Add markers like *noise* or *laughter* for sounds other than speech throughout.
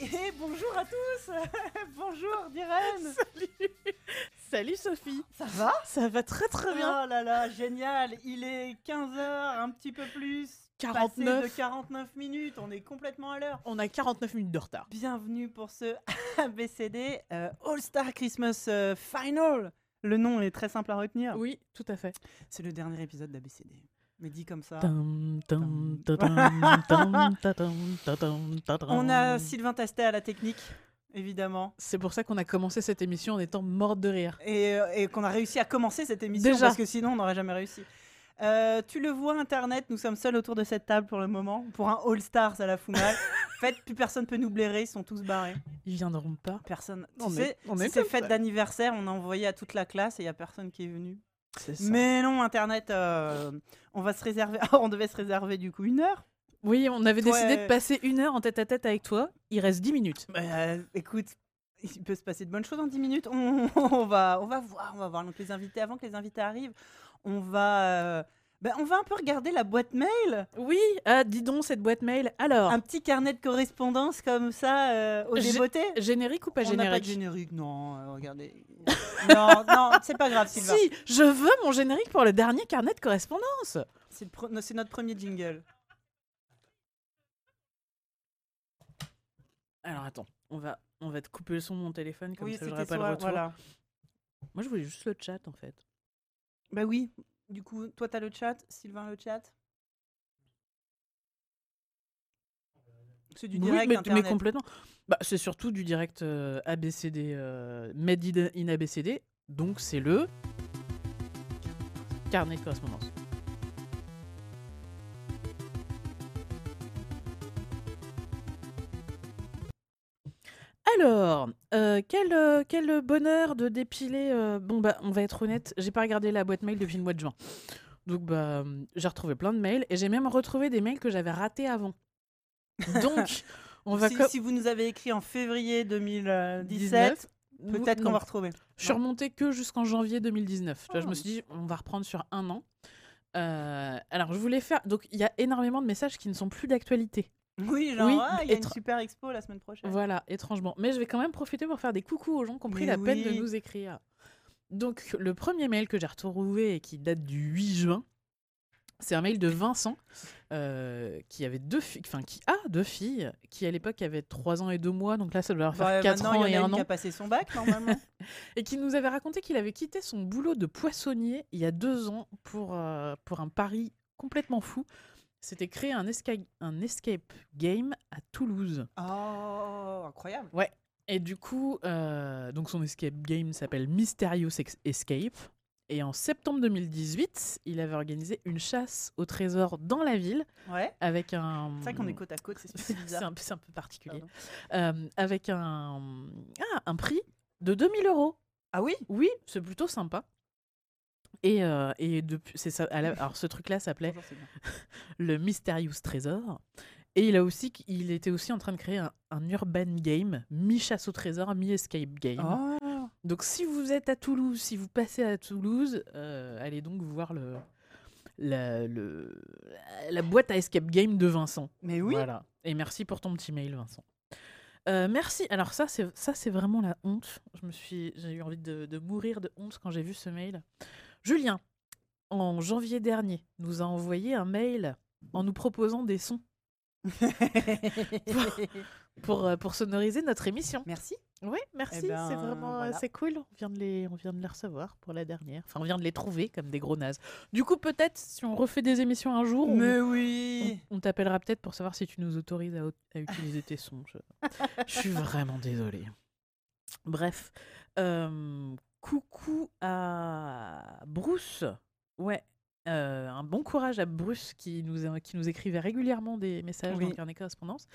Et bonjour à tous *laughs* Bonjour Diren *laughs* Salut Salut Sophie Ça va Ça va très très bien Oh là là, génial Il est 15h, un petit peu plus. passé 49. de 49 minutes, on est complètement à l'heure. On a 49 minutes de *laughs* retard. Bienvenue pour ce *laughs* ABCD euh, All Star Christmas euh, Final Le nom est très simple à retenir. Oui, tout à fait. C'est le dernier épisode d'ABCD. Mais dit comme ça. Tam, tam, Tam. ta-tam, tam, ta-tam, ta-tam, ta-tam. On a Sylvain Tastet à la technique, évidemment. hein. C'est pour ça qu'on a commencé cette émission en étant morte de rire. et, euh, et qu'on a réussi à commencer cette émission Déjà. parce que sinon on n'aurait jamais réussi. Euh, tu le vois, Internet, nous sommes seuls autour de cette table pour le moment, pour un All Stars à la *laughs* Fumale. en fait, plus personne peut nous blairer, ils sont tous barrés. Ils viendront pas. Personne. On tu est- sais, on si est c'est comme fête ça. d'anniversaire, on a envoyé à toute la classe et il n'y a personne qui est venu. C'est ça. Mais non, Internet, euh, on va se réserver. *laughs* on devait se réserver du coup une heure. Oui, on avait décidé Ouais. de passer une heure en tête à tête avec toi. Il reste 10 minutes. Euh, écoute, il peut se passer de bonnes choses en 10 minutes. On, *laughs* on va, on va voir, on va voir. Donc les invités, avant que les invités arrivent, on va, euh, ben, on va un peu regarder la boîte mail, Oui, ah, dis donc cette boîte mail. Alors, un petit carnet de correspondance comme ça euh, aux J'ai- dévotés. générique ou pas On n'a pas de générique générique, non. euh, regardez, *laughs* non, non, c'est pas grave, Sylvain. Si, je veux mon générique pour le dernier carnet de correspondance. C'est le pro- no- c'est notre premier jingle. Alors attends, on va, on va te couper le son de mon téléphone comme oui, ça c'était j'aurai pas le soit- retour. voilà. Moi je voulais juste le chat en fait. Bah oui. Du coup, toi t'as le chat, Sylvain le chat. C'est du Oui, direct mais, mais internet. *laughs* complètement. Bah, c'est surtout du direct euh, ABCD, euh, made in- in ABCD, donc c'est le carnet de correspondance. Alors, euh, quel, euh, quel bonheur de dépiler. euh, bon, bah, on va être honnête, j'ai pas regardé la boîte mail depuis le mois de juin. Donc, bah, euh, j'ai retrouvé plein de mails et j'ai même retrouvé des mails que j'avais ratés avant. *laughs* Donc, on va. si, co- si vous nous avez écrit en février 19, 2017, peut-être non, qu'on va retrouver. Je suis remontée que jusqu'en janvier 2019. Tu vois, je Ah. me suis dit, on va reprendre sur un an. Euh, alors, je voulais faire. Donc, il y a énormément de messages qui ne sont plus d'actualité. Oui, genre, Oui, ah, il y a une être- super expo la semaine prochaine. Voilà, étrangement. Mais je vais quand même profiter pour faire des coucous aux gens qui ont pris Mais la peine de oui. nous écrire. Donc, le premier mail que j'ai retrouvé et qui date du 8 juin, c'est un mail de Vincent euh, qui avait deux filles, enfin qui a deux filles, qui à l'époque avait 3 ans et 2 mois, donc là ça doit leur faire Bah, 4 maintenant, ans il et y en a 1 une qui an. a passé son bac, normalement. et qui nous avait raconté qu'il avait quitté son boulot de poissonnier il y a deux ans pour, euh, pour un pari complètement fou. C'était créer un, esca- un escape game à Toulouse. oh, incroyable. Et du coup, euh, donc son escape game s'appelle Mysterious Ex- Escape. Et en septembre 2018, il avait organisé une chasse au trésor dans la ville Ouais. avec un. C'est vrai qu'on est côte à côte, c'est *laughs* C'est super bizarre. un, peu- c'est un peu particulier. Euh, avec un, ah, un prix de 2000 euros. Ah oui Oui, c'est plutôt sympa. Et, euh, et depuis, c'est ça. à la- Alors ce truc-là s'appelait Bonjour, Sylvain. *laughs* le Mysterious Trésor. Et il a aussi, il était aussi en train de créer un, un urban game, mi chasse au trésor, mi escape game. Oh. Donc si vous êtes à Toulouse, si vous passez à Toulouse, euh, allez donc voir le la, le- euh, la boîte à escape game de Vincent. Mais oui. Voilà. Et merci pour ton petit mail, Vincent. Euh, merci. Alors ça, c'est ça, c'est vraiment la honte. Je me suis, j'ai eu envie de, de mourir de honte quand j'ai vu ce mail. Julien, en janvier dernier, nous a envoyé un mail en nous proposant des *laughs* sons pour euh, pour sonoriser notre émission. Merci. Oui, merci. ben, c'est vraiment, euh, voilà. c'est cool. On vient de les, on vient de les recevoir pour la dernière. Enfin, on vient de les trouver comme des gros nazes. Du coup, peut-être si on refait des émissions un jour, on- Mais oui. On, on t'appellera peut-être pour savoir si tu nous autorises à, au- à utiliser tes sons. *laughs* Je, je suis vraiment désolée. Bref, euh, coucou à Bruce. Ouais, euh, un bon courage à Bruce qui nous, a- qui nous écrivait régulièrement des messages Oui. dans le carnet de correspondance,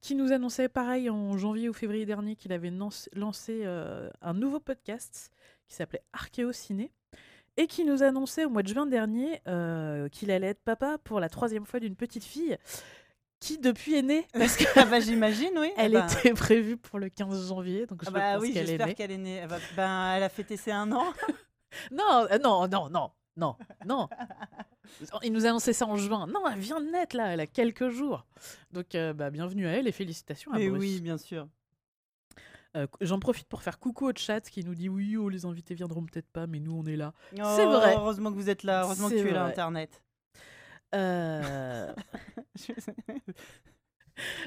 qui nous annonçait pareil en janvier ou février dernier qu'il avait nance- lancé euh, un nouveau podcast qui s'appelait Archéo Ciné et qui nous annonçait au mois de juin dernier euh, qu'il allait être papa pour la troisième fois d'une petite fille qui depuis est née parce qu'elle *laughs* Ah bah j'imagine, oui. Ah bah- était *laughs* prévue pour le 15 janvier donc je Ah bah pense oui, qu'elle est j'espère née. qu'elle est née. Elle, va- ben, elle a fêté ses un an. Non, euh, non, non, non. Non, *laughs* non. Il nous annonçait ça en juin. Non, elle vient de naître là, elle a quelques jours. Donc, euh, bah, bienvenue à elle et félicitations à Mais Bruce. oui, bien sûr. Euh, J'en profite pour faire coucou au chat qui nous dit oui, oh, les invités viendront peut-être pas, mais nous on est là. *laughs* C'est Oh, vrai. Heureusement que vous êtes là. Heureusement que C'est tu es là, vrai. Internet. Euh, *laughs* Je-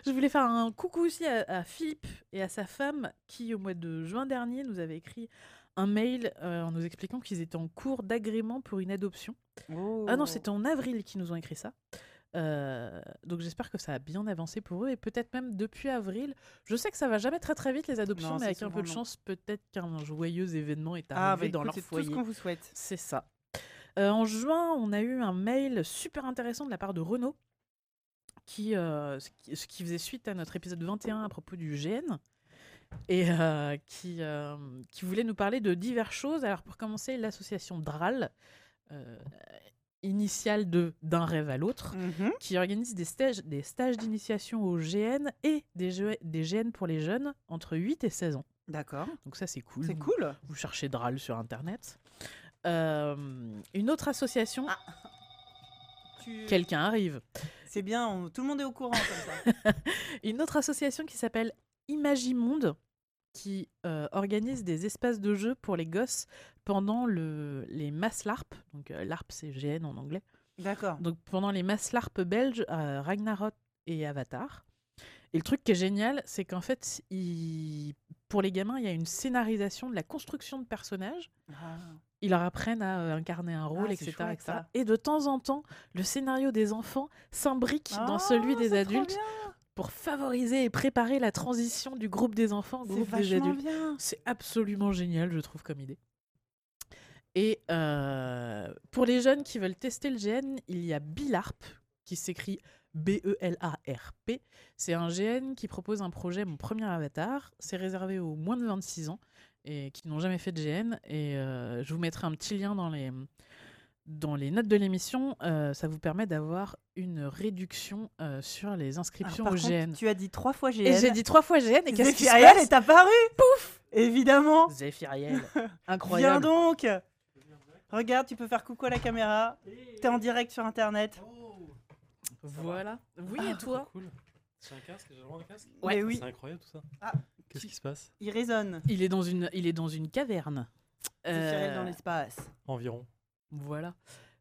je voulais faire un coucou aussi à, à Philippe et à sa femme qui, au mois de juin dernier, nous avait écrit un mail euh, en nous expliquant qu'ils étaient en cours d'agrément pour une adoption. Ah non, Oh. c'était en avril qu'ils nous ont écrit ça. Euh, donc j'espère que ça a bien avancé pour eux et peut-être même depuis avril. Je sais que ça va jamais très très vite les adoptions, Non, mais c'est avec un peu de souvent long. chance, peut-être qu'un joyeux événement est arrivé Ah, bah, dans écoute, leur c'est tout ce foyer. qu'on vous souhaite. C'est ça. Euh, en juin, on a eu un mail super intéressant de la part de Renaud, qui, euh, ce, qui, ce qui faisait suite à notre épisode 21 à propos du GN, et euh, qui, euh, qui voulait nous parler de diverses choses. Alors pour commencer, l'association DRAL, euh, initiale de D'un rêve à l'autre, Mhm. qui organise des stages des stages d'initiation au GN et des, jeux- des GN pour les jeunes entre 8 et 16 ans. D'accord. Donc ça c'est cool. C'est Vous- cool. vous cherchez Dral sur Internet. Euh, une autre association, Ah. Tu- quelqu'un arrive. C'est bien, on- tout le monde est au courant comme ça. *laughs* Une autre association qui s'appelle Imagimonde, qui euh, organise des espaces de jeu pour les gosses pendant le, les masses LARP. Donc euh, LARP, c'est GN en anglais. D'accord. Donc pendant les masses LARP belges, euh, Ragnarok et Avatar. Et le truc qui est génial, c'est qu'en fait, il- pour les gamins, il y a une scénarisation de la construction de personnages. Ah. ils leur apprennent à euh, incarner un rôle, c'est etc., chouette, etc.. ça. Et de temps en temps, le scénario des enfants s'imbrique dans celui Ah, des c'est trop adultes bien, pour favoriser et préparer la transition du groupe des enfants au C'est groupe des vachement adultes. bien. C'est absolument génial, je trouve, comme idée. Et euh, pour les jeunes qui veulent tester le GN, il y a Bilarp, qui s'écrit E B-E-L-A-R-P. C'est un GN qui propose un projet Mon premier avatar. C'est réservé aux moins de 26 ans et qui n'ont jamais fait de GN. Et euh, je vous mettrai un petit lien dans les, dans les notes de l'émission. Euh, ça vous permet d'avoir une réduction euh, sur les Alors, inscriptions par au contre, GN. tu as dit trois fois GN. Et j'ai dit trois fois GN, et qu'est-ce qui se Zéphiriel passe est apparu Pouf Évidemment Zéphiriel, Viens incroyable. donc Regarde, tu peux faire coucou à la caméra. T'es en direct sur internet. Voilà. Oui, et toi Ah, Cool. J'ai un casque, j'ai vraiment un casque. Ouais. Mais oui, C'est incroyable tout ça. Ah. Qu'est-ce qui se passe il résonne. il est, dans une, il est dans une caverne. Zéphiriel Euh, dans l'espace. *laughs* Environ. voilà.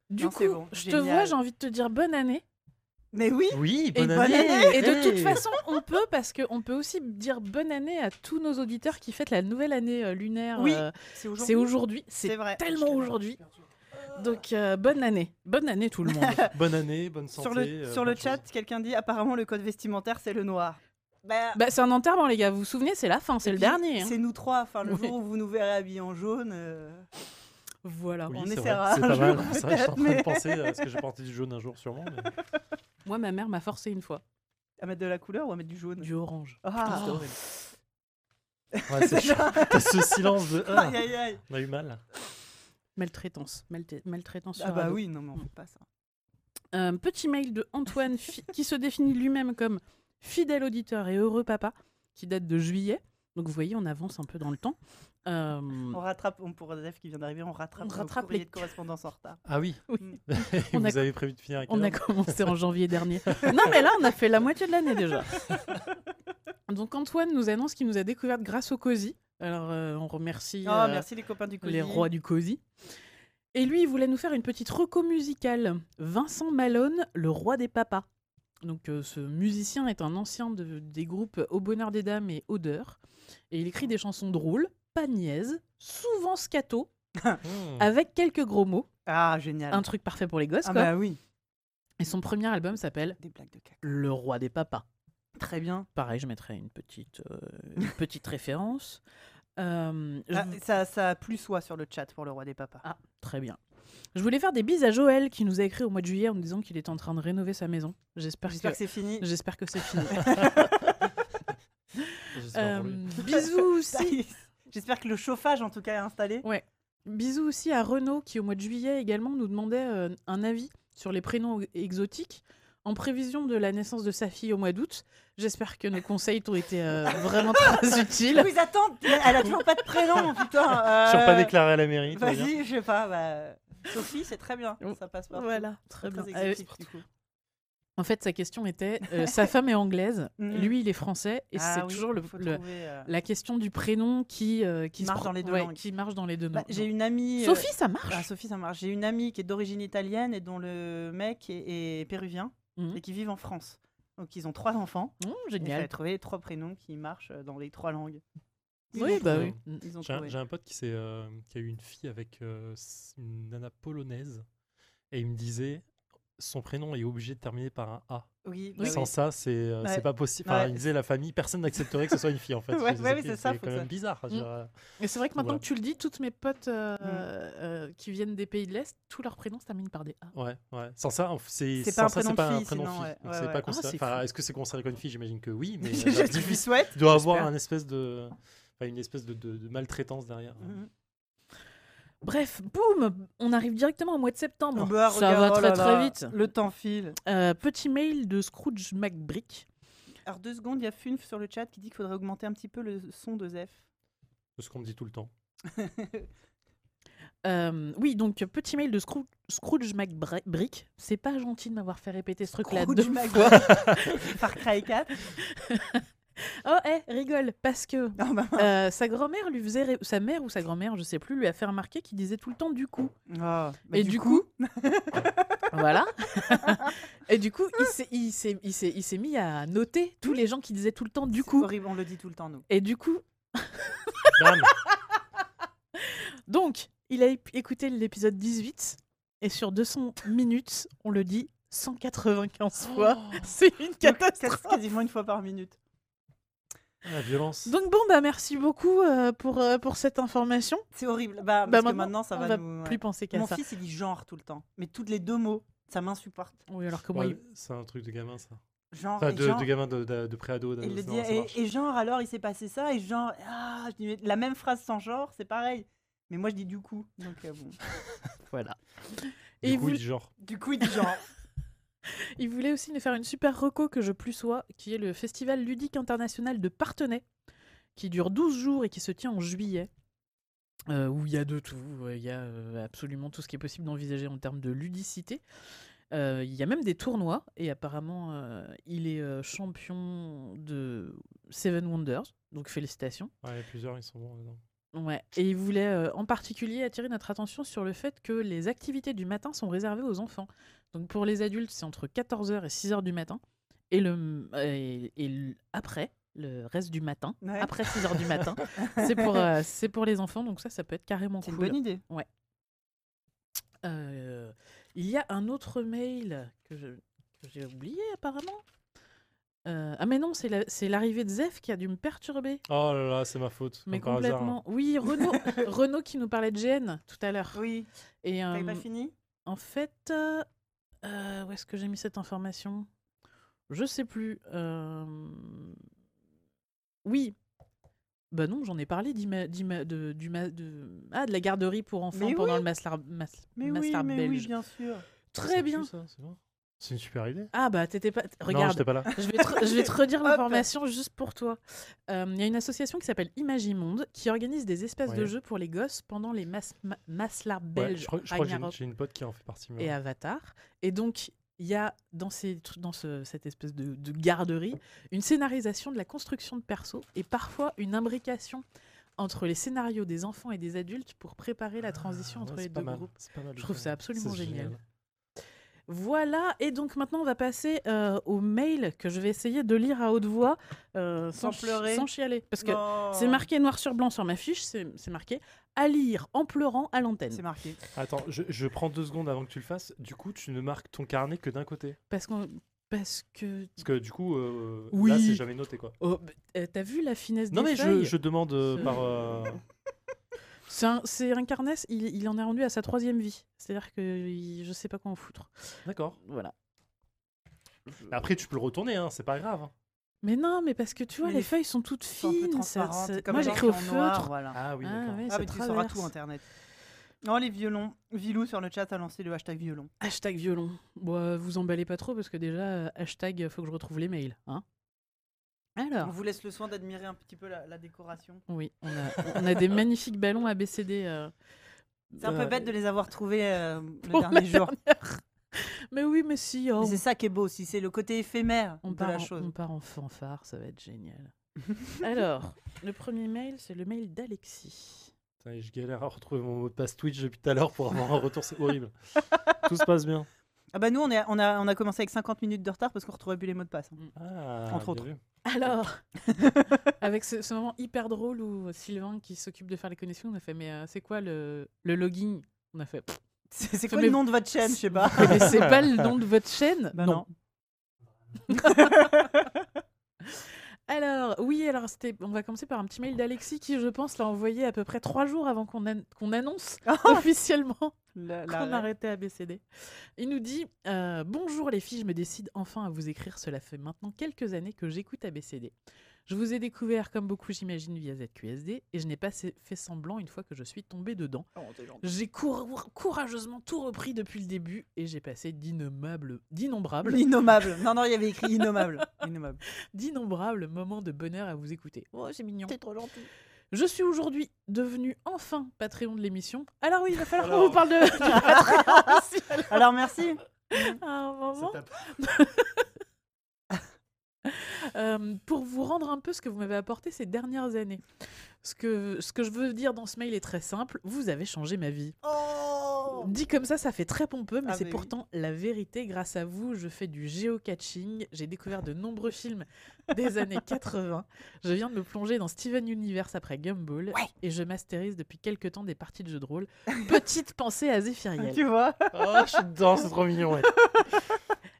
Du Non, coup, c'est bon, je te génial. vois, j'ai envie de te dire bonne année. Mais oui Oui, Et bonne bonne année. année. Et de toute Hey. façon, on peut, parce qu'on peut aussi dire bonne année à tous nos auditeurs qui fêtent la nouvelle année euh, lunaire. Oui, euh, C'est c'est aujourd'hui. C'est vrai. tellement aujourd'hui. Donc, euh, bonne année. Bonne année, *laughs* tout le monde. Bonne année, bonne santé. Sur le, euh, sur le bonne chat, chose. quelqu'un dit apparemment le code vestimentaire c'est le noir. Bah, bah, c'est un enterrement, les gars. Vous vous souvenez, c'est la fin, c'est et le puis, dernier. hein. C'est nous trois. Enfin, le Oui. jour où vous nous verrez habillés en jaune. euh, Voilà. Oui, on c'est vrai, essaiera C'est un pas mal. jour, C'est vrai, je suis en train peut-être, de penser à ce que j'ai *laughs* porté du jaune un jour, sûrement. mais- Moi, ma mère m'a forcé une fois. À mettre de la couleur ou à mettre du jaune Du orange. Ah. Oh. Ouais, c'est chaud. *laughs* T'as ce silence de. Ah, Aïe, aïe, aïe. on a eu mal. Maltraitance. Malta- maltraitance sur Ah bah ado. oui, non mais on fait pas ça. Un petit mail de *laughs* Antoine fi- qui se définit lui-même comme fidèle auditeur et heureux papa, qui date de juillet. Donc vous voyez, on avance un peu dans le temps. Euh, Mm. On rattrape, on pour Zef qui vient d'arriver, on rattrape, On nos rattrape courriers les- de correspondance en retard. Mm. Ah oui. *laughs* *laughs* Oui. On Vous a- avez prévu de finir avec Mm. on a commencé *laughs* en janvier *laughs* dernier. Non mais là, on a fait la moitié de l'année déjà. Donc Antoine nous annonce qu'il nous a découverte grâce au COSI. Alors euh, on remercie Ah, euh, merci les copains du Cozy. les rois du COSI. Et lui, il voulait nous faire une petite reco musicale. Vincent Malone, le roi des papas. Donc, euh, ce musicien est un ancien de- des groupes Au Bonheur des Dames et Odeur. Et il écrit des chansons drôles, pas niaises, souvent scato, avec quelques gros mots. Ah, génial. Un truc parfait pour les gosses, ah quoi. bah oui, Et son premier album s'appelle des blagues de caca. Le roi des papas. Très bien. Pareil, je mettrai une petite, euh, une *laughs* petite référence. Euh, je Ah, vous- ça, ça a plus soi sur le chat pour le roi des papas. Ah, très bien. Je voulais faire des bises à Joël qui nous a écrit au mois de juillet en nous disant qu'il était en train de rénover sa maison. J'espère que J'espère que c'est fini. j'espère que c'est fini. *laughs* J'espère pour lui. Euh, *laughs* bisous aussi. J'espère que le chauffage en tout cas est installé. Bisous aussi à Renaud qui au mois de juillet également nous demandait euh, un avis sur les prénoms exotiques en prévision de la naissance de sa fille au mois d'août. J'espère que nos conseils t'ont *laughs* été euh, *laughs* vraiment très utiles. Oui, attends, elle a toujours pas de prénom, putain. euh, Toujours pas déclaré à la mairie. tout va bien. Vas-y, je sais pas, bah, Sophie, c'est très bien. Ça passe pas. Oh, Voilà, très bien. Très Euh, exotique, du coup. en fait, sa question était euh, sa femme est anglaise, *laughs* Mm. lui, il est français, et Ah c'est oui, toujours le, faut le- trouver, euh, la question du prénom qui, euh, qui se Marche pro- dans les deux ouais, langues. qui marche dans les deux bah, langues. J'ai une amie. euh, Sophie, ça marche Ah, Sophie, ça marche. J'ai une amie qui est d'origine italienne et dont le mec est, est péruvien Mhm. et qui vivent en France. Donc ils ont trois enfants. Et Mmh, Il fallait Génial. trouver trois prénoms qui marchent euh, dans les trois langues. Ils Oui, ont bah oui. trouvé. Mm. Ils ont J'ai un, trouvé. j'ai un pote qui, s'est, euh, qui a eu une fille avec euh, s- une nana polonaise et il me disait son prénom est obligé de terminer par un A. Oui, bah oui. Sans ça, c'est euh, c'est Ouais. pas possible. Enfin, Ouais. il disait la famille, personne n'accepterait que ce soit une fille en *laughs* fait. *laughs* Ouais, Je- ouais, oui, c'est ça, C'est quand faut que même ça- bizarre. je Mm. dirais. Mm. Et c'est vrai que maintenant Voilà. que tu le dis, toutes mes potes euh, euh, qui viennent des pays de l'Est, tous leurs prénoms se terminent par des A. Ouais, ouais. Sans ça, on f- c'est C'est sans pas un ça, c'est prénom de pas un fille, prénom sinon, fille. ouais, Donc, ouais, c'est ouais. pas Ah, considéré- c'est enfin, fou. Est-ce que c'est considéré comme une fille J'imagine que *laughs* oui, mais euh, Je lui difficile. souhaite. Tu dois avoir J'espère. un espèce de, enfin, une espèce de, de- de maltraitance derrière. Mhm. Bref, boum, on arrive directement au mois de septembre. Bah, Ça regarde, va oh très là très là, vite. Le temps file. Euh, petit mail de *laughs* Scrooge McBrick. Alors deux secondes, il y a Funf sur le chat qui dit qu'il faudrait augmenter un petit peu le son de *laughs* *laughs* Zef. C'est ce qu'on me dit tout le temps. Euh, oui, donc petit mail de Scroo- Scrooge McBrick. C'est pas gentil de m'avoir fait répéter ce truc-là Scrooge deux McBrick. fois. Far Cry 4. *laughs* Oh, eh, rigole, parce que Non, bah, euh, sa grand-mère lui faisait, ré- sa mère ou sa grand-mère, je sais plus, lui a fait remarquer qu'il disait tout le temps du coup. oh, bah, Et du coup, *laughs* voilà. Et du coup, Ah. il s'est- il s'est- il s'est il s'est mis à noter tous les gens qui disaient tout le temps du c'est coup. horrible, on le dit tout le temps nous. Et du coup, Dame, *laughs* donc, il a ép- écouté l'épisode 18 et sur 200 minutes, on le dit 195 Oh. fois. *laughs* C'est une catastrophe. Quasiment une fois par minute. la violence. Donc bon, bah merci beaucoup euh, pour, euh, pour cette information. C'est horrible. Bah, Bah, parce que maintenant, ça on va, va nous. ouais. plus penser qu'à Mon ça. fils, il dit genre tout le temps. Mais toutes les deux mots, ça m'insupporte. Oui, alors que moi, Ouais, il- C'est un truc de gamin, ça. Genre, Enfin, et de, genre. de gamin de, de, de préado. et il le d'adolescent, dit, euh, ça marche. et, et genre, alors il s'est passé ça, et genre, ah, je dis, mais la même phrase sans genre, c'est pareil. Mais moi, je dis du coup. Donc, euh, bon. voilà. Du et coup, vous- il dit genre. Du coup, il dit genre. *laughs* il voulait aussi nous faire une super reco que je plus sois, qui est le Festival ludique international de Partenay, qui dure 12 jours et qui se tient en juillet. euh, où il y a de tout, euh, il y a euh, absolument tout ce qui est possible d'envisager en termes de ludicité. Euh, Il y a même des tournois, et apparemment, euh, il est euh, champion de Seven Wonders, donc félicitations. Ouais, il y a plusieurs, ils sont bons. là-dedans. Ouais. Et il voulait euh, en particulier attirer notre attention sur le fait que les activités du matin sont réservées aux enfants. Donc pour les adultes, c'est entre 14h et 6h du matin. Et, le, et, et l- après, le reste du matin, Ouais. après 6h du *laughs* matin, c'est pour, euh, c'est pour les enfants. Donc ça, ça peut être carrément C'est une cool. bonne idée. Euh, il y a un autre mail que je- que j'ai oublié apparemment. Euh, ah mais non, c'est la- c'est l'arrivée de Zef qui a dû me perturber. Oh là là, c'est ma faute. Mais comme par hasard, complètement. hein. Oui, Renaud, Renaud qui nous parlait de GN tout à l'heure. Oui. Et T'avais euh, pas fini en fait, euh, euh, où est-ce que j'ai mis cette information Je sais plus. euh, Oui. Bah non, j'en ai parlé d'ima- d'ima- de, du ma- de... Ah, de la garderie pour enfants Mais pendant le maslar, mas- Mais oui, maslar mais belge. oui, bien sûr. Très C'est bien. plus ça, c'est bon. C'est une super idée. Ah bah t'étais pas... Non, Regarde, j'étais pas là. je vais, te, je vais *laughs* te *laughs* redire Hop. l'information juste pour toi. Euh, Il y a une association qui s'appelle Imagimonde qui organise des espaces de Ouais. jeux pour les gosses pendant les mas, ma- maslar Ouais, belges. je crois, je crois que j'ai une- Ragnarok j'ai une pote qui en fait partie. mais et ouais. Avatar. Et donc, il y a dans, ces, tr- dans ce- cette espèce de, de garderie une scénarisation de la construction de perso et parfois une imbrication entre les scénarios des enfants et des adultes pour préparer la transition Ah, entre ouais, c'est les pas deux mal, groupes. c'est pas mal, Je trouve trouve. ça absolument C'est génial. Voilà, et donc maintenant on va passer euh, au mail que je vais essayer de lire à haute voix euh, sans, Sans chi- pleurer. sans chialer. Parce que Non. c'est marqué noir sur blanc sur ma fiche, c'est c'est marqué à lire en pleurant à l'antenne. C'est marqué. Attends, je, je prends deux secondes avant que tu le fasses. Du coup, tu ne marques ton carnet que d'un côté. Parce, qu'on- parce que Parce que du coup, euh, Oui. là, c'est jamais noté quoi. Oh, bah, euh, t'as vu la finesse Non, des mais je, feuilles je demande euh, Ce- par. euh, C'est un, c'est un carnesse, il, il en est rendu à sa troisième vie. C'est-à-dire que il- je sais pas quoi en foutre. D'accord. Voilà. Après, tu peux le retourner, hein, c'est pas grave. hein. Mais non, mais parce que tu vois, Mais les les feuilles sont toutes C'est un peu fines. *laughs* ça- transparent, ça- c'est comme Moi les gens j'écris au qui sont en noir, feutre. voilà. Ah oui, Ah d'accord. ouais, Ah, ça mais tu sauras tout traverse. Internet. Oh, les violons. Vilou sur le chat a lancé le hashtag violon. Hashtag violon. Bon, euh, vous emballez pas trop parce que déjà, euh, hashtag, euh, faut que je retrouve les mails. Hein On Alors, vous laisse le soin d'admirer un petit peu la, la décoration. *laughs* oui, on a, on a des magnifiques ballons ABCD. euh, C'est un peu Ouais. bête de les avoir trouvés euh, le pour dernier la jour. dernière. Mais oui, mais si. oh, Mais C'est ça qui est beau aussi, c'est le côté éphémère on, de part la en, chose. on part en fanfare, ça va être *laughs* génial. Alors, le premier mail, c'est le mail d'Alexis. Putain, et je galère à retrouver mon mot de passe Twitch depuis tout à l'heure pour avoir un retour, c'est horrible. Tout se passe bien. Ah bah nous, on, est- on a, on a commencé avec 50 minutes de retard parce qu'on retrouvait plus les mots de passe. hein. Mm. Ah, Entre bien autres. vu. Alors, *laughs* avec ce, ce moment hyper drôle où Sylvain qui s'occupe de faire les connexions, on a fait mais euh, c'est quoi le, le login On a fait. pff, C'est c'est Ça quoi met- le nom de votre chaîne, je sais pas. *laughs* Mais c'est pas le nom de votre chaîne Bah Alors, oui, alors c'était. On va commencer par un petit mail d'Alexis qui, je pense, l'a envoyé à peu près trois jours avant qu'on an- *laughs* qu'on annonce officiellement Oh. La- la- qu'on arrêtait ABCD. Il nous dit euh, Bonjour les filles, je me décide enfin à vous écrire. Cela fait maintenant quelques années que j'écoute ABCD. Je vous ai découvert, comme beaucoup, j'imagine, via ZQSD, et je n'ai pas se- fait semblant une fois que je suis tombée dedans. Oh, J'ai cour- courageusement tout repris depuis le début et j'ai passé d'innommables, d'innombrables Innommable. Non, non, il y avait écrit *laughs* innommable. Innommable. d'innombrables moments de bonheur à vous écouter. Oh, c'est mignon. T'es trop gentil. Je suis aujourd'hui devenu enfin Patreon de l'émission. Alors oui, il va falloir qu'on Alors. vous parle de, *laughs* du Patreon aussi Alors merci. à un Ça moment. tape. *laughs* Euh, pour vous rendre un peu ce que vous m'avez apporté ces dernières années. Ce que, ce que je veux dire dans ce mail est très simple. Vous avez changé ma vie. Oh Dit comme ça, ça fait très pompeux, mais Ah, c'est mais oui. pourtant la vérité. Grâce à vous, je fais du géocaching. J'ai découvert de nombreux films *laughs* des années 80. Je viens de me plonger dans Steven Universe après Gumball. Et je mastérise depuis quelques temps des parties de jeux de rôle. Petite pensée à *laughs* Zéphiriel. Tu vois Oh, je suis dedans, c'est trop mignon. ouais.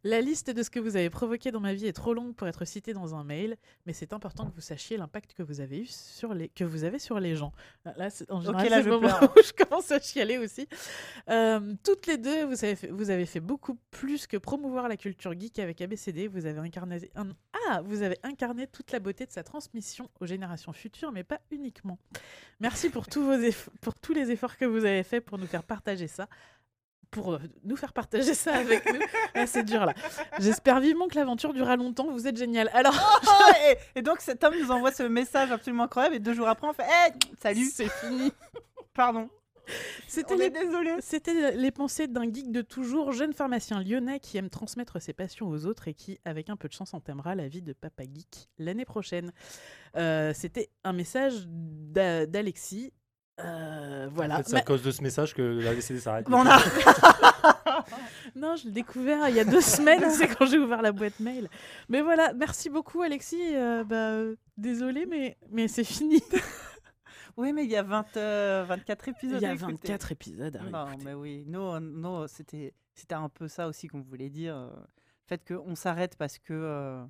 La liste de ce que vous avez provoqué dans ma vie est trop longue pour être citée dans un mail, mais c'est important que vous sachiez l'impact que vous avez eu sur les que vous avez sur les gens. Là, Là, c'est en général là, c'est le je moment pleure. où je commence à chialer aussi. Euh, toutes les deux, vous avez fait, vous avez fait beaucoup plus que promouvoir la culture geek avec ABCD. Vous avez incarné un- ah, vous avez incarné toute la beauté de sa transmission aux générations futures, mais pas uniquement. Merci pour tous vos eff- pour tous les efforts que vous avez faits pour nous faire partager ça. Pour euh, nous faire partager ça avec nous. *laughs* Ah, c'est dur là. J'espère vivement que l'aventure durera longtemps. Vous êtes génial. Alors, Oh, et, *laughs* et donc cet homme nous envoie ce message absolument incroyable et deux jours après on fait Eh, Salut, c'est *laughs* fini. *laughs* pardon, C'était on les est désolé. C'était les pensées d'un geek de toujours, jeune pharmacien lyonnais qui aime transmettre ses passions aux autres et qui, avec un peu de chance, entamera la vie de Papa Geek l'année prochaine. Euh, C'était un message d'A- d'Alexis. Euh, voilà. En fait, c'est à Ma- cause de ce message que la VCD s'arrête. Bon, Bah, on a- *laughs* Non, je l'ai découvert il y a deux semaines, c'est quand j'ai ouvert la boîte mail. Mais voilà, merci beaucoup Alexis. Euh, bah, euh, désolé, mais, mais c'est fini. Oui, mais il y a 20, euh, 24 épisodes. Il y a à écouter. 24 épisodes à Non, réécouter. mais oui, non, non, c'était, c'était un peu ça aussi qu'on voulait dire. euh, Le fait qu'on s'arrête parce que euh,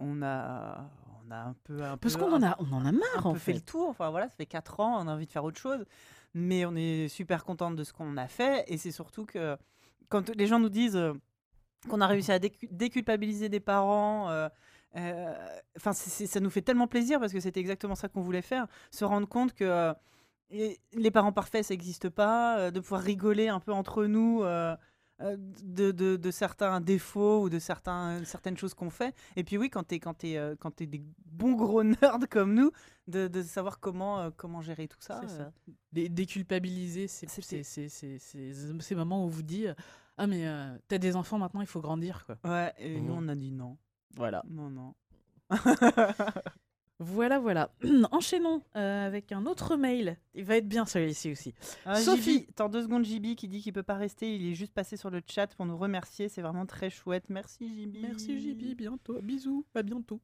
on a, on a un peu, un Parce peu, qu'on en un a, on en a marre on en peut fait fait. le tour. Enfin voilà, ça fait 4 ans, on a envie de faire autre chose, mais on est super contente de ce qu'on a fait. Et c'est surtout que quand les gens nous disent euh, qu'on a réussi à décu- déculpabiliser des parents, euh, euh, enfin c'est- c'est- ça nous fait tellement plaisir parce que c'était exactement ça qu'on voulait faire, se rendre compte que euh, et- les parents parfaits ça n'existe pas, euh, de pouvoir rigoler un peu entre nous. euh, euh, de, de- de certains défauts ou de certains, euh, certaines choses qu'on fait. Et puis oui, quand t'es quand t'es, euh, quand t'es des bons gros *laughs* nerds comme nous, de, de savoir comment, euh, comment gérer tout ça. C'est ça. euh. Dé- *laughs* déculpabiliser ces, C'était- ces, ces, ces, ces- ces moments où on vous dit euh, Ah, mais euh, t'as des enfants maintenant, il faut grandir. quoi. Ouais, et nous Mhm. on a dit non. Voilà. Non, non. Voilà, voilà. *clears throat* Enchaînons euh, avec un autre mail. Il va être bien celui-ci aussi. Ah, Sophie. JB, T'en deux secondes, JB qui dit qu'il peut pas rester. Il est juste passé sur le chat pour nous remercier. C'est vraiment très chouette. Merci, JB. bientôt. Bisous, à bientôt.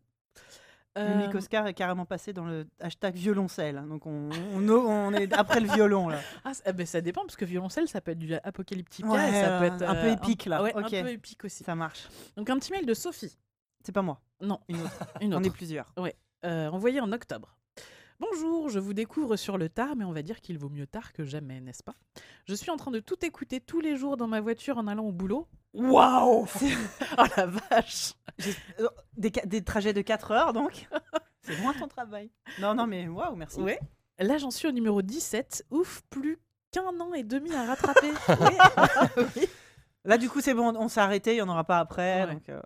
Euh, Mimic Oscar est carrément passé dans le hashtag violoncelle. hein, Donc on, on, on est après le violon là. ah, c- ah, ben, ça dépend parce que violoncelle, ça peut être du apocalyptique. Ouais, ça peut euh, être un peu euh, épique, là. Ouais, Ok. un peu épique aussi. Ça marche. Donc un petit mail de Sophie. C'est pas moi. Non, Une autre. *laughs* une autre. On est plusieurs. euh, envoyé en octobre. Bonjour, je vous découvre sur le tard, mais on va dire qu'il vaut mieux tard que jamais, n'est-ce pas Je suis en train de tout écouter tous les jours dans ma voiture en allant au boulot. Waouh *laughs* Oh la vache Euh, Des, ca- des trajets de 4 heures donc. C'est loin ton travail. Non, non, mais waouh, merci. Ouais. Là, j'en suis au numéro 17. Ouf, plus qu'un an et demi à *laughs* rattraper. Ouais. Là, du coup, c'est bon, on s'est arrêté, il n'y en aura pas après. Ouais. donc, euh,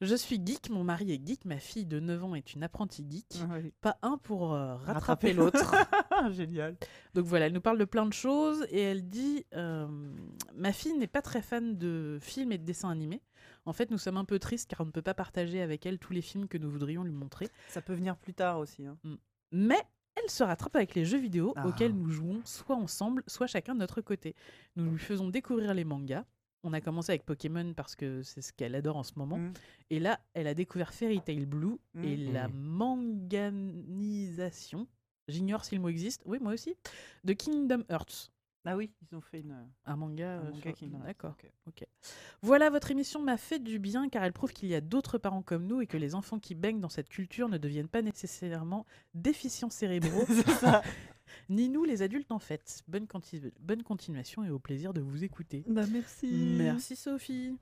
Je suis geek, mon mari est geek, ma fille de 9 ans est une apprentie geek. Oui. Pas un pour euh, rattraper l'autre. *laughs* Génial. Donc voilà, elle nous parle de plein de choses et elle dit euh, Ma fille n'est pas très fan de films et de dessins animés. En fait, nous sommes un peu tristes car on ne peut pas partager avec elle tous les films que nous voudrions lui montrer. Mm. Ça peut venir plus tard aussi. hein. Mais elle se rattrape avec les jeux vidéo Ah. auxquels nous jouons soit ensemble, soit chacun de notre côté. Nous lui faisons découvrir les mangas. On a commencé avec Pokémon parce que c'est ce qu'elle adore en ce moment. Mm. Et là, elle a découvert Fairy Tail Blue et Mhm. la manganisation. J'ignore s'il le mot existe. Oui, moi aussi. De Kingdom Hearts. Ah oui, ils ont fait une. Un un manga. euh, manga sur- qui- D'accord. ok. Voilà, votre émission m'a fait du bien car elle prouve qu'il y a d'autres parents comme nous et que les enfants qui baignent dans cette culture ne deviennent pas nécessairement déficients cérébraux, *laughs* C'est ça. *laughs* ni nous les adultes en fait. Bonne, conti- bonne continuation et au plaisir de vous écouter. Bah, merci. Merci Sophie.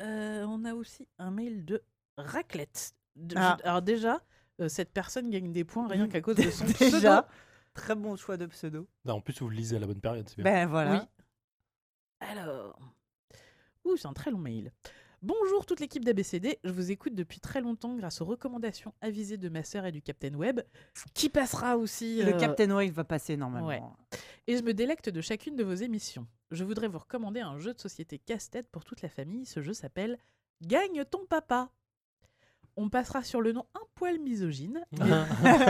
Euh, on a aussi un mail de raclette. De- je- Ah. alors déjà, euh, cette personne gagne des points rien Mm. qu'à cause de son *laughs* Déjà, pseudo. très bon choix de pseudo. *laughs* Non, en plus, vous le lisez à la bonne période, c'est bien. Ben voilà. Oui. Alors. Ouh, c'est un très long mail. Bonjour toute l'équipe d'ABCD, je vous écoute depuis très longtemps grâce aux recommandations avisées de ma sœur et du Captain Web, qui passera aussi. Le euh, Captain Wave va passer normalement. ouais. *laughs* Et je me délecte de chacune de vos émissions. Je voudrais vous recommander un jeu de société casse-tête pour toute la famille. Ce jeu s'appelle Gagne ton papa. On passera sur le nom un poil misogyne.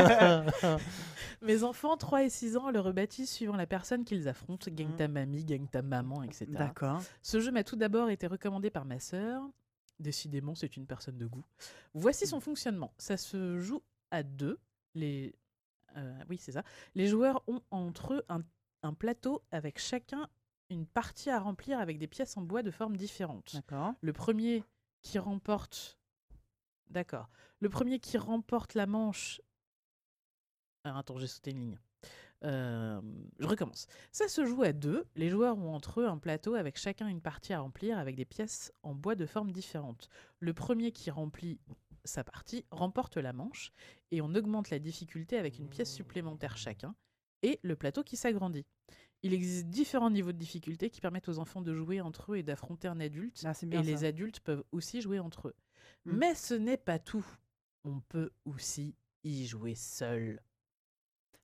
*laughs* Mes enfants, 3 et 6 ans, le rebâtissent suivant la personne qu'ils affrontent. Gagne ta mamie, gagne ta maman, etc. D'accord. *laughs* Ce jeu m'a tout d'abord été recommandé par ma sœur. Décidément, c'est une personne de goût. Voici son fonctionnement. Ça se joue à deux. Les, euh, oui, c'est ça. Les joueurs ont entre eux un, un plateau avec chacun une partie à remplir avec des pièces en bois de formes différentes. D'accord. Le premier qui remporte. D'accord. Le premier qui remporte la manche. Ah, attends, j'ai sauté une ligne. Euh, je recommence. Ça se joue à deux. Les joueurs ont entre eux un plateau avec chacun une partie à remplir avec des pièces en bois de formes différentes. Le premier qui remplit sa partie remporte la manche et on augmente la difficulté avec une pièce supplémentaire chacun et le plateau qui s'agrandit. Il existe différents niveaux de difficulté qui permettent aux enfants de jouer entre eux et d'affronter un adulte Ah, c'est bien et ça. les adultes peuvent aussi jouer entre eux. Mm. Mais ce n'est pas tout. On peut aussi y jouer seul.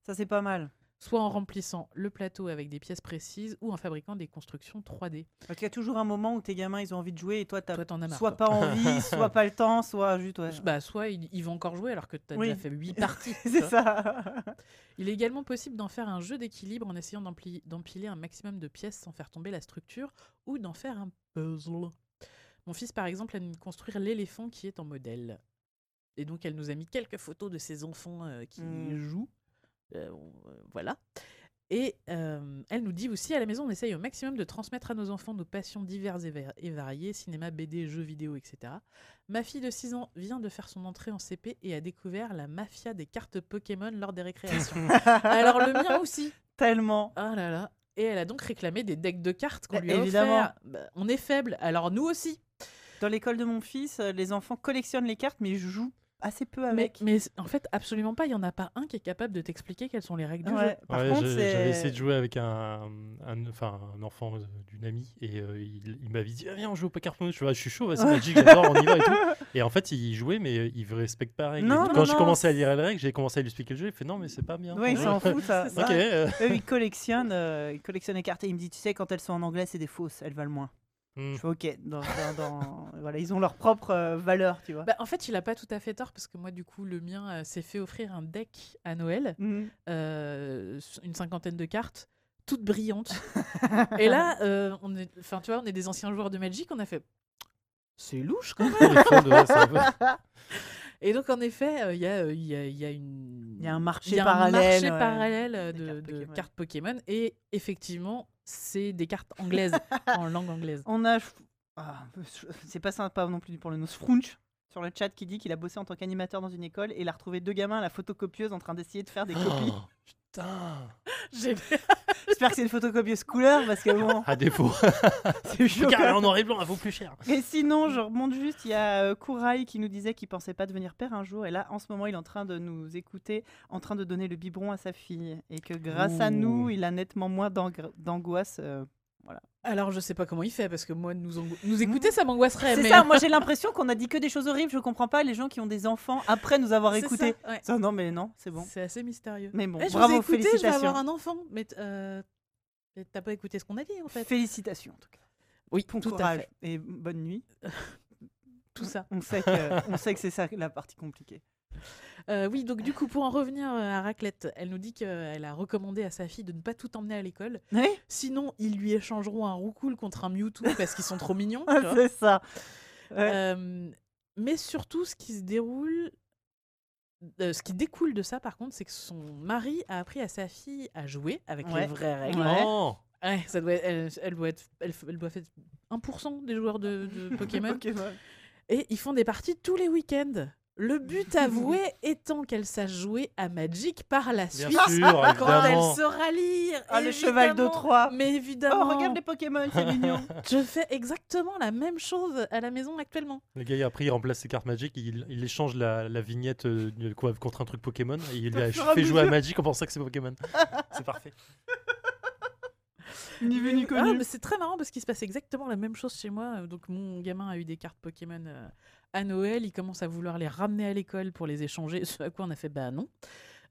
Ça, c'est pas mal. Soit en remplissant le plateau avec des pièces précises ou en fabriquant des constructions 3D. Parce qu'il y a toujours un moment où tes gamins, ils ont envie de jouer et toi, t'as Toi, t'en as marre. soit toi. pas *laughs* envie, soit pas le temps, soit juste. ouais. Bah, soit ils, ils vont encore jouer alors que tu as Oui. déjà fait *laughs* 8 parties. tu c'est vois. ça. Il est également possible d'en faire un jeu d'équilibre en essayant d'empli- d'empiler un maximum de pièces sans faire tomber la structure ou d'en faire un puzzle. Mon fils, par exemple, aime construire l'éléphant qui est en modèle. Et donc, elle nous a mis quelques photos de ses enfants euh, qui Mm. jouent. Euh, on- euh, voilà. Et euh, elle nous dit aussi à la maison, on essaye au maximum de transmettre à nos enfants nos passions diverses et, va- et variées, cinéma, BD, jeux vidéo, etc. Ma fille de 6 ans vient de faire son entrée en CP et a découvert la mafia des cartes Pokémon lors des récréations. *laughs* Alors le mien aussi. Tellement. Ah là là. Et elle a donc réclamé des decks de cartes qu'on Bah, lui a évidemment. offert. Bah, on est faible, alors nous aussi. Dans l'école de mon fils, euh, les enfants collectionnent les cartes, mais ils jouent assez peu Mais, avec. mais en fait, absolument pas. Il y en a pas un qui est capable de t'expliquer quelles sont les règles du jeu. Ouais. Par Ouais, contre, j'ai- c'est- j'avais essayé de jouer avec un, un- enfin, un enfant euh, d'une amie et euh, il, il m'avait dit Ah, Viens, on joue au poker pour nous. Je fais, Ah, je suis chaud, vas-y, Magic, j'adore, on y va et *laughs* *laughs* tout. Et en fait, il jouait, mais euh, il ne respecte pas la règle. Et Non, du- non, Quand je non, commençais à lire les règles, j'ai commencé à lui expliquer le jeu. Il fait Non, mais c'est pas bien. Ouais, ils Ouais. s'en foutent, *laughs* ça. C'est Bah, *laughs* Ok. *laughs* euh, Eux, ils collectionnent, euh, ils collectionnent les cartes et ils me disent, tu sais, quand elles sont en anglais, c'est des fausses, elles valent moins. hmm. Je fais, ok, dans- dans- dans- voilà, ils ont leur propre euh, valeur, tu vois. Bah, en fait, il a pas tout à fait tort parce que moi, du coup, le mien euh, s'est fait offrir un deck à Noël, Mhm. euh, une cinquantaine de cartes, toutes *laughs* brillantes. Et là, euh, on est, enfin, tu vois, on est des anciens joueurs de Magic, on a fait. C'est louche quand même. Les fans, ouais, c'est un peu- *laughs* Et donc, en effet, euh, il y, a, euh, il y, a, il y a une. Il y a un Il marché y a un parallèle. marché ouais. parallèle euh, Des de, cartes de Pokémon. cartes Pokémon. Et effectivement, c'est des cartes *laughs* anglaises, en langue anglaise. On a. Ah, c'est pas sympa non plus pour le nom. Sfrunch sur le chat qui dit qu'il a bossé en tant qu'animateur dans une école et il a retrouvé deux gamins à la photocopieuse en train d'essayer de faire des copies. Oh, Putain *laughs* J'ai- *laughs* J'espère que c'est une photocopieuse couleur parce *laughs* que bon, À défaut, *laughs* *laughs* c'est chaud. regarde, elle est ah, en noir et blanc, elle vaut plus cher. Et sinon, je remonte juste, il y a euh, Kouraï qui nous disait qu'il pensait pas devenir père un jour. Et là, en ce moment, il est en train de nous écouter, en train de donner le biberon à sa fille. Et que grâce à Ouh. nous, il a nettement moins d'ang- d'angoisse euh, Alors, je sais pas comment il fait, parce que moi, nous, ango- nous écouter, ça m'angoisserait. Mmh. C'est mais- ça, moi j'ai l'impression qu'on a dit que des choses horribles, je comprends pas les gens qui ont des enfants après nous avoir C'est ça, écoutés. ouais. Ça, non mais non, c'est bon. C'est assez mystérieux. Mais bon, Eh, je vous ai bravo, écouté, je vais félicitations. avoir un enfant, mais t- euh, mais t'as pas écouté ce qu'on a dit, en fait. Félicitations en tout cas. Oui, Bon tout à courage fait. et bonne nuit. *laughs* Tout ça. On sait que, on sait que c'est *laughs* ça la partie compliquée. Euh, oui, donc du coup, pour en revenir euh, à Raclette, elle nous dit qu'elle a recommandé à sa fille de ne pas tout emmener à l'école. Oui, Sinon, ils lui échangeront un Roucoule contre un Mewtwo *laughs* parce qu'ils sont trop mignons. tu vois. Ah, c'est ça. Ouais. Euh, mais surtout, ce qui se déroule. euh, ce qui découle de ça, par contre, c'est que son mari a appris à sa fille à jouer avec Ouais. les vraies règles. Ouais. Non Ouais, ça doit elle, elle doit être, elle, f- elle doit faire 1% des joueurs de, *laughs* de Pokémon. Et ils font des parties tous les week-ends. *laughs* Le but avoué étant qu'elle sache jouer à Magic par la Bien suite. sûr, *laughs* Quand elle évidemment. saura lire. Ah, le cheval de évidemment. Troie. Mais Oh, évidemment, regarde les Pokémon, *laughs* c'est mignon. je fais exactement la même chose à la maison actuellement. Le gars, après, il remplace ses cartes Magic, il, il échange la, la vignette euh, de quoi, contre un truc Pokémon, et il lui a fur et à fait jouer à mesure. Magic en pensant que c'est *laughs* Pokémon. c'est parfait. Ni vu ni Ah, connu. mais c'est très marrant parce qu'il se passe exactement la même chose chez moi. Donc mon gamin a eu des cartes Pokémon euh, à Noël, il commence à vouloir les ramener à l'école pour les échanger, *laughs* ce à quoi on a fait bah non.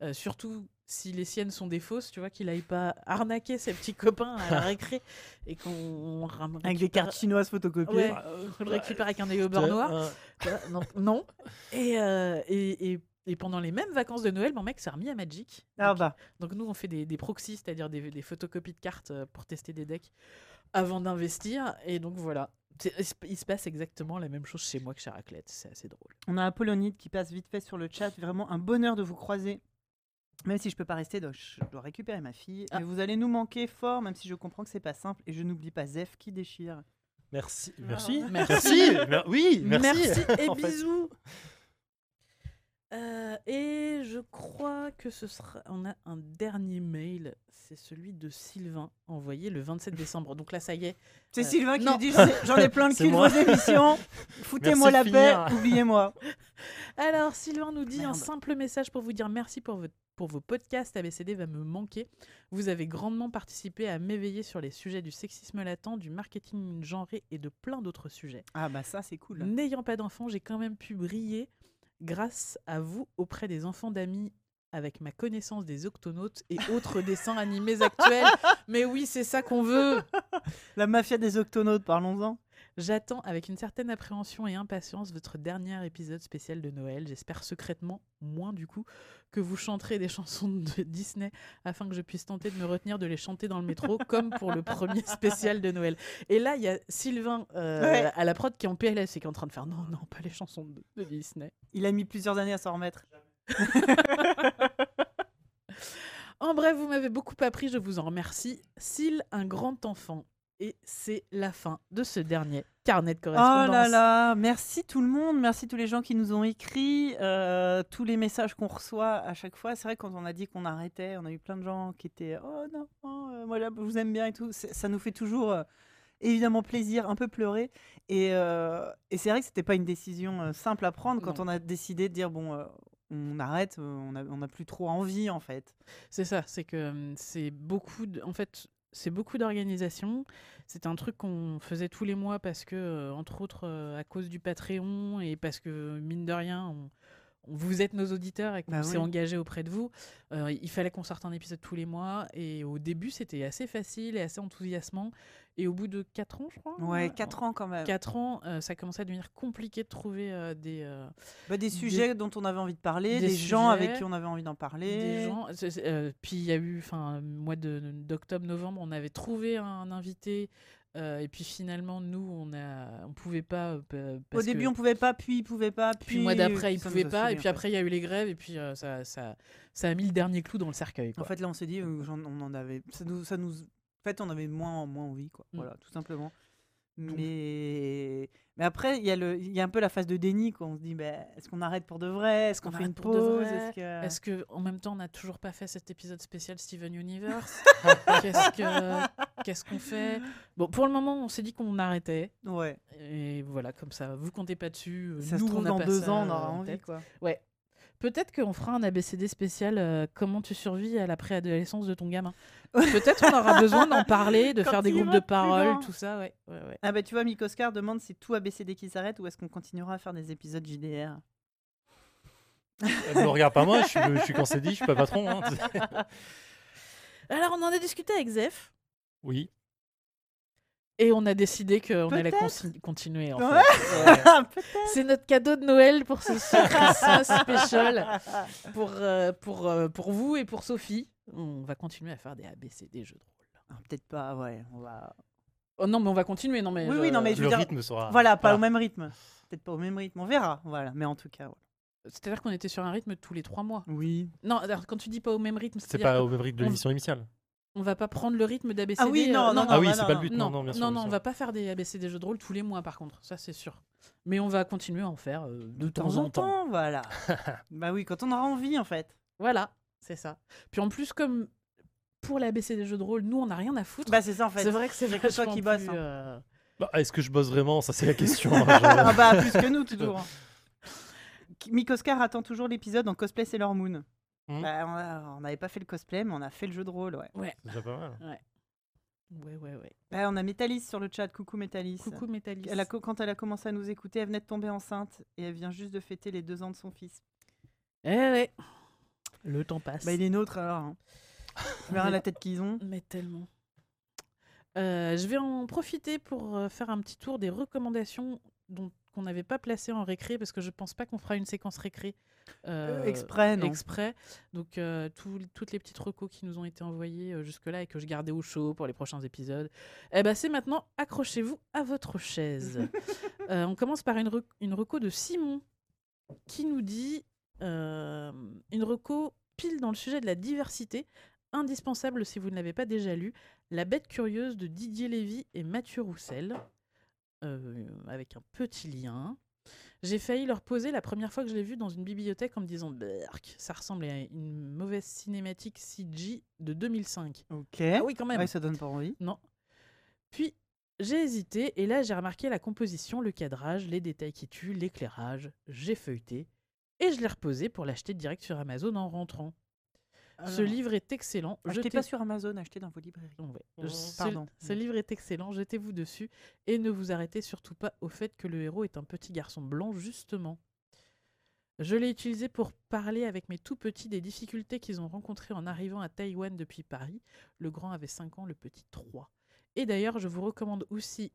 Euh, surtout si les siennes sont des fausses, tu vois qu'il aille pas arnaquer ses petits copains à *laughs* la récré et qu'on ramène Avec des cartes chinoises photocopiées. Ouais, Bah, euh, on le récupère avec un œil au beurre noir. Euh, tu vois, donc non. Et, euh, et, et- et pendant les mêmes vacances de Noël, mon mec s'est remis à Magic. Ah Donc, bah, donc nous, on fait des, des proxys, c'est-à-dire des, des photocopies de cartes euh, pour tester des decks avant d'investir. Et donc voilà, C'est- il se- il se passe exactement la même chose chez moi que chez Raclette. C'est assez drôle. on a Apollonide qui passe vite fait sur le chat. Vraiment un bonheur de vous croiser. Même si je peux pas rester, donc je dois récupérer ma fille. Ah. Mais vous allez nous manquer fort, même si je comprends que c'est pas simple. Et je n'oublie pas Zef qui déchire. Merci, merci, Ah, Merci. merci, *laughs* mer- oui, merci. *laughs* et en fait. bisous. Euh, et je crois que ce sera. On a un dernier mail, c'est celui de Sylvain, envoyé le 27 décembre. Donc là, ça y est, C'est Euh, Sylvain qui non. nous dit j'en ai- j'en ai plein *laughs* le C'est cul de vos moi. émissions. Foutez-moi la Merci de finir. paix, oubliez-moi. Alors, Sylvain nous dit un Merde. simple message pour vous dire merci pour, votre- pour vos podcasts. ABCD va me manquer. Vous avez grandement participé à m'éveiller sur les sujets du sexisme latent, du marketing genré et de plein d'autres sujets. Ah bah ça c'est cool. N'ayant pas d'enfants, j'ai quand même pu briller grâce à vous auprès des enfants d'amis avec ma connaissance des octonautes et *laughs* autres dessins animés actuels. Mais oui, c'est ça qu'on veut. La mafia des octonautes, parlons-en. J'attends avec une certaine appréhension et impatience votre dernier épisode spécial de Noël. J'espère secrètement, moins du coup, que vous chanterez des *laughs* chansons de Disney afin que je puisse tenter de me retenir de les chanter dans le *laughs* métro, comme pour le premier spécial de Noël. Et là, il y a Sylvain euh, Ouais. à la prod qui est en PLS et qui est en train de faire non, non, pas les chansons de, de Disney. Il a mis plusieurs années à s'en remettre. En bref, vous m'avez beaucoup appris, je vous en remercie. Syl, un grand enfant. Et c'est la fin de ce dernier carnet de Oh correspondance. là là, merci tout le monde, merci tous les gens qui nous ont écrit, euh, tous les messages qu'on reçoit à chaque fois. C'est vrai quand on a dit qu'on arrêtait, on a eu plein de gens qui étaient oh non, non, euh, moi là, je vous aime bien et tout. C'est- Ça nous fait toujours euh, évidemment plaisir, un peu pleurer. Et, euh, et c'est vrai que c'était pas une décision euh, simple à prendre quand Non. on a décidé de dire bon, euh, on arrête, euh, on a, on a plus trop envie en fait. C'est ça, c'est que hum, c'est beaucoup de, en fait, c'est beaucoup d'organisation. C'était un truc qu'on faisait tous les mois parce que, euh, entre autres, euh, à cause du Patreon et parce que, mine de rien, on- on- vous êtes nos auditeurs et qu'on Bah s'est oui. engagé auprès de vous. Euh, il fallait qu'on sorte un épisode tous les mois et au début, c'était assez facile et assez enthousiasmant. Et au bout de 4 ans, je crois. Ouais, 4 ans quand même. 4 ans, euh, ça commençait à devenir compliqué de trouver euh, des, euh, Bah, des sujets dont on avait envie de parler, des des, gens sujets, avec qui on avait envie d'en parler. des gens. c'est- c'est- euh, puis il y a eu, enfin, mois de- d'octobre-novembre, on avait trouvé un invité. euh, et puis finalement, nous, on a, on pouvait pas. euh, pa- Au parce début, que- on pouvait pas, puis ils pouvaient pas, puis. puis le mois d'après, ils Ça nous pouvaient a pas. saoulés, en Et puis fait. après, il y a eu les grèves. Et puis euh, ça, ça, ça a mis le dernier clou dans le cercueil. En quoi. fait, là, on s'est dit, euh, j'en- on en avait. Ça nous, ça nous. En fait, on avait moins, moins envie, quoi. Mm. Voilà, tout simplement. Mais. Mais après, il y, a le- il y a un peu la phase de déni, quoi. On se dit, bah, est-ce qu'on arrête pour de vrai Est-ce qu'on qu'on fait une arrête pour de pause vrai Est-ce que- Est-ce que, en même temps, on n'a toujours pas fait cet épisode spécial *laughs* Steven Universe Qu'est-ce que, qu'est-ce qu'on fait Bon, pour le moment, on s'est dit qu'on arrêtait. Ouais. Et voilà, comme ça, vous comptez pas dessus. euh, Ça nous, se trouve, on a dans pas deux ça, ans, on euh, aura en envie, tête. quoi. Peut-être qu'on fera un ABCD spécial euh, comment tu survis à la préadolescence de ton gamin. *laughs* Peut-être on aura besoin d'en parler, *laughs* de Quand faire des il groupes va de plus paroles, loin. tout ça, ouais. ouais, ouais. Ah bah tu vois, Mick Oscar demande c'est tout ABCD qui s'arrête ou est-ce qu'on continuera à faire des épisodes JDR Ne me regarde pas moi, je suis, le- je suis cancédie, je suis pas patron. *laughs* hein. Alors on en a discuté avec Zef Oui. et on a décidé qu'on allait Peut-être. consi- continuer. En Ouais. fait. *laughs* C'est notre cadeau de Noël pour ce Christmas spécial *laughs* pour, euh, pour, euh, pour vous et pour Sophie. On va continuer à faire des ABCD jeux de rôle. Ah, Peut-être pas, ouais. On va... Oh non, mais on va continuer. Non, mais Oui, oui, non, mais Je veux Le dire- rythme sera. voilà, pas au même rythme. Peut-être pas au même rythme, on verra. Voilà, mais en tout cas, ouais. C'est-à-dire qu'on était sur un rythme tous les trois mois. oui. Non, alors, quand tu dis pas au même rythme, C'est c'est-à-dire pas au même rythme de on- l'émission initiale. qu'on va pas prendre le rythme d'ABCD. Ah oui, euh, non, non, non. Ah oui, bah c'est non, pas le non. but. Non, Non, non, non, bien sûr, non, bien on sûr. va pas faire des ABCD jeux de rôle tous les mois, par contre, ça c'est sûr. Mais on va continuer à en faire euh, de, De temps en temps, *laughs* voilà. bah oui, quand on aura envie, en fait. Voilà, c'est ça. Puis en plus, comme pour l'ABCD jeux de rôle, nous on n'a rien à foutre. Bah c'est ça, en fait. c'est vrai que c'est y a que toi vachement qui bosses, plus, hein. euh, Bah, Est-ce que je bosse vraiment Ça, c'est la question. *laughs* hein, ah je- bah plus que nous, toujours. Qui- Mick Oscar attend toujours l'épisode en cosplay Sailor Moon. Hmm. Bah, on a- on n'avait pas fait le cosplay, mais on a fait le jeu de rôle, ouais. C'est déjà pas mal. Ouais, ouais, ouais. Bah, on a Métalis sur le chat, coucou Métalis. Coucou Métalis. Elle a co- quand elle a commencé à nous écouter, elle venait de tomber enceinte et elle vient juste de fêter les deux ans de son fils. Eh ouais. Le temps passe. Bah, il est nôtre alors. *laughs* Hein. Tu verras la tête qu'ils ont. Mais tellement. Euh, je vais en profiter pour euh, faire un petit tour des recommandations dont qu'on n'avait pas placées en récré parce que je pense pas qu'on fera une séquence récré euh, exprès, non. exprès. Donc euh, tout- toutes les petites recos qui nous ont été envoyées euh, jusque-là et que je gardais au chaud pour les prochains épisodes, eh ben c'est maintenant accrochez-vous à votre chaise. Euh, on commence par une, rec- une reco de Simon qui nous dit euh, une reco pile dans le sujet de la diversité, indispensable si vous ne l'avez pas déjà lu, La bête curieuse de Didier Lévy et Mathieu Roussel, euh, avec un petit lien. J'ai failli leur poser la première fois que je l'ai vu dans une bibliothèque en me disant Berk, ça ressemble à une mauvaise cinématique CG de 2005. Ok. Ah oui, quand même. Ouais, ça donne pas envie. Non. Puis j'ai hésité et là j'ai remarqué la composition, le cadrage, les détails qui tuent, l'éclairage. J'ai feuilleté et je l'ai reposé pour l'acheter direct sur Amazon en rentrant. Ah Ce livre est excellent. Achetez jetez- Ah, pas sur Amazon, achetez dans vos librairies. Bon, ouais. Euh, Ce- pardon. Ce livre est excellent, jetez-vous dessus et ne vous arrêtez surtout pas au fait que le héros est un petit garçon blanc, justement. Je l'ai utilisé pour parler avec mes tout petits des difficultés qu'ils ont rencontrées en arrivant à Taïwan depuis Paris. Le grand avait 5 ans, le petit 3. Et d'ailleurs, je vous recommande aussi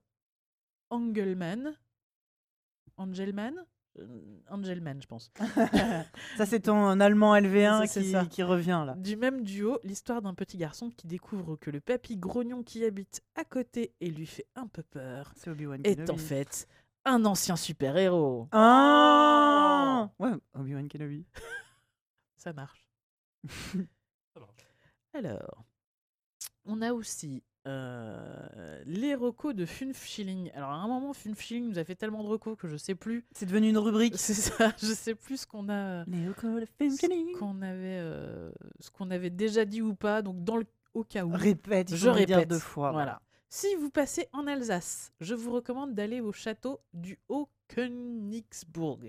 Angelman. Angelman Euh, Angelman, je pense. Ça, c'est ton allemand LV1 C'est- c'est ça. qui, qui revient là. Du même duo, l'histoire d'un petit garçon qui découvre que le papy grognon qui habite à côté et lui fait un peu peur C'est Obi-Wan est Kenobi. en fait euh, un ancien super-héros. Ah Oh. Ouais, Obi-Wan Kenobi. Ça *laughs* marche. Ça marche. Alors, on a aussi euh, les recos de Funf Schilling. Alors, à un moment, Funf Schilling nous a fait tellement de recos que je sais plus. C'est devenu une rubrique. *laughs* C'est ça, je sais plus ce qu'on a. Les recos de Film Feeling. Ce qu'on avait, euh, ce qu'on avait déjà dit ou pas, donc dans le, au cas où. Répète, il Je faut le dire répète. deux fois. Voilà. Si vous passez en Alsace, je vous recommande d'aller au château du Haut-Königsbourg.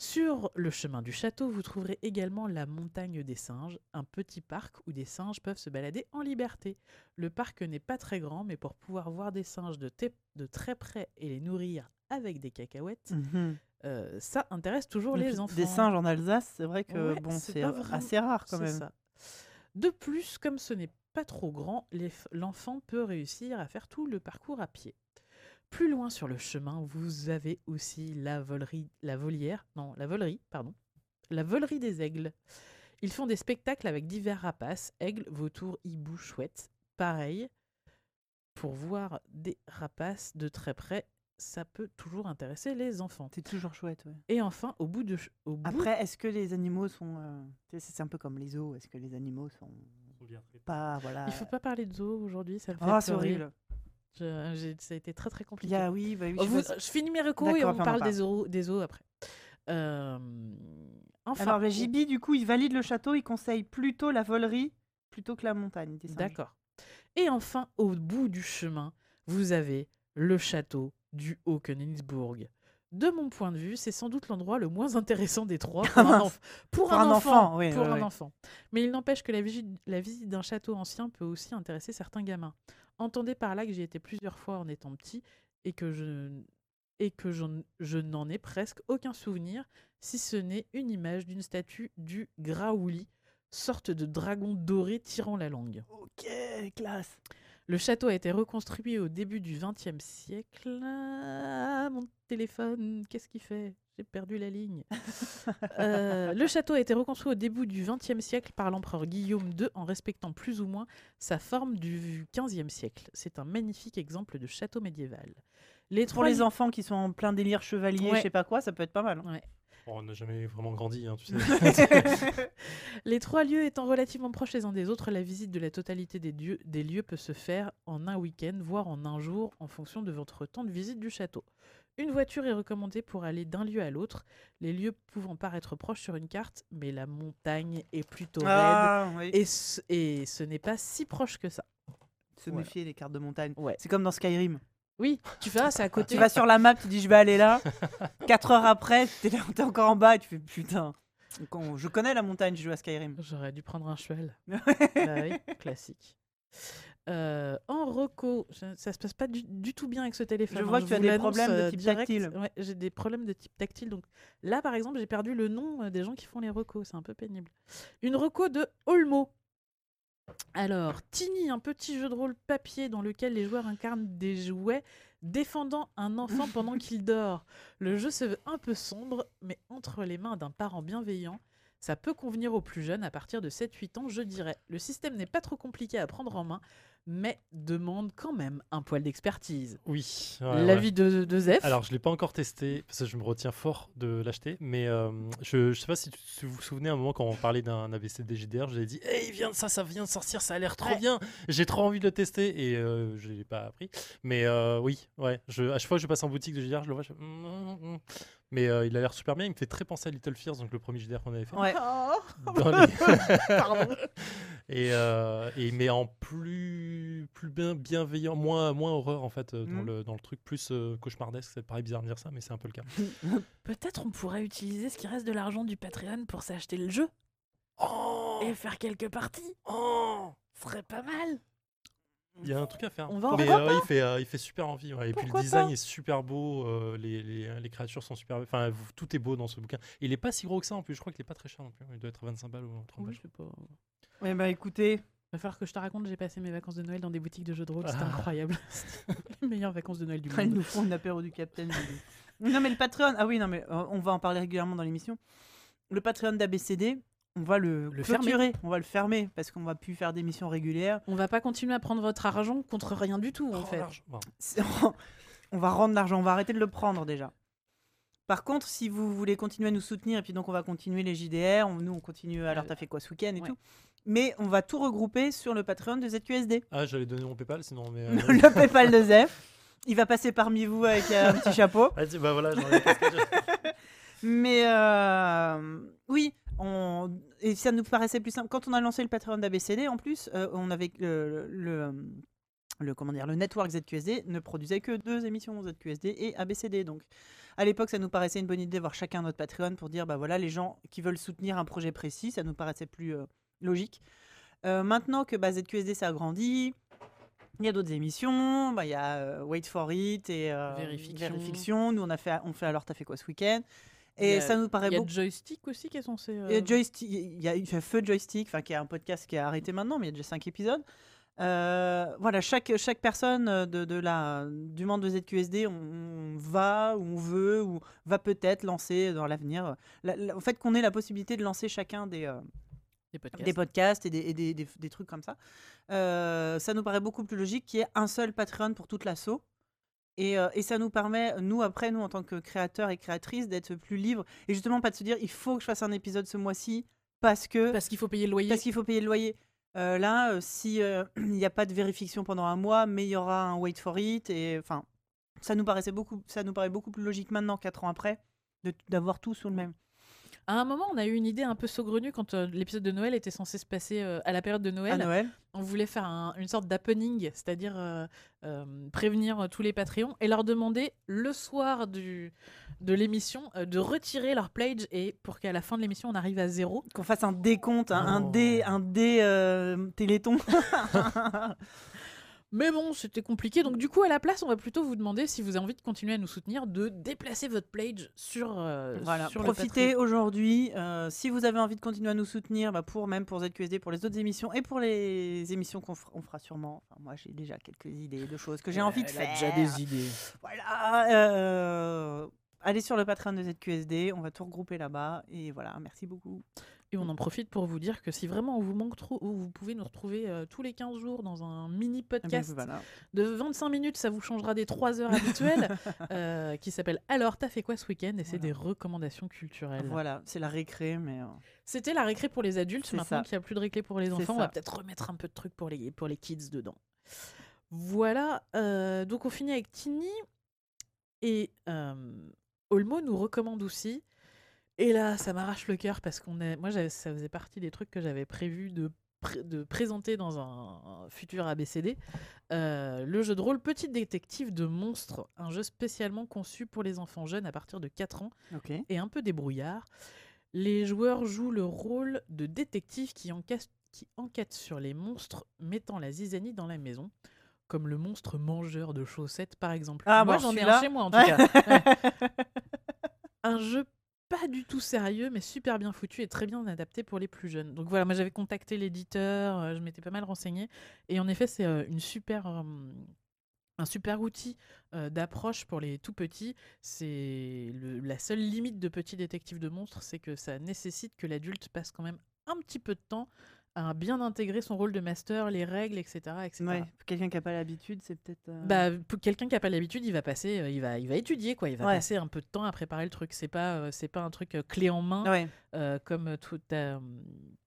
Sur le chemin du château, vous trouverez également la montagne des singes, un petit parc où des singes peuvent se balader en liberté. Le parc n'est pas très grand, mais pour pouvoir voir des singes de, t- de très près et les nourrir avec des cacahuètes, Mhm. euh, ça intéresse toujours Et les puis, enfants. Des singes en Alsace, c'est vrai que Ouais, bon, c'est c'est pas vraiment- assez rare quand C'est même. ça. De plus, comme ce n'est pas trop grand, l'eff- l'enfant peut réussir à faire tout le parcours à pied. Plus loin sur le chemin, vous avez aussi la volerie, la volière, non, la volerie, pardon, la volerie des aigles. Ils font des spectacles avec divers rapaces, aigles, vautours, hiboux, chouettes. Pareil, pour voir des rapaces de très près, ça peut toujours intéresser les enfants. C'est toujours chouette. ouais. Et enfin, au bout de, ch- au bout Après, est-ce que les animaux sont. euh, tu sais, C'est un peu comme les zoos. Est-ce que les animaux sont pas. Voilà. Il faut pas parler de zoo aujourd'hui, ça me fait Ah, c'est pleurer. horrible. Je- j'ai- ça a été très très Il compliqué. y a, oui, bah oui. Oh, je vous- sais pas je finis mes recos et D'accord, on enfin, on parle parle. des eaux, des eaux après. Euh, si- enfin, Alors, bah, JB, du coup, il valide le château. Il conseille plutôt la volerie plutôt que la montagne. des singes. D'accord. Et enfin, au bout du chemin, vous avez le château du Haut-Königsbourg. De mon point de vue, c'est sans doute l'endroit le moins intéressant des trois pour *laughs* Ah un, mince. enf- pour Pour un un enfant. enfant, oui, pour oui, un oui. enfant. Mais il n'empêche que la, vigi- la visite d'un château ancien peut aussi intéresser certains gamins. Entendez par là que j'y étais plusieurs fois en étant petit et que je et que j'en- je n'en ai presque aucun souvenir, si ce n'est une image d'une statue du Graouli, sorte de dragon doré tirant la langue. Ok, classe. Le château a été reconstruit au début du XXe siècle. Ah, mon téléphone, qu'est-ce qu'il fait J'ai perdu la ligne. *laughs* Euh, le château a été reconstruit au début du XXe siècle par l'empereur Guillaume II en respectant plus ou moins sa forme du XVe siècle. C'est un magnifique exemple de château médiéval. Les Pour trois les enfants qui sont en plein délire chevalier, Ouais. je sais pas quoi, ça peut être pas mal. Bon, hein. Oh, on n'a jamais vraiment grandi, hein, tu sais. *laughs* Les trois lieux étant relativement proches les uns des autres, la visite de la totalité des, dieux- des lieux peut se faire en un week-end, voire en un jour, en fonction de votre temps de visite du château. Une voiture est recommandée pour aller d'un lieu à l'autre, les lieux pouvant paraître proches sur une carte, mais la montagne est plutôt raide ah, oui. et ce, et ce n'est pas si proche que ça. Se voilà. méfier des cartes de montagne. Ouais. C'est comme dans Skyrim. Oui, tu verras, c'est à côté. Tu vas sur la map, tu dis je vais aller *laughs* là. Quatre heures après, t'es là- t'es encore en bas et tu fais *laughs* putain. Con, Je connais la montagne, je joue à Skyrim. J'aurais dû prendre *laughs* un cheval. Bah oui, classique. Euh, en reco, ça, ça se passe pas du, du tout bien avec ce téléphone. Je hein, vois que tu as vous des l'annonce, problèmes de euh, type direct. tactile. Ouais, j'ai des problèmes de type tactile. Donc là, par exemple, j'ai perdu le nom euh, des gens qui font les recos. C'est un peu pénible. Une reco de Olmo. Alors, Tini, un petit jeu de rôle papier dans lequel les joueurs incarnent des jouets défendant *laughs* un enfant pendant qu'il dort. Le jeu se veut un peu sombre, mais entre les mains d'un parent bienveillant. Ça peut convenir aux plus jeunes à partir de 7-8 ans, je dirais. Le système n'est pas trop compliqué à prendre en main, mais demande quand même un poil d'expertise. Oui. ouais, ouais. L'avis de, de Zef Alors, je ne l'ai pas encore testé, parce que je me retiens fort de l'acheter, mais euh, je ne sais pas si, tu- si vous vous souvenez, à un moment, quand on parlait d'un AVC DGDR, j'avais dit Hey, viens de ça, ça Eh, vient de sortir, ça a l'air trop Ouais. bien, j'ai trop envie de le tester, et euh, je ne l'ai pas appris. Mais euh, oui, ouais, je, à chaque fois que je passe en boutique de GDR, je le vois, je fais, Mm, mm, mm. Mais euh, il a l'air super bien, il me fait très penser à Little Fears, donc le premier GDR qu'on avait fait. Ouais. Oh, Dans *laughs* les- pardon. *laughs* et, euh, et- mais en plus plus bien bienveillant moins moins horreur en fait euh, dans Mm. le dans le truc plus euh, cauchemardesque c'est pareil bizarre de dire ça mais c'est un peu le cas *laughs* Peut-être on pourrait utiliser ce qui reste de l'argent du Patreon pour s'acheter le jeu oh et faire quelques parties. oh Ce serait pas mal. il y a un truc à faire On va en mais reparler. euh, il fait euh, il fait super envie ouais. et puis Pourquoi le design pas est super beau euh, les, les, les créatures sont super enfin vous- tout est beau dans ce bouquin il est pas si gros que ça en plus je crois qu'il est pas très cher non plus il doit être 25 balles ou 30 Oui, balles je sais pas. Eh bah écoutez, Va falloir que je te raconte, j'ai passé mes vacances de Noël dans des boutiques de jeux de rôle, c'était Ah. incroyable. *laughs* C'était les meilleures vacances de Noël *laughs* du ils monde. nous font un apéro du Capitaine. je dis. non mais le Patreon, ah oui non mais euh, on va en parler régulièrement dans l'émission. Le Patreon d'ABCD, on va le, Le fermer. clôturer, on va le fermer parce qu'on va plus faire d'émissions régulières. On va pas continuer à prendre votre argent contre rien du tout, en Oh, fait. l'argent. Bon. C'est- on va rendre l'argent, on va arrêter de le prendre déjà. Par contre, si vous voulez continuer à nous soutenir, et puis donc on va continuer les JDR, on- nous on continue alors t'as fait quoi ce week-end et Euh, Ouais. tout, mais on va tout regrouper sur le Patreon de ZQSD. ah j'allais donner mon PayPal sinon mais euh, *laughs* le Paypal de Zef, il va passer parmi vous avec euh, un petit *laughs* chapeau. ah, dis- bah voilà j'en ai- qu'est-ce que *laughs* j'ai- Mais euh, oui, on, et ça nous paraissait plus simple. Quand on a lancé le Patreon d'ABCD, en plus, euh, on avait euh, le, le, le- comment dire, le network ZQSD ne produisait que deux émissions ZQSD et ABCD. Donc, à l'époque, ça nous paraissait une bonne idée d'avoir chacun notre Patreon pour dire, bah voilà, les gens qui veulent soutenir un projet précis, ça nous paraissait plus euh, logique. Euh, maintenant que bah, ZQSD ça grandi, il y a d'autres émissions, bah, il y a euh, Wait for It et euh, Vérification. Vérification. Nous, on a fait, on fait alors t'as fait quoi ce week-end Il y et a- ça nous paraît Il y a beaucoup. Joystick aussi qui est censé. euh, Il y a Joystick- il y a eu un feu joystick, enfin qui est un podcast qui est arrêté maintenant, mais il y a déjà cinq épisodes. Euh, voilà, chaque, chaque personne euh, de, de la, du monde de ZQSD, on, on va ou on veut ou va peut-être lancer dans l'avenir. euh, la- la- en fait, qu'on ait la possibilité de lancer chacun des, euh, des podcasts. des podcasts et des, et des- des- des trucs comme ça. Euh, ça nous paraît beaucoup plus logique qu'il y ait un seul Patreon pour toute l'assaut. Et, euh, et ça nous permet, nous, après, nous, en tant que créateurs et créatrices, d'être plus libres. Et justement, pas de se dire, il faut que je fasse un épisode ce mois-ci parce que Parce qu'il faut payer le loyer. parce qu'il faut payer le loyer. Euh, là, euh, si euh, *clears throat* il n'y a pas de vérification pendant un mois, mais il y aura un wait for it, et enfin, ça nous paraissait beaucoup, ça nous paraît beaucoup plus logique maintenant, quatre ans après, de- d'avoir tout euh, sous le même. À un moment, on a eu une idée un peu saugrenue quand euh, l'épisode de Noël était censé se passer euh, à la période de Noël. À Noël. On voulait faire un- une sorte d'happening, c'est-à-dire euh, euh, prévenir euh, tous les Patreons et leur demander le soir du, de l'émission euh, de retirer leur pledge et pour qu'à la fin de l'émission, on arrive à zéro. Qu'on fasse un décompte, hein, un Oh. dé, un dé euh, téléthon. *laughs* *laughs* Mais bon, c'était compliqué. Donc du coup, à la place, on va plutôt vous demander si vous avez envie de continuer à nous soutenir, de déplacer votre pledge sur, euh, Voilà, sur le profitez aujourd'hui. euh, si vous avez envie de continuer à nous soutenir, bah, pour même pour ZQSD, pour les autres émissions et pour les émissions qu'on fera, on fera sûrement. Enfin, moi, j'ai déjà quelques idées de choses que j'ai envie de faire. idées. Voilà. Ah, euh, allez sur le Patreon de ZQSD, on va tout regrouper là-bas. Et voilà, merci beaucoup. Et on en profite pour vous dire que si vraiment on vous manque trop, vous pouvez nous retrouver euh, tous les 15 jours dans un mini Eh ben, podcast voilà. de 25 minutes, ça vous changera des 3 heures *laughs* habituelles, euh, qui s'appelle Alors, t'as fait quoi ce week-end Et c'est Voilà. des recommandations culturelles. Voilà, c'est la récré, mais. euh, C'était la récré pour les adultes, C'est maintenant ça. qu'il n'y a plus de récré pour les C'est enfants, on va ça. peut-être remettre un peu de trucs pour les, pour les kids dedans. Voilà, euh, donc on finit avec Tini. Et euh, Olmo nous recommande aussi. Et là, ça m'arrache le cœur parce qu'on est. Moi, j'avais- ça faisait partie des trucs que j'avais prévu de, pr- de présenter dans un, un futur ABCD. Euh, le jeu de rôle Petit Détective de Monstres, un jeu spécialement conçu pour les enfants jeunes à partir de 4 ans Ok. et un peu débrouillard. Les joueurs jouent le rôle de détectives qui enquêtent, qui enquêtent sur les monstres mettant la zizanie dans la maison, comme le monstre mangeur de chaussettes par exemple. Ah, moi bon, j'en ai celui-là. un chez moi en tout *laughs* cas. *laughs* Ouais. *laughs* Un jeu pas du tout sérieux mais super bien foutu et très bien adapté pour les plus jeunes. Donc voilà, moi j'avais contacté l'éditeur, euh, je m'étais pas mal renseignée et en effet c'est euh, une super euh, un super outil euh, d'approche pour les tout petits. C'est le- la seule limite de Petit Détective de Monstre, c'est que ça nécessite que l'adulte passe quand même un petit peu de temps à bien intégrer son rôle de master, les règles, etc. etc. Ouais, quelqu'un qui n'a pas l'habitude, c'est peut-être. euh, Bah, pour quelqu'un qui n'a pas l'habitude, il va passer, euh, il va, il va étudier quoi. Il va Ouais. passer un peu de temps à préparer le truc. C'est pas, euh, c'est pas un truc euh, clé en main Ouais. euh, comme tout. t'as, euh,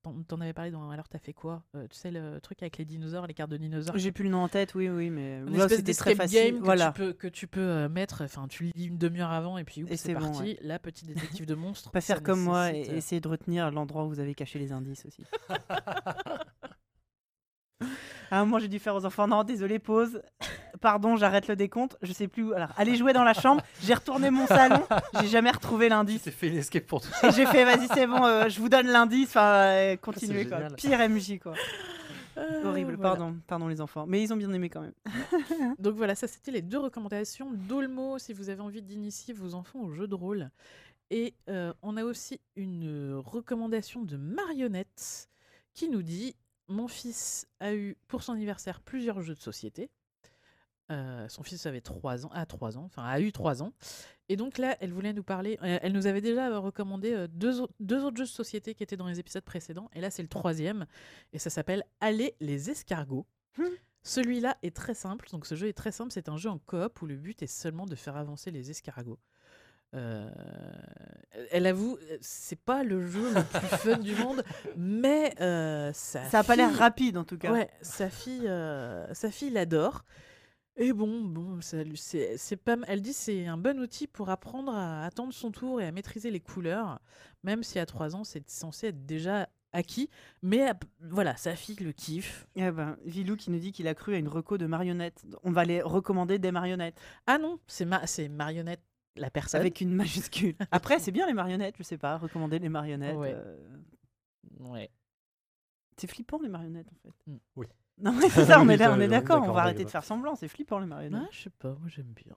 T'en t'en avais parlé dans. Alors t'as fait quoi Euh, Tu sais le truc avec les dinosaures, les cartes de dinosaures. J'ai plus le nom en tête, oui, oui, mais. Une Ouais, espèce c'était très d'escape facile. game que, voilà. tu peux, que tu peux euh, mettre, enfin tu le lis une demi-heure avant et puis oups, Et c'est c'est bon, parti, la petite détective de monstre. Pas ça faire comme moi et nécessite, euh, essayer de retenir l'endroit où vous avez caché les indices aussi. *laughs* Ah, moi j'ai dû faire aux enfants, non, désolé, pause. Pardon, j'arrête le décompte. Je sais plus où. Alors, allez jouer dans la chambre. J'ai retourné mon salon. J'ai jamais retrouvé Tu l'indice. t'es fait une escape pour toi. Et j'ai fait, vas-y, c'est bon, euh, je vous donne l'indice. Enfin, Ah, euh, continuez C'est quoi. génial. Pire MJ quoi. euh, Horrible, voilà. pardon, pardon les enfants. Mais ils ont bien aimé quand même. Donc voilà, ça c'était les deux recommandations d'Olmo si vous avez envie d'initier vos enfants au jeu de rôle. Et euh, on a aussi une recommandation de Marionnette qui nous dit Mon fils a eu pour son anniversaire plusieurs jeux de société. Euh, son fils avait 3 ans, a 3 ans, enfin a eu 3 ans. Et donc là, elle voulait nous parler, euh, elle nous avait déjà euh, recommandé euh, deux, au- deux autres jeux de société qui étaient dans les épisodes précédents. Et là, c'est le troisième. Et ça s'appelle Aller les escargots. Hmm. Celui-là est très simple. Donc ce jeu est très simple. C'est un jeu en coop où le but est seulement de faire avancer les escargots. Euh, elle avoue, euh, c'est pas le jeu le plus fun du monde, mais euh, ça. Ça a pas l'air file. rapide en tout cas. Ouais, sa fille, euh, sa fille l'adore. Et bon, bon, ça lui- c'est, c'est pas, m- elle dit c'est un bon outil pour apprendre à attendre son tour et à maîtriser les couleurs, même si à 3 ans c'est censé être déjà acquis. Mais ap- voilà, sa fille le kiffe. Eh ben, Vilou qui nous dit qu'il a cru à une reco de marionnettes. On va les recommander des marionnettes. Ah non, c'est, ma- c'est marionnette la personne. Avec une *laughs* majuscule. Après, c'est bien les marionnettes, je sais pas, recommander les marionnettes. Ouais. euh, Ouais. C'est flippant les marionnettes en fait. Mm. Oui. *laughs* Non, mais c'est ça, *laughs* on Oui, est, là- ça, on est on est d'accord, on d'accord, va on est arrêter de d'accord. faire semblant, c'est flippant les marionnettes. Ah, je sais pas, moi j'aime bien.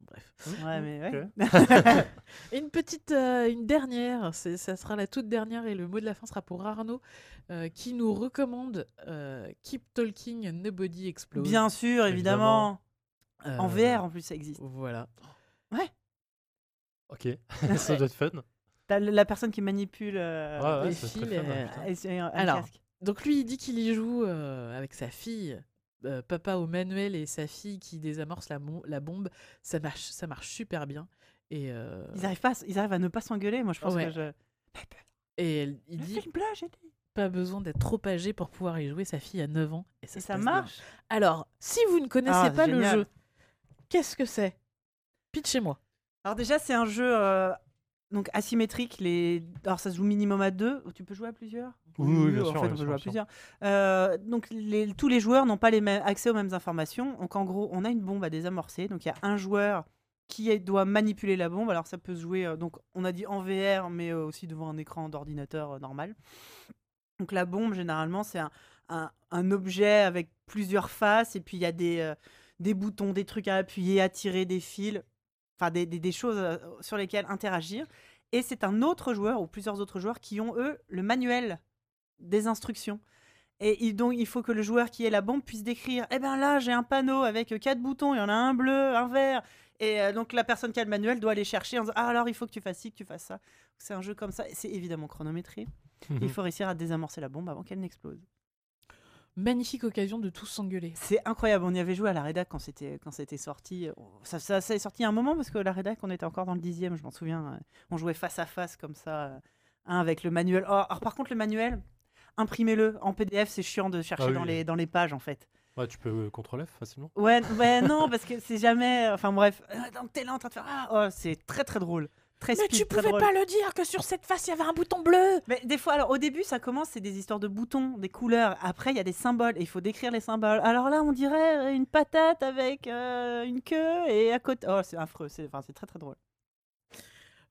Bref. Ouais, mais ouais. Et Une petite, euh, une dernière, c'est- ça sera la toute dernière et le mot de la fin sera pour Arnaud euh, qui nous recommande euh, Keep Talking Nobody Explode. Bien sûr, évidemment. Euh, En VR *laughs* en plus, ça existe. Voilà. Ok, *laughs* ça doit être fun. T'as le- la personne qui manipule. euh, Ouais, ouais, les ça filles, serait fun. euh, ouais, putain. et c'est un- un Alors, casque. Donc lui, il dit qu'il y joue euh, avec sa fille, euh, papa au manuel et sa fille qui désamorce la, mo- la bombe. Ça marche, ça marche super bien. Et, euh, Ils arrivent, pas, à s- ils arrivent à ne pas s'engueuler, moi je pense Ouais. que je. et elle- il Je dit fais une plage, et et pas besoin d'être trop âgé pour pouvoir y jouer. Sa fille a 9 ans et ça, se ça passe bien. marche. Alors, si vous ne connaissez Ah, pas génial. le jeu, qu'est-ce que c'est Pitchez-moi. Alors déjà, c'est un jeu euh, donc asymétrique, les... alors ça se joue minimum à deux, tu peux jouer à plusieurs Oui, oui, bien en sûr, fait, on bien peut sûr, jouer à bien sûr. plusieurs. Euh, donc les- tous les joueurs n'ont pas les mêmes, accès aux mêmes informations. Donc en gros, on a une bombe à désamorcer. Donc il y a un joueur qui est- doit manipuler la bombe. Alors ça peut se jouer, euh, donc on a dit en VR, mais euh, aussi devant un écran d'ordinateur euh, normal. Donc la bombe, généralement, c'est un, un- un objet avec plusieurs faces, et puis il y a des, euh, des boutons, des trucs à appuyer, à tirer, des fils, enfin des, des- des choses euh, sur lesquelles interagir. Et c'est un autre joueur ou plusieurs autres joueurs qui ont, eux, le manuel des instructions. Et il- donc, il faut que le joueur qui est la bombe puisse décrire Eh ben là, j'ai un panneau avec euh, quatre boutons, il y en a un bleu, un vert. Et euh, donc, la personne qui a le manuel doit aller chercher en disant Ah, alors il faut que tu fasses ci, que tu fasses ça. C'est un jeu comme ça. Et C'est évidemment chronométré. Il faut réussir à désamorcer la bombe avant qu'elle n'explose. Magnifique occasion de tous s'engueuler. C'est incroyable. On y avait joué à la rédac quand c'était quand c'était sorti. Ça, ça, ça est sorti à un moment parce que la rédac, on était encore dans le dixième. Je m'en souviens. On jouait face à face comme ça, euh, hein, avec le manuel. Oh, alors par contre, le manuel, imprimez-le en PDF. C'est chiant de chercher Ah oui. dans les dans les pages en fait. Ouais, tu peux euh, contrôler facilement. Ouais, n- ouais, non parce que c'est jamais. Enfin bref. Euh, Donc t'es là en train de faire. Ah, oh, c'est très très drôle. Très Mais speed, tu très pouvais drôle. pas le dire que sur cette face il y avait un bouton bleu. Mais des fois, alors au début, ça commence, c'est des histoires de boutons, des couleurs. Après, il y a des symboles et il faut décrire les symboles. Alors là, on dirait une patate avec euh, une queue et à côté. Oh, c'est affreux, c'est enfin, c'est très très drôle.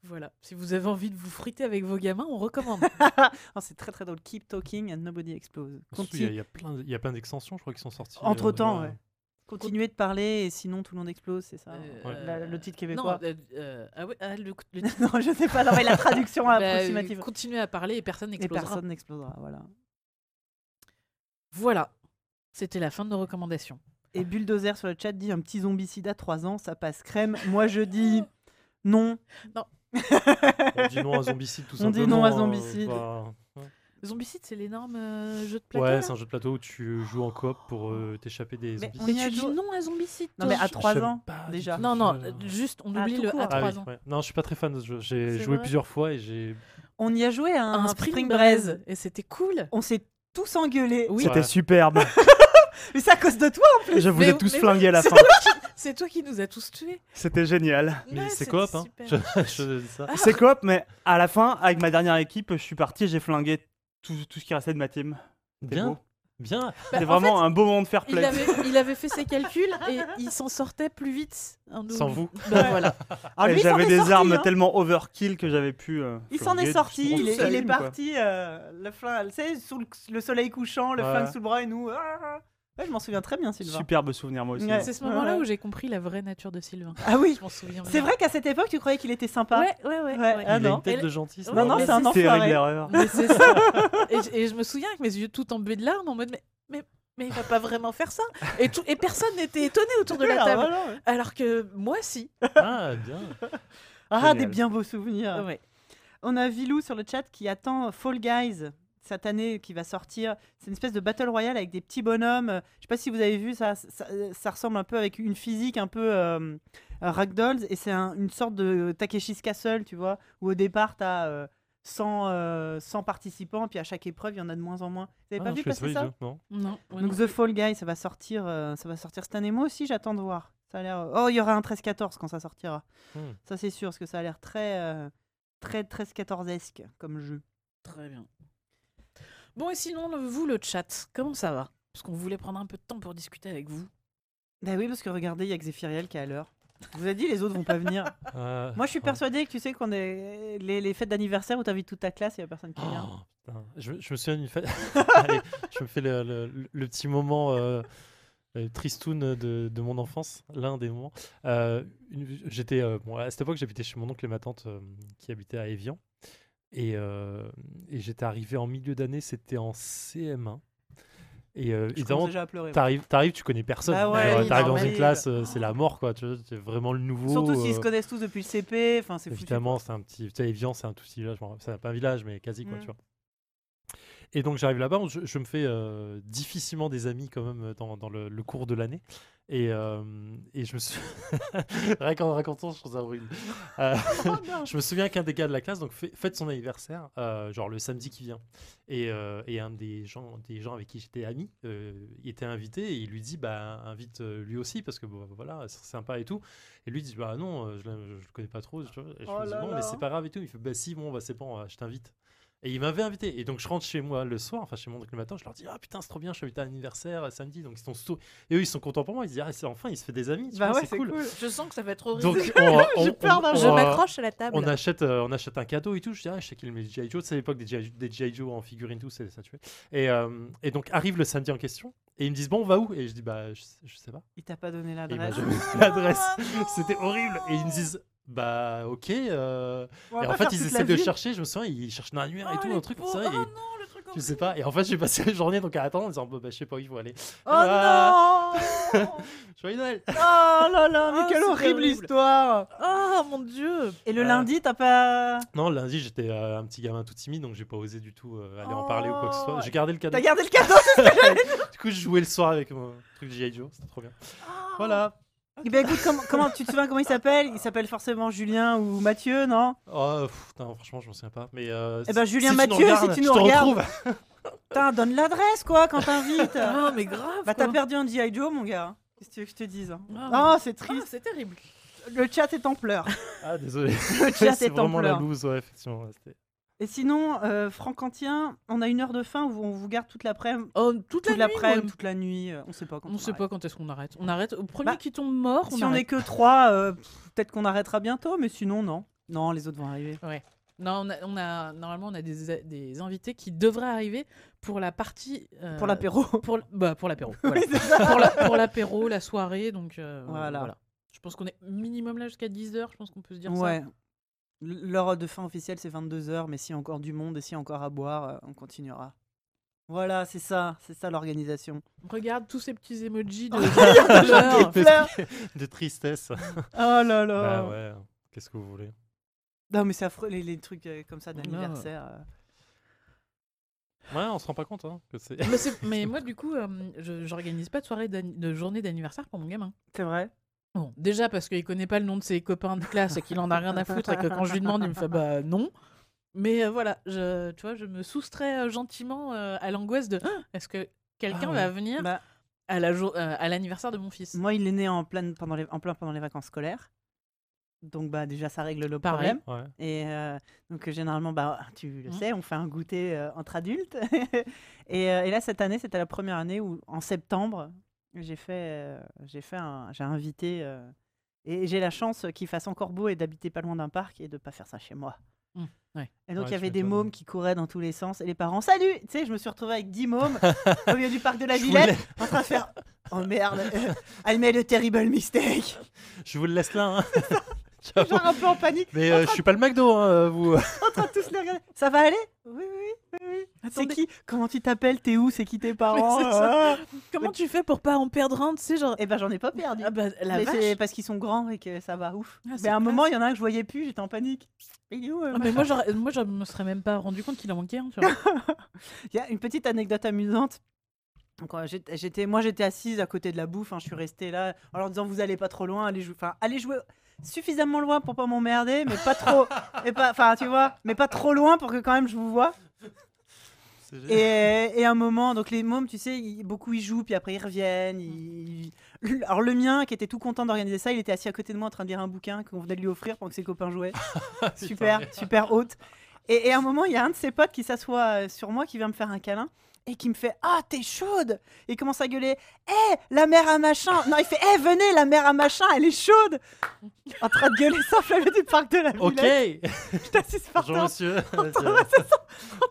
Voilà. Si vous avez envie de vous friter avec vos gamins, on recommande. *laughs* Oh, c'est très très drôle. Keep talking and nobody explodes. Surtout, Il y a- il y, a plein de- il y a plein d'extensions, je crois, qui euh, sont sorties. euh, Entre temps, ouais. ouais. Continuez de parler et sinon tout le monde explose, c'est ça. hein. Euh, La- le titre non, québécois. *laughs* euh, euh, ah oui, ah, le, le Non, je sais pas, non, mais la traduction *laughs* Bah, approximative. continuez à parler et personne et n'explosera. personne n'explosera, voilà. Voilà. C'était la fin de nos recommandations. Et Bulldozer sur le chat dit un petit zombicide à 3 ans, ça passe crème. Moi je *laughs* dis non. On dit non à Zombicide, tout On simplement. dit non à hein, Zombicide. bah, ouais. Zombicide, c'est l'énorme euh, jeu de plateau. Ouais, là c'est un jeu de plateau où tu joues en coop pour euh, t'échapper des Mais zombies. on Mais y a tu dis joué- non à Zombicide. *laughs* Non, toi. mais à Je 3 savais ans pas du déjà. tout Non, non, ce jeu-là. euh, *laughs* juste, on Ah, oublie tout le court. à Ah 3 oui, ans. ouais. Non, je suis pas très fan de ce jeu. J'ai C'est joué vrai. plusieurs fois et j'ai. On y a joué à un, Un spring, Spring, Breeze. Breeze, et c'était cool. On s'est tous engueulés. Ouais. Oui. C'était superbe. Mais c'est à cause de toi. Je vous Mais- ai tous mais flingués à la *laughs* C'est fin. toi qui- C'est toi qui nous as tous tués. C'était génial. Mais Ouais, c'est c'était coop, hein. super. Je, je dis ça. Ah. C'est coop, mais à la fin, avec ma dernière équipe, je suis parti et j'ai flingué tout, tout ce qui restait de ma team. C'était Bien, beau. bien. Bah, C'était en vraiment fait, un beau moment de fair Il play. avait, il avait fait ses calculs et il s'en sortait plus vite. hein, nous- *laughs* Sans vous. Bah, *laughs* voilà. Ah, Et lui, il s'en J'avais est des sorti, armes hein. tellement overkill que j'avais pu. euh, Il s'en flinguer est sorti. tout Il est, seul, il est quoi. parti. euh, le flingue, tu sais, sous le, le soleil couchant, le Ouais. flingue sous le bras et nous. ah. Ouais, je m'en souviens très bien, Sylvain. Superbe souvenir, moi aussi. Ouais. C'est ce moment-là Ouais. où j'ai compris la vraie nature de Sylvain. Ah oui. Je m'en souviens. C'est bien. vrai qu'à cette époque, tu croyais qu'il était sympa. Ouais, ouais, Ouais, ouais. ouais. Ah il a non. une tête Et- de gentil. ça. Non, non, Mais c'est un c'est- Terrible enfoiré. erreur. Mais c'est ça. Et, je- et je me souviens avec mes yeux tout embués de larmes en mode mais, mais, mais il va pas vraiment faire ça. Et, tout, et personne n'était étonné autour de la Ah, table. voilà, ouais. Alors que moi, si. *laughs* Ah, bien. Ah, Génial. des bien beaux souvenirs. Ouais. On a Vilou sur le chat qui attend Fall Guys cette année qui va sortir. C'est une espèce de battle royale avec des petits bonhommes. Euh, Je sais pas si vous avez vu ça. Ça, ça ressemble un peu avec une physique un peu euh, euh, ragdolls et c'est un- une sorte de Takeshi's Castle, tu vois, où au départ t'as euh, 100, euh, 100 participants puis à chaque épreuve il y en a de moins en moins. Vous avez Ah, pas non, vu je fais passer les ça jeux, Non. Non. ouais, Donc non. The Fall Guys ça va sortir, euh, ça va sortir cette année. Moi aussi j'attends de voir. Ça a l'air. Oh il y aura un 13-14 quand ça sortira. Hmm. Ça c'est sûr parce que ça a l'air très euh, très 13-14esque comme jeu. Très bien. Bon, et sinon, le- vous, le chat, comment ça va Parce qu'on voulait prendre un peu de temps pour discuter avec vous. Bah oui, parce que regardez, il y a Xéphiriel qui est à l'heure. Je vous ai dit, les autres vont *laughs* pas venir. Ah, Moi, je suis ouais. persuadée que tu sais qu'on est les, les fêtes d'anniversaire où t'invites toute ta classe et il y a personne qui vient. Oh, putain. je, je me souviens d'une fête. *laughs* Allez, je me fais le, le- le petit moment euh, euh, tristoun de, de mon enfance, l'un des moments. Euh, une- j'étais euh, bon, à cette époque, j'habitais chez mon oncle et ma tante euh, qui habitaient à Évian, et, euh, et j'étais arrivé en milieu d'année. C'était en CM1. Et euh, Je évidemment, commence déjà à pleurer. moi. t'arrives, t'arrives, tu connais personne. Bah ouais, Genre, oui, t'arrives dans normal. une classe, euh, c'est la mort, quoi. Tu vois, t'es vraiment le nouveau. Surtout s'ils euh, se connaissent tous depuis le CP, enfin c'est foutu. Évidemment, c'est un petit. Tu sais, Evian, c'est un tout petit village. Bon, c'est pas un village, mais quasi, quoi, Mm. tu vois. Et donc j'arrive là-bas, je, je me fais euh, difficilement des amis quand même euh, dans, dans le, le cours de l'année. Et, euh, et je me suis... *laughs* Rien qu'en racontant, je trouve ça horrible. *laughs* Euh, Oh *laughs* je me souviens qu'un des gars de la classe donc fait- fête son anniversaire, euh, genre le samedi qui vient. Et, euh, et un des gens, des gens avec qui j'étais ami euh, il était invité et il lui dit bah invite euh, lui aussi parce que bon, voilà c'est sympa et tout. Et lui dit bah non euh, je, le- je le connais pas trop. tu vois. Et je Oh me dis là non là. mais c'est pas grave et tout. Il fait bah si bon bah c'est bon euh, je t'invite. Et il m'avait invité. Et donc je rentre chez moi le soir, enfin chez mon oncle le matin, je leur dis ah putain c'est trop bien, je suis invité à un anniversaire euh, samedi. Donc ils sont sous- et eux ils sont contents pour moi. Ils se disent ah c'est enfin il se fait des amis. tu Bah vois, ouais, c'est cool. Je sens que ça va être horrible. *laughs* *laughs* Donc on, J'ai peur d'un on- jeu. Je on- m'accroche à la table. on achète, euh, on achète un cadeau et tout. Je dis, ah, je sais qu'il met les G.I. Joe. C'est à l'époque des G.I. Joe- des G.I. Joe en figurine, tout, c'est ça tuait. Et, euh, et donc arrive le samedi en question. Et ils me disent, bon, on va où Et je dis, bah, je, je sais pas. Il t'a pas donné Et ils m'ont l'adresse. *laughs* jamais donné l'adresse. C'était horrible. Et ils me disent, bah, ok. euh. On va Et en pas fait, faire ils toute la essaient de ville. Oh, chercher. Je me souviens, ils cherchent un annuaire et tout, un truc comme ça. et non, le truc je sais pas. Et en fait, j'ai passé la journée donc à attendre en disant, bah, je sais pas où il faut aller. Oh Ah, non *laughs* Joyeux Noël Oh là là, mais Ah, quelle c'est horrible horrible. histoire Oh mon dieu Et le Ah. lundi, t'as pas... Non, lundi, j'étais euh, un petit gamin tout timide, donc j'ai pas osé du tout euh, aller en parler ou quoi que ce soit. Oh. J'ai gardé le cadeau. T'as gardé le cadeau *laughs* Du coup, je jouais le soir avec mon truc G.I. Joe, c'était trop bien. Voilà. Eh ben écoute, comment, comment- tu te souviens comment il s'appelle Il s'appelle forcément Julien ou Mathieu, non Oh, pff, putain, franchement, je me souviens pas. Mais euh, Eh ben, si- Julien si Mathieu, tu nous regardes, si tu je nous te regardes. retrouve. *laughs* Putain, donne l'adresse quoi quand t'invites Ah mais grave Bah t'as quoi. perdu un G.I. Joe mon gars Qu'est-ce que tu veux que je te dise hein Ah, Ah c'est ah, triste, c'est terrible le chat est en pleurs. Ah, *laughs* désolé. Le chat *laughs* C'est est en vraiment la pleurs. loose, ouais, effectivement. ouais, c'était- Et sinon, euh, Francantien, on a une heure de fin où on vous garde toute l'après-midi, Oh, toute la toute nuit, l'après-midi, ouais. toute la nuit, euh, on sait pas quand On sait arrête. pas quand est-ce qu'on arrête. On arrête au premier Bah, qui tombe mort. Si on on est arrête. que trois, euh, pff, peut-être qu'on arrêtera bientôt, mais sinon non. Non, les autres vont arriver. Non, on a, on a- normalement on a des, des invités qui devraient arriver pour la partie euh, Pour l'apéro. *laughs* Pour l- bah, pour *laughs* l'apéro. voilà. pour la- pour l'apéro, la soirée, donc euh, Voilà. voilà. Je pense qu'on est minimum là jusqu'à 10h, je pense qu'on peut se dire Ouais. L- L'heure de fin officielle, c'est 22h, mais s'il y a encore du monde et s'il y a encore à boire, euh, on continuera. Voilà, c'est ça, c'est ça l'organisation. ça. Regarde tous ces petits *laughs* emojis de, J'en de ai plein. *laughs* De tristesse. Oh là là. Bah ouais, qu'est-ce que vous voulez Non, mais c'est affreux, les, les trucs euh, comme ça d'anniversaire. euh. Ouais, on se rend pas compte, hein. Que c'est... mais, c'est- mais moi du coup, euh, je j'organise pas de soirée d'anni- de journée d'anniversaire pour mon gamin. C'est vrai Bon, déjà parce qu'il connaît pas le nom de ses copains de classe et qu'il en a rien à foutre et que quand je lui demande, il me fait bah non. Mais euh, voilà, je, tu vois, je me soustrais euh, gentiment euh, à l'angoisse de Ah, *gasps* est-ce que quelqu'un Ah va venir Bah, à la jour- euh, à l'anniversaire de mon fils Moi, il est né en plein pendant les, en plein pendant les vacances scolaires. Donc, bah, déjà, ça règle le Pareil. problème. Ouais. Et euh, donc, euh, généralement, bah, tu le Mhm. sais, on fait un goûter euh, entre adultes. *laughs* et, euh, et là, cette année, c'était la première année où, en septembre, j'ai fait, euh, j'ai fait un- j'ai invité. euh, et j'ai la chance qu'il fasse encore beau et d'habiter pas loin d'un parc et de pas faire ça chez moi. Mhm, ouais. Et Ouais, donc, il y tu avait des m'étonnes. mômes qui couraient dans tous les sens et les parents, salut Tu sais, je me suis retrouvée avec 10 *laughs* mômes au milieu du parc de la Je, vous Villette le... en train de faire Oh merde, euh, elle met le terrible *laughs* mistake. *laughs* je vous le laisse là, *laughs* hein. Oh. Ciao. Genre un peu en panique, Mais euh, je suis pas le McDo, hein, *laughs* vous. en train de tous les regarder. Ça va aller Oui, oui, oui, oui, oui. C'est qui Comment tu t'appelles T'es où C'est qui tes parents Oui, c'est ça. Ah. Comment tu fais pour pas en perdre un, tu sais, genre. Eh ben j'en ai pas perdu. Ah bah, la mais vache. c'est parce qu'ils sont grands et que ça va ouf. Ah, mais c'est à un moment, il y en a un que je voyais plus, j'étais en panique. Il est où euh, Ah, mais moi, j'aurais- moi, je me serais même pas rendu compte qu'il en manquait un. tu vois. *laughs* Il y a une petite anecdote amusante. Donc, euh, j'étais- j'étais, moi, j'étais assise à côté de la bouffe. hein, je suis restée là en leur disant Vous allez pas trop loin, allez jouer, enfin, allez jouer suffisamment loin pour pas m'emmerder, mais pas trop, et pas, enfin, tu vois, mais pas trop loin pour que quand même je vous vois. C'est génial. Et, et un moment, donc les mômes, tu sais, ils- beaucoup ils jouent, puis après ils reviennent. ils- ils- Alors le mien, qui était tout content d'organiser ça, il était assis à côté de moi en train de lire un bouquin qu'on venait de lui offrir pendant que ses *laughs* copains jouaient. Ah, super, super haute. Et, et à un moment, il y a un de ses potes qui s'assoit euh, sur moi, qui vient me faire un câlin. Et qui me fait Ah, t'es chaude Et il commence à gueuler Hé, la mère à machin Non, il fait Hé, venez, la mère à machin, elle est chaude En train de gueuler sans flamme du parc de la Ok. Villette. Je t'assise par Bonjour, terre *laughs* monsieur. Euh. en train de faire, Oh,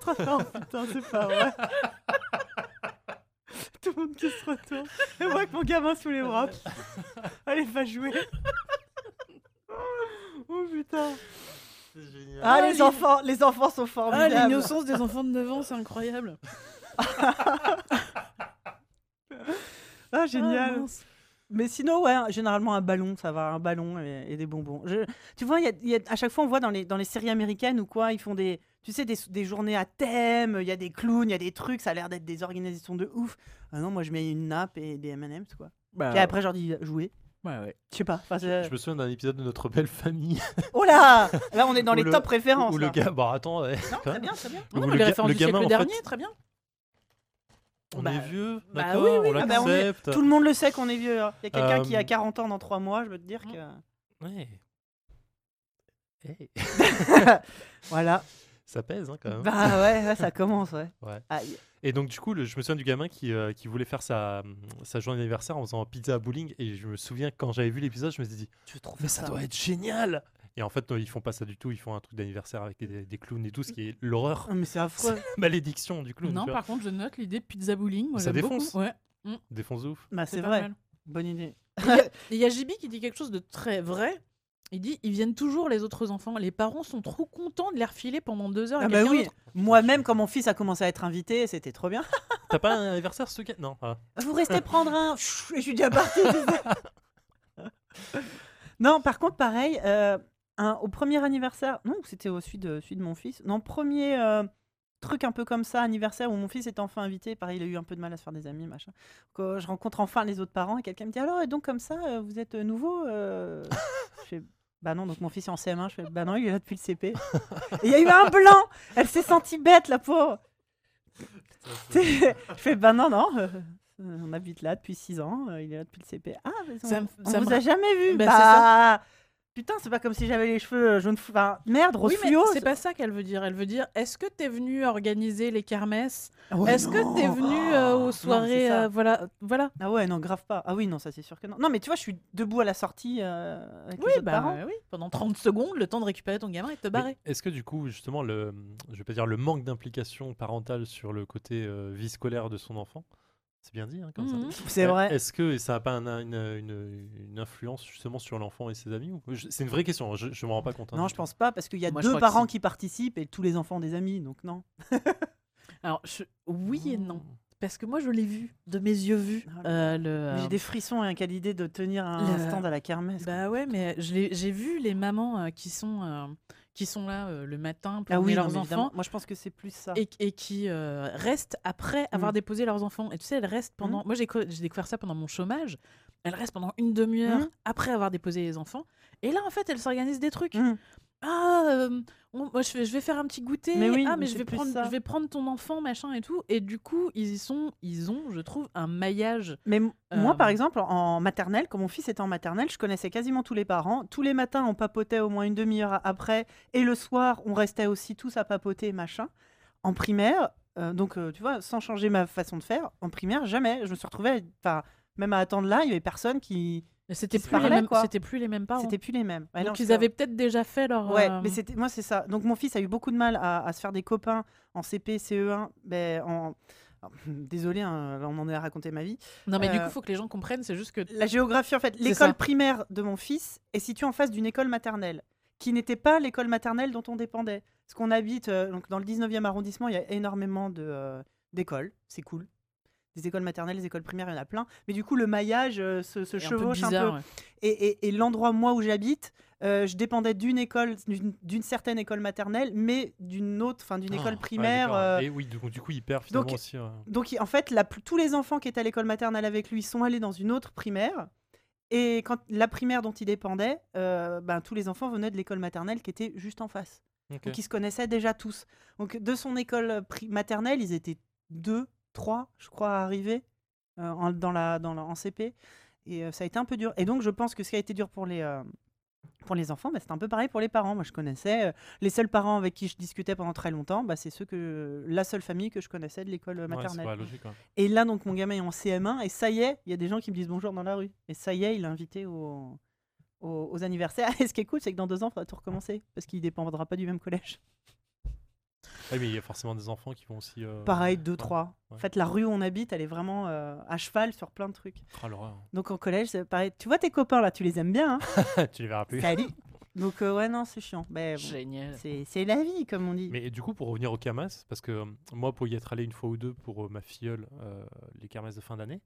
putain, c'est pas vrai. *laughs* Tout le monde qui se retourne. Et moi avec mon gamin sous les *laughs* bras. Allez, va jouer. oh putain. C'est génial. Ah, Ah, les l'in- enfants, les enfants sont Ah, formidables. l'innocence des enfants de 9 ans, *laughs* c'est incroyable. Ah, génial. Ah, mince. Mais sinon, ouais, généralement un ballon, ça va, un ballon et, et des bonbons. Je- tu vois, il y a- il y a- à chaque fois, on voit dans les, dans les séries américaines ou quoi, ils font des, tu sais, des, des journées à thème, il y a des clowns, il y a des trucs, ça a l'air d'être des organisations de ouf. Ah non, moi, je mets une nappe et des M&M's, quoi. Bah, Et après, je leur dis, euh, jouer. ouais, ouais. Je sais pas. enfin, euh, c'est- Je me souviens d'un épisode de Notre Belle Famille *laughs* Oh là Là, on est dans Ou les le- top références. où le là. gars. Bah attends, ouais. Non, quand très même. bien, très bien. Non, Où non, le mais les ga- références le du gamin, siècle en fait, dernier, Eh, très bien. on Bah, est vieux, bah d'accord, oui, oui, on ah bah, on est- l'accepte. Tout le monde le sait qu'on est vieux. hein. Il y a quelqu'un Euh, hein. qui a 40 ans dans 3 mois, je veux te dire que. Ouais. Ah Eh, Voilà. ça pèse hein, quand même. Bah ouais, ouais, ça commence, ouais. Ah, Ouais. Aïe. Et donc, du coup, le- je me souviens du gamin qui, euh, qui voulait faire sa, sa journée d'anniversaire en faisant pizza à bowling. Et je me souviens, quand j'avais vu l'épisode, je me suis dit, Tu trouves mais ça doit être génial Et en fait, non, ils font pas ça du tout. Ils font un truc d'anniversaire avec des, des clowns et tout, ce qui est l'horreur, Ah, Mais c'est affreux. malédiction du clown. Non, tu vois. par contre, je note l'idée pizza bowling. Moi, Ça j'aime beaucoup. défonce. Ouais, Mm. Défonce de ouf. Bah c'est pas vrai. mal. Bonne idée. *laughs* Et Il y a JB qui dit quelque chose de très vrai. Il dit ils viennent toujours les autres enfants. Les parents sont trop contents de les refiler pendant deux heures. à *laughs* Ah bah quelqu'un oui. d'autre. Moi-même, quand mon fils a commencé à être invité, c'était trop bien. *laughs* T'as pas un anniversaire, ce gars Non. ah. Vous restez prendre Ah, un. Chut, Et *laughs* je suis déjà parti. *laughs* non, par contre, pareil, euh, un- au premier anniversaire, non, c'était au celui de, celui de mon fils. Non, premier euh, truc un peu comme ça, anniversaire où mon fils était enfin invité. Pareil, il a eu un peu de mal à se faire des amis, machin. Quand je rencontre enfin les autres parents et quelqu'un me dit alors, et donc comme ça, euh, vous êtes nouveau *laughs* euh Je fais, Bah non, donc mon fils est en CM1. Je fais Bah non, il est là depuis le CP. Et il y a eu un blanc. Elle s'est sentie bête, la pauvre. Tu sais, je fais ben non, non. euh, euh, on habite là depuis 6 ans, euh, il est là depuis le CP. Ah, mais on, Ça me- on ça me vous ra- a jamais vu. Bah, Bah, c'est putain, c'est pas comme si j'avais les cheveux jaunes. fou- Enfin, merde, rose Oui, mais fluo. c'est pas ça qu'elle veut dire. Elle veut dire est-ce que t'es venu organiser les kermesses Ah Ouais, Est-ce non. que t'es venu euh, Non, aux c'est soirées ça. euh, Voilà, voilà. Ah ouais, non, grave pas. Ah oui, non, ça c'est sûr que non. Non, mais tu vois, je suis debout à la sortie euh, avec Oui, les autres bah parents. oui. Pendant 30 secondes, le temps de récupérer ton gamin et de te Mais barrer. Est-ce que du coup, justement, le, je vais pas dire le manque d'implication parentale sur le côté euh, vie scolaire de son enfant, c'est bien dit hein, comme Mhm. ça. C'est Euh, vrai. Est-ce que ça n'a pas un- un- une, une- une influence justement sur l'enfant et ses amis ou- je- C'est une vraie question. hein, Je ne me rends pas compte. hein, Non, du je tout. pense pas parce qu'il y a Moi, je deux crois que parents si. qui participent et tous les enfants ont des amis, donc non. *laughs* Alors, je- oui et non. Parce que moi, je l'ai vu, de mes yeux vus. Oh. Ah, euh, le, Mais euh, J'ai des frissons rien qu'à l'idée de tenir un Le- stand à la kermesse. quoi. Bah ouais, mais je l'ai- j'ai vu les mamans euh, qui sont euh, qui sont là euh, le matin pour ah oui, emmener non, leurs mais évidemment. enfants Moi, je pense que c'est plus ça. et, et qui euh, restent après avoir Mm. déposé leurs enfants. Et tu sais, elles restent pendant. Moi, j'ai co- j'ai découvert ça pendant mon chômage. Elles restent pendant une demi-heure Mm. après avoir déposé les enfants. Et là, en fait, elles s'organisent des trucs. Mm. Ah, euh, on- moi, je, vais, je vais faire un petit goûter. Mais oui, ah, mais mais je c'est vais plus prendre, ça. je vais prendre ton enfant, machin et tout. Et du coup, ils y sont. Ils ont, je trouve, un maillage. Mais m- moi, par Euh, exemple, en- en maternelle, quand mon fils était en maternelle, je connaissais quasiment tous les parents. Tous les matins, on papotait au moins une demi-heure a- après. Et le soir, on restait aussi tous à papoter, machin. En primaire, euh, donc, euh, tu vois, sans changer ma façon de faire, en primaire, jamais. Je me suis retrouvée, à- enfin, même à attendre là, il y avait personne qui. C'était Ils se plus, les parlaient, mêmes- quoi. c'était plus les mêmes parents. C'était plus les mêmes. Ouais, non, Donc, je ils sais. avaient peut-être déjà fait leur. Ouais, euh, mais c'était moi c'est ça. Donc mon fils a eu beaucoup de mal à, à se faire des copains en CP, CE1, ben en *laughs* alors, désolé, hein, là, on en est à raconter ma vie. Non, mais du Euh, coup, faut que les gens comprennent, c'est juste que. La géographie, en fait, ça. l'école primaire de mon fils est située en face d'une école maternelle, qui n'était pas l'école maternelle dont on dépendait. Parce qu'on habite, euh, donc dans le 19e arrondissement, il y a énormément de, euh, d'écoles, c'est cool. Des écoles maternelles, des écoles primaires, il y en a plein. Mais du coup, le maillage euh, se, se c'est un peu chevauche un peu. bizarre, ouais. Et, et- et l'endroit, moi, où j'habite, euh, je dépendais d'une école, d'une d'une certaine école maternelle, mais d'une autre, enfin d'une Ah, école ouais, primaire. d'accord. euh, Et oui, donc du coup, il perd finalement donc, aussi. euh, ouais. donc, il- en fait, la pl- tous les enfants qui étaient à l'école maternelle avec lui sont allés dans une autre primaire. Et quand la primaire dont il dépendait, euh, ben, tous les enfants venaient de l'école maternelle qui était juste en face. Ok. Donc, ils se connaissaient déjà tous. Donc, de son école euh, pri- maternelle, ils étaient deux, trois, je crois, à arriver euh, en, dans la, dans la- en CP. Et euh, ça a été un peu dur. Et donc, je pense que ce qui a été dur pour les, euh, pour les enfants, bah, c'était un peu pareil pour les parents. Moi, je connaissais euh, les seuls parents avec qui je discutais pendant très longtemps, bah, c'est ceux que la seule famille que je connaissais de l'école euh, Ouais, c'est maternelle. pas logique. hein. ouais. Et là, donc, mon gamin est en CM1, et ça y est, il y a des gens qui me disent bonjour dans la rue. Et ça y est, il est invité au- au- aux anniversaires. *laughs* Et ce qui est cool, c'est que dans deux ans, il faudra tout recommencer, parce qu'il dépendra pas du même collège. Ouais, mais ah il y a forcément des enfants qui vont aussi. euh, Pareil, deux, ouais. trois. En fait, la rue où on habite, elle est vraiment euh, à cheval sur plein de trucs. Ah, l'horreur. Donc, en collège, c'est pareil. Tu vois tes copains, là, tu les aimes bien, hein *laughs* tu les verras plus. Salut Donc, euh, ouais, non, c'est chiant. Mais bon, Génial. c'est c'est la vie, comme on dit. Mais du coup, pour revenir aux kermesses, parce que euh, moi, pour y être allé une fois ou deux pour euh, ma filleule, euh, les kermesses de fin d'année,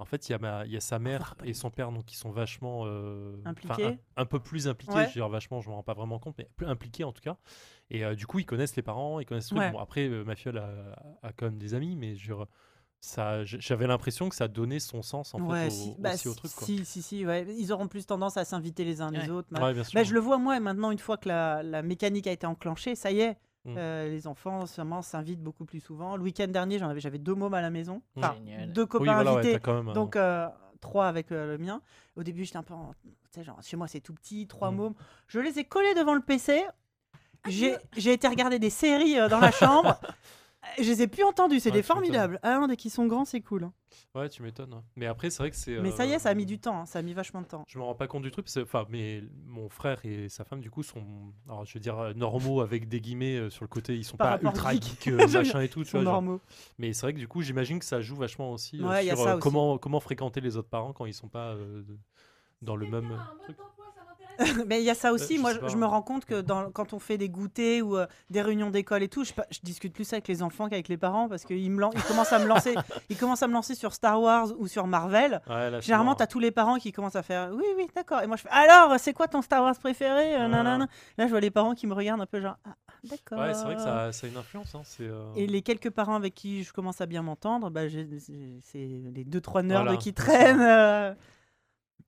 En fait, il y, a ma- il y a Oh, sa mère revoir et son père donc, qui sont vachement. euh, enfin, Impliqués. un, un peu plus impliqués, Ouais. je veux dire vachement, je m'en rends pas vraiment compte, mais plus impliqués en tout cas. Et euh, du coup, ils connaissent les parents, ils connaissent. le truc. Ouais. Bon, après, euh, Mafiol a, a quand même des amis, mais je veux dire, ça, j- j'avais l'impression que ça donnait son sens en fait, ouais, au, si, bah, aussi au si- truc. Quoi. si, si, si, ouais. Ils auront plus tendance à s'inviter les uns les Ouais. autres. machin. Ouais, bien sûr. Bah, je le vois moi et maintenant une fois que la, la mécanique a été enclenchée, ça y est, Mm. euh, les enfants seulement s'invitent beaucoup plus souvent. Le week-end dernier, j'en avais, j'avais deux mômes à la maison, enfin, Génial. deux Mmh. Oui, copains voilà, ouais, invités, t'as quand même un- donc euh, trois avec euh, le mien. Au début, j'étais un peu, en- tu sais, genre chez moi c'est tout petit, trois Mm. mômes. Je les ai collés devant le PC. Ah, J'ai j'ai été regarder des séries euh, dans *laughs* la chambre. Euh, Je les ai plus entendus, c'est Ouais, des tu m'étonnes. formidables. Ah non, dès qu'ils sont grands, c'est cool. hein. Ouais, tu m'étonnes. ouais. Mais après, c'est vrai que c'est. Mais ça y est, ça a mis euh, du temps, hein, ça a mis vachement de temps. *laughs* Je me rends pas compte du truc, parce que- enfin, mais mon frère et sa femme, du coup, sont, alors, je veux dire, euh, normaux avec des guillemets euh, sur le côté, ils sont Par pas rapport ultra geek. geeks, euh, machin et tout, *laughs* Ils tu sont vois. genre. normaux. Mais c'est vrai que du coup, j'imagine que ça joue vachement aussi euh, Ouais, y a sur ça euh, aussi. comment, comment fréquenter les autres parents quand ils sont pas euh, de- dans le même. euh, truc. Mais il y a ça aussi. je Moi, sais je, pas, je me hein. rends compte que dans, quand on fait des goûters ou euh, des réunions d'école et tout, je, pa- je discute plus avec les enfants qu'avec les parents parce qu'ils me lan- ils commencent à me *laughs* lancer, ils commencent à me lancer sur Star Wars ou sur Marvel. Ouais, là, je suis Généralement, mort. t'as tous les parents qui commencent à faire oui, oui, d'accord. Et moi, je fais alors, c'est quoi ton Star Wars préféré Euh, Ah. nanana. Là, je vois les parents qui me regardent un peu genre ah, ah, d'accord. Ouais, c'est vrai que ça, ça a une influence. Hein, c'est, euh, Et les quelques parents avec qui je commence à bien m'entendre, bah, j'ai- j'ai- c'est les deux trois nerds Voilà, qui c'est ça. traînent. euh.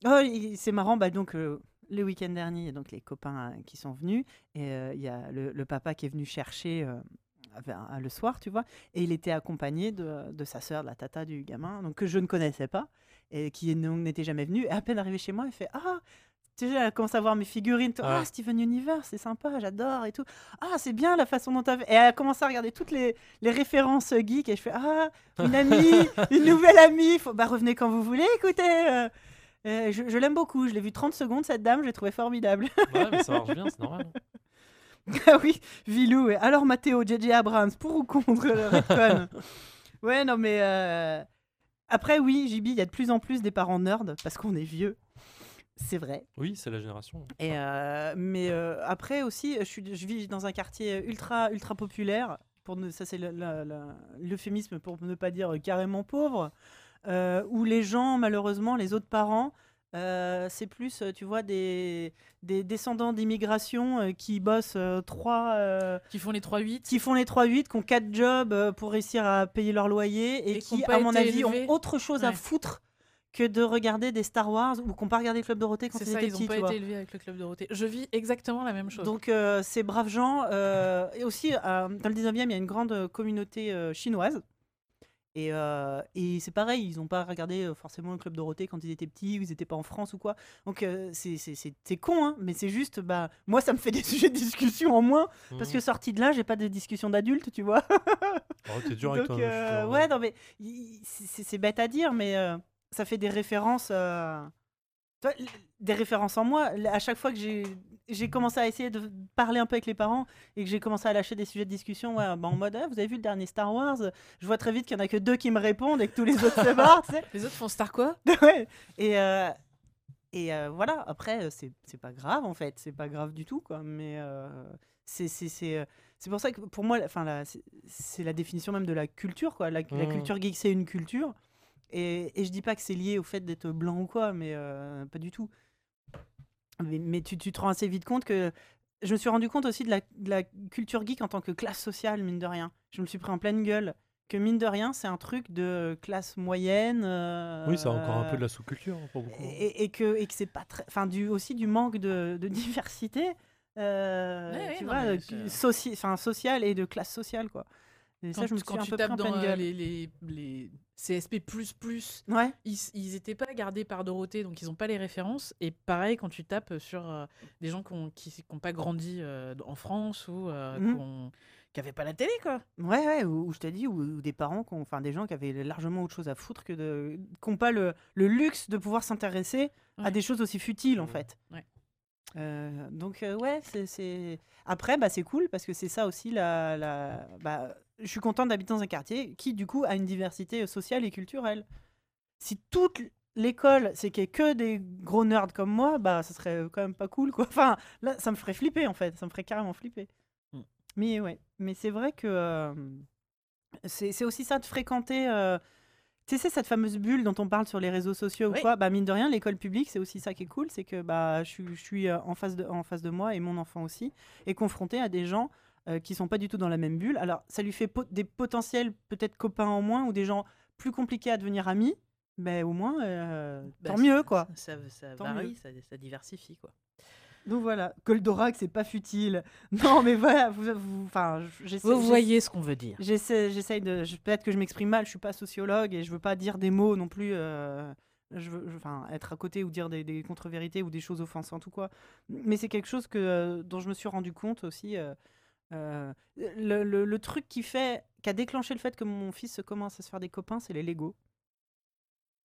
Oh, il- c'est marrant, bah, donc euh, le week-end dernier, il y a donc les copains euh, qui sont venus et euh, il y a le, le papa qui est venu chercher euh, enfin, euh, le soir, tu vois, et il était accompagné de, de sa sœur, de la tata du gamin, donc que je ne connaissais pas et qui donc n'était jamais venu. Et à peine arrivé chez moi, elle fait ah. Tu sais, elle commence à voir mes figurines. tout, Ah, Ouais. Steven Universe, c'est sympa, j'adore et tout. Ah, c'est bien la façon dont t'as fait. Et elle a commencé à regarder toutes les, les références geek et je fais ah *laughs* une amie, une nouvelle amie, faut bah revenez quand vous voulez, écoutez. euh, euh, je je l'aime beaucoup, je l'ai vue 30 secondes cette dame, je l'ai trouvée formidable. ouais, mais ça marche bien, c'est normal. *laughs* ah oui, Vilou. Et alors Mathéo, JJ Abrams, pour ou contre *laughs* le Redcon Ouais, non mais euh, après oui, JB, il y a de plus en plus des parents nerds parce qu'on est vieux. C'est vrai. Oui, c'est la génération. Et euh, mais euh, après aussi, je, suis- je vis dans un quartier ultra ultra populaire. Pour ne, ça c'est le- la- la- l'euphémisme pour ne pas dire carrément pauvre, euh, où les gens malheureusement, les autres parents, euh, c'est plus euh, tu vois des, des descendants d'immigration euh, qui bossent euh, trois, euh, Qui font les 3-8. qui font les 3-8, qui ont quatre jobs euh, pour réussir à payer leur loyer et, Et qui qui, ont pas à mon été avis, élevés. ont autre chose à Ouais. foutre que de regarder des Star Wars ou qu'on pas regardé Club Dorothée quand C'est ils ça, étaient ils petits. n'ont pas tu vois. été élevés avec le club Dorothée. Je vis exactement la même chose. Donc euh, ces braves gens, euh, et aussi euh, dans le 19e, il y a une grande euh, communauté euh, chinoise. Et, euh, et c'est pareil, ils n'ont pas regardé euh, forcément le Club Dorothée quand ils étaient petits, ou ils n'étaient pas en France ou quoi. Donc euh, c'est- c'est c'est- c'est con, hein, mais c'est juste, bah, moi ça me fait des *laughs* sujets de discussion en moins, Mmh. parce que sorti de là, j'ai pas de discussion d'adulte, tu vois. Oh, t'es dur avec toi. Donc, je suis euh, dur, ouais, non, mais il- il- c'est c'est bête à dire, mais euh, ça fait des références. euh, tu vois, l- des références en moi. L- À chaque fois que j'ai j'ai commencé à essayer de parler un peu avec les parents et que j'ai commencé à lâcher des sujets de discussion, ouais, bah, en mode Ah, Vous avez vu le dernier Star Wars Je vois très vite qu'il y en a que deux qui me répondent et que tous les autres *laughs* se barrent, tu sais. Les autres font Star quoi *laughs* Ouais. Et, euh, et euh, voilà, après, euh, c'est c'est pas grave en fait, c'est pas grave du tout, quoi. Mais euh, c'est- c'est c'est, euh, c'est pour ça que pour moi, la- enfin, la- c'est- c'est la définition même de la culture, quoi. La, la Mm. culture geek, c'est une culture. Et, et je dis pas que c'est lié au fait d'être blanc ou quoi, mais euh, pas du tout. Mais, mais tu, tu te rends assez vite compte que. Je me suis rendu compte aussi de la, de la culture geek en tant que classe sociale, mine de rien. Je me suis pris en pleine gueule. Que mine de rien, c'est un truc de classe moyenne. Oui, c'est encore un euh, peu de la sous-culture hein, pour beaucoup. et, et que, et que c'est pas très. Enfin, du, aussi du manque de, de diversité, euh, Ouais, ouais, tu non, vois, mais de- c'est- soci- enfin, sociale et de classe sociale, quoi. Et Quand, ça, je me quand suis un tu peu pris tapes en dans pleine euh, gueule. les, les, les CSP, Ouais, ils s- ils n'étaient pas gardés par Dorothée, donc ils n'ont pas les références. Et pareil, quand tu tapes sur euh, des gens qui n'ont pas grandi euh, en France ou euh, Mhm. qui ont- qui n'avaient pas la télé, quoi. ouais, ouais, ou, ou je t'ai dit, ou, ou des parents, qui ont- enfin, des gens qui avaient largement autre chose à foutre que de. qui n'ont pas le, le luxe de pouvoir s'intéresser à Ouais. des choses aussi futiles, en Mhm. fait. Ouais. Euh, donc, euh, ouais, c'est- c'est. Après, bah, c'est cool parce que c'est ça aussi la. la- bah, je suis contente d'habiter dans un quartier qui, du coup, a une diversité sociale et culturelle. Si toute l'école, c'est qu'il y ait que des gros nerds comme moi, bah, ça serait quand même pas cool, quoi. Enfin, là, ça me ferait flipper, en fait. Ça me ferait carrément flipper. Mm. Mais ouais. Mais c'est vrai que. euh, c'est c'est aussi ça de fréquenter. euh, Tu sais, cette fameuse bulle dont on parle sur les réseaux sociaux Oui. ou quoi, bah, mine de rien, l'école publique, c'est aussi ça qui est cool, c'est que bah, je, suis- je suis euh, en face, de, en face de moi et mon enfant aussi, est confronté à des gens euh, qui sont pas du tout dans la même bulle. Alors, ça lui fait po- des potentiels peut-être copains en moins ou des gens plus compliqués à devenir amis, mais au moins, euh, Bah, tant ça- mieux, quoi. Ça, ça Tant varie, mieux. ça, ça diversifie, quoi. Donc voilà, Goldorak, c'est pas futile. *laughs* Non, mais voilà, vous, vous, enfin, j'essaie. Vous voyez ce qu'on veut dire. J'essaie, j'essaie de. je- Peut-être que je m'exprime mal. Je suis pas sociologue et je veux pas dire des mots non plus. euh, je veux, je- enfin, être à côté ou dire des, des contre-vérités ou des choses offensantes ou quoi. Mais c'est quelque chose que euh, dont je me suis rendu compte aussi. euh, euh, le, le- le truc qui fait, qui a déclenché le fait que mon fils commence à se faire des copains, c'est les Lego.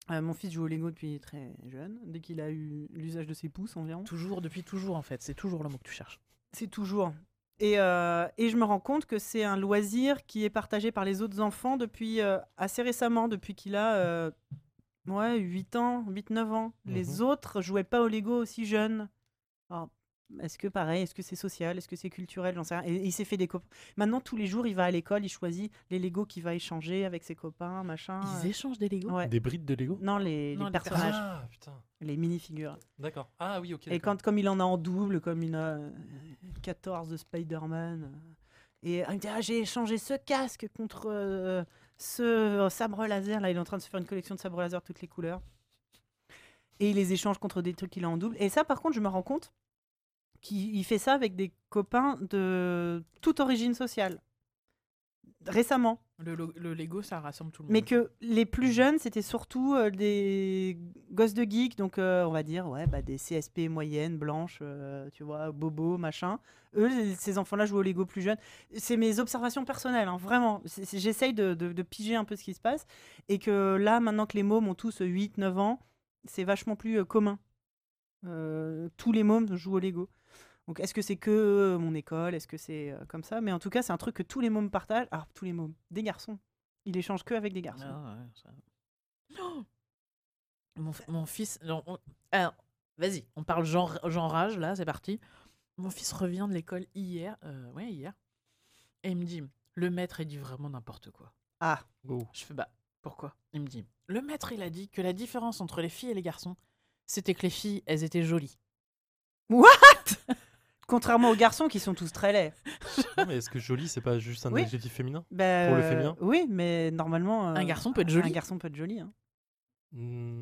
Euh, mon fils joue au Lego depuis très jeune, dès qu'il a eu l'usage de ses pouces environ. Toujours, depuis toujours, en fait. C'est toujours le mot que tu cherches. C'est toujours. Et, euh, et je me rends compte que c'est un loisir qui est partagé par les autres enfants depuis euh, assez récemment, depuis qu'il a euh, ouais, 8 ans, 8-9 ans. Mmh Les autres jouaient pas au Lego aussi jeunes. Alors, Est-ce que pareil, est-ce que c'est social, est-ce que c'est culturel, j'en sais rien. Et, et il s'est fait des copains. Maintenant, tous les jours, il va à l'école, il choisit les Lego qu'il va échanger avec ses copains, machin. euh. Ils échangent des Lego. Ouais. Des brides de Lego Non, les, Non, les les personnages, Ah putain, les mini-figures. d'accord. Ah oui, ok. Et d'accord. quand, comme il en a en double, comme il en a euh, 14 de Spider-Man, euh, et euh, il me dit Ah, j'ai échangé ce casque contre euh, ce euh, sabre laser. Là, il est en train de se faire une collection de sabres laser toutes les couleurs. Et il les échange contre des trucs qu'il a en double. Et ça, par contre, je me rends compte qu'il il fait ça avec des copains de toute origine sociale. Récemment. Le, lo- le Lego, ça rassemble tout le monde. Mmh. Mais que les plus jeunes, c'était surtout euh, des gosses de geeks, donc euh, on va dire ouais, bah, des CSP moyennes, blanches, euh, tu vois, bobo, machin. Eux, les- ces enfants-là jouent au Lego plus jeunes. C'est mes observations personnelles, hein, vraiment. C'est- c'est- J'essaye de, de- de piger un peu ce qui se passe. Et que là, maintenant que les mômes ont tous 8-9 ans, c'est vachement plus euh, commun. Euh, tous les mômes jouent au Lego. Donc est-ce que c'est que euh, mon école Est-ce que c'est euh, comme ça Mais en tout cas, c'est un truc que tous les mômes partagent. Alors, tous les mômes, des garçons. Il échange que avec des garçons. Ah, ouais, ça- Oh mon, f- mon fils. non, on- Alors, vas-y, on parle genre, genre rage, là, c'est parti. Mon fils revient de l'école hier, euh, ouais, hier, et il me dit Le maître, il dit vraiment n'importe quoi. Ah, Oh. Je fais Bah, pourquoi Il me dit Le maître, il a dit que la différence entre les filles et les garçons, c'était que les filles, elles étaient jolies. *laughs* contrairement aux garçons qui sont tous très laids. Non, mais est-ce que jolie, c'est pas juste un Oui. adjectif féminin Ben, Pour le euh, féminin Oui, mais normalement. euh, Un garçon peut être joli. Un garçon peut être joli. hein.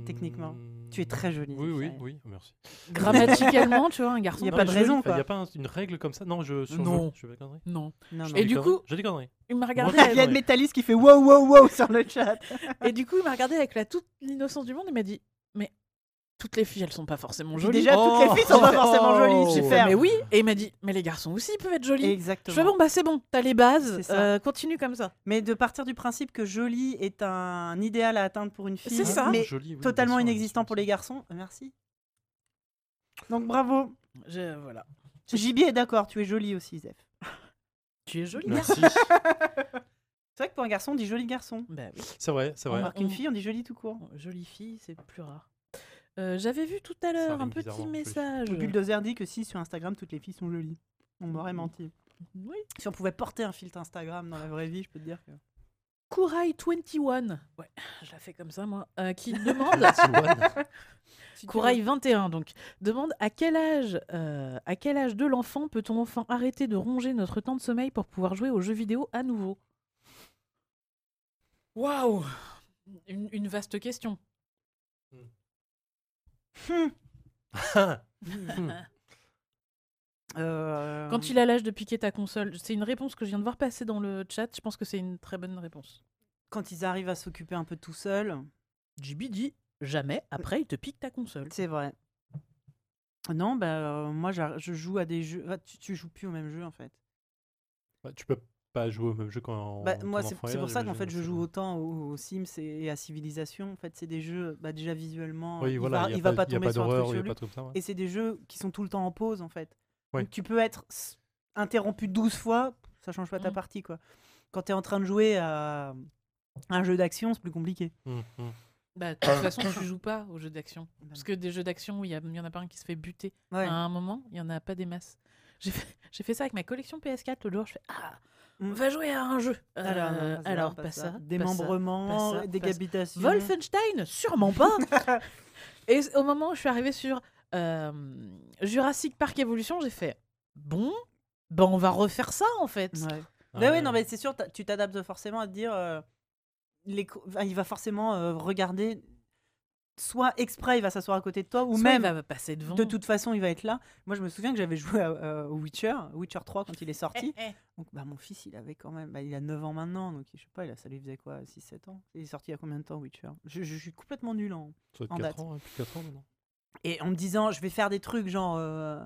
Techniquement. Hmm. Tu es très jolie, Oui, oui, Michael. oui, merci. *laughs* Grammaticalement, tu vois, un garçon. Y a peut pas être de joli. raison, Il n'y quoi. a pas un- une règle comme ça Non, je. je- Non. Je, je fais des conneries. Non. Non, non. Je Et fais du des coup- conneries. J'ai des conneries. Il m'a regardé. Moi, Il y a de métallistes qui fait wow, wow, wow *laughs* sur le chat. *laughs* Et du coup, il m'a regardé avec la toute l'innocence du monde. Il m'a dit Mais toutes les filles, elles sont pas forcément Puis jolies. Déjà, toutes Oh. les filles sont pas forcément jolies. J'ai fait, Super. Mais oui. Et il m'a dit Mais les garçons aussi peuvent être jolis. Je fais Exactement. Bon, bah c'est bon, t'as les bases. C'est ça. euh, continue comme ça. Mais de partir du principe que jolie est un idéal à atteindre pour une fille, C'est ça. mais totalement inexistant pour les garçons. Merci. Donc bravo. Je- voilà. JB est d'accord, tu es jolie aussi, Zef. Tu es jolie. Merci. *laughs* C'est vrai que pour un garçon, on dit joli garçon. Bah oui. C'est vrai, c'est vrai. Alors qu'une On- fille, on dit jolie tout court. Bon, Oh, Jolie fille, c'est plus rare. Euh, J'avais vu tout à Ça l'heure un arrive petit bizarrement, jolie fille. message. Le bulldozer dit que si sur Instagram, toutes les filles sont jolies. On m'aurait menti. Oui. Si on pouvait porter un filtre Instagram dans la vraie vie, je peux te *laughs* dire que. Kourai21. Ouais, je la fais comme ça, moi. Euh, *laughs* qui demande *laughs* Courail 21 donc demande à quel âge euh, à quel âge de l'enfant peut-on enfin arrêter de ronger notre temps de sommeil pour pouvoir jouer aux jeux vidéo à nouveau Waouh une, une vaste question. Hum. Euh, Quand il a l'âge de piquer ta console, c'est une réponse que je viens de voir passer dans le chat. Je pense que c'est une très bonne réponse. quand ils arrivent à s'occuper un peu tout seuls, JB dit jamais. Après, il te pique ta console. c'est vrai. Non, bah, euh, moi j'ar- je joue à des jeux. Ah, tu, tu joues plus au même jeu en fait. Bah, tu peux pas jouer au même jeu quand. Bah, ton moi, c'est enfant est c'est là, pour ça qu'en fait j'imagine, je c'est- joue autant aux, aux Sims et et à Civilisation. En fait, c'est des jeux, bah, déjà visuellement, Oui, il, voilà, va, y a il va pas y a tomber sur un truc d'horreur, sur y a lui. pas de truc comme ça, ouais. Et c'est des jeux qui sont tout le temps en pause, en fait. Ouais. Donc tu peux être s- interrompu 12 fois, ça change pas ta Mm. partie, quoi. Quand tu es en train de jouer à un jeu d'action, c'est plus compliqué. Hum, hum. Bah, de toute *coughs* façon, tu joues pas aux jeux d'action. Parce que des jeux d'action où il y, a- il y en a pas un qui se fait buter. Eh ben Ouais. *laughs* À un moment, il n'y en a pas des masses. J'ai fait, j'ai fait ça avec ma collection PS4 l'autre jour. Je fais Ah, Mm. on va jouer à un jeu. Ah là, non, Euh, pas ça, alors, pas pas, ça. ça. pas Démembrement, pas ça. décapitation. Wolfenstein Sûrement pas *laughs* Et au moment où je suis arrivée sur euh, Jurassic Park Evolution, j'ai fait Bon, ben on va refaire ça en fait Ouais. Ah, Bah ouais, non, mais c'est sûr, t'as- tu t'adaptes forcément à te dire. euh, les co- enfin, il va forcément euh, regarder. Soit exprès, il va s'asseoir à côté de toi, ou Soit même. il va passer devant. De toute façon, il va être là. Moi, je me souviens que j'avais joué à, euh, au Witcher, Witcher 3 quand il est *laughs* sorti. Eh, Donc, bah, mon fils, il avait quand même. bah, il a 9 ans maintenant, donc je sais pas, il a, ça lui faisait quoi 6-7 ans Il est sorti il y a combien de temps, Witcher je, je suis complètement nul en. Ça doit en être date. 4 ans, hein, plus de 4 ans maintenant. Et en me disant, je vais faire des trucs genre. euh,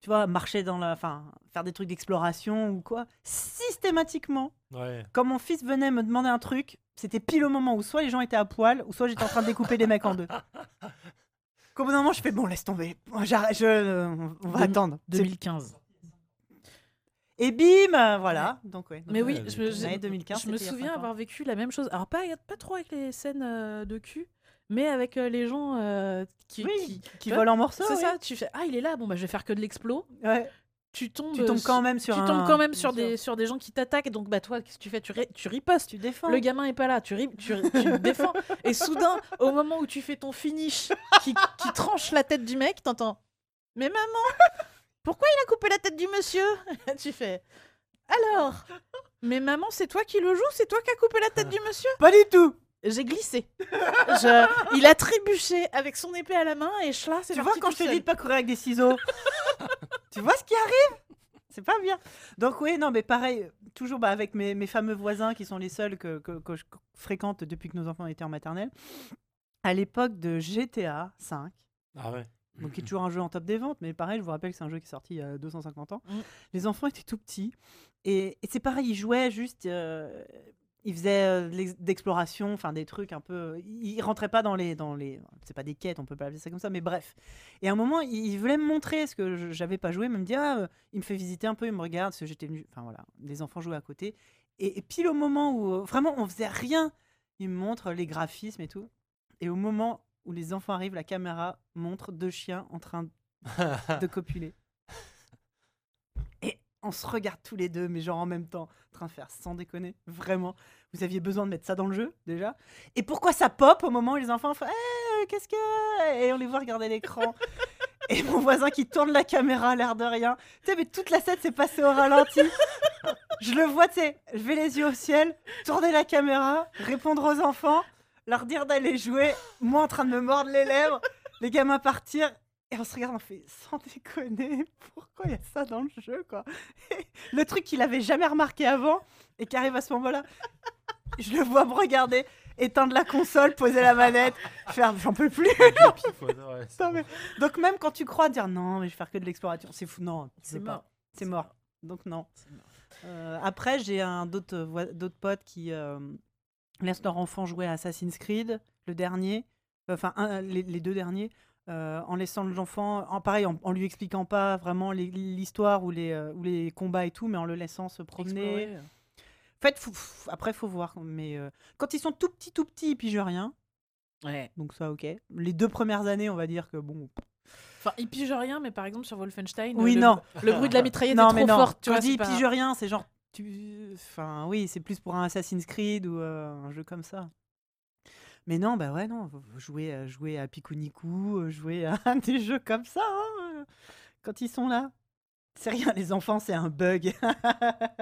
tu vois, marcher dans la. Enfin, faire des trucs d'exploration ou quoi. Systématiquement, *laughs* Ouais. quand mon fils venait me demander un truc, c'était pile au moment où soit les gens étaient à poil, ou soit j'étais en train de découper des mecs en deux. Qu'au bout d'un moment, je fais bon, laisse tomber. J'arrête, je- euh, on va Deux- attendre. C'est 2015. Et bim, euh, voilà. Donc ouais. Donc, Mais euh, oui, Ouais, je me, j'ai- l'année j'ai- 2015. je me c'était il y a souviens cinq ans. avoir vécu la même chose. Alors, pas, pas trop avec les scènes euh, de cul, mais avec euh, les gens euh, qui. Oui, qui- qui, qui Ouais, vole en morceaux. C'est oui. ça, tu fais Ah, il est là, bon, bah, je vais faire que de l'explo. Ouais. Tu tombes, euh, Tu tombes sur- quand même sur tu un. tombes quand même sur Bien sûr. des, sur des gens qui t'attaquent, donc bah toi, qu'est-ce que tu fais tu, ré- tu ripostes. Tu défends. Le gamin est pas là, tu, ri- tu, tu te défends. Et soudain, au moment où tu fais ton finish qui, qui tranche la tête du mec, t'entends Mais maman, pourquoi il a coupé la tête du monsieur *laughs* Tu fais Alors Mais maman, c'est toi qui le joues C'est toi qui as coupé la tête du monsieur Pas du tout. J'ai glissé. Je- Il a trébuché avec son épée à la main et là, c'est Tu vois parti quand tout je te seul. dis de pas courir avec des ciseaux. *laughs* tu vois ce qui arrive C'est pas bien. Donc oui, non, mais pareil, toujours bah, avec mes, mes fameux voisins qui sont les seuls que, que, que je fréquente depuis que nos enfants étaient en maternelle. À l'époque de GTA 5, Ah ouais. donc qui est toujours un jeu en top des ventes, mais pareil, je vous rappelle que c'est un jeu qui est sorti il y a 250 ans. Mm. Les enfants étaient tout petits, et, et c'est pareil, ils jouaient juste, euh, ils faisaient euh, de l'ex- d'exploration, enfin des trucs un peu, ils ils rentraient pas dans les, dans les, c'est pas des quêtes, on peut pas appeler ça comme ça, mais bref. Et à un moment, ils ils voulaient me montrer ce que je- j'avais pas joué, me me dire, ah, euh, il me fait visiter un peu, il me regarde, parce que j'étais venu, enfin voilà, les enfants jouaient à côté, et, et pile au moment où euh, vraiment on faisait rien, ils me montrent les graphismes et tout. Et au moment où les enfants arrivent, la caméra montre deux chiens en train de copuler. Et on se regarde tous les deux, mais genre en même temps, en train de faire sans déconner, vraiment. Vous aviez besoin de mettre ça dans le jeu déjà. Et pourquoi ça pop au moment où les enfants font Eh, qu'est-ce que Et on les voit regarder l'écran. Et mon voisin qui tourne la caméra, l'air de rien. Tu sais, mais toute la scène s'est passée au ralenti. *laughs* Je le vois, tu sais, lever les yeux au ciel, tourner la caméra, répondre aux enfants, leur dire d'aller jouer, moi en train de me mordre les lèvres, les gamins partir. Et on se regarde, on fait sans déconner, pourquoi il y a ça dans le jeu, quoi *laughs* Le truc qu'il avait jamais remarqué avant et qui arrive à ce moment-là, je le vois me regarder, éteindre la console, poser la manette, faire j'en peux plus. *laughs* *laughs* Putain, mais- Donc même quand tu crois dire non, mais je vais faire que de l'exploration, c'est fou, non, tu C'est peux pas. mort. c'est mort. Donc non. C'est mort. Euh, après, j'ai un d'autres voi- d'autres potes qui euh, laissent leur enfant jouer à Assassin's Creed, le dernier, enfin un- les, les deux derniers, euh, en laissant l'enfant, en pareil, en, en lui expliquant pas vraiment les- l'histoire ou les euh, ou les combats et tout, mais en le laissant se promener. Explorer. En fait, faut- faut- après, faut voir. Mais euh, quand ils sont tout petits, tout petits, ils pigent rien. Ouais. Donc ça, ok. Les deux premières années, on va dire que bon. Enfin, il pige rien, mais par exemple sur Wolfenstein, Oui, le, non. *laughs* le bruit de la mitraillette non, est mais trop non. fort. Tu Quand vois, je dis c'est pas- pige rien, c'est genre. Tu... Enfin, oui, c'est plus pour un Assassin's Creed ou euh, un jeu comme ça. Mais non, bah ouais, non. faut- faut Jouer, à- jouer à Pikuniku, euh, jouer à *laughs* des jeux comme ça, hein, euh, quand ils sont là. C'est rien, les enfants, c'est un bug. *laughs*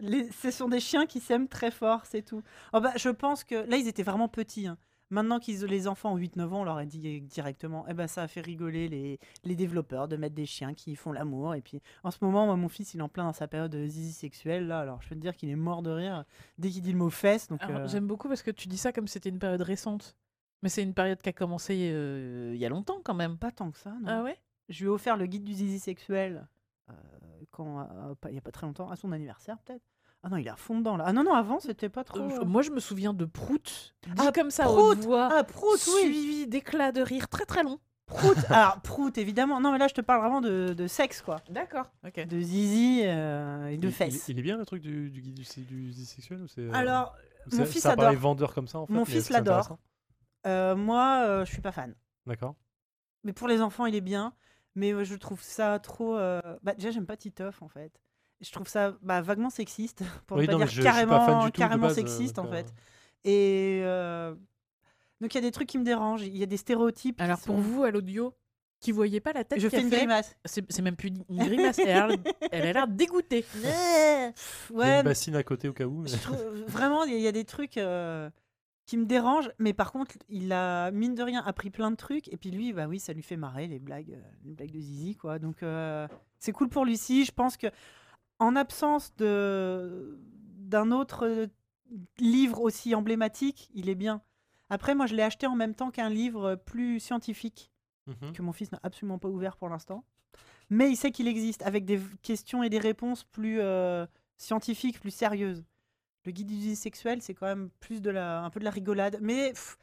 Les- ce sont des chiens qui s'aiment très fort, c'est tout. Oh bah, je pense que là, ils étaient vraiment petits. hein. Maintenant qu'ils les enfants ont 8-9 ans, on leur a dit directement, eh ben ça a fait rigoler les, les développeurs de mettre des chiens qui font l'amour. Et puis en ce moment, moi, mon fils, il est en plein dans sa période de zizi sexuelle. Là, alors je peux te dire qu'il est mort de rire dès qu'il dit le mot fesse. Donc, Alors, euh, J'aime beaucoup parce que tu dis ça comme si c'était une période récente. Mais c'est une période qui a commencé euh, il y a longtemps quand même. pas tant que ça. non. Ah ouais Je lui ai offert le guide du zizi sexuel euh, quand, euh, pas- il y a pas très longtemps, à son anniversaire peut-être. Ah non, il est à fond dedans là. Ah non, non, avant, c'était pas trop. Euh, je- euh, Moi je me souviens de Prout. Dit Ah, comme ça, Prout haute voix. Ah, Prout, oui Suivi d'éclats de rire très très long. *laughs* Prout Alors, Prout, évidemment. Non, mais là, je te parle vraiment de, de sexe, quoi. D'accord. Ok. De zizi euh, et de il, il, fesses. il est bien le truc du, du, guide du, du, sexuel ou c'est euh, Alors, ou mon ça- fils ça paraît adore. vendeur comme ça en fait Mon mais fils c'est l'adore. intéressant. euh, moi, euh, je suis pas fan. D'accord. Mais pour les enfants, il est bien. Mais euh, je trouve ça trop. euh, Bah, déjà, j'aime pas Titoff en fait. je trouve ça bah, vaguement sexiste, *laughs* pour Oui, ne pas non, mais dire je- je suis pas fan carrément, du tout de carrément base, euh, sexiste en donc, fait. euh, Et euh, donc il y a des trucs qui me dérangent, il y a des stéréotypes. qui Alors pour sont- vous, à l'audio, qui voyez pas la tête je qu'elle fais une fait, grimace. c'est c'est même plus une grimace, elle a l'air- elle a l'air dégoûtée. il y a Ouais, une bassine à côté au cas où. *laughs* mais- je trouve- vraiment, il y, a- il y a des trucs euh, qui me dérangent, mais par contre, il a mine de rien appris plein de trucs. Et puis lui, bah oui, ça lui fait marrer les blagues, euh, les blagues de Zizi, quoi. Donc euh, c'est cool pour Lucie. Je pense que en absence de d'un autre euh, livre aussi emblématique, il est bien. Après, moi, je l'ai acheté en même temps qu'un livre euh, plus scientifique Mhm. que mon fils n'a absolument pas ouvert pour l'instant. Mais il sait qu'il existe, avec des v- questions et des réponses plus euh, scientifiques, plus sérieuses. Le guide du désir sexuel, c'est quand même plus de la, un peu de la rigolade. Mais. pff,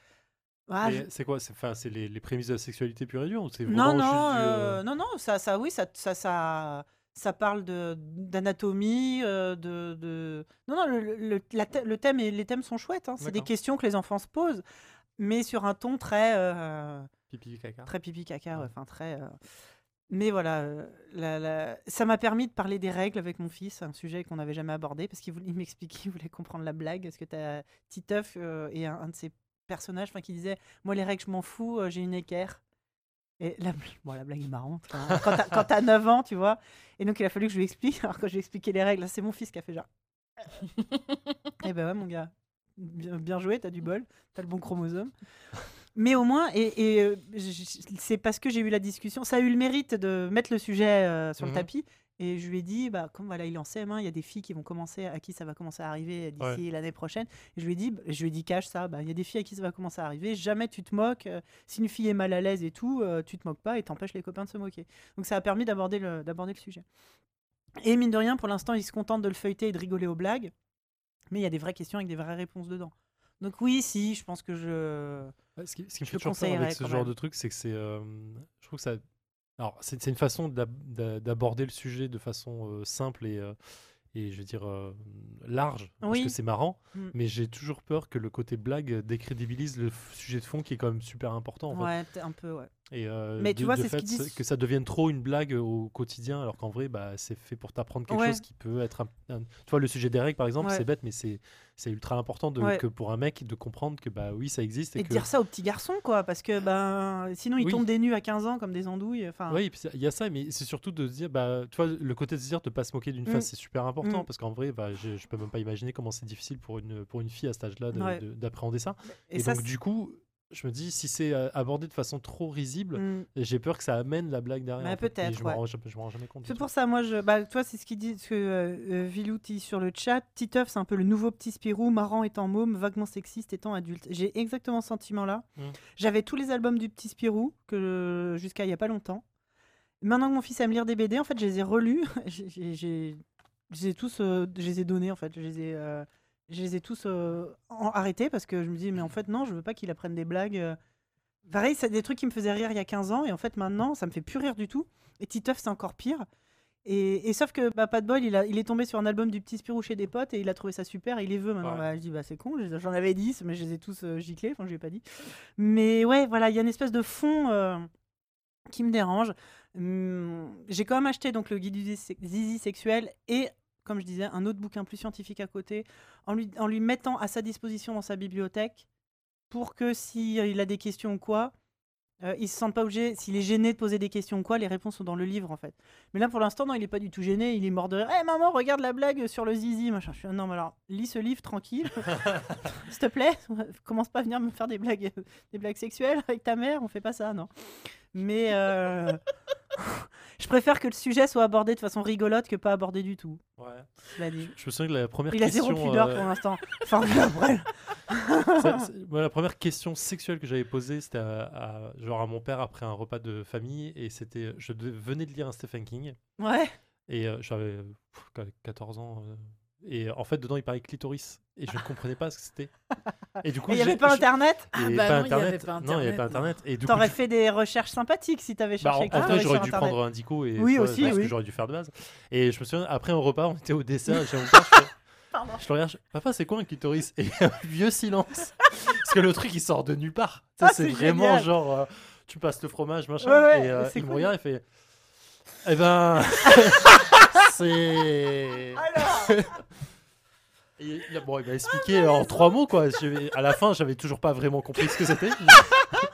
ah, Mais je- C'est quoi C'est enfin, c'est les, les prémices de la sexualité pure et dure ou c'est Non, vraiment non, juste du, euh, euh, non, non, ça, ça, oui, ça, ça, ça, ça parle de- d'anatomie, euh, de, de. Non, non, le, le- la thè- le thème et les thèmes sont chouettes. hein. C'est des D'accord. questions que les enfants se posent, mais sur un ton très. euh, pipi caca Très pipi caca, ouais, Ouais. enfin très. euh, Mais voilà, euh, la- la- ça m'a permis de parler des règles avec mon fils, un sujet qu'on n'avait jamais abordé, parce qu'il voulait- il m'expliquait, il voulait comprendre la blague, parce que tu as Titeuf euh, et un, un de ses personnages enfin, qui disait Moi, les règles, je m'en fous, euh, j'ai une équerre. *laughs* Et la, bon, la blague est marrante. hein. Quand t'as- quand t'as 9 ans, tu vois. Et donc, il a fallu que je lui explique. *laughs* Alors, quand je lui ai expliqué les règles, là, c'est mon fils qui a fait genre. *laughs* Eh ben ouais, mon gars. Bien, bien joué, t'as du bol. T'as le bon chromosome. Mais au moins, et, et, euh, j- j- c'est parce que j'ai eu la discussion. Ça a eu le mérite de mettre le sujet euh, sur le Mhm. tapis. Et je lui ai dit, bah, comme voilà, il est en CM1, il y a des filles qui vont commencer, à qui ça va commencer à arriver d'ici l'année prochaine. Et je lui ai dit, je lui ai dit, cache ça. Bah, il y a des filles à qui ça va commencer à arriver. Jamais tu te moques. euh, si une fille est mal à l'aise et tout, euh, tu te moques pas et t'empêches les copains de se moquer. Donc ça a permis d'aborder le, d'aborder le sujet. Et mine de rien, pour l'instant, ils se contentent de le feuilleter et de rigoler aux blagues. Mais il y a des vraies questions avec des vraies réponses dedans. Donc oui, si, je pense que je... Ouais, Ce qui, ce qui me fait Je toujours peur conseillerais avec ce quand genre même. de truc, c'est que c'est. euh, je trouve que ça. Alors, c'est c'est une façon d'ab- d'a- d'aborder le sujet de façon euh, simple et, euh, et, je veux dire, euh, large, parce Oui. que c'est marrant, Mm. mais j'ai toujours peur que le côté blague décrédibilise le f- sujet de fond qui est quand même super important. En fait. Ouais, peut-être un peu, ouais. Et, euh, Mais tu de- vois, de c'est ce fait, qu'ils disent. c'est- Que ça devienne trop une blague au quotidien, alors qu'en vrai, bah, c'est fait pour t'apprendre quelque Ouais. chose qui peut être. un- un- Tu vois, le sujet des règles, par exemple, Ouais. c'est bête, mais c'est c'est ultra important de, Ouais. que pour un mec de comprendre que, bah oui, ça existe. Et, Et de que, dire ça aux petits garçons, quoi, parce que ben, sinon ils Oui. tombent des nus à 15 ans comme des andouilles. Enfin, Oui, puis c'est- il y a ça, mais c'est surtout de se dire, bah, tu vois, le côté de se dire de pas se moquer d'une Mm. face, c'est super important Mm. parce qu'en vrai, bah, je, je peux même pas imaginer comment c'est difficile pour une pour une fille à cet âge-là de- Ouais. de- d'appréhender ça. et, Et, ça, donc c'est- du coup, je me dis, si c'est euh, abordé de façon trop risible, Mm. j'ai peur que ça amène la blague derrière. Mais en fait, et bah, peut-être, Je m'en ouais. rends, je m'en rends jamais compte. C'est du pour ça, moi, je, bah, toi, c'est ce qu'il dit, ce que euh, euh, Vilou dit sur le chat. Titeuf, c'est un peu le nouveau petit Spirou, marrant étant môme, vaguement sexiste étant adulte. J'ai exactement ce sentiment-là. Mm. J'avais tous les albums du petit Spirou que jusqu'à il y a pas longtemps. Maintenant que mon fils aime lire des BD, en fait, je les ai relus. *laughs* j'ai, j'ai- j'ai- je les ai tous, euh, je les ai donnés, en fait. Je les ai, euh, je les ai tous euh, en- arrêtés parce que je me dis, mais en fait, non, je veux pas qu'il apprenne des blagues. euh. Pareil, c'est des trucs qui me faisaient rire il y a 15 ans et en fait, maintenant, ça me fait plus rire du tout. Et Titeuf, c'est encore pire. Et, et sauf que bah, pas de bol, il, a- il est tombé sur un album du petit Spirou chez des potes et il a trouvé ça super et il les veut maintenant. Ouais. Bah, je dis, bah, c'est con, j'ai- j'en avais 10, mais je les ai tous euh, giclés, enfin, je lui ai pas dit. Mais ouais, voilà, il y a une espèce de fond euh, qui me dérange. Hum, j'ai quand même acheté donc le guide du zizi zizi sexuel et, comme je disais, un autre bouquin plus scientifique à côté, en lui, en lui mettant à sa disposition dans sa bibliothèque pour que s'il il a des questions ou quoi, euh, il se sente pas obligé, s'il est gêné de poser des questions ou quoi, les réponses sont dans le livre en fait. Mais là pour l'instant, non, il est pas du tout gêné, il est mort de rire. Eh maman, regarde la blague sur le zizi, machin. Je suis, non, mais alors, lis ce livre *laughs* tranquille, s'il te plaît, *laughs* commence pas à venir me faire des blagues, des blagues sexuelles avec ta mère, on fait pas ça, non. Mais euh, *laughs* je préfère que le sujet soit abordé de façon rigolote que pas abordé du tout. tout. Ouais. cela dit. Je me souviens que la première Il a question, zéro pudeur euh, pour l'instant. Enfin, après, Ça, *laughs* c'est- moi, la première question sexuelle que j'avais posée, c'était à, à- genre à mon père après un repas de famille, et c'était, je devais- venais de lire un Stephen King, ouais. et euh, j'avais euh, pff, qu- 14 ans, euh, et en fait dedans il parlait clitoris, et je ne comprenais pas ce que c'était. Et du coup, Ah. Il n'y j'ai- avait pas je- Internet et pas bah non, il y avait internet. pas Non, il y avait pas Internet, non. internet. Et du coup, T'aurais tu- fait des recherches sympathiques si t'avais bah, en- cherché en clitoris vrai, j'aurais sur dû Internet. prendre un dico et Oui, tu vois, aussi, parce oui. que j'aurais dû faire de base. Et je me souviens, après au repas, on était au dessert, et j'ai mon père, je fais- Pardon. je le regarde, je fais, papa, c'est quoi un clitoris Et un vieux silence. Parce que le truc, il sort de nulle part. Ça, Ah, c'est c'est vraiment génial. genre, euh, tu passes le fromage, machin. Ouais, ouais, et euh, c'est il me cool. *laughs* regarde, il fait, eh ben. c'est. Il, il a- bon, il m'a expliqué en trois mots, quoi. J'ai- à la fin, j'avais toujours pas vraiment compris ce que c'était.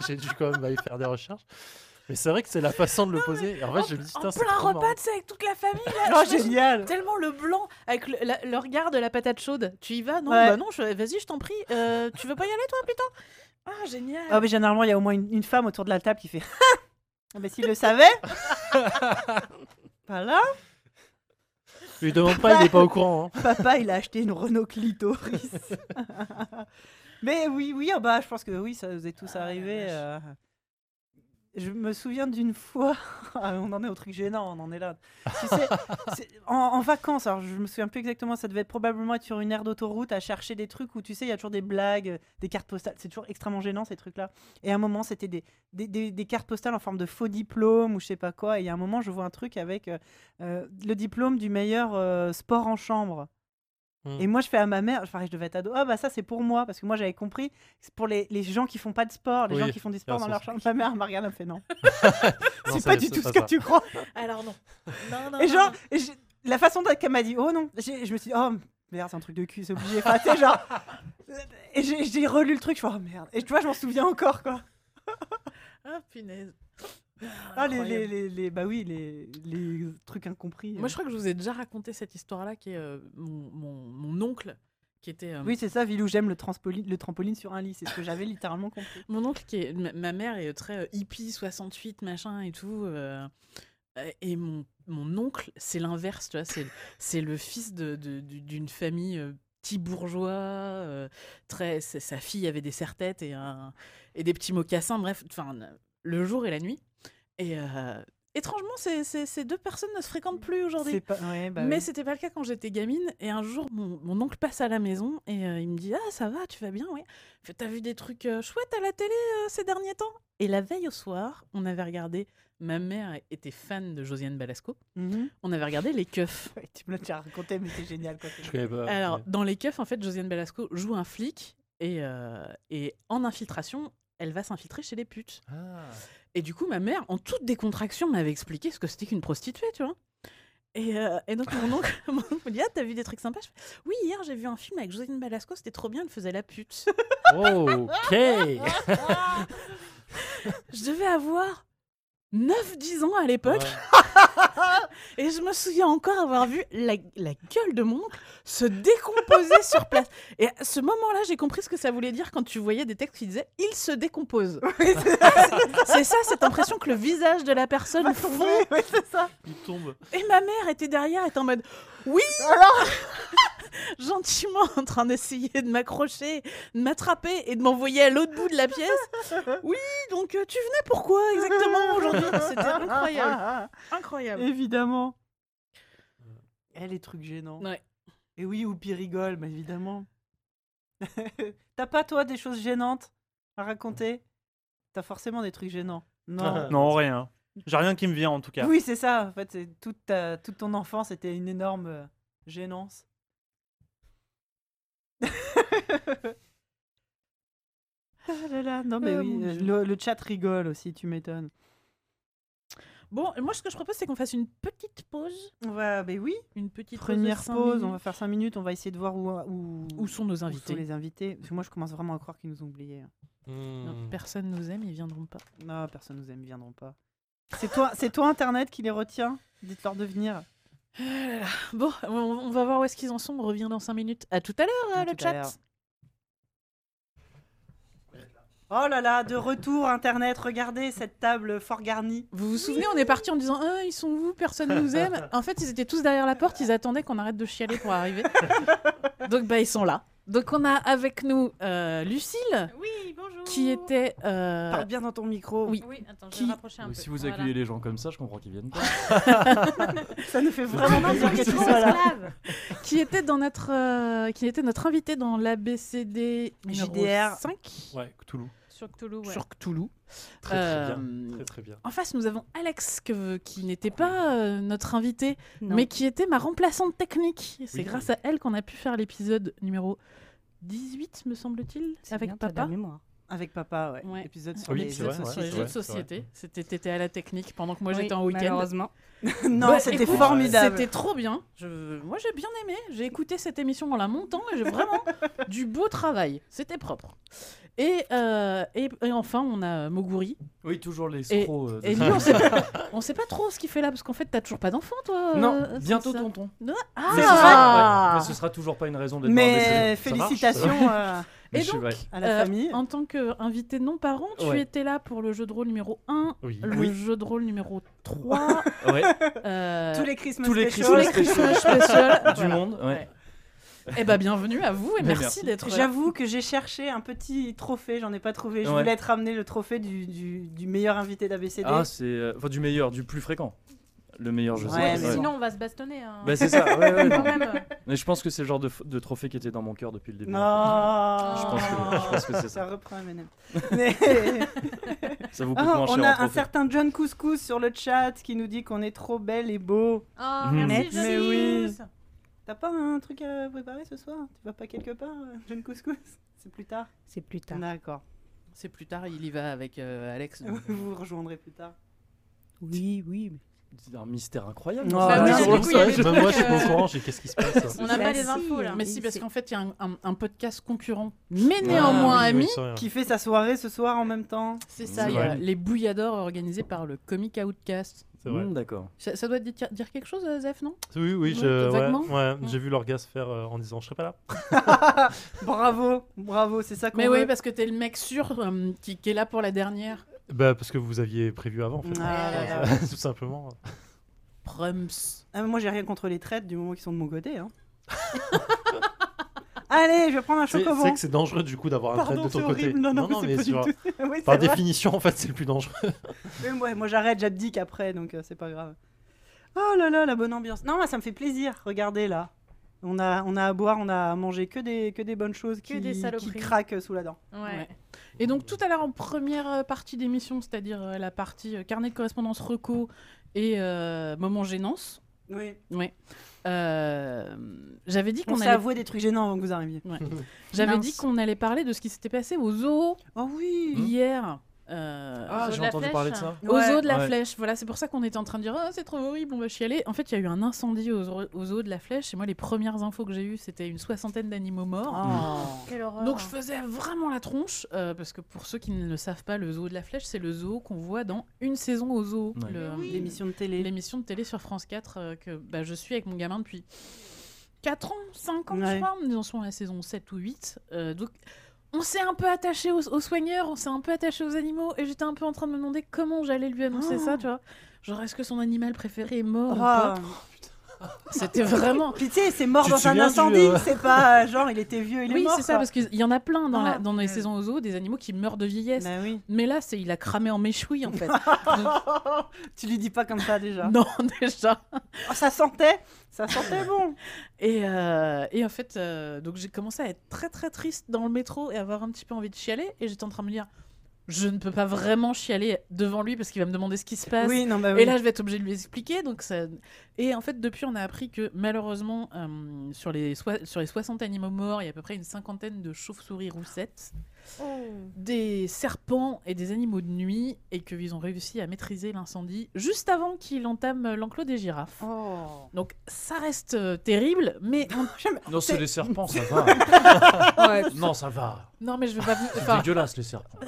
J'ai dû quand même aller faire des recherches. Mais c'est vrai que c'est la façon de le poser. Et en fait, je me dis, putain, En c'est plein trop marrant. repas, tu sais, avec toute la famille. Oh, Là, je t'imagine génial Tellement le blanc avec le, la- le regard de la patate chaude. Tu y vas Non, Ouais. bah non, je- vas-y, je t'en prie. Euh, tu veux pas y aller, toi, putain Ah, génial. Ah, mais généralement, il y a au moins une, une femme autour de la table qui fait *laughs* Ah, Mais s'il le savait Voilà Je lui demande pas, il n'est pas au courant. *laughs* hein. Papa, il a acheté une Renault Clitoris *laughs* Mais oui, oui, ah bah, je pense que oui, ça vous est tous arrivé. euh. Je me souviens d'une fois, *laughs* Ah, on en est au truc gênant, on en est là. Tu sais, c'est- en, en vacances, alors je me souviens plus exactement, ça devait probablement être sur une aire d'autoroute à chercher des trucs où tu sais, il y a toujours des blagues, des cartes postales, c'est toujours extrêmement gênant ces trucs-là. Et à un moment, c'était des, des, des- des cartes postales en forme de faux diplôme ou je sais pas quoi. Et à un moment, je vois un truc avec euh, euh, le diplôme du meilleur euh, sport en chambre. Hmm. Et moi, je fais à ma mère, enfin, je devais être ado, ah bah ça c'est pour moi, parce que moi j'avais compris, c'est pour les, les gens qui font pas de sport, les Oui, gens qui font du sport un dans leur sens. chambre. Ma mère m'a regardé, elle me fait non, *laughs* *laughs* Non, c'est ça- pas du c'est tout ce pas que ça. tu *laughs* crois. Alors non. Non, non. Et non, genre, non. et j'ai- la façon dont elle m'a dit oh non, j'ai- je me suis dit oh merde, c'est un truc de cul, c'est obligé. Enfin, tu sais, genre. Et j'ai j'ai relu le truc, je suis oh merde. Et tu vois, je m'en souviens encore quoi. Ah, punaise. Ah, les, les, Incroyable. les, les- bah oui, les, les trucs incompris. euh. Moi, je crois que je vous ai déjà raconté cette histoire-là, qui est euh, mon, mon- mon oncle, qui était. euh, Oui, c'est ça, Vilou, j'aime le, transpoline- le trampoline sur un lit, c'est ce que j'avais littéralement compris. Mon oncle, qui est, ma, ma mère est très euh, hippie, 68, machin et tout. euh, euh, et mon, mon oncle, c'est l'inverse, tu vois. C'est, c'est le fils de, de- du- d'une famille euh, petit bourgeois. euh, très, sa- sa fille avait des serre-têtes et, un- et des petits mocassins, bref, enfin, le jour et la nuit. Et euh, étrangement, ces- ces- ces deux personnes ne se fréquentent plus aujourd'hui. Mmh. C'est pas. Ouais, bah Mais oui. c'était pas le cas quand j'étais gamine. Et un jour, mon, mon oncle passe à la maison et euh, il me dit Ah, ça va, tu vas bien, oui. Il fait, T'as vu des trucs euh, chouettes à la télé euh, ces derniers temps Et la veille au soir, on avait regardé. Ma mère était fan de Josiane Balasco. Mhm. On avait *laughs* regardé Les Keufs. Ouais, tu me l'as déjà raconté, mais c'est génial quoi. Je connais pas. Alors, dans Les Keufs, en fait, Josiane Balasco joue un flic et, euh, et en infiltration, elle va s'infiltrer chez les putes. Ah. Et du coup, ma mère, en toute décontraction, m'avait expliqué ce que c'était qu'une prostituée, tu vois. Et, euh, et donc, mon oncle, *laughs* mon oncle me dit Ah, t'as vu des trucs sympas Je fais, Oui, hier, j'ai vu un film avec Josine Balasco, c'était trop bien, elle faisait la pute. *laughs* Ok. je devais avoir 9-10 ans à l'époque, *laughs* et je me souviens encore avoir vu la, la gueule de mon oncle se *laughs* décomposer sur place. Et à ce moment-là, j'ai compris ce que ça voulait dire quand tu voyais des textes qui disaient Il se décompose. *laughs* c'est ça, cette impression que le visage de la personne fond Oui, oui, c'est ça. Il tombe. Et ma mère était derrière, était en mode *laughs* Oui *laughs* Gentiment en train d'essayer de m'accrocher, de m'attraper et de m'envoyer à l'autre bout de la pièce. Oui, donc euh, tu venais pourquoi exactement aujourd'hui C'était incroyable. *laughs* Incroyable. Évidemment. Eh, les trucs gênants. Ouais. Et oui, Oupi rigole, mais évidemment. *laughs* T'as pas, toi, des choses gênantes à raconter T'as forcément des trucs gênants. *laughs* Non. Non, rien. J'ai rien qui me vient en tout cas. oui, c'est ça. En fait, c'est toute, ta- toute ton enfance était une énorme euh, gênance. Ah là là, Non, mais Ah, oui, mon euh, Dieu. le, le chat rigole aussi, tu m'étonnes. Bon, moi ce que je propose, c'est qu'on fasse une petite pause. Ouais, mais ben oui, Une petite pause de première cinq pause, on va minutes. faire 5 minutes, on va essayer de voir où, où, Où sont nos où invités les invités. Parce que moi, je commence vraiment à croire qu'ils nous ont oubliés. hein. Non, Hmm. Personne nous aime, ils viendront pas. Non, personne nous aime, ils viendront pas. C'est toi, c'est toi Internet qui les retient Dites-leur de venir. Ah Bon, on, on va voir où est-ce qu'ils en sont. On revient dans 5 minutes. À tout à l'heure, À euh, le tout à l'heure. chat. Oh là là, de retour Internet, regardez cette table fort garnie. Vous vous souvenez, on est parti en disant Ah, ils sont où Personne nous aime. En fait, ils étaient tous derrière la porte, ils attendaient qu'on arrête de chialer pour arriver. Donc, bah, ils sont là. Donc, on a avec nous euh, Lucille, Oui, bonjour. qui était. euh, Parle bien dans ton micro. oui. Oui, attends, je Qui- vais rapprocher un peu. si vous Voilà. accueillez les gens comme ça, je comprends qu'ils viennent pas. Ça nous fait vraiment Non, plaisir mais que ils tu sont sois là. *laughs* esclaves. qui était dans notre euh, qui était notre invité dans l'ABCD JDR. 5 Ouais, Cthulhu. Sur Cthulhu, ouais. sur Cthulhu. Très, très bien. Euh, Très, très bien. En face, nous avons Alex que- qui n'était pas euh, notre invité, Non. mais qui était ma remplaçante technique. C'est Oui. grâce à elle qu'on a pu faire l'épisode numéro 18, me semble-t-il, C'est avec bien, t'as de la papa. mémoire. Avec papa, ouais. Ouais. Épisode sur Ah oui, les c'est jeux vrai, de ouais. Sur les c'est société. jeux de vrai, c'est vrai. société. C'était t'étais à la technique pendant que moi Oui, j'étais en week-end. *laughs* Malheureusement. Non, Bah, c'était écoute, formidable. C'était trop bien. Je- Moi j'ai bien aimé. J'ai écouté cette émission en la montant et *laughs* j'ai vraiment du beau travail. C'était propre. Et, euh, et, et enfin on a euh, Moguri. Oui, toujours l'escroc. euh, de- Et lui on sait *laughs* pas, on sait pas trop ce qu'il fait là parce qu'en fait t'as toujours pas d'enfant toi. euh, Non, c'est bientôt ça. tonton. Ah Mais ce sera, ouais, mais ce sera toujours pas une raison d'être Mais bordé, ça- ça marche, ça. félicitations euh, Mais Et je- donc, ouais. à la Euh, famille. En tant qu'invité non parent, tu Ouais. étais là pour le jeu de rôle numéro 1, Oui. le Oui. jeu de rôle numéro *laughs* 3, Ouais, Tous les Christmas tous les specials. Christmas les Christmas special. du monde. ouais. Eh ben bienvenue à vous et Mais merci, merci. d'être là. J'avoue que j'ai cherché un petit trophée, j'en ai pas trouvé. Je Ouais. voulais te ramener le trophée du, du- du meilleur invité d'ABCD. Ah, c'est euh, enfin, du meilleur, du plus fréquent. Le meilleur, je Ouais, sais. mais pas. Ouais. Sinon, on va se bastonner. hein. Bah, c'est ça. ouais, ouais, Quand non. même. Mais je pense que c'est le genre de, f- de trophée qui était dans mon cœur depuis le début. non. Je pense que, je pense que c'est ça ça. *laughs* reprend M&M. Mais- Ça vous coûte Ah, moins cher on en a un trophée. certain John Couscous sur le chat qui nous dit qu'on est trop belle et beau. Oh, Mhm. merci, Mais Johnny. oui. T'as pas un truc à préparer ce soir Tu vas pas quelque part, euh, John Couscous C'est plus tard. C'est plus tard. D'accord. C'est plus tard, il y va avec euh, Alex. donc, Vous vous rejoindrez plus tard. oui, oui. mais- C'est un mystère incroyable. Non, ça. Bah oui, mais Ah, sur du le coup, il y site, avait le Même truc, moi, je suis pas euh, au courant, j'ai qu'est-ce qui se passe. On n'a pas Bah les si, infos là. hein. Mais Et si, parce c'est- qu'en fait, il y a un, un- un podcast concurrent, mais Ah, néanmoins oui, ami. Oui, c'est vrai. Qui fait sa soirée ce soir en même temps C'est C'est ça, il y a vrai. les bouilladors organisés par le Comic Outcast. C'est vrai. Hmm, D'accord. Ça, ça doit te dire, dire quelque chose, euh, Zef, non *laughs* Oui, oui, Ouais, je- ouais, vaguement. ouais, Mm. j'ai vu l'orgasme faire euh, en disant je serai pas là. *laughs* Bravo, bravo, c'est ça qu'on Mais veut. oui, parce que t'es le mec sûr euh, qui, qui est là pour la dernière. Bah, parce que vous aviez prévu avant, en fait. Ah là là. *laughs* Tout simplement. Prums. Ah, mais moi, j'ai rien contre les traites du moment qu'ils sont de mon côté. hein. *laughs* Allez, je vais prendre un C'est c'est chocobon. que c'est dangereux du coup d'avoir un trait Pardon, de c'est ton côté. horrible. Non, non, mais c'est pas tu vois, du tout. *laughs* par Oui, c'est vrai. définition, en fait, c'est le plus *laughs* dangereux. Mais moi, moi, j'arrête, j'abdique après, donc euh, c'est pas grave. Oh là là, la bonne ambiance. Non, ça me fait plaisir. Regardez là. On a, on a à boire, on a à manger que des, que des bonnes choses Que qui, des qui saloperies. craquent euh, sous la dent. Ouais. Et donc tout à l'heure en première euh, partie d'émission, c'est-à-dire euh, la partie euh, carnet de correspondance reco et euh, moment gênance, Oui. euh, j'avais dit On qu'on s'est allait, avoué des trucs gênants avant que vous arriviez. j'avais Mince. dit qu'on allait parler de ce qui s'était passé au zoo Oh oui. hier. euh, Ah, Jeu j'ai de la entendu flèche, parler de ça. Au zoo de la Ouais. Flèche, voilà, c'est pour ça qu'on était en train de dire oh, c'est trop horrible, on va chialer. En fait, il y a eu un incendie au zoo, au zoo de la Flèche, et moi, les premières infos que j'ai eues, c'était une soixantaine d'animaux morts. Oh. Ah. Quelle horreur. Donc, je faisais vraiment la tronche, euh, parce que pour ceux qui ne le savent pas, le zoo de la Flèche, c'est le zoo qu'on voit dans Une saison au zoo, Ouais. le- Mais oui. L'émission de télé. l'émission de télé sur France 4 euh, que bah, je suis avec mon gamin depuis 4 ans, 5 ans, Ouais. je crois. Nous en sommes à la saison 7 ou 8. Euh, donc, on s'est un peu attaché aux, aux soigneurs, on s'est un peu attaché aux animaux, et j'étais un peu en train de me demander comment j'allais lui annoncer Oh. ça, tu vois. Genre, est-ce que son animal préféré est mort ou Oh. pas C'était vraiment. Puis tu sais, c'est mort Tu te dans un souviens du, incendie. euh, C'est pas euh, genre il était vieux, il est Oui, mort. c'est ça, quoi. parce qu'il y en a plein dans, la- Ah. dans les Ouais. saisons aux zoo, des animaux qui meurent de vieillesse. Bah oui. Mais là, c'est il a cramé en méchoui, en fait. *laughs* tu lui dis pas comme ça déjà. *laughs* non, déjà. Oh, ça sentait, ça sentait bon. Et, euh, et en fait, euh, donc j'ai commencé à être très très triste dans le métro et avoir un petit peu envie de chialer. Et j'étais en train de me dire, je ne peux pas vraiment chialer devant lui parce qu'il va me demander ce qui se passe. Oui, non, bah oui. Et là, je vais être obligée de lui expliquer. Donc ça... Et en fait, depuis, on a appris que malheureusement, euh, sur, les soi- sur les 60 animaux morts, il y a à peu près une cinquantaine de chauves-souris roussettes, Oh. des serpents et des animaux de nuit, et qu'ils ont réussi à maîtriser l'incendie juste avant qu'il entame euh, l'enclos des girafes. Oh. Donc ça reste euh, terrible, mais *laughs* en Non, c'est les serpents, ça va. Non, ça va. Non, mais je veux pas. vous- C'est Enfin, dégueulasse, les serpents.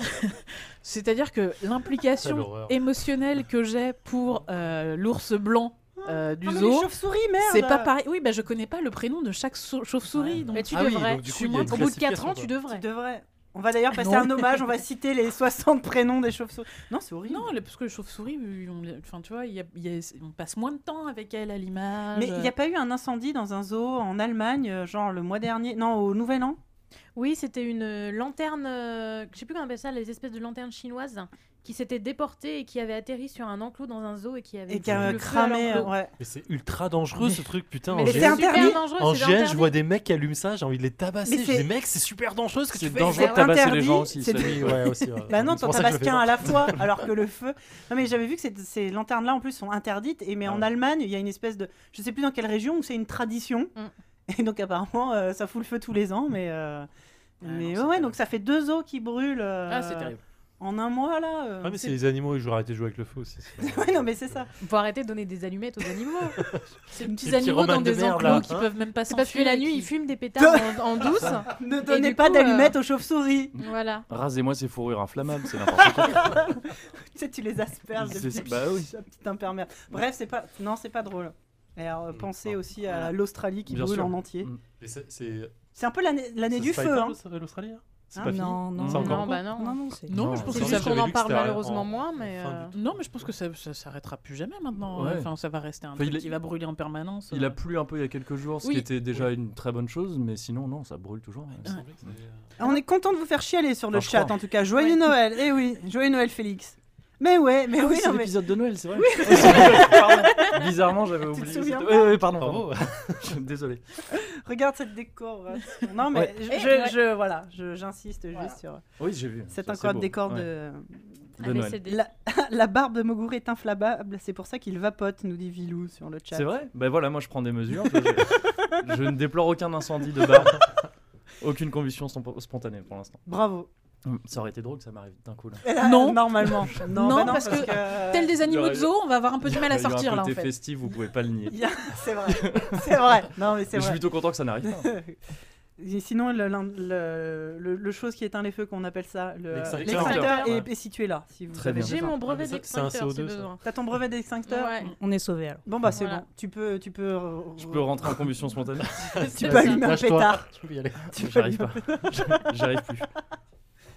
c'est-à-dire que Quelle l'implication horreur. émotionnelle que j'ai pour euh, l'ours blanc euh, du Non, Ah, oh, mais les zoo, chauves-souris, merde. c'est pas pareil. Oui, bah je connais pas le prénom de chaque sau- chauve-souris. donc- Mais tu Ah oui, devrais. donc du Je coup, suis il y a moins- une Au bout de 4 classification, ans, tu devrais. Tu devrais. On va d'ailleurs passer un hommage, on *laughs* va citer les 60 prénoms des chauves-souris. Non, c'est horrible. Non, les- parce que les chauves-souris, euh, on, les- enfin, tu vois, il y a- il y a- on passe moins de temps avec elles à Ah, l'image. Mais il n'y a pas eu un incendie dans un zoo en Allemagne, euh, genre le mois dernier Non, au Nouvel An Oui, c'était une euh, lanterne, euh, je sais plus comment on appelle ça, les espèces de lanternes chinoises hein, qui s'étaient déportées et qui avaient atterri sur un enclos dans un zoo et qui avaient Et qui a mis euh, le feu à cramé. euh, l'enclos. Ouais. Mais c'est ultra dangereux ce truc, putain. Mais en c'est c'est GN. un- interdit. super dangereux, En c'est GN, je interdit. vois des mecs qui allument ça, j'ai envie de les tabasser. Mais Je dis, c'est- mec, c'est super dangereux ce que tu C'est fais. dangereux de c'est tabasser les interdit, gens aussi. c'est ça. Oui, ouais, aussi, ouais. Bah non, C'est t'en pour ça que je tabasses le fais qu'un pas. à *laughs* la fois, alors que le feu. Non, mais j'avais vu que cette- ces lanternes-là, en plus, sont interdites. Et, mais Ah en ouais. Allemagne, il y a une espèce de. Je sais plus dans quelle région où c'est une tradition. Mm. Et donc, apparemment, euh, ça fout le feu tous les ans, mais. euh, Ah mais non, ouais, c'est ouais, donc ça fait deux os qui brûlent euh, Ah, c'est terrible. en un mois là. euh, Ah, mais c'est c'est- *laughs* les animaux et je vais arrêter de jouer avec le feu aussi. sinon. Ouais, non, mais c'est ça. Faut arrêter de donner des allumettes aux *laughs* animaux. euh. Ces petits petits animaux Romains dans de des merde, enclos là, qui hein. peuvent même pas C'est parce que s'enfuir la et nuit, qui- ils fument *laughs* *laughs* des pétards en, Ah, en douce. Ne donnez du pas coup, euh, d'allumettes aux chauves-souris. Voilà. Rasez-moi ces fourrures inflammables, c'est n'importe quoi. *laughs* tu sais, tu les asperges. C'est- depuis- bah oui. la petite imperméable. Bref, c'est pas. Non, c'est pas drôle. Et alors, euh, Mm, pensez non. aussi à l'Australie qui Bien brûle sûr. en entier. Mm. Et c'est- C'est C'est un peu l'année l'année c'est du Spider, feu. Hein. ça, l'Australie là C'est Hein, pas fini Non, non, C'est non. encore Non, bah non. Non, non, c'est. Non, mais je pense C'est Non, que ça, ça juste j'avais qu'on en lu que parle c'était en- malheureusement en moins, mais. fin euh, d'août. Non, mais je pense que ça, ça s'arrêtera plus jamais maintenant. Ouais. Enfin, ça va rester un Enfin, truc il a- qui va brûler en permanence. Il euh. a plu un peu il y a quelques jours, ce Oui. qui était déjà une très bonne chose, mais sinon, non, ça brûle toujours. Il me semblait que c'était- On est content de vous faire chialer sur le Enfin, je chat, crois. en tout cas. Joyeux Noël. Eh oui, joyeux Noël, Félix. Mais ouais, mais oui, c'est non, mais. l'épisode de Noël, c'est vrai. *laughs* Pardon. Bizarrement, j'avais te oublié. souviens cette- pas Ouais, ouais, pardon. *laughs* Bravo. pardon. Désolé. Regarde cette décoration. Non, mais Ouais. je, Eh, je- ouais. je- voilà, je- j'insiste juste sur Oui, j'ai vu. cet Ça, incroyable beau. décor Ouais. de. de Noël. ABCD. La, *laughs* la barbe de Mogour est inflammable, c'est pour ça qu'il vapote, nous dit Vilou sur le chat. C'est vrai Ben voilà, moi je prends des mesures. Je, je ne déplore aucun incendie de bar. Aucune combustion spo- spontanée pour l'instant. Hum, Bravo. Ça aurait été drôle que ça m'arrive d'un coup là. *laughs* Non. normalement. Non, Euh, Non, bah non, parce que euh, Tel des animaux de Il y aurait- zoo, on va avoir un peu du mal à Il y a eu sortir un là en côté fait. festif, vous pouvez pas le nier. Il y a- *laughs* C'est vrai, c'est vrai. Non, Mais mais c'est je suis vrai. plutôt content que ça n'arrive pas. *laughs* Et sinon, le, l'un- le, le- le chose qui éteint les feux, qu'on appelle ça, le- L'extincteur. l'extincteur est, Ouais. est situé là, si vous Très avez bien. J'ai besoin. mon brevet Mais ça, c'est un d'extincteur, si CO2, ça. besoin. T'as ton brevet d'extincteur Ouais. On est sauvés alors. Bon bah c'est Voilà. bon, tu peux, euh, tu peux, Je peux rentrer en combustion spontanée. *laughs* tu peux ça. allumer un Lâche-toi. pétard. Tu peux y aller. Tu peux J'arrive allumer- pas. J'arrive *laughs* plus.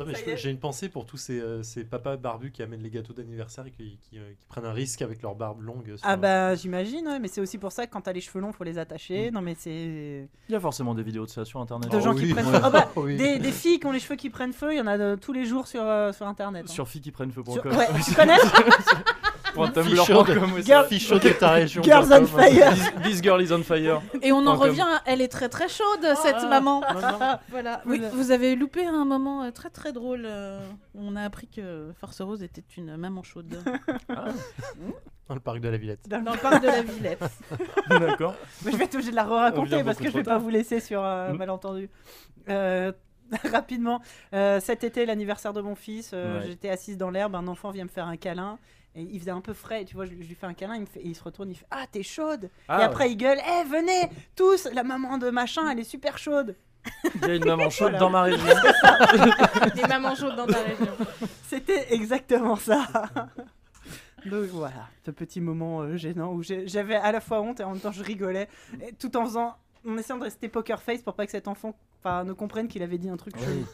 Non, mais Ça je- y est. J'ai une pensée pour tous ces, euh, ces papas barbus qui amènent les gâteaux d'anniversaire et qui, qui, euh, qui prennent un risque avec leur barbe longue. sur- Ah bah j'imagine, ouais, mais c'est aussi pour ça que quand t'as les cheveux longs, faut les Mm. attacher. Non mais c'est Il y a forcément des vidéos de ça sur internet. de Oh gens oui. qui prennent Ouais. *laughs* feu. Ah bah, Oui. des, des filles qui ont les cheveux qui prennent feu, il y en a de- tous les jours sur, euh, sur internet. hein. Sur filles qui prennent feu Sur- pour *laughs* Ouais, tu connais Fichode. Fichode de ta région. Girls on Fire. This girl is on fire. Et on en Encore. revient à elle est très très chaude cette ah. maman. *laughs* Voilà. Oui, vous avez loupé un moment euh, très très drôle. euh, où on a appris que Force Rose était une maman chaude Hmm Dans le parc de la Villette. dans le parc de la Villette. *laughs* D'accord. Mais je vais être obligée de la On vient re-raconter parce beaucoup que je trop vais pas vous laisser sur euh, Mm. malentendu. Euh, *laughs* rapidement, euh, cet été, l'anniversaire de mon fils, euh, Ouais. j'étais assise dans l'herbe, un enfant vient me faire un câlin. Et il faisait un peu frais, et tu vois, je, je lui fais un câlin, il, me fait- et il se retourne, il fait Ah, t'es chaude Et après, il gueule Eh, venez Tous La maman de machin, elle est super chaude il y a une *laughs* maman chaude Voilà. dans ma région. *laughs* Des mamans chaudes dans ta région. C'était exactement ça Donc voilà, ce petit moment euh, gênant où j'ai- j'avais à la fois honte et en même temps je rigolais, et tout en faisant, en essayant de rester poker face pour pas que cet enfant enfin, ne comprenne qu'il avait dit un truc chelou.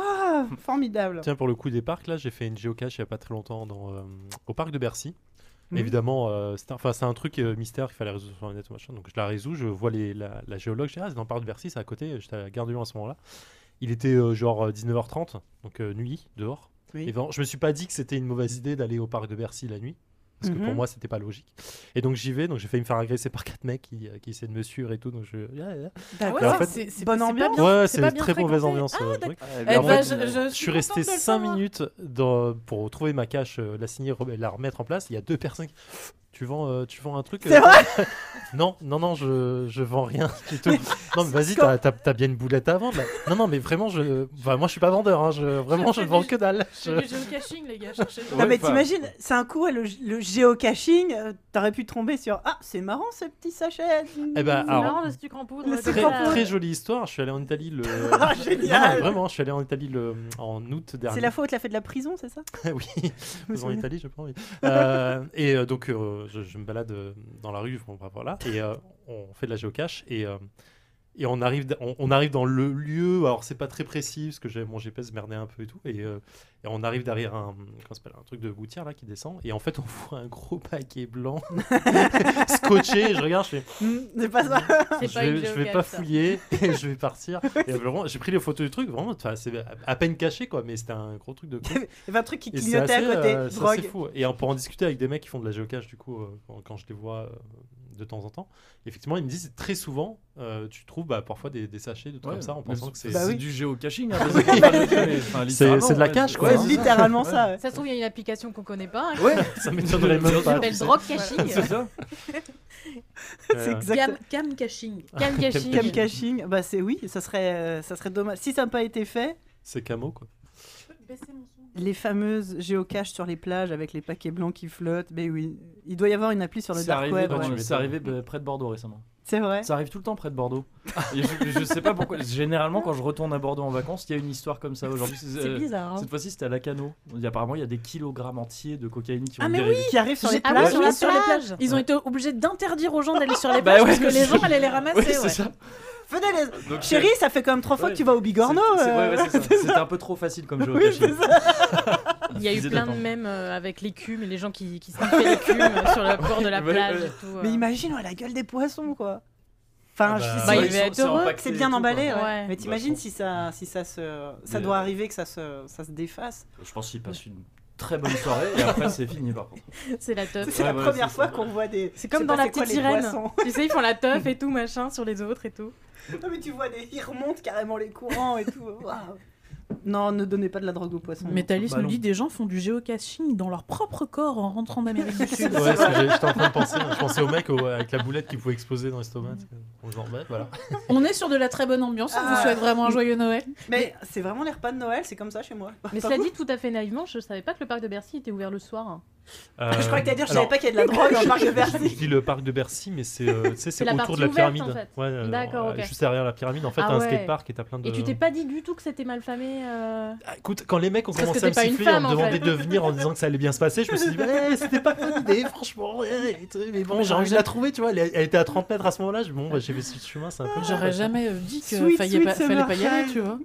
Ah, formidable Tiens, pour le coup des parcs, là, j'ai fait une géocache il y a pas très longtemps dans, euh, au parc de Bercy. Mhm. Évidemment, euh, c'est un, enfin, c'est un truc euh, mystère qu'il fallait résoudre sur la net, machin. Donc je la résous, je vois les, la, la géologue, je dis, ah, c'est dans le parc de Bercy, c'est à côté, j'étais à la gare de Lyon à ce moment-là. Il était euh, genre euh, 19h30, donc euh, nuit, dehors. Oui. Et vraiment, je me suis pas dit que c'était une mauvaise idée d'aller au parc de Bercy la nuit. Parce que Mhm. pour moi, c'était pas logique. Et donc j'y vais, donc j'ai failli me faire agresser par quatre mecs qui, euh, qui essaient de me suivre et tout. Donc je. Ah, ah, ah. D'accord. Mais en fait, c'est- c'est- bonne c'est pas ambiance. bien- ouais, pas c'est bien très mauvaise fréquenté. ambiance. euh, truc. Eh en ben, fait, je, je Je suis resté contente de le 5 savoir. minutes dans- pour retrouver ma cache, euh, la signer, re- la remettre en place. Il y a deux personnes qui. Tu vends, euh, tu vends un truc euh, C'est vrai *laughs* Non, non, non, je, je vends rien du tout. Non, mais vas-y, Quand- t'as, t'as- t'as bien une boulette à vendre. là. Non, non, mais vraiment, je, enfin, moi, je suis pas vendeur. hein, je, vraiment, je ne vends que dalle. Je- J'ai du géocaching, les gars, cherchez-le. Non Ouais, mais enfin- t'imagines, c'est un coup ouais, le, le géocaching, euh, t'aurais pu tomber sur Ah c'est marrant ce petit sachet Eh ben, C'est alors, marrant le euh, sucre en poudre. le comme sucre Très, en ça. poudre. très jolie histoire. Je suis allé en Italie le. Ah, Non, mais génial vraiment, je suis allé en Italie le, en août dernier. C'est la fois où tu l'as fait de la prison, c'est ça *laughs* oui, Je me en souviens. Italie, je pense. oui. Euh, et euh, donc, euh, je, je me balade euh, dans la rue, bon, bref, voilà, et euh, on fait de la géocache et, euh, et on, arrive, d- on, on arrive dans le lieu. Alors, c'est pas très précis parce que j'ai- mon GPS merdait un peu et tout. Et, euh, et on arrive derrière un, comment ça s'appelle, un truc de gouttière là qui descend. Et en fait, on *laughs* voit un gros paquet *laughs* blanc scotché. et je regarde, je fais Hmm, C'est pas ça C'est je, pas vais, une je vais géocache, pas ça. fouiller *laughs* et je vais partir. Et vraiment, j'ai pris les photos du truc, vraiment, enfin, c'est à- à peine caché quoi, mais c'était un gros truc de con. *laughs* Il y avait un truc qui Et c'est clignotait assez, à côté, euh, c'est assez drogue. fou. Et on peut en discuter avec des mecs qui font de la géocache, du coup, euh, quand- quand je les vois euh, de temps en temps. Effectivement, ils me disent très souvent, euh, tu trouves bah, parfois des, des sachets, de trucs comme ça, en pensant que c'est. Bah oui. du géocaching. *laughs* C'est- c'est de la cache, quoi, C'est hein. *laughs* euh, littéralement ça. ouais. Ça se *laughs* trouve, il y a une application qu'on connaît pas. hein, Ouais, Ça m'étonnerait même qui pas. s'appelle Drop Caching. ça. *laughs* C'est Euh, exact- *laughs* Cam caching. Cam caching. Cam caching, bah c'est oui, ça serait, euh, ça serait dommage. Si ça n'a pas été fait, C'est Camo, quoi. les fameuses géocaches sur les plages avec les paquets blancs qui flottent, mais oui, il doit y avoir une appli sur le C'est dark arrivé, web. dans- ouais. tu c'est arrivé euh, près de Bordeaux récemment. C'est vrai. Ça arrive tout le temps près de Bordeaux. *laughs* Et je, je sais pas pourquoi. Généralement, quand je retourne à Bordeaux en vacances, il y a une histoire comme ça. Aujourd'hui, c'est- C'est euh, bizarre. hein. cette fois-ci, c'était à Lacano. Il y a- Apparemment, il y a des kilogrammes entiers de cocaïne qui Ah, ont mais dérivé. Qui arrive sur les Ah plages. oui, sur, la- ouais. sur les plages. Ils ont été obligés d'interdire aux gens d'aller sur les plages Bah ouais, parce que les c'est- gens allaient les Oui, ramasser. c'est ouais. ça. Venez les- Donc, euh, Chérie, ça fait quand même trois fois Ouais. que tu vas au Bigorneau. c'est- c'est- ouais, euh. ouais, c'est ça. C'était un peu trop facile comme jeu. au Oui, caching. c'est ça. Il y a eu Suffisait plein de d'attendre. mèmes euh, avec l'écume et les gens qui, qui sniffaient l'écume euh, sur le bord *laughs* de la ouais, plage ouais. et tout. euh. Mais imagine, ouais, la gueule des poissons, quoi. Enfin, Ah je- bah, Bah, c'est- c'est- il va être c'est heureux empaqueté c'est et bien tout, quoi. emballé, ouais. Ouais. Mais t'imagines Vachement. si ça, si ça se, ça Mais, doit euh, arriver que ça se, ça se défasse. Je pense qu'il passe une très *laughs* bonne soirée et après, c'est fini par contre. C'est la teuf. C'est la ouais, première c'est fois ça. qu'on voit des. C'est comme je sais dans La pas c'est quoi, Petite les Sirène. poissons. tu sais, ils font la teuf *laughs* et tout, machin, sur les autres et tout. *laughs* Non mais tu vois, des... ils remontent carrément les courants et tout. Waouh. Non, ne donnez pas de la drogue aux poissons. Metalis Bah nous non. dit des gens font du géocaching dans leur propre corps en rentrant d'Amérique *laughs* du Sud. Ouais, c'est ce que j'ai- j'étais en train de penser. hein. Je pensais au mec au- avec la boulette qui pouvait exploser dans l'estomac. On genre, ouais, voilà. On est sur de la très bonne ambiance. On vous Ah. souhaite vraiment un joyeux Noël. Mais c'est vraiment les repas de Noël, c'est comme ça chez moi. Mais cela dit, tout à fait naïvement, je savais pas que le parc de Bercy était ouvert le soir. hein. Ah, je croyais que t'allais dire, je Euh, alors, savais pas qu'il y a de la drogue dans le parc *laughs* de Je Bercy. dis le parc de Bercy, mais c'est euh, tu sais, c'est la autour partie de la ouverte, pyramide. en fait. Ouais, euh, D'accord, euh, ok. Juste derrière la pyramide, en fait, Ah t'as un ouais. skatepark et t'as plein de. Et tu t'es pas dit du tout que c'était mal famé euh, Ah, Écoute, quand les mecs ont Parce que commencé t'es à me pas une siffler femme, en me en demandant fait. de venir en disant que ça allait bien se passer, je me suis dit, *laughs* ouais, c'était pas une bonne idée, franchement. ouais, et tout, mais bon, hein. j'ai envie de la trouver, tu vois. Elle, elle était à 30 mètres à ce moment-là. je- Bon, bah, j'ai fait ce chemin, c'est un peu. J'aurais jamais euh, dit que Sweet, fallait sweet pas, fallait pas y summer aller, time. tu vois.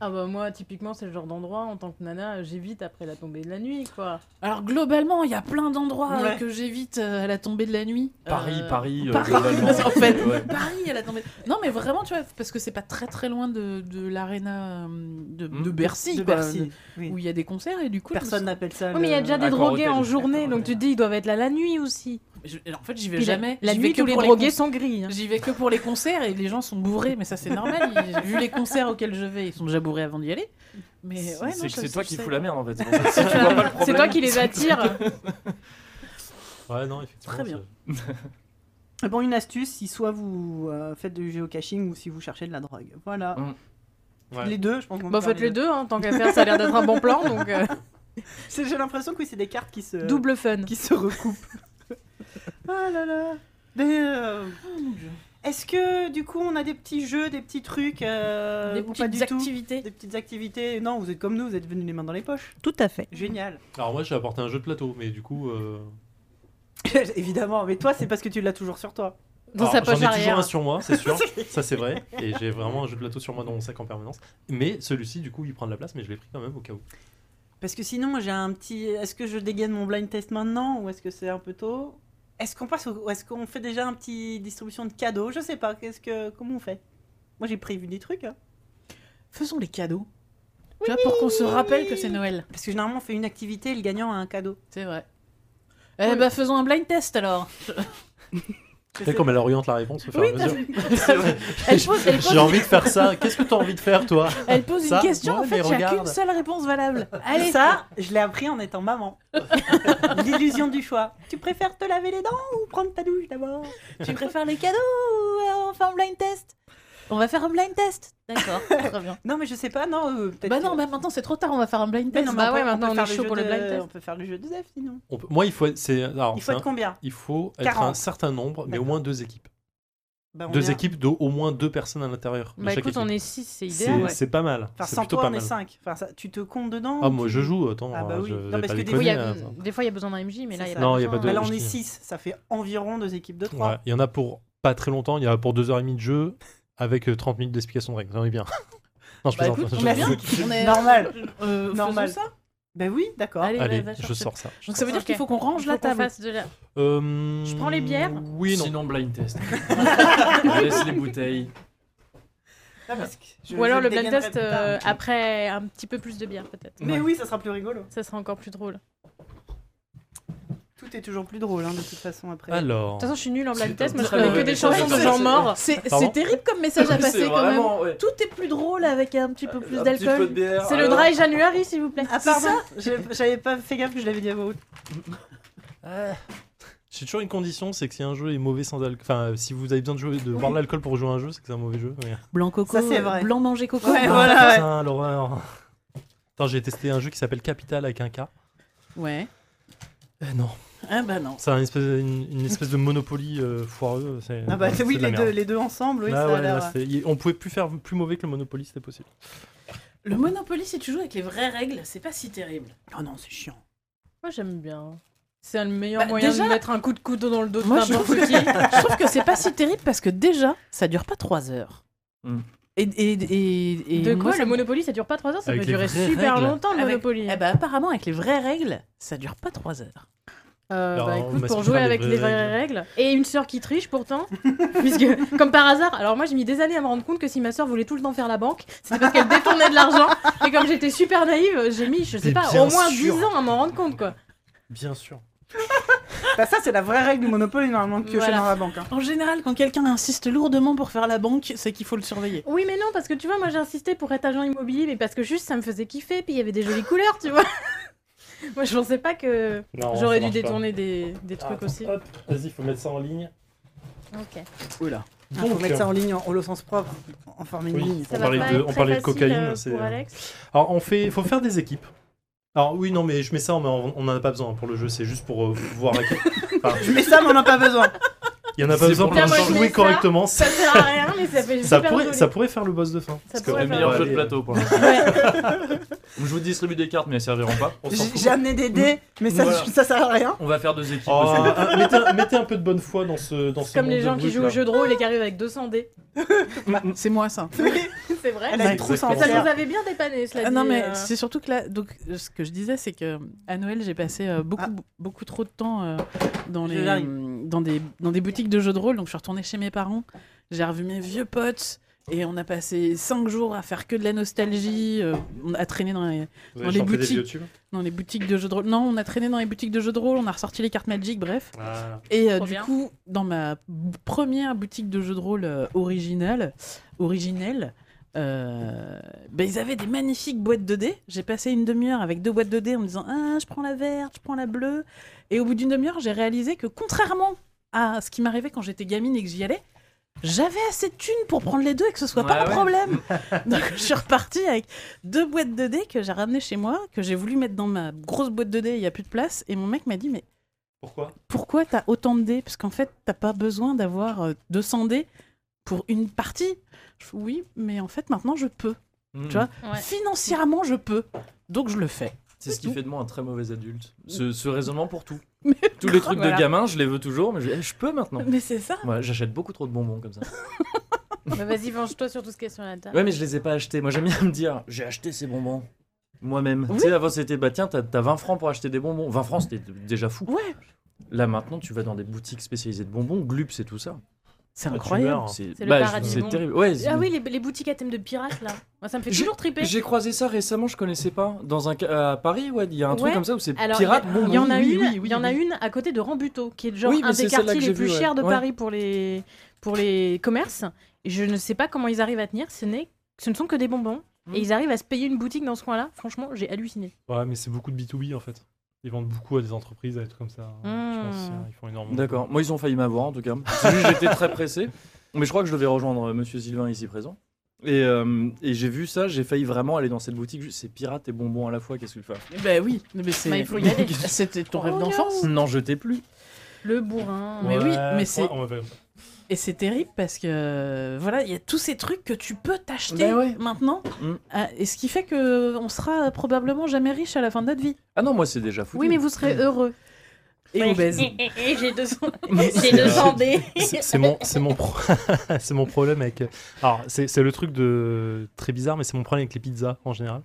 Ah bah moi, typiquement, c'est le genre d'endroit, en tant que nana, j'évite après la tombée de la nuit, quoi. Alors globalement, il y a plein d'endroits euh, Ouais. que j'évite euh, à la tombée de la nuit. Paris, Euh, Paris, euh, Paris, globalement. *laughs* en fait. Ouais. Paris, à la tombée. Non, mais vraiment, tu vois, parce que c'est pas très très loin de, de l'aréna euh, de, Hmm. de Bercy, De quoi, Bercy. de- oui. où il y a des concerts et du coup. je me Personne n'appelle ça. Oui, mais il y a le- déjà Ah, des Accor drogués Hotel. en journée, donc tu te dis, ils doivent être là la nuit aussi. suis- je- En fait, j'y vais Puis la- jamais. La J'y nuit, vais que tous les pour drogués cons- sont gris. hein. J'y vais que pour les concerts et les gens sont bourrés, mais ça c'est normal. *laughs* Ils- Vu *laughs* les concerts auxquels je vais, ils sont déjà bourrés avant d'y aller. Mais ouais, non, c'est ça- c'est toi ça- qui ça- fous la merde *laughs* en fait. C'est pour ça que si tu vois pas le C'est problème, toi qui les attires. *laughs* Ouais, non, effectivement. Très bien. c'est- *laughs* Bon, une astuce, si soit vous euh, faites du géocaching ou si vous cherchez de la drogue. Voilà. Mm. Ouais. Les deux, je pense. qu'on Bah peut faire faites les deux, hein, tant qu'à faire, ça a l'air d'être un bon plan, donc euh, *laughs* C'est- J'ai l'impression que oui, c'est des cartes qui se Euh, double fun. qui se recoupent. ah là là. Mais, euh, Est-ce que du coup on a des petits jeux, des petits trucs, euh, Des ou pas du petites activités. tout Des petites activités. Non, vous êtes comme nous, vous êtes venus les mains dans les poches. Tout à fait. Génial. Alors, moi, j'ai apporté un jeu de plateau, mais du coup. euh, *laughs* Évidemment, mais toi c'est parce que tu l'as toujours sur toi. Dans Alors, sa poche J'en ai toujours arrière. un sur moi, *laughs* c'est sûr. ça, c'est vrai. Et j'ai vraiment un jeu de plateau sur moi dans mon sac en permanence. Mais celui-ci, du coup, il prend de la place, mais je l'ai pris quand même au cas où. *laughs* Parce que sinon j'ai un petit. Est-ce que je dégaine mon blind test maintenant ou est-ce que c'est un peu tôt Est-ce qu'on passe au- ou est-ce qu'on fait déjà un petit distribution de cadeaux Je sais pas. Qu'est-ce que comment on fait Moi j'ai prévu des trucs. hein. Faisons les cadeaux. Tu vois, pour qu'on se rappelle que c'est Noël. Parce que généralement *laughs* on fait une activité et le gagnant a un cadeau. C'est vrai. Eh bah faisons un blind test *laughs* alors. Peut-être comme elle oriente la réponse au fur et à mesure. Elle pose, elle pose- J'ai envie de faire ça. Qu'est-ce que t'as envie de faire, toi elle pose ça, une question, moi, en fait, mais il n'y a qu'une regarde. seule *laughs* réponse valable. Allez, Ça, je l'ai appris en étant *laughs* maman. L'illusion du choix. Tu préfères te laver les dents ou prendre ta douche d'abord tu préfères les cadeaux ou euh, on fait un blind test On va faire un blind test. *laughs* D'accord, très bien. Non, mais je sais pas, non. euh, peut-être Bah non, que- bah maintenant c'est trop tard, on va faire un blind Mais test. non, mais bah on peut- ouais, on peut maintenant, on faire est chaud jeu pour le de- blind test. On peut faire le jeu de Zef, sinon. On peut- Moi, il faut. être- C'est. Alors, Il faut c'est être un- combien il faut être 40. un certain nombre, mais au D'accord. moins deux équipes. Bah, on Deux est- équipes de au moins deux personnes à l'intérieur. de Bah chaque écoute, on équipe. est 6, c'est C'est idéal. ouais. c'est pas mal. Enfin, c'est sans plutôt toi, pas on est mal. 5. Enfin, ça- tu te comptes dedans Ah, ou moi, tu- je joue. Attends, Ah, bah hein, oui. je Non, vais parce pas que des Oui, il y déconner. a- hein. Des fois, il y a besoin d'un MJ, mais là, il C'est y a ça. pas Non, il y a besoin. pas de- Bah là, on est je- 6. Ça fait environ deux équipes de 3. Ouais, Il y en a pour pas très longtemps. Il y en a pour deux heures et demie de jeu avec euh, 30 minutes d'explication de règles. On est bien. *laughs* non, je Bah plaisante. écoute, Je- on est bien. On est... Normal. Euh, Normal. faisons ça Bah oui, d'accord. Allez, Allez, ouais, va je chercher. sors ça. Donc ça veut dire Ok. qu'il faut qu'on range Faut la qu'on table. fasse de la- Euh, Je prends les bières Oui, non. Sinon, blind test. Je laisse les bouteilles. Non, parce que je- Ou alors je le blind dégainerai test plus tard. euh, après un petit peu plus de bière, peut-être. Mais oui, ça sera plus rigolo. Ça sera encore plus drôle. De Tout est toujours plus drôle, hein, de toute façon, après. Alors. toute façon, je suis nulle en blind C'est test. un Moi, je Euh, très connais que mauvais des message. chansons de gens morts. C'est Pardon c'est terrible comme message à *laughs* passer C'est quand même. vraiment, ouais. Euh, Tout est plus drôle avec un petit peu plus Un petit peu de d'alcool. bière, C'est le alors. dry January, s'il vous plaît. Euh. Ah pardon, j'ai- j'avais pas fait gaffe que je l'avais dit à voix haute. *laughs* J'ai toujours une condition, c'est que si un jeu est mauvais sans alcool, enfin, euh, si vous avez besoin de, jouer, de boire de l'alcool pour jouer à un jeu, c'est que c'est un mauvais jeu. mais- Blanc coco, Ça, Euh, c'est vrai. blanc manger coco. Ouais, blanc- voilà, Ah ouais. Ah Putain, l'horreur. Attends, j'ai testé un jeu qui s'appelle Capital avec un K. Ouais. Euh, non, Ah bah non. c'est un espèce- une, une espèce de monopoly euh, foireux. c'est- Ah bah c'est oui, de la les merde. deux, les deux ensemble, oui, Ah ça a ouais, l'air- euh. là, c'est- y- on pouvait plus faire plus mauvais que le Monopoly, c'était possible. Le Monopoly, si tu joues avec les vraies règles, c'est pas si terrible. Ah, Oh non, c'est chiant. Moi, j'aime bien. C'est le meilleur Bah, moyen déjà- de mettre un coup de couteau dans le dos de Moi, je n'importe trouve que- *laughs* qui. je trouve que c'est pas si terrible parce que déjà, ça dure pas 3 heures. Hmm. Et, et, et, et De moi, quoi ça Le me- Monopoly, ça dure pas 3 heures, ça Avec peut les durer vraies super règles. longtemps le Avec- Monopoly. Eh bah apparemment, avec les vraies règles, ça dure pas 3 heures. Euh, Alors, bah, on écoute, va pour se jouer faire avec des les vraies vraies règles. Et une sœur qui triche pourtant. puisque, comme par hasard, alors moi j'ai mis des années à me rendre compte que si ma sœur voulait tout le temps faire la banque, c'était parce qu'elle détournait de l'argent. Et comme j'étais super naïve, j'ai mis, je sais Mais pas, bien au moins sûr. 10 ans à m'en rendre compte quoi. Bien sûr. Bah ça, c'est la vraie règle du Monopoly, normalement, piocher Voilà. dans la banque. hein. En général, quand quelqu'un insiste lourdement pour faire la banque, c'est qu'il faut le surveiller. Oui, mais non, parce que tu vois, moi j'ai insisté pour être agent immobilier, mais parce que juste ça me faisait kiffer, puis il y avait des jolies couleurs, tu vois. *laughs* moi je pensais pas que Non, j'aurais dû ça marche pas. détourner des, des trucs Attends, aussi. hop, Vas-y, faut mettre ça en ligne. Ok. Oula. Ah, faut Donc, euh, mettre ça en ligne, en, en le sens propre, en forme une Oui. ligne. Ça On va parlait pas de- être on très parlait de facile, cocaïne, euh, c'est- pour Alex. Alors, on fait, faut faire des équipes. Alors oui, non, mais je mets ça, mais on on en a pas besoin pour le jeu, c'est juste pour euh, voir à quel... Enfin, Mais ça, on n'en a pas besoin. il y en a pas C'est besoin pour pour le jeu. Moi, je jouer mets ça. correctement. Ça sert à rien, mais ça fait Ça super pourrait, joli. ça pourrait faire le boss de fin. Parce que- pourrait Le Ouais, meilleur ouais. jeu de plateau pour l'instant. Ouais. Je vous distribue des cartes, mais elles serviront pas. On s'en J'ai fout. j'ai amené des dés, mais ça, Voilà. ça sert à rien. On va faire deux équipes. *laughs* Oh, aussi. un- mettez, un- mettez un peu de bonne foi dans ce dans ce Comme monde les de gens qui brutes, jouent là. au jeu de rôle et qui arrivent avec 200 dés. *laughs* Mm, C'est moi ça. C'est vrai. Elle a une trousse exactement Mais ça entière. nous avait bien dépanné, cela Ah, dit. non mais euh, c'est surtout que là, donc euh, ce que je disais, c'est que euh, à Noël j'ai passé euh, beaucoup Ah. beaucoup trop de temps euh, dans Je les l'arrive. euh, dans des dans des boutiques de jeux de rôle. Donc je suis retournée chez mes parents, j'ai revu mes vieux potes et on a passé cinq jours à faire que de la nostalgie, euh, on a traîné dans les Vous avez dans chanté les des boutiques. vieux tubes dans les boutiques de jeux de rôle. Non, on a traîné dans les boutiques de jeux de rôle, on a ressorti les cartes Magic, bref. Ah. Et euh, Trop du bien. coup, dans ma b- première boutique de jeux de rôle euh, originale, originelle, euh, ben, ils avaient des magnifiques boîtes de dés. J'ai passé une demi-heure avec deux boîtes de dés en me disant ah je prends la verte, je prends la bleue. Et au bout d'une demi-heure, j'ai réalisé que contrairement à ce qui m'arrivait quand j'étais gamine et que j'y allais, j'avais assez de thunes pour prendre les deux et que ce Ah, soit pas Ouais, un ouais. *laughs* problème. Donc je suis repartie avec deux boîtes de dés que j'ai ramenées chez moi, que j'ai voulu mettre dans ma grosse boîte de dés, il y a plus de place. Et mon mec m'a dit mais Pourquoi pourquoi t'as autant de dés Parce qu'en fait, t'as pas besoin d'avoir euh, 200 dés pour une partie. Je fais, oui, mais en fait, maintenant, je peux. Mm. Tu vois Ouais. Financièrement, je peux. Donc, je le fais. C'est ce qui fait de moi un très mauvais adulte. Ce, ce raisonnement pour tout. Mais Tous les trucs voilà. de gamin, je les veux toujours, mais je, eh, je peux maintenant. Mais c'est ça. Ouais, J'achète beaucoup trop de bonbons *laughs* comme ça. bah, Vas-y, venge-toi sur tout ce qui est sur la table. Ouais, mais je les ai pas achetés. Moi, j'aime bien me dire, j'ai acheté ces bonbons. Moi-même. Oui. Tu sais, avant, c'était, bah tiens, t'as t'as 20 francs pour acheter des bonbons. 20 francs, c'était déjà fou. Ouais. Là, maintenant, tu vas dans des boutiques spécialisées de bonbons, Glups et tout ça. C'est Ah, tu incroyable. meurs. C'est C'est le bah, je- paradis du c'est monde. terrible. Ouais, Ah c'est- oui, les, les boutiques à thème de pirates là. Moi, ça me fait J'ai- toujours triper. J'ai croisé ça récemment, je connaissais pas. Dans un ca- à Paris, ouais, il y a un truc Ouais. comme ça où c'est Alors, pirate. il y a- bonbons. il y en a Oui, une, oui, oui, il y en a oui. une à côté de Rambuteau, qui est genre Oui, mais un c'est des celle-là quartiers que les j'ai plus vue, ouais. chers de Ouais. Paris pour les pour les commerces. Et je ne sais pas comment ils arrivent à tenir. Ce n'est, ce ne sont que des bonbons. Hmm. Et ils arrivent à se payer une boutique dans ce coin-là. Franchement, j'ai halluciné. Ouais, mais c'est beaucoup de B2B en fait. Ils vendent beaucoup à des entreprises, à des trucs comme ça. Je pense Hmm. euh, ils font énormément. D'accord. Moi, ils ont failli m'avoir en tout cas. *laughs* C'est juste que j'étais très pressé. Mais je crois que je devais rejoindre euh, Monsieur Sylvain ici présent. Et, euh, et j'ai vu ça, j'ai failli vraiment aller dans cette boutique. Je- C'est pirate et bonbons à la fois, qu'est-ce que tu fais Eh Ben oui. Mais c'est. Bah, il faut y aller. C'était ton rêve Oh, d'enfance. N'en jetez plus. Le bourrin. Mais oui, mais c'est- ouais, on va faire- Et c'est terrible parce que euh, voilà, il y a tous ces trucs que tu peux t'acheter Ben ouais. maintenant. Mm. Ah, Et ce qui fait que on sera probablement jamais riche à la fin de notre vie. Ah non, moi, c'est déjà fou. Oui, mais vous serez heureux. Et *laughs* obèse. J'ai 200 C'est- dés. C'est c'est mon, c'est mon, pro- *laughs* c'est mon problème avec. euh, Alors, c'est c'est le truc de très bizarre, mais c'est mon problème avec les pizzas en général.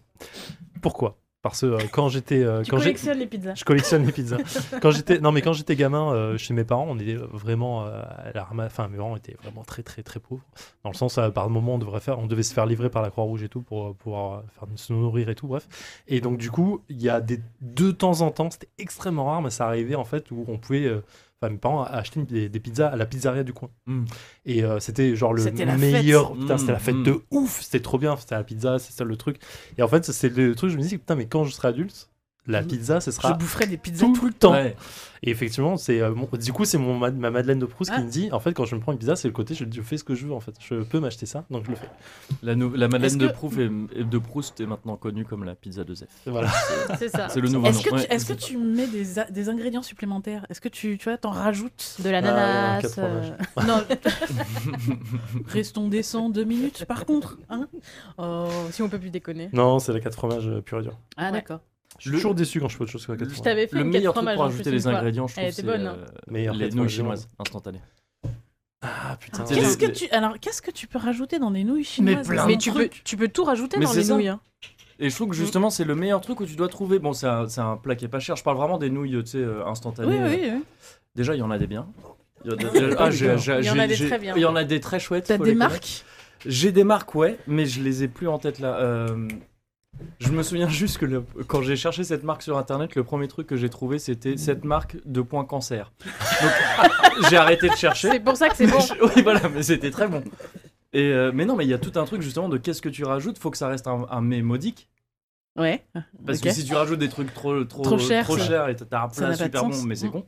Pourquoi Parce que euh, quand j'étais, euh, Tu quand j'ai- collectionnes les pizzas. je collectionne les pizzas. Quand j'étais, non mais quand j'étais gamin, euh, chez mes parents, on était vraiment euh, à la rama- Enfin, mes parents étaient vraiment très très très pauvres. Dans le sens, euh, par moment, on devrait faire, on devait se faire livrer par la Croix Rouge et tout pour euh, pouvoir euh, faire se nourrir et tout. Bref. Et donc du coup, il y a des de temps en temps, c'était extrêmement rare, mais ça arrivait en fait où on pouvait. euh, Enfin, mes parents achetaient une- des, des pizzas à la pizzeria du coin. Mm. Et euh, c'était genre le C'était la meilleur. fête. Putain, c'était la Mm, fête mm. de ouf. C'était trop bien. C'était la pizza, c'est ça le truc. Et en fait, c'est le truc, je me dis, putain, mais quand je serai adulte, la pizza, ce Je sera boufferais des pizzas tout, tout, le temps. Ouais. Et effectivement, c'est euh, mon- du coup, c'est mon ma- ma Madeleine de Proust Ah. qui me dit en fait, quand je me prends une pizza, c'est le côté je, je fais ce que je veux en fait. Je peux m'acheter ça, donc je le fais. La, nou- la Madeleine Est-ce de, que- Proust est, de Proust est maintenant connue comme la pizza de Zef. Et Voilà. C'est ça. C'est le nouveau Est-ce nom. que, tu- Ouais. est-ce que tu mets des, a- des ingrédients supplémentaires Est-ce que tu, tu vois, t'en rajoutes De Ah, l'ananas. quatre fromages. *laughs* euh, Non. Restons décents deux minutes, par contre. hein Oh, si on peut plus déconner. Non, c'est la 4 fromages euh, pure et dure. ah, Ouais. d'accord. Je suis toujours déçu quand je fais autre chose que la 4 Je fromages. t'avais fait Le une quatre meilleur truc fromages pour en plus ajouter une les fois. ingrédients, je Elle trouve, était c'est bonne, hein? euh, Meilleur les quatre nouilles fromages du chinoises instantanées. Ah putain. T'es- Qu'est-ce les- que tu alors qu'est-ce que tu peux rajouter dans les nouilles chinoises plein Mais de tu peux, tu peux tout rajouter Mais dans c'est les ça. nouilles. hein. Et je trouve que justement, c'est le meilleur truc où tu dois trouver. Bon, c'est un, c'est un plat qui est pas cher. Je parle vraiment des nouilles, tu sais, euh, instantanées. Oui, oui, oui. Déjà, il y en a des biens. Il y en a *laughs* des, pas j'ai- des biens. j'ai- Il y en a j'ai- des j'ai- très biens. Il y en a des très chouettes. T'as faut des les connaître. marques J'ai des marques, ouais, mais je les ai plus en tête là. Euh, je me souviens *laughs* juste que le- quand j'ai cherché cette marque sur internet, le premier truc que j'ai trouvé c'était cette marque de point cancer. Donc *laughs* j'ai arrêté de chercher. C'est pour ça que c'est bon. *laughs* oui, voilà, mais c'était très bon. Et euh, mais non, mais il y a tout un truc justement de qu'est-ce que tu rajoutes, faut que ça reste un, un mets modique. Ouais. Parce Ok. que si tu rajoutes des trucs trop, trop, Trop cher, ça- cher et t'as- t'as un ça n'a plat pas de super sens. bon, mais c'est Mm. con.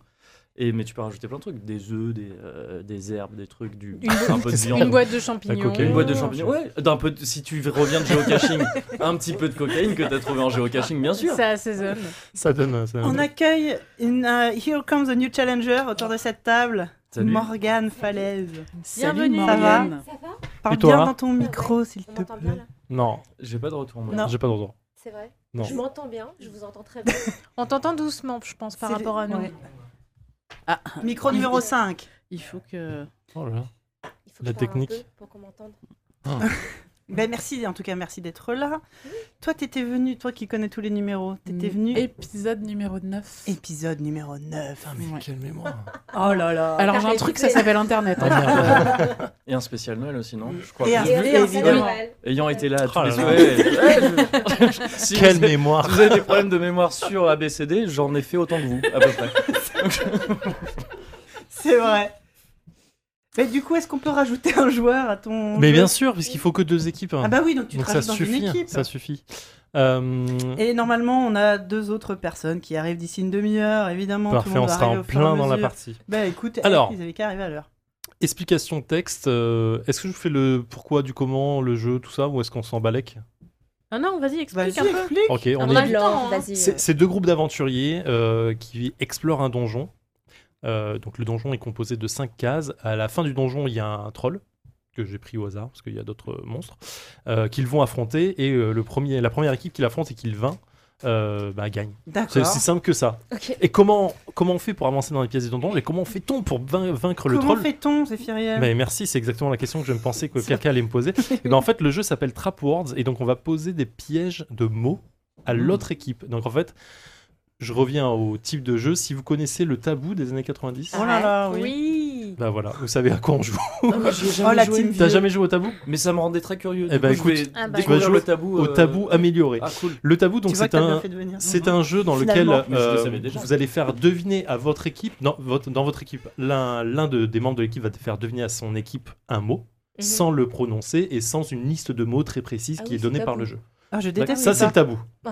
Et, mais tu peux rajouter plein de trucs, des œufs, des, euh, des herbes, des trucs, du, Une un *laughs* peu de viande. Une boîte de champignons. cocaïne. Une boîte de champignons, ouais. D'un peu, de- si tu reviens de *laughs* géocaching, un petit peu de cocaïne que t'as trouvé en géocaching, bien sûr. Ça assaisonne. Ça donne. Ça On donne. accueille une, euh, Here Comes the New Challenger autour de cette table. Salut. Morgane Falaise. Salut Bienvenue. Ça va Morgane. Ça va Parle Et toi, bien hein dans ton micro, s'il te m'entend plaît. bien là Non, J'ai pas de retour, moi. Non. j'ai pas de retour. C'est vrai Non. Je m'entends bien, je vous entends *laughs* très bien. *laughs* On t'entend doucement, je pense, par C'est- rapport à nous. ouais. Ah. Micro numéro 5. Il faut que Oh là là. Il faut La que je parle un technique. Ah. peu pour qu'on m'entende. Ben merci, en tout cas, merci d'être là. Toi, t'étais venu, toi qui connais tous les numéros, t'étais venu. Mm. épisode numéro 9. Épisode numéro 9. Ouais. Ah, Quelle mémoire. Oh là là. Alors j'ai un T'as truc réécouté. ça s'appelle internet. Ah, hein. Et un spécial Noël aussi, non Je crois Et que- un- Et oui, après, on fait évidemment. Noël. Ayant été là à Oh tous là les là. soirs. *laughs* Ouais, je- si vous Quelle avez- si mémoire. vous avez des problèmes de mémoire sur ABCD, j'en ai fait autant que vous, à peu près. *laughs* C'est vrai. Mais du coup, est-ce qu'on peut rajouter un joueur à ton. Mais jeu bien sûr, puisqu'il faut que deux équipes. hein. Ah bah oui, donc tu Donc te ça rajoutes dans une suffit. hein. équipe. Ça suffit. Euh, Et normalement, on a deux autres personnes qui arrivent d'ici une demi-heure, évidemment. tout le Parfait, monde on va sera arriver en au fur et à plein dans la mesure. partie. Bah écoute, Alors. ils avaient qu'à arriver à l'heure. Explication texte. euh, est-ce que je vous fais le pourquoi, du comment, le jeu, tout ça, ou est-ce qu'on s'en balèque Ah non, vas-y, Vas-y, explique un peu. explique. Ok, Ah, on on a est. le temps, Alors, hein. vas-y. C'est c'est deux groupes d'aventuriers euh, qui explorent un donjon. Euh, donc le donjon est composé de cinq cases. À la fin du donjon, il y a un troll que j'ai pris au hasard parce qu'il y a d'autres euh, monstres euh, qu'ils vont affronter et euh, le premier, la première équipe qui l'affronte et qui le vainc euh, bah, gagne. C'est D'accord. aussi simple que ça. Ok. Et comment comment on fait pour avancer dans les pièces du donjon et comment fait-on pour vain- vaincre le Comment troll Ben, fait-on, Zéphiriel Mais merci, c'est exactement la question que je me pensais que Ça- quelqu'un allait me poser. Et ben, en fait, le jeu s'appelle Trap Words et donc on va poser des pièges de mots à l'autre équipe. Donc en fait, je reviens au type de jeu. Si vous connaissez le tabou des années 90, Oh là là, oui. Oui. bah voilà, vous savez à quoi on joue. Oh la team T'as vieux. jamais joué au tabou Mais ça me rendait très curieux. Eh Du ben, coup, je écoute, vais Ah bah. découvrir tu vas le jouer tabou. Au euh, tabou amélioré. Ah, cool. Le tabou, donc tu vois que c'est t'as bien un, fait de venir. c'est un jeu dans lequel Finalement. Mais je le euh, savais déjà. vous allez faire deviner à votre équipe, dans votre, dans votre équipe, l'un l'un de- des membres de l'équipe va faire deviner à son équipe un mot Mhm. sans le prononcer et sans une liste de mots très précise Ah qui oui, est c'est donnée par tabou. le jeu. Ah, je déteste Ça, c'est ça. le tabou. Ouais.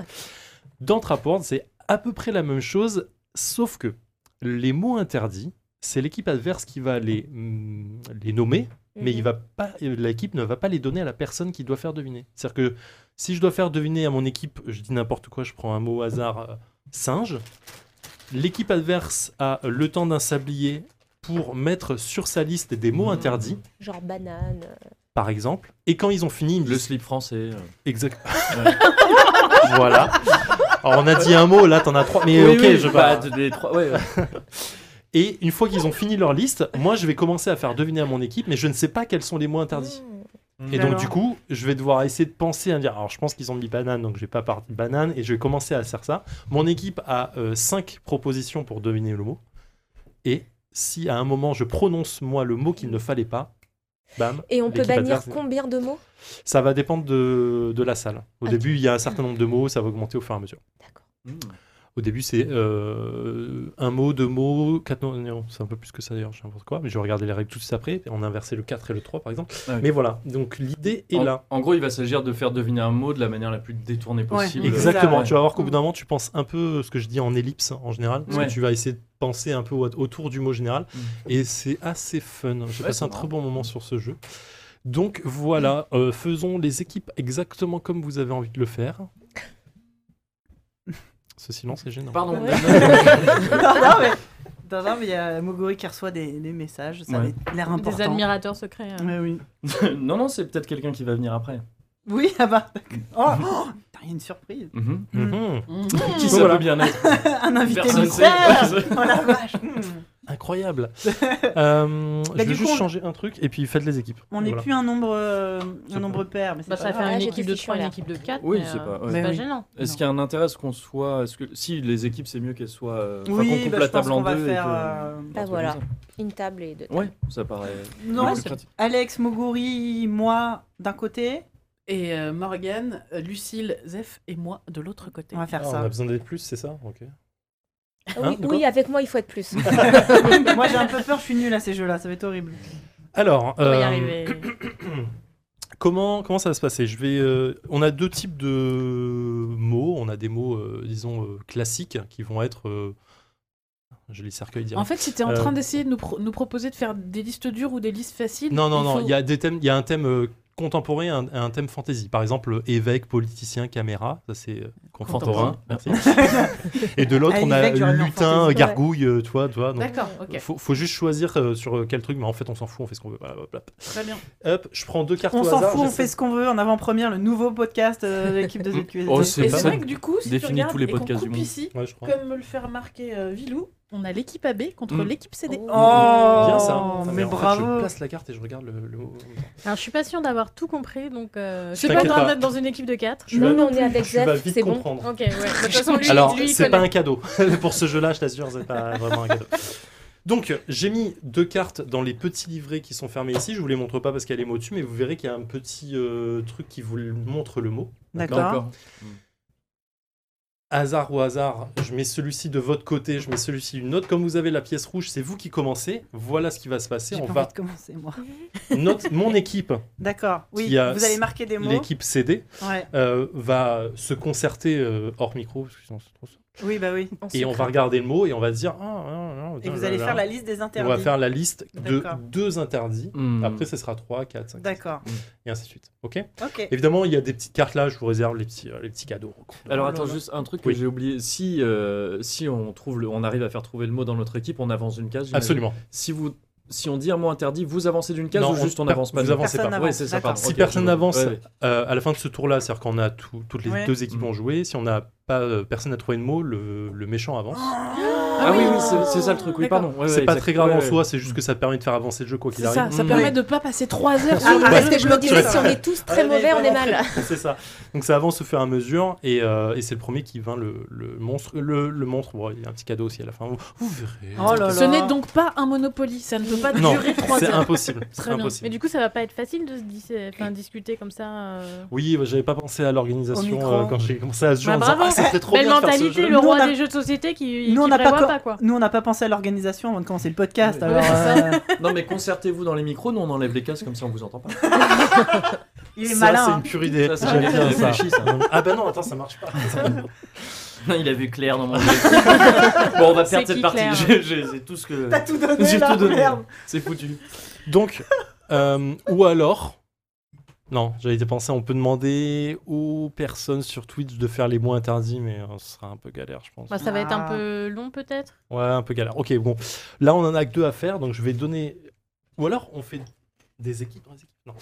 Dans Trapboard, c'est à peu près la même chose, sauf que les mots interdits, c'est l'équipe adverse qui va les, hum, les nommer, mais il va pas, euh, l'équipe ne va pas les donner à la personne qui doit faire deviner. C'est-à-dire que si je dois faire deviner à mon équipe, je dis n'importe quoi, je prends un mot au hasard, euh, singe, l'équipe adverse a le temps d'un sablier pour mettre sur sa liste des mots interdits, Genre banane. par exemple, et quand ils ont fini, ils me Le disent slip français. euh. Exact. *laughs* voilà. Alors, on a dit un mot, là t'en as trois. Mais Oui, ok, oui, je bah, bah, de- des trois- ouais, ouais. *laughs* Et une fois qu'ils ont fini leur liste, moi je vais commencer à faire deviner à mon équipe, mais je ne sais pas quels sont les mots interdits. Et donc Alors. du coup, je vais devoir essayer de penser à me dire. Alors je pense qu'ils ont mis banane, donc je vais pas partir de banane et je vais commencer à faire ça. Mon équipe a 5 propositions pour deviner le mot. Et si à un moment je prononce moi le mot qu'il ne fallait pas, bam, Et on peut L'équipe bannir adverse. combien de mots ça va dépendre de, de la salle. Au Ok. début, il y a un certain nombre de mots, ça va augmenter au fur et à mesure. Mmh. D'accord. Mm. Au début, c'est euh, un mot, deux mots, quatre mots. Non, c'est un peu plus que ça d'ailleurs, je sais n'importe quoi. Mais je vais regarder les règles tout de suite après. On a inversé le 4 et le 3 par exemple. Ah oui. Mais voilà, donc l'idée est en, là. en gros, il va s'agir de faire deviner un mot de la manière la plus détournée possible. Ouais. Exactement. Ouais. Tu vas voir qu'au bout d'un moment, tu penses un peu euh, ce que je dis en ellipse en général. Parce Ouais. que tu vas essayer de penser un peu au- autour du mot général. Mm. Et c'est assez fun. J'ai Ouais, passé c'est un marrant. très bon moment sur ce jeu. Donc voilà, euh, faisons les équipes exactement comme vous avez envie de le faire. Ce silence est gênant. Pardon. Ouais. non, non, mais *laughs* non, non, mais il y a Moguri qui reçoit des, des messages, ça Ouais. avait l'air important. Des admirateurs secrets. euh. Ouais, Eh oui. *laughs* non, non, c'est peut-être quelqu'un qui va venir après. Oui, ah bah, d'accord. Oh, oh, putain, il y a une surprise. Mm. Mhm. Mhm. Qui ça peut bien être *laughs* Un invité Personne mystère. sait. Oh la vache. *laughs* Hmm. *laughs* Incroyable. Euh, je vais du juste coup, on- changer un truc et puis faites les équipes. On n'est Voilà. plus un nombre, euh, C'est un bon. nombre pair, mais c'est Bah, pas ça grave. fait Ah, une j'étais équipe de fichue en 3, une l'air. équipe de 4. Oui, euh, c'est pas- ouais. C'est Mais pas oui. gênant. Est-ce qu'il y a un intérêt à ce qu'on soit. Est-ce que... Si, les équipes, c'est mieux qu'elles soient. euh, enfin, qu'on Oui, coupe bah, la je pense table en qu'on va deux. et faire. que- euh, Un Bah truc voilà, comme ça. une table et deux. Ouais, ça paraît. Non, plus c'est- pratique. Alex, Moguri, moi d'un côté, Et euh, Morgane, euh, Lucille, Zef et moi de l'autre côté. on va faire Ah, on ça. a besoin d'être plus, c'est ça Ok. Ah Hein, oui, de quoi oui, avec moi, il faut être plus. *laughs* moi j'ai un peu peur, je suis nul à ces jeux-là, ça va être horrible. Alors, On va y euh, arriver. *coughs* Comment, comment ça va se passer Je vais, euh, On a deux types de mots. On a des mots, euh, disons, euh, classiques qui vont être. euh, Je les cercueille direct. En fait, c'était en Euh, train d'essayer de nous, pro- nous proposer de faire des listes dures ou des listes faciles. Non, non, non. faut- Il y a des thèmes. Il y a un thème euh, contemporain, et un, un thème fantasy. Par exemple, évêque, politicien, caméra. Ça c'est euh, contemporain. Merci. Et de l'autre, Ah, on a évêque, j'aurais mis en lutin, fantasy. gargouille. euh, Tu vois, tu vois. donc, D'accord, ok, faut, faut juste choisir euh, sur euh, quel truc. Mais en fait, on s'en fout. On fait ce qu'on veut. Voilà, hop, hop. très bien. Hop, je prends deux cartes On au s'en hasard. fout, on j'essaie- fait ce qu'on veut en avant-première, le nouveau podcast euh, de l'équipe de *laughs* ZQSD. Oh, c'est Et pas c'est vrai que du coup, si tu Définis regardes tous les et qu'on podcasts du coupe monde. ici, Ouais, je crois. comme me le fait remarquer euh, Vilou, on a l'équipe AB contre Mm. l'équipe CD. Oh, Bien ça. mais en fait, je bravo. place la carte et je regarde le. le... mot. Alors, je suis pas sûre d'avoir tout compris, donc euh, c'est pas T'inquiète grave pas. d'être dans une équipe de 4. Je Non, vais- non, on est avec tu vas Zeph, vite c'est bon. comprendre. Ok, ouais. De toute façon, lui, Alors, lui, il c'est pas connaît. un cadeau. *laughs* Pour ce jeu-là, je t'assure, c'est pas vraiment un cadeau. Donc, j'ai mis deux cartes dans les petits livrets qui sont fermés ici. Je vous les montre pas parce qu'il y a les mots dessus, mais vous verrez qu'il y a un petit euh, truc qui vous montre le mot. Hmm. D'accord. Hasard ou hasard, je mets celui-ci de votre côté, je mets celui-ci d'une autre. Comme vous avez la pièce rouge, c'est vous qui commencez. Voilà ce qui va se passer. J'ai On pas va envie de commencer, moi. *laughs* notre mon équipe, D'accord, oui, Qui a- vous allez marquer des mots. l'équipe CD, Ouais. euh, va se concerter euh, hors micro parce que sinon c'est trop ça. Oui, bah oui. et on va regarder le mot et on va se dire ah, ah, ah, Et tiens, vous là, allez là. faire la liste des on va interdits. faire la liste de D'accord. deux interdits Hmm. après ce sera 3 4 5 D'accord, et ainsi de suite ok ok. évidemment il y a des petites cartes là je vous réserve les petits euh, les petits cadeaux oh Alors attends juste un truc que Oui. j'ai oublié. Si euh, si on trouve le, on arrive à faire trouver le mot dans notre équipe, on avance d'une case. j'imagine. absolument Si vous si on dit un mot interdit, vous avancez d'une case Non, ou juste on per- n'avance pas. vous d'une avancez Personne pas. n'avance, Ouais, c'est ça, d'accord. pardon. si Ok, personne je vois. n'avance Ouais, ouais. euh, à la fin de ce tour là c'est à dire qu'on a tout- toutes les Ouais. deux équipes Mm. ont joué si on n'a pas euh, personne n'a trouvé de mot le, le méchant avance Ah oui, oui, c'est- c'est ça le truc. Oui, D'accord. pardon. Ouais, c'est ouais, pas exact. très grave Ouais, en ouais. soi c'est juste que ça permet de faire avancer le jeu quoi qu'il C'est arrive ça, ça Mm. permet de pas passer 3 heures sur Ah, le parce jeu. que je me disais, Ouais. si on est tous très Ouais, mais mauvais, on est vraiment mal. très- *laughs* C'est ça. Donc ça avance au fur et à mesure et, euh, et c'est le premier qui vint le, le monstre. Le, le monstre, bon, il y a un petit cadeau aussi à la fin. Vous, vous verrez. Oh là là. Ce n'est donc pas un Monopoly, ça ne peut pas non, durer 3 c'est heures. impossible. C'est bien. impossible. Mais du coup, ça va pas être facile de se dis- euh, enfin, discuter comme ça. euh. Oui, bah, j'avais pas pensé à Au l'organisation micro. euh, quand j'ai commencé à ce jeu. Bah, en disant, bravo. ah, ça serait trop Belle bien de faire ce *laughs* mentalité, jeu. le Nous, on roi a- des jeux de société qui, Nous, qui on n'a pas prévoit co- pas quoi. Nous, on n'a pas pensé à l'organisation avant de commencer le podcast. Oui. Alors, euh, Non mais concertez-vous dans les micros, nous on enlève les casques comme ça on vous entend pas. *laughs* il est Ça, malin. c'est hein. une pure idée. Ça, c'est J'aime bien bien réfléchi, ça. ça. Ah bah non, attends, ça *laughs* marche pas. Il a vu clair *laughs* dans mon jeu. Bon, on va perdre C'est qui, cette partie. *laughs* Claire *laughs* J'ai- j'ai- C'est tout ce que T'as tout *laughs* donné, j'ai là, tout donné. *laughs* merde. C'est foutu. Donc, euh, ou alors. Non, j'avais été pensé, on peut demander aux personnes sur Twitch de faire les mots interdits, mais euh, ce sera un peu galère, je pense. Bah, ça va être un Ah. peu long peut-être. Ouais, un peu galère. Ok, bon. Là, on en a que deux à faire, donc je vais donner. Ou alors, on fait des équipes. dans les équipes. Non.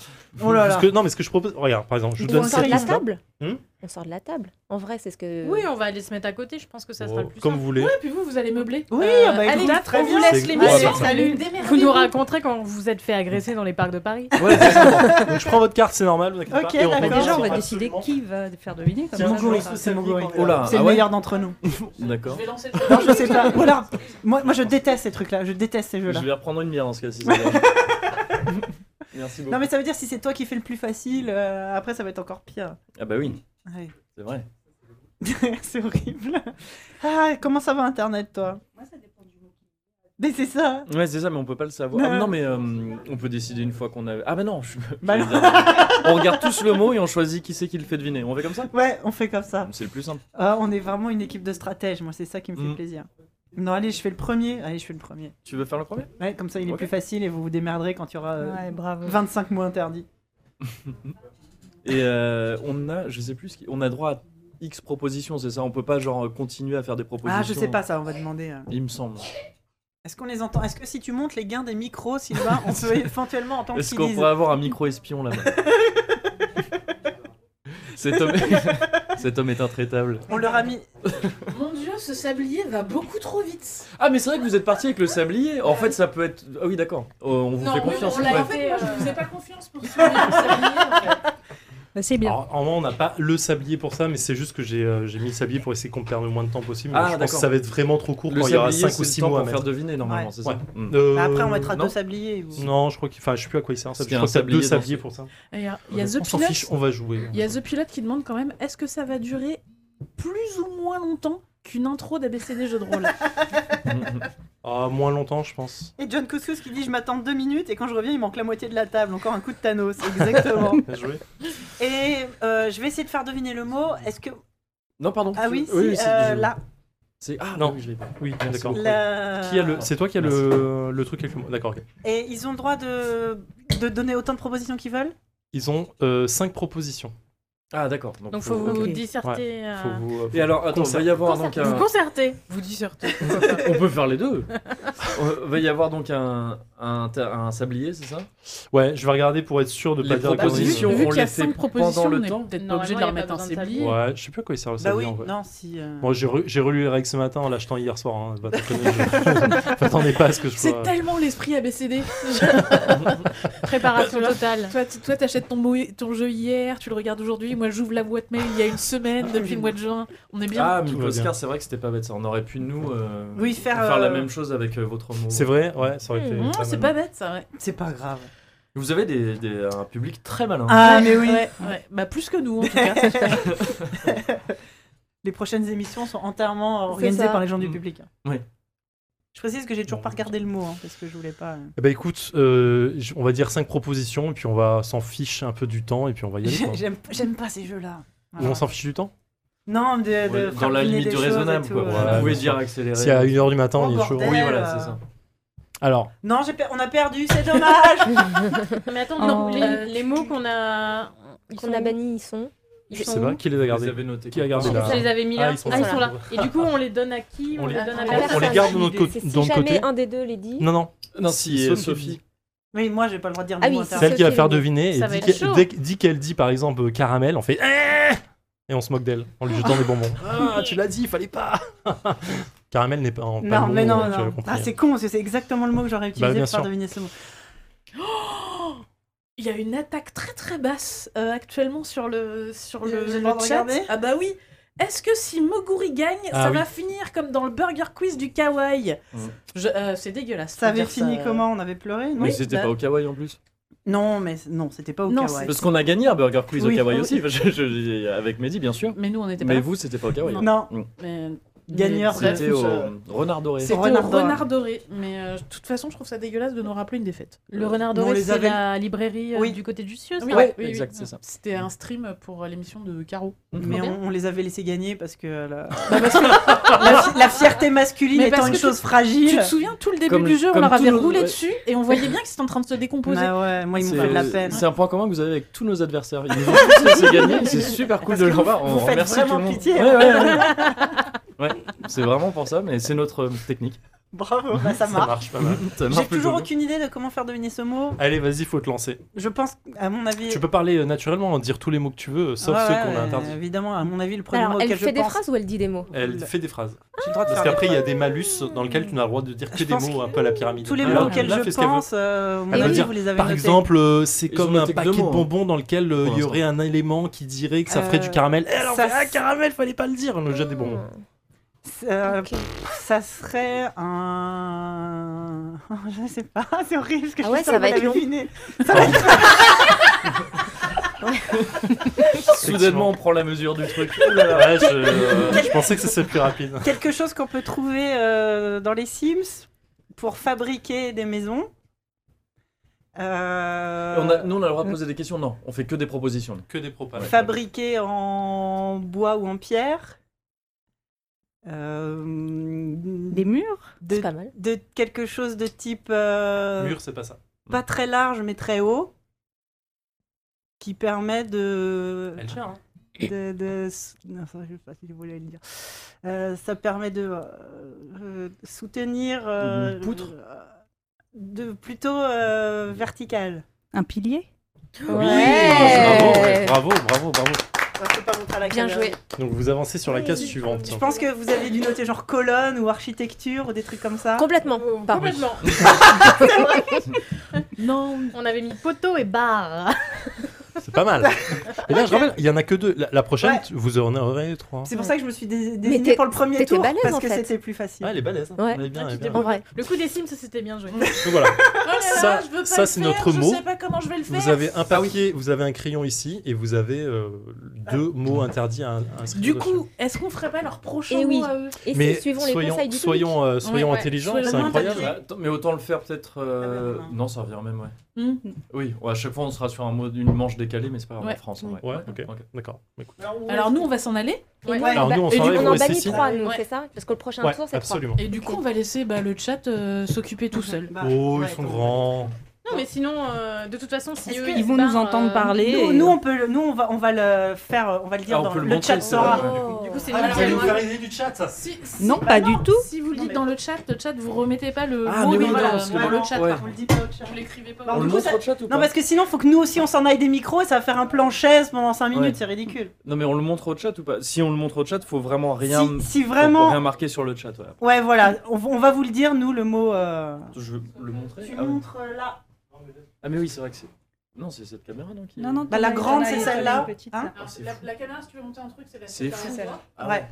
Oh là là. Parce que- non, mais ce que je propose. Regarde, par exemple, je vous Donc, donne on sort cette de la liste-là. table Hmm On sort de la table. En vrai, c'est ce que. Oui, on va aller se mettre à côté. Je pense que ça sera Oh, le plus Comme simple. vous voulez. Et puis vous, vous allez meubler. Oui, Euh, bah, allez, écoute, là, très on bien. vous laisse les C'est- on va missions. faire ça. Salut. Vous nous raconterez quand vous vous êtes fait agresser dans les parcs de Paris. Ouais, c'est ça. Donc, je prends votre carte, c'est normal. Vous inquiétez Ok, pas. Et on d'accord. reprend Déjà, sur on va absolument- va faire deviner comme Tiens, ça, Moguri, je vois. c'est Moguri. Oh là, C'est ah le ouais, meilleur *laughs* d'entre nous. d'accord. Non, je sais pas. *laughs* Voilà. Moi, moi, je déteste ces trucs-là. Je déteste ces Je jeux-là. vais reprendre une bière dans ce cas *laughs* si ça va. Merci beaucoup. Non, mais ça veut dire si c'est toi qui fais le plus facile, euh, après, ça va être encore pire. Ah bah Ah oui, Ouais. *laughs* c'est vrai. c'est horrible. Ah, comment ça va Internet, toi Mais c'est ça Ouais, c'est ça, mais on peut pas le savoir. Ah, mais Non. non, mais euh, on peut décider une fois qu'on a. Ah, bah non, je... Bah je non. veux dire, on regarde tous le mot et on choisit qui c'est qui le fait deviner. On fait comme ça Ouais, on fait comme ça. C'est le plus simple. Ah, on est vraiment une équipe de stratèges, moi c'est ça qui me fait Mm. plaisir. Non, allez, je fais le premier. Allez, je fais le premier. Tu veux faire le premier Ouais, comme ça il est Ok. plus facile et vous vous démerderez quand il y aura euh, Ouais, bravo. 25 mots interdits. Et euh, on a, je sais plus, ce qui- on a droit à X propositions, c'est ça On peut pas genre continuer à faire des propositions. Ah, je sais pas ça, on va demander. euh. Il me semble. Est-ce qu'on les entend Est-ce que si tu montes les gains des micros, Sylvain, *laughs* on peut éventuellement entendre Est-ce qu'ils qu'on disent pourrait avoir un micro espion *laughs* là-bas Cet homme... Cet homme est *laughs* intraitable. On *laughs* leur a mis. Mon dieu, ce sablier va beaucoup trop vite. Ah mais c'est vrai que vous êtes parti avec le sablier. En fait ça peut être. Ah oui d'accord. Euh, on vous Non, fait oui, confiance. on l'a Ouais. En fait, moi, je vous ai pas *laughs* confiance pour ce sablier. en fait. Bah, c'est bien. Alors, en vrai, on n'a pas le sablier pour ça, mais c'est juste que j'ai euh, j'ai mis le sablier pour essayer qu'on perde le moins de temps possible. Ah, je pense d'accord. que ça va être vraiment trop court Le quand il y aura sablier 5 c'est ou le 6 temps mois à pour mettre. faire deviner normalement, Ouais. c'est ça. Mm. Euh, Bah, après, on mettra non. deux sabliers. vous- Non, je crois qu'il. Enfin, je sais plus à quoi il sert un sablier. C'était Je un crois qu'il y a sablier deux dans sabliers ce- pour ça. Et Il y a, il y a on The s'en Pilot. fiche, on va jouer. Il y a The Pilot qui demande quand même est-ce que ça va durer plus ou moins longtemps qu'une intro d'ABCD jeu de rôle Ah, moins longtemps, je pense. Et John Couscous qui dit Je m'attends deux minutes et quand je reviens, il manque la moitié de la table. Encore un coup de Thanos, *laughs* exactement. *laughs* Bien joué. et euh, je vais essayer de faire deviner le mot. Est-ce que. Non pardon. Ah oui, Je- si, c'est- euh, je- là. C'est ah Non. non. Oui, je l'ai pas. Oui, Merci d'accord. beaucoup. la- Qui a le... C'est toi qui a le... le truc avec le mot. D'accord, ok. Et ils ont le droit de, de donner autant de propositions qu'ils veulent Ils ont 5 propositions. Ah d'accord. Donc, Donc faut- faut vous Ok. disserter. Faut euh, vous, euh, Et alors attends, Concert. va y avoir donc concerter. un. Vous concertez. Vous dites surtout. On peut faire les *laughs* deux. On- Va y avoir donc un, un, ta- un sablier, c'est ça Ouais, je vais regarder pour être sûr de Les pas dire de propositions. conneries. on Vu qu'il y les a fait 5 propositions, pendant le on est temps peut-être pas Normalement, obligé il de y a leur mettre pas un besoin de sablier. tablier. Ouais, je sais plus à quoi il sert le Bah sablier oui, en vrai. non, si. euh, Bon, j'ai re- j'ai relu les règles ce matin en l'achetant hier soir. Hein. Bah, t'en connais, *laughs* *laughs* *laughs* je- T'attendais pas à ce que je C'est sois. tellement l'esprit ABCD. *laughs* Préparation totale. toi, t- toi, t'achètes ton, mot- ton jeu hier, tu le regardes aujourd'hui. Moi, j'ouvre la boîte mail il y a une semaine, depuis le mois de juin. On est bien. Ah, Tout va bien. Microscar, c'est vrai que c'était pas bête ça. On aurait pu nous euh, Oui, faire, la euh, même chose avec euh, votre mot. C'est vrai, ouais, ça aurait été. Mmh, pas c'est mal. pas bête, ça, ouais. C'est pas grave. Vous avez des, des- un public très malin. Ah, mais oui Ouais, ouais. Bah, plus que nous, en tout cas. *laughs* Les prochaines émissions sont entièrement C'est organisées ça. par les gens du Mm. public. Oui. Je précise que j'ai toujours pas regardé le mot, hein, parce que je voulais pas. euh. Eh ben écoute, euh, j- on va dire 5 propositions et puis on va s'en fiche un peu du temps et puis on va y *laughs* aller. quoi. J'aime j'aime pas ces jeux-là. Ou on Voilà. s'en fiche du temps Non, de, de Ouais, dans faire la deviner limite des du choses et raisonnable, tout, quoi. euh. Ouais, Vous pouvez bien dire sûr. accélérer. Si à 1h du matin, Oh, on est chaud. bordel. Oui, voilà, c'est ça. Alors, Non, j'ai per- on a perdu, c'est dommage *laughs* Ah Mais attends, Oh. donc, les, Euh, les mots qu'on Euh, a. ils Qu'on sont a où banni, ils sont. Ils c'est sont vrai, où qui les a Vous gardés avez noté. Qui a gardé Ah, là Ça les avait mis là. Ah, ils sont Ah, ils là. sont là. Et du coup, on les donne à qui On On les les- donne Ah, à on- personne. On les garde de notre, Personne. côté- Si de notre jamais côté. un des deux les dit, Non, non. Non, si euh, Sophie. Sophie. Oui, moi, j'ai pas le droit de dire le Ah mot oui, interdit. Celle qui va Sophie, faire oui. deviner Ça va et dit être qu'elle- chaud. dès que- dit qu'elle dit par exemple euh, caramel, on fait Eh et on se moque d'elle en lui jetant des bonbons. Ah, tu l'as dit, il fallait pas. caramel n'est pas en Non, mais non, tu non. avais compris. Bah, Ah, c'est con, parce que c'est exactement le mot que j'aurais utilisé bien pour faire sûr. deviner ce mot. Il y a une attaque très très basse euh, actuellement sur le sur Euh, le, j'ai le le droit de chat. regarder Ah bah oui. Est-ce que si Moguri gagne, Ah ça oui. va finir comme dans le Burger Quiz du Kawaii Mm. Je- euh, C'est dégueulasse. Ça faut avait dire fini ça. comment On avait pleuré, non Mais c'était bah- pas au kawaii en plus. Non, mais c- non, c'était pas au Non, kawaii. Parce qu'on a gagné un Burger Quiz Oui, au kawaii oui. aussi, je- je- avec Mehdi bien sûr. Mais nous on était pas. Mais là. vous, c'était pas au kawaii. Mm. Non. Non, Mm. Mais- mais Gagneur, bref, C'était au euh, renard doré. C'était au Renard renard, doré. doré. Mais euh, de toute façon, je trouve ça dégueulasse de nous rappeler une défaite. Le renard On doré, Euh, les c'est avait- la librairie euh, Oui. du côté de Jussieu. ça Oui, Ouais, oui, oui. exact, c'est ça. Mm. C'était un stream pour euh, l'émission de Caro. mais bien. on, on les avait laissés gagner parce que *laughs* la, la fi- la fierté masculine Mais étant parce une que chose Tu fragile. te souviens tout le début Comme- du jeu, on comme leur avait tous nos- roulé ouais. dessus et on voyait bien qu'ils étaient en train de se décomposer. Bah ouais, moi, ils m'ont C'est- fait de la peine. C'est un point commun que vous avez avec tous nos adversaires. Ils nous ont tous laissé gagner, c'est super cool Parce de que leur vous- part. On vous faites remercie vraiment tout le monde. pitié. hein. Ouais, ouais, ouais. *laughs* Ouais, c'est vraiment pour ça, mais c'est notre euh, technique. Bravo, bah, *laughs* ça Ça marche. marche pas mal. Ça marche J'ai plutôt toujours bien. aucune idée de comment faire deviner ce mot. Allez, vas-y, faut te lancer. Je pense, à mon avis. Tu peux parler euh, naturellement, dire tous les mots que tu veux, euh, sauf Ouais, ceux ouais, qu'on a ouais, interdits. Évidemment, à mon avis, le premier mot alors elle auquel je fait des pense. phrases ou elle dit des mots Elle fait des phrases. J'ai le droit de Parce faire des qu'après, il y a phrases. des malus dans lesquels tu n'as le droit de dire que Je des pense mots que un peu à la pyramide. Tous les Alors mots que auxquels là, je fais ce qu'elle veut. pense, euh, à Ah, mon bah, Elle va avis, dire, vous les avez Par notés. exemple, euh, c'est Ils comme ont un noté que paquet de deux mots, hein. bonbons dans lequel Pour euh, il y l'instant. aurait un élément qui dirait que ça ferait Euh, du caramel. Et alors, ça- on Hmm. fait, ah, caramel, fallait pas le dire, on le jette des bonbons. C'est, euh, Ok. Ça serait un. *laughs* Je sais pas, c'est horrible ce que Ah je ouais, suis sûre ça que va vous être l'avez long. deviné. Soudainement, on prend la mesure du truc. Ouais, je, euh, je pensais que ça serait plus rapide. Quelque chose qu'on peut trouver euh, dans les Sims pour fabriquer des maisons. Euh, On a- nous, on a le droit de poser des questions Non, on fait que des propositions. Que des propos. fabriquer en bois ou en pierre. Euh, Des murs de, C'est pas mal. de quelque chose de type euh, Mur, c'est pas ça. pas très large mais très haut qui permet de Elle gère, hein. de, de- non, ça, je sais pas si je voulais le dire. Euh, ça permet de euh, euh, soutenir. euh, Une poutre euh, de, Plutôt euh, vertical. Un pilier Ouais. Bravo, bravo, bravo, bravo. Bien joué. Donc vous avancez sur la case suivante. Je pense que vous avez dû noter genre colonne ou architecture ou des trucs comme ça. Complètement. Pardon. Oh, Complètement. *laughs* Non, On avait mis poteau et barre. C'est pas mal. Et là, je rappelle, il y en a que deux. La, la prochaine, Ouais. tu- vous en aurez trois. C'est pour ça que je me suis dés- t'es- désignée pour le premier t'étais tour balèze, parce en que fait. c'était plus facile. Ah, elle est balèze. hein. Ouais. Elle est bien, elle est bien. En vrai. Le coup des Sims, ça c'était bien joué. Donc voilà, Oh là là, Ça- je veux pas ça, le c'est faire, notre je mot. sais pas comment je vais le faire. Ah vous avez un papier, vous avez un crayon ici et vous avez euh, deux mots interdits à, à inscrire Ah. Du dessus. coup, est-ce qu'on ferait pas leur prochain Eh oui. mot à euh, eux Et mais si, suivons les soyons, conseils du public. soyons, euh, soyons Ouais, ouais. intelligents, Soyons c'est moins incroyable. Bah, attends, mais autant le faire peut-être. euh, Ah, merde, hein. Non, ça revient au même, ouais. Hmm. Oui, ouais, à chaque fois on sera sur un mode, une manche décalée, mais c'est pas grave Ouais. en France. en vrai. Ouais, ok, d'accord. Bah, écoute. Alors nous, on va s'en aller. Et nous, Ouais. Alors bah, on en nous, ba- on s'en et va, du- vous on en restez bannit ici. trois, nous, Ouais. c'est ça Parce que le prochain Ouais, tour, c'est trois. absolument. Et du coup, on va laisser bah, le chat euh, s'occuper tout seul. Bah, Oh, ouais, ils sont donc- grands. Non, mais sinon, euh, de toute façon, si Est-ce eux, qu'ils se vont nous barrent, entendre euh, parler Nous, et- nous, on peut, le- nous, on va, on va le faire, on va le dire Ah, on dans peut le, le montrer, chat c'est saura. vrai. Oh. Du coup, c'est Ah, normal. vous allez nous faire l'idée du chat, ça. Si- si- Non, bah pas du tout. Si vous le Non, dites mais- dans le chat, le chat, vous remettez pas le Ah, mot mais oui, dans, voilà, le- parce que dans voilà, le chat. par ouais. On contre. le dit pas au chat. Vous l'écrivez pas. Bah, On du le coup, montre ça- au chat ou pas Non, parce que sinon, faut que nous aussi on s'en aille des micros et ça va faire un plan chaise pendant 5 minutes, Ouais. c'est ridicule. Non, mais on le montre au chat ou pas Si on le montre au chat, faut vraiment rien. si, faut- si faut vraiment. rien marquer sur le chat, ouais. Ouais, voilà, on, on va vous le dire, nous, le mot. euh, Je veux le montrer. Tu Ah, oui. montres euh, là. Ah, mais oui, c'est vrai que c'est. Non, c'est cette caméra donc. qui- Non, non, Bah, t'en la as- t'en grande, as c'est une- celle-là. t'en as une petite, Hein Alors, c'est la, fou. la caméra, si tu veux monter un truc, c'est la C'est c'est fou. par endroit. Ah Ouais.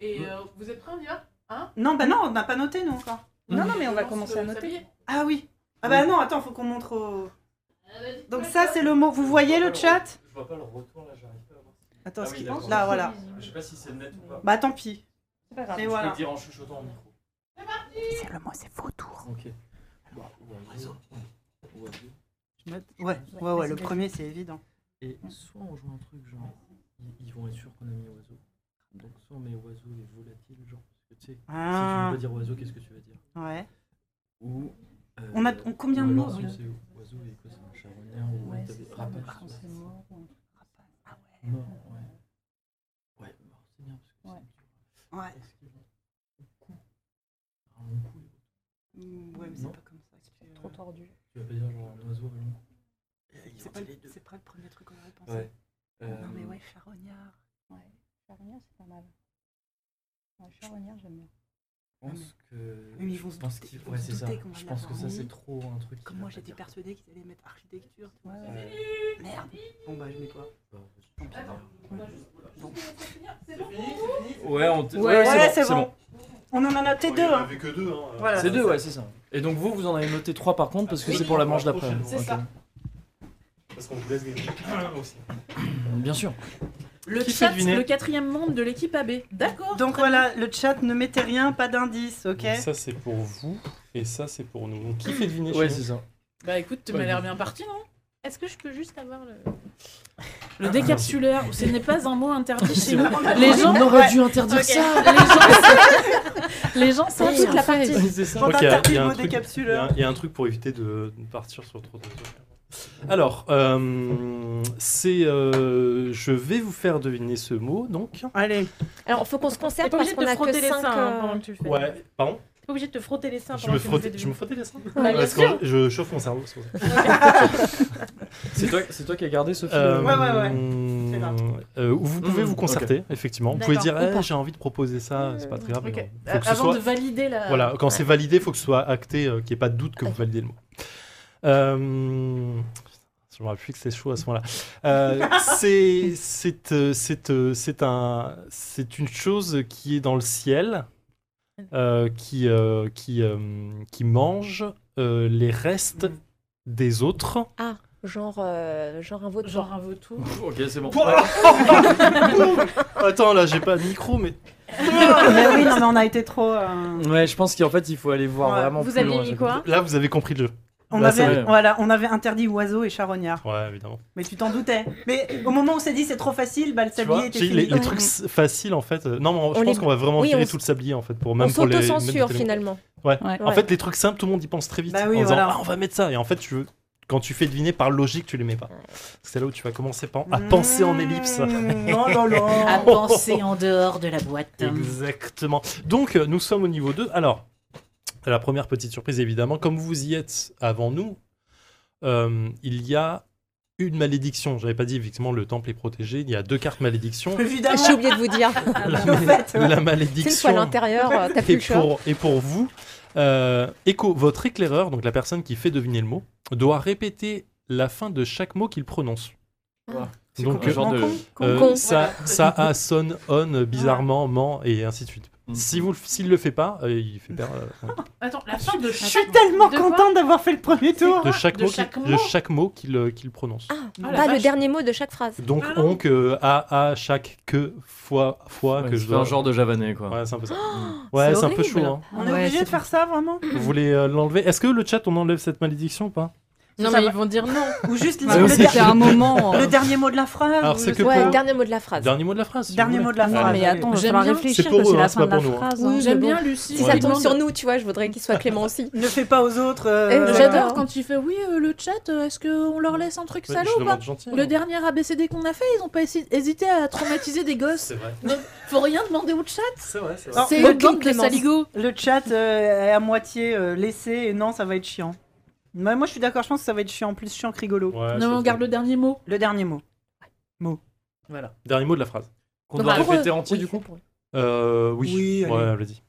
Et euh, vous êtes prêts, on y va Hein Non, bah non, on n'a pas noté, nous encore. Non, non, mais on va Je pense commencer que à vous noter. saviez. Ah oui. Ah bah non, attends, faut qu'on montre au. Donc, ça, c'est le mot. Vous voyez le chat Je vois pas le retour là, j'arrive pas à voir. Attends, Ah ce oui, qui- d'accord. là, voilà. Je sais pas si c'est net ou pas. Bah, tant pis. C'est pas grave. Mais voilà. dire en chuchotant au micro. C'est le mot, c'est faux tour. Ok. Bon, ou un réseau. Ou un deux. Ouais, ouais, ouais, le premier, c'est évident. Et soit on joue un truc genre, ils- ils vont être sûrs qu'on a mis oiseau. Donc soit on met oiseau et volatile, genre, parce que tu sais, si tu veux Ah, pas dire oiseau, qu'est-ce que tu vas dire ouais. Ou. euh, On a- on- combien ou de alors mots, si là c'est oiseau et quoi, c'est un charognard ou un tab- rapace, ouais, c'est mort. ouais. Ouais, mort, c'est bien parce que c'est Ouais. dur. Ouais. Est-ce qu'il y a un coup Un long coup, Mm, Ouais, mais Non. c'est pas comme ça. c'est que- euh, Trop tordu. Tu vas pas dire genre un oiseau, un long coup. C'est pas, le- c'est pas le premier truc qu'on aurait pensé. Ouais. Non, mais Euh, ouais, charognard. Charognard, c'est pas mal. Ouais, charognard, j'aime bien. Je pense que. mais ils vont je se pense douter- qu'il- ils vont ouais, se c'est ça. douter qu'on va Je pense que ça, l'avoir c'est mis. trop un truc. Comme moi, j'étais persuadée qu'ils allaient mettre architecture. tu vois. Ouais, ouais. persuadée. Merde. Ah Bon, bah, je mets quoi Ouais, on t- Ouais, ouais, Ouais, c'est bon. On en a noté deux, hein. que deux. Voilà. C'est deux, ouais, c'est ça. Et donc vous, vous en avez noté trois par contre parce que c'est pour la manche d'après. C'est Ok. ça. Parce qu'on vous laisse gagner. aussi. Bien sûr. Le Qui fait chat, deviner le quatrième membre de l'équipe AB. D'accord. Donc voilà, le chat ne mettez rien, pas d'indice, ok Ça, c'est pour vous et ça, c'est pour nous. Donc, qui fait deviner Ouais, chez c'est ça. Bah écoute, tu m'as Ouais. l'air bien parti, non Est-ce que je peux juste avoir le. Le décapsuleur, ce n'est pas un mot interdit chez C'est nous. vrai. Les gens, On aurait dû interdire Ok. ça. les gens *laughs* savent Toute ce qu'on la fait. partie. C'est ça. Bon, Je crois qu'il y a- t'as il y le a un mot truc- Il y, a décapsuleur. un- il y a un truc pour éviter de, de partir sur trop de Alors, euh, c'est. euh, je vais vous faire deviner ce mot, donc. Allez, Alors, il faut qu'on se T'es concerte pas parce obligé de qu'on te a que frotter les seins hein, pendant cinq. euh, que tu le fais. Ouais, pardon T'es pas obligé de te frotter les seins Je pendant que me, tu le fais. frotte, je me frottais les seins Bah, bien Parce que sûr. je chauffe mon cerveau. c'est pour ça. *laughs* C'est toi, c'est toi qui as gardé Sophie. Euh, Ouais, ouais, ouais. euh, C'est là. euh, ou vous pouvez Mm, vous ok. concerter, effectivement. Vous pouvez dire Ou Eh, pas. j'ai envie de proposer ça, c'est pas très grave. Euh, Ok. Euh, mais non. Faut que ce Avant soit- de valider la. Voilà, quand c'est validé, il faut que ce soit acté, euh, qu'il n'y ait pas de doute que vous validez le mot. Euh, Je me rappelle plus que c'est chaud à ce moment-là. *laughs* Euh, c'est- c'est euh, c'est, euh, c'est un, c'est une chose qui est dans le ciel, euh, qui, euh, Mm. qui, euh, qui mange euh, les restes des autres Ah, Genre, euh, genre un vautour. Genre un *laughs* vautour. Ok, c'est bon. Attends, là, j'ai pas de micro, mais. Oh, mais oui, non, mais on a été trop. euh, Ouais, je pense qu'en fait, il faut aller voir Ouais, vraiment vous plus avez loin. mis j'ai- quoi Là, vous avez compris le jeu. On, Là, Bah, c'est avait, vrai. voilà, on avait interdit oiseau et charognard. Ouais, évidemment. Mais tu t'en doutais. Mais au moment où c'est dit c'est trop facile, bah, le Tu vois, sablier était j'ai- fini. les, les trucs s- faciles en fait. euh, Non, mais on- je euh, On pense les- qu'on va vraiment oui, virer on s- tout le sablier en fait pour on même pour les. même s'auto-censure, pour les- finalement. Ouais. Ouais. En fait, les trucs simples, tout le monde y pense très vite. Bah oui, en disant, voilà. ah, on va mettre ça. Et en fait, tu veux- Quand tu fais deviner par logique, tu les mets pas. C'est là où tu vas commencer par- à penser en ellipse. Mmh. non, Oh non, non. À *laughs* penser en dehors de la boîte. Exactement. Donc, euh, nous sommes au niveau 2. Alors, la première petite surprise, évidemment, comme vous y êtes avant nous, euh, il y a une malédiction. J'avais pas dit, effectivement, le temple est protégé. Il y a deux cartes malédiction. Évidemment. J'ai oublié de vous dire. La, ma- la C'est une fois à malédiction. l'intérieur, euh, t'as plus et le choix. pour, et pour vous, euh, Echo, votre éclaireur, donc la personne qui fait deviner le mot, doit répéter la fin de chaque mot qu'il prononce. Ah. C'est Donc, complètement euh, con, con, euh, con. ça, Voilà. ça a sonne on euh, bizarrement ment et ainsi de suite. Mm. Si vous, le- s'il le fait pas, euh, il fait perdre. euh, Attends, la fin de Je suis tellement contente d'avoir fait le *laughs* premier tour. de chaque mot, qu'il- de mot. chaque mot qu'il euh, qu'il prononce. Ah, pas la le vache. dernier mot de chaque phrase. Donc on que à à chaque que fois Ouais, fois que c'est je dois. un genre de javanais, quoi. Ouais, c'est un peu ça. Oh, ouais, c'est c'est un peu horrible. chaud. hein. On est Ouais, obligé c'est de faire Ah, ça vraiment Vous voulez euh, l'enlever Est-ce que le chat on enlève cette malédiction ou pas Non, mais ils vont dire non. Ou juste Ah, le, oui, der- c'est un moment, le euh. dernier mot de la phrase. Alors, ou c'est je que sais pour- pas. Ouais, Dernier mot de la phrase. Dernier mot de la phrase. si Dernier vous mot de voulez. la phrase. Allez. C'est pour eux, hein, c'est pas pour nous. hein. Oui, J'aime bien Lucie. Si ça qui tombe demande- sur nous, tu vois, je voudrais qu'il soit Clément aussi. Ne fais pas aux autres. euh, Eh, voilà. j'adore. Quand tu fais oui, euh, le chat, euh, est-ce qu'on leur laisse un truc Ouais, salaud je ou pas demande gentil, Le hein. dernier ABCD qu'on a fait, ils ont pas hési- hésité à traumatiser des gosses. C'est vrai. Donc, faut rien demander au chat. C'est vrai, c'est Non, C'est le une bande de Clémence. saligots. Le chat euh, est à moitié euh, laissé et non, ça va être chiant. Mais moi, je suis d'accord, je pense que ça va être chiant, plus chiant que rigolo. non, mais on garde le dernier mot. Le dernier mot. Mot. Voilà. Dernier mot de la phrase. Qu'on doit répéter entier, du coup Euh, oui. Oui, allez. ouais, vas-y.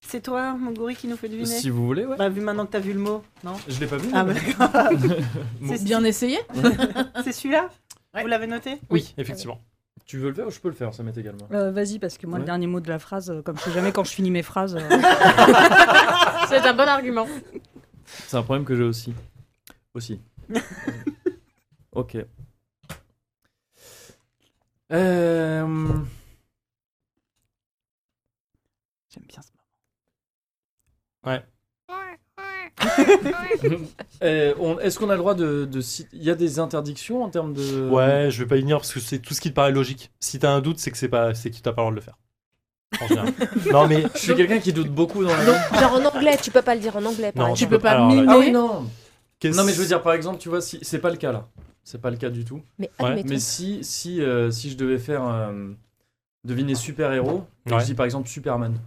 C'est toi, mon gorille, qui nous fait deviner Si vous voulez, ouais. Bah, vu maintenant que t'as vu le mot, non Je l'ai pas vu. Ah, bah, mais- d'accord. *laughs* Mot. C'est- Bien essayé. C'est celui-là Vous l'avez noté Oui, effectivement. Tu veux le faire ou je peux le faire Ça m'est également. Euh, Vas-y, parce que moi, Ouais. le dernier mot de la phrase, euh, comme je sais jamais quand je finis mes phrases. euh, C'est un bon argument. C'est un problème que j'ai aussi. *laughs* Aussi. ok. Euh... J'aime bien ce Ouais. Euh, on- Est-ce qu'on a le droit de. de ci- Il y a des interdictions en termes de. Ouais, je vais pas ignorer parce que c'est tout ce qui te paraît logique. Si t'as un doute, c'est que c'est pas, c'est que t'as pas le droit de le faire. En *laughs* général. non mais Je suis quelqu'un qui doute beaucoup dans la vie. Genre en anglais, tu peux pas le dire en anglais. par Non, exemple. tu peux pas alors, miner. Ah oui, non qu'est-ce- Non, mais je veux dire, par exemple, tu vois, si... c'est pas le cas là. C'est pas le cas du tout. Mais Ouais, admettons. Mais si, si, euh, si je devais faire euh, deviner super-héros, et Ouais. je dis par exemple Superman,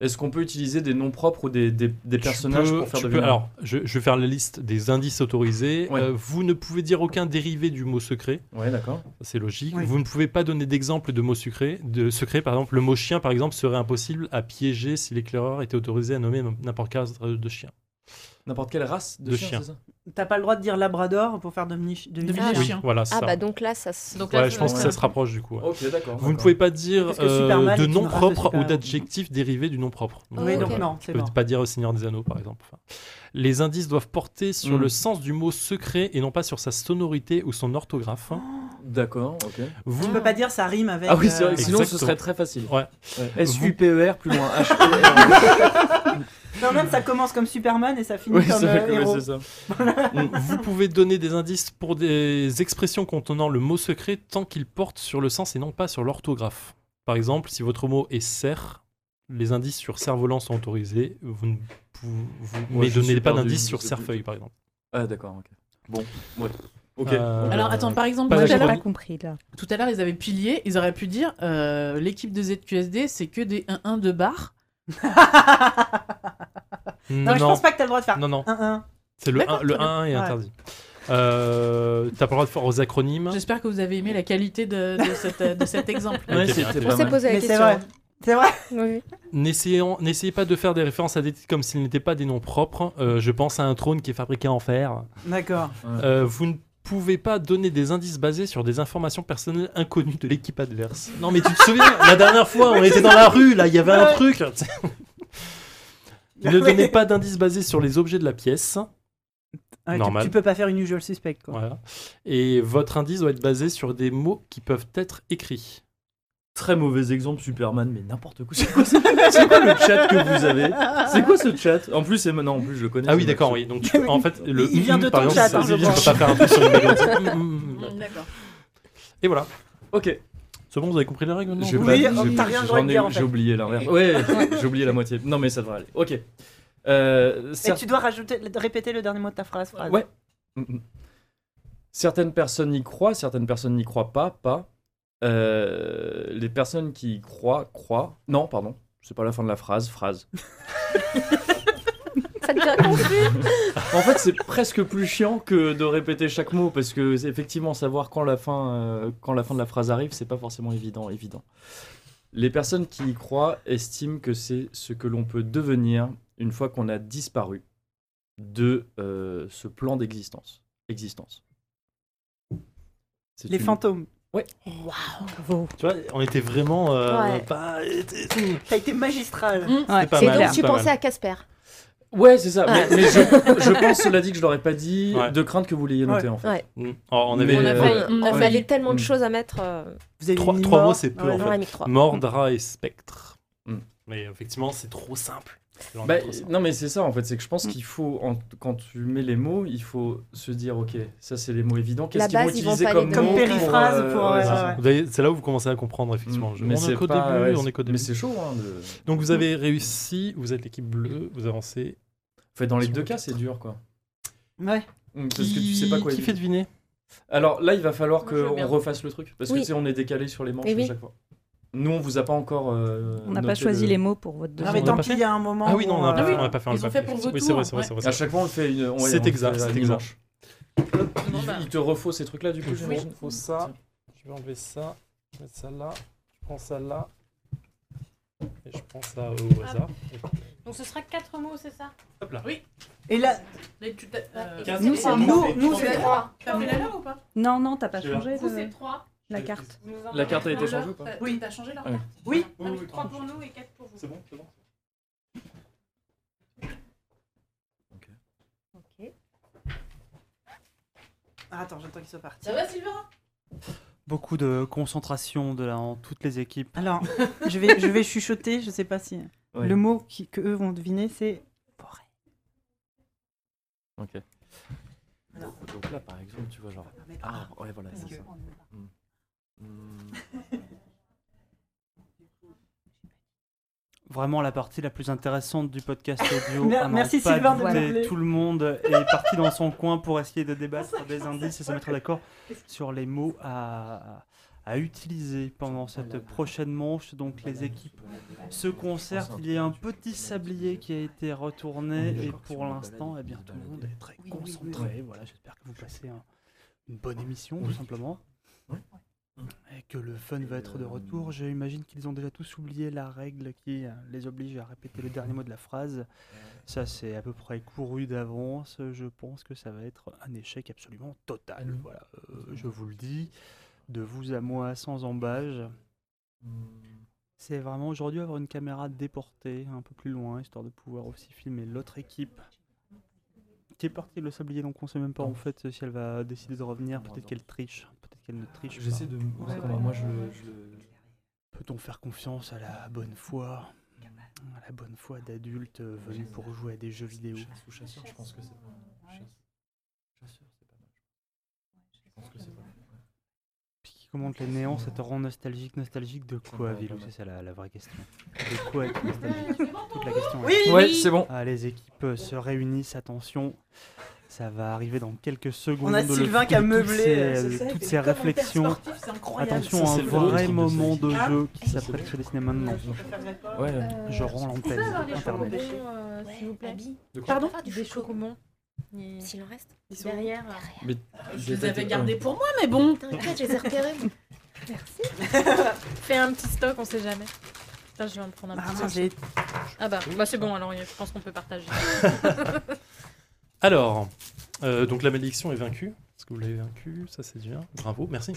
est-ce qu'on peut utiliser des noms propres ou des, des, des Tu personnages peux- pour faire tu deviner peux- Alors, je, je vais faire la liste des indices autorisés. Ouais. Euh, vous ne pouvez dire aucun dérivé du mot secret. Ouais, d'accord. C'est logique. Oui. Vous ne pouvez pas donner d'exemple de mots secrets. De secret, par exemple, le mot chien, par exemple, serait impossible à piéger si l'éclaireur était autorisé à nommer n'importe quel euh, de chien. N'importe quelle race de, De chien, chien. c'est ça T'as pas le droit de dire Labrador pour faire devenir chi- devenir Devenir chien. Oui, voilà, c'est Ah ça. bah donc là, ça se. Donc là, ouais, je pense que ça se rapproche du coup. ouais. Ok, d'accord. Vous ne d'accord. pouvez pas dire Parce que euh, Superman est de une nom race de propre ou super-héros. d'adjectif dérivé du nom propre. Oui, donc Ok. non, Je c'est peux mort. pas dire Seigneur des Anneaux, par exemple. Enfin, les indices doivent porter sur Mm. le sens du mot secret et non pas sur sa sonorité ou son orthographe. D'accord, ok. Vous, Oh. Tu peux pas dire ça rime avec. Ah oui, c'est vrai, euh, que sinon ce Exactement. serait très facile. Ouais. E S-U-P-E-R, plus loin. H *laughs* *laughs* Non, même ça commence comme Superman et ça finit comme euh, héros. *laughs* ça. *laughs* vous pouvez donner des indices pour des expressions contenant le mot secret tant qu'ils portent sur le sens et non pas sur l'orthographe. Par exemple, si votre mot est cerf, les indices sur cerf-volant sont autorisés. Vous ne vous- vous- Moi, mais je donnez suis pas perdu, d'indices je sur sais cerfeuil, par exemple. Ah, d'accord, ok. Bon, ouais. Ok. on Euh, verra. Alors attends, par exemple, Pas tout à J'ai d'accord. l'heure, pas compris, là. tout à l'heure, ils avaient pilié, ils auraient pu dire euh, l'équipe de ZQSD, c'est que des 1-1 de *laughs* barre. Non, mais je non, pense pas que t'as le droit de faire. non, non. 1-1. C'est le D'accord, 1, le très bien. 1 est Ouais. interdit. Euh, T'as pas le droit de faire aux acronymes. J'espère que vous avez aimé la qualité de, de cette- de cet exemple. Ouais, Ok. c'était On pas s'est mal. posé la Mais c'est question. vrai. C'est vrai. Oui, oui. N'essayons- N'essayez pas de faire des références à des titres comme s'ils n'étaient pas des noms propres. Euh, je pense à un trône qui est fabriqué en fer. D'accord. Euh, vous ne pouvez pas donner des indices basés sur des informations personnelles inconnues de l'équipe adverse. Non mais tu te souviens, la dernière fois on était dans la rue, là il y avait un Ouais. truc. ne Oui. donnez pas d'indices basés sur les objets de la pièce. Ouais, tu- normal. Tu, peux pas faire une usual suspect, quoi. Voilà. Et votre indice doit être basé sur des mots qui peuvent être écrits. Très mauvais exemple, Superman, mais n'importe quoi. *laughs* C'est quoi, ce- c'est quoi le chat que vous avez C'est quoi ce chat En plus, c'est maintenant, en plus, je le connais. Ah oui, c'est d'accord, Maxou. oui. *laughs* Donc, tu peux- en fait, le Il vient hum, de par ton exemple, chat, hein, c'est- je je peux pense. pas faire un truc sur le magazine. *laughs* Hum, Mm, hum, hum. D'accord. Et voilà. Ok. C'est bon, vous avez compris la règle non Oui, oh, j'ai- t'as rien le droit j'en de ai- dire, en fait. J'ai oublié la règle. Ouais, j'ai oublié la moitié. Non, mais ça devrait aller. Ok. Euh, Et certes- tu dois rajouter, répéter le dernier mot de ta phrase. phrase. Ouais. Mm, Certaines personnes y croient, certaines personnes n'y croient pas, pas. Euh, les personnes qui y croient, croient. Non, pardon, c'est pas la fin de la phrase, phrase. Ça devient confus. en fait, c'est presque plus chiant que de répéter chaque mot parce que c'est effectivement savoir quand la fin, euh, quand la fin de la phrase arrive, c'est pas forcément évident, évident. Les personnes qui y croient estiment que c'est ce que l'on peut devenir une fois qu'on a disparu de euh, ce plan d'existence. Existence. C'est Les une- fantômes. Ouais. Waouh. Tu vois, on était vraiment euh, Ouais. pas. T'as été magistral. C'est pas Et mal, donc c'est tu pas pensais mal. à Casper. Ouais, c'est ça. Ouais. Ah, Mais, mais je, je pense, cela dit, que je l'aurais pas dit Ouais. de crainte que vous l'ayez noté Ouais. en fait. Ouais. Mm. Alors, on Mais, avait, On euh, avait, on ouais. avait tellement de Mm. choses à mettre. euh, Vous avez trois, mis trois mort. mots, c'est peu Ouais, en non, fait. on a mis que trois. Mordra et spectre. Mm. Mais effectivement, c'est trop simple. Genre, Bah, trop simple. non, mais c'est ça en fait. C'est que je pense qu'il faut, en- quand tu mets les mots, il faut se dire ok, ça c'est les mots évidents. La Qu'est-ce qu'ils vont base, ils vont utiliser pas les comme donner. mots Comme périphrase euh, pour, ouais, euh, c'est ça. ouais. Vous avez- C'est là où vous commencez à comprendre, effectivement. Je- Hmm. Mais on est c'est qu'au pas- début, ouais, on est qu'au Mais début. c'est chaud. Hein, de- Donc vous avez réussi, vous êtes l'équipe bleue, vous avancez. Fait, dans les deux cas, c'est dur quoi. Ouais. Mm, Parce Qui, que tu sais pas quoi qui fait éviter. deviner Alors là, il va falloir Moi, je veux bien. qu'on refasse le truc. Parce que Oui. tu sais, on est décalé sur les manches Eh oui. à chaque fois. Nous, on vous a pas encore. euh, On n'a pas noté choisi le- les mots pour votre Non, deuxième. mais On tant l'a pas pis, fait il y a un moment. Ah oui, non, on n'a où, pas, euh, fait, on l'a pas fait. on Ils l'a ont pas fait pour le Oui, vautour, c'est vrai, c'est vrai, ouais. c'est vrai. À chaque fois, on le fait une. ouais, C'est on le exact, fait c'est une exact. marche. Non, bah. Il, il te refaut ces trucs-là du coup. Je j'imagine refaut ça. Je vais enlever ça, je vais mettre ça là, je prends ça là. Et je prends ça au hasard. Donc ce sera 4 mots, c'est ça Hop là. Et là, Les- tu- t'as- euh, Quatre. Nous, c'est- t'as- nous- nous, t'as- c'est trois. T'as fait la leur ou pas Non, non, t'as pas Je vais changé Vous, c'est de... 3. la carte. La carte a été changée ou pas Oui. T'as changé leur Ah oui. carte Oui. Ah oui, trois pour nous et 4 pour vous. C'est bon, c'est bon. Ah, Attends, j'attends qu'il soit parti. Ça va, Sylvain Beaucoup de concentration de la, en toutes les équipes. Alors, je vais, je vais chuchoter, je sais pas si. Ouais. Le mot qui, que eux vont deviner, c'est. forêt. Ok. Donc, donc là, par exemple, tu vois, genre. Ah, ouais, voilà, c'est ça. Hmm. Hmm. *laughs* Vraiment la partie la plus intéressante du podcast audio. Mer- à n'en merci pas Sylvain de douter. me rappeler. Tout le monde est parti dans son coin pour essayer de débattre des indices et se mettre d'accord sur les mots à, à utiliser pendant cette prochaine manche. Donc les équipes se concertent. Il y a un petit sablier qui a été retourné et pour l'instant, eh bien, tout le monde est très concentré. Voilà, j'espère que vous passez un- une bonne émission, tout simplement. Et que le fun va être de retour. J'imagine qu'ils ont déjà tous oublié la règle qui euh, les oblige à répéter le dernier mot de la phrase. Ça, c'est à peu près couru d'avance. Je pense que ça va être un échec absolument total. Voilà, euh, je vous le dis, de vous à moi, sans embâge. C'est vraiment aujourd'hui avoir une caméra déportée un peu plus loin, histoire de pouvoir aussi filmer l'autre équipe qui est partie. Le sablier, donc on sait même pas Ah. en fait si elle va décider de revenir. Peut-être qu'elle triche, peut-être qu'elle ne triche pas. J'essaie de. ouais. Moi, je le. je le- Peut-on faire confiance à la bonne foi À la bonne foi d'adultes euh, venus pour jouer à des jeux vidéo Chasse ou chasseur, je pense que c'est pas. Chasse. Chasseur, c'est pas mal. Je pense que c'est pas mal. Puis qui commente les néants, ça te rend nostalgique Nostalgique de quoi, Vilou C'est ça la, la vraie question. De quoi être Euh, nostalgique *laughs* Toute la question est là. Ouais, c'est bon. Ah, les équipes euh, se réunissent, attention. Ça va arriver dans quelques secondes. On a le Sylvain fruit qui de a toutes meublé, ces- euh, toutes ces, réflexions. Attention, Ça, un c'est le vrai vrai truc de moment de Ah. jeu qui s'apprête à se dessiner maintenant. Ouais. Euh, euh, Je rends Vous l'antenne pouvez avoir des internet. chocobons, euh, s'il vous plaît Abby, Pardon Ah, du Des chocobons. chocobon. Ils- S'il en reste. Ils sont derrière. euh, Mais Je les avais gardés pour moi, mais *laughs* bon. T'inquiète, je les ai repérés. Merci. *laughs* *laughs* Fais un petit stock, on sait jamais. Putain, je vais en prendre un Ah, petit. non, j'ai- Ah bah, bah c'est bon, alors je pense qu'on peut *laughs* partager. Alors, euh, donc la malédiction est vaincue. Est-ce que vous l'avez vaincue Ça, c'est bien. Bravo, merci.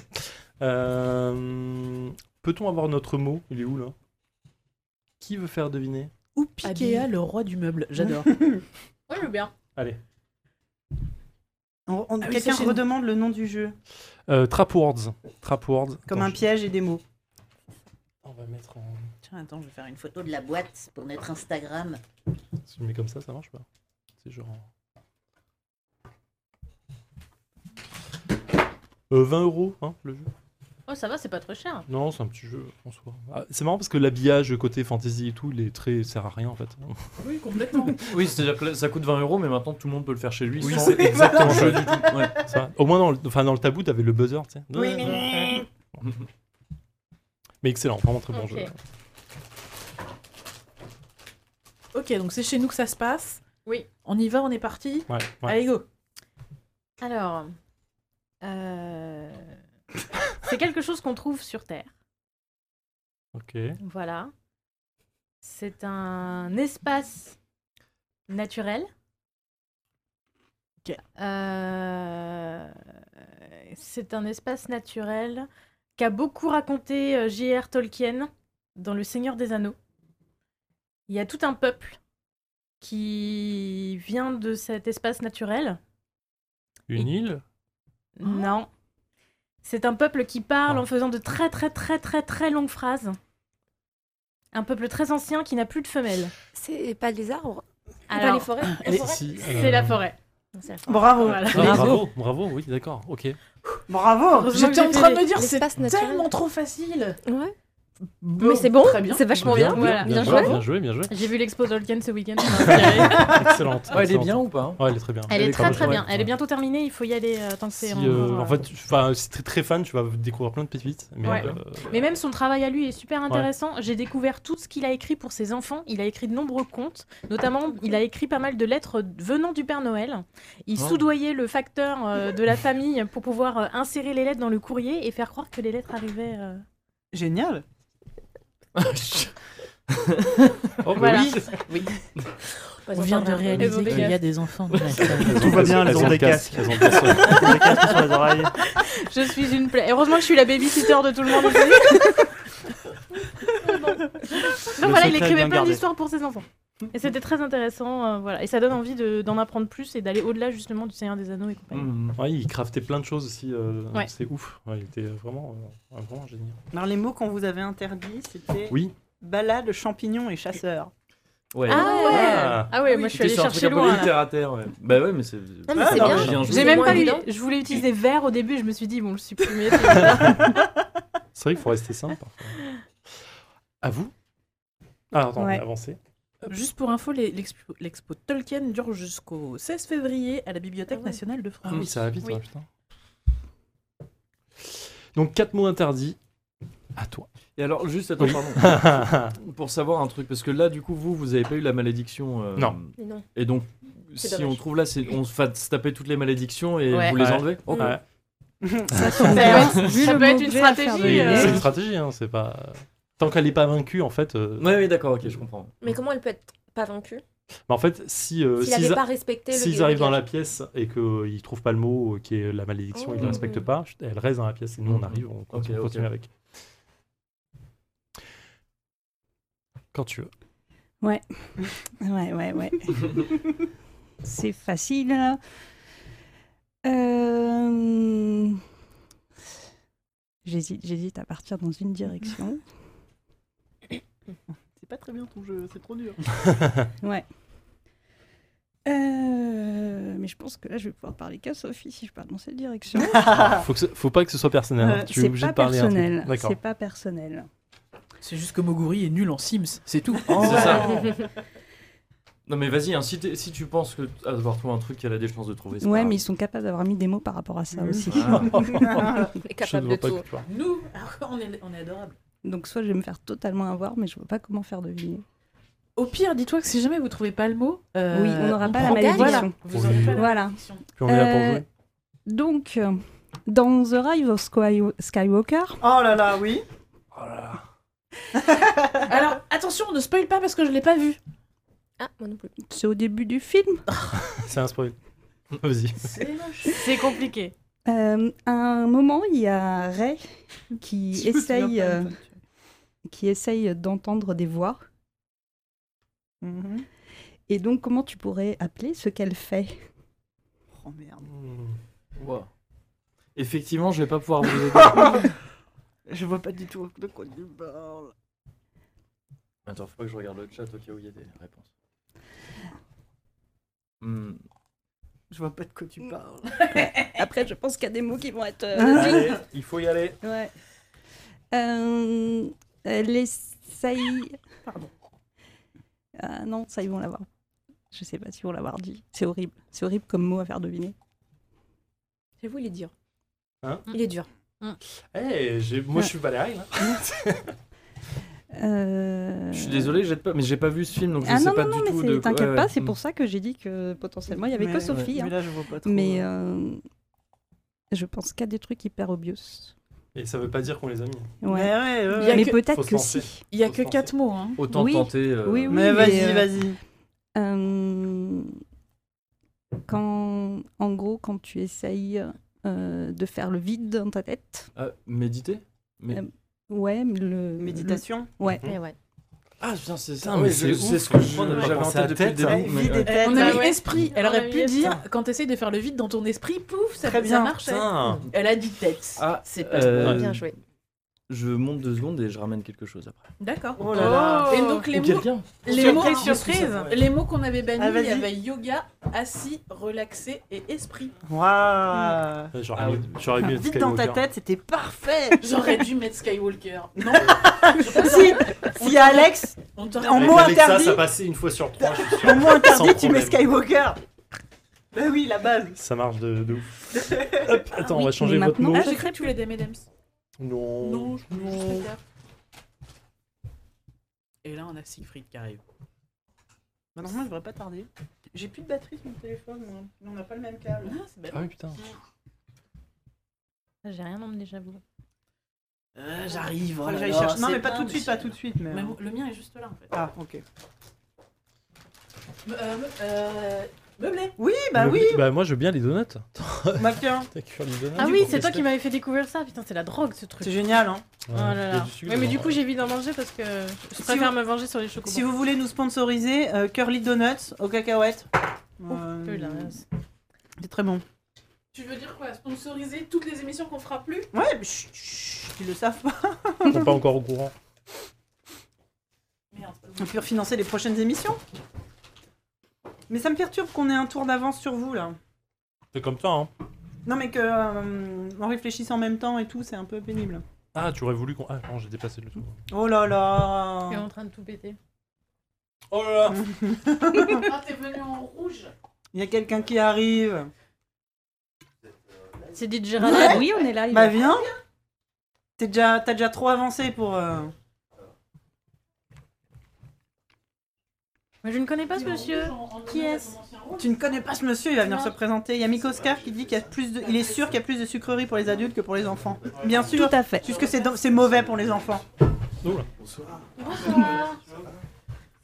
Euh, Peut-on avoir notre mot Il est où là Qui veut faire deviner *laughs* *laughs* Ou Ikea, le roi du meuble. J'adore. Ouais, je veux bien. Allez. On- Oh, on- Ah oui, Quelqu'un c'est chez nous. redemande le nom du jeu, Euh, Trap Words. Trap Words. comme Attends, un je- piège et des mots. On va mettre en. Tiens, attends, je vais faire une photo. photo de la boîte pour notre Instagram. Si je le mets comme ça, ça marche pas. C'est genre. en- Euh, 20 euros, hein, le jeu. Oh, ça va, c'est pas trop cher. Non, c'est un petit jeu en soi. Ah, c'est marrant parce que l'habillage côté fantasy et tout, il est très. sert à rien en fait. Oui, complètement. Oui, c'est-à-dire que là, ça coûte 20 euros, mais maintenant tout le monde peut le faire chez lui. Oui, sans c'est exactement jeu ça. du tout. Ouais. C'est vrai. Au moins, dans le, enfin, dans le tabou, t'avais le buzzer, tu sais. Oui. Mais excellent, vraiment très bon Ok. jeu. Ok, donc c'est chez nous que ça se passe. Oui. On y va, on est parti. Ouais, ouais. Allez, go. Alors, euh, c'est quelque chose qu'on trouve sur Terre. Ok. Voilà. C'est un espace naturel. Euh, C'est un espace naturel qu'a beaucoup raconté euh, J.R. Tolkien dans Le Seigneur des Anneaux. Il y a tout un peuple qui vient de cet espace naturel. Une île Non. C'est un peuple qui parle en faisant de très très très très très longues phrases. Un peuple très ancien qui n'a plus de femelles. C'est pas les arbres Pas Alors, les forêts La les- forêt si, C'est euh, la forêt. Bravo. Voilà. Ah, bravo, bravo, oui, d'accord, ok. Oh, Bravo Heureusement que j'ai fait les- l'espace naturel. trop facile. Ouais. Mais c'est bon, très bien. c'est vachement bien. Voilà. bien joué. Bien joué, bien joué. J'ai vu l'expo Tolkien ce week-end. ça m'a inspirée. Excellente. Ouais, elle est excellente. bien ou pas Ouais, elle est très bien. Elle est très comme- très ouais, bien. ouais. Elle est bientôt terminée. Il faut y aller euh, tant que c'est Si, en euh, cours, en euh. fait, tu- enfin, si t'es très fan, tu vas découvrir plein de pépites. Mais, Ouais. euh, Mais même son travail à lui est super Ouais. intéressant. J'ai découvert tout ce qu'il a écrit pour ses enfants. Il a écrit de nombreux contes, notamment il a écrit pas mal de lettres venant du Père Noël. Il Oh. soudoyait le facteur euh, de la famille pour pouvoir euh, insérer les lettres dans le courrier et faire croire que les lettres arrivaient. euh. *laughs* Génial. Oh, bah Voilà. oui. *laughs* Oui. On vient de réaliser qu'il y a des enfants. dans la salle. Tout va bien, Elles elles ont ont des le casque, casques. elles ont le casque. Elles ont des casques sur les oreilles. *laughs* Je suis une plaie. Heureusement que je suis la babysitter de tout le *laughs* monde. ici. *laughs* Donc Le voilà, il secret écrivait bien plein gardé. d'histoires pour ses enfants. Et c'était très intéressant, euh, voilà. Et ça donne envie de- d'en apprendre plus et d'aller au-delà justement du Seigneur des Anneaux et compagnie. Ouais, il craftait plein de choses aussi. euh, Ouais. C'est ouf. Ouais, il était vraiment, euh, vraiment génial. Alors les mots qu'on vous avait interdits, c'était Oui. balade, champignon et chasseur. Ouais. Ah ouais. Ah ouais, moi, je suis C'était allée sur un chercher truc un peu loin, là. terre à terre, ouais. Bah ouais, mais c'est. mais c'est Ah, bien. bien joué. J'ai même moins pas eu. évident. Je voulais utiliser vert au début, je me suis dit bon, le supprimer. c'est bizarre. C'est vrai qu'il faut rester *laughs* simple parfois. À vous Ah, attends, Ouais. avancez. Euh, Juste pour info, les- l'expo l'expo Tolkien dure jusqu'au 16 février à la Bibliothèque nationale de France. Ah oui, ça va vite, ouais, putain. Donc, quatre mots interdits. À toi. Et alors, juste, attends, Oui. *laughs* pardon. pour savoir un truc, parce que là, du coup, vous, vous avez pas eu la malédiction. euh, Non. Mais non. Et donc, C'est si dommage. on trouve là, c'est- on se fait se taper toutes les malédictions et Ouais. vous les Ouais. enlevez Ouais. *laughs* Ok. Ça, tombe bien. Vu le mot que j'ai à faire de Oui, Et, euh, C'est une stratégie, hein, c'est pas. Tant qu'elle n'est pas vaincue, en fait. euh, Ouais, ouais, d'accord, ok, je comprends. Mais comment elle peut être pas vaincue Mais en fait, si euh, S'il s'ils avait a- pas respecté le- s'ils le arrivent dans la gage. pièce et qu'ils ne trouvent pas le mot euh, qui est la malédiction, ils ne le Oh. respectent pas, chut, elle reste dans la pièce et nous on arrive, on continue, ok. continue avec. Quand tu veux. Ouais, *laughs* ouais, ouais, *laughs* ouais. C'est facile. Euh, J'hésite, j'hésite à partir dans une direction. C'est pas très bien ton jeu, c'est *laughs* trop dur. Ouais. Euh, Mais je pense que là, je vais pouvoir parler qu'à Sophie si je pars dans cette *laughs* direction. faut, que ce- faut pas que ce soit personnel. hein. Euh, tu es c'est obligé pas de parler. un truc. personnel. *laughs* D'accord. C'est pas personnel. C'est juste que Moguri est nul en Sims, c'est *laughs* tout. C'est ça. Non, mais vas-y, hein, si, t'es- si tu penses que avoir trouvé un truc qu'elle a des chances de trouver, c'est Ouais, pas mais ils sont capables d'avoir mis des mots par rapport à Mm. ça *laughs* aussi. Ah. Je ne vois pas que tu vois. Nous, on est, on est adorables. Donc soit je vais me faire totalement avoir, mais je vois pas comment faire deviner. Au pire, dis-toi que si jamais vous trouvez pas le mot, euh, oui, on n'aura pas la prend- malédiction. Voilà, vous aurez pas la Voilà. malédiction. Puis on est là pour Euh, jouer. Donc, euh, dans The Rise of Sky- Skywalker, Oh là là, oui. Oh Alors attention, ne spoil pas parce que je l'ai pas vu. Ah, moi non plus. c'est au début du *laughs* film, C'est un spoil. Vas-y. C'est compliqué. euh, à un moment, il y a Rey qui Je me souviens essaye, pas, euh, mais- qui essaye d'entendre des voix. Mhm. Et donc, comment tu pourrais appeler ce qu'elle fait Oh merde. Wow. Hmm. Effectivement, je vais pas pouvoir vous aider. *laughs* Je vois pas du tout de quoi tu parles. Attends, faut pas que je regarde le chat au cas où il y a des réponses. Hmm. Je vois pas de quoi tu parles. *laughs* Après, je pense qu'il y a des mots qui vont être. Ah, euh, Allez, dits. il faut y aller. Ouais. Euh, euh, les saillies. Pardon. Ah non, ça, ils vont l'avoir. Je sais pas si vont l'avoir dit. C'est horrible. C'est horrible comme mot à faire deviner. J'avoue, il est dur. Hein Il est dur. Eh, j'ai- moi je suis pas les règles. hein. *laughs* Euh, je suis désolé, j'ai pas, mais j'ai pas vu ce film donc je ah sais non, pas non, non, du mais tout c'est- de. quoi- t'inquiète ouais, pas, ouais. c'est Mm. pour ça que j'ai dit que potentiellement il y avait Mais- que Sophie. ouais, mais hein. là, je vois pas trop, Mais, euh, je pense qu'il y a des trucs hyper obvious. Et ça veut pas dire qu'on les a mis. Ouais. Mais ouais, ouais, Mais, ouais. Il y a que- peut-être Faut se que lancer. si. Il y a Faut que se lancer. quatre mots, hein. Autant Oui. tenter, euh. Oui, oui, Mais vas-y, euh, vas-y. euh, quand, en gros, quand tu essayes euh, de faire le vide dans ta tête. Ah, méditer Mais- euh, ouais, mais le. Méditation le- Ouais. Eh ouais. Ah putain, c'est Putain, ça. mais ouais, c'est je- ouf, C'est ce que je je- crois, on avait j'avais pensé à entendu depuis le tête, hein. début. mais- Vide et tête. Bah On a Ah mis ouais. esprit. Elle On aurait a pu mis dire esprit. quand t'essayes de faire le vide dans ton esprit, pouf, ça, Très ça bien. marche. Putain. Elle a dit tête. Ah, c'est pas euh, Bien joué. Je monte deux secondes et je ramène quelque chose après. D'accord. Oh là là. Et donc Ou les mots, quelqu'un. les Surprise, mots, surprise. surprise. les mots qu'on avait Ah, bannis, il vas-y. y avait yoga, assis, relaxé et esprit. Waouh. Ouais, J'aurais mis, j'aurais mis Vite dans ta Skywalker. tête, c'était parfait. J'aurais dû mettre Skywalker. Non. si, s'il y a Alex, On t'aurait- en Avec mot Alexa, interdit, ça passait une fois sur trois. je suis sûr. en mot interdit, Sans tu mets problème. Skywalker. Bah oui, la base. Ça marche de, de ouf. *laughs* Hop, attends, on va changer votre mot. Ah, j'ai cru que tu voulais des Medems. Non. Non, je je préfère. Et là, on a Siegfried qui arrive. Bah, normalement, je devrais pas tarder. J'ai plus de batterie sur mon téléphone, moi. Mais on n'a pas le même câble. Ah, c'est bête. Ah oui, putain. J'ai rien emmené, j'avoue. Euh, J'arrive, Faut oh que là j'aille là, chercher- Non, c'est mais pas plein, tout de suite, monsieur. pas tout de suite. Mais... Mais le mien est juste là, en fait. Ah, ok. Euh, euh, meublé Oui, Bah, Le- Bah, moi, je veux bien les *laughs* donuts. Maquin. T'as cure les donuts Ah oui, c'est toi qui m'avais fait découvrir ça. Putain, c'est la drogue ce truc. C'est génial, hein. Oh là Ouais. Il y a là. du sucre Ouais, mais dedans. du coup, j'évite d'en manger parce que je préfère me venger sur les chocobons. Si vous voulez nous sponsoriser, euh, Curly Donuts aux cacahuètes. Euh, punaise. C'est très bon. Tu veux dire quoi Sponsoriser toutes les émissions qu'on fera plus Ouais, mais chut, chut, ils le savent pas. Ils sont pas encore au courant. On peut financer les prochaines émissions. Mais ça me perturbe qu'on ait un tour d'avance sur vous là. C'est comme ça, hein. Non mais que euh, on réfléchisse en même temps et tout, c'est un peu pénible. Ah, tu aurais voulu qu'on. Ah, non, j'ai dépassé le tout. Oh là là. Tu es en train de tout péter. Oh là *laughs* là *laughs* Ah, t'es venu en rouge Il y a quelqu'un qui arrive. C'est dit Gérald. Oui, on est là. Bah viens. T'es déjà, t'as déjà trop avancé pour. euh, Mais je ne connais pas ce monsieur. Qui est-ce Tu ne connais pas ce monsieur, il va venir se présenter. Il y a Mick Oscar qui dit qu'il y a plus de... Il est sûr qu'il y a plus de sucreries pour les adultes que pour les enfants. Bien sûr. Tout à fait. Puisque c'est do- c'est mauvais pour les enfants. Bonsoir. Bonsoir.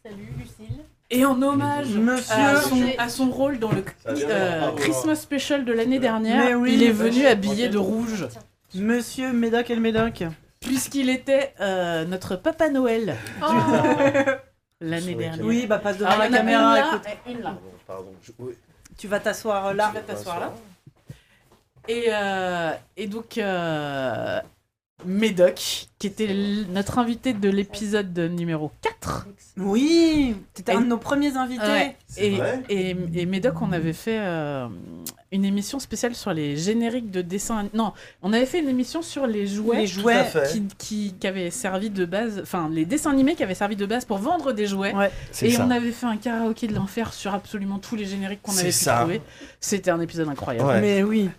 Salut, Lucille. Et en hommage Monsieur. à, son, à son rôle dans le euh, Christmas Special de l'année dernière, Mais oui. il est venu habillé de rouge. Monsieur Médoc et le Médoc. Puisqu'il était euh, notre Papa Noël du- l'année dernière. Oui, bah passe devant Alors, la il y en a caméra, une là écoute. et une là. Pardon, je- oui. Tu vas t'asseoir euh, là. Tu vas t'asseoir là. Et, euh, et donc, euh, Médoc, qui était l- notre invité de l'épisode numéro 4. Oui, t'étais un de nos premiers invités. C'est Et, vrai et, et Médoc, on avait fait euh, une émission spéciale sur les génériques de dessins. Non, on avait fait une émission sur les jouets, Les jouets. Tout à fait. qui, qui, qui avaient servi de base, enfin, les dessins animés qui avaient servi de base pour vendre des jouets. C'est Et ça. on avait fait un karaoké de l'enfer sur absolument tous les génériques qu'on C'est avait pu ça. trouver. C'était un épisode incroyable. Mais oui.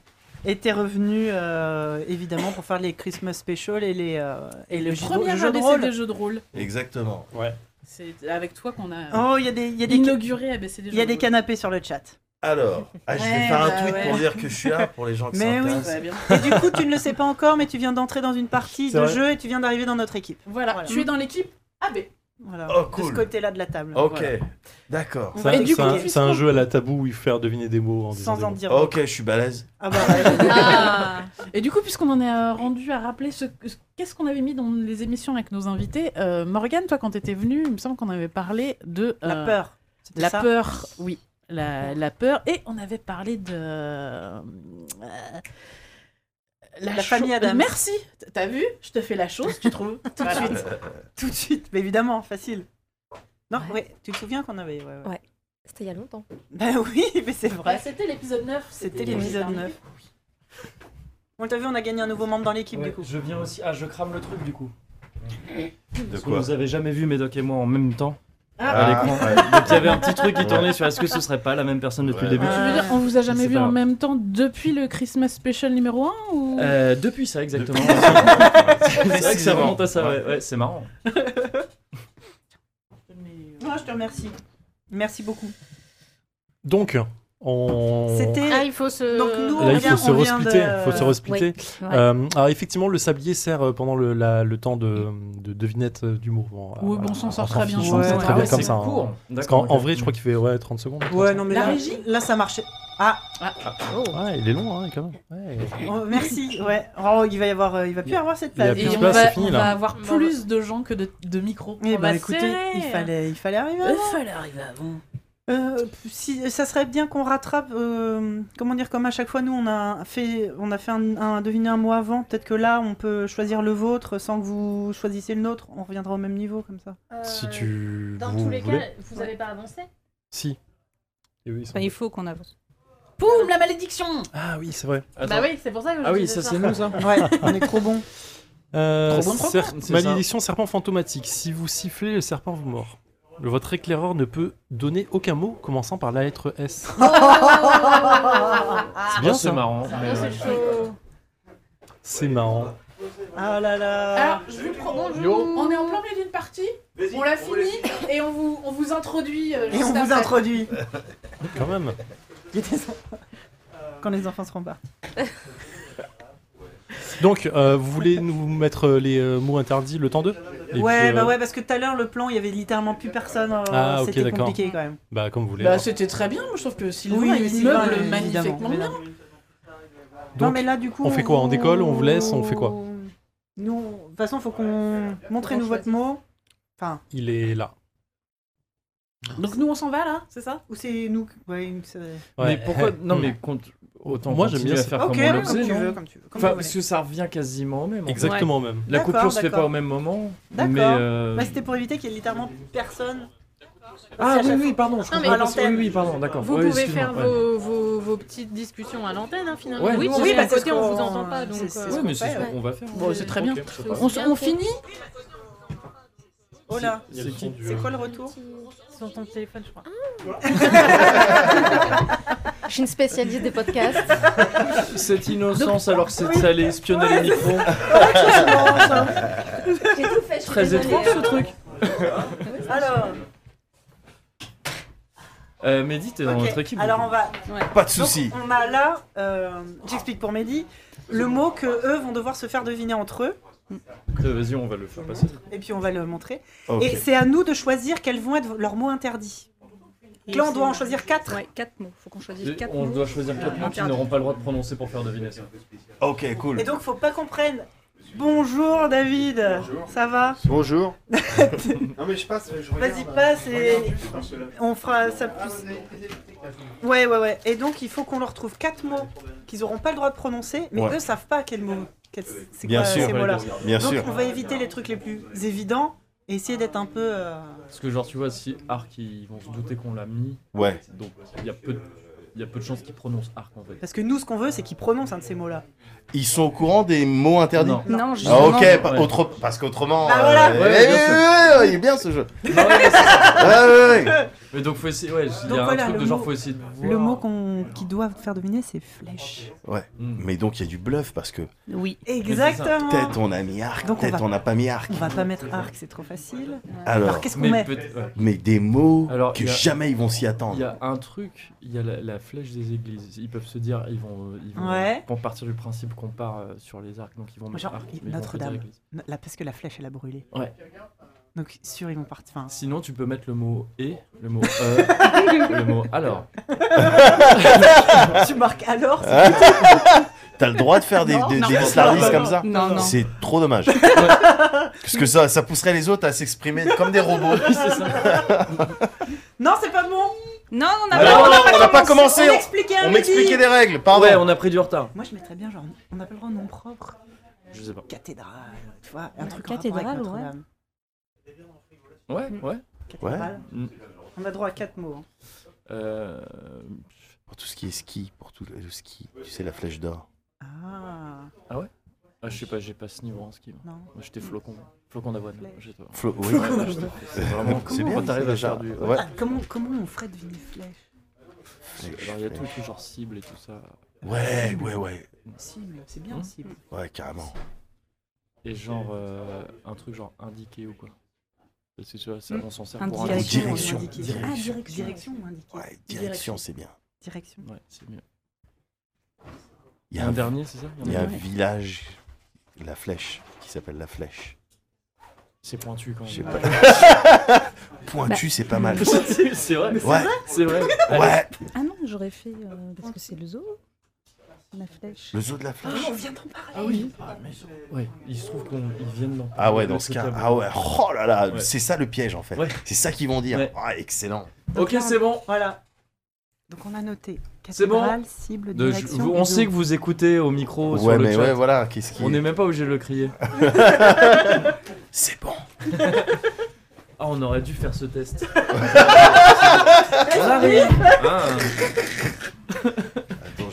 Et t'es revenu euh, évidemment pour faire les Christmas Special et les euh, et, le jeu de- premier jeu de ABC rôle. des jeux de rôle. Exactement. Ouais. C'est avec toi qu'on a Oh, il y a des, il y a des inauguré ABC des jeux il y a de des rôle. canapés sur le chat. Alors, ah, je vais Ouais, faire un bah tweet ouais. pour dire que je suis là pour les gens qui Mais oui. bah, s'intéressent. Et du coup, tu ne le sais pas encore, mais tu viens d'entrer dans une partie C'est de vrai. jeu et tu viens d'arriver dans notre équipe. Voilà, tu es dans l'équipe AB. Voilà. Oh, De ce cool. côté-là de la table. Ok, Voilà. d'accord. C'est un, Et du c'est un- coup, c'est un jeu à la tabou où il faut faire deviner des mots. En Sans disant en des dire mots. Ok, je suis balèze. Ah bah ouais. Ah. Et du coup, puisqu'on en est euh, rendu à rappeler ce ce- qu'est-ce qu'on avait mis dans les émissions avec nos invités, euh, Morgane, toi, quand t'étais venue, il me semble qu'on avait parlé de La euh, peur. C'était la ça peur, oui. la, la peur. Et on avait parlé de. euh, La famille cho- Adams. Merci. T'as vu Je te fais la chose, *laughs* tu trouves tout de Voilà. suite. Tout de suite, mais évidemment, facile. Non, ouais, tu te souviens qu'on avait. Ouais, ouais. C'était il y a longtemps. *laughs* Bah oui, mais c'est vrai. Bah, c'était l'épisode 9, C'était c'était- l'épisode Oui. 9. On t'a vu, on a gagné un nouveau membre dans l'équipe Ouais, du coup. Je viens aussi. Ah, je crame le truc du coup. De Parce que quoi Vous avez jamais vu Médoc et moi en même temps Oh. Ah. à l'écran. Ah, ouais. Donc il y avait un petit truc qui Ouais. tournait sur est-ce que ce serait pas la même personne depuis Ouais. le début Euh, Tu veux dire, on vous a Eh C'est jamais vu pas grave. en même temps depuis le Christmas Special numéro 1 ou... Euh, depuis ça, exactement. Depuis c'est vrai que ça Précisément. remonte à ça, ouais, Ouais. ouais, c'est marrant. Moi, je te remercie. Merci beaucoup. Donc, on. C'était. Ah, il faut se. Donc nous, on Là, il vient- faut se on vient de- resplitter. faut se resplitter. Oui. Euh, alors, effectivement, le sablier sert euh, pendant le, la- le temps de, de devinette euh, d'humour. Bon, Oui, euh, bon, on s'en on sort s'en très bien. fiche, Ouais. c'est Ah très bien ouais, comme c'est ça. hein. court. Parce D'accord, qu'en en ok. vrai, je crois qu'il fait ouais, 30 secondes. Ouais, non, mais La là, régie là, ça marchait. Ah, Ouais, il est long, hein, quand même. Ouais. Oh, merci. Ouais. Oh, il va y avoir, euh, il va plus y avoir cette Il y a place. plus de on place, va- c'est fini, on là. va- avoir plus de gens que de, de micros. Eh On ben, va écoutez, serrer. il fallait, il fallait arriver. Il avant. fallait arriver avant. Euh, si, ça serait bien qu'on rattrape. euh, comment dire, comme à chaque fois, nous, on a fait, on a fait un, un deviner un mois avant. Peut-être que là, on peut choisir le vôtre sans que vous choisissiez le nôtre. On reviendra au même niveau comme ça. Euh, Si tu. Dans vous tous les cas, voulez. vous n'avez pas avancé. Si. Et oui, ils sont- Enfin, il faut qu'on avance. Poum, la malédiction Ah oui, c'est vrai. Bah oui, c'est pour ça que je Ah oui, disais ça, c'est nous, ça *laughs* Ouais, on est trop bon. Euh, Trop bon cer- programme. C'est malédiction serpent fantomatique. Si vous sifflez, le serpent vous mord. Votre éclaireur ne peut donner aucun mot commençant par la lettre *laughs* Oh, S. *laughs* c'est bien, c'est ça. marrant, mais Non, c'est chaud. C'est marrant. Ah là là. Alors, je vous prends bonjour. Yo. On est en plein milieu d'une partie. On l'a fini et on vous, on vous introduit. euh, Et juste on vous après. *laughs* introduit. Quand même. Quand les enfants seront partis. Donc, euh, vous voulez nous mettre euh, les euh, mots interdits le temps d'eux Et ouais, puis, euh, bah ouais, parce que tout à l'heure, le plan, il y avait littéralement plus personne. alors, Ah, ok, C'était d'accord. compliqué quand même. Bah, comme vous voulez. Bah, c'était très bien, moi je trouve que Sylvain Oui, il Sylvain, meuble évidemment, magnifiquement bien. évidemment. euh, Donc, non, mais là, du coup. on fait quoi On décolle On vous laisse On fait quoi Nous, on- de toute façon, faut qu'on. Montrez-nous votre mot. Enfin, Il est là. Donc nous on s'en va là, c'est ça ou c'est nous. Ouais, une- c'est- Mais Ouais. *laughs* pourquoi Non, mais compte- autant Moi, j'aime continuer bien à ça. faire Ok, comme on le comme faisait, tu non veux, comme tu veux, comme Enfin, vous parce voulez. que ça revient quasiment au même. en fait. Exactement au même. La D'accord, coupure se fait d'accord. pas au même moment, D'accord. mais. euh, Bah, c'était pour éviter qu'il y ait littéralement personne. Ah Parce qu'à oui, chaque oui, fois- pardon, je Non, mais comprends à pas ce- Oui, l'antenne. oui, pardon, d'accord. Vous Oui, pouvez excuse-moi, faire ouais. vos, vos, vos petites discussions à l'antenne, hein, finalement. Ouais. oui, Oui, parce oui, que parce côté, qu'on- on vous entend pas. Donc, c'est- euh, c'est- Oui, mais c'est Ouais, ce ouais. qu'on va faire. Bon, c'est très Ok, bien. c'est pas grave. On, s- on finit Oh là, Il y a le son du- c'est quoi le retour Sur ton téléphone, je crois. Ah. Je suis une spécialiste des podcasts. Cette innocence alors que c'est- ça allait espionner les micros. J'ai tout *laughs* fait, je suis Très désolée. étrange ce truc. Alors, Euh, Mehdi, t'es dans ok, notre équipe. du alors coup. on va. Pas de Donc, soucis. on a là, euh, j'explique pour Mehdi, le mot que eux vont devoir se faire deviner entre eux, Euh, Vas-y, on va le faire passer. et puis on va le montrer. Ok. Et c'est à nous de choisir quels vont être leurs mots interdits. Donc là, on doit en choisir quatre. Ouais, 4 mots. Faut qu'on choisisse 4 On mots. doit choisir quatre mots qu'ils n'auront pas le droit de prononcer pour faire deviner ça. Ok, cool. Et donc, faut pas qu'on prenne. Bonjour David, ça va Bonjour. non mais je passe, je regarde. Vas-y, passe Je et- regarde juste, hein, ceux-là. On fera ça plus. Ouais, ouais, ouais. Et donc, il faut qu'on leur trouve quatre mots qu'ils auront pas le droit de prononcer, mais Ouais. eux savent pas quels mots. quels- C'est Bien quoi sûr, ces mots-là bien Donc, sûr. on va éviter les trucs les plus évidents et essayer d'être un peu. euh, Parce que, genre, tu vois, si Arc, ils vont se douter qu'on l'a mis. Ouais. Donc, il y a peu de. Il y a peu de chances qu'ils prononcent arc en fait. Parce que nous, ce qu'on veut, c'est qu'ils prononcent un de ces mots-là. *laughs* Ils sont au courant des mots interdits Non. Non, Ah justement. ok, pa- Ouais. autre- parce qu'autrement... Bah voilà. euh, Ouais, bien eh, sûr. ouais, ouais, ouais, il est bien ce jeu. *laughs* ouais, ouais, ouais. Mais donc faut essayer, ouais, il y Donc a un voilà, truc le de genre mot- faut essayer de voir. Le mot qu'on qu'ils doivent faire deviner, c'est flèche. Ouais. Mm. Mais donc il y a du bluff parce que Oui, peut-être exactement. on a mis arc, Donc, on peut-être va- on n'a pas mis arc. On va pas mettre arc, c'est trop facile. Alors, qu'est-ce qu'on Mais met peut-être- ouais. mais des mots Alors, que il y a- jamais ils vont s'y Il y attendre. a un truc, il y a la, la flèche des églises. Ils peuvent se dire, ils vont, euh, ils vont Ouais. vont partir du principe qu'on part euh, sur les arcs, donc ils vont mettre Genre, arc. mais ils vont Notre-Dame. pas dire église. Là, parce que la flèche, elle a brûlé. Ouais. Donc, sûr, ils vont partir. Enfin, Sinon, tu peux mettre le mot et, le mot euh, *laughs* le mot alors. tu marques alors. c'est- Hein T'as le droit de faire des, Non, des, non, des non, slardis non, comme non, ça non, non. C'est trop dommage. Parce que ça, *laughs* ça pousserait les autres à s'exprimer comme des robots. Non, c'est pas bon. Non, on n'a Alors, pas, non, on n'a pas commencé, On on- expliquait un on midi. expliquait des règles, pardon. Ouais, on a pris du retard. Moi, je mettrais bien genre, on n'a pas le droit de nom propre. Je sais pas. Cathédrale, tu vois, un Ouais, truc cathédrale, cathédrale, ouais. Ouais, ouais. Cathédrale. Ouais. Mm. On a droit à quatre mots. hein. Euh, Pour tout ce qui est ski, pour tout le le ski, tu sais, la flèche d'or. Ah. Ah ouais ah, Je sais pas, j'ai pas ce niveau en ski. moi. Non. Moi j'étais flocon. Flocon d'avoine. j'ai pas. Flo- oui. Ouais, ouais, j'étais- C'est vraiment Euh, C'est bien, Quand t'arrives c'est à faire déjà- du. ouais. Ah, comment, comment on ferait deviner flèche Alors il y a tout, tout genre cible et tout ça. Ouais, ouais, ouais. Cible, c'est bien Hmm. cible. Ouais, carrément. Et genre euh, un truc genre indiqué ou quoi. Parce que tu vois, ça, Mm. on s'en sert Un pour un- direction, Direction, ou indiquer. direction. Ah, direction. Direction ou indiquer. Ouais, direction, c'est bien. Direction. Ouais, c'est mieux. Il y a un un- dernier, c'est ça Il y en Il y a a un un village, la flèche, qui s'appelle la flèche. C'est pointu quand même. Je sais *laughs* pas. Pointu, Bah. c'est pas mal. C'est c'est vrai. Ouais. C'est vrai. Ouais. Ah non, j'aurais fait. euh, parce que c'est le zoo. La flèche. Le zoo de la flèche. Ah, on vient d'en parler. Ah oui. Ouais, il se trouve qu'ils viennent dans. Ah ouais, dans ce cas. Ah ouais, oh là là, c'est ça le piège en fait. Ouais. C'est ça qu'ils vont dire. Ah, excellent. Ok, c'est bon. Voilà. Donc on a noté. C'est bon. Cathédrale, cible, De- je- direction. vous- on et sait zoo. que vous écoutez au micro sur Ouais, le mais chat. ouais, voilà, qu'est-ce qui- On n'est même pas obligé de le *laughs* crier. C'est bon. *laughs* Ah, on aurait dû faire ce *laughs* test. Ah. On arrive.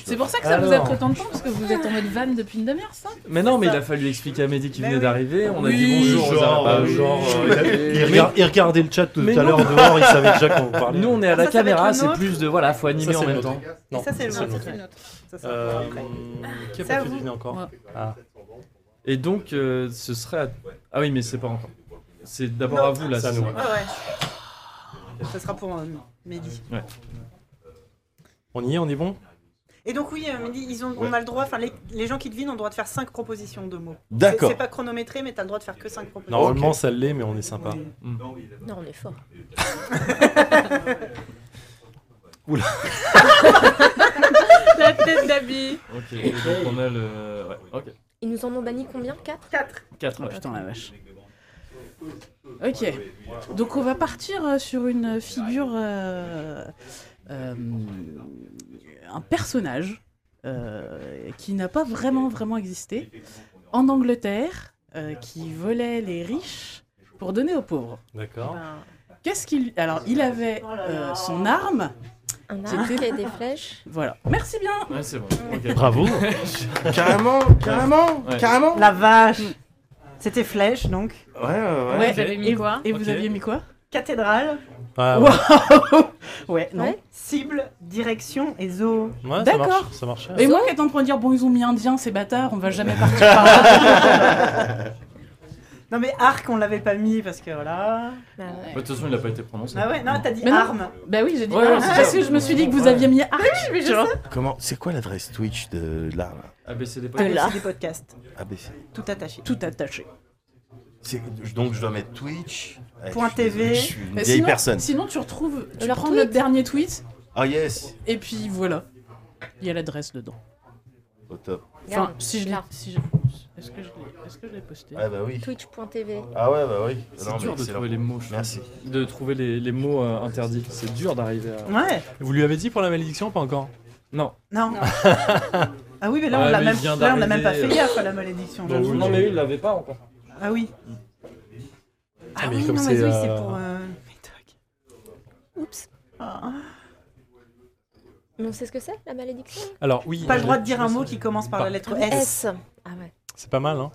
C'est pour ça que ça vous a Alors. pris tant de temps, parce que vous êtes en mode van depuis une demi-heure, ça Mais non, mais il a fallu expliquer à Mehdi qui venait d'arriver. On a Oui, dit bonjour. aux Bah genre, Arabes. euh, genre, Oui. euh, il Mais- regarde- il regardait le chat tout Mais à non. l'heure dehors, il savait déjà qu'on parlait. Ah, Nous, on est à la Ça, ça va caméra, être le c'est nôtre. plus de voilà, faut animer Ça, c'est en le même nôtre. temps. Non, ça, c'est le nôtre. nôtre. Ça, c'est le Euh, nôtre. Qui a C'est à pas pu vous. deviner encore Ah. Et donc, euh, ce serait. à- Ah oui, mais c'est pas encore. C'est d'abord Non. à vous là. C'est à c'est nous. ça. Ah ouais. Ça sera pour euh, Mehdi. Ouais. On y est, on est bon Et donc oui, euh, Mehdi, ils ont, on a le droit, enfin les, les gens qui devinent ont le droit de faire 5 propositions de mots. D'accord. C'est- C'est pas chronométré, mais t'as le droit de faire que 5 propositions. Normalement, ça l'est, mais on est sympa. Mm. Non, on est fort. Oula. La tête d'Abby. Ok, et donc on a le. Ouais, ok. Ils nous en ont banni combien 4 4. 4 Oh, Putain, la vache. Ok. Donc on va partir euh, sur une figure, euh, euh, un personnage euh, qui n'a pas vraiment vraiment existé en Angleterre, euh, qui volait les riches pour donner aux pauvres. Eh D'accord. ben, Qu'est-ce qu'il Alors il avait euh, son arme. Un arc C'était- et des flèches. Voilà. Merci bien. Ouais, c'est bon. ok. *laughs* Bravo. Carrément, carrément, Ouais. carrément. La vache C'était flèche, donc. Ouais, ouais, ouais. Ouais, Vous avez mis et- quoi Et vous Ok. aviez mis quoi Cathédrale. Ah, ouais. Waouh Ouais, *laughs* non. Ouais. Cible, direction et zoo. Ouais, ça D'accord. marche. Ça marchait. Et moi qui étais en train de dire, bon, ils ont mis indien, ces bâtards, on va jamais partir par là. *laughs* Non mais arc, on l'avait pas mis parce que voilà. Bah, De toute façon, il a pas été prononcé. Ah ouais, non, t'as dit Mais non. arme. Bah oui, j'ai dit Ouais, arme, ouais, c'est parce ça. que je me suis dit que vous Ouais. aviez mis arc. tu vois. Comment C'est quoi l'adresse Twitch de là là ABC des Ah, mais podcasts. C'est des podcasts. ABC. Tout attaché. Tout attaché. C'est- Donc je dois mettre Twitch. Eh, Point je suis- TV. Je suis une Mais vieille Euh, sinon, personne. Sinon, tu retrouves, tu Leur prends tweet. notre dernier tweet, Ah yes. et puis voilà. Il y a l'adresse dedans. Au top. Enfin, Regarde, si je l'ai. regarde. si je- Est-ce que je l'ai est-ce que je l'ai posté Ah bah oui. Twitch.tv. Ah ouais bah oui. C'est Non, dur mais de excellent. trouver les mots. je trouve. Merci. De trouver les, les mots euh, interdits. C'est dur d'arriver à. Ouais. Vous lui avez dit pour la malédiction ou pas encore Non. *laughs* Non. ah oui, mais là, Ouais, on l'a mais même, il vient là, on a même pas d'arriver, fait euh, gaffe à la malédiction. j'avoue. non, mais il l'avait pas encore. Ah oui. Ah, mais oui, comme non, mais c'est, oui, c'est euh, pour. euh, Oups. ah. Mais on sait ce que c'est, la malédiction Alors oui. Pas le euh, droit de dire un mot qui commence par la Pas. lettre S. Ah ouais. C'est pas mal, hein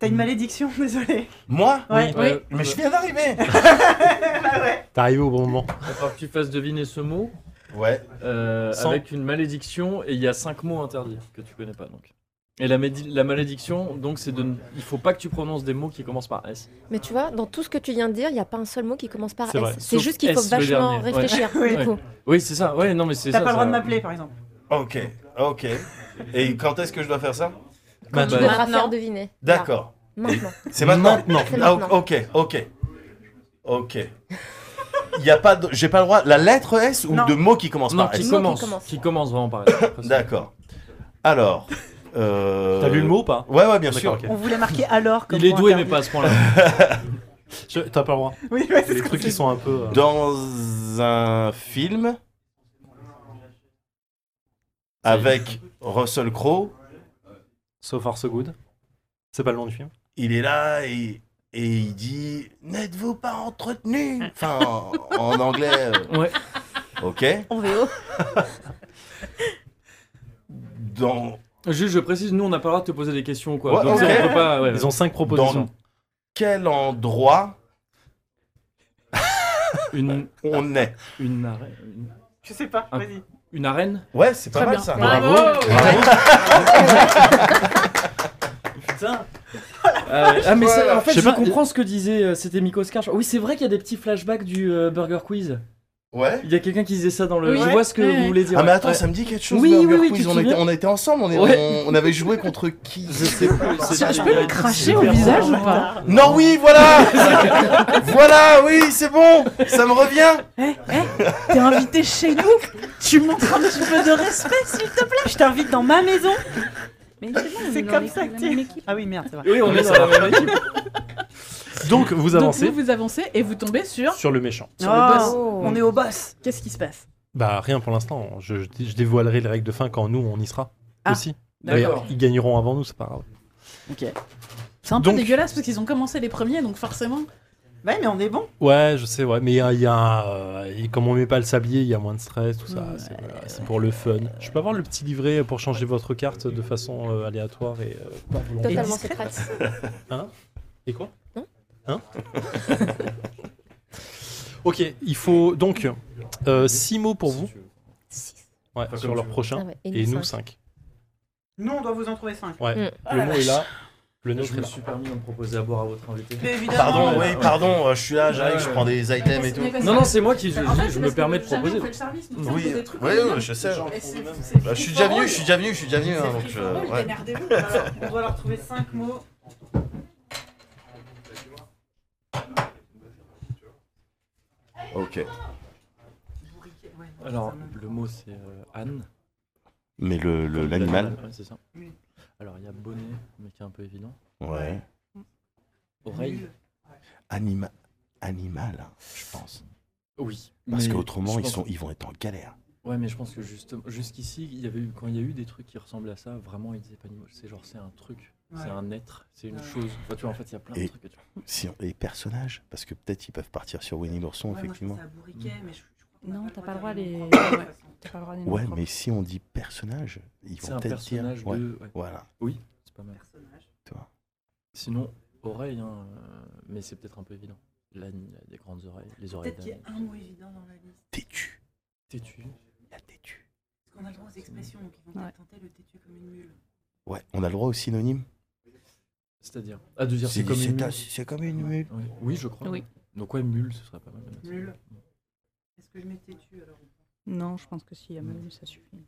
T'as une malédiction, *laughs* désolé. Moi Ouais. Ah Oui. Euh, Ouais. Mais je viens *laughs* d'arriver. T'es arrivé au bon moment. Il va falloir que tu fasses deviner ce mot Ouais. euh, Sans. avec une malédiction et il y a cinq mots interdits que tu connais pas donc. Et la, médi- la malédiction, donc, c'est de. n- Il faut pas que tu prononces des mots qui commencent par S. Mais tu vois, dans tout ce que tu viens de dire, il n'y a pas un seul mot qui commence par C'est vrai. Ah, S. C'est Sauf juste qu'il faut S, le vachement dernier. *laughs* réfléchir. Ouais. du coup. *laughs* Oui, c'est ça. Ah, Ouais, non, mais c'est T'as ça, pas le droit ça- de m'appeler, par exemple. Ok, ok. Et quand est-ce que je dois faire Bah, ça Tu bah, devras Maintenant. faire deviner. D'accord. Là. Maintenant. C'est maintenant. Maintenant. C'est Ah, maintenant. ok, ok, ok. Il y a pas, de- j'ai pas le droit. La lettre S ou Non. de mots qui commencent Non, par qui S. commence, commence. qui commence vraiment par S. Après, c'est- D'accord. Alors. euh, T'as lu le mot ou pas Ouais, ouais, bien D'accord, sûr. ok. *laughs* On voulait marquer alors comme Il est *laughs* mot doué, mais interdit. pas à ce point-là. *laughs* Je- T'as pas le droit. Oui, ouais, c'est les ce qu'on trucs s'est qui sont un peu. euh, Dans un film avec Russell Crowe. So far so good. C'est pas le nom du film. Il est là et, et il dit N'êtes-vous pas entretenu Enfin, en, en anglais. euh, Ouais. Ok. En VO. Dans. Juste, je précise, nous, on n'a pas le droit de te poser des questions ou quoi. Ouais, Donc, ok. on peut pas, ouais. Ils ont cinq propositions. Dans quel endroit une... *laughs* on est Une arène. Je sais pas, un- vas-y. Une arène Ouais, c'est pas mal ça. Bravo, Putain. Ah, ouais. Ah, mais c'est- en fait, Je sais je pas, comprends ce que disait, euh, c'était Miko Scarch. Oui, c'est vrai qu'il y a des petits flashbacks du euh, Burger Quiz. Ouais. Il y a quelqu'un qui disait ça dans le. Oui. Je vois ce que Ouais. vous voulez dire. Ah, mais ouais. attends, ça me dit quelque chose, Oui, Burger oui, oui, Quiz, tu te on était- souviens on était ensemble, on est- Ouais. on- on avait joué contre qui Je sais plus. *laughs* Tiens, je peux le Cracher au visage ou pas Non, oui, voilà *laughs* Voilà, oui, c'est bon Ça me revient Eh, T'es invité chez nous Tu montres un petit peu de respect, s'il te plaît Je t'invite dans ma maison Mais C'est comme ça que tu Ah oui, merde, c'est vrai. Oui, on Mais est ça dans la va. même équipe. *laughs* Donc vous Donc avancez vous, vous avancez et vous tombez sur, sur le méchant. sur le boss. On est au boss. Oh. Qu'est-ce qui se passe Bah rien pour l'instant. Je, je- je dévoilerai les règles de fin quand nous on y sera Ah, aussi. d'accord. D'ailleurs, ils gagneront avant nous, c'est pas grave. Ok. C'est un peu dégueulasse parce qu'ils ont commencé les premiers, donc forcément. Ouais, mais on est bon. Ouais, je sais, ouais, mais il y a, il y a un, euh, et comme on met pas le sablier, il y a moins de stress, tout ça. c'est voilà, c'est pour le fun. Je peux avoir le petit livret pour changer votre carte de façon euh, aléatoire et euh, pas volontaire. Totalement Et discrète. secrète. *laughs* Hein Et quoi Hein *laughs* Ok, il faut donc 6 mots pour vous. Ouais, Enfin, sur comme leur tu veux. prochain. Ah ouais, et, nous 5. Nous, on doit vous en trouver 5. Ouais. Mm. Ah Oh Le la nom vache. est là. Le nôtre Je est me là. suis permis de me proposer à boire à votre invité. Mais évidemment. Pardon, Ouais, oui, ouais. pardon, euh, je suis là, j'arrive, Ouais, je ouais. prends des items et tout. Non, non, c'est moi qui je, Bah, En fait, je c'est me parce permets que de proposer. jamais Mm. Oui, oui, oui, je sais. Bah, je suis déjà venu, je suis déjà venu, je suis déjà venu. hein, donc je- ouais. On doit leur trouver 5 mots. Ok. Alors, le mot c'est euh, Anne. Mais le- le- Comme l'animal. l'animal, ouais, c'est ça. Alors, il y a bonnet, mais qui est un peu évident. Ouais. Oreille. Anima... Animal, hein, je pense. Oui. Parce mais qu'autrement, je ils, pense- sont... ils vont être en galère. Ouais, mais je pense que juste, jusqu'ici, il y avait eu, quand il y a eu des trucs qui ressemblaient à ça, vraiment, ils disaient pas animaux. C'est genre, c'est un truc, Ouais. c'est un être, c'est une chose. Enfin, tu vois, en fait, il y a plein de Et trucs. que tu- si on- les personnages, parce que peut-être ils peuvent partir sur Winnie l'ourson, effectivement. Non, t'as pas le droit les. Ouais, mais si on dit personnage, ils C'est vont un peut-être dire. personnage ouais, de. ouais. Voilà. Oui, c'est pas mal. Toi. Sinon, oreille, hein, euh, mais c'est peut-être un peu évident. L'âne, il a des grandes oreilles, les oreilles Peut-être qu'il y d'âne. a un mot évident dans la liste. Têtu. Têtu. La têtu. Parce qu'on a le droit aux expressions, donc ils vont peut-être tenter le têtu comme une mule. Ouais, on a le droit aux synonymes C'est-à-dire. Ah, de dire C'est- c'est comme c'est une un- mule. c'est comme une mule. Ouais. Oui, je crois. Oui. Donc, ouais, mule, ce serait pas mal. Mule. Est-ce que je mets têtu alors Non, je pense que si, à même, ça suffit.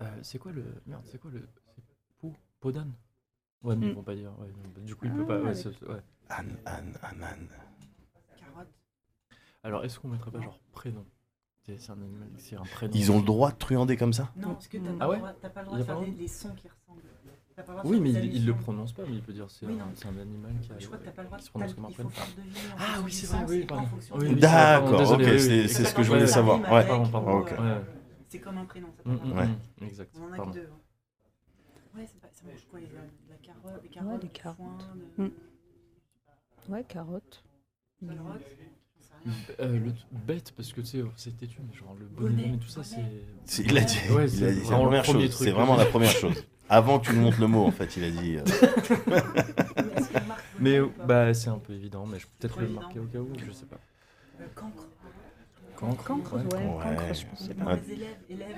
Euh, c'est quoi le. Merde, c'est quoi le. C'est peau peau d'âne Ouais, mais ils Mm. vont pas dire. ouais, non, bah, du Ah, coup, il peut pas. ouais, c'est- ouais. Anne, Anne, Anne, Anne. Carotte. Alors, est-ce qu'on mettrait pas genre prénom C'est c'est un animal, c'est un prénom. Ils ont le droit de truander comme ça Non, parce que t'as Ah pas, ouais le droit- t'as pas le droit Il y de a pas faire le des, droit des sons qui ressemblent. T'as pas le droit de Oui, faire mais des il, il le allusions. prononce pas, mais il peut dire c'est Oui, non. un, c'est un animal qui, a- Je crois que t'as pas le droit qui de se prononce comme un Il faut prénom. faire deviner. en Ah fonction oui, du c'est sens vrai, oui, et en pardon. fonction Oui, du- oui, c'est vrai, pardon, D'accord, ok, désolé, oui, c'est oui. c'est ce T'as que pas je le voulais droit de savoir. faire Ouais. avec Ah, Pardon, ou, pardon. euh, Ouais, ouais. C'est comme un prénom. ça Mm, t'as pas le mm, droit. Ouais. mm, Exact. On en a que pardon. deux. hein. Ouais, c'est pas- ça mange quoi il y a De la, de la carotte, des carottes, des du carottes. foin, de Mm. de Ouais, carotte. la carotte, j'en sais rien. Euh, le t- bête, parce que tu sais, euh, c'est têtu, mais genre le bonnet, Bonnet, mais tout ça, c'est. C'est- Il a dit. Ouais, il a dit- c'est la vraiment le première premier chose. truc. C'est vraiment la *laughs* première chose. Avant que tu nous montres le mot, en fait, il a dit. euh, *laughs* Mais est-ce qu'on marque le Mais nom ou pas bah, c'est un peu évident, mais je peux peut-être trop le évident. marquer au cas où, je sais pas. Le cancre. Cancre, Cancre, ouais, ouais. cancre, je pense. Non, les élèves, élèves.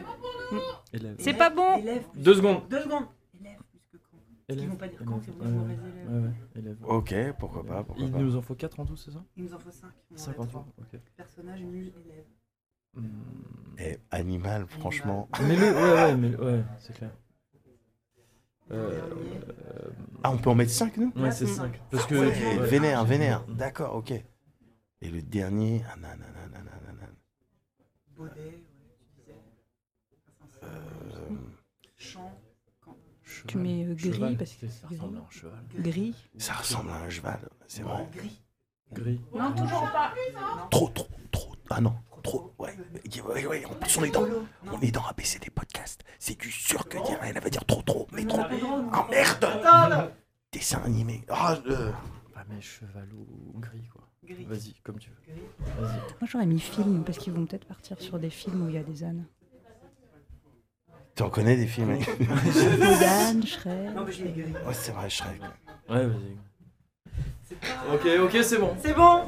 Élève. C'est pas bon. Élèves plus Deux que- secondes. Deux secondes. Élèves plus que cancre. Parce qu'ils Élève, vont pas dire élève, cancre, c'est bon, ouais, mauvais ouais, élève. ouais, ouais, élève. Ok, pourquoi pas, pourquoi Il pas. nous en faut 4 en tout, c'est ça Il nous en faut cinq. On en a 58, trois. ok. Personnage, mule, élève. Hmm. Eh, animal, franchement. Mais le, ouais, ouais, mais ouais, c'est clair. Euh, Ah, on peut en mettre 5, nous Ah, euh, ouais, c'est 5. Parce que. Ouais, ouais. Vénère, vénère. D'accord, ok. Et le dernier. ah, nan, nan, nan, nan, nan, nan. Baudet, ouais, tu disais. Enfin, Euh, Champ, cancre. Cheval. Tu mets euh, gris Cheval, parce que c'est- ça gris. ressemble à un cheval. gris. Ça ressemble à un cheval, c'est vrai. Gris. Gris. Non, toujours pas. Trop, trop, trop. Ah non, trop. Ouais, ouais, ouais. En plus, on est dans, on est dans ABCD podcast. C'est du sûr que dire, elle va dire trop, trop, mais trop. Ah merde Dessin animé. Ah, euh. Ah, mais cheval ou ou gris, quoi. Gris. Vas-y, comme tu veux. Vas-y. Moi, j'aurais mis film, parce qu'ils vont peut-être partir sur des films où il y a des ânes. Tu en connais *laughs* des films hein Des ânes, Shrek. Non, mais je m'aiguille. Ouais, c'est vrai, Shrek. Ouais, vas-y. Ah. Ok, ok, c'est bon. C'est bon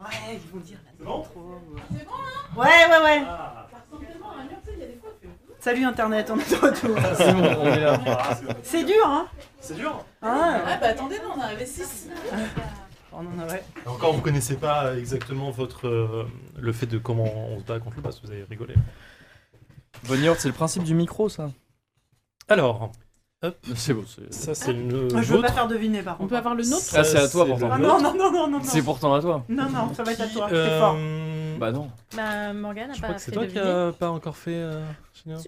Ouais, ils vont dire. euh. C'est bon hein. Ouais, ouais, ouais. Salut Internet, on est de retour. C'est bon, on est là. C'est dur, hein C'est dur Ah, Ah bah attendez, non, on en avait 6. On en aurait. Et Encore, vous connaissez pas exactement votre euh, le fait de comment on se bat contre le boss. Vous avez rigolé. Bonne c'est le principe du micro, ça. Alors, hop. C'est beau. c'est- Ça, c'est le Moi, Ah, je veux pas vôtre. faire deviner par On contre. hein. peut avoir le nôtre Ah, c'est à toi, le pourtant. Ah non, non, non, non, non. non. C'est pourtant à toi. Non, non, ça va être à toi. T'es Euh, hein, fort. Bah non. Bah, Morgane a Je crois pas que fait c'est toi qui deviner. a pas encore fait. euh, oh, Gina.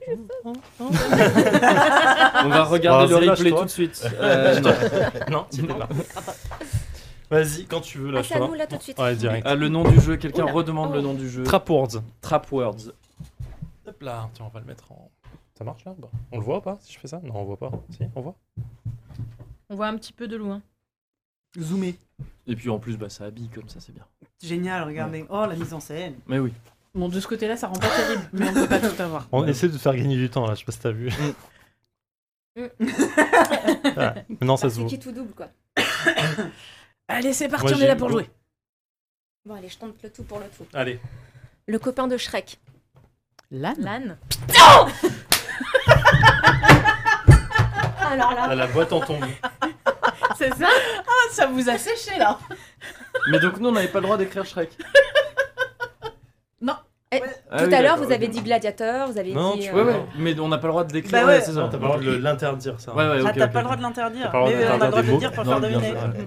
*laughs* On va regarder Alors, le Zelda, replay je tout crois. de *laughs* suite. Euh, Euh, non. non. non, tu *laughs* l'es pas. Vas-y, quand tu veux, Ah, c'est à lâche-toi. nous, là, tout de suite. Ouais, direct. Ah, le nom du jeu, quelqu'un Oula. Oh. redemande le nom du jeu. Trap Words. Trap Words. Hop là, tiens, on va le mettre en. Ça marche là ou pas On le voit ou pas si je fais ça Non, on voit pas. Si, on voit. On voit un petit peu de loin. Zoomer. Et puis en plus, bah ça habille comme ça, c'est bien. Génial, regardez. Oh, la mise en scène. Mais oui. Bon, de ce côté-là, ça rend pas terrible, mais on peut pas tout avoir. On essaie de te faire gagner du temps là, je sais pas si t'as vu. Mm. Voilà. Ah, Mais non, ça se C'est voit. qui tout double, *coughs* quoi. Allez, c'est parti, Moi, on j'ai- est là pour jouer. Bon, allez, je tente le tout pour le tout. Allez. Le copain de Shrek. L'âne L'âne. Alors là, Ah, la boîte en tombe. C'est ça Ah, ça vous a séché là *laughs* Mais donc, nous, on n'avait pas le droit d'écrire Shrek. Non. Eh, Ah tout oui, à l'heure, d'accord, vous ok. avez dit gladiateur, vous avez Non, dit. tu- euh, Ouais, ouais. Mais on n'a pas le droit de l'écrire, Bah ouais. ouais, c'est ça. Non, t'as pas le droit de le- l'interdire ça. Ouais, ouais, ah, ok, t'as ok, pas le droit ok. de l'interdire. T'as pas le droit Mais euh, on a le droit de d'interdire le des dire pour mots. faire Non, bien deviner. sûr, *laughs*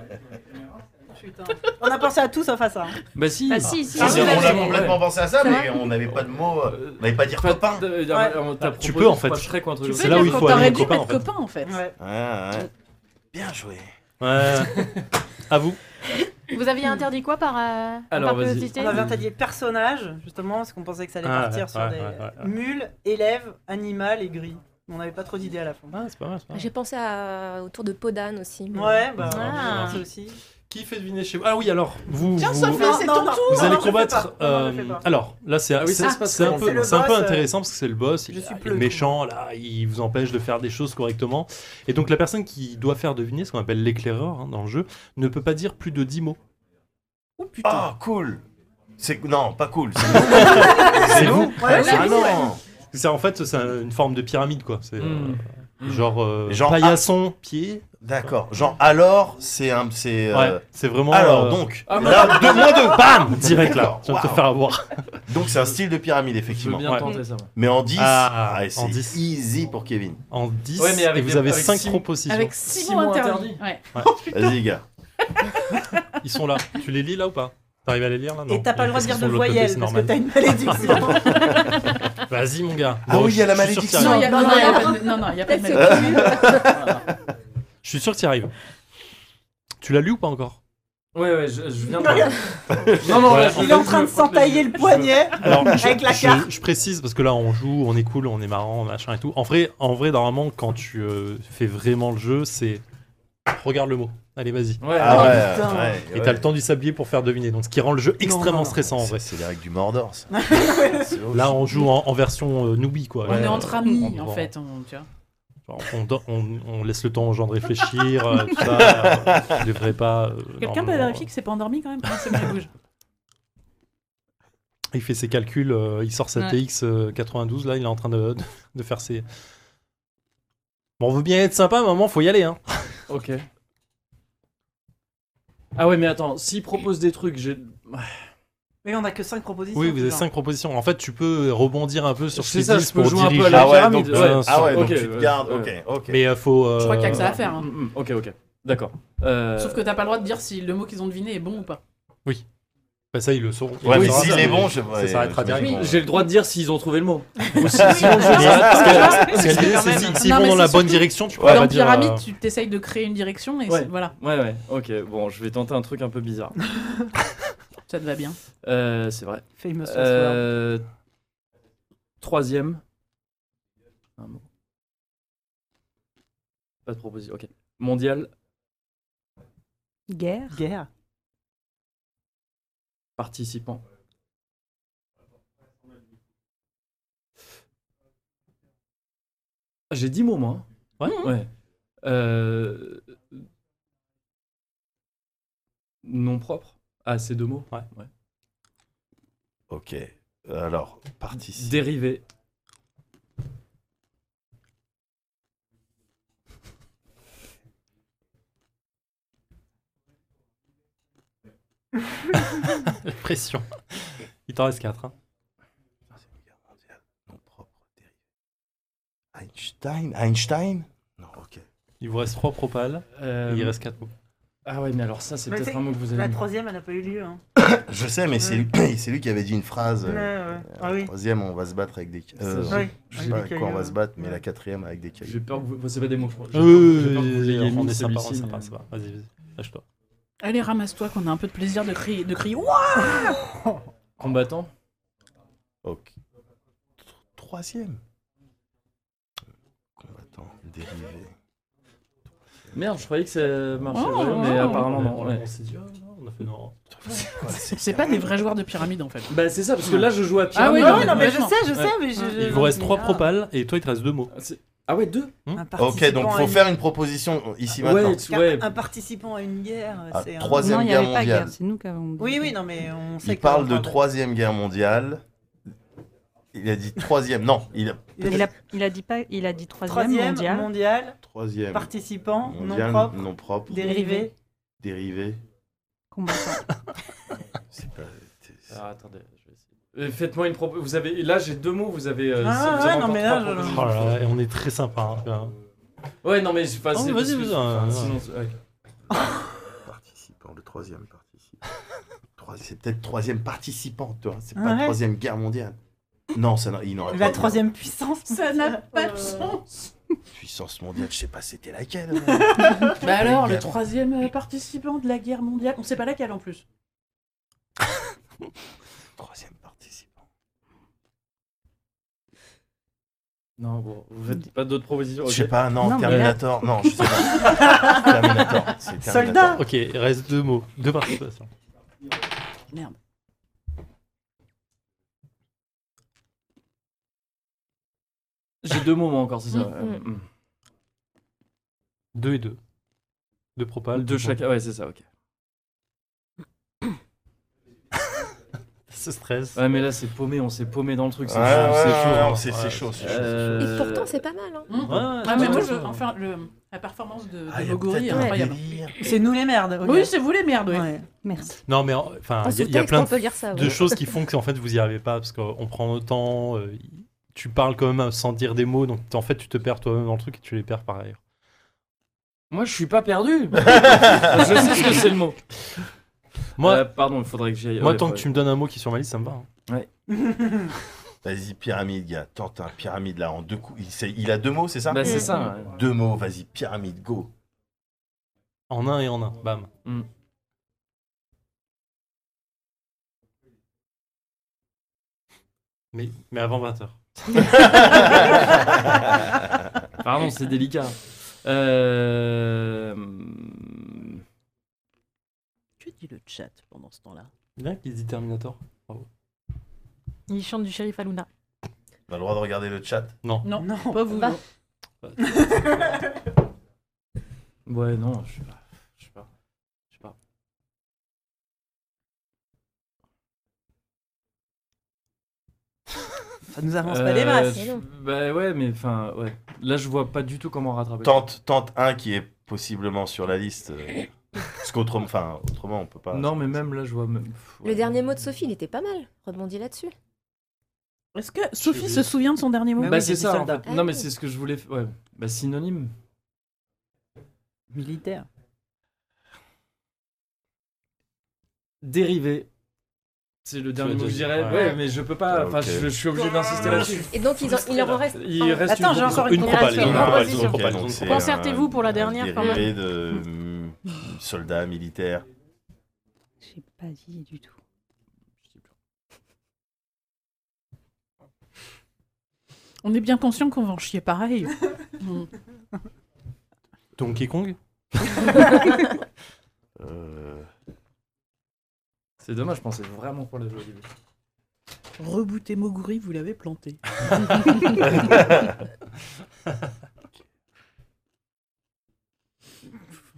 Putain. On a pensé à tout sauf à ça. Bah si. Bah si, si. Ah, Si, c'est on vrai, a c'est complètement vrai. pensé à ça, C'est mais vrai. on n'avait pas de mots. euh, On n'avait pas dire Pas- copain. euh, on t'a Ah, tu proposé, peux, en fait. je crois, Shrek ou un truc Tu comme peux C'est ça. là où il dire faut quand t'aurais aller, dû copain, en mettre fait. copain en fait. Ouais. Ouais, ouais. Bien joué. Ouais. à vous. Vous aviez interdit quoi par, euh, Alors, par vas-y. curiosité On avait interdit personnage, justement, parce qu'on pensait que ça allait Ah, partir ouais, sur ouais, des ouais, ouais. mules, élèves, animal et gris. On n'avait pas trop d'idées à la fin. Ah, c'est pas mal, c'est pas mal. J'ai pensé à... euh, autour de Podane aussi. mais- Ouais, bah, Ah. c'est aussi. Qui fait deviner chez vous Ah oui, alors, vous. Tiens, vous- Sophie, Non, c'est non, ton non. tour Vous allez je le fais combattre. pas. Non, non, je le euh, fais pas. alors, là, c'est Ah oui, ça c'est- se passe c'est un comment, c'est le peu, c'est un peu boss, euh, intéressant parce que c'est le boss. Je il- suis il est pleutre. méchant, là, il vous empêche de faire des choses correctement. Et donc, la personne qui doit faire deviner, ce qu'on appelle l'éclaireur hein, dans le jeu, ne peut pas dire plus de 10 mots. Oh putain. Ah, cool. C'est non, pas cool. *laughs* C'est C'est vous Ouais, ah non. C'est en fait, c'est un- une forme de pyramide, quoi. C'est euh, Hmm. genre, euh, Genre, paillasson, pied. D'accord. Genre alors, c'est un, c'est. euh, Ouais, c'est vraiment. Alors euh, donc, Ah, là, deux moins *laughs* deux, *laughs* bam, Direct là, tu vas te Waouh. faire avoir. Donc c'est un style de pyramide Je veux effectivement. bien Ouais. tenter ça. moi. Mais en 10, Ah, ah, en c'est 10. easy pour Kevin. En 10, Ouais, mais et avec vous des- avez avec 5 six- propositions. Avec 6 Six mots mots interdits. Ouais. Vas-y les gars. Ils sont là. Tu les lis là ou pas T'arrives à les lire là non. Et t'as pas le droit de Parce qu'ils dire de sont l'autre côté, voyelle c'est parce que normal. t'as une *laughs* malédiction. Vas-y mon gars. Ah oui, il y a la Je suis sûr que t'y malédiction. Non, arrives. il y a Non, non, non, il y a non. pas de- non, non, il y *laughs* a pas de Peut-être maladie. Je suis sûr que t'y arrives. Tu l'as lu ou pas encore Ouais, ouais, je, je viens de. *laughs* non, non, là, je- Il est là, en je train me de frotte les s'entailler yeux. le poignet Alors, je, avec la je- carte. je précise parce que là on joue, on est cool, on est marrant, machin et tout. En vrai, en vrai normalement quand tu euh, fais vraiment le jeu, c'est regarde le mot. Allez vas-y. Je- Ouais, Ah ouais. ouais, putain. ouais, Et ouais. t'as le temps du sablier pour faire deviner. Donc ce qui rend le jeu extrêmement non, non. stressant en vrai. C'est- C'est les règles du Mordor. Ça. C'est horrible. Là on joue en, en version euh, newbie quoi. On est Euh, entre amis on- en fait. on- tu vois. Bon, On, don- on- on laisse le temps aux gens de réfléchir, euh, tout *laughs* ça. euh, tu devrais pas. euh, Quelqu'un peut normalement, vérifier que c'est pas endormi quand même Non, c'est bon, il bouge. euh, Il fait ses calculs, euh, il sort sa Ouais. TX euh, 92, là, il est en train de, de- de faire ses. Bon, on veut bien être sympa, maman, faut y aller. Hein. Ok. Ah ouais, mais attends, s'il propose des trucs, j'ai. Mais on a que 5 propositions. Oui, vous avez toujours. 5 propositions. En fait, tu peux rebondir un peu sur ce C'est qu'ils ça, disent je peux pour jouer un peu diriger. à la Ah ouais, donc, pyramide. tu- ouais. ah ouais, donc Ok, tu te ouais, gardes. ouais. Ok, ok. Mais euh, faut. Je crois qu'il y a que ça à euh, faire. hein. Mm, mm, Ok, ok. D'accord. Euh, Sauf que t'as pas le droit de dire si le mot qu'ils ont deviné est bon ou pas. Bah ça, ils le sauront. Ouais, mais Ils le sauront, s'il ça, est mais bon, je- Ça ouais, s'arrêtera je- direct. J'ai le droit de dire s'ils ont trouvé le mot. Ou si- Ouais. sinon, je- Mais- parce que- parce que Parce que- l'idée, c'est si- s'ils Non, vont mais dans la c'est bonne surtout, direction, tu pourras dans pas dire, pyramide, euh, tu t'essayes de créer une direction et Ouais. c'est- voilà. Ouais, ouais, ok. Bon, je vais tenter un truc un peu bizarre. Ça te va bien. Euh, c'est vrai. Famous last Euh, Troisième. Un mot. Pas de proposition, ok. Mondial, Guerre. Guerre. participant. Ah, J'ai 10 mots, moi. hein. Ouais. ouais. Euh, Nom propre à ces deux mots. Ouais. Ok. Alors, participe. Dérivé. La pression. Il t'en reste hein. 4. Einstein Einstein Non, ok. Il vous reste 3 propales. Euh, et il reste 4 mots. Ah ouais, mais alors ça, c'est Mais peut-être c'est- un mot que vous avez. La mis. troisième, elle n'a pas eu lieu. hein. Je sais, mais c'est lui, *coughs* c'est lui qui avait dit une phrase. Mm. Ouais, ouais. euh, Ah la oui. Troisième, on va se battre avec des. ca- C'est euh, vrai, je avec sais pas avec des quoi cailloux, on va se ouais. battre, mais la quatrième avec des cailloux. J'ai peur que vous. enfin, C'est pas des mots, je crois. J'ai peur- j'ai peur que vous ayez On mis est sympa, on est celui-ci, sympa, mais- ça va. Vas-y, vas-y. Lâche-toi. Allez, ramasse-toi qu'on a un peu de plaisir de crier, de crier Ouah Combattant Ok. Troisième. Combattant, dérivé. Merde, je croyais que ça marchait, Oh, ouais, mais oh. apparemment non. ouais. On s'est dit, ah, non, on a fait non. C'est pas des vrais joueurs de pyramide en fait. Bah c'est ça, parce que là je joue à Ah oui, pyramide. non, mais complètement. Il vous reste 3 ah. propales et toi, il te reste 2 mots. Ah ouais, 2 Hmm Ok, donc faut une- faire une proposition ici Ouais, maintenant. tu- Car ouais. Un participant à une guerre, Ah, c'est un... troisième Non, il y guerre avait pas mondiale. guerre, c'est nous qui avons. Oui, oui, non, mais on sait Il que- parle de troisième guerre mondiale. Il a dit troisième. Non, il a. Il a, il a dit pas, il a dit troisième, Troisième mondial, mondial. Troisième. participant, Mondial, non propre, non propre. dérivé. Dérivé. Ah, attendez, je vais essayer. Euh, Faites-moi une proposition. Vous avez là j'ai deux mots, vous avez. euh, Ah, vous avez ouais, encore non, mais trois là, je- propositions. Oh là là, et on est très sympa. hein, tu vois. Ouais, non mais je passe. Oh, vas-y, vas-y, enfin, vas-y. sinon, c'est- ouais. Participant, le troisième participant. Trois- C'est peut-être troisième participant, toi. C'est Ah pas ouais. troisième guerre mondiale. Non, ça n'a- il n'aurait pas. La de troisième puissance. Ça n'a pas de sens. Puissance mondiale, je sais pas c'était laquelle. Bah alors, le troisième euh, participant de la guerre mondiale, on sait pas laquelle en plus. Troisième participant. Non, bon, vous faites pas d'autres propositions. Je sais ok. pas, non, mais là- Terminator, non, je *laughs* sais pas. *laughs* Terminator, c'est Terminator. Ok, il reste 2 mots. 2 participations. Merde. J'ai deux mots moi encore, c'est ça. Mm, Mm. ouais. 2 et 2. 2 propales. Deux deux chacun, ouais, c'est ça, *coughs* ok. Ce stress. Ouais, mais là c'est paumé, on s'est paumé dans le truc, c'est Ouais, chaud, ouais, c'est ouais, chaud, ouais, hein. c'est- c'est Ouais, chaud, c'est chaud, euh, Et pourtant, c'est pas mal. Hein. Mmh. Ouais, ah, mais moi, ouais, je, ouais. enfin, le- la performance de, Ah, de il y a Mogori est peut-être un incroyable. délire. C'est nous les merdes. ok. Oui, c'est vous les merdes, oui. Merci. Non, mais en- enfin, En il y a- il y, a sous-texte, plein on peut lire ça, de, ouais. choses qui font que en fait vous y arrivez pas parce qu'on prend le temps. euh, y- tu parles quand même euh, sans dire des mots, donc t- en fait tu te perds toi-même dans le truc et tu les perds par ailleurs. Moi, je suis pas *laughs* perdu. *laughs* je sais ce que c'est le mot. Moi, Euh, pardon, il faudrait que j'y aille. Moi, Ouais, tant que ouais. tu me donnes un mot qui est sur ma liste, ça me va. hein. Vas-y, pyramide, gars, tente un pyramide là en deux coups. Il, c'est- il a deux mots, c'est ça Bah, c'est ça, ouais. Deux mots, vas-y, pyramide, go. En un et en un, bam. Hmm. Mais, mais avant 20h. *laughs* Pardon, c'est délicat. Euh... Que dit le chat pendant ce temps-là Il y en a un qui dit Terminator. Il chante du shérif Aluna. On a le droit de regarder le chat Non. Non, pas vous. non. Bah, Ouais, non, je sais pas. Je sais pas. Je sais pas. Ça nous avance Euh, pas des masses. je- Bah ouais, mais enfin, ouais. Là, je vois pas du tout comment rattraper. Tente, tente un qui est possiblement sur la liste. euh, Parce qu'autrement, enfin, autrement, on peut pas. Non, mais même là, je vois même. Pff, Le dernier mot de Sophie, il était pas mal. Rebondis là-dessus. Est-ce que Sophie se souvient de son dernier mot Bah, c'est ça. en fait. Non, mais c'est ce que je voulais. f- Ouais. Bah, synonyme. Militaire. Dérivé. C'est le dernier vas mot que je dire, dirais. ouais. Ouais, mais je peux pas. Ah, Enfin, ok. je, je suis obligé d'insister là-dessus. Et donc, ils en- il leur en reste. Il reste Attends, une j'ai encore une proposition. propale, Une une propale, proposition. une propale, une propale. Concertez-vous pour la dernière, quand même. Dérivé de mm, soldats militaires. J'ai pas dit du tout. On est bien conscient qu'on va en chier pareil. Mm. Donkey *laughs* Kong Euh. C'est dommage, je pensais vraiment pour le jeu au début. Rebooter Moguri, vous l'avez *laughs* planté.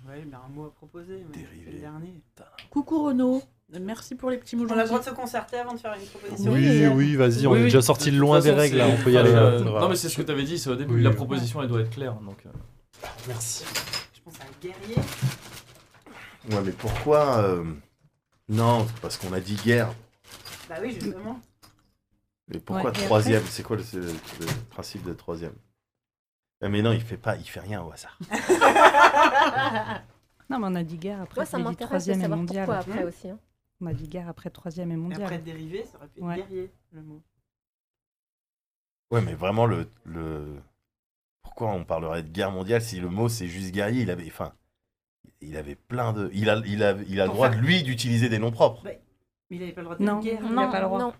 Ouais, mais un mot à proposer. mais c'est le dernier. Coucou Renaud, merci pour les petits mots. On a le droit de se concerter avant de faire une proposition. Oui, oui, vas-y, on Oui, oui. est déjà sorti De de toute loin des façon, règles, là, c'est- on peut y aller. euh, *laughs* là. Non, mais c'est ce que t'avais dit, c'est au début. Oui, La oui. proposition, elle doit être claire. Donc, euh, Merci. Je pense à un guerrier. Ouais, mais pourquoi euh, Non, parce qu'on a dit guerre. Bah oui, justement. Mais pourquoi Ouais, et troisième après C'est quoi le, c'est le- le principe de troisième Ah, Mais non, il fait pas, il fait rien au hasard. Non, mais on a dit guerre après. Moi, ça on a dit m'intéresse de troisième et savoir mondiale. pourquoi après aussi. hein. On a dit guerre après troisième et mondiale. Après dérivé, ça aurait pu être Ouais. guerrier, le mot. Ouais, mais vraiment le, le- pourquoi on parlerait de guerre mondiale si le mot c'est juste guerrier Il avait, enfin, il avait plein de, il a, il a, il a le droit de lui d'utiliser des noms propres. Mais il avait pas le droit de Non, dire guerre. il n'a pas le droit.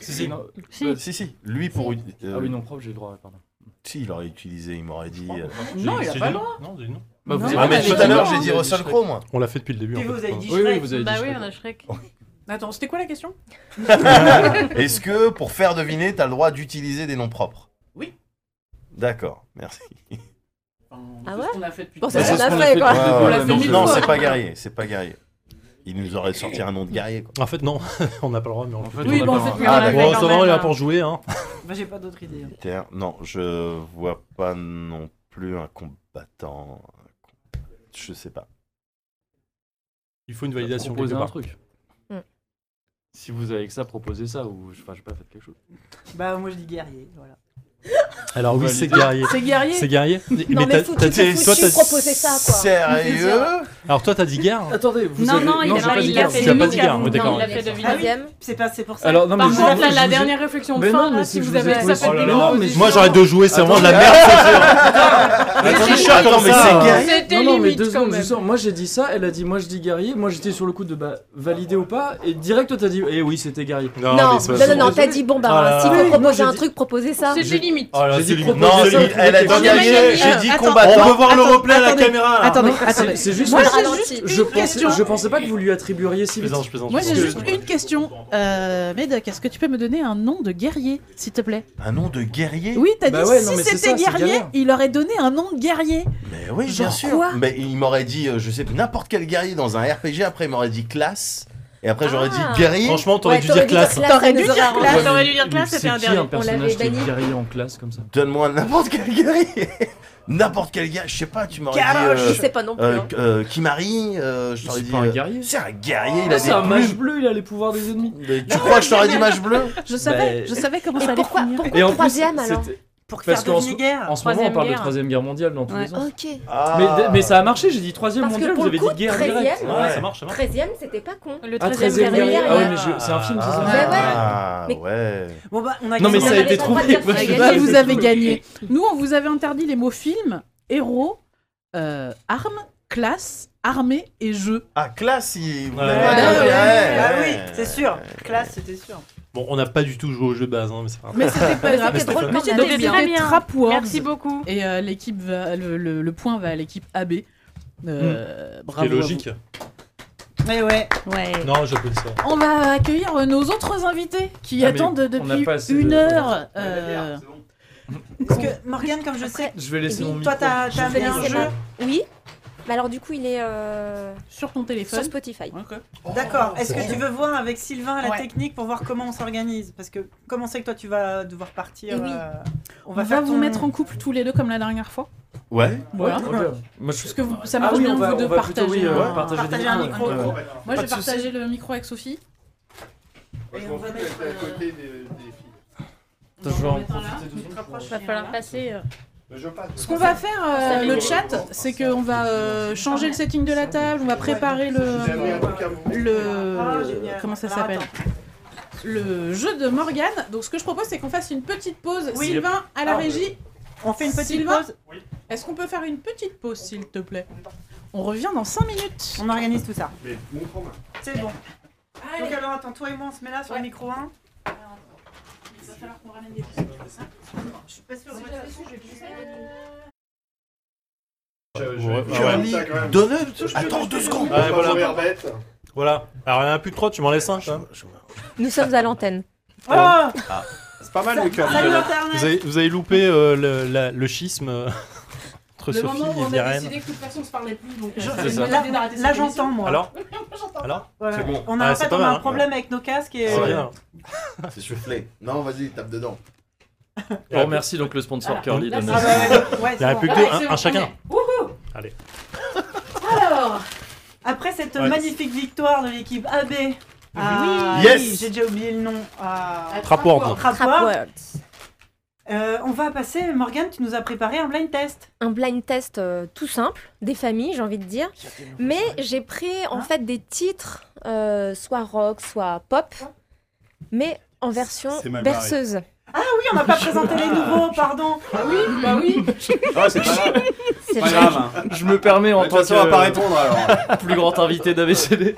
Si, si, non. Si. Euh, si, si. Lui pour. euh, Ah oui, non propre, j'ai le droit, pardon. Si, il aurait utilisé, il m'aurait dit. euh, Non, il a pas le droit. Non, dis non. Bah, vous Non, avez- on Ah, mais avait tout dit à l'heure, non, j'ai on dit avait Russell Shrek. Crowe, moi. On l'a fait depuis le début. Et en vous fait. avez dit Oui, oui, Shrek. vous avez bah dit oui, Shrek. on a Shrek. Attends, c'était quoi la *laughs* *laughs* question *laughs* Est-ce que pour faire deviner, t'as le droit d'utiliser des noms propres Oui. D'accord, merci. Ah C'est ouais ce qu'on a fait depuis Bon, tout c'est à ce qu'on l'heure. a fait, quoi. Ouais, On ouais, l'a fait donc, mille non, fois. c'est pas guerrier, c'est pas guerrier. Il nous aurait sorti un nom de guerrier. Quoi. En fait, non, *laughs* on n'a pas le droit, mais on le fait. Oui, on a bon, pas le en fait, droit. mais on l'a Ah, fait bon, quand ça va, on même, est là hein. pour jouer, *laughs* hein. Bah, j'ai pas d'autre idée. hein. Terre- Non, je vois pas non plus un combattant. Je sais pas. Il faut une validation Proposer quelque un part. truc. Mm. Si vous avez que ça, proposez ça ou je enfin, j'ai pas fait quelque chose. Bah, moi je dis guerrier, voilà. Alors oui, Validé. c'est guerrier. C'est guerrier C'est guerrier. Non, mais t'as- foutu, t'as- foutu, toi, t'as- proposer ça, quoi. Sérieux Alors toi, t'as dit guerre. Attendez, vous Non, avez- non, il a j'ai pas- dit il a guerre. fait Tu as pas dit guerre, oui, d'accord. Il a fait deviner. Troisième. C'est pas, c'est pour ça. Alors, non, Par mais je- contre, je là, la vous ai- dernière réflexion de Mais fin, non, mais là, si si je vous vous ai avez trouvé ça ça- fait Oh là des là, noms, mais c'est moi, sûr. j'arrête de jouer, c'est vraiment de la merde, Mais Attendez, c'est je chaud attends, comme mais ça. c'est guerrier. C'était Non, non, mais limite, deux quand secondes, même. deux secondes. Moi j'ai dit ça, elle a dit moi je dis guerrier. Moi j'étais sur le coup de bah, valider ou pas. Et direct, toi t'as dit eh oui, c'était guerrier. Non, non, non, non, t'as dit bon, bah, si vous proposez un truc, proposez ça. C'est limite. Oh là, J'ai c'est dit limite. non, Non, j'ai c'est- dit- elle a on dit est guerrier, même- j'ai euh, dit attends, combattant. on peut voir le replay à la Attendez, caméra, là. attendez, Non, c'est- attendez. C'est juste Moi, que- j'ai juste je une pensais, question. je pensais pas que vous lui attribueriez si vite. Moi j'ai juste une question. Euh, Médoc, est-ce que tu peux me donner un nom de guerrier, s'il te plaît Un nom de guerrier Oui, t'as Bah dit ouais, non, si mais c'est c'était ça, c'est guerrier, galère. il aurait donné un nom de guerrier. Mais oui, bien Genre sûr. quoi mais il m'aurait dit, euh, je sais pas, n'importe quel guerrier dans un RPG. Après, il m'aurait dit classe. Et après, j'aurais dit guerrier. Franchement, t'aurais Ouais, dû t'aurais dire dû dire classe. classe, T'aurais dû dire classe. Ouais, T'aurais mais dû dire classe, c'est c'était un qui dernier. On l'avait personnage qui banni. est guerrier en classe comme ça. Donne-moi n'importe quel guerrier. *laughs* n'importe quel guerrier. Je sais pas, tu m'aurais dit. Garrosh, je sais pas non plus, euh, hein. euh, Kimari. euh, je t'aurais c'est dit. pas un euh, guerrier. C'est un guerrier, il Ah, a C'est un des mage plumes. bleu, il a les pouvoirs des ennemis. Tu crois que je *laughs* t'aurais dit mage bleu Je savais, Bah, je savais comment Et ça allait pourquoi- finir. pourquoi troisième, alors c'était- Pour Parce faire qu'en deviner ce- guerre. En ce moment, on parle de Troisième troisième guerre mondiale dans tous les sens. Ok. Mais, mais ça a marché, j'ai dit troisième Parce que mondiale, pour vous le avez coup, dit guerre directe. 13 Ouais. e c'était pas con. Le Ah, 13e guerrier. Ah ouais, mais je- c'est un film, c'est ça Ah, Mais- ouais. Bon, bah, on a Non, mais gagné. ça a été trouvé. Moi, je suis Là, désolé. vous avez gagné. Nous, on vous avait interdit les mots film, héros, euh, arme, classe, armée et jeu. Bah Ah, classe, il... Ouais. Ah, Ouais, ouais, ouais, ah ouais. oui, c'est sûr. Classe, c'était sûr. Bon, on n'a pas du tout joué au jeu de base, hein, mais c'est pas *laughs* Mais c'était pas grave. Mais c'était fun. C'était c'était bien. C'était bien. Trap Wars. Merci beaucoup. Et euh, l'équipe va- le, le- le point va à l'équipe AB. Hmm. Mm. Euh, Ce qui est Bravo. à logique. Mais ouais. Ouais. Non, j'applaudis ça. vous. On va accueillir euh, nos autres invités qui Ah, mais attendent on depuis n'a pas assez une de- heure. euh, Parce que Morgane, comme je sais. Je vais laisser Oui, mon micro. Toi, t'as Je t'as vais fait un laisser jeu. ma- Oui. Mais alors, du coup, il est. euh, Sur ton téléphone Sur Spotify. Oh, D'accord. Est-ce que tu veux voir avec Sylvain la Ouais. technique pour voir comment on s'organise Parce que comment c'est que toi tu vas devoir partir Eh oui. euh, on va, faire vous ton- mettre en couple tous les deux comme la dernière fois. Ouais. Voilà. Ok. Moi, je- Parce que vous- ça Ah marche oui, bien on va- vous de on va partager, plutôt, oui, euh, un- partager partager des un micros, micro. ouais. Moi, Pas je vais de soucis. partager le micro avec Sophie. Moi, je m'en fous d'être à côté euh, des, des filles. Putain, je vais en Va falloir passer. euh, Je passe. Ce qu'on va faire, euh, Ça le fait- chat, c'est qu'on va euh, changer le euh, euh, setting de la table, on va préparer le. le comment ça s'appelle le jeu de Morgane. Donc, ce que je propose, c'est qu'on fasse une petite pause. Sylvain, à la Ah, régie. on fait une petite Sylvain, pause Est-ce qu'on peut faire une petite pause, s'il te plaît On revient dans 5 minutes. On organise tout ça. Mais mon programme. C'est bon. Donc alors attends, toi et moi on se met là sur le micro 1. Il va falloir qu'on ramène des trucs comme ça. Je suis pas sûre. Moi, je suis sûre, je vais glisser la lettre. Charlie, donne Attends deux secondes. Ouais, voilà. Bête. voilà. Alors, il y en a plus que 3, tu m'en laisses 5. Nous sommes à l'antenne. Ah C'est pas mal le cœur. Salut, Vous avez- Internet. vous, avez, vous avez loupé euh, le, la- le schisme euh, entre Le Sophie moment où et on a Irène. décidé que de toute façon on se parlait plus, donc euh, Je- ça c'est fait ça. une bonne idée d'arrêter Là, cette j'entends, émission. moi. Alors *laughs* J'entends. Alors Voilà. C'est bon. On a, Ah, en c'est fait, pas on a mal, un hein. problème avec nos casques et. euh, C'est *laughs* bien. C'est soufflé. Non, vas-y, tape dedans. On remercie donc le sponsor Voilà. Curly de Ah, nous- bah, ouais, ouais, Il y en a c'est plus que bon. deux, Ouais, c'est un, un bon, chacun. Wouhou Allez. Alors Après cette Ouais. magnifique victoire de l'équipe AB. à- Oui. Yes. oui, J'ai déjà oublié le nom. Ah. à- À Trapworld. Trapworld. Trapworld. Euh, on va passer, Morgane, tu nous as préparé un blind test. Un blind test euh, tout simple, des familles, j'ai envie de dire. Mais j'ai pris Ah. en fait des titres, euh, soit rock, soit pop, mais en version C'est mal barré. berceuse. Ah oui, on n'a pas présenté les nouveaux, pardon. Ah oui, bah oui. Ah, *laughs* c'est pas grave. C'est vrai. Je me permets en De tant toute que. façon, on va pas répondre, *laughs* alors. Plus grand invité d'ABCD.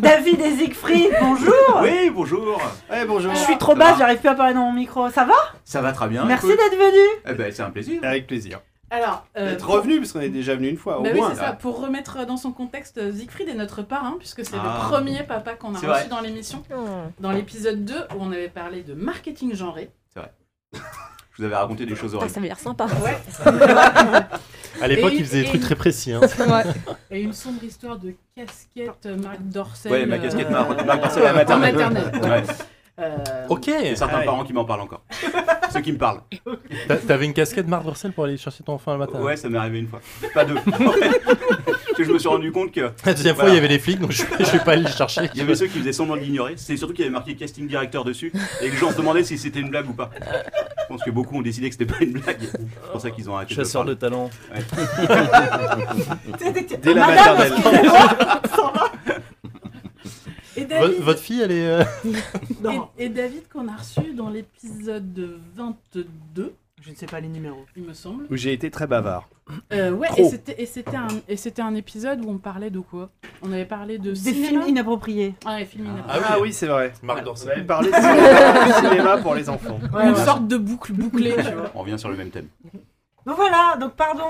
David et Siegfried, bonjour. Ah. Oui, bonjour. Eh, bonjour. Je suis trop Ça basse, va j'arrive plus à parler dans mon micro. Ça va *laughs* Ça va très bien. Merci écoute. d'être venu. Eh ben, c'est un plaisir. Avec plaisir. Alors, euh, D'être revenu, parce qu'on est déjà venu une fois, au Bah oui, moins. c'est ça. Pour remettre dans son contexte, euh, Siegfried est notre parrain, puisque c'est Ah. le premier papa qu'on a C'est reçu vrai. dans l'émission. Oh. Dans l'épisode 2, où on avait parlé de marketing genré. C'est vrai. *laughs* Je vous avais raconté des choses horribles. l'air sympa. Ouais. *laughs* À l'époque, Et- il faisait des et- trucs très précis. hein. *laughs* Et une sombre histoire de casquette euh, Marc Dorcel. Ouais, ma casquette euh, Marc Marc Dorcel à la en maternelle. ouais. *laughs* Ouais. Euh, Ok. Il y a certains Ah ouais. parents qui m'en parlent encore. *laughs* Ceux qui me parlent. T'a- T'avais une casquette Marc Dorcel pour aller chercher ton enfant le matin. Ouais, ça m'est arrivé une fois. Pas deux. Parce que je me suis rendu compte que. La deuxième fois, il y avait les flics, donc je, je vais pas aller les chercher. Il y avait ceux qui faisaient semblant de l'ignorer. C'est surtout qu'il y avait marqué casting directeur dessus et que les gens se demandaient si c'était une blague ou pas. Je pense que beaucoup ont décidé que c'était pas une blague. C'est pour ça qu'ils ont arrêté. Chasseur de talent. *laughs* Dès la *laughs* Madame, maternelle. excusez-moi, ça va Et Vo- David, votre fille, elle est. euh, et, et David qu'on a reçu dans l'épisode 22. Je ne sais pas les numéros. Il me semble. Où j'ai été très bavard. Euh, ouais, Trop. et c'était- et c'était un, et c'était un épisode où on parlait de quoi On avait parlé de Des films inappropriés. Ah, les films Ah, inappropriés. oui, c'est vrai. Marc On Dorcel. avait parlé de cinéma, du cinéma pour les enfants. Une sorte de boucle bouclée, tu vois. On revient sur le même thème. Donc voilà, donc pardon,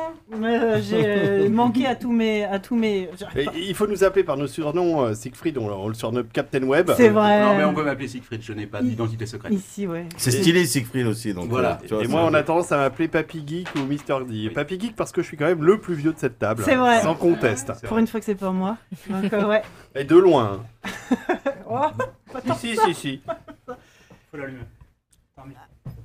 euh, j'ai euh, manqué à tous mes. À tous mes... Et il faut nous appeler par nos surnoms. euh, Siegfried, on, on le surnomme Captain Web. C'est Euh, vrai. Non, mais on peut m'appeler Siegfried, je n'ai pas d'identité secrète. Ici, ouais. C'est stylé, Siegfried aussi. Donc, Voilà. euh, tu vois, et c'est- moi, on a tendance à m'appeler Papy Geek ou Mister Geek. Papy Geek parce que je suis quand même le plus vieux de cette table. C'est vrai. Ah, Sans conteste. Pour une fois que c'est pas moi. Donc, euh, ouais. Et de loin. *laughs* Oh, pas tant si, que ça. si, si. Faut l'allumer.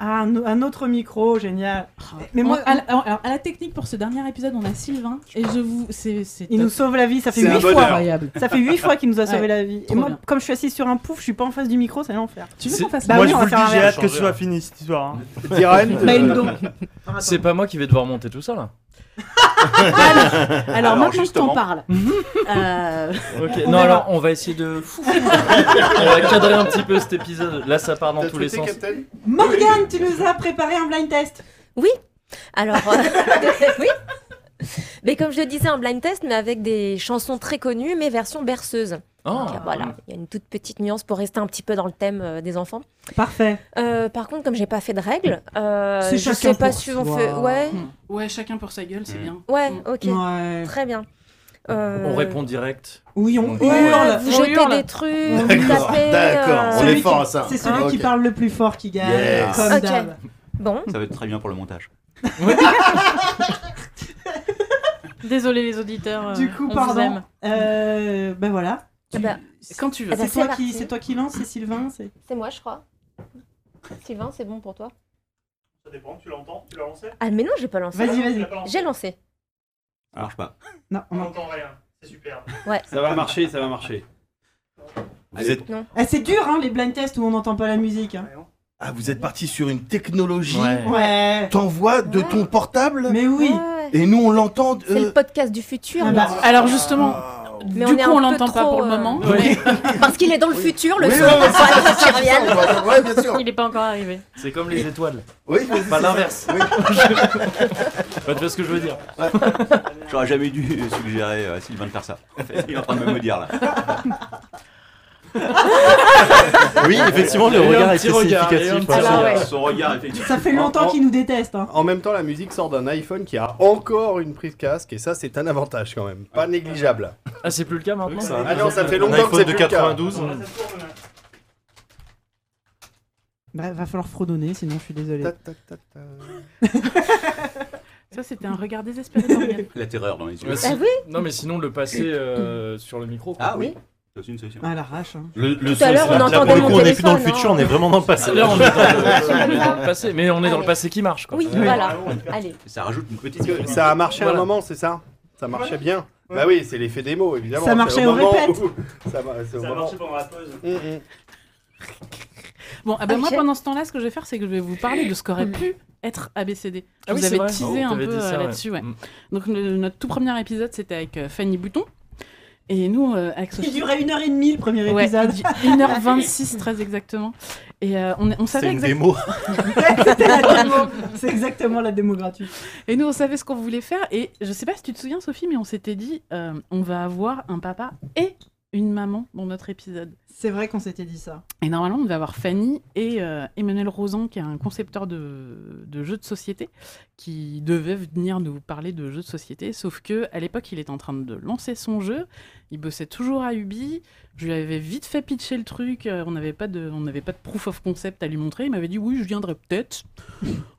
Ah, un, un autre micro, génial. Mais On- moi, Ah. à, la- alors, alors, à la technique pour ce dernier épisode, on a Sylvain et je vous, c'est, c'est il nous sauve la vie, ça fait C'est un 8 bonheur. fois. Incroyable. Ça fait 8 fois qu'il nous a sauvé Ouais, la vie. Et trop moi, bien. comme je suis assise sur un pouf, je suis pas en face du micro, c'est l'enfer. Tu veux qu'on fasse Bah Moi, oui, je on vous va le faire dis, j'ai un hâte que live. ce soit fini cette histoire. hein. *laughs* Diren, *laughs* euh, Mail donc. C'est pas moi qui vais devoir monter tout ça là. Alors, maintenant que t'en *laughs* parles. euh, Ok, on non, verra. alors on va essayer de. on va cadrer un petit peu cet épisode. Là, ça part dans tous les sens. Morgane, tu nous as préparé un blind test. Oui. Alors, euh, *laughs* oui. Mais comme je le disais, un blind test, mais avec des chansons très connues, mais version berceuse. Ah. Donc, euh, voilà, il y a une toute petite nuance pour rester un petit peu dans le thème euh, des enfants. Parfait. Euh, par contre, comme j'ai pas fait de règles, *laughs* euh, C'est je chacun sais pas pour si on soi. fait. Ouais, Hmm. ouais, chacun pour sa gueule, c'est Hmm. bien. ouais, ok, Mm. Ouais. très bien. Euh, On répond direct. Oui, on Donc, ouais, hurle. vous On jetez hurle. des trucs, vous D'accord, tapez, d'accord, euh, on est Celui fort qui- à ça. C'est celui Ah, qui ok. parle le plus fort qui gagne. Yes. Comme Ok. d'hab. Bon. Ça va être très bien pour le *laughs* montage. Désolé les auditeurs. euh, Du coup, on vous pardon. aime. Euh, ben voilà. Ah bah, Quand tu eh ben, C'est c'est toi, parti. qui- c'est toi qui lance, c'est Sylvain. c'est- C'est moi, je crois. Sylvain, c'est bon pour toi Ça dépend, tu l'entends Tu l'as lancé Ah, mais non, j'ai pas lancé. Vas-y, vas-y. J'ai lancé. Ça marche pas. Non, on n'entend rien. C'est super. Ouais. Ça va marcher, ça va marcher. Vous êtes... Non. Ah, c'est dur, hein, les blind tests où on n'entend pas la musique. hein. Ah, vous êtes parti sur une technologie. Ouais. T'envoies de ton portable Mais oui. Et nous, on l'entend. C'est euh, le podcast du futur. Ah là. bah, alors justement, Mais du on est coup, on un peu l'entend pas trop, pour le euh, *laughs* moment. Oui. Parce qu'il est dans le Oui. futur, le Oui, soir, oui, oui, il faudra c'est ça, qu'il c'est ça, revienne. *laughs* on va- ouais, bien sûr. Il n'est pas encore arrivé. C'est comme les étoiles. Oui, mais pas c'est l'inverse. *laughs* ça. Oui. Bah, tu vois ce que je veux dire. J'aurais jamais dû suggérer euh, à Sylvain de faire *laughs* ça. Il est en train de me dire là. *laughs* Oui, effectivement, le Il y a eu un regard est petit très regard, il y a eu un petit significatif. voilà. regard. Son regard, Oh, effectivement. Ça fait longtemps En- en- qu'ils nous détestent. hein. En même temps, la musique sort d'un iPhone qui a encore une prise casque, et ça, c'est un avantage quand même. Pas négligeable. Ah, c'est plus le cas maintenant ça. Ah non, ça fait longtemps Un iPhone que c'est de plus le cas. 92. Bah, va falloir fredonner, sinon je suis désolé. Ça, c'était un regard désespéré d'Organe. La terreur dans les yeux. Ouais, Ah Ah Ah si- Non, mais sinon, le passer euh, sur le micro. Ah oui. C'est aussi une solution. À l'arrache. hein. Le- le Tout à l'heure, on entendait Là, pour le mon coup, on n'est plus dans le téléphone, futur, hein. on est vraiment dans le passé. Là, on est dans le- on est dans le passé, mais on est dans le passé qui marche. quoi. Oui, Ah, voilà. Ah Allez. Ça rajoute une petite. Parce que ça a marché Voilà. un moment, c'est ça Ça marchait bien. Bah oui, c'est l'effet démo, évidemment. Ça C'est marchait au moment répète. où- *laughs* Ça, mar- c'est au Ça a moment- marché pendant la pause. Mm, Euh, mm. Bon, ah ben moi Ok. pendant ce temps-là, ce que je vais faire, c'est que je vais vous parler de ce qu'aurait Mm. pu être ABCD. Je Ah oui, vous c'est avais vrai. teasé Oh, un t'avais peu dit ça, euh, ouais. là-dessus, ouais. Mm. Donc le- notre tout premier épisode, c'était avec euh, Fanny Bouton. Et nous, euh, avec Sophie... Il durait une heure et demie le premier Ouais, épisode. du- 1h26 très exactement. Et euh, on, on savait C'est une exactement... *laughs* démo. *laughs* C'était la démo. C'est exactement la démo gratuite. Et nous, on savait ce qu'on voulait faire. Et je sais pas si tu te souviens, Sophie, mais on s'était dit, euh, on va avoir un papa et une maman dans notre épisode. C'est vrai qu'on s'était dit ça. Et normalement, on devait avoir Fanny et euh, Emmanuel Rosan, qui est un concepteur de, de jeux de société, qui devait venir nous parler de jeux de société. Sauf que à l'époque, il était en train de lancer son jeu. Il bossait toujours à Ubi. Je lui avais vite fait pitcher le truc. euh, on n'avait pas de, on n'avait pas de proof of concept à lui montrer. Il m'avait dit oui, je viendrai peut-être.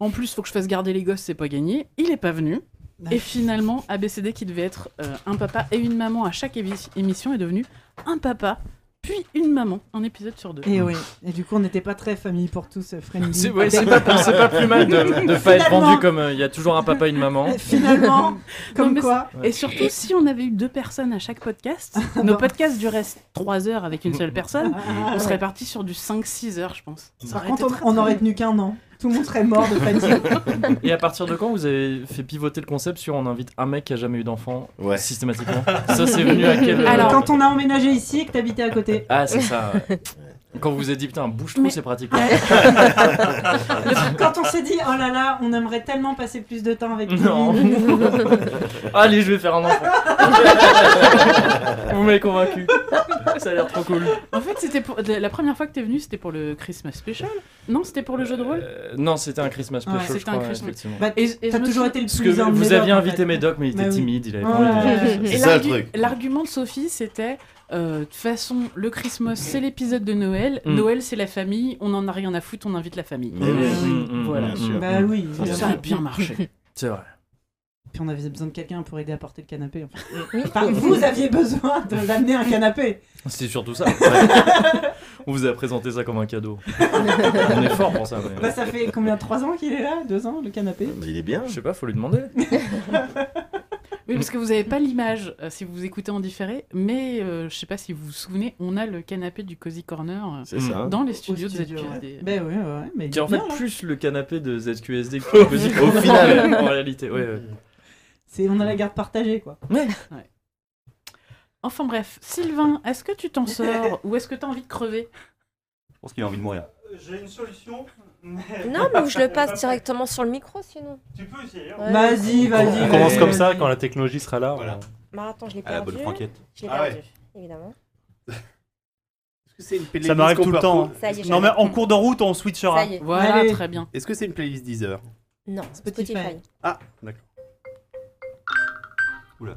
En plus, faut que je fasse garder les gosses, c'est pas gagné. Il n'est pas venu. Et finalement, ABCD, qui devait être euh, un papa et une maman à chaque évi- émission, est devenu un papa puis une maman, un épisode sur deux. Et oui. Et du coup, on n'était pas très famille pour tous, euh, friendly. C'est ouais, c'est pas, c'est pas plus mal de ne pas être vendu comme euh, il y a toujours un papa et une *laughs* maman. Finalement, comme hein. mais quoi. Ah, c'est- Et surtout, si on avait eu deux personnes à chaque podcast, nos podcasts duraient 3 heures avec une seule personne, on serait parti sur du 5-6 heures, je pense. Ça Par aurait contre, été on- très, on très aurait long. tenu qu'un an. Tout le monde serait mort de *laughs* fatigue. *laughs* Et à partir de quand vous avez fait pivoter le concept sur on invite un mec qui a jamais eu d'enfant systématiquement Ça c'est venu à quel euh, Alors, quand on a emménagé ici et que t'habitais à côté. Ah c'est ça. *laughs* ouais. Quand vous vous êtes dit putain bouge trop c'est pratique. *laughs* Ouais. Quand on s'est dit, oh là là, on aimerait tellement passer plus de temps avec lui. *laughs* Non. Allez je vais faire un enfant. vous m'avez convaincu. Ça a l'air trop cool. En fait, c'était pour... la la première fois que t'es venu, c'était pour le Christmas Special Non, c'était pour le jeu de rôle Euh, Non c'était un Christmas special Ouais, je c'était un crois Christmas. effectivement. Bah, Et- et t'as je me toujours suis- été le Parce plus que un de vous Médoc, aviez en invité fait. Médoc mais il était Bah oui. timide il avait Ouais, pas envie de- ouais, ouais. Et l'argu- L'argument de Sophie, c'était euh, de toute façon, le Christmas, c'est l'épisode de Noël. Mm. Noël, c'est la famille. On en a rien à foutre, on invite la famille. Mais oui. Mm, mm, Voilà. bien sûr. Bah oui, ça a bien marché. *laughs* C'est vrai. Puis on avait besoin de quelqu'un pour aider à porter le canapé. en fait. Enfin, vous aviez besoin de- d'amener un canapé. C'est surtout *laughs* ça. ouais. On vous a présenté ça comme un cadeau. On est fort pour ça. mais- Bah, ça fait combien 3 ans qu'il est là 2 ans, le canapé Bah, il est bien. Je sais pas, faut lui demander. Oui, parce que vous n'avez pas l'image euh, si vous écoutez en différé, mais euh, je sais pas si vous vous souvenez, on a le canapé du Cozy Corner euh, C'est ça. dans les Au studios studio, de ouais. ZQSD. Ben ouais, ouais, ouais, mais il Qui est est en fait bien, là. plus le canapé de ZQSD que Au Cozy- final. en réalité, ouais, ouais. C'est on a la garde partagée quoi. Ouais. Enfin bref, Sylvain, est-ce que tu *laughs* t'en sors ou est-ce que tu as envie de crever Je pense qu'il a envie de mourir. J'ai une solution. Non, mais où je le passe *laughs* directement sur le micro sinon. Tu peux essayer. Ouais. Vas-y, vas-y. On commence vas-y, comme vas-y. ça, quand la technologie sera là. Bah, attends, je l'ai À la perdu. bonne franquette. Je l'ai Ah perdu, ouais. évidemment. C'est une playlist Ça m'arrive qu'on tout le peut temps. retrouver. Ça y est, non, mais j'arrive. en cours de route, on switchera. Ça y est. Voilà, Allez. très bien. Est-ce que c'est une playlist Deezer Non, Spotify. Ah, d'accord. Oula.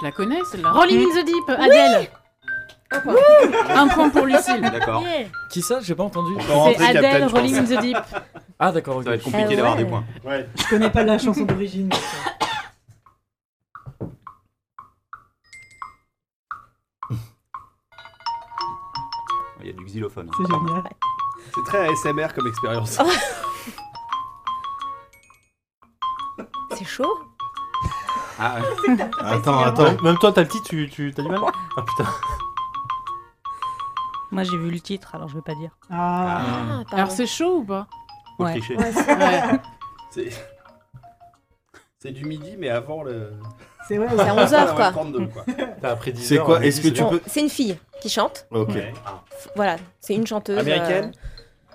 Je la connais celle-là. Rolling Mm. in the Deep, Adèle. Un point pour Lucille. D'accord. Yeah. Qui ça J'ai pas entendu. peut rentrer Adèle, Captain, je Rolling pense. in the Deep. Ah d'accord. Ça va être compliqué Eh d'avoir ouais. des points. Je connais pas la chanson d'origine. Il y a du xylophone. C'est génial. C'est très ASMR comme expérience. C'est chaud *laughs* Ah, Attends, attends. Même toi, t'as le titre, tu, tu t'as du mal Ah putain. Moi j'ai vu le titre alors je vais pas dire. Ah. Alors c'est chaud ou pas Ouais. *laughs* tricher. *laughs* Ouais, c'est vrai. C'est- C'est du midi, mais avant le. C'est ouais, c'est à 11 *laughs* heures, quoi. *laughs* 22, quoi. *laughs* T'as après 10 C'est heures, hein, quoi à Est-ce midi, que tu Bon, peux. C'est une fille qui chante. Ok. Ouais. F- Voilà, c'est une chanteuse. euh, Américaine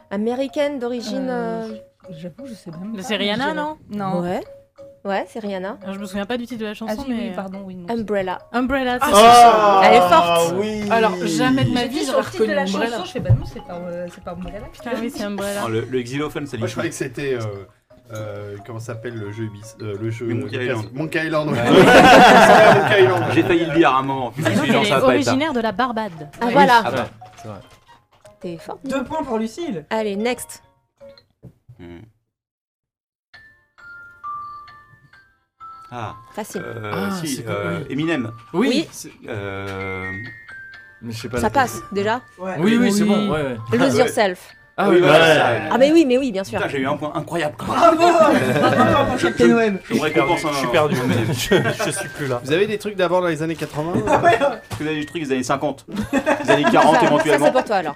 Américaine d'origine. Euh, euh, J'avoue, je sais même pas. C'est Rihanna, non Ah, Non. Ouais. Ouais, c'est Rihanna. Je me souviens pas du titre de la chanson, si, mais. oui, pardon, oui. Umbrella. Umbrella, Ah, c'est c'est ça. Elle est ah, forte. Alors, jamais de ma J'ai dit vie, sur j'aurais le titre reconnu de la Umbrella. chanson, je fais bah non, c'est pas, Umbrella. Putain, oui, c'est Umbrella. Ah, Oh, le, le xylophone, ça Moi, je croyais que c'était. euh, euh, comment s'appelle le jeu bis, euh, le jeu Oui, Monkey le Island. perso- Monkey Island. ouais. Ouais. *laughs* C'est vrai, Monkey Island. J'ai failli le dire à un moment. Puis je me suis dit, non, ça va pas être ça. originaire de la Barbade. Ah, voilà. Ah bah. T'es forte. Deux points pour Lucille. Allez, next. Ah. Facile. Euh, Ah, si, c'est quoi, euh, oui. Eminem. Oui. Oui. C'est- Euh... Mais je sais Ça passe déjà Ouais. Oui, oui, c'est bon, ouais, ouais. Lose yourself. Ah oui, bah, ouais. euh, ça, Ah, mais oui, mais oui, bien sûr. Putain, j'ai eu un point incroyable. Bravo Je- je- je récompense un- Je suis perdu. un- un- je, je suis plus là. Vous avez des trucs d'avant dans les années 80 *laughs* Vous avez des trucs des années 50, des années 40 ça, éventuellement. Ça, c'est pour toi alors.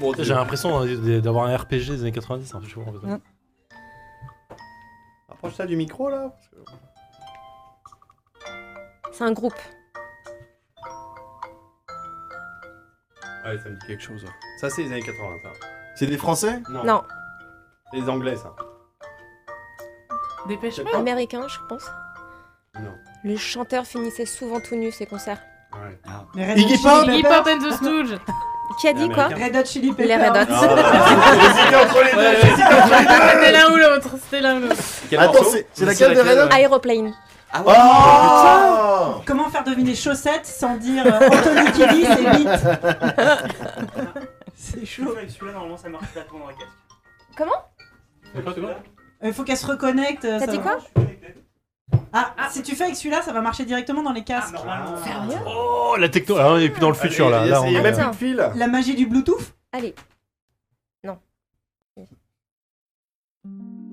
Bon, J'ai l'impression euh, d'avoir un RPG des années 90. hein, je sais pas, en fait. Approche ça du micro là. C'est un groupe. Ouais, ça me dit quelque chose. Ça, c'est les années 80, ça. C'est des Français Non. Non. C'est Les Anglais, ça. Dépêche Américain, je pense. Non. Le chanteur finissait souvent tout nu ses concerts. Ouais. Iggy Pop Iggy Pop and the Stooges *laughs* Qui a dit quoi Américain. Red Hot Chili Peppers. Les Red Hot. Ah. Ah, ouais. J'hésitais entre *laughs* les deux, Ouais. j'hésitais entre les deux. C'était l'un ou l'autre, c'était l'un ou l'autre. Quel Attends, morceau c'est- c'est laquelle de Red Hot Aeroplane. Ah ouais. Oh, putain. Comment faire deviner chaussettes sans dire euh, Anthony Kiddis et vite C'est chaud. Avec celui-là, normalement, ça marche pas trop dans le casque. Comment Il faut qu'elle se reconnecte. euh, T'as ça dit va. quoi ah, si tu fais avec celui-là, ça va marcher directement dans les casques. Ah, Sérieux Oh, la techno. Ah, on est plus dans le Allez, futur là. il y a- Là, on il y a est- même plus de fil. La magie du Bluetooth Allez. Non.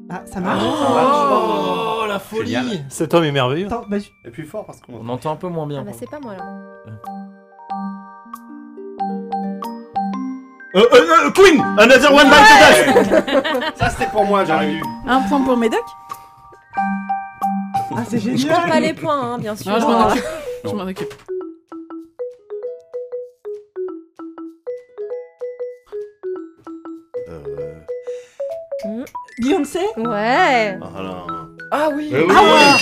Ah, ça marche. Oh, la folie Génial. Cet homme est merveilleux. Attends, bah, je- Et plus fort parce qu'on On entend un peu moins bien. Ah bah c'est pas moi là. Euh, euh, euh, Queen Another One Bites the *laughs* Dust Ça, c'était pour moi, j'aurais eu. Un point pour Médoc Ah, c'est Je compte pas les points, hein, bien sûr. Non, je m'en occupe. Je m'en occupe. Euh, Hmm. Beyoncé Ouais. Ah oui oui. Ah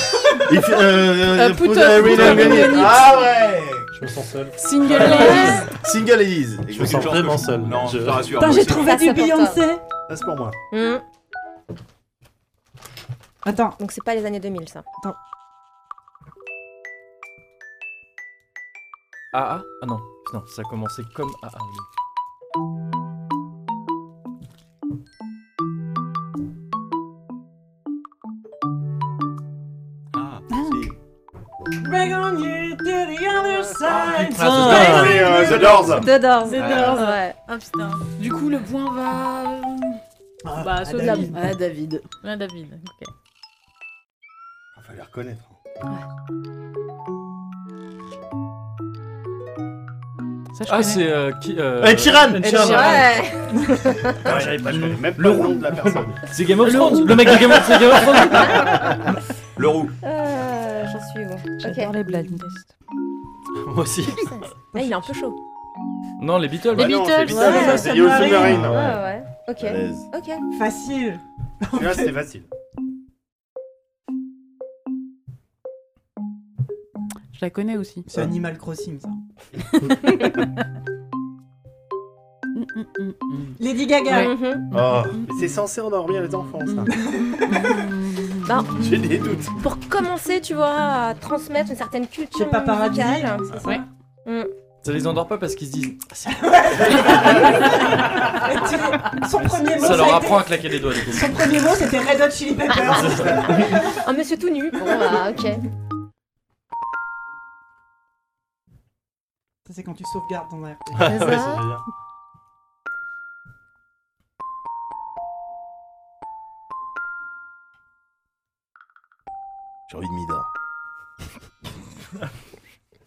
If, euh, euh, Euh, put put a a foot ring on on your your lips. lips. Ah ouais Je me sens seul. Single Ladies Single Ladies Je me sens vraiment seul. Non, je te rassure. Putain, moi, j'ai c'est- trouvé Ça, du c'est pour toi. Beyoncé. Ça, c'est pour moi. Hmm. Attends, Donc c'est pas les années 2000 ça. *laughs* Ah ah Ah non, non, ça a commencé comme ah ah. oui. Ah, si. Bring on you to the other side. Ah, c'est euh, The Doors. The Doors. The Doors. Ouais. Ah putain. Du coup, le point va. Bah, ce David. David. Ah, David. Ah, David, ok. Ah, Fallait reconnaître. hein. Ça, je Ah, connais. c'est euh, qui euh... Ed Sheeran. Ed Ed Sheeran. Ah, j'avais pas, je connais même pas Le le nom de la personne. *laughs* C'est Game of Thrones Le mec de Game of Thrones, Game of *laughs* Thrones Le roux. Euh, J'en suis où J'adore Ok. les blind tests. Moi aussi. *laughs* Bah Ah, il est un peu chaud. Non, les Beatles. Les non, c'est Bah Beatles, Beatles, ouais. c'est Yellow Submarine. Ouais, Ouais. ouais. Ok. Balèze. Ok. *laughs* Facile. Celui-là, c'était facile. Je la connais aussi. C'est Animal *laughs* Crossing, ça. Mm, mm, mm, mm. Lady Gaga. Ouais. Oh. Mm-hmm. Mais c'est censé endormir les enfants, ça. *laughs* Bah, J'ai des doutes. pour commencer, tu vois, à transmettre une certaine Chez culture Paparazzi, musicale. c'est ça Ouais. Mm. Ça les endort pas parce qu'ils se disent. Ah, c'est- Et tu Ah, sais, Son premier mot, Ça leur c'était- apprend à claquer des doigts du coup. Ah, Son premier mot, c'était Red Hot Chili Peppers. *laughs* Un monsieur tout nu. Bon, bah, ok. Ça, c'est quand tu sauvegardes dans un RPG. ça. Ouais, c'est génial. J'ai envie de *laughs* Midor. *laughs*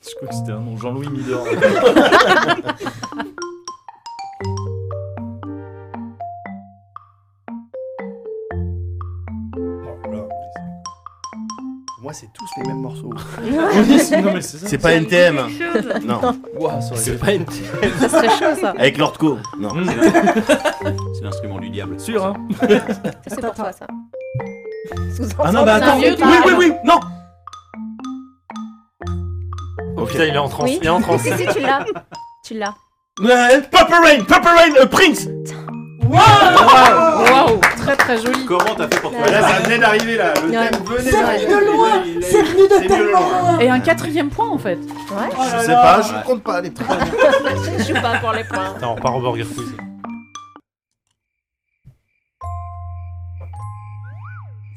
Je crois que c'était un nom Jean-Louis Midor. les mêmes morceaux. C'est pas NTM. Non. C'est pas NTM. Avec Lord Co. Non. *laughs* C'est l'instrument du diable. Sûr, hein C'est pour toi, ça. Ah non, bah attends. Oui, oui, oui, non. Oh putain, il est en transe. Oui. Il est en transe. Si, si, tu l'as. Tu l'as. Ouais, Purple Rain, Purple Rain, euh, Prince. Waouh Waouh Très très joli. Comment t'as fait pour Là, ça venait d'arriver là. Le thème venait d'arriver. C'est venu de tellement loin Et un quatrième point en fait. Ouais. Oh Je sais pas, je compte pas les trucs. *laughs* je suis pas pour les points. Attends, on part au Burger Quiz.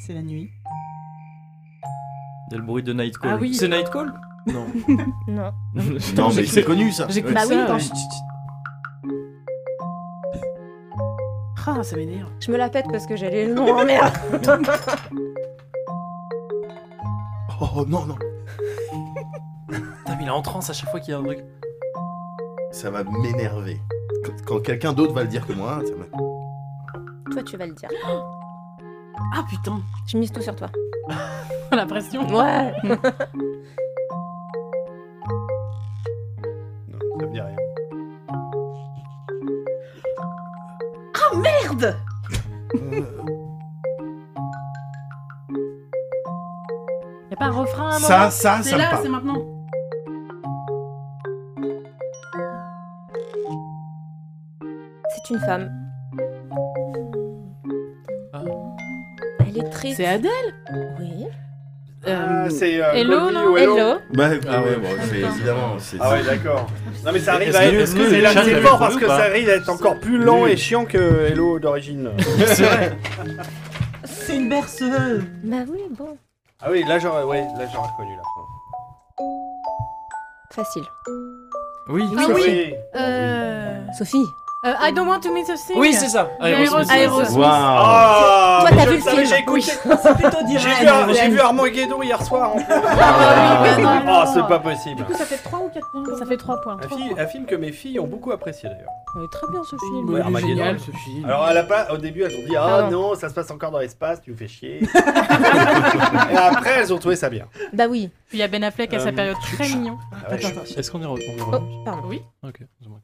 C'est la nuit. Il y a le bruit de Nightcall. Ah oui. C'est Nightcall *laughs* Non. Non. Non, mais c'est connu ça. J'écoute Bah ça. oui, quand- Ah, ça m'énerve. Je me la pète parce que j'ai les noms en *laughs* *laughs* merde. Oh oh, non, non. Putain, mais il est en transe à chaque fois qu'il y a un truc. Ça va m'énerver. Quand- Quand quelqu'un d'autre va le dire que moi, ça me- toi, tu vas le dire. Ah putain. Je mise tout sur *laughs* toi. La pression. Euh, Ouais. *laughs* Ça me dit rien. Ah merde Euh. Y'a pas un refrain à un Ça, moment ça, C'est ça me là, parle. c'est maintenant. C'est une femme. Elle est triste. C'est Adèle Oui. Ah, c'est, euh, Hello, Call Me non ou Hello Hello. Bah, ah ouais, bon, c'est évidemment. c'est- Ah ouais, d'accord. Non, mais ça arrive Est-ce à que- être. est-ce que C'est le là- chat c'est l'avait fort trouvé parce ou que pas ça arrive à être encore plus lent et chiant que Hello d'origine. C'est vrai. C'est une berceuse Bah oui, bon. Ah oui, là j'aurais ouais, là, j'aurais reconnu là. Facile. Oui. Ah Oui. oui. Euh... Sophie. Euh, I don't want to miss a thing. Oui, c'est ça. Aerosmith. Aerosmith. Ah, Oh. Toi, mais t'as je vu le savais, film. J'ai écouté. *laughs* J'ai vu, Ah, direct. j'ai vu Armand Guédon hier soir. En plus. oui, Ah, oui. c'est pas possible. Du coup, ça fait 3 ou 4 points Ça fait 3 points. Un, fi- un film que mes filles ont beaucoup apprécié d'ailleurs. très bien ce film. Ouais, Armageddon. génial, ce film. Alors à la pa- au début elles ont dit ah Pardon. non ça se passe encore dans l'espace tu me fais *laughs* chier. Et après elles ont trouvé ça bien. Bah oui. Puis il y a Ben Affleck à sa Euh, période très mignon. Ah ouais, je- Est-ce qu'on est revenu Oh, Pardon. Oui. Ok, excuse-moi.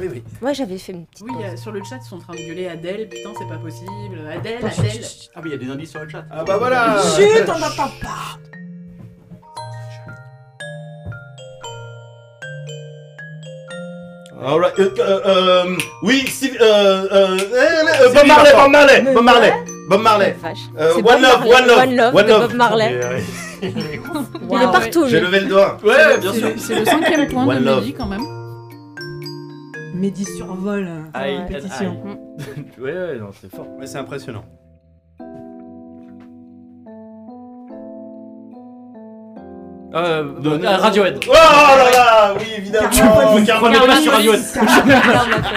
Oui, oui. Moi, j'avais fait une petite. Oui, euh, sur le chat, ils sont en train de gueuler Adèle, putain, c'est pas possible. Adèle, Attends, Adèle. Ah, mais il y a des indices sur le chat. Ah bah voilà. Chut, on n'entend pas. *laughs* Alright, euh, euh, euh, oui, Steve, euh, euh, euh, Stevie Bob Marley, Martin. Bob Marley, Bob Marley, Bob Marley. Vache. Euh, C'est one, Bob love, Marley, one love, One Love One de Love. Bob Marley. Il est partout. J'ai lui. levé le doigt. Ouais, C'est- C'est le cinquième point One de Love. Mehdi quand même. Mehdi survole. Ah, hein, Aïe, la répétition. Ouais, ouais, non, c'est fort. Mais c'est impressionnant. Euh, de- euh, Radiohead. *laughs* Oh là là, oui évidemment. Vous Carmen comprenez pas Lewis. sur Radiohead. *laughs*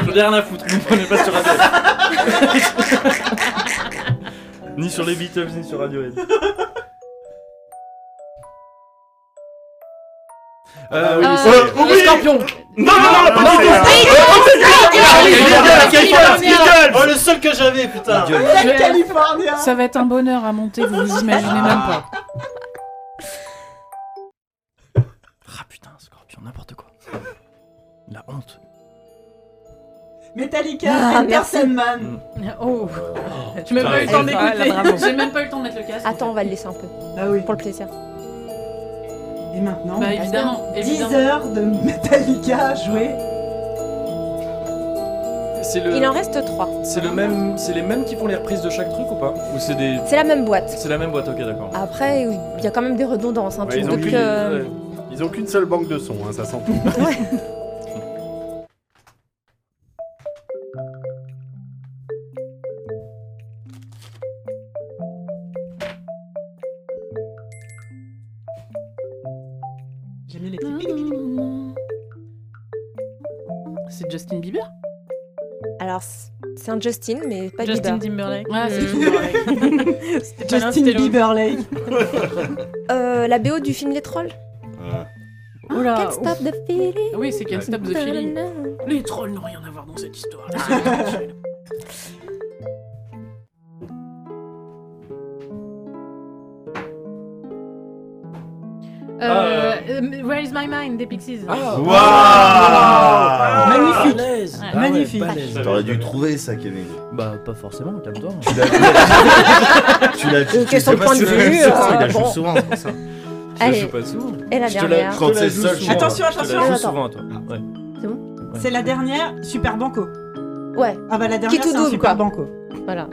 J'en ai rien à foutre, vous comprenez pas sur *laughs* Radiohead. Ni sur les Beatles, ni sur *laughs* Radiohead. Ah Ah Euh, oui, oui, c'est- euh, oui. Non, non, non, pas Ah, du tout. Ah, Oh, c'est ça. Ah, oui, Beatles, Beatles. Oh, le seul que j'avais, putain. California Ça va être un bonheur à monter, vous vous imaginez même *laughs* pas. Ah putain, Scorpion, n'importe quoi. La honte. Metallica Ah, and merci. Person Man Oh, J'ai même pas eu le temps Ah, d'écouter. J'ai même pas eu le temps de mettre le casque. Attends, on va le laisser un peu. Ah oui. Pour le plaisir. Et maintenant, Bah on passe évidemment, 10 évidemment. heures de Metallica joué. C'est Il le, en reste 3. c'est le même, c'est les mêmes qui font les reprises de chaque truc ou pas Ou c'est des, C'est la même boîte. Ah. c'est la même boîte, ok, d'accord. Après, il y a quand même des redondances. Hein, Ouais, tu ils te ont doutes plus- que- ouais. Ils ont qu'une seule banque de son, hein, ça sent. J'aime les C'est Justin Bieber Alors, c- c'est un Justin, mais pas Justin Bieber. Timberlake. Ouais, c'est Mm. *laughs* C'était pas l'un, Justin c'était l'autre. Bieberlake. Euh, la BO du film Les Trolls. Euh. Oula, Can't stop the feeling. Oui, c'est Can't Stop *laughs* the Feeling. Les trolls n'ont rien à voir dans cette histoire. Désolé. Ah. euh, Where is my mind des Pixies. Waouh Magnifique. Ah Ah, ouais, Magnifique. balèze. T'aurais dû trouver ça, Kevin. Bah, pas forcément, calme-toi. Tu l'as tu l'as- tu- Une tu question sais de pas point si de tu l'as vue, joué Ah, souvent, euh, Ah, il la joue bon. souvent, c'est *laughs* pour ça. Allez. Et la Je te dernière. Quand c'est seul, je te la joue souvent. Attention, Je attention. te la joue Attends. souvent, toi. Ah, Ouais. C'est bon Ouais. C'est la dernière, Super Banco. Ouais. Ah bah la dernière, Qui tout c'est un double, Super quoi. Banco. Voilà.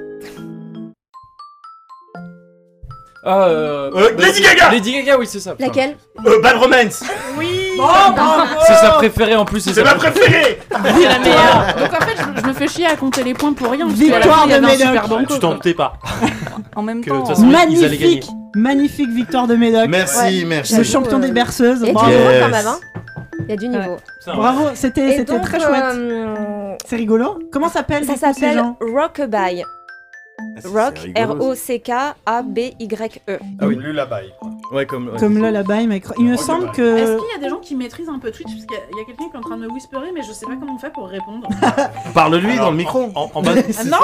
Ah, euh, Euh, Lady Gaga Lady Gaga, oui, c'est ça. putain. Laquelle Euh, Bad Romance Oui. C'est Oh. sa préférée en plus. C'est ma préférée C'est la meilleure. Donc en fait, je, je me fais chier à compter les points pour rien. parce que à la Victoire fin, il de y avait un Médoc. super banco, Tu t'en quoi. doutais pas. En même euh, Que, de toute Oh, façon, ils allaient gagner. magnifique, magnifique victoire de Médoc. Merci, Ouais. merci. Le champion des berceuses. euh, Et Bravo. du niveau quand même, hein. Il y a du niveau. Bravo, c'était Et c'était donc, très chouette. euh, C'est rigolo. Comment s'appellent Ça du coup, ces s'appelle gens Rockabye. Rock, c'est rigolo, ça. R-O-C-K-A-B-Y-E. Ah oui. Lullaby. Ouais, comme. Comme là là-bas, il, m'a écrit- il Oh, me semble que Est-ce qu'il y a des gens qui maîtrisent un peu Twitch Parce qu'il y a- il y a, quelqu'un qui est en train de me whisperer, mais je sais pas comment on fait *laughs* pour répondre. Parle-lui Alors, dans le micro. En, *laughs* *laughs* en bas, Ah, non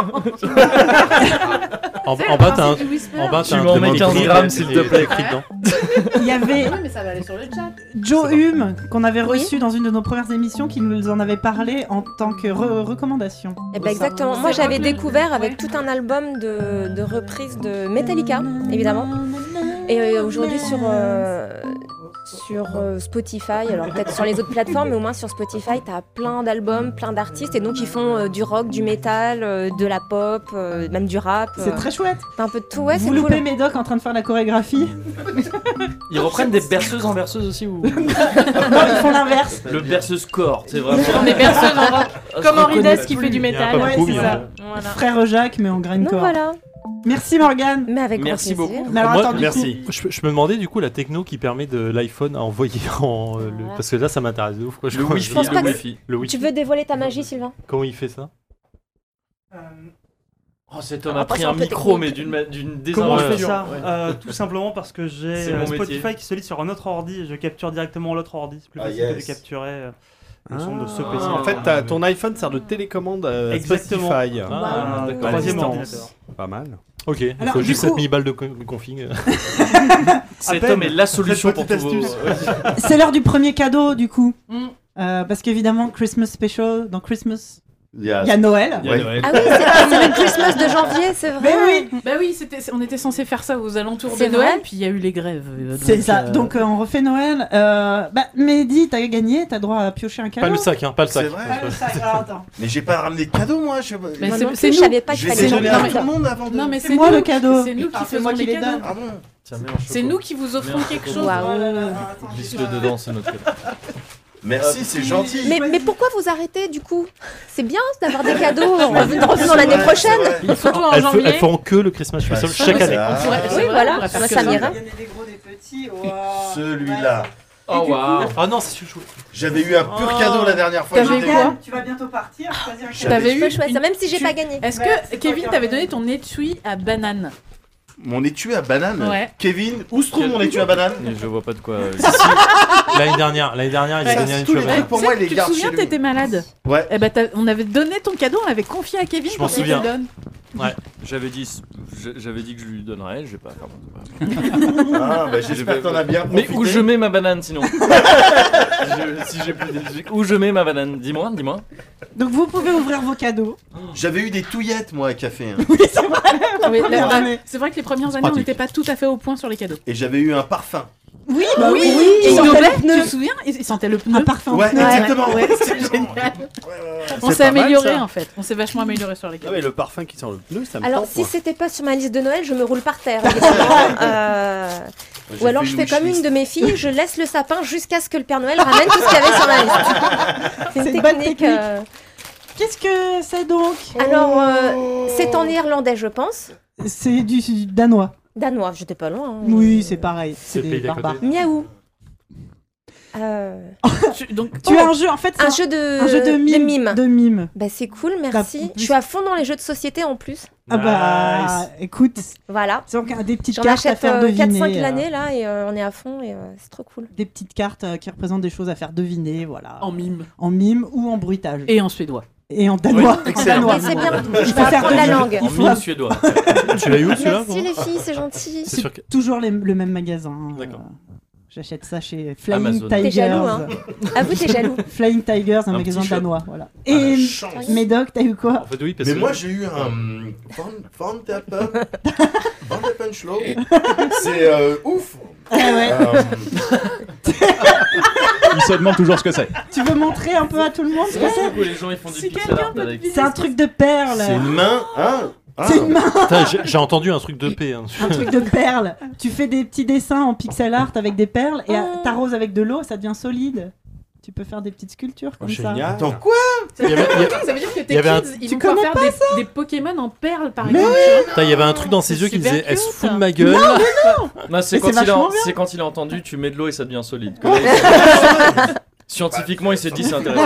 en, en C'est le bas, t'as un, principe du whisper. en bas, Tu t'as un m'en truc mets écrit 15 avec grammes, les- s'il te les- plaît. écrit dedans. il y avait Oui, mais ça va aller sur le chat. Joe Hume qu'on avait Oui. reçu dans une de nos premières émissions qui nous en avait parlé en tant que re- recommandation. Eh ben exactement. Moi, j'avais découvert avec tout un album de, de reprises de Metallica, évidemment. Et euh, aujourd'hui sur euh, sur euh, Spotify, alors peut-être sur les autres plateformes, mais au moins sur Spotify, t'as plein d'albums, plein d'artistes, et donc ils font euh, du rock, du métal, euh, de la pop, euh, même du rap. C'est euh, très chouette. T'as un peu de tout, ouais, c'est Vous cool. loupez Médoc en train de faire la chorégraphie. Ils reprennent des berceuses en berceuse aussi ou non, ils font l'inverse. Le berceuse corps, c'est vraiment. On est berceuse en rock. Ah, je Comme Henri reconnais Dess qui plus. fait du Il y a métal. pas Ouais, beaucoup, c'est mais ça. bon. Voilà. hein. Frère Jacques, mais en Donc grindcore. voilà. Merci Morgane. Mais avec Merci grand plaisir. beaucoup. Mais alors, Moi, attends, du merci. Je, je me demandais du coup la techno qui permet de l'iPhone à envoyer *laughs* en euh, le- Voilà. parce que là ça m'intéresse de ouf quoi. Je Le crois- Wi-Fi, je- Je pense le pas que- Wi-Fi. Le Wi-Fi. Tu veux dévoiler ta magie, Sylvain Comment il fait ça Oh, cet homme Ah, a pris c'est un un peu micro, technique. mais d'une ma- d'une Comment je fais désinvolture. ça Ouais. Euh, Tout simplement parce que j'ai C'est euh, mon Spotify métier. qui se lit sur un autre ordi et je capture directement l'autre ordi. C'est plus Ah, facile que de yes. capturer euh, le Ah. son de ce PC. En fait, t'as- ton iPhone sert de télécommande à Exactement. Spotify. Ah, À d'accord. Troisième distance. ordinateur. Pas mal. Ok, il Alors, faut du juste coup- 7000 balles de co- de config. Cet À peine. homme est la solution pour Cette tout. petite vos- astuce. *laughs* C'est l'heure du premier cadeau, du coup. Mm. Euh, parce qu'évidemment, Christmas Special, dans Christmas, Il il y a Noël. Il y a Noël. Ah oui, c'est c'est le Christmas de janvier, c'est vrai. Mais Bah oui, c'était, on était censé faire ça aux alentours de C'est Noël, vrai puis il y a eu les grèves. euh, donc, C'est ça. euh, Donc, euh, on refait Noël. Euh, bah, Mehdi, t'as gagné, t'as droit à piocher un cadeau. Ah, Pas le sac, hein, pas le sac. C'est vrai. Pas le sac, alors attends. Mais j'ai pas ramené de cadeau, moi. Je... Mais Moi c'est- non plus, c'est je nous. savais pas Je qu'il vais fallait donner à donner tout le monde avant de. Non, mais C'est c'est moi nous le qui- cadeau. C'est nous qui Ah, c'est faisons moi qui les les cadeaux. donne. Ah bon Tiens, mélange C'est choco. nous qui vous offrons Merde, quelque Coco. chose. Waouh. Ah, Glisse-le dedans, c'est notre cadeau. Merci, c'est gentil. Mais, mais pourquoi vous arrêtez du coup C'est bien d'avoir des cadeaux en *laughs* revenant l'année prochaine. Ils font- Surtout en elles, font, janvier. elles font en queue le Christmas Special ça, chaque c'est- année. Ah. pourrait- Oui, c'est vrai, on voilà, va faire moi, que ça ça. m'irait. des gros, des petits. Oh. Celui-là. Oh waouh. Ah non, c'est chouchou. J'avais eu un pur Oh. cadeau la dernière fois. T'avais j'étais- quoi Tu vas bientôt partir. choisir J'avais- un cadeau. T'avais Peu eu. chouette, ça, une- même si j'ai tu- pas gagné. Est-ce Ouais, c'est toi que qui Kevin as t'avais gagné. donné ton étui à banane Mon étui à banane. Ouais. Kevin, où se trouve mon étui à banane Et je vois pas de *laughs* quoi. euh, L'année dernière, l'année dernière, ils ont Ça, Ah, gagné c'est une tous les chouette. trucs pour Tu moi, sais, il les tu te garde souviens chez lui. t'étais malade Ouais. Eh ben t'as- on avait donné ton cadeau, on avait confié à Kevin Je m'en pour qu'il te le souviens. donne. J'avais dit, je- j'avais dit que je lui donnerais, je vais pas. faire Ah, bah, J'espère que t'en as bien Mais profité. où je mets ma banane sinon Je- Si j'ai plus des- Où je mets ma banane Dis-moi, dis-moi. Donc, vous pouvez ouvrir vos cadeaux. J'avais eu des touillettes, moi, à café. hein. *laughs* Oui, la- Ouais. la- C'est vrai que les premières années, on pratique. n'était pas tout à fait au point sur les cadeaux. *laughs* Et j'avais eu un parfum. Oui, bah oui. Et Ils ont fait Nobel, le tu pneu. te souviens Ils ils sentaient le pneu. Un parfum. Ouais, pneu. exactement. ouais, *laughs* C'est génial. On C'est s'est pas mal, amélioré ça. en fait. On s'est vachement amélioré sur les Ah cadeaux. mais le parfum qui sent le pneu, ça me Alors tente, si moi. c'était pas sur ma liste de Noël, je me roule par *laughs* terre. évidemment. Euh, J'ai Ou alors fait je une fais comme une wishlist. de mes filles, je laisse le sapin jusqu'à ce que le Père Noël ramène tout ce qu'il y avait sur ma liste. *laughs* C'est C'est une une bonne technique. technique. euh, Qu'est-ce que c'est donc Alors euh, c'est en néerlandais, je pense. C'est du, du danois. Danois, j'étais pas loin. hein. Oui, c'est pareil. C'est le des pays d'à côté. barbares. Miaou. *laughs* Euh, Tu- Donc oh. Tu as un jeu, en fait, c'est un jeu de, un jeu de mime. de mime. Bah, c'est cool, merci. Je suis à fond dans les jeux de société en plus. Ah bah, écoute, Voilà. c'est donc euh, des petites J'en cartes à achète faire euh, deviner. 4-5 euh, l'année là et euh, on est à fond et euh, c'est trop *laughs* cool. Des petites cartes euh, qui représentent des choses à faire deviner, voilà. en mime En mime ou en bruitage. Et, et en suédois. en danois. en excellent. danois. Mais c'est bien, Il je faut vais faire apprendre la deviner. langue. En Il faut mille suédois. Tu l'as eu celui-là Merci les filles, c'est gentil. C'est sûr que toujours les- le même magasin. euh, D'accord. J'achète ça chez Flying Amazon. Tigers. T'es jaloux, hein. Avoue, *laughs* t'es jaloux. Flying Tigers, un, Un magasin petit shop. danois. Voilà. Ah, Et la chance. Médoc, t'as eu quoi En fait, oui, parce Mais que- moi, j'ai eu un. Van, Van Tappen. *laughs* Van Tappen Schlau. *laughs* C'est euh, *laughs* ouf. Ah Euh, Il se demande toujours ce que c'est. Tu veux montrer un peu à tout le hein. monde ce que c'est les gens ils font des pixel art avec. C'est un truc de perle. C'est une main, hein C'est une main. Putain, j'ai- J'ai entendu un truc de paix. hein. Un truc de perle. Tu fais des petits dessins en pixel art avec des perles et Ah. à- t'arroses avec de l'eau, ça devient solide. Tu peux faire des petites sculptures comme ça. Oh, génial. Attends, quoi Il y avait- il y a- Ça veut dire que il tes y avait un- kids, ils vont pouvoir faire des, des Pokémon en perles, par Mais exemple. oui. tu vois. Putain, il y avait un truc dans ses yeux qui super disait Elle se fout de ma gueule. Non, mais non Non, c'est Mais quand, c'est il a- vachement bien. c'est quand il a entendu, tu mets de l'eau et ça devient solide. Que là, il- Scientifiquement, il s'est dit c'est intéressant.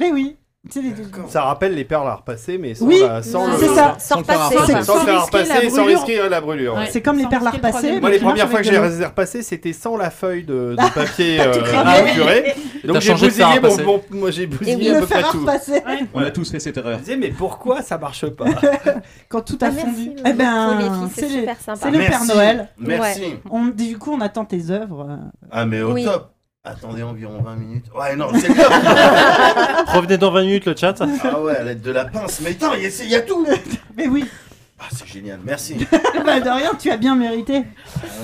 Mais oui. C'est des- Ça rappelle les perles à repasser, mais sans, Oui, la- sans le- c'est ça. sans le Sans faire repasser. repasser. Sans Sans le faire risquer la repasser, sans brûlure. risquer euh, la brûlure. ouais. C'est comme les perles à repasser. Moi, mais les qui marchent premières fois que avec j'ai de l'eau. les ai repassées, c'était sans la feuille de, de papier Pas tout euh, Ah, cramé. épuré. Et Donc t'as j'ai changé de faire bousillé, mon, repasser. mon- moi, j'ai bousillé oui, à le peu faire près tout. repasser. On a tous fait cette Je erreur. me disais, mais pourquoi ça marche pas Quand tout a Ah, merci, fondu. Louis. Eh ben, Pour les filles, c'est c'est le- super sympa. c'est le Père Merci. Noël. Merci. Ouais. On, du coup, on attend tes œuvres. euh, Ah, mais au Oui. top. Attendez environ 20 minutes. Ouais, non, c'est top. *laughs* Revenez dans 20 minutes le chat. Ah ouais, à l'aide de la pince. Mais attends, il y a- il y a tout. *laughs* Mais oui. Ah, c'est génial. Merci. bah, de rien, tu as bien mérité.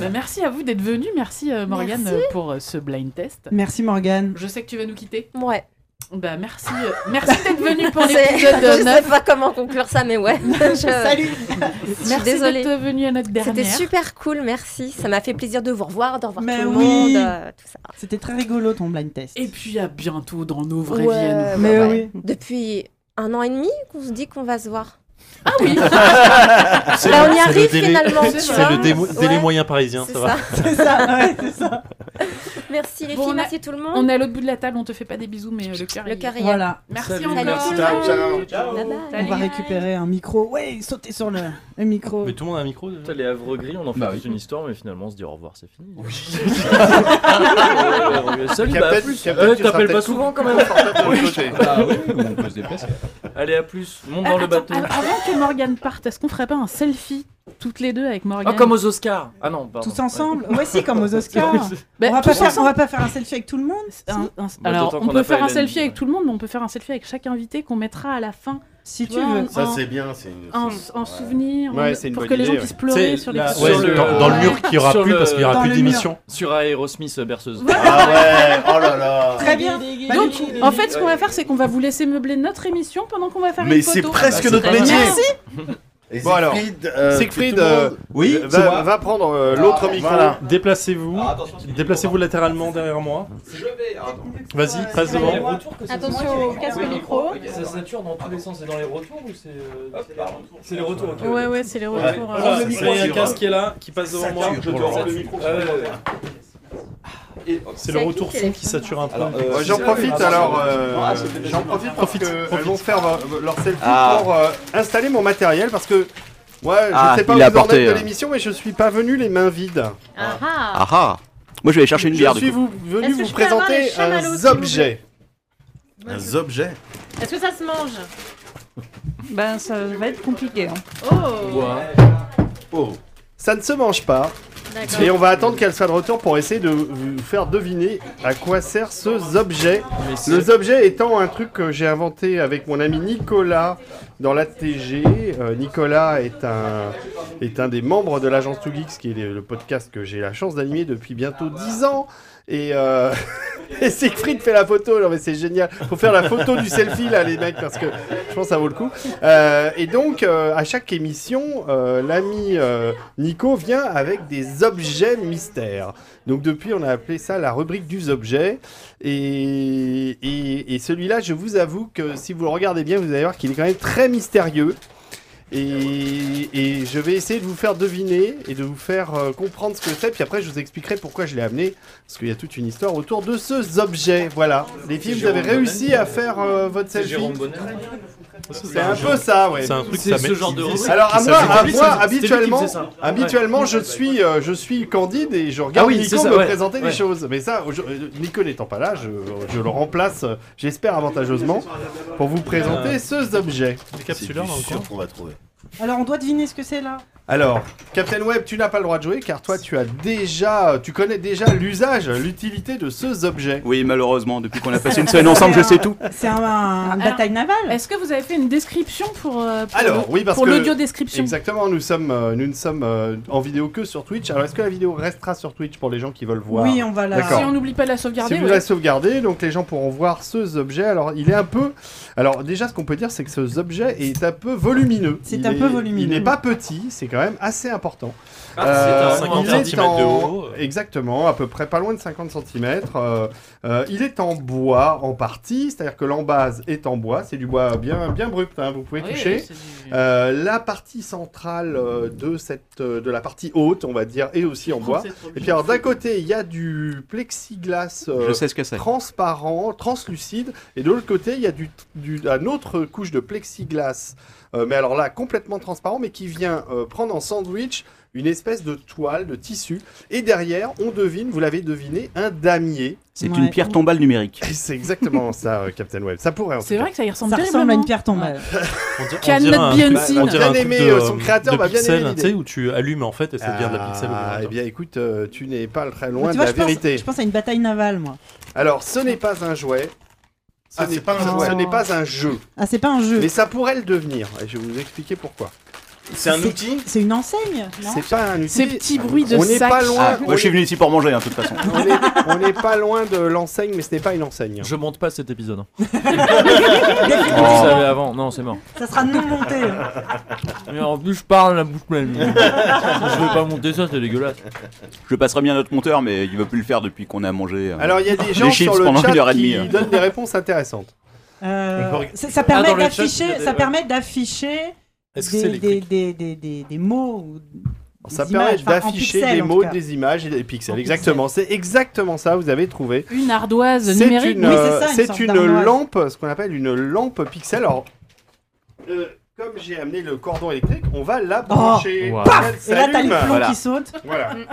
Bah, merci à vous d'être venus. Merci euh, Morgane Merci. euh, pour euh, ce blind test. Merci Morgane. Je sais que tu vas nous quitter. Ouais. Bah merci, euh, merci d'être *laughs* venu pour C'est- l'épisode Je sais 9. pas comment conclure ça, mais ouais. *laughs* Je- Salut. Je suis Merci désolée. d'être venu à notre dernière. C'était super cool, merci. Ça m'a fait plaisir de vous revoir, de revoir Mais tout le oui. monde, euh, tout ça. C'était très rigolo ton blind test. Et puis à bientôt dans nos vraies Ouais, Viennes. ouais, Mais Bah, ouais. Depuis un an et demi qu'on se dit qu'on va se voir. Ah oui *laughs* C'est Bah, le- on y c'est le arrive délai- finalement, tu C'est vois. le démo- délai Ouais. moyen parisien, C'est ça va. C'est ça, ouais, c'est ça. Merci les Bon, filles, on a- merci tout le monde. On est à l'autre bout de la table, on te fait pas des bisous, mais euh, le cœur. Le il- cœur y est. Voilà. Merci Salut, encore. merci. Ciao, ciao. Bye bye. On va récupérer un micro. Ouais, sauter sur le, le micro. Mais tout le monde a un micro déjà. Putain, les Havre Gris, on en fait Bah toute oui. une histoire, mais finalement, on se dit au revoir, c'est fini. Euh, Il Salut, y a bah, à peut-être- plus. il y a peut-être Euh, qui sera T'appelles pas peut-être souvent quand plus même confortable de l'autre côté. Ah oui, on peut se déplacer. Allez, à plus. Monte Ah, dans le attends, bateau. av- Avant que Morgane parte, est-ce qu'on ferait pas un selfie toutes les deux avec Morgane Ah, comme aux Oscars. Ah non, pardon. Tous ensemble Ouais, si, comme aux Oscars. *laughs* Bah, on, va tous pas faire, on ensemble. va pas faire un selfie avec tout le monde Un- un- Si. alors, d'autant on qu'on peut a faire pas un Hélène, selfie avec tout le monde, mais on peut faire un selfie avec chaque invité qu'on mettra à la fin. Si vois, en- Ça, en- c'est bien. c'est une- En, c'est- en souvenir, en- Ouais, c'est une pour bonne que les gens idée, puissent ouais. pleurer C'est sur les La- sur ouais, le- dans- dans le mur qu'il y aura sur plus le- parce qu'il y aura dans plus le d'émission. mur. Sur Aerosmith euh, berceuse. Ah ouais, oh là là. Très bien. Donc, en fait, ce qu'on va faire, c'est qu'on va vous laisser meubler notre émission pendant qu'on va faire Mais une c'est photo. presque notre très métier. bien. Et Bon, alors, Siegfried, euh, Siegfried, que tout le euh, monde- oui, c'est va, moi. va prendre euh, Ah, l'autre micro. Voilà. Déplacez-vous. Déplacez-vous latéralement derrière moi. ah Vas-y, passe devant. Attention au casque micro. Ça sature dans tous les sens. C'est dans les retours ou c'est. euh, C'est les retours. ok. Ouais, ouais, c'est les retours, Ouais. euh. Voilà, Le c'est- micro. il y a un casque qui est là, qui passe devant moi. Sature, Je pour dois le rendre le retour. micro. Ouais, ouais, ouais. oh, C'est le retour son qui sature un peu. Alors, Euh, J'en profite alors, euh, Ah, Ah, j'en profite parce que elles vont faire euh, leur selfie Ah. pour euh, installer mon matériel parce que moi Ah, je sais pas il où a vous en apporté, êtes de hein. l'émission mais je suis pas venu les mains vides. Ah ah Moi, je vais aller chercher une bière. je du suis coup. vous, venu Est-ce que vous je peux avoir les présenter euh, chamallows, s'il vous un plaît objet. Un objet Est-ce que ça se mange Bah, Ben, ça va être compliqué. hein. Oh Oh. Ça ne se mange pas. D'accord. Et on va attendre qu'elle soit de retour pour essayer de vous faire deviner à quoi sert ce objet. Mais c'est- Le objet étant un truc que j'ai inventé avec mon ami Nicolas dans l'ATG. Euh, Nicolas est un, est un des membres de l'agence 2Geeks, qui est le le podcast que j'ai la chance d'animer depuis bientôt 10 ans. Et, euh... *laughs* et Siegfried fait la photo, non mais c'est génial. Faut faire la photo du selfie là, les mecs, parce que je pense que ça vaut le coup. Euh, et donc, euh, à chaque émission, euh, l'ami euh, Nico vient avec des objets mystères. Donc, depuis, on a appelé ça la rubrique du objet. Et, et- et celui-là, je vous avoue que si vous le regardez bien, vous allez voir qu'il est quand même très mystérieux. Et, et je vais essayer de vous faire deviner et de vous faire euh, comprendre ce que c'est. Puis après, je vous expliquerai pourquoi je l'ai amené. Parce qu'il y a toute une histoire autour de ce objet. Voilà. Les filles, C'est vous avez Jérôme réussi Bonnet à faire euh, votre C'est selfie. Jérôme Bonnet. C'est un peu ça, ouais. C'est un truc, ça ce met- genre de il- rubrique. Alors à qui moi, s'appelle- à C'est moi, lui qui faisait habituellement, ça. Ouais. habituellement, je suis, euh, je suis candide et je regarde Ah oui, Nico c'est ça, me ouais, présenter ouais. les choses. Mais ça, aujourd- euh, Nico n'étant pas là, je, je le remplace, euh, j'espère avantageusement, pour vous présenter Euh, ce objet. Décapsuleur dans le coin. qu'on va trouver. Alors, on doit deviner ce que c'est là Alors, Captain Web, tu n'as pas le droit de jouer car toi, tu as déjà, tu connais déjà l'usage, l'utilité de ce objet. Oui, malheureusement, depuis qu'on a passé une semaine ensemble, je sais tout. C'est un, un- une bataille navale. Est-ce que vous avez fait une description pour, euh, pour Alors, le- oui, parce pour que l'audio description Exactement, nous sommes, euh, nous ne sommes euh, en vidéo que sur Twitch. Alors, est-ce que la vidéo restera sur Twitch pour les gens qui veulent voir Oui, on va la- D'accord. Si on n'oublie pas de la sauvegarder, Si vous ouais. la sauvegardez, donc les gens pourront voir ce objet. Alors, il est un peu. Alors, déjà, ce qu'on peut dire, c'est que ce objet est un peu volumineux. C'est Il un est- peu volumineux. Il n'est pas petit, c'est quand même assez important. Euh, Ah, c'est un 50 il est centimètres de en- haut. euh. Exactement, à peu près pas loin de 50 cm. euh, il est en bois en partie, c'est-à-dire que l'embase est en bois, c'est du bois bien, bien brut, hein, vous pouvez Oui, toucher. oui, c'est du- Euh, la partie centrale euh, de, cette, euh, de la partie haute, on va dire, est aussi en bois. c'est trop Et puis alors d'un côté, il y a du plexiglas euh, Je sais ce que c'est. transparent, translucide, et de l'autre côté, il y a du, du- un autre couche de plexiglas, euh, mais alors là, complètement transparent, mais qui vient euh, prendre en sandwich une espèce de toile, de tissu, et derrière, on devine, vous l'avez deviné, un damier. C'est une pierre tombale numérique. C'est exactement *laughs* ça, euh, Captain Web. Ça pourrait en tout C'est cas. vrai que ça y ressemble Ça terriblement. ressemble à une hein. pierre tombale. Can not be unseen. On dirait un truc de, euh, de pixel, Tu sais, où tu allumes en fait et ça devient de la pixel. Ah, eh bien écoute, euh, tu n'es pas très loin de Tu vois, la je pense- vérité. je pense à une bataille navale, moi. Alors, ce n'est pas un jouet. Ce Ah, n'est c'est pas pas un un jouet. Ce n'est pas un jeu. Ah, c'est pas un jeu. Mais ça pourrait le devenir. Et je vais vous expliquer pourquoi. C'est un outil C'est une enseigne C'est pas un outil. Ces petits bruits de On n'est sac. pas loin. Ah, on Moi, je suis est- venu ici pour manger, hein, de toute façon. on est- *laughs* On n'est pas loin de l'enseigne, mais ce n'est pas une enseigne. Je monte pas cet épisode. hein. Je Définitivement. savais avant, non, c'est mort. Ça sera non monté. Mais en plus, je parle la bouche *laughs* pleine. je vais pas monter ça, c'est dégueulasse. Je passerai bien à notre monteur, mais il veut plus le faire depuis qu'on a mangé. euh, *laughs* Alors, il y a des gens chips sur le pendant chat une heure et demie. hein. qui donnent des réponses intéressantes. Euh, On peut- ça, ça Ah, permet dans le chat, il y a d'afficher, des- ça permet d'afficher Est-ce que c'est des, des, des, des, des- des mots ou des Ça images, permet enfin, en d'afficher pixels, des en tout mots, cas. des images et des pixels. Exactement, c'est exactement ça, vous avez trouvé. Une ardoise C'est numérique. une, Oui, euh, ça, une c'est sorte une d'ardoise. lampe, ce qu'on appelle une lampe pixel. Alors, euh, comme j'ai amené le cordon électrique, on va la Oh. brancher. Wow. Elle Et là, t'as les s'allume. plombs Voilà. qui sautent. Voilà. Mm.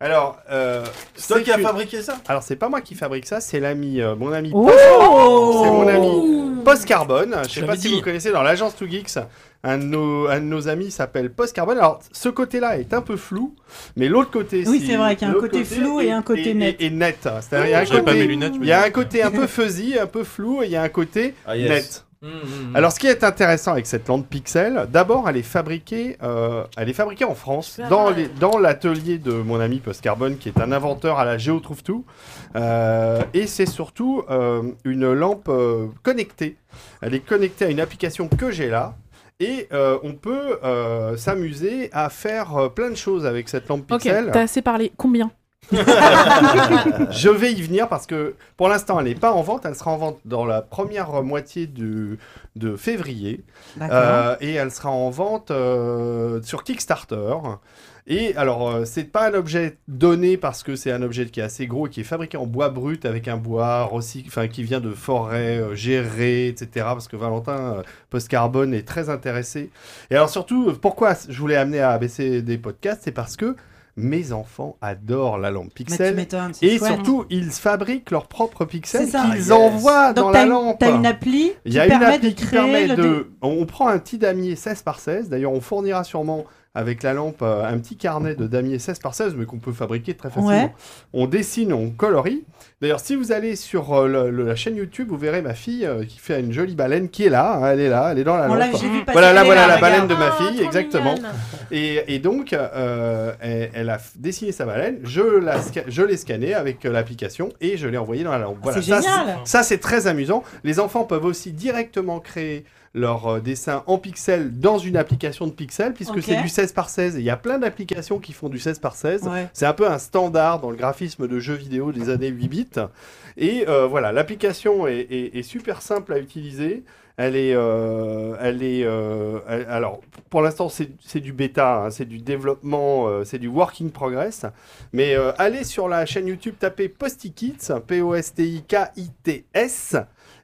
Alors, euh, C'est toi c'est qui as une- fabriqué ça Alors, c'est pas moi qui fabrique ça, c'est l'ami, euh, mon ami. Oh Post- c'est mon ami Post Carbone. Je sais l'avais pas si dit. vous connaissez dans l'agence 2 Geeks. Un de, nos, un de nos amis s'appelle Post Carbone. Alors, ce côté-là est un peu flou, mais l'autre côté. Oui, si- c'est vrai qu'il y a un l'autre côté flou et un côté est- net. est- est net. C'est-à-dire, il y a un J'avais pas côté- mes lunettes, je me il y a disais. un côté un peu fuzzy, un peu flou, et il y a un côté Ah, yes. net. Mmh, Mm, mm, mm. Alors, ce qui est intéressant avec cette lampe Pixel, d'abord, elle est fabriquée, euh, elle est fabriquée en France, dans, les- dans l'atelier de mon ami Post Carbone, qui est un inventeur à la Géo Trouve Tout. Euh, et c'est surtout euh, une lampe euh, connectée. Elle est connectée à une application que j'ai là. Et euh, on peut euh, s'amuser à faire euh, plein de choses avec cette lampe Ok, Pixel. t'as assez parlé. Combien *laughs* Je vais y venir parce que pour l'instant, elle n'est pas en vente. Elle sera en vente dans la première moitié du, de février. D'accord. Euh, et elle sera en vente euh, sur Kickstarter. Et alors, euh, c'est pas un objet donné parce que c'est un objet qui est assez gros et qui est fabriqué en bois brut avec un bois recyc- enfin qui vient de forêts euh, gérées, etc. Parce que Valentin euh, Post-Carbone est très intéressé. Et alors, surtout, euh, pourquoi je voulais amener à ABC des podcasts C'est parce que mes enfants adorent la lampe Mais Pixel. Bah, tu m'étonnes, c'est et chouette. surtout, ils fabriquent leurs propres pixels C'est ça. qu'ils Ah, yes. envoient Donc dans t'as la une- lampe. t'as une appli Il qui y a une permet appli de qui créer permet le de- dé- On on prend un petit damier 16 par 16. D'ailleurs, on fournira sûrement avec la lampe euh, un petit carnet de damier 16 par 16, mais qu'on peut fabriquer très facilement. Ouais. On dessine, on colorie. D'ailleurs, si vous allez sur euh, le- le- la chaîne YouTube, vous verrez ma fille euh, qui fait une jolie baleine qui est là. hein, elle est là, elle est dans la On l'a- lampe. j'ai vu passer, voilà, là, elle est voilà là, la baleine regarde. de ma Ah, fille, trop exactement. mignonne. Et, et donc, euh, elle, elle a f- dessiné sa baleine. Je la sca- je l'ai scannée avec euh, l'application et je l'ai envoyée dans la lampe. Voilà, c'est ça, génial. c'est- ça, c'est très amusant. Les enfants peuvent aussi directement créer leur euh, dessin en pixel dans une application de pixel, puisque Ok. c'est du 16 par 16. Et Il y a plein d'applications qui font du 16 par 16. Ouais. C'est un peu un standard dans le graphisme de jeux vidéo des années 8 bits. Et euh, voilà, l'application est, est- est super simple à utiliser. Elle est, euh, elle est, euh, elle- alors pour l'instant c'est c'est du bêta, hein, c'est du développement, euh, c'est du work in progress. Mais euh, allez sur la chaîne YouTube, tapez Postikits, P-O-S-T-I-K-I-T-S,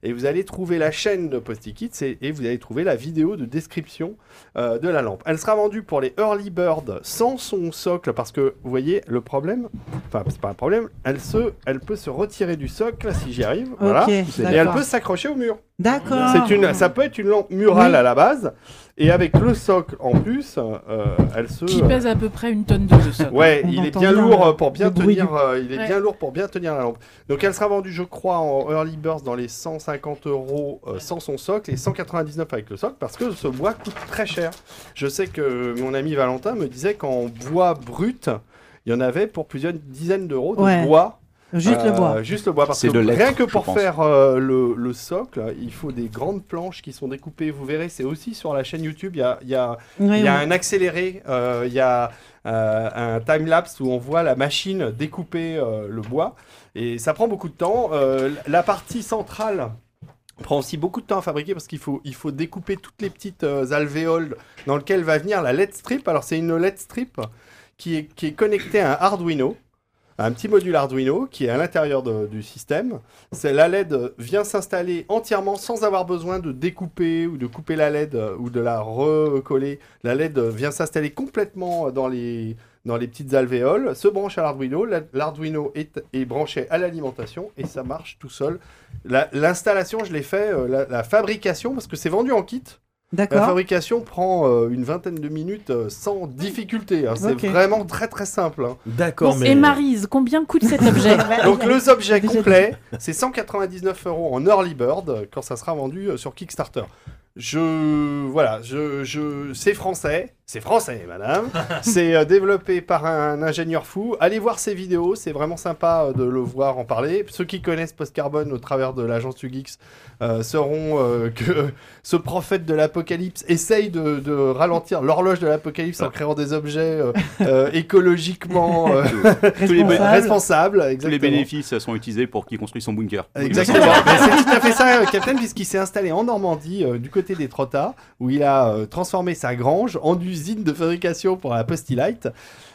et vous allez trouver la chaîne de Postikits et, et vous allez trouver la vidéo de description euh, de la lampe. Elle sera vendue pour les early birds sans son socle parce que vous voyez le problème, enfin c'est pas un problème, elle se, elle peut se retirer du socle si j'y arrive, voilà, et d'accord. elle peut s'accrocher au mur. D'accord. C'est une, ça peut être une lampe murale Oui. à la base. Et avec le socle en plus, euh, elle se. Qui pèse à peu près une tonne de socle. Ouais, On il est entend bien bien lourd le- hein. euh, pour bien le bruit tenir. du- euh, il est Ouais. bien lourd pour bien tenir la lampe. Donc elle sera vendue, je crois, en early burst dans les 150 euros euh, sans son socle et 199 avec le socle parce que ce bois coûte très cher. Je sais que mon ami Valentin me disait qu'en bois brut, il y en avait pour plusieurs dizaines d'euros de Ouais. bois. Euh, Juste le bois. Juste le bois parce que C'est de l'être, rien que je pour pense. faire euh, le, le socle, il faut des grandes planches qui sont découpées. Vous verrez, c'est aussi sur la chaîne YouTube. Il y a, il y a- Oui, il y a oui. un accéléré, euh, il y a euh, un time-lapse où on voit la machine découper euh, le bois. Et ça prend beaucoup de temps. Euh, la partie centrale prend aussi beaucoup de temps à fabriquer parce qu'il faut, il faut découper toutes les petites euh, alvéoles dans lesquelles va venir la LED strip. Alors, c'est une LED strip qui est, qui est connectée à un Arduino un petit module Arduino qui est à l'intérieur de- du système. C'est la LED vient s'installer entièrement sans avoir besoin de découper ou de couper la LED euh, ou de la recoller. La LED vient s'installer complètement euh, dans les dans les petites alvéoles, se branche à l'Arduino, la- l'Arduino est, est branché à l'alimentation et ça marche tout seul. La- L'installation, je l'ai fait, euh, la, la fabrication, parce que c'est vendu en kit. D'accord. La fabrication prend euh, une vingtaine de minutes euh, sans difficulté. hein. C'est Ok. vraiment très très simple. hein. Bon, Et Marise, combien coûte cet objet *laughs* Donc les objets complets, c'est 199 euros en early bird euh, quand ça sera vendu euh, sur Kickstarter. Je voilà, je, je c'est français, c'est français, madame. c'est euh, développé par un ingénieur fou. Allez voir ses vidéos, c'est vraiment sympa euh, de le voir en parler. Ceux qui connaissent Post Carbone au travers de l'agence UGX euh, sauront euh, que *laughs* ce prophète de l'apocalypse essaye de, de ralentir l'horloge de l'apocalypse en créant des objets euh, euh, écologiquement euh, *laughs* Tous les bé- responsables. Tous les exactement. bénéfices sont utilisés pour qu'il construise son bunker. Exactement. *laughs* Mais c'est tout à fait ça, euh, Captain, puisqu'il s'est installé en Normandie, euh, du côté des Trottas, où il a euh, transformé sa grange en usine de fabrication pour la Postilite.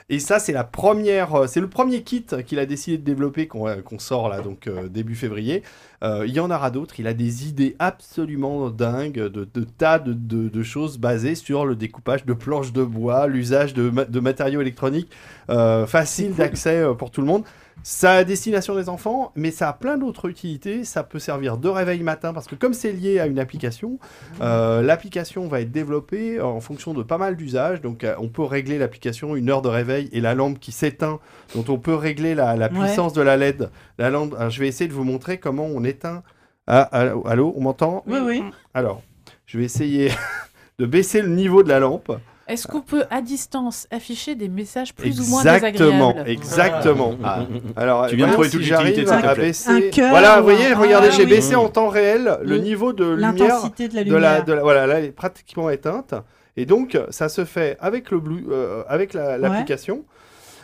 Et ça, c'est la première, euh, c'est le premier kit qu'il a décidé de développer qu'on euh, qu'on sort là, donc euh, début février. Euh, Il y en aura d'autres. Il a des idées absolument dingues de, de tas de, de- de choses basées sur le découpage de planches de bois, l'usage de, ma- de matériaux électroniques euh, facile d'accès euh, pour tout le monde. Ça a destination des enfants, mais ça a plein d'autres utilités. Ça peut servir de réveil matin parce que comme c'est lié à une application, euh, l'application va être développée en fonction de pas mal d'usages. Donc euh, on peut régler l'application une heure de réveil et la lampe qui s'éteint, dont on peut régler la, la Ouais. puissance de la LED. La lampe. alors, je vais essayer de vous montrer comment on éteint. Ah, allô, allô, on m'entend Oui, oui. Alors, je vais essayer *laughs* de baisser le niveau de la lampe. Est-ce qu'on peut à distance afficher des messages plus ou moins Exactement, désagréables exactement. Ah. Alors, Tu viens de voyons trouver si toute l'utilité de j'arrive cet à objet. baisser- Un cœur Voilà, vous ou voyez, un- regardez, Ah j'ai oui. baissé en temps réel le Le- niveau de lumière. l'intensité de la la, lumière. de la- voilà, là, elle est pratiquement éteinte. Et donc, ça se fait avec le blue, euh, avec la- l'application.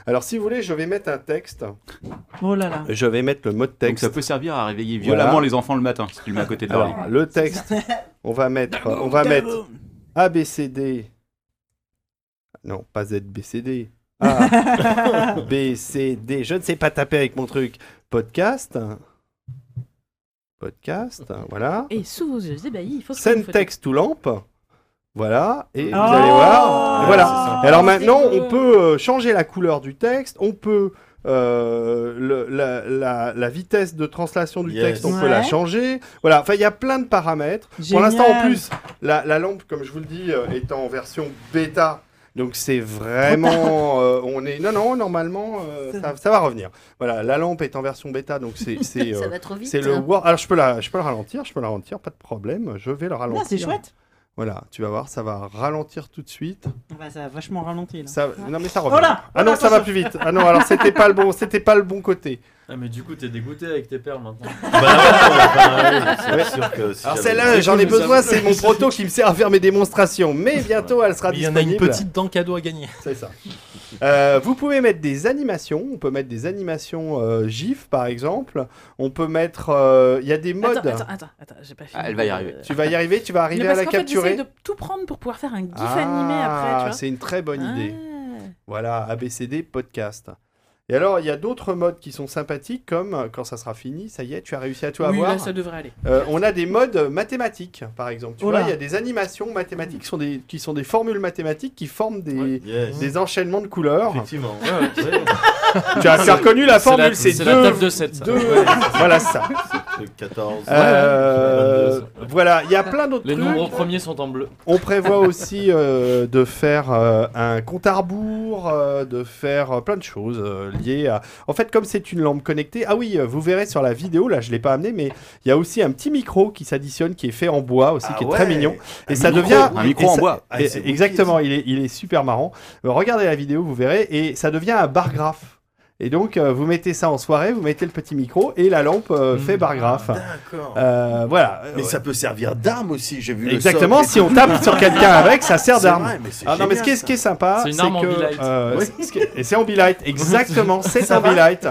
Alors, si vous voulez, je vais mettre un texte. Oh là là. Je vais mettre le mot de texte. ça peut servir à réveiller violemment Voilà. les enfants le matin, si tu le mets à côté de leur Alors, lit. le texte, on va mettre, on va mettre ABCD. Non, pas ZBCD. A, *laughs* B, C, D. Je ne sais pas taper avec mon truc. Podcast. Podcast, voilà. Et sous vos yeux ébahis, il faut se prendre une Scène photo. texte ou lampe. Voilà, et vous Oh allez voir. Et Voilà. C'est ça. Alors maintenant, C'est beau. on peut euh, changer la couleur du texte, on peut euh, le- la, la- la vitesse de translation du Yes. texte, on peut Ouais. la changer. Voilà, enfin il y a plein de paramètres. Pour Génial. l'instant, en plus, la, la lampe, comme je vous le dis, euh, est en version bêta. Donc c'est vraiment, euh, on est, non non, normalement euh, ça, ça va revenir. Voilà, la lampe est en version bêta, donc c'est c'est Ça euh, va trop vite, c'est le hein. wor- Alors je peux la, je peux la ralentir, je peux la ralentir, pas de problème. Je vais le ralentir. c'est chouette. Voilà, tu vas voir, ça va ralentir tout de suite. Ouais, Bah, ça a vachement ralenti là. Ça, non mais ça revient. Oh là ah non, Oh là, ça va attention. plus vite. Ah non, alors c'était pas le *laughs* bon, c'était pas le bon côté. Ah, mais du coup, t'es dégoûté avec tes perles *laughs* maintenant. Bah, Ouais. alors celle-là, j'en ai besoin, c'est mon proto qui me sert à faire mes démonstrations. Mais bientôt, elle sera Mais Il y en a Ah, disponible. une petite dent cadeau à gagner. C'est ça. Euh, vous pouvez mettre des animations. On peut mettre des animations euh, GIF, par exemple. On peut mettre. euh, Il y a des modes. Attends, attends, attends, attends, j'ai pas fini. Ah, elle va y arriver. Tu vas y arriver. Tu vas Mais arriver à parce la qu'en fait, capturer. j'essaye de tout prendre pour pouvoir faire un gif Ah, animé après, tu vois. C'est une très bonne Ah. idée. Voilà, ABCD podcast. Et alors, il y a d'autres modes qui sont sympathiques, comme euh, quand ça sera fini, ça y est, tu as réussi à tout Oui, avoir. là, ça devrait aller. Euh, on a des modes mathématiques, par exemple. Tu Oh vois, là. il y a des animations mathématiques qui sont des, qui sont des formules mathématiques qui forment des, yes. des enchaînements de couleurs. Effectivement. *laughs* tu as tu as reconnu la C'est formule, c'est c'est deux- *laughs* la table de 7. deux- voilà c'est ça. 14. Euh, Ouais, ouais. voilà, il y a plein d'autres Les trucs. nombres premiers sont en bleu. On *laughs* prévoit aussi euh, de faire euh, un compte à rebours, euh, de faire euh, plein de choses euh, liées à. En fait, comme c'est une lampe connectée, ah oui, euh, vous verrez sur la vidéo, là je l'ai pas amené, mais il y a aussi un petit micro qui s'additionne, qui est fait en bois aussi, Ah qui est ouais, très mignon. un Et ça micro, devient. un micro et en ça- bois. Ah, et- c'est exactement, il est, il est super marrant. Euh, Regardez la vidéo, vous verrez, et ça devient un bar graphe. Et donc, euh, vous mettez ça en soirée, vous mettez le petit micro et la lampe euh, fait bar graphe. Mmh. Ah, D'accord. Euh, voilà. Mais ça peut servir d'arme aussi, j'ai vu Exactement, le socle et si on tout. tape sur quelqu'un avec, ça sert C'est d'arme. vrai, mais c'est Ah non, mais ce génial, qui est, ce qui est ça. sympa, C'est c'est une arme en que. Be Light. euh, Oui. c'est- ce qui est- Et c'est en Be-Light, exactement, c'est Ça en va Be-Light.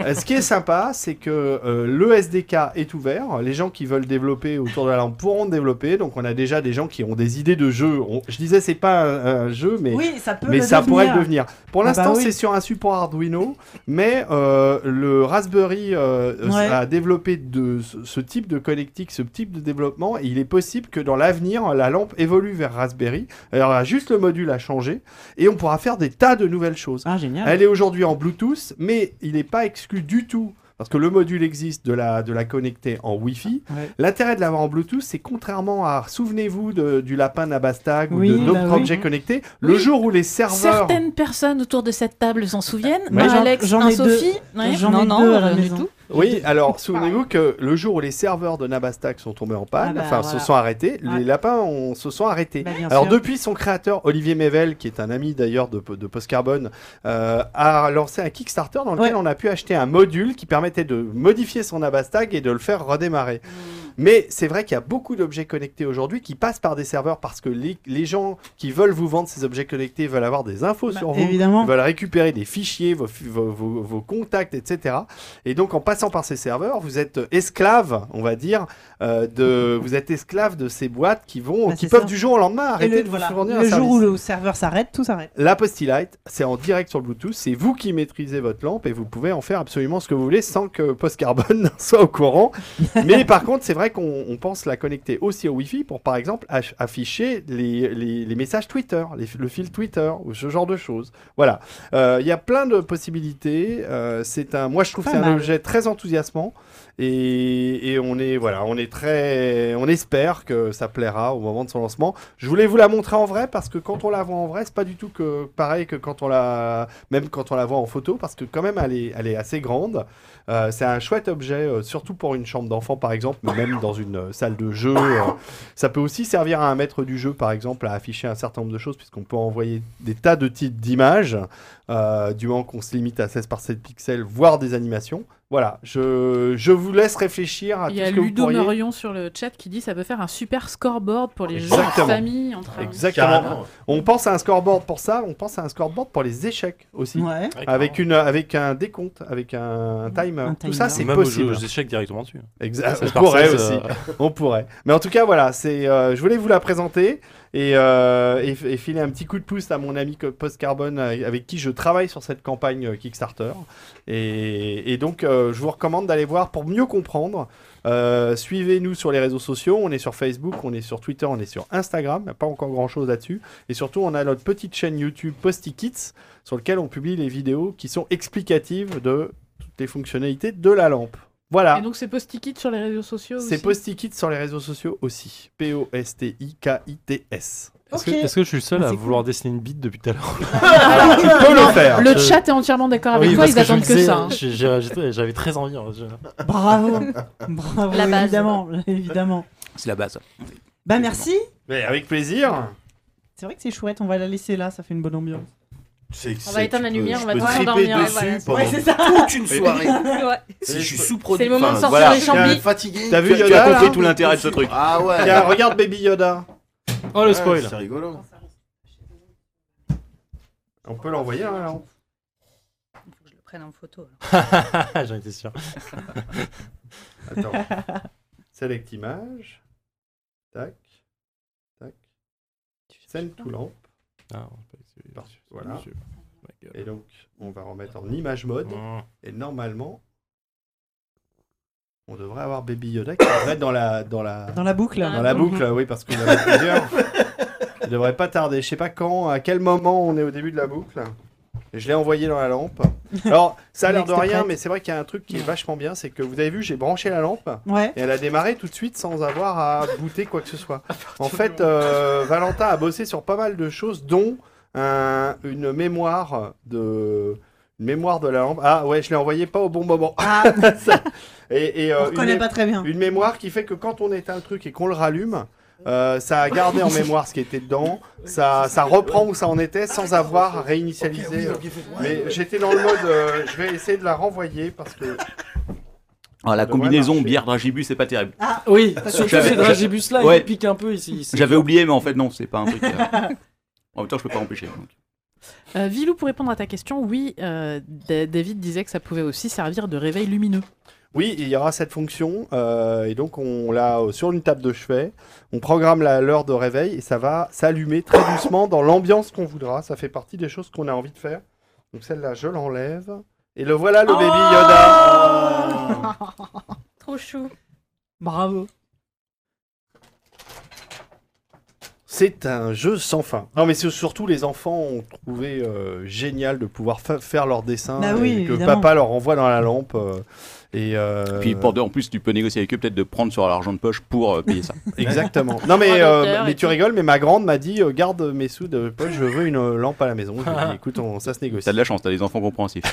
Euh, ce qui est sympa, c'est que euh, le SDK est ouvert. Les gens qui veulent développer autour de la lampe pourront développer. Donc, on a déjà des gens qui ont des idées de jeux. On- Je disais, c'est pas un, un jeu, mais, Oui, ça peut mais le ça pourrait le devenir. devenir. Pour Ah bah l'instant, oui. c'est sur un support Arduino, mais euh, le Raspberry euh, Ouais. a développé de, ce, ce type de connectique, ce type de développement. Et il est possible que dans l'avenir, la lampe évolue vers Raspberry. Alors, euh, juste le module a changé et on pourra faire des tas de nouvelles choses. Ah, génial. Elle est aujourd'hui en Bluetooth, mais il n'est pas exclu du tout. Parce que le module existe de la, de la connecter en Wi-Fi. Ouais. L'intérêt de l'avoir en Bluetooth, c'est contrairement à, souvenez-vous de- du lapin Nabastag Oui, ou de d'autres bah oui. objets connectés, le Oui. jour où les serveurs Certaines personnes autour de cette table s'en souviennent. Mais Moi, j'en- Alex, j'en un ai deux. Sophie. ouais. J'en ai deux à la maison. Oui, alors souvenez-vous que le jour où les serveurs de Nabastak sont tombés en Ah panne, bah, enfin voilà. se sont arrêtés, Ouais. les lapins ont- se sont arrêtés. Bah, bien alors sûr. depuis, son créateur, Olivier Mével, qui est un ami d'ailleurs de, de Postcarbone, euh, a lancé un Kickstarter dans lequel on a pu acheter un module qui permettait de modifier son Nabastak et de le faire redémarrer. Mais c'est vrai qu'il y a beaucoup d'objets connectés aujourd'hui qui passent par des serveurs parce que les, les gens qui veulent vous vendre ces objets connectés veulent avoir des infos sur vous, évidemment. ils veulent récupérer des fichiers, vos, fi- vos- vos- vos contacts, etc. Et donc en passant par ces serveurs, vous êtes esclave, on va dire, euh, de, vous êtes esclave de ces boîtes qui vont, Bah, qui c'est peuvent ça. du jour au lendemain Et arrêter le- de vous voilà. Le fournir un jour service. où le serveur s'arrête, tout s'arrête. La Postilite, c'est en direct sur Bluetooth, c'est vous qui maîtrisez votre lampe et vous pouvez en faire absolument ce que vous voulez sans que *laughs* Postcarbone soit *laughs* au courant. Mais par contre, c'est vrai qu'on on pense la connecter aussi au Wi-Fi pour, par exemple, ach- afficher les, les- les messages Twitter, les- le fil Twitter ou ce genre de choses. Voilà. Euh, Il y a plein de possibilités. euh, c'est un, moi, je trouve que Pas c'est un mal. objet très enthousiasmant. Et, et on est voilà, on est très, on espère que ça plaira au moment de son lancement. Je voulais vous la montrer en vrai parce que quand on la voit en vrai, c'est pas du tout que pareil que quand on la, même quand on la voit en photo, parce que quand même elle est, elle est assez grande. Euh, c'est un chouette objet, euh, surtout pour une chambre d'enfant par exemple, mais même dans une euh, salle de jeu. euh, ça peut aussi servir à un maître du jeu par exemple à afficher un certain nombre de choses puisqu'on peut envoyer des tas de types d'images, euh, du moment qu'on se limite à 16 par 7 pixels, voire des animations. Voilà, je, je vous laisse réfléchir à Il tout y a ce que vous Ludo pourriez. Marion sur le chat qui dit ça peut faire un super scoreboard pour les jeux Exactement. en famille. Entre amis. Exactement. On pense à un scoreboard pour ça, on pense à un scoreboard pour les échecs aussi. Ouais. Avec, une, avec un décompte, avec un timer. Tout ça, c'est Même aux possible. jeux- aux échecs directement dessus. Exact. Ça se On pourrait parcelle, aussi. euh, On pourrait. Mais en tout cas, voilà, c'est, euh, je voulais vous la présenter et, euh, et, f- et filer un petit coup de pouce à mon ami Co- Post Carbone euh, avec qui je travaille sur cette campagne euh, Kickstarter. Et, et donc, euh, je vous recommande d'aller voir pour mieux comprendre. Euh, Suivez-nous sur les réseaux sociaux. On est sur Facebook, on est sur Twitter, on est sur Instagram. Il n'y a pas encore grand chose là-dessus. Et surtout, on a notre petite chaîne YouTube Posti Kids sur laquelle on publie les vidéos qui sont explicatives de toutes les fonctionnalités de la lampe. Voilà. Et donc c'est post-it sur les réseaux sociaux. C'est aussi Postikit sur les réseaux sociaux aussi. P-O-S-T-I-K-I-T-S. Est-ce que, est-ce que je suis le seul à vouloir dessiner une bite depuis tout à l'heure Alors, tu peux le faire. Le Euh, chat est entièrement d'accord avec oui, toi, parce ils je me attendent que disais, ça. hein. j'ai- j'ai- j'ai- J'avais très envie. hein, je- *laughs* *laughs* Bravo. Bravo, La base. évidemment. évidemment. C'est la base. Bah, merci. Mais avec plaisir. C'est vrai que c'est chouette, on va la laisser là, ça fait une bonne ambiance. C'est- On c'est- éteindre la tu peux- lumière, on je va peux tous triper s'endormir, ouais, dessus voilà, c'est- pendant Ouais, c'est ça. *laughs* toute une *laughs* soirée. Ouais. Si je suis sous C'est le moment de sortir les Je suis chambis. fatigué. T'as vu Tu as- Yoda, Tu as là compris tout l'intérêt de ce truc. Ah ouais. Tiens, regarde Baby Yoda. Oh le spoil. C'est rigolo. On peut l'envoyer hein, là. Je le prenne en photo. *laughs* alors. *laughs* J'en étais sûr. *laughs* Attends. Select image. Tac. Tac. Send to lamp. Ah, Par- Voilà. Et donc, on va remettre en image mode. Mmh. Et normalement, on devrait avoir Baby Yoda qui devrait être dans la, dans la... Dans la boucle. Dans la boucle, oui, parce qu'il y en *laughs* a plusieurs. Il devrait pas tarder. Je sais pas quand, à quel moment on est au début de la boucle. Je l'ai envoyé dans la lampe. Alors, ça a l'air de Next rien, prête. mais c'est vrai qu'il y a un truc qui est vachement bien, c'est que vous avez vu, j'ai branché la lampe Ouais. et elle a démarré tout de suite sans avoir à booter quoi que ce soit. En fait, euh, Valentin a bossé sur pas mal de choses, dont un- une mémoire de une mémoire de la lampe. Ah ouais, je l'ai envoyé pas au bon moment. *laughs* Ça- et, et, euh, Ah. On reconnaît une mé- pas très bien. Une mémoire qui fait que quand on éteint le truc et qu'on le rallume. euh, ça a *laughs* gardé en mémoire ce qui était dedans, ça, ça reprend où ça en était sans avoir réinitialisé. Ok, oui, ok, faut- Mais j'étais dans le mode, euh, je vais essayer de la renvoyer parce que Ah, la devrait combinaison bière dragibus, c'est pas terrible. Ah, oui, parce surtout que j'avais- ces dragibus-là, ils Ouais. me piquent un peu ici. c'est J'avais chaud. oublié, mais en fait, non, c'est pas un truc. euh, En même temps, je peux pas empêcher. donc. Euh, Vilou, pour répondre à ta question, oui, euh, Da- David disait que ça pouvait aussi servir de réveil lumineux. Oui, il y aura cette fonction euh, et donc on l'a euh, sur une table de chevet. On programme la- l'heure de réveil et ça va s'allumer très doucement dans l'ambiance qu'on voudra. Ça fait partie des choses qu'on a envie de faire. Donc celle-là, je l'enlève et le voilà le baby Yoda. *laughs* Trop chou. Bravo. C'est un jeu sans fin. Non mais c'est surtout les enfants ont trouvé euh, génial de pouvoir fa- faire leurs dessins Bah et oui, que évidemment. papa leur envoie dans la lampe euh, et euh, Puis pour deux, en plus, tu peux négocier avec eux peut-être de prendre sur l'argent de poche pour euh, payer ça. Exactement. Non mais, Droit euh, d'auteur mais et tu tout. rigoles, mais ma grande m'a dit euh, garde mes sous de poche, je veux une euh, lampe à la maison. Je lui ai *laughs* dit, écoute, on- ça se négocie. T'as de la chance, t'as des enfants compréhensifs.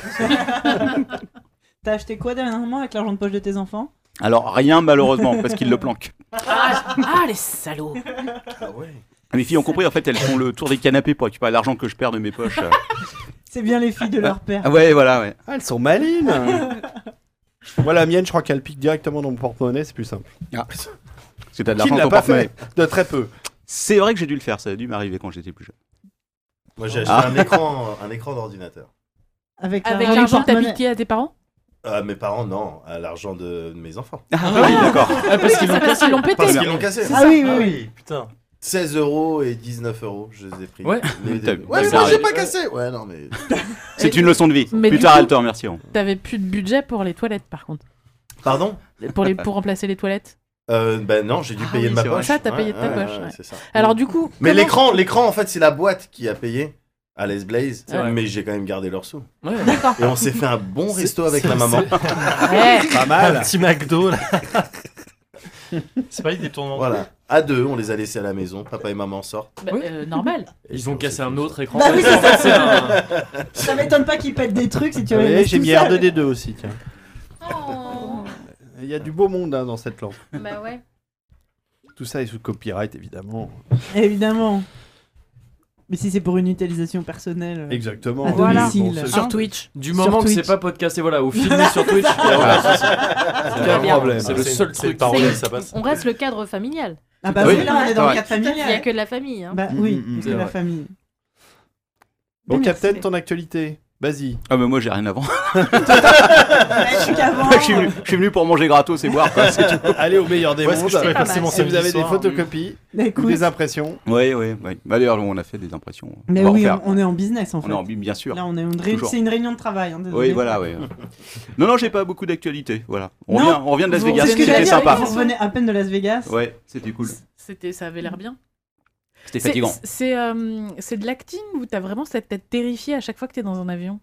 T'as acheté quoi dernièrement avec l'argent de poche de tes enfants Alors rien malheureusement parce qu'ils le planquent. Ah, les salauds Ah, Mes filles ont compris en fait, elles font le tour des canapés pour récupérer l'argent que je perds de mes poches. euh. C'est bien les filles de leur père. Ah ouais voilà ouais. Ah, elles sont malines *laughs* Moi la mienne, je crois qu'elle pique directement dans mon porte-monnaie, c'est plus simple. Ah. Parce que t'as de Qui l'argent ne l'a dans pas ton porte-monnaie. fait De très peu. C'est vrai que j'ai dû le faire, ça a dû m'arriver quand j'étais plus jeune. Moi, j'ai acheté Ah. un écran, un écran d'ordinateur. Avec, Avec leur- l'argent que t'as porte-monnaie. piqué à tes parents À Ah, mes parents, non, à l'argent de mes enfants. Ah oui, d'accord. Ah, parce qu'ils l'ont Parce cassé. qu'ils l'ont pété. Parce qu'ils l'ont cassé. Ah oui, oui, oui. Putain. 16 euros et 19 euros, je les ai pris. Ouais. Les T'as- deux. Ouais, mais t'as moi, j'ai raison. pas cassé. Ouais, non, mais. C'est une leçon de vie. Mais plus du tard, coup- elles te hein. remercieront. T'avais plus de budget pour les toilettes, par contre. Pardon Pour, les, pour remplacer les toilettes Euh, ben non, j'ai dû payer Ah oui, de ma c'est vrai. poche. Ça, t'as payé de ta poche, ouais. c'est ça. Alors, du coup, Mais comment- l'écran, l'écran, en fait, c'est la boîte qui a payé à Les Blaze. C'est vrai. Mais j'ai quand même gardé leurs sous. Ouais. D'accord. Et on s'est fait un bon C'est- resto avec c'est- *laughs* la maman. *laughs* c'est- Pas mal. Un petit McDo, là. C'est pas une détournement. Voilà. À deux, on les a laissés à la maison. Papa et maman sortent. Bah, euh, normal. Ils ont cassé un autre écran. Bah oui, c'est En fait, ça. c'est un- Ça m'étonne pas qu'ils pètent des trucs si tu avais Ouais, laissé j'ai tout mis seul. R2D2 aussi, tiens. Il y a du beau monde hein, dans cette lampe. Oh, Bah ouais. Tout ça est sous copyright, évidemment. Évidemment. Mais si c'est pour une utilisation personnelle. euh, Exactement. À Voilà. domicile. Bon, c'est- Sur Twitch. Du Sur moment que Twitch. c'est pas podcasté, voilà, ou filmé sur Twitch, il y a aucun souci. C'est C'est un bien. problème. C'est le C'est- seul c'est truc. parolé, C'est- ça passe. On reste le cadre familial. Ah bah Oui. oui, là on est dans Ouais. le cadre Il n'y familial. a que de la famille. Hein. Bah Mm, oui, mm, mm, c'est c'est la vrai. famille. Bon, Mais Captain, merci. ton actualité. Vas-y. Ah mais moi j'ai rien avant. *laughs* je suis qu'avant. je, suis venu, je suis venu pour manger gratos et boire quoi, *laughs* c'est tout. Allez au meilleur des Ouais, mondes. ce que je ferais passer Si mon vous samedi avez des soir. photocopies, Bah, ou écoute. des impressions. Oui oui. oui. Bah, D'ailleurs on a fait des impressions. euh, Mais On va oui, refaire. on on est en business en fait. On est en bi- bien sûr. Là, on est une réunion, Toujours. c'est une réunion de travail. hein, désolé. Oui voilà oui. Non non j'ai pas beaucoup d'actualité voilà. On Non. revient on revient de Las Vous- Vegas c'est ce que c'était j'allais dire, sympa. Vous revenez à peine de Las Vegas. Ouais c'était cool. C'était, ça avait l'air bien. C'était C'est- fatigant. C'est, euh, c'est de l'acting ou t'as vraiment cette tête terrifiée à chaque fois que t'es dans un avion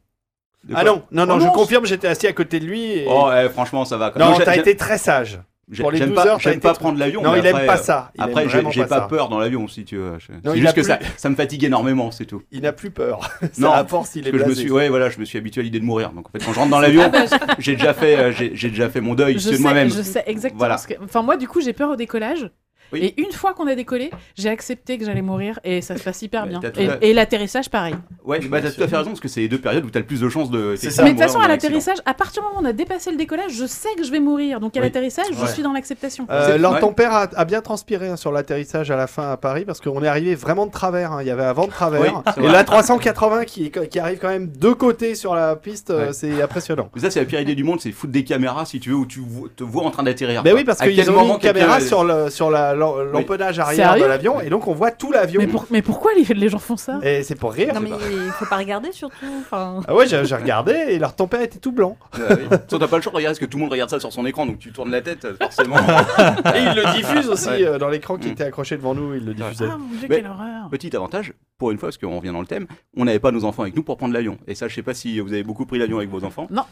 Ah non, non, non, Oh je non, confirme, j'étais assis à côté de lui. Et... Oh eh, franchement ça va. quoi. non, Moi, j'ai- t'as j'ai- été très sage. j'ai- Pour les J'aime 12 pas, heures, t'as j'aime été pas très- prendre l'avion. Non, mais il aime après, pas euh, ça. Il aime Après j'ai vraiment j'ai pas pas ça. peur dans l'avion si tu veux. Je- il C'est a juste que plus- ça ça me fatigue énormément c'est tout. Il n'a plus peur. *laughs* Non, Non, à force, il est parce que je me blasé. suis, ouais, voilà, je me suis habitué à l'idée de mourir. Donc en fait, quand je rentre dans l'avion, Ah bah, j'ai déjà fait, euh, j'ai j'ai déjà fait mon deuil, Je c'est de sais- moi-même. Je sais exactement Voilà. ce que- Enfin, moi, du coup, j'ai peur au décollage. Oui. Et une fois qu'on a décollé, j'ai accepté que j'allais mourir et ça se passe hyper Bah, bien. t'as tout Et, à- et l'atterrissage, pareil. Ouais, bah t'as tout à fait raison parce que c'est les deux périodes où t'as le plus de chances de. C'est Mais de toute façon, à l'atterrissage, à partir du moment où on a dépassé le décollage, je sais que je vais mourir. Donc à Oui. l'atterrissage, je Ouais. suis dans l'acceptation. Euh, C'est- alors ouais. ton père a, a bien transpiré hein, sur l'atterrissage à la fin à Paris parce qu'on est arrivé vraiment de travers. hein. Il y avait un vent de travers Oui, c'est et vrai. la 380 qui, qui arrive quand même de côté sur la piste, euh, Ouais. c'est impressionnant. Mais ça, c'est la pire idée du monde, c'est foutre des caméras si tu veux où tu vo- te vois en train d'atterrir. Mais quoi. Bah Ben oui parce À qu'ils quel ont mis moment une caméra quelqu'un- sur le sur la l'en- l'empennage arrière Sérieux de l'avion et donc on voit tout l'avion. Mais, pour- mais pourquoi les, les gens font ça Et c'est pour rire. Non, mais il faut pas regarder surtout. Enfin. Ah ouais, j'ai j'ai regardé et leur ton père était tout blanc. Ouais, oui. Sinon, t'as pas le choix de regarder parce que tout le monde regarde ça sur son écran, donc tu tournes la tête euh, forcément. *laughs* Et il le diffuse aussi Ouais. euh, dans l'écran qui était accroché devant nous, il le diffusait. Mais, Petit avantage, pour une fois, parce qu'on revient dans le thème, on n'avait pas nos enfants avec nous pour prendre l'avion. Et ça, je sais pas si vous avez beaucoup pris l'avion avec vos enfants. Non.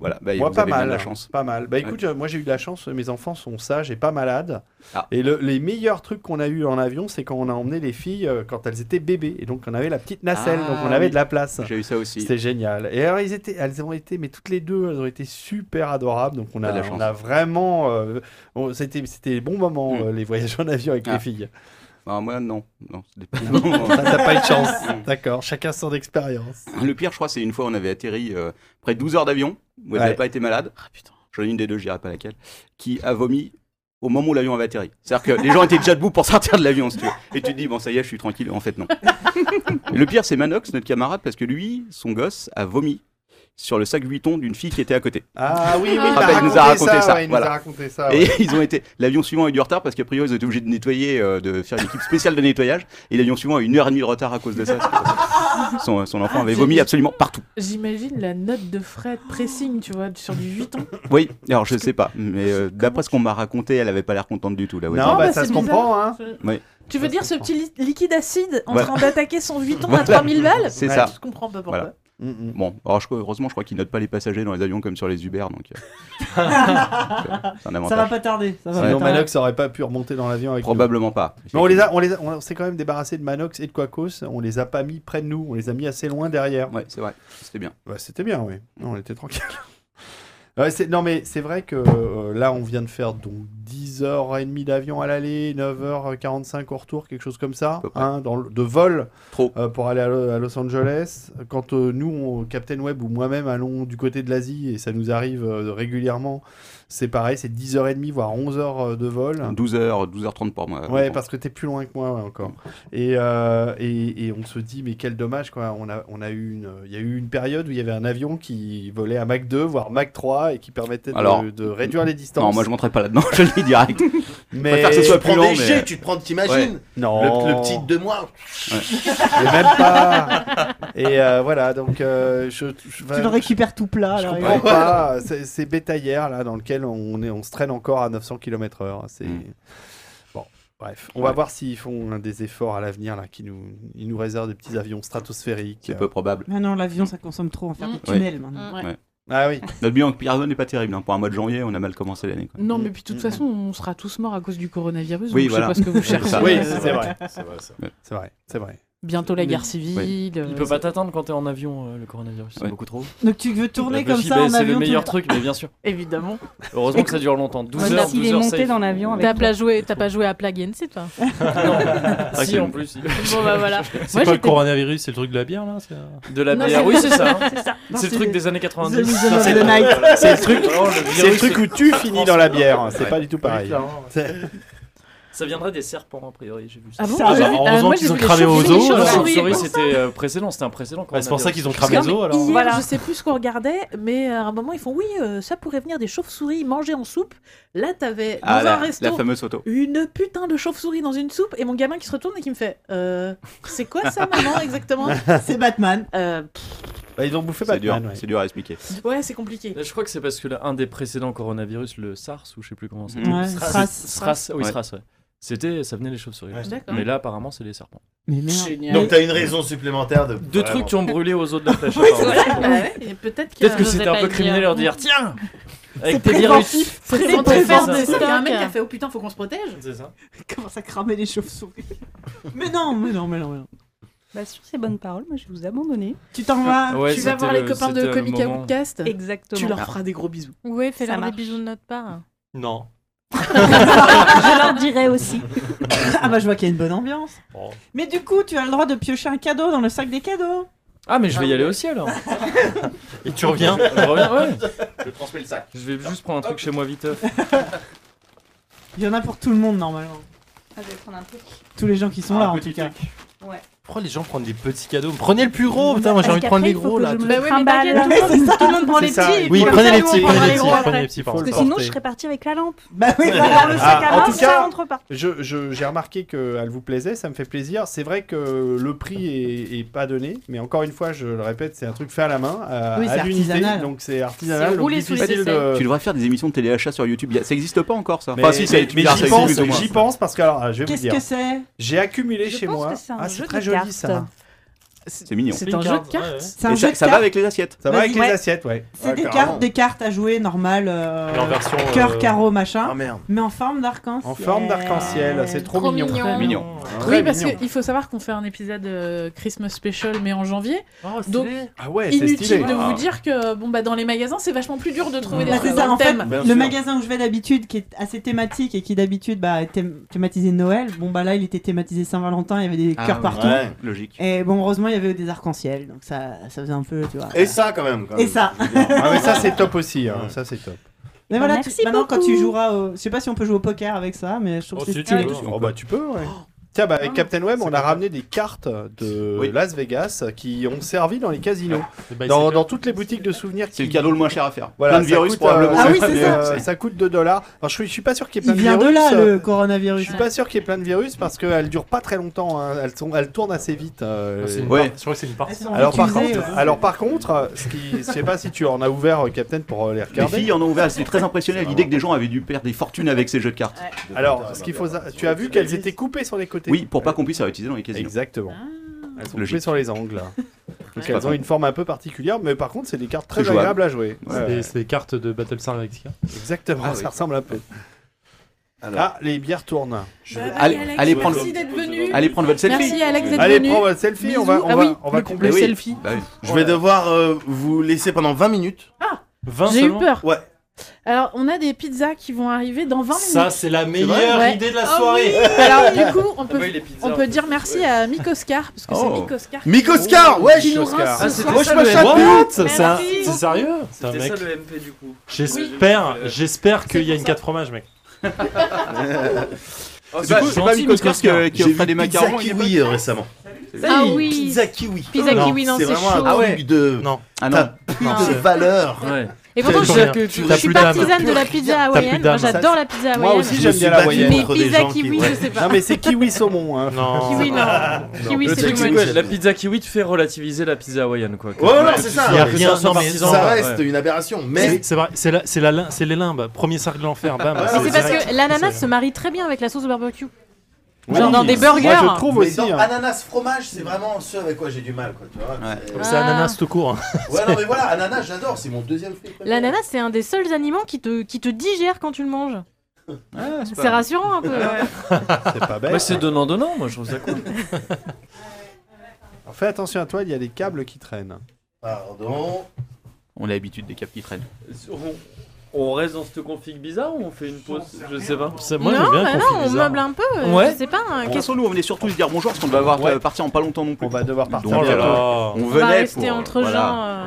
Voilà, bah, moi, vous pas avez bien mal. de la *laughs* chance. Pas mal. Bah écoute, je- moi j'ai eu de la chance, mes enfants sont sages et pas malades. Ah. Et le- les meilleurs trucs qu'on a eu en avion, c'est quand on a emmené les filles euh, quand elles étaient bébés. Et donc on avait la petite nacelle, Ah, donc on avait oui. de la place. J'ai eu ça aussi. C'était génial. Et alors, ils étaient, elles ont été, mais toutes les deux, elles ont été super adorables. Donc on T'as a, de la chance. on a vraiment. euh, on- C'était c'était les bons moments, euh, les voyages en avion avec Mm. Ah. les filles. Bah, moi, non. *laughs* non c'était pas... Ça, T'as pas eu de chance. Mm. D'accord, chacun son expérience. Le pire, je crois, c'est une fois, on avait atterri euh, près de 12 heures d'avion, où elle Ouais. n'avait pas été malade. J'en ai une des deux, je dirais pas laquelle, qui a vomi au moment où l'avion avait atterri. C'est-à-dire que les gens étaient déjà debout pour sortir de l'avion, si tu veux. Et tu te dis, bon, ça y est, je suis tranquille. En fait, non. Et le pire, c'est Manox, notre camarade, parce que lui, son gosse, a vomi sur le sac Vuitton d'une fille qui était à côté. Ah oui, oui, Je il rappelle, a il nous a raconté raconté ça, ça. ouais, il nous voilà. a raconté ça, ouais. Et ils ont été. L'avion suivant a eu du retard parce qu'a priori, ils étaient obligés de nettoyer, euh, de faire une équipe spéciale de nettoyage. Et l'avion suivant a eu une heure et demie de retard à cause de ça. Son, son enfant Ah, avait vomi absolument partout. *laughs* J'imagine la note de frais de pressing, tu vois, sur du 8 ans. Oui, alors je sais pas, mais euh, d'après ce qu'on m'a raconté, elle avait pas l'air contente du tout, la voisine. bah, bah, ça c'est se bizarre. comprend, hein. Oui. Tu veux dire ce petit li- liquide acide en Ouais. train d'attaquer son 8 ans à Voilà. 3000 balles C'est ça. Je comprends pas pourquoi. Voilà. Mm, Bon, alors je- heureusement, je crois qu'ils notent pas les passagers dans les avions comme sur les Uber, donc. *laughs* euh, c'est un avantage. Sinon, Ouais. Manox aurait pas pu remonter dans l'avion avec nous. Probablement pas. Mais on les a, on les a- on s'est quand même débarrassé de Manox et de Quacos. On les a pas mis près de nous. On les a mis assez loin derrière. Ouais, c'est vrai. C'était bien. Bah, c'était bien, oui. Non, on était tranquille. *laughs* Ouais, c'est- non, mais c'est vrai que euh, là, on vient de faire donc 10h30 d'avion à l'aller, 9h45 au retour, quelque chose comme ça, hein, dans le- de vol euh, pour aller à, Lo- à Los Angeles. Quand euh, nous, on- Captain Web ou moi-même, allons du côté de l'Asie, et ça nous arrive euh, régulièrement, c'est pareil, c'est 10h30, voire 11h de vol. 12h, 12h30 pour moi. Ouais, parce que t'es plus loin que moi ouais, encore. Et, euh, et, et on se dit, mais quel dommage, quoi. On a, on a eu une, il y a eu une période où il y avait un avion qui volait à Mach 2, voire Mach 3, et qui permettait de- Alors, de, réduire les distances. Non, moi je montrais pas là-dedans, *laughs* je le dis direct. Mais- Je préfère que ce soit Tu plus prends lent, des mais- jets, tu te prends, t'imagines Non. Le- le petit de moi. Et même *laughs* pas. Et euh, voilà, donc euh, je, je- Tu le récupères tout plat. Je là, comprends et- pas c'est- ces bétaillères là dans lequel on, est, on se traîne encore à 900 km/h. C'est bon, bref. On va Mm. Ouais. voir s'ils font un des efforts à l'avenir là, qui nous, ils nous réservent des petits avions stratosphériques. C'est peu probable. Mais Ah non, l'avion, ça consomme trop en Mm. faire des Ouais. tunnels maintenant. Ouais. Ah oui. Notre bilan carbone n'est pas terrible. hein. Pour un mois de janvier, on a mal commencé l'année. quoi. Non, mais puis de toute façon, on sera tous morts à cause du coronavirus. Oui, donc voilà. Je sais pas ce que vous C'est ça. cherchez. Oui, euh, c'est voilà. vrai. C'est vrai, c'est vrai. C'est vrai, c'est vrai. Bientôt la Mais- guerre civile. Oui. euh, Il Il peut pas t'atteindre quand t'es en avion, euh, le coronavirus. C'est beaucoup trop. Donc tu veux tourner La comme Buffy ça Bay, en C'est le avion meilleur tout- truc, mais bien *laughs* sûr. Évidemment. Heureusement que ça dure longtemps. 12 heures, s'il 12 est heures monté safe. dans l'avion avec T'as toi. pas, joué- t'as pas joué à Plague and Seed, *laughs* toi Si, en Ah, plus. *laughs* Bon, bah *laughs* voilà. *laughs* C'est Moi, pas le j'étais- coronavirus, c'est le truc de la bière là c'est- euh, De la Non, bière, c'est- oui, c'est ça. hein. c'est ça. Non, C'est c'est le truc des- des années 90. The Middle Non, of c'est- the Night. voilà. C'est le truc- Non, C'est le virus truc où tu finis dans la bière, c'est pas du tout pareil. C'est- Ça viendrait des serpents, a priori, j'ai vu ça. bah, Ah bon Ah, j'ai vu- euh, heureusement moi, j'ai qu'ils ont vu les cramé aux chauves-souris, os. les La chauves-souris, chauve-souris, c'est c'était euh, précédent, c'était un précédent. Bah, c'est pour ça qu'ils ont coronavirus. cramé aux os, alors. Hier, Voilà. je sais plus ce qu'on regardait, mais à un moment, ils font oui, euh, ça pourrait venir des chauves-souris mangées en soupe. Là, t'avais dans Ah, un la- resto la fameuse photo. une putain de chauve-souris dans une soupe et mon gamin qui se retourne et qui me fait euh, C'est quoi ça, maman, exactement Euh, C'est Batman. Bah, ils ont bouffé C'est dur, Batman, ouais. c'est dur à expliquer. Ouais, c'est compliqué. Je crois que c'est parce que là, un des précédents coronavirus, le SARS ou je sais plus comment c'était. Ouais, Stras- Stras. Stras, oui, Ouais. SRAS, ouais. C'était, ça venait des chauves-souris. Ouais. D'accord. Mais là, apparemment, c'est les serpents. Mais merde. Génial. Donc t'as une raison supplémentaire de. Deux Vraiment. trucs qui ont brûlé aux os de la flèche. Oui, c'est apparemment. vrai. Bah ouais, et peut-être que- Peut-être que J'osais c'était un pas peu le criminel de leur dire tiens Avec tes virus préventif, C'est préventif, préventif, préventif. c'est ça. Il y a un mec qui a fait oh putain, faut qu'on se protège. C'est ça. Comment ça cramer les chauves-souris *laughs* Mais non, mais non, mais non, mais non. Bah, sur ces bonnes paroles, moi, je vais vous abandonner. Tu t'en vas Ouais, tu vas c'était voir les le- copains de c'était le Comica moment. Woodcast. Exactement. Tu leur Ah. feras des gros bisous. Ouais, fais-leur Ça des marche. bisous de notre part. Non. Je leur dirai aussi. ah bah je vois qu'il y a une bonne ambiance. Oh. Mais du coup, tu as le droit de piocher un cadeau dans le sac des cadeaux. Ah, mais je vais y aller aussi alors. Et tu reviens Je reviens, ouais. Je transmets le sac. Je vais juste prendre un truc chez moi vite. Il y en a pour tout le monde normalement. Ah, je vais prendre un truc. Tous les gens qui Ah, sont là en tout cas. Ouais. Pourquoi les gens prennent des petits cadeaux Prenez le plus gros, Oh, putain, moi j'ai envie de prendre les gros là. Bah oui, mais t'inquiète, tout, Ouais, le c'est monde- ça. tout le monde prend les C'est ça. petits. et Oui, puis prenez après, les nous, on petits, prendra prenez les gros petits, après. prenez les petits, par Parce que contre. sinon, je Porter. serais partie avec la lampe. Bah oui, voilà. Le sac Ah, à en main, tout ça cas, rentre pas. je- je- j'ai remarqué qu'elle vous plaisait, ça me fait plaisir. C'est vrai que le prix est, est pas donné, mais encore une fois, je le répète, c'est un truc fait à la main, à, Oui, à c'est l'unité, artisanal. donc c'est artisanal. C'est donc roulé sous les difficile aisselles. de- Tu devrais faire des émissions de téléachat sur YouTube. Il y a- Ça n'existe pas encore, ça. euh, Mais, enfin, si, ça mais- mais existe, ça j'y existe pense, plus ou moins. j'y pense parce que alors, je vais vous Qu'est-ce dire. que c'est J'ai accumulé Je chez pense moi. que c'est un ah, c'est jeu très de joli. cartes. C'est mignon. c'est un jeu de cartes. C'est un Et jeu ça, de ça va cartes. avec les assiettes. Ça va avec les Ouais. assiettes, ouais. Ah, C'est des cartes, des cartes à jouer normales, euh, Et en version, cœur, euh, carreau, machin, ah, merde. mais en forme d'arc-en-ciel. En forme d'arc-en-ciel, c'est trop, Trop mignon. mignon. Mignon. Oui, Très parce mignon. qu'il faut savoir qu'on fait un épisode euh, Christmas Special, mais en janvier. Oh, donc, Ah ouais, c'est stylé. inutile de Ah. vous dire que bon, bah, dans les magasins, c'est vachement plus dur de trouver des Bah, trucs c'est dans ça, le en fait, thème. le magasin où je vais d'habitude, qui est assez thématique et qui d'habitude bah, est thém- thématisé Noël, bon bah là il était thématisé Saint-Valentin, il y avait des Ah cœurs ouais, partout. ouais, logique. Et bon, heureusement, il y avait des arcs-en-ciel, donc ça, ça faisait un peu, tu vois. Et ça, quand même. quand Et même. ça. Ah mais ça c'est top aussi, hein. ça c'est top. Mais voilà, tu- Merci maintenant quand beaucoup. tu joueras au... Je sais pas si on peut jouer au poker avec ça, mais je trouve que c'est stylé. Oh bah tu peux, ouais. Tiens, bah avec Captain Web, on a ramené des cartes de Las Vegas qui ont servi dans les casinos, dans, dans toutes les boutiques de souvenirs. C'est le cadeau le moins cher à faire. Voilà, Plein de ça virus coûte, probablement. euh, Ah euh, ça coûte 2 dollars. Alors, je, suis- je suis pas sûr qu'il y ait Il plein vient de de virus. là, euh, le coronavirus. Je suis pas sûr qu'il y ait plein de virus parce qu'elles durent pas très longtemps. hein. Elles, sont, elles tournent assez vite. euh, Ah, c'est une Ouais. part- je crois que c'est une partie. Alors par, utilisées, contre, ouais. alors par contre, euh, ce qui, je sais pas si tu en as ouvert, euh, Captain, pour euh, les Les regarder. filles en ont ouvert, elles étaient très impressionnées à l'idée que des gens avaient dû perdre des fortunes avec ces jeux de cartes. Alors, ce qu'il faut, sa- tu as vu qu'elles étaient coupées sur les côtés. Oui, pour pas qu'on puisse les réutiliser dans les casinos. Exactement. Elles sont coupées Logique. sur les angles. euh, Donc C'est elles pas ont con. une forme un peu particulière, mais par contre, c'est des cartes très C'est jouable. agréables à jouer. C'est Ouais. des- C'est des cartes de Battlestar Galactica. Exactement, Ah oui. ça ressemble un peu. Ah, les bières tournent. Bah, allez, Allez- Alex, allez merci prendre- d'être venu. allez prendre votre selfie. Merci, Alex, d'être Allez, venu. prends votre selfie, on va, on Bisous. Ah va, oui, on va le- compléter. le selfie. Bah oui. Je vais devoir euh, vous laisser pendant 20 minutes. Ah 20 J'ai eu seulement peur. Ouais. Alors, on a des pizzas qui vont arriver dans 20 minutes. Ça, c'est la meilleure Ouais. idée de la Ah soirée. oui Alors, du coup, on peut, Ah oui, les pizzas, on en peut fait. dire merci à Mick Oscar, parce que Oh. c'est Mick Oscar. Mick Oscar, ouais, Mick Oscar. Ah, c'était ça, le What What C'est un- Merci. c'est sérieux C'est un C'était mec. ça le MP du coup. J'espère, j'espère qu'il y a une 4 fromages, mec. Oh, Du c'est pas- coup, c'est pas gentil, Mikos Mikos Koska, Koska. qui offrait J'ai vu des macarons Pizza et des Kiwi pâtes. récemment. Ah oui. Pizza kiwi. Pizza kiwi, non, c'est vraiment chaud. un Ah ouais. truc de. Non. Ah non. T'as plus Non. de valeur. Et pourtant, T'as je, plus rien. je T'as suis plus pas d'âme. tisane de la Plus pizza rien. T'as plus hawaïenne. Moi, d'âme. j'adore la pizza hawaïenne. Moi aussi, j'aime bien la hawaïenne. Mais pizza Ah, kiwi, je sais pas. Non, mais c'est kiwi saumon. hein. Kiwi, non. Kiwi, Le c'est truc, too c'est much. que la pizza kiwi te fait relativiser la pizza hawaïenne, quoi. Ouais, non, c'est ça. Il y a Ah, Ouais. rien Ça- ça- sans partisan, ça ouais. reste une aberration, mais- Ah, C'est- c'est vrai, c'est la, c'est la, lin- c'est les limbes. Premier cercle de l'enfer. Bam. Mais c'est parce direct. que l'ananas Ah, bah, C'est- se marie très bien avec la sauce au barbecue. Oui. Genre dans des Moi, je burgers. trouve Mais aussi, dans hein. Ananas fromage, c'est vraiment ce avec quoi j'ai du mal, quoi. Tu vois. Ouais, C'est Ah. ananas tout court. hein. Ouais, non, mais voilà, ananas, j'adore, c'est mon deuxième fruit. L'ananas, c'est un des seuls aliments qui te, qui te digère quand tu le manges. Ah, c'est pas c'est mal. rassurant un peu. *laughs* C'est pas bête. Moi, c'est donnant-donnant, moi, je trouve ça cool. Alors, *laughs* Fais attention à toi, il y a des câbles qui traînent. Pardon. On a l'habitude des caps qui traînent. On, on reste dans cette config bizarre ou on fait une pause Je sais pas. non, bah non, on meuble un peu. euh, Ouais. Je sais pas. hein, De toute qu'est-ce- façon, nous, on venait surtout se dire bonjour parce qu'on va devoir euh, partir en pas longtemps non plus. On va devoir partir Donc, bientôt. euh, on On va venait rester pour, entre voilà. Bah gens, euh.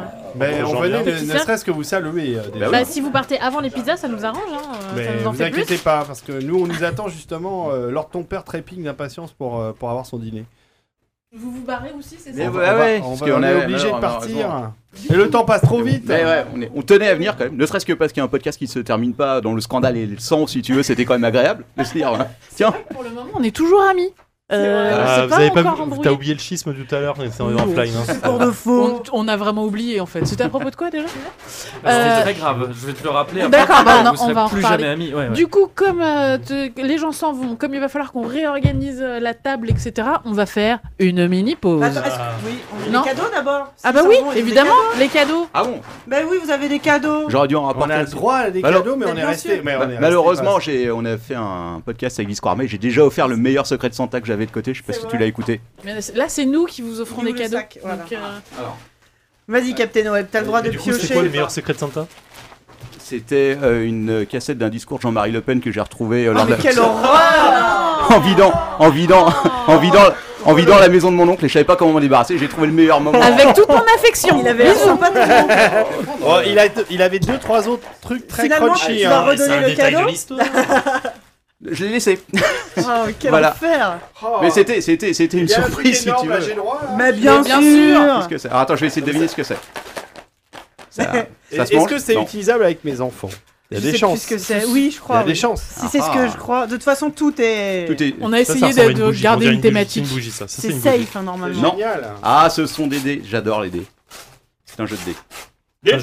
Mais Bonjour, on venait bien. ne, ne Petit serait-ce que vous saluer. euh, déjà. Bah, si vous partez avant les pizzas, ça nous arrange. Hein. euh, Ça Mais nous en vous fait plus. inquiétez pas, parce que nous, on nous attend justement. euh, Lord ton père trépigne d'impatience pour, euh, pour avoir son dîner. Vous vous barrez aussi, c'est Mais ça On ouais, va- ouais, on parce va- qu'on on est a- obligé de malheureusement. partir. Et le temps passe trop vite. Mais ouais, on, est- on tenait à venir quand même, ne serait-ce que parce qu'il y a un podcast qui se termine pas dans le scandale et le sang, si tu veux, c'était quand même agréable de se dire, voilà. tiens, Pour le moment, on est toujours amis. Euh, Ah, c'est vous avez pas encore vu- embrouillé. T'as oublié le schisme tout à l'heure, mais c'est en offline. hein. On, on a vraiment oublié en fait. C'était à propos de quoi déjà C'était Euh, très grave, je vais te le rappeler. après, D'accord, bah, vous non, on serez va en plus reparler. jamais amis. Ouais, ouais. Du coup, comme euh, te- les gens s'en vont, comme il va falloir qu'on réorganise euh, la table, etc., on va faire une mini pause. Attends, est-ce Ah. que- oui, on fait Non. les cadeaux d'abord. Ah Si bah ça oui, va, on fait des évidemment, cadeaux. les cadeaux. Ah bon Ben Bah oui, vous avez des cadeaux. j'aurais dû en rapporter. On a le aussi. droit à des Alors- cadeaux, mais on est bien resté. sûr. mais on est Bah, resté malheureusement, face. j'ai- on a fait un podcast avec Discord, mais j'ai déjà offert le meilleur secret de Santa que j'avais de côté. Je sais pas si tu l'as écouté. Mais là, c'est nous qui vous offrons des cadeaux. Donc, euh, Vas-y, Captain Web, t'as le droit de Et du coup, c'est quoi le meilleur piocher. secret de Santa C'était euh, une euh, cassette d'un discours de Jean-Marie Le Pen que j'ai retrouvé euh, lors de Ah, Mais la- *laughs* quelle horreur en vidant, en vidant, *laughs* en vidant, en vidant la maison de mon oncle et je savais pas comment m'en débarrasser. J'ai trouvé le meilleur moment. Avec toute mon affection. Il avait Bisous. Oh, il, a- il avait deux, trois autres trucs très Finalement, crunchy. tu hein. vas redonner le cadeau. *laughs* *laughs* Je l'ai laissé. Ah, Oh, *laughs* quel Voilà. enfer. Oh. Oh. Mais c'était, c'était, c'était une Il y a un surprise si truc tu énorme, veux. là, j'ai le droit, là. Mais bien sûr. Qu'est-ce que c'est Alors, Attends, je vais essayer de deviner ce que c'est. Ça, *laughs* Et- ça se Est-ce mange que c'est Non. utilisable avec mes enfants Il y a Je des sais chances. plus ce que c'est. Oui, je crois. Il y a des oui. chances. Ah. Si c'est ce que je crois. De toute façon, tout est. Ah. Tout est- On a Ça, ça essayé ressemble à de, une de bougie. garder On dirait une, une bougie, thématique. c'est une bougie, ça. Ça, C'est safe, hein, normalement. Non. Génial. Ah, ce sont des dés. J'adore les dés. C'est un jeu de dés. Ah,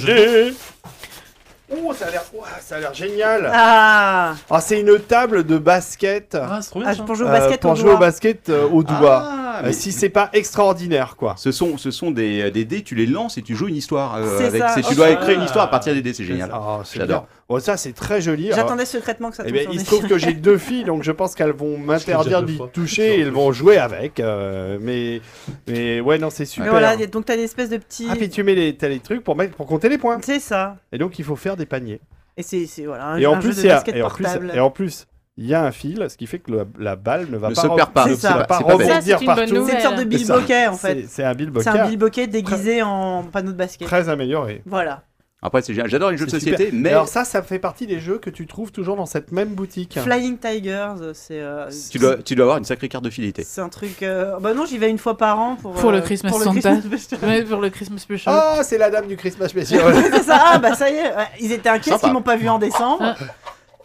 Oh, ça a l'air, ouah, ça a l'air génial. Ah. Ah, c'est oh, une table de basket. Ah, pour jouer au basket pour au jouer doigt. au *laughs* basket euh, au doigt. Ah, Euh, si c'est pas extraordinaire, quoi. Ce sont, ce sont des, des dés, tu les lances et tu joues une histoire. euh, C'est avec- ça. c'est- tu Oh, dois ça. créer une histoire à partir des dés, c'est génial. Oh, c'est J'adore. bien. Bon, ça, c'est très joli. Alors, J'attendais secrètement que ça eh tombe ben, sur il mes se trouve *laughs* que chiens. j'ai deux filles, donc je pense qu'elles vont m'interdire deux d'y fois. toucher et elles vont jouer avec. euh, mais, mais ouais, non, c'est Mais super. voilà, et donc t'as une espèce de petit. Ah, puis tu mets les, t'as les trucs pour, mettre, pour compter les points. C'est ça. Et donc, il faut faire des paniers. Et c'est c'est- voilà, un, et, en un plus, jeu c'est de à- basket et en plus, portable. et en plus, il y a un fil, ce qui fait que la, la balle ne va Ne pas se perd pas. ne C'est ça. va pas C'est pas bête. Ça, c'est rebondir une bonne partout. C'est une sorte de C'est Bill ça. Bokeh en C'est- fait. C'est un Bill C'est Bokeh. un Bill Bokeh déguisé en panneau de basket. Très amélioré. Voilà. Après, c'est génial. J'adore les jeux de C'est société, super. mais. Alors ça, ça fait partie des jeux que tu trouves toujours dans cette même boutique. Flying Tigers, c'est. euh, Tu dois, tu dois avoir une sacrée carte de fidélité. C'est un truc. euh, Bah non, j'y vais une fois par an pour. Pour euh, le Christmas pour le Santa. Christmas Special. Ouais, pour le Christmas Special. Ah, c'est la dame du *laughs* Christmas Special. *laughs* c'est ça, ah, bah ça y est, ouais, ils étaient inquiets parce Sympa. qu'ils m'ont pas vu en décembre. Ah.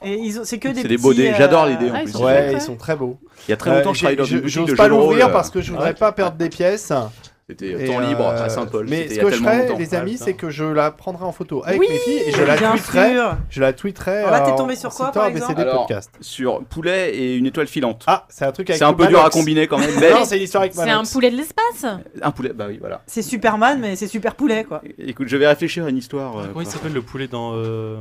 Et ils ont, c'est que des C'est des beaux petits, dés, euh, j'adore les dés en plus. Ouais, hein. ils sont très beaux. Il y a très longtemps, Euh, je travaillais dans j'ai- une je- boutique j'ose de pas jeux de rôle, l'ouvrir euh, parce que je voudrais ouais. pas perdre des pièces. C'était Et, euh, temps libre euh, à Saint-Paul. Mais c'était ce il y a que je tellement ferais, longtemps. les amis, c'est que je la prendrai en photo avec Oui, mes filles et je la bien tweeterai. sûr. Je la tweeterai. Alors là, t'es euh, tombé en- sur en quoi, site par ABC exemple des Alors, podcasts. Sur poulet et une étoile filante. Ah, c'est un truc avec C'est un le peu dur à Manox. combiner quand même. mais- Non, c'est l'histoire avec C'est un Manox. poulet de l'espace Un poulet, bah oui, voilà. C'est Superman, mais c'est super poulet quoi. Écoute, je vais réfléchir à une histoire. euh, Ah, Comment il quoi. s'appelle le poulet dans euh,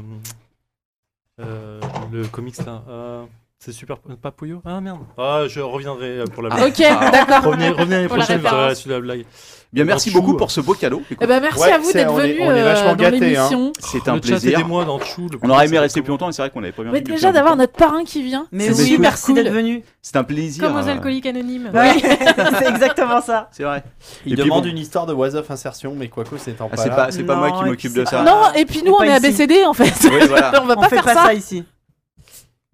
euh, le comics là euh, C'est super. Pas Pouillot Ah merde. Ah, je reviendrai euh, pour la Ah, blague. ok, d'accord. Revenez, revenez l'année Pour la prochaine, vous aurez la référence. suite de la blague. Bien, merci beaucoup pour ce beau cadeau. Eh ben, merci à vous d'être venus euh, dans Mm. l'émission. hein. C'est Le un chat, plaisir. aidez-moi dans Tchou, le On aurait aimé rester plus longtemps, mais c'est vrai qu'on avait pas bien Mais fait de déjà le faire. d'avoir notre parrain qui vient. Mais C'est oui, super merci cool. d'être venu. C'est un plaisir. Comme aux euh, alcooliques anonymes. Oui, *laughs* c'est exactement ça. C'est vrai. Il Et puis demande bon. une histoire de Was of Insertion, mais Quaco c'est en Ah, c'est pas, c'est pas moi qui m'occupe de ça. Non, et puis nous, on pas est ici. ABCD en fait. Oui, *laughs* voilà. on va On pas fait faire pas ça. ça ici.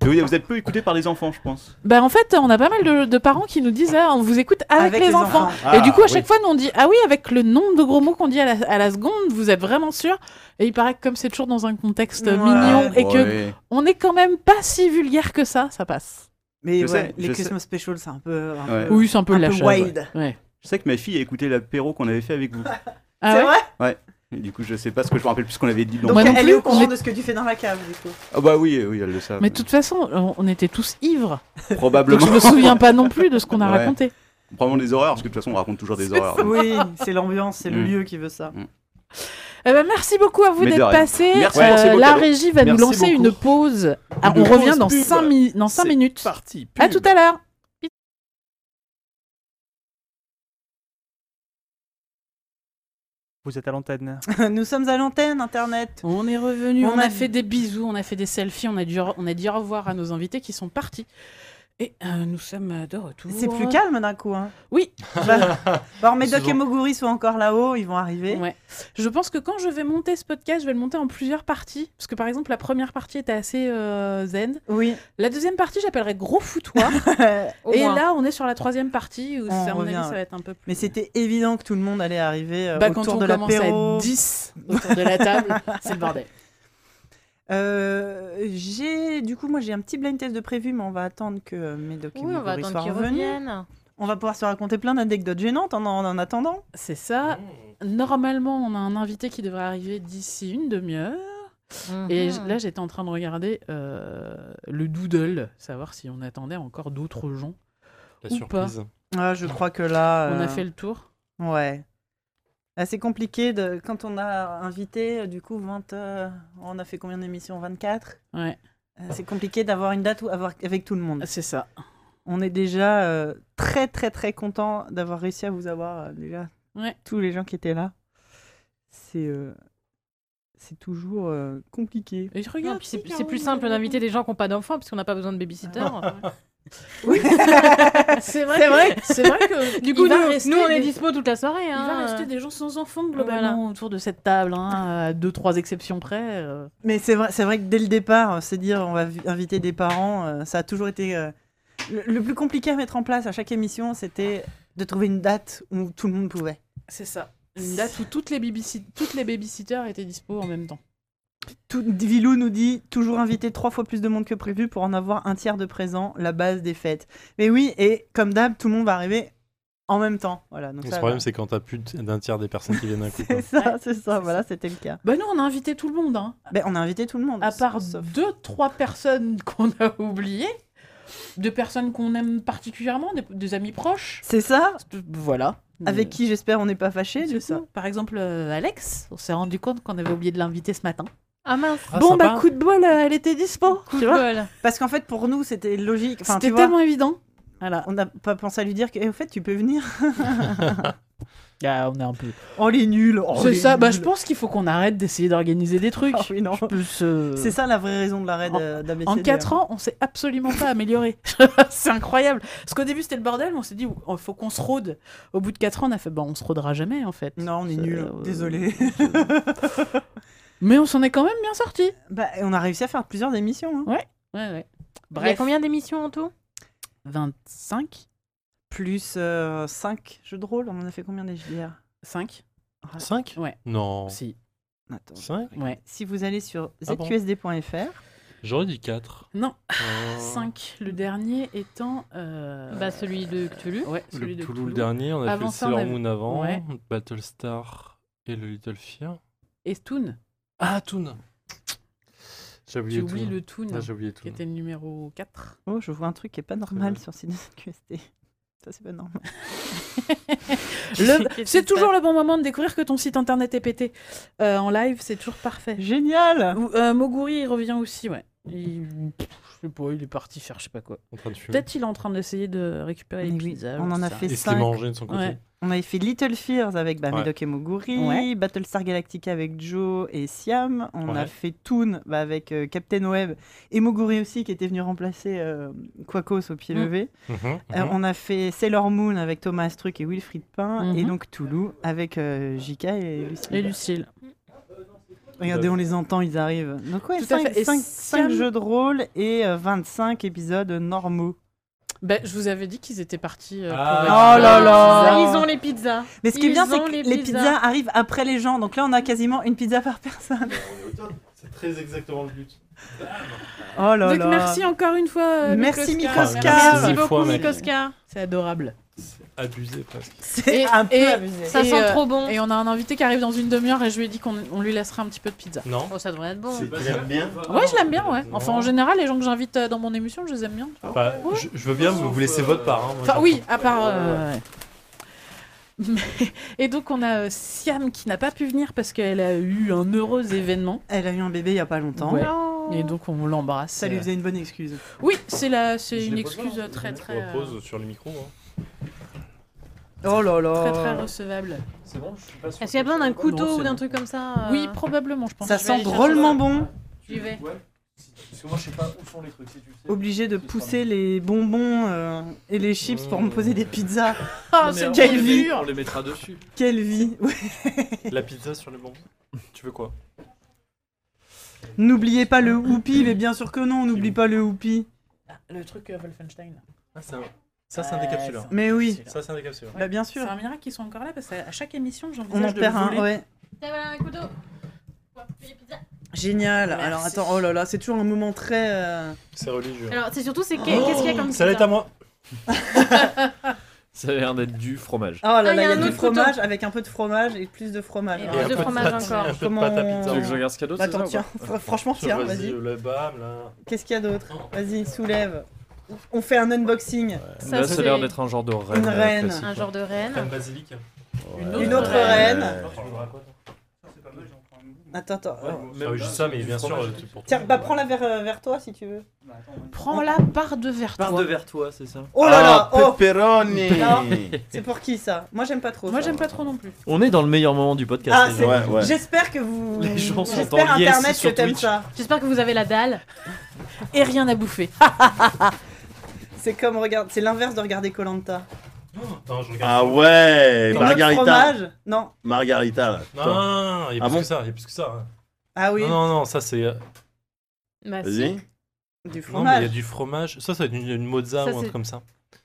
Et oui, vous êtes peu écouté par les enfants, je pense. Bah en fait, on a pas mal de, de parents qui nous disent ah, on vous écoute avec, Avec les, les enfants. enfants. Ah, et du coup, à chaque oui. fois, nous on dit ah oui, avec le nombre de gros mots qu'on dit à la, à la seconde, vous êtes vraiment sûr. Et il paraît que comme c'est toujours dans un contexte Ouais. mignon et que Ouais. on est quand même pas si vulgaire que ça, ça passe. Mais Je ouais, sais, les je Christmas Special, c'est un peu. un Ouais. peu- Oui, c'est un peu lâche, ouais. wild. Je sais que ma fille a écouté l'apéro qu'on avait fait avec vous. *laughs* Ah c'est ouais vrai Ouais. Et du coup, je sais pas ce que je me rappelle plus ce qu'on avait dit. Donc, elle est au courant de ce que tu fais dans la cave, du coup. Ah bah oui, oui, elle le savent. Mais de toute façon, on, on était tous ivres. Probablement. Donc je me souviens pas non plus de ce qu'on a Ouais. raconté. Probablement des horreurs, parce que de toute façon, on raconte toujours des horreurs. donc. Oui, c'est l'ambiance, c'est le Mm. lieu qui veut ça. *laughs* Eh ben, merci beaucoup à vous Mais de d'être rien. passés. Merci pour ces beaux euh, la cadeaux. régie va nous Merci lancer beaucoup. une pause. Ah, Une on revient pause dans pub. 5 dans cinq C'est minutes. parti, à tout pub. à l'heure. Vous êtes à l'antenne. Nous sommes à l'antenne internet. On est revenu, on, a fait des bisous, on a fait des selfies, on a, dû, on a dit au revoir à nos invités qui sont partis. Et euh, nous sommes de retour. C'est plus calme d'un coup. Hein. Oui. *laughs* Bah, bah, Médoc Souvent. et Moguri sont encore là-haut, ils vont arriver. Ouais. Je pense que quand je vais monter ce podcast, je vais le monter en plusieurs parties. Parce que par exemple, la première partie était assez euh, zen. Oui. La deuxième partie, j'appellerais gros foutoir. *laughs* Au *laughs* Et moins. là, on est sur la troisième partie où, On à mon revient, avis, ça ouais. va être un peu plus. Mais c'était évident que tout le monde allait arriver euh, Bah, quand autour on de commence à l'apéro. *laughs* être 10 autour de la table, c'est le bordel. Euh, j'ai du coup moi j'ai un petit blind test de prévu mais on va attendre que euh, Médoc et Oui, on va Moguri attendre soient qu'ils revenus. reviennent. On va pouvoir se raconter plein d'anecdotes gênantes en, en, en attendant. C'est ça. Mmh. Normalement, on a un invité qui devrait arriver d'ici une demi-heure. Et j- Mhm. là, j'étais en train de regarder euh, le doodle, savoir si on attendait encore d'autres gens. La ou surprise. Ah, je crois que là On a euh, fait le tour. Ouais. Ah, C'est compliqué de... quand on a invité, euh, du coup, 20, euh, on a fait combien d'émissions 24 Ouais. Ah, Euh, C'est compliqué d'avoir une date où- avoir- avec tout le monde. C'est ça. On est déjà euh, très, très, très content d'avoir réussi à vous avoir, euh, déjà, Ouais. tous les gens qui étaient là. C'est euh, c'est toujours euh, compliqué. Et je regarde. Non, puis c'est c'est plus simple d'inviter des gens qui n'ont pas d'enfants, parce qu'on n'a pas besoin de babysitter. Oui. c'est vrai C'est que- vrai. c'est vrai que *laughs* Du coup, il va nous, rester nous, on est des- dispo toute la soirée. Il hein. va rester des gens sans enfants globalement autour de cette table, hein, à deux, trois exceptions près. euh. Mais c'est vrai, c'est vrai que dès le départ, euh, c'est dire on va vi- inviter des parents, euh, ça a toujours été euh, le, le plus compliqué à mettre en place à chaque émission, c'était de trouver une date où tout le monde pouvait. C'est ça. Une date où toutes les, babysi- toutes les babysitters étaient dispo en même temps. Tout, Vilou nous dit toujours inviter trois fois plus de monde que prévu pour en avoir un tiers de présent, la base des fêtes. Mais oui, et comme d'hab, tout le monde va arriver en même temps. Voilà. Donc Le ça, problème, c'est quand t'as plus d'un tiers des personnes qui viennent d'un coup. quoi. c'est *laughs* ça, c'est ça. Voilà, c'était le cas. Bah nous, on a invité tout le monde. Hein. Ben, on a invité tout le monde. *laughs* À part deux, trois personnes qu'on a oubliées, de personnes qu'on aime particulièrement, des, des amis proches. C'est ça Voilà. Avec qui j'espère on n'est pas fâché, du coup. Par exemple, euh, Alex, on s'est rendu compte qu'on avait oublié de l'inviter ce matin. Ah mince. bon, bah, coup de bol, euh, elle était dispo. Coup tu de vois bol. Parce qu'en fait, pour nous, c'était logique. Enfin, C'était tu vois, tellement évident. On n'a pas pensé à lui dire que, eh, au fait, tu peux *laughs* venir. Ah, on est un peu. oh, les nuls. oh, c'est les ça, bah, nuls. je pense qu'il faut qu'on arrête d'essayer d'organiser *laughs* des trucs. Je peux se- Ah C'est ça la vraie raison de l'arrêt En- de- d'ABCD. En 4 ans, on s'est absolument pas amélioré. *laughs* c'est incroyable. Parce qu'au début, c'était le bordel, mais on s'est dit, il faut qu'on se rôde. Au bout de 4 ans, on a fait, bah, on se rôdera jamais, en fait. euh, Non, on est nuls. *laughs* Désolé. mais on s'en est quand même bien sortis. Bah, et on a réussi à faire plusieurs émissions. hein. Ouais, ouais, ouais. Il y a Bref. combien d'émissions en tout 25 Plus 5 jeux de rôle, on en a fait combien des JDR 5 5 Ouais. Non. Si. Attends. 5 Ouais. Si vous allez sur Ah bon zqsd.fr, J'aurais dit 4. Non. Oh. 5. Le dernier étant. euh, Bah, celui de Cthulhu. Ouais, Le celui de Cthulhu, le dernier, on a Avant fait ça, on Sailor avait- Moon avant, Ouais. Battlestar et le Little Fear. Et Toon. Ah, Toon. J'ai oublié Tu oublies Toon. le Toon. Ah, j'ai oublié Qui Toon. était le numéro 4. oh, je vois un truc qui est pas normal sur CNSQSD. Ça, c'est pas *laughs* normal. *laughs* Le- C'est toujours le bon moment de découvrir que ton site internet est pété. Euh, en live, c'est toujours parfait. Génial Ou- euh, Moguri, il revient aussi, ouais. Il... Je sais pas, il est parti faire je sais pas quoi. En train de fumer. Peut-être il est en train d'essayer de récupérer les Mais oui, pizzas. on j'en en a sais fait rien. Et se les cinq. manger de son côté. Ouais. On avait fait Little Fears avec bah, Ouais. Medoc et Moguri, Ouais. Battlestar Galactica avec Joe et Siam. On a Ouais. fait Toon bah, avec euh, Captain Web et Moguri aussi qui était venu remplacer euh, Quacos au pied Mm. levé. Mhm, Euh, mhm. on a fait Sailor Moon avec Thomas Truc et Wilfried Pain. Et Mhm. donc Toulouse avec euh, Jika et Lucille. Et Lucille. Regardez, on les entend, ils arrivent. Donc ouais, Tout à 5, fait. Et Siam- jeux de rôle et euh, 25 épisodes normaux. Ben, je vous avais dit qu'ils étaient partis. euh, pour Ah. récupérer Oh là les là. pizzas. Ils ont les pizzas. Mais ce qui est Ils bien, c'est ont que les les pizzas. pizzas arrivent après les gens. Donc là, on a quasiment une pizza par personne. C'est très exactement le but. Oh là Donc là. merci encore une fois. euh, Merci, Mikoska. Mikoska. Merci Merci mille beaucoup fois, mec. Mikoska. C'est adorable. Abusé presque. C'est un peu abusé. Ça sent trop bon. Et on a un invité qui arrive dans une demi-heure et je lui ai dit qu'on on lui laissera un petit peu de pizza. Non. Oh, ça devrait être bon. C'est- Bah, Tu l'aimes bien Ouais, je l'aime bien, ouais. Enfin, Non. en général, les gens que j'invite euh, dans mon émission, je les aime bien. Bah, je, je veux bien vous vous euh, laisser votre part. hein, moi, Enfin, j'ai- oui, à part. euh, Mais- Et donc, on a euh, Siam qui n'a pas pu venir parce qu'elle a eu un heureux événement. Elle a eu un bébé il y a pas longtemps. Ouais. Et donc, on l'embrasse. Ça lui euh, faisait une bonne excuse. Oui, c'est la... c'est Je une l'ai posé, excuse hein, très, je très, euh, repose sur le micro. hein. Oh là là. très, très recevable. C'est bon, je suis pas sûr. Est-ce qu'il y a besoin d'un Non, couteau c'est ou d'un bon. truc comme ça euh, Oui, probablement, je pense. Ça Je vais aller sent chercher drôlement bon. J'y vais. Ouais. si- Parce que moi, je sais pas où sont les trucs. Si tu le sais. Obligé de pousser les bonbons euh, et les chips pour me poser des pizzas. Ah, Non, mais c'est on quelle les met- vie On les mettra *laughs* dessus. Quelle vie Ouais. La pizza sur le bambou. Tu veux quoi N'oubliez pas le Whoopi, mais bien sûr que non, on n'oublie pas le Whoopi. Ah, Le truc euh, Wolfenstein. Ah, ça, ça c'est un décapsuleur. Mais oui. Ça, c'est un décapsuleur. Bah bien sûr. C'est un miracle qu'ils sont encore là parce qu'à chaque émission, On en j'envisage de perd le un, voler. ouais. Ça va, un couteau. Pour couper les pizzas. Génial. Merci. Alors attends, oh là là, c'est toujours un moment très. euh, Oh C'est religieux. Alors, c'est surtout, c'est qu'est- qu'est-ce qu'il y a comme Ça va être pizza à moi. ça a l'air d'être du fromage. Oh là là, Ah, il y a, un du autre fromage avec un peu de fromage et plus de fromage. Et Alors, plus de fromage encore. Comment pâte à on- Bah, pizza. Tu veux que je regarde ce qu'il y a d'autre, Attends, c'est ça, ou tiens, bah, fr- franchement, tiens, vas-y. Le bam, là. Qu'est-ce qu'il y a d'autre Vas-y, soulève. On fait un unboxing. Ça, Là, c'est ça a l'air d'être un genre de reine. Une euh, reine. classique. Un genre de reine. basilic. autre Une autre reine. reine. Attends, attends. Ouais, alors. même juste ça, mais bien sûr. euh, tout pour Tiens, bah prends-la vers, euh, vers toi si tu veux. Prends-la par de vers Part toi. de vers toi, c'est ça. Oh là Ah, là oh pepperoni Non, c'est pour qui ça Moi j'aime pas trop. Moi, ça. j'aime pas trop non plus. On est dans le meilleur moment du podcast. Ah, les c'est- gens. Ouais, ouais. J'espère que vous. Les gens sont J'espère en yes internet sur que t'aimes Twitch. ça. J'espère que vous avez la dalle. Ah. Et rien à bouffer. C'est comme regarde, c'est l'inverse de regarder Colanta. Attends, je regarde. Ah ouais, Margarita. Fromage Non. Margarita. là. Non, Toi. non, non, il y a Ah plus bon que ça, il y a plus que ça. hein. Ah oui. Non, non, non, ça c'est. euh, Bah, si. Vas-y. Du Non, mais il y a fromage. du fromage. Ça, ça va être une, une Ça, mozza ou un c'est- truc comme ça.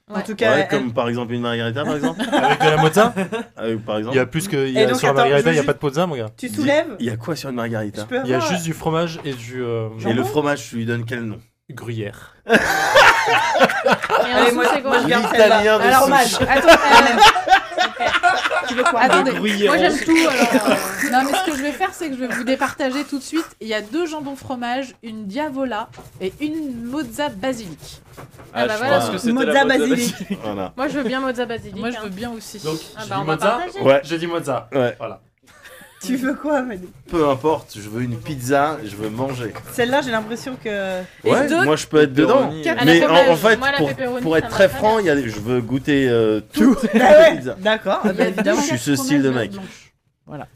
En Ouais. tout cas. Ouais, elle- comme par exemple une margarita, *laughs* par exemple. Avec de la mozza Euh, par Il y a exemple. plus que. il y a- Et donc, sur la attends, je margarita, veux il n'y a juste- pas de mozza, mon gars. Tu soulèves Il y a quoi sur une margarita Je peux Il y a avoir- juste du fromage et du. euh, Et le fromage, tu lui donnes quel nom gruyère. Et en Allez, dessous, moi, c'est quoi Ah. moi je garde L'italien celle-là. de euh, Alors, sushi. fromage. Attends, Tu veux quoi Le Ah, Attendez, gruyère moi en j'aime soupe. tout. alors, euh, Non, mais ce que je vais faire, c'est que je vais vous départager tout de suite. Il y a deux jambons fromage, une diavola et une mozza basilic. Ah, bah je voilà. pense que c'était la Mozza mozza basilic. basilic. Voilà. Moi je veux bien mozza *laughs* basilic. Moi je hein. veux bien aussi. Donc, Ah j'ai bah, dit on va mozza partager. Ouais. J'ai dit Mozza. Ouais. Voilà. Tu veux quoi, Manu Peu importe, je veux une pizza, je veux manger. Celle-là, j'ai l'impression que. Ouais, moi je peux être dedans. Quatre Mais fromage. en, en fait, Moi, la pour, pepperoni, pour ça être me très va franc, il y a des- je veux goûter euh, tout. Ah Ah D'accord. bah, évidemment. Je suis ce style de mec. Voilà.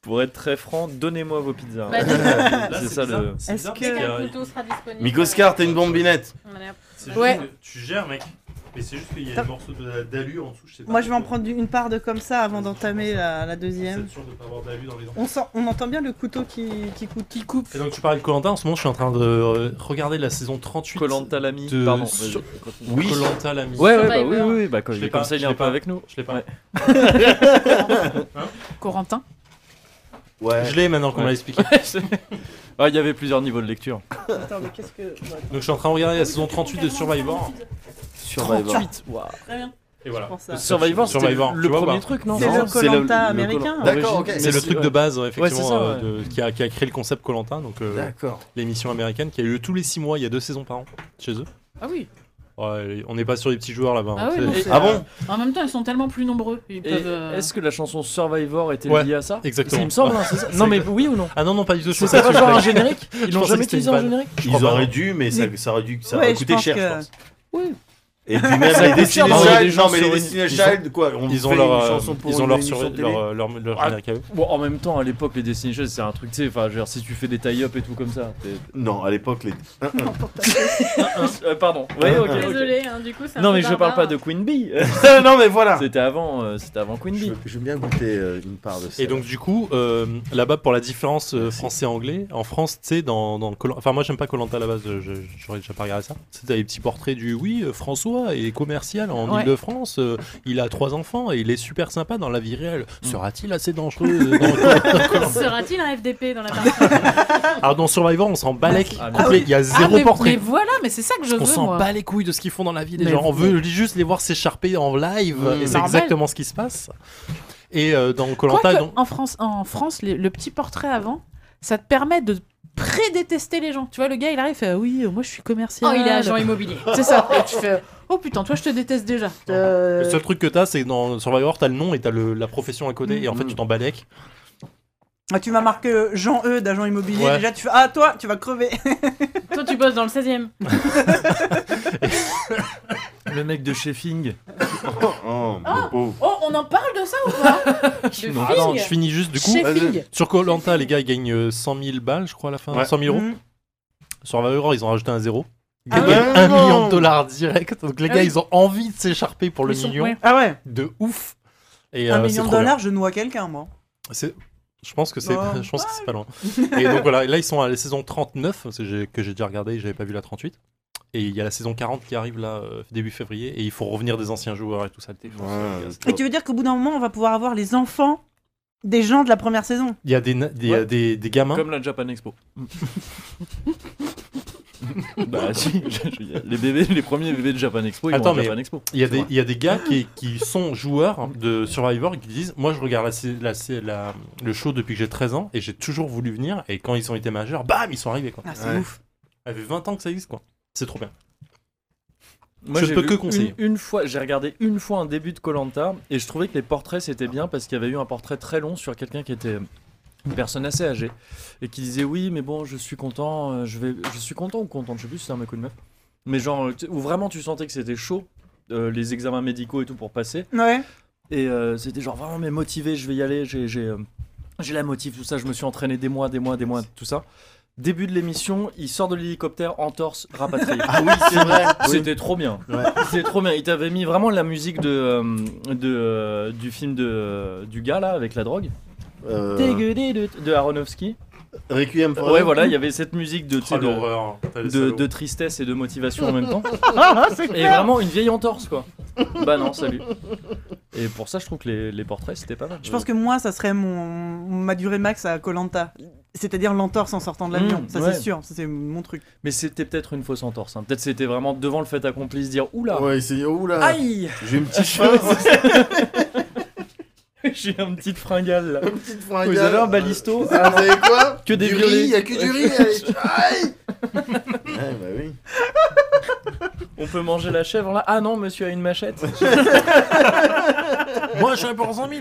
Pour être très franc, donnez-moi vos pizzas. Bah, *laughs* c'est ça le. c'est Est-ce bizarre, que- parce qu'il y a- Quel couteau sera disponible Micoscar, t'es une bombinette. C'est Ouais. juste que tu gères, mec. Mais c'est juste qu'il y a T'as- un morceau de- d'alu en dessous. Je sais pas. Moi, je vais en prendre une part de comme ça avant d'entamer la, la deuxième. Sûr de pas avoir d'alu dans les dents. On, sent- on entend bien le couteau qui, qui, coupe. qui coupe. Et donc tu parles de Colanta, en ce moment je suis en train de euh, regarder la saison 38. Colanta l'ami. de- Pardon, sur- vas-y, continue. Oui. Colanta l'ami. Ouais, ouais, bah oui, oui, oui, bah, Je il est l'ai comme pas, ça, il je est un l'ai peu pas. avec nous. Je l'ai pas. Ouais. Corentin Ouais. Hein Je l'ai maintenant qu'on Ouais. me l'a expliqué. Ah, il y avait plusieurs niveaux de lecture. Attends, mais qu'est-ce que. Donc je suis en train de regarder la saison 38 de Survivor. Survivor. 38, waouh. Très bien. Et voilà. Je pense à- Survivor, c'était Survivor, le tu vois premier pas. truc, non C'est le Koh-Lanta américain. Koh-Lanta. D'accord, Origine- C'est le truc de base, ouais. effectivement, Ouais, c'est ça, euh, ouais. de- qui, a, qui a créé le concept Colanta, donc euh, D'accord. l'émission américaine qui a eu lieu tous les 6 mois, il y a deux saisons par an chez eux. Ah oui. Ouais, on n'est pas sur des petits joueurs là-bas. Ah, hein, oui, c'est- non, c'est- En même temps, ils sont tellement plus nombreux. Ils Et peuvent. euh, Est-ce que la chanson Survivor était Ouais, liée à ça exactement. Il me semble, hein, c'est ça. Non, mais oui ou non Ah non, non, pas du tout. je C'est pensais pas que genre c'était- un générique Je Ils l'ont pensais jamais que c'était utilisé une en vanne. générique Je Ils crois pas. auraient dû, mais ça, Mais- ça aurait dû, ça Ouais, aurait je coûté pense cher, que- je pense. Et Ça puis même coûte les cher Destiny d'envoyer hein. des Child, gens non mais les sur une- Destiny ils ont- Child, quoi, on ils ont fait leur, une euh, chanson pour ils une ont leur émission sur- télé. leur, euh, leur- leur Ah, générique à eux. bon, en même temps, à l'époque, les Destiny Child, c'est un truc, tu sais, enfin, je veux dire, si tu fais des tie-up et tout comme ça. t'es- Non, à l'époque, les. Hein, hein. *laughs* Euh, pardon. Ouais, ok, ok. Désolé, hein, du coup, c'est un Non, peu mais je parle barbare. pas de *laughs* Queen Bee. *laughs* non, mais voilà. C'était avant, euh, c'était avant Queen Bee. J'aime bien goûter euh, une part de ça. Et donc du coup, euh, là-bas pour la différence euh, français-anglais, en France, tu sais, dans, dans Koh-Lanta- enfin moi j'aime pas Colanta à la base, euh, je- j'aurais déjà pas regardé ça. C'était les petits portraits du oui euh, François est commercial en Ouais. Ile-de-France, euh, il a trois enfants et il est super sympa dans la vie réelle. Sera-t-il assez dangereux euh, dans dans *laughs* Koh-Lanta Sera-t-il un FDP dans la partie Alors dans Survivor, on s'en bat les couilles, ah, complet, il y a ah, zéro mais, portrait. Mais voilà, mais c'est ça que je On veux. s'en moi. bat les couilles de ce qu'ils font dans la vie. Les Mais gens, on vous- veut juste les voir s'écharper en live, Mm. et c'est Normal. exactement ce qui se passe. Et euh, dans Colanta, Quoique, donc en France, en France les- le petit portrait avant, ça te permet de prédétester les gens. Tu vois, le gars, il arrive, il fait, Ah oui, euh, moi je suis commercial. Oh, il est agent immobilier. C'est ça. Et tu fais, oh putain, toi je te déteste déjà. Euh, Le seul truc que t'as, c'est que dans Survivor, t'as le nom et t'as le- la profession à côté, et en fait, tu t'en balèques. Ah, tu m'as marqué euh, Jean E d'agent immobilier. Ouais. Déjà, tu fais Ah, toi, tu vas crever. Toi, tu bosses dans le 16 *laughs* e Le mec de Sheffing. oh, Ah, oh, on en parle de ça ou *laughs* pas De Ah Fing non, je finis juste du coup. Euh, Chez Fing. Sur Colanta, les gars, ils gagnent euh, 100 000 balles, je crois, à la fin. Ouais. 100 000 euros. Mhm. Survivor, ils ont rajouté un zéro. Ils Ah gagnent ouais. 1 Non. million de dollars direct. Donc les Ah gars, oui. ils ont envie de s'écharper pour le Ils sont- million. ouais. Ah ouais. De ouf. Et, Un euh, c'est million de trop bien. dollars, je noie quelqu'un, moi. C'est- Je pense que c'est Normal. je pense que c'est pas loin. Et donc voilà, et là ils sont à la saison 39 c'est- j'ai- que j'ai déjà regardé, j'avais pas vu la 38. Et il y a la saison 40 qui arrive là euh, début février et il faut revenir des anciens joueurs et tout ça. le téléphone, c'est- Et tu veux dire qu'au bout d'un moment, on va pouvoir avoir les enfants des gens de la première saison Il y a des na- des, euh, des- des gamins. Comme la Japan *laughs* Expo. *laughs* bah *laughs* si, je- je- les bébés, les premiers bébés de Japan Expo, ils Attends vont à mais Japan Expo. il y a C'est des vrai. il y a des gars qui, qui sont joueurs de Survivor et qui disent moi je regarde la sé- la sé- la- le show depuis que j'ai 13 ans et j'ai toujours voulu venir et quand ils ont été majeurs bam ils sont arrivés quoi. Ah, c'est Ouais. ouf. Ça fait 20 ans que ça existe quoi. C'est trop bien. Moi, je j'ai peux vu que conseiller. Une, une fois, j'ai regardé une fois un début de Colanta et je trouvais que les portraits c'était bien parce qu'il y avait eu un portrait très long sur quelqu'un qui était une personne assez âgée et qui disait oui mais bon je suis content euh, je vais je suis content ou contente je sais plus si c'est un mec ou une meuf mais genre euh, tu- où vraiment tu sentais que c'était chaud euh, les examens médicaux et tout pour passer Ouais. et euh, c'était genre vraiment mais motivé je vais y aller j'ai j'ai euh, j'ai la motive tout ça je me suis entraîné des mois des mois des mois tout ça Début de l'émission, il sort de l'hélicoptère en torse rapatrié. *laughs* Ah oui, c'est vrai. C'était Oui. trop bien. Ouais. C'était trop bien. Il t'avait mis vraiment la musique de, euh, de euh, du film de euh, du gars là avec la drogue. Euh, Dégueulé de, de Aronofsky. Requiem for a Ouais, Dream. voilà, il y *laughs* avait *laughs* cette musique de, tu sais, Oh, de, l'horreur. T'as les de, salauds. de tristesse et de motivation en même temps. *laughs* Ah, c'est et clair. vraiment une vieille entorse, *laughs* quoi. bah non, salut. Et pour ça, je trouve que les, les portraits, c'était pas mal. Je pense que moi, ça serait mon ma durée max à Colanta. C'est-à-dire l'entorse en sortant de l'avion. Mm, ça, ouais. c'est sûr. Ça, c'est mon truc. Mais c'était peut-être une fausse entorse. hein. Peut-être c'était vraiment devant le fait accompli se dire oula. *laughs* Ouais, c'est oula. Aïe J'ai une petite chose. chose. J'ai une petite fringale là. Une petite Vous fringale. avez un balisto Ah, vous savez quoi *laughs* Que des Du violets. riz, y a que du riz, allez. Aïe Ouais, bah oui. On peut manger la chèvre là Ah non, monsieur a une *laughs* machette. Moi, je serais pour 100 *laughs* 000.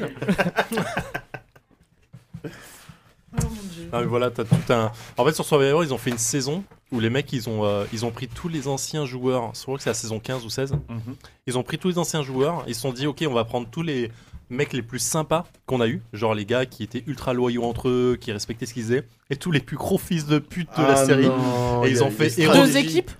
Oh, Ah, mais voilà, t'as tout un. En fait, sur Survivor, ils ont fait une saison où les mecs, ils ont, euh, ils ont pris tous les anciens joueurs. Je crois que c'est la saison 15 ou 16. Mhm. Ils ont pris tous les anciens joueurs. Ils se sont dit, OK, on va prendre tous les mecs les plus sympas qu'on a eu. Genre les gars qui étaient ultra loyaux entre eux, qui respectaient ce qu'ils faisaient. Et tous les plus gros fils de pute de la Ah série. non, et il y ils a ont une fait héros. stratégie. Deux équipes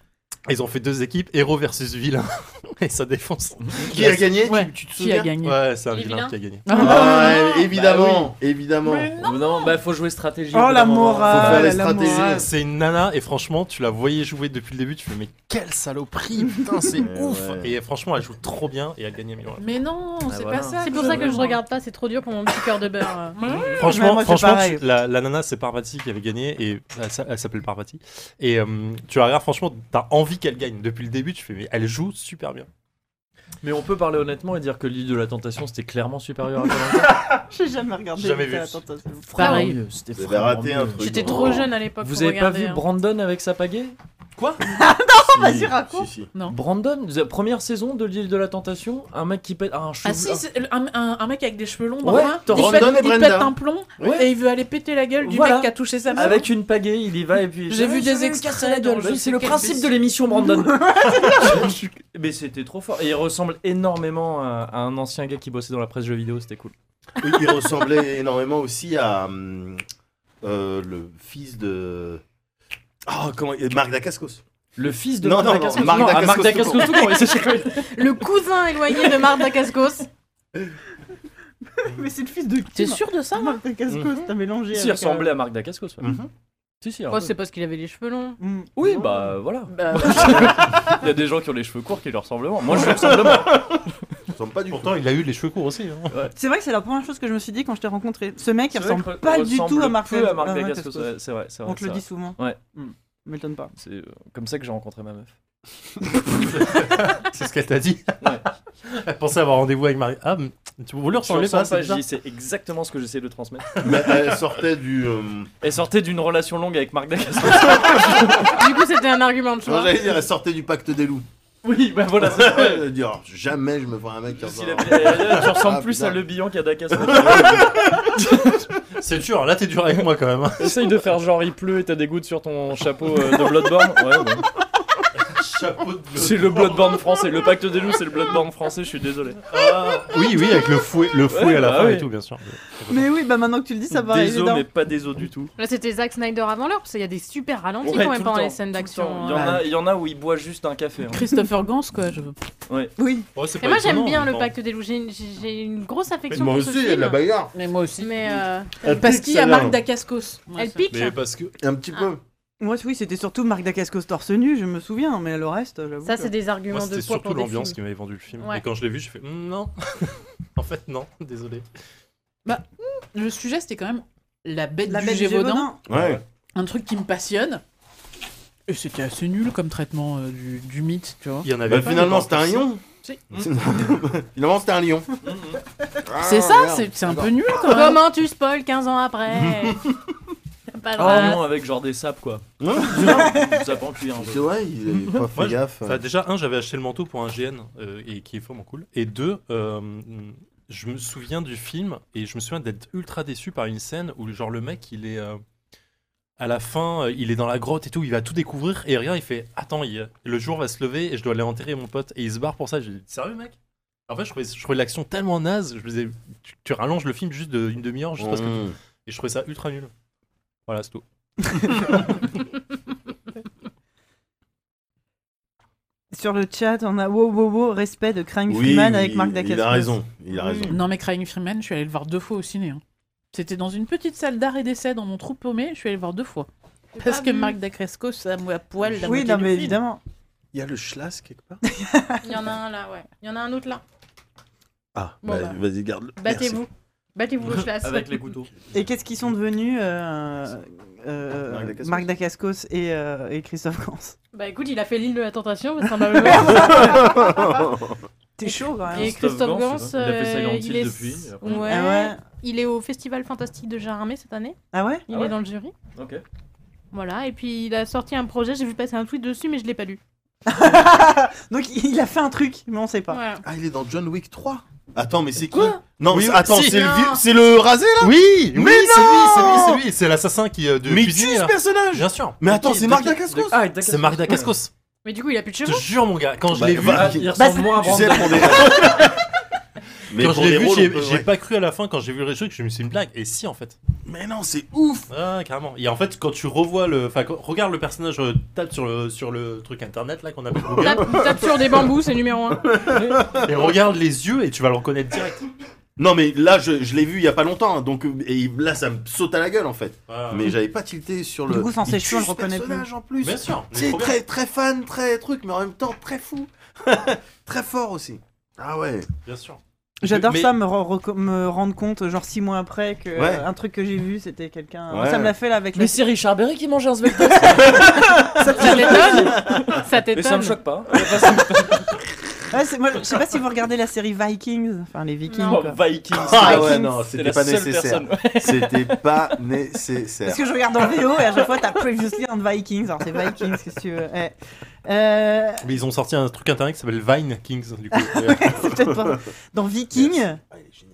Ils ont fait deux équipes, héros versus vilain. *laughs* et ça défonce. Qui a gagné Tu- tu te souviens Ouais, c'est un Les vilain vilains qui a gagné. *laughs* Ah ouais, évidemment, évidemment. Non, bah faut jouer stratégie. Oh, au bout la d'un moment. hein. morale, Faut faire les la stratégies. morale. C'est une nana et franchement, tu la voyais jouer depuis le début, tu fais mais quelle *laughs* saloperie, putain, c'est Ouais, ouf. Eh ouais. Et franchement, elle joue trop bien et elle gagne un million. Mais non, Ah, c'est voilà. pas ça. C'est pour ça que je regarde pas, c'est trop dur pour mon petit cœur de beurre. euh. Franchement, moi, c'est franchement pareil. tu- la, la nana, c'est Parvati qui avait gagné et elle, s'a- elle s'appelle Parvati. Et euh, tu la regardes, franchement, t'as envie qu'elle gagne. Depuis le début, tu fais mais elle joue super bien. Mais on peut parler honnêtement et dire que l'île de la tentation c'était clairement supérieur à Koh-Lanta. Ah, J'ai jamais regardé. Jamais Lisa vu. la Tentation. Pareil. Pareil. C'était Vous avez vraiment raté un nul. truc. hein. J'étais trop jeune à l'époque Vous pour avez pas regarder, vu hein. Brandon avec sa pagaie *laughs* Quoi Non, vas-y, raconte. si, si. Non. Brandon, la première saison de l'île de la tentation, un mec qui pète un chou. Ah si, c'est le- un, un- un mec avec des cheveux longs, Ouais, brun, il, Brandon pète, et il pète Brenda. un plomb Ouais. et il veut aller péter la gueule du Voilà. mec qui a touché sa main. Avec une pagaie, il y va et puis. Ah, J'ai vu Je vais des lui extraits casser la gueule. dans je C'est sais le quel principe bêtise. de l'émission, *laughs* Brandon. *laughs* Mais c'était trop fort. Et il ressemble énormément à à un ancien gars qui bossait dans la presse jeux vidéo, c'était cool. Oui, il ressemblait *laughs* énormément aussi à hum, euh, le fils de. Ah, comment euh, Marc Dacascos. Le fils de non, Marc non, Dacascos. Non, Marc Non, à Dacascos. Marc tout court. Dacascos tout court, oui, c'est sûr. *laughs* Le cousin éloigné de Marthe Dacascos. Mais c'est le fils de qui Ah, T'es Marc- sûr de ça hein Marc Mm. Dacascos, Mhm. t'as mélangé. Si, il avec, ressemblait euh, à Marc Dacascos. ouais. Si, si. un Oh, peu. c'est parce qu'il avait les cheveux longs. Mhm. Mm. Oui, Oh. bah voilà. *laughs* Bah, Il y a des gens qui ont les cheveux courts qui leur ressemblent moins. Moi, je lui ressemble moins. pas du Pourtant, Oh, il a eu les cheveux courts *laughs* aussi. hein. C'est vrai que c'est la première chose que je me suis dit quand je t'ai rencontré. Ce mec, il C'est vrai ressemble que pas re- du tout ressemble à Marc peu à Marc Marc Dacascos, Dacascos. ouais, c'est vrai, c'est vrai, On te le c'est dit vrai. souvent. Ouais. Hmm. M'étonne pas. C'est euh, comme ça que j'ai rencontré ma meuf. C'est ce qu'elle t'a dit. Elle pensait avoir rendez-vous avec Marie. Ah, mais tu voulais Je ressembler ressens pas, pas, c'est je dis, bizarre. c'est exactement ce que j'essaie de transmettre. Mais elle sortait du. euh, Elle sortait d'une relation longue avec Marc Dacascos. *laughs* du coup, c'était un argument de Non, choix. *laughs* J'allais dire, elle sortait du pacte des loups. Oui, bah voilà, c'est ça. *laughs* Elle dit, oh, jamais je me vois un mec qui ressemble. Tu ressembles Ah, plus putain. à Le Bihan qu'à Dacascos. *laughs* C'est dur, là t'es dur avec moi quand même. hein. Essaye de faire genre il pleut et t'as des gouttes sur ton chapeau euh, de Bloodborne. Ouais, bon. Chapeau de C'est le Bloodborne français. Le pacte des loups, c'est le Bloodborne français, je suis désolé. Ah. Oui, oui, avec le fouet, le fouet Ouais, à la bah fin et oui. tout, bien sûr. Mais oui, bah maintenant que tu le dis, ça paraît Des os, évident. mais pas des os du tout. Là, c'était Zack Snyder avant l'heure, parce qu'il y a des super ralentis Ouais, quand tout même le pendant temps, les scènes d'action. Il y, en hein. a, il y en a où il boit juste un café. hein. Christopher Gans, quoi. Je... Ouais. Oui. Et moi, j'aime bien le pacte des loups. J'ai une- j'ai- j'ai une grosse affection moi pour ce aussi, il y a de la film. bagarre. Mais moi aussi. Mais euh, Elle Parce pique, qu'il y a celle-là. Marc Dacascos. Moi, Elle ça- pique. Ah, parce que. Un petit peu. Moi, oui, c'était surtout Marc Dacascos torse nu, je me souviens, mais le reste, j'avoue. Ça, que- c'est des arguments Moi, de c'était poids surtout pour des l'ambiance qui films. m'avait vendu le film. Ouais. Et quand je l'ai vu, j'ai fait Hum, non. *laughs* en fait, non, désolé. Bah, le sujet, c'était quand même la bête La du Bête du Gévaudan. Ouais. Un truc qui me passionne. Et c'était assez nul comme traitement euh, du, du mythe, tu vois. Il y en avait Bah, finalement, c'était un lion. Si. *laughs* finalement, c'était un lion. C'est Ah, ça, merde. c'est- c'est un D'accord. peu nul quand même. Comment tu spoil 15 ans après Pas Oh grave. euh. non, avec genre des sapes quoi. *laughs* Non, sapes en cuir un C'est peu. vrai, *laughs* ils avaient pas Moi, fait je- gaffe. enfin, déjà, un, j'avais acheté le manteau pour un GN euh, et qui est vraiment cool. Et deux, euh, je me souviens du film et je me souviens d'être ultra déçu par une scène où genre le mec, il est euh, à la fin, euh, il est dans la grotte et tout, il va tout découvrir et rien, il fait attends, il- le jour va se lever et je dois aller enterrer mon pote et il se barre pour ça. J'ai dit sérieux mec. En fait, je trouvais, je trouvais l'action tellement naze, je me disais, tu, tu rallonges le film juste d'une demi-heure juste parce que Mmh. et je trouvais ça ultra nul. Voilà, c'est tout. Sur le chat, on a wow wow wow, respect de Crying Oui, Freeman oui, avec Marc il a Dacascos. raison, il a raison. Mm. Non mais Crying Freeman, je suis allé le voir deux fois au ciné. hein. C'était dans une petite salle d'art et d'essai dans mon trou paumé, je suis allé le voir deux fois. Parce pas que vu. Marc Dacascos, ça m'a poil la Oui, moitié non, du mais film. évidemment. *coughs* Il y a le schlass quelque part Il y en a un là, ouais. Il y en a un autre là. Ah, Bon, bah. bah, vas-y, garde-le. Battez-vous. Battez-vous au chasse. couteaux. Et qu'est-ce qu'ils sont devenus euh, euh, Marc Dacascos. Marc Dacascos et, euh, et Christophe Gans *laughs* *laughs* Bah écoute, il a fait l'île de la tentation, vraisemblablement. T'es chaud quand même. Et Christophe Gans, il a fait sa euh, gantille il est... depuis, et après- Ouais. Ah ouais. il est au Festival Fantastique de Gérardmer cette année. Ah ouais Il Ah ouais. est dans le jury. Ok. Voilà, et puis il a sorti un projet, j'ai vu passer un tweet dessus, mais je l'ai pas lu. Donc il a fait un truc, mais on sait pas. Ouais. Ah, il est dans John Wick 3 Attends, mais c'est qui Non, Oui, c'est- oui, attends, si. c'est le Non. vieux- c'est le rasé là Oui, Mais oui, c'est lui, c'est lui, non c'est lui, c'est l'assassin qui euh, de Mais Mais il tue ce ce personnage Bien sûr. Mais attends, c'est Marc Dacascos. Dacascos C'est Marc Dacascos. Mais du coup, il a plus de Je cheveux. te jure, mon gars, quand je l'ai vu, tu sais, pour des- Mais quand je pour l'ai des vu, rôles, on j'ai peut- j'ai ouais. pas cru à la fin quand j'ai vu le truc, je me suis dit, c'est une blague. Et si en fait. Mais non, c'est ouf. Ah carrément. Et en fait, quand tu revois le, enfin, quand- regarde le personnage, euh, tape sur le sur le truc internet là qu'on appelle Google. Tape, tape sur des bambous, c'est numéro *laughs* 1. Et regarde les yeux et tu vas le reconnaître direct. Non, mais là, je, je l'ai vu il y a pas longtemps, hein, donc et il- là, ça me saute à la gueule en fait. Ah. Mais j'avais pas tilté sur le. Du coup, sans Il ses tue cheveux, on le ce reconnaît plus. personnage en plus. Bien sûr, mais C'est trop bien. très très fan, très truc, mais en même temps très fou, *laughs* très fort aussi. Ah ouais. Bien sûr. J'adore Mais- ça, me, re- reco- me rendre compte, genre six mois après, que Ouais. euh, un truc que j'ai vu, c'était quelqu'un. Ouais. Ça me l'a fait là avec. Mais c'est Richard Berry qui mangeait un svelto. *laughs* ça t'étonne Ça t'étonne Mais ça me choque pas. Ouais, c'est- moi, je sais pas si vous regardez la série Vikings, enfin les Vikings. Non. quoi. Oh, Vikings, Ah Vikings, ouais, non, c'est c'était la pas seule nécessaire. *laughs* personne. C'était pas nécessaire. Parce que je regarde en VO et à chaque fois t'as previously on Vikings, alors c'est Vikings, qu'est-ce que tu veux. Eh. Euh, Mais ils ont sorti un truc internet qui s'appelle Vine Kings *laughs* du coup. c'est peut-être pas- Dans Viking,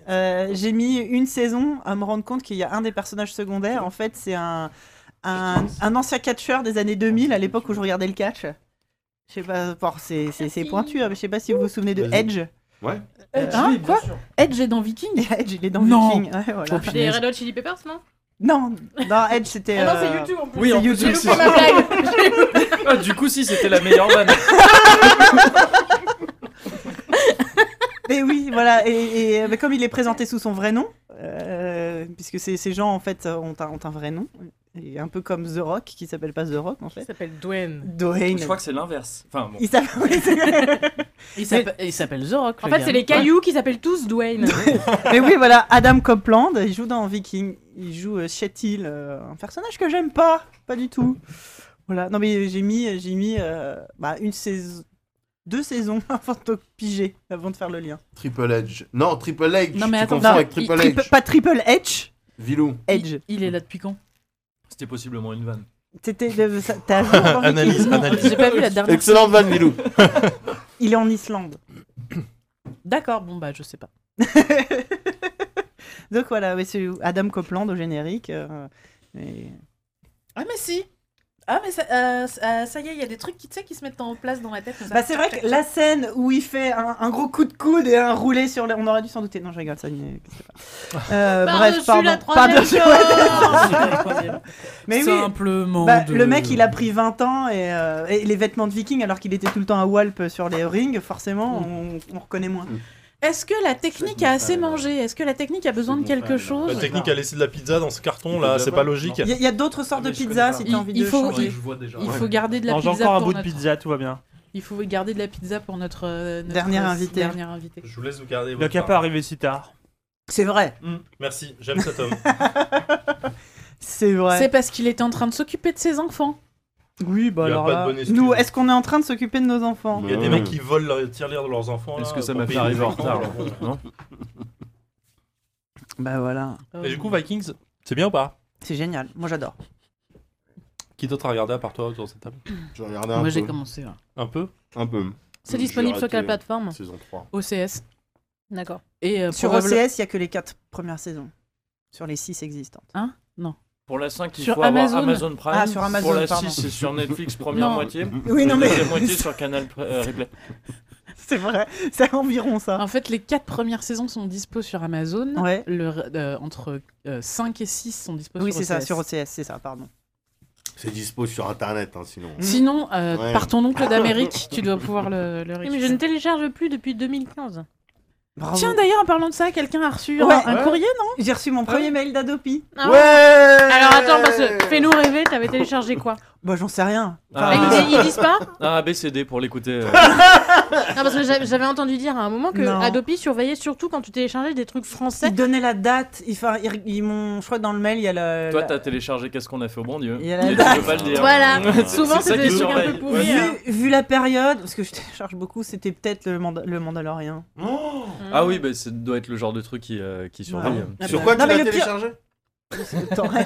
euh, j'ai mis une saison à me rendre compte qu'il y a un des personnages secondaires. En fait, c'est un, un, un ancien catcheur des années 2000, à l'époque où je regardais le catch. Je sais pas, bon, c'est- c'est c'est pointu, hein, mais je sais pas si vous vous souvenez de Vas-y. Edge. Ouais. Euh, Edge, oui, bien quoi sûr. Edge est dans Viking Edge, il est dans Non. Viking. ouais, voilà. Oh, Des Red Hot Chili Peppers, non Non, non, Edge c'était. Ah non, c'est euh, YouTube, en plus. c'est en plus, YouTube, J'ai loupé ma *laughs* blague. J'ai loupé. Ah, du coup, si c'était la meilleure vanne. Mais oui, voilà. Et, et, euh, mais comme il est présenté sous son vrai nom, euh, puisque ces, ces gens en fait euh, ont un, ont un vrai nom, et un peu comme The Rock, qui s'appelle pas The Rock en fait. Il s'appelle Dwayne. Dwayne. Je crois que c'est l'inverse. Enfin, bon. Il s'appelle. *laughs* Il s'appelle- il s'appelle The Rock. En le fait, gars. c'est les cailloux qui s'appellent tous *laughs* Dwayne. Mais oui, voilà, Adam Copeland, il joue dans Viking, il joue euh, Shetil, euh, un personnage que j'aime pas, pas du tout. Voilà, non mais j'ai mis, j'ai mis euh, bah, une saison, deux saisons *laughs* avant de piger, avant de faire le lien. Triple Edge. Non, Triple Edge. Non, mais tu attends, confonds non, avec il- Triple Edge. Triple- pas Triple H, Vilou. Edge. Il est là depuis quand C'était possiblement une vanne. C'était, le- ça- t'as vu encore Viking Analyse, analyse. J'ai pas vu la dernière Excellente vanne, Milou. *laughs* Il est en Islande. D'accord, bon bah je sais pas. *laughs* Donc voilà, ouais, c'est Adam Copeland au générique. euh, et- Ah mais si Ah mais ça, euh, ça- ça y est, il y a des trucs qui, tu sais, qui se mettent en place dans la tête. comme ça. Bah c'est vrai que la scène où il fait un, un gros coup de coude et un roulé sur le... On aurait dû s'en douter. Non, je rigole, ça n'existe pas. Euh, Par-dessus bref, pardon. *laughs* la troisième Par-dessus- Ah, chose Mais oui. Simplement Bah, de- Le mec, il a pris 20 ans et, euh, et les vêtements de viking alors qu'il était tout le temps à Walp sur les rings, Mm. forcément, on, on reconnaît moins. Est-ce que la technique a assez mangé Est-ce que la technique a besoin de quelque La chose technique a laissé de la pizza dans ce carton là, c'est pas logique. Il y a- il y a d'autres sortes Ah, de pizzas si Il- t'as envie il de faut- changer. il- Il faut garder de la Mange pizza encore un pour bout de notre- pizza, tout va bien. Il faut garder de la pizza pour notre, euh, notre Dernier invité. dernier invité. Je vous laisse vous garder. Le votre cap est arrivé si tard. Hmm. C'est vrai. Merci, j'aime *laughs* cet homme. C'est vrai. C'est parce qu'il était en train de s'occuper de ses enfants. Oui, bah Il y a alors pas de là, bonne excuse. nous, est-ce qu'on est en train de s'occuper de nos enfants Il y a des mecs qui volent leur tirelire de leurs enfants. Est-ce là, que ça pour m'a fait payer arriver en les retard là enfants. Non Bah voilà. Ah Et du coup, Vikings, c'est bien ou pas C'est génial, moi j'adore. Qui d'autre a regardé à part toi autour de cette table Je regardais un Moi, peu. j'ai commencé, ouais. Un peu Un peu. C'est disponible sur quelle plateforme Saison 3. OCS. D'accord. Et euh, Sur OCS, il probable- n'y a que les 4 premières saisons. Sur les 6 existantes. Hein Non. Pour la 5, il Sur faut avoir Amazon. Amazon Prime. Ah, sur Amazon, Pour la 6, pardon. c'est *laughs* sur Netflix, première Non. moitié. *laughs* Oui, non, mais- Deuxième moitié *laughs* sur Canal euh, Replay. C'est vrai, c'est environ ça. En fait, les quatre premières saisons sont dispo sur Amazon. Ouais. Le- euh, entre 5 et 6 sont dispo Oui, sur c'est ça, OCS. sur OCS, c'est ça, pardon. C'est dispo sur internet, hein, sinon. Hmm. Sinon, euh, Ouais. par ton oncle *laughs* d'Amérique, tu dois pouvoir le, le Mais je ne télécharge plus depuis 2015. Bravo. Tiens, d'ailleurs, en parlant de ça, quelqu'un a reçu un, Ouais. un Ouais. Euh. courrier, non Ah J'ai reçu mon premier mail d'Adopi. *laughs* Ah Alors attends, parce que fais-nous rêver, t'avais téléchargé quoi Bah, j'en sais rien. Ah. Ils- ils disent pas Ah, ABCD pour l'écouter. euh. *laughs* Non, parce que j'a- j'avais entendu dire à un moment que Non. Adopi surveillait surtout quand tu téléchargeais des trucs français. Ils donnaient la date. Ils, enfin, ils, ils m'ont, Hum, je crois que dans le mail, il y a la. Toi, la- t'as téléchargé Qu'est-ce qu'on a fait au bon Dieu il y a la Et tu date. veux pas le dire. *laughs* c'est ça qui surveille. Vu, hein. vu la période, parce que je télécharge beaucoup, c'était peut-être le, Manda- le Mandalorian. Ah oui, bah, ça doit être le genre de truc qui, euh, qui surveille. Ah bon Sur quoi tu Non, mais l'as le pire- *laughs* téléchargé C'est le torrent.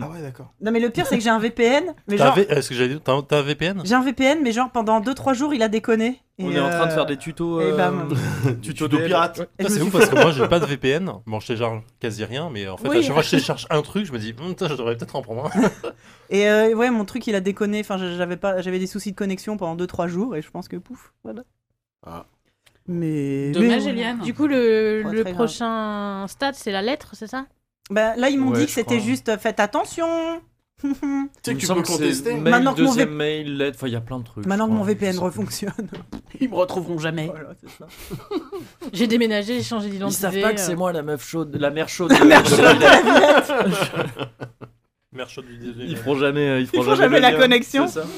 Ah ouais, d'accord. Non, mais le pire, c'est que j'ai un VPN. Mais T'as un genre, V- euh, ce que j'allais dire, t'as un- t'as un VPN j'ai un VPN, mais genre pendant 2-3 jours, il a déconné. On Et, est en train de euh, faire des tutos. et euh, *laughs* bam. tutos Tutos DL. pirates. Ouais. Ah, c'est ouf parce que *laughs* moi j'ai pas de VPN, bon je télécharge quasi rien, mais en fait Oui. à chaque fois que je télécharge un truc, je me dis, Hum, putain, je devrais peut-être en prendre *laughs* un. Et euh, ouais, mon truc, il a déconné. Enfin, j'avais pas, j'avais des soucis de connexion pendant 2-3 jours, et je pense que pouf, voilà. Ah. Mais. Dommage, mais- Eliane. Du coup, le, Pas le très grave. prochain stade, c'est la lettre, c'est *laughs* ça Bah, là, ils m'ont Ouais, dit que je c'était crois. juste euh, faites attention. Il me tu semble peux que c'est contester. Mail, Maintenant que mon deuxième V- mail, lettre, enfin il y a plein de trucs. Maintenant que mon Ouais. VPN refonctionne. Ils me retrouveront jamais. Voilà, c'est ça. *laughs* J'ai déménagé, j'ai changé Ils d'identité. savent pas que euh. c'est moi la meuf chaude, la mère *laughs* chaude. La mère chaude de la *laughs* Villette. Mère chaude du Ils feront jamais, euh, ils Ils font jamais le la lien, connexion. c'est ça Non,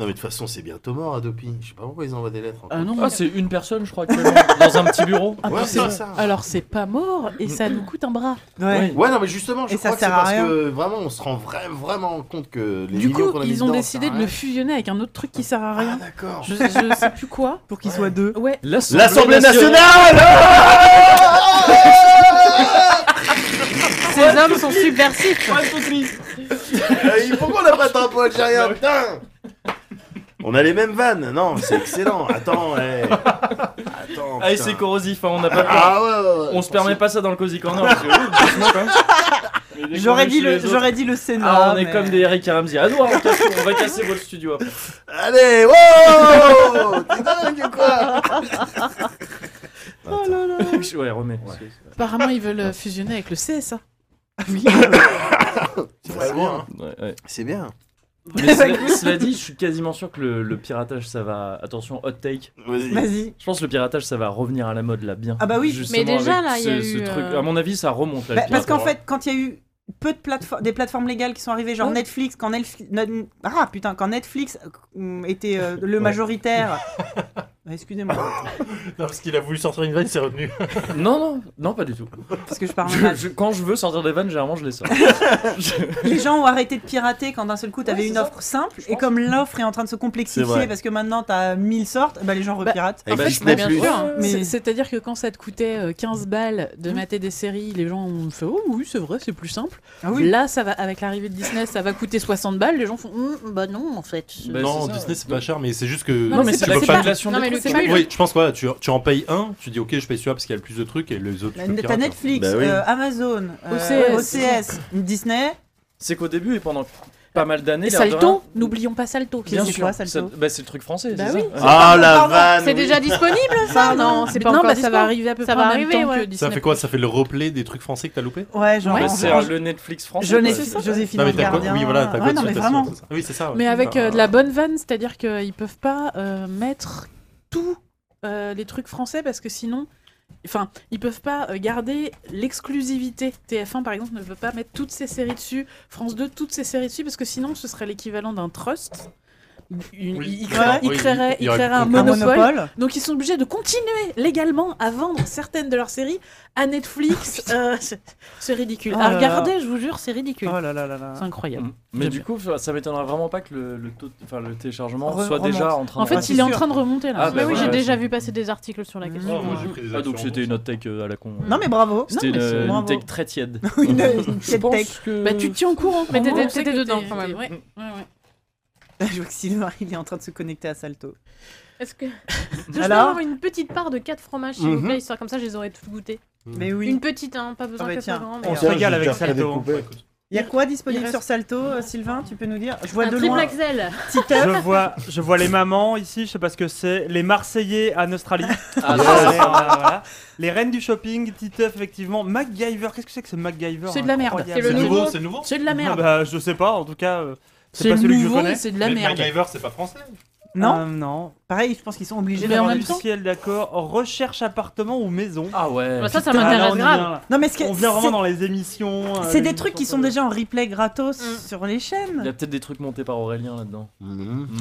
mais de toute façon, c'est bientôt mort, Adopi. Je sais pas pourquoi ils envoient des lettres. Ah non, Ah, c'est une personne, je crois, actuellement, *laughs* dans un petit bureau. Ah, Ouais, puis c'est- Ah, c'est ça. Alors c'est pas mort et ça nous coûte un bras. Ouais. ouais, non, mais justement, je Et ça crois que c'est sert à parce rien. que vraiment, on se rend vra- vraiment compte que les Du millions coup, qu'on a mis ils ont dedans, décidé ça Ah, de le fusionner avec un autre truc qui sert à rien. d'accord. Je, je sais plus quoi. Pour qu'ils soient deux. Ouais. L'Assemblée nationale Ces hommes sont subversifs. Euh, Pourquoi on n'a pas de drapeau Bah algérien Putain On a les mêmes vannes, non, c'est excellent. Attends, eh. hey. *laughs* Attends. Ah, et putain. c'est corrosif, hein, on n'a pas peur. Ah ouais, ouais, ouais. on se permet pas ça dans le Cozy Corner. *laughs* parce que, oui, franchement, quand même. Mais dès qu'on J'aurais est dit chez le- les autres- j'aurais dit le Sénat, Ah, on est mais- comme des Eric Ramsey. Ah, non, on, casse- on va casser votre studio après. *laughs* Allez, wow T'es dingue ou quoi Oh là là. *laughs* ouais, remets. Apparemment, ils veulent euh, fusionner avec le *laughs* CSA. C'est bien. hein. Ouais, ouais. C'est bien. Mais *laughs* cela, cela dit, je suis quasiment sûr que le, le piratage, ça va. Attention, hot take. Vas-y. Vas-y. Je pense que le piratage, ça va revenir à la mode là, bien. Ah bah oui. Justement, Mais déjà, avec là, il y a ce- ce eu, truc. euh, À mon avis, ça remonte là. Bah, le parce qu'en piratage. fait, quand il y a eu peu de plateformes, des plateformes légales qui sont arrivées, genre Ouais. Netflix, quand Netflix, Net- ah putain, quand Netflix euh, était euh, le *laughs* majoritaire. Ah, Excusez-moi. non, parce qu'il a voulu sortir une vanne, c'est revenu. *laughs* Non, non, non, pas du tout. Parce que je parle je, mal. Quand je veux sortir des vannes, généralement, je les sors. Les gens ont arrêté de pirater quand d'un seul coup t'avais Ouais, une c'est ça, offre simple et comme l'offre est en train de se C'est vrai. complexifier parce que maintenant t'as 1000 sortes, bah les gens repiratent. Eh ben, Avec Disney+. hein. mais- C'est- hein, C'est-à-dire que quand ça te coûtait euh, 15 balles de mater des séries, les gens ont fait Oh oui, c'est vrai, c'est plus simple. Ah oui. Là, ça va, avec l'arrivée de Disney, ça va coûter 60 balles. Les gens font Hum, Bah non, en fait. Bah, non, Disney c'est pas cher, mais c'est juste que. Non, mais c'est tu pas- peux c'est pas- pas- Non, mais le tu- cumul. Oui, je pense que voilà, tu, tu en payes un, tu dis ok, je paye celui-là parce qu'il y a le plus de trucs et les autres. tu peux T'as pirater. Netflix, euh, Amazon, *laughs* euh, OCS. OCS, Disney. C'est qu'au début et pendant pas mal d'années. Et l'air de rien, Salto, n'oublions pas Salto. Bien sûr. Ça- bah, c'est le truc français, Bah c'est oui. ça Ah, la vanne, C'est déjà disponible ça Non, c'est Mais pas non, encore bah, ça va dispo. arriver à peu Ça va près en même arriver, temps ouais. que Ça fait quoi Ça fait le replay des trucs français que t'as loupé Ouais, genre, Bah, en c'est France. le Netflix français. Je n'ai- quoi, c'est ça. Joséphine Non, mais t'as quoi- Gardien. Oui, voilà, t'as Ouais, quoi de non, mais citation, vraiment. c'est ça. Oui, c'est ça. ouais. Mais avec euh, Bah, de la bonne vanne, c'est-à-dire qu'ils peuvent pas euh, mettre tous euh, les trucs français parce que sinon. Enfin, ils peuvent pas euh, garder l'exclusivité. TF1, par exemple, ne veut pas mettre toutes ses séries dessus. France 2, toutes ses séries dessus, parce que sinon, ce serait l'équivalent d'un trust. Une- Oui. Ils créeraient, Ouais. ils Oui, créeraient- il y ils aurait créeraient un, un monopole, monopole. Donc, ils sont obligés de continuer légalement à vendre certaines de leurs séries *laughs* à Netflix. Euh, c'est- c'est ridicule. Oh à là là. regarder, je vous jure, c'est ridicule. Oh là là là là. C'est incroyable. Mm. Mais J'aime du bien. coup, ça ça m'étonnera vraiment pas que le, le taux de- enfin, le téléchargement Re- soit remonte. déjà en train En de fait, passer. il est en train de remonter, là. Ah, Mais bah oui, voilà, j'ai ouais. déjà vu passer des articles sur la question. Ah, donc c'était une hot tech euh, à la con. Non, mais bravo. C'était Non, mais c'est- une, une bravo. tech très tiède. Une- *laughs* une Je pense tech. que- Bah, tu te tiens au courant. Mais Au t'étais- moins, on sait t'étais que dedans, t'es- quand même. ouais, ouais, ouais. *laughs* Je vois que Sylvain, il est en train de se connecter à Salto. Est-ce que. Je peux Alors avoir une petite part de 4 fromages, s'il vous Mhm. plaît, histoire comme ça, je les aurais toutes goûtées. Mais oui. Une petite, hein, pas besoin Ah bah que ce soit tiens, grand. on mais- se régale avec Salto. Il y a quoi disponible Il reste- sur Salto, euh, Sylvain Tu peux nous dire Je vois Un de triple loin. Axel. Titeuf. *laughs* Je vois, je vois les mamans ici, je sais pas ce que c'est, les Marseillais en Australie. Ah, Les- ça, c'est euh, sympa. voilà. Les reines du shopping, Titeuf effectivement, MacGyver, qu'est-ce que c'est que ce MacGyver C'est de la merde. incroyable. C'est le C'est nouveau, nouveau. c'est nouveau C'est de la merde. Ah bah, je sais pas, en tout cas, euh, C'est c'est pas celui que je nouveau et connais. c'est de la Mais merde. MacGyver, c'est pas français. Non Euh, Non. Pareil, je pense qu'ils sont obligés Mais en d'avoir même des temps, petits- ciel, d'accord. Recherche appartement ou maison. Ah ouais. Bah, ça, ça m'intéresse grave. Non, mais ce qui est- on vient c'est- vraiment dans les émissions. euh, C'est les des émissions trucs qui sont déjà en replay gratos sur les Il y a chaînes. peut-être des trucs montés par Aurélien là-dedans.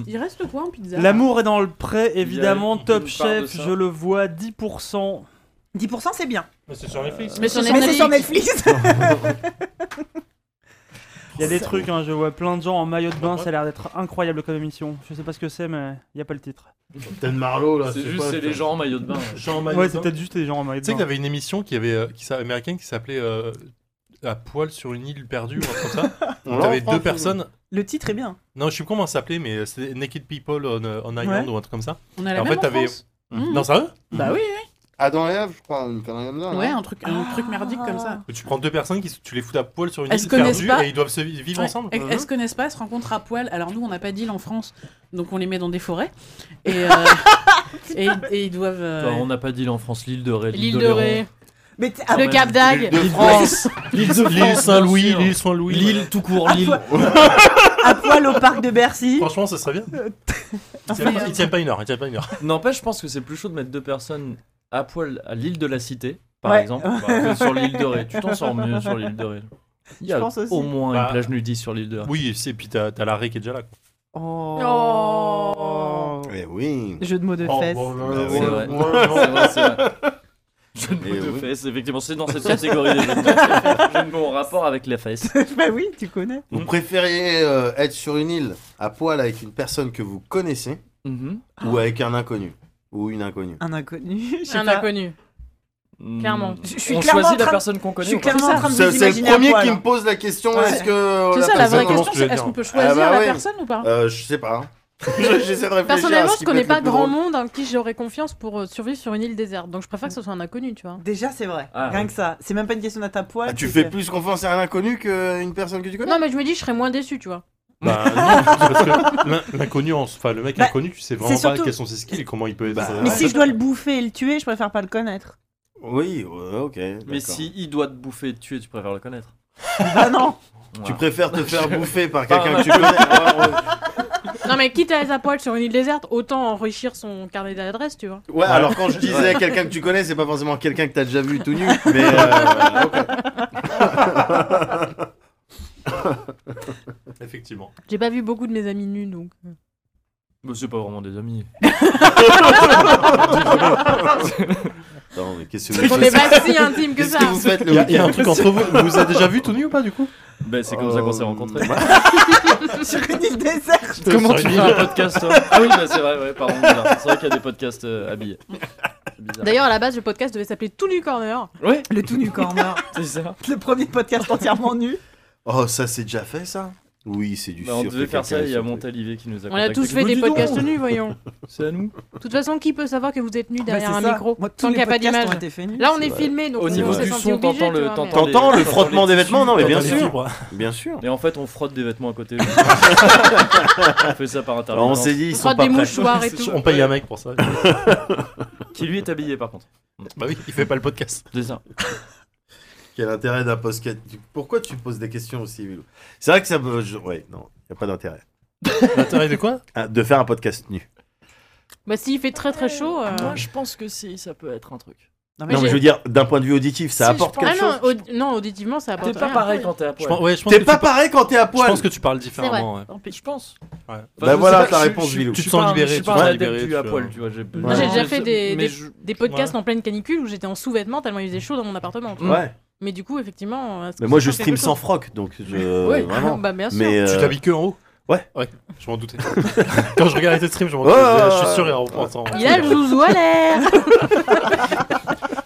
Il reste quoi en pizza L'amour est dans le prêt, évidemment. Il y a une Top bonne part de Chef, ça. je le vois, 10%. 10% c'est bien. Mais c'est sur Netflix. Mais sur Netflix. *laughs* *laughs* Il y a des trucs, hein, je vois plein de gens en maillot de bain, ça a l'air d'être incroyable comme émission. Je sais pas ce que c'est, mais il n'y a pas le titre. Captain Marlowe, là, C'est c'est juste, quoi, c'est ça les gens en maillot de bain. Gens en maillot Ouais, de c'est bain. peut-être juste les gens en maillot de Tu sais bain. qu'il y avait une émission qui avait, euh, qui s'a- américaine qui s'appelait euh, À poil sur une île perdue ou un truc *laughs* comme ça. On Tu avais l'enfant, deux personnes. Le titre est bien. Non, je sais plus comment ça s'appelait, mais c'était Naked People on, euh, on Island Ouais. ou un truc comme ça. On a la Et en même fait, en t'avais- Mm. France. Mhm. Non, sérieux Bah oui, oui. Adam et Ève, je crois, une connerie comme ça. Ouais, non un truc, un Ah. truc merdique comme ça. Tu prends deux personnes, qui, se- tu les fous à poil sur une Elles se île connaissent perdue pas. et ils doivent se vi- vivre Ouais. ensemble. Euh, Elles Mhm. elles se connaissent pas, elles se rencontrent à poil. Alors nous, on n'a pas d'île en France, donc on les met dans des forêts. Et, euh, et, et ils doivent. euh, Enfin, on n'a pas d'île en France, l'île de Ré. L'île de Ré. Mais ah, Le Cap d'Agde. L'île de France. L'île de L'île France, Saint-Louis, bien sûr. l'île Saint-Louis. L'île tout court, l'île. *laughs* À poil au parc de Bercy. Euh, Franchement, ça serait bien. Ils tiennent pas- ils tiennent pas une heure, ils tiennent pas une heure. *laughs* N'empêche, je pense que c'est plus chaud de mettre deux personnes à poil à l'île de la Cité, par Ouais. exemple, *laughs* *laughs* que sur l'île de Ré. Tu t'en sors mieux sur l'île de Ré. Il y a Je pense aussi. au moins Bah, une plage nudiste sur l'île de Ré. Oui, et puis t'as t'as la Ré qui est déjà là. quoi. Oh. Eh oui. Jeu de mots de Oh, fesses. bon, Bah, euh, c'est ouais, *laughs* vrai. ouais, C'est vrai, c'est vrai. Je Jeu de mots Eh de oui. fesses, effectivement, c'est dans *laughs* cette catégorie des jeux de mots. Jeu de mots en rapport avec les fesses. *laughs* bah oui, tu connais. Vous préfériez euh, être sur une île à poil avec une personne que vous connaissez Mhm. ou Ah. avec un inconnu ou une inconnue Un inconnu. je sais Un pas. inconnu. Hmm. Clairement. Je suis On clairement choisit en la train- personne qu'on connaît Je ou suis pas clairement en train de C'est- vous c'est le imaginer à premier poil, qui hein. me pose la question Ouais. est-ce que *laughs* C'est ça, la vraie question, c'est est-ce qu'on peut choisir la oui. personne ou pas bah Euh, Je sais pas. hein. J'essaie de réfléchir. à Personnellement, ce je qui connais peut être pas le plus grand drôle. monde en qui j'aurais confiance pour euh, survivre sur une île déserte. Donc je préfère que ce soit un inconnu, tu vois. Déjà, c'est vrai. Ah, Rien ouais. que ça. C'est même pas une question d'être à poil. Ah, tu c'est fais que- plus confiance à un inconnu qu'à une personne que tu connais Non, mais je me dis, je serais moins déçu, tu vois. Bah *laughs* non, parce que l'in- l'inconnu, en- enfin le mec Bah, inconnu, tu sais c'est vraiment surtout- pas quels sont ses skills et comment il peut Bah, être. euh, Mais si je dois le bouffer et le tuer, je préfère pas le connaître. Oui, ouais, ok. Mais d'accord. si il doit te bouffer et te tuer, tu préfères le connaître. Ah *laughs* non Tu préfères te faire bouffer par quelqu'un un que tu connais *laughs* Non, mais quitte à être à poil sur une île déserte, autant enrichir son carnet d'adresse, tu vois. Ouais, *laughs* alors quand je disais quelqu'un que tu connais, c'est pas forcément quelqu'un que t'as déjà *laughs* vu tout nu, mais. euh, *laughs* ok. *laughs* Effectivement. J'ai pas vu beaucoup de mes amis nus, donc. Mais Bah, c'est pas vraiment *laughs* des amis. Non, mais qu'est-ce que On est pas si intime que ça. Il y a- il y a un truc entre vous. Vous vous êtes déjà vu tout nu ou pas du coup Ben, c'est comme ça Euh, qu'on s'est rencontrés. *laughs* Sur une île déserte. Comment tu fais un podcast toi Ah oui, bah, c'est vrai, ouais, pardon. bizarre. C'est vrai qu'il y a des podcasts euh, habillés. C'est bizarre. D'ailleurs, à la base, le podcast devait s'appeler Tout nu corner. Ouais. Le tout nu corner. *laughs* C'est ça. Le premier podcast entièrement nu. Oh, ça c'est déjà fait ça Oui, c'est du Bah, on sûr devait que faire ça, quelqu'un il y a est sauté. Montalivet qui nous a On a contactés. tous fait Bah, des dis donc podcasts nus, voyons. C'est à nous. De toute façon, qui peut savoir que vous êtes nu derrière c'est un ça. micro Moi, tous tant les qu'il n'y a pas podcasts d'image ont été faits nus. Là, on C'est est vrai. filmé, donc Au on niveau s'est du senti son, obligé, t'entends tu le, vois, mais- t'entends les- T'entends le t'entends frottement les des vêtements, non, mais tissus, bien t'entends les sûr. fibres. Bien sûr. Et en fait, on frotte des vêtements à côté. on fait ça par Alors, on intermittence. s'est dit, ils On sont frotte pas des prêts. mouchoirs et *laughs* C'est tout. sûr. On paye un mec pour ça. *laughs* Qui lui est habillé par contre. *laughs* bah oui, il fait pas le podcast. *laughs* C'est ça. Quel intérêt d'un podcast Pourquoi tu poses des questions aussi Milou C'est vrai que ça peut. je- Ouais, non, y a pas d'intérêt. L'intérêt de quoi Ah, De faire un podcast nu. Bah, s'il fait très très chaud. euh, Moi, je pense que si, ça peut être un truc. Non, Non, mais je veux *laughs* dire, d'un point de vue auditif, ça Si, apporte je pense- quelque Ah chose. non, aud- non, auditivement, ça apporte T'es pas rien. pareil quand t'es à Je poil. pense- ouais, je pense T'es que pas tu par- pareil quand t'es à Je poil. pense que tu parles différemment. vrai. ouais. Je pense. Ouais. Bah voilà je sais ta je- réponse, je- Vilou. je suis Tu te sens pas un- libéré, Je suis tu te pas sens un adepte libéré, du à tu poil, vois. tu vois. j'ai- Moi, J'ai déjà fait des, des, Mais je- des podcasts en pleine canicule où j'étais en sous-vêtements tellement il faisait chaud dans mon appartement. tu vois. Ouais. Mais du coup, effectivement. est-ce que Mais moi, ça je change stream quelque sans chose froc, donc je. euh, Oui, vraiment. *laughs* bah, bien sûr. Mais, Tu euh, t'habilles que en haut Ouais. Ouais, je m'en doutais. Quand je regardais tes streams, je m'en Ouais, doutais. ouais, je suis ouais, sûr, il y a un ouais. point sans- Il a le zouzou à l'air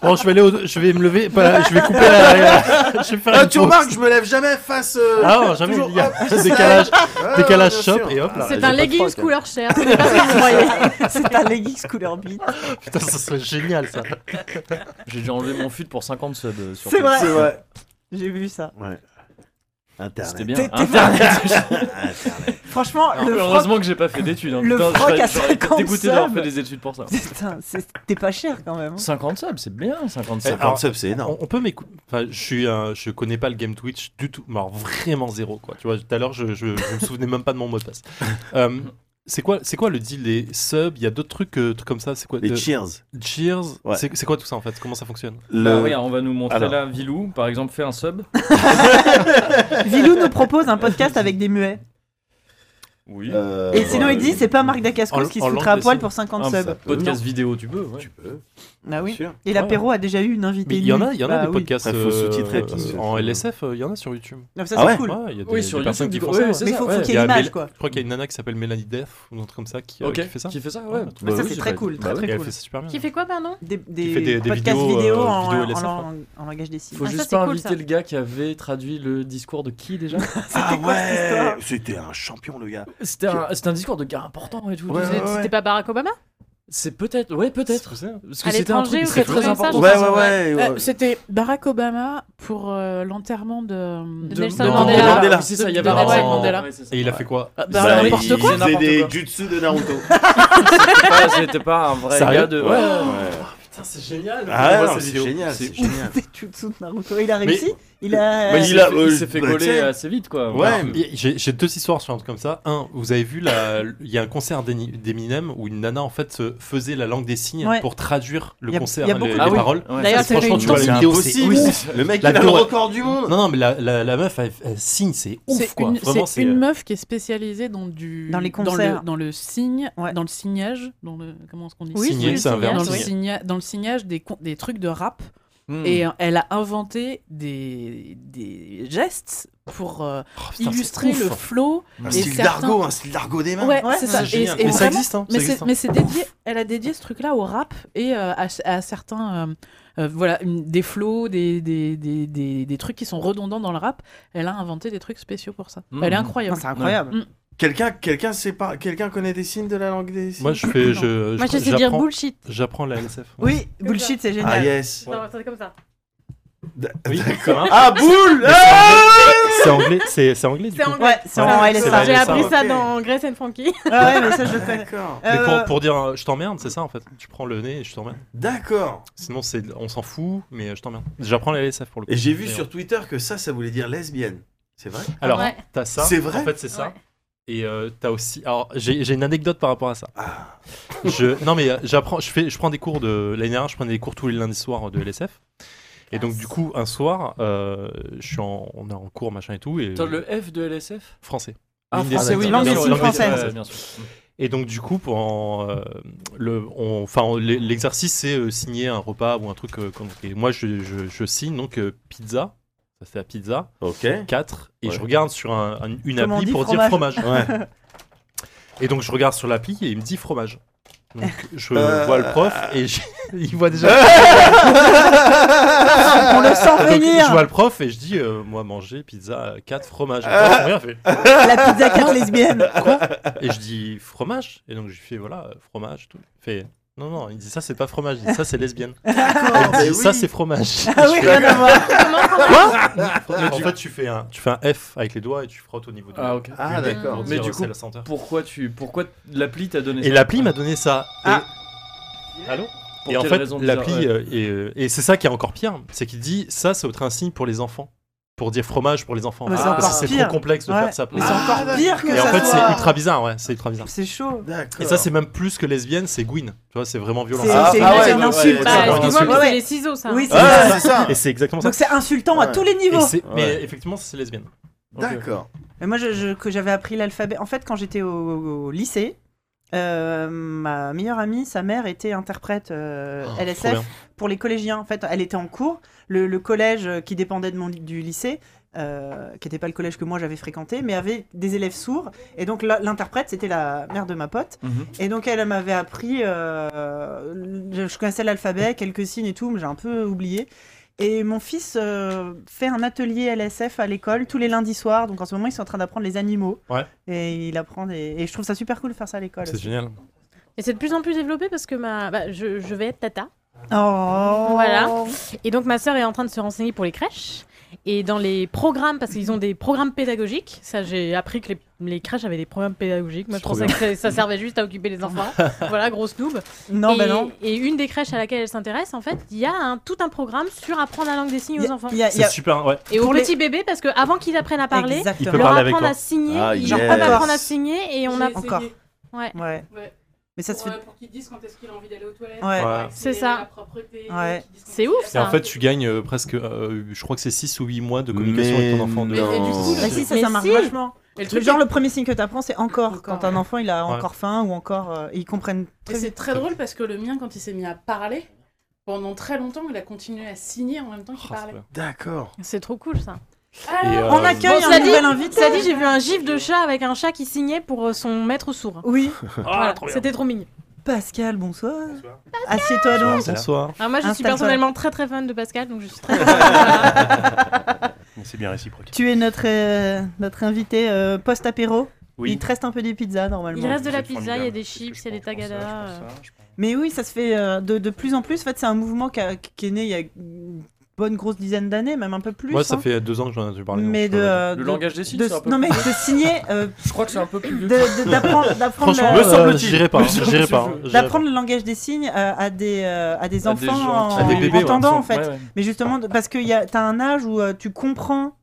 Bon, je vais aller, au- je vais me lever, pas- je vais couper la. *laughs* je vais faire Ah, une tu pause. remarques, je me lève jamais face. euh, Ah non, jamais, toujours il y a hop, ce ça Ah, décalage- arrive. *laughs* Ouais, décalage ouais, bien shop sûr. et hop, là. C'est j'ai un pas de leggings froc, hein. couleur chair, c'est pas ce que vous voyez. C'est un leggings couleur bite. Putain, ça serait génial ça. J'ai déjà enlevé mon fut pour 50 subs euh, sur C'est vrai. C'est vrai. J'ai vu ça. Ouais. Internet. C'était bien. hein. T'es- *laughs* t'es Internet. Internet. hein. *laughs* Franchement, Alors, le heureusement froc- que j'ai pas fait d'études. Hein. le Putain, froc j'aurais- à j'aurais été 50 dégoûté d'avoir subs. fait des études *laughs* pour ça. Putain, c'était pas cher quand même. hein. 50 subs, c'est bien 50 Eh, subs. alors, 50 subs, c'est énorme. On, on peut m'écouter. Enfin, je suis, un- je connais pas le game Twitch du tout. Mais Alors vraiment zéro quoi. Tu vois, tout à l'heure, je, je, je me souvenais même pas de mon mot de passe. Euh, C'est quoi, c'est quoi le deal des subs Il y a d'autres trucs, euh, trucs comme ça C'est quoi Les de- cheers. Cheers. Ouais. C'est, c'est quoi tout ça en fait Comment ça fonctionne Le- Ah, regarde, on va nous montrer Alors. là Vilou, par exemple, fait un sub. Vilou nous propose un podcast avec des muets. Oui. Euh, Et sinon, il dit c'est pas Marc Dacascos En- qui en se foutra à langue poil des pour 50 subs. subs. Un Ah, podcast vidéo, tu peux. ouais. Ah oui. Sûr. Et l'apéro a déjà eu une invitée. Mais il y en nue. a, il y en a Bah des oui. podcasts Après, faut euh, sous-titrer, puis euh, c'est- en LSF, euh, il y en a sur YouTube. Ah, ça, Ah c'est ouais cool. Ouais, il y a des, Oui, sur des personnes YouTube, qui font ouais, ça. ouais, c'est Mais ça, faut- faut ouais. qu'il y ait a l'image, Mel- quoi. Je crois qu'il y a une nana qui s'appelle Mélanie Def ou un truc comme ça qui, euh, Ok. qui fait ça. Qui fait ça, ouais. un truc Bah comme ça, c'est j'ai très pas- cool, très, bah très ouais, elle cool. fait ça super euh, bien. Qui Bah, fait quoi, pardon Des, Ah, Qui fait des- des podcasts vidéos, euh, vidéo, en, vidéo en- LSF, en- ouais. en langage des signes. Faut juste pas inviter le gars qui avait traduit le discours de qui *laughs* déjà Ah ouais C'était un champion, le gars. C'était un, c'était un discours de gars important et tout. Ouais, C'était- ouais, ouais. c'était C'était pas Barack Obama C'est peut-être, ouais, peut-être. Parce que À c'était un l'étranger truc ou très quelque chose très comme ça, important. je pense. Euh, C'était Barack Obama pour euh, l'enterrement de, De Nelson Mandela. Oui, C'est ça, il y avait De Nelson Nelson Mandela. Mandela. Et il a fait quoi Ah, bah, Bah, n'importe il- quoi. il faisait des jutsu de Naruto. *laughs* C'était pas- C'était pas un vrai Sérieux gars de. Ouais. Ouais. Putain, c'est génial. Ah ouais, Moi, non, cette c'est vidéo. génial, C'est c'est ouf. génial. Des jutsu de Naruto. Il a réussi Il a. Mais il a- euh, bah, tu sais. Ouais, Alors, mais- J'ai j'ai deux histoires sur un truc comme ça. Un, vous avez vu, la- il y a un concert d'Eni- d'Eminem où une nana en fait se faisait la langue des signes Ouais. pour traduire le Il y a- concert, il y a les, beaucoup les de- Ah oui. paroles. Ouais. D'ailleurs, Ça, c'est franchement, une tu vois la danse. vidéo, C'est c'est impossible. ouf. Le mec, La il a le dora- record du monde. Non, non, mais la, la- la meuf, elle, elle signe, c'est C'est ouf quoi. une, Vraiment, c'est c'est. une euh, meuf qui est spécialisée dans du Dans les le- concerts. dans le, signe, dans le signage, dans le comment est-ce qu'on dit Oui, Signer, c'est c'est un le verbe dans, signer. le Ah, signa- dans le signage des con- des trucs de rap. Hmm. Et euh, elle a inventé des, des gestes pour euh, Oh, putain, c'est illustrer ouf. le flow. Un et style certains- d'argot, un style d'argot des mains. Ouais, Ouais, c'est c'est ça. Et- génial. et Mais ça vraiment- existe, hein, ça Mais c'est- existe, hein. mais c'est dédié, elle a dédié ce truc-là au rap et euh, à, à certains, euh, euh, voilà, une- des flows, des, des, des, des, des trucs qui sont redondants dans le rap. Elle a inventé des trucs spéciaux pour ça. Hmm. Elle est Ah, incroyable. Mm. Quelqu'un quelqu'un sait pas quelqu'un connaît des signes de la langue des signes Moi, je fais. Je, Moi, je sais dire j'apprends- bullshit. J'apprends la LSF. Oui, bullshit, c'est génial. Ah, yes. Non, c'est comme ça. D'accord. Ah, boule *laughs* C'est anglais, c'est c'est anglais du C'est coup. anglais. Ouais, c'est en LSA. la J'ai LSA, appris ouais. ça dans Grace and Frankie. Ah ouais, mais ça, je le connais. D'accord. Mais Euh, pour, pour dire euh, je t'emmerde, c'est ça en fait. Tu prends le nez et je t'emmerde. D'accord. Sinon, c'est on s'en fout, mais euh, je t'emmerde. J'apprends la LSF pour le coup. Et j'ai vu Mais, sur Twitter que ça, ça voulait dire lesbienne. C'est vrai Alors, t'as ça. C'est vrai En fait, c'est ça. Et euh, t'as aussi. ah, Alors, j'ai j'ai une anecdote par rapport à ça. Ah. Je, non, mais euh, j'apprends. Je fais. Je prends des cours de l'année dernière. Je prenais des cours tous les lundis soirs de LSF. Et donc, du coup, un soir, euh, je suis en, on est en cours, machin et tout. Et Attends, le F de LSF Français. Ah, L'une des français, seules. oui, Langue des bien signes sûr, langue des française. signes, bien sûr. Et donc, du coup, pour en, euh, le, on- enfin, on- l'e- l'exercice, c'est euh, signer un repas ou un truc. euh, qu'on- et moi, je, je- je signe donc euh, pizza. Ça, c'est la pizza. Ok. 4. Et Ouais. je regarde sur un- un- une Comment on appli dit, pour fromage dire fromage. Ouais. *laughs* Et donc, je regarde sur l'appli et il me dit fromage. Donc, je Euh, vois le prof et je- *laughs* il voit déjà. On le sent Donc, venir. Je vois le prof et je dis euh, Moi, manger pizza 4 fromage. Ah. La pizza quatre lesbienne. Quoi Et je dis Fromage Et donc, je lui fais Voilà, euh, fromage. Tout. Il fait Non, non, il dit Ça, c'est pas fromage. Il dit Ça, c'est lesbienne. *laughs* Il dit, mais Ça, oui. c'est fromage. Ah oui, Je fais, rien à voir. Quoi Mais En tu- fait, tu fais, un, tu fais un F avec les doigts et tu frottes au niveau du Ah, ok. du nez pour Mais dire, du euh, coup, c'est la senteur. pourquoi, tu, pourquoi l'appli t'a donné ça Et l'appli m'a donné ça. Et- Allô Pour et en quelle fait, raison bizarre, l'appli, ouais. euh, est, euh, et, c'est ça qui est encore pire, c'est qu'il dit ça, ça serait un signe pour les enfants. Pour dire fromage pour les enfants. Ah, Mais c'est Parce que encore c'est pire. trop complexe de Ouais. faire ça. pour Mais les c'est enfants. encore pire que Et en ça fait, soit- c'est ultra bizarre, ouais, c'est ultra bizarre. C'est chaud. D'accord. Et ça, c'est même plus que lesbienne, c'est Gwyn. Tu vois, c'est vraiment violent. Ah, C'est c'est une- c'est une insulte. mais c'est Ouais. les ciseaux, ça. Oui, c'est Ouais, ça. Ah, c'est ça. Et c'est exactement ça. Donc c'est insultant à Ouais. tous les niveaux. Et c'est- Mais effectivement, c'est lesbienne. euh, D'accord. Mais moi, je- je- que j'avais appris l'alphabet. En fait, quand j'étais au, au lycée, euh, ma meilleure amie, sa mère était interprète euh, Oh, trop LSF bien. pour les collégiens. En fait, elle était en cours. Le, le collège euh, qui dépendait de mon, du lycée, euh, qui n'était pas le collège que moi j'avais fréquenté, mais avait des élèves sourds. Et donc la- l'interprète, c'était la mère de ma pote. Mhm. Et donc elle m'avait appris, euh, le- je connaissais l'alphabet, quelques signes et tout, mais j'ai un peu oublié. Et mon fils euh, fait un atelier LSF à l'école tous les lundis soirs. Donc en ce moment, ils sont en train d'apprendre les animaux. Ouais. Et il apprend des... Et je trouve ça super cool de faire ça à l'école. C'est génial. Et c'est de plus en plus développé parce que ma... bah, je, je vais être tata. Oh. Voilà. Et donc ma sœur est en train de se renseigner pour les crèches. Et dans les programmes, parce qu'ils ont des programmes pédagogiques, ça j'ai appris que les, les crèches avaient des programmes pédagogiques. Moi je trop pensais bien. que ça, ça servait juste à occuper les *laughs* enfants. voilà, grosse noob. Non, et, bah non. Et une des crèches à laquelle elle s'intéresse, en fait, il y a un, tout un programme sur apprendre la langue des signes Il y aux a- enfants. il y a- il y a- C'est super, ouais. Et Pour aux les- petits bébés, parce qu'avant qu'ils apprennent à parler, Exactement. Il peut leur parler avec apprendre toi. à signer, Ah, ils yes. peuvent apprendre à signer et on a Encore. Ouais. Ouais. Mais ça se Pour, fait. euh, pour qu'ils disent quand est-ce qu'il a envie d'aller aux toilettes. Ouais. pour Ouais. accélérer C'est ça. la propreté, Ouais. qu'ils disent quand C'est est-ce ouf, qu'il a Et en faim. fait, tu gagnes euh, presque, euh, je crois que c'est 6 ou 8 mois de communication Mais avec ton enfant. non. Mais- et du coup, Bah si, ça, ça marche vachement. Et le truc, truc genre est- le premier signe que t'apprends, c'est encore quand un enfant il a Ouais. encore faim ou encore euh, ils comprennent Et très c'est vite. très drôle parce que le mien, quand il s'est mis à parler, pendant très longtemps, il a continué à signer en même temps Oh, qu'il parlait. D'accord. C'est trop cool ça. euh, On accueille Bon, un cela dit- nouvel invité. cela dit, j'ai vu un gif de chat avec un chat qui signait pour euh, son maître sourd. Oui. *laughs* Ah, Voilà, trop bien. C'était trop mignon. Pascal, bonsoir. Assieds-toi donc. Bonsoir. Alors Ah, moi, je suis Installe-toi. personnellement très très fan de Pascal, donc je suis *laughs* très. C'est bien réciproque. Tu es notre, euh, notre invité euh, post-apéro. Oui. Il te reste un peu des pizzas normalement. Il reste de la pizza, il y a des chips, il y a des tagadas. euh. Mais oui, ça se fait euh, de, de plus en plus. En fait, c'est un mouvement qui, a- qui est né il y a une bonne grosse dizaine d'années, même un peu plus. Moi, ça hein. fait 2 ans que j'en ai parlé. donc Mais je de, peux pas euh, dire. de- de- Non, mais de *laughs* signer. je crois que c'est un peu plus. de- de- D'apprendre. d'apprendre Franchement, le- me semble-t-il. j'irai *laughs* pas, Me semble-t-il. j'irai pas, j'irai pas. D'apprendre le langage des signes euh, à des, euh, à des À enfants des gens qui- en, À des bébés, ouais, entendant, en ensemble, fait. ouais, ouais. Mais justement, de- parce que y a- t'as un âge où euh, tu comprends.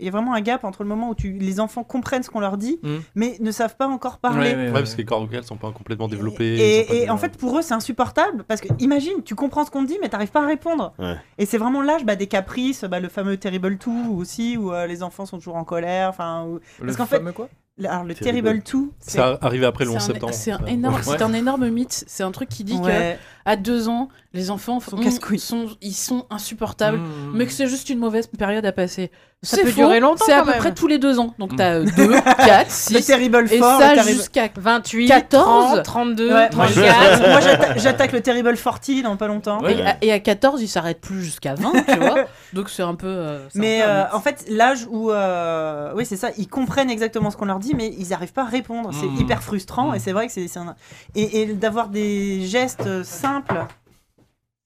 Il y a vraiment un gap entre le moment où tu, les enfants comprennent ce qu'on leur dit, Mm. mais ne savent pas encore parler. Ouais, parce que les cordes vocales sont pas complètement développées. ils sont pas Et, et bien- en fait, pour eux, c'est insupportable parce que imagine, tu comprends ce qu'on te dit, mais t'arrives pas à répondre. Ouais. Et c'est vraiment l'âge bah, des caprices, bah, le fameux terrible two aussi, où euh, les enfants sont toujours en colère. Enfin, ou- Le parce qu'en fait, fameux quoi le- alors, le Terrible. terrible two, c'est- Ça arrivé après le C'est 11 un- septembre. C'est un, Ouais. énorme, Ouais. c'est un énorme mythe. C'est un truc qui dit Ouais. que à deux ans, les enfants sont ont- casse-couilles. sont- ils sont insupportables, Mmh. mais que c'est juste une mauvaise période à passer. Ça C'est peut faux, durer longtemps, C'est à quand peu même. près tous les deux ans. Donc t'as 2, 4, 6. Mmh. *laughs* Le terrible et fort, ça le terrible- jusqu'à 28, 14, 30, 32, Ouais. Moi, 34. *laughs* je- moi, j'atta- j'attaque le terrible forty dans pas longtemps. Et, à, et à 14, ils s'arrêtent plus jusqu'à 20, tu *laughs* vois. Donc c'est un peu. euh, c'est un Mais peu un euh, mythe. en fait, l'âge où, euh, oui, c'est ça, ils comprennent exactement ce qu'on leur dit, mais ils n'arrivent pas à répondre. C'est Mm. Mmh. hyper frustrant, et c'est vrai que c'est, c'est un- et, et d'avoir des gestes euh, simples.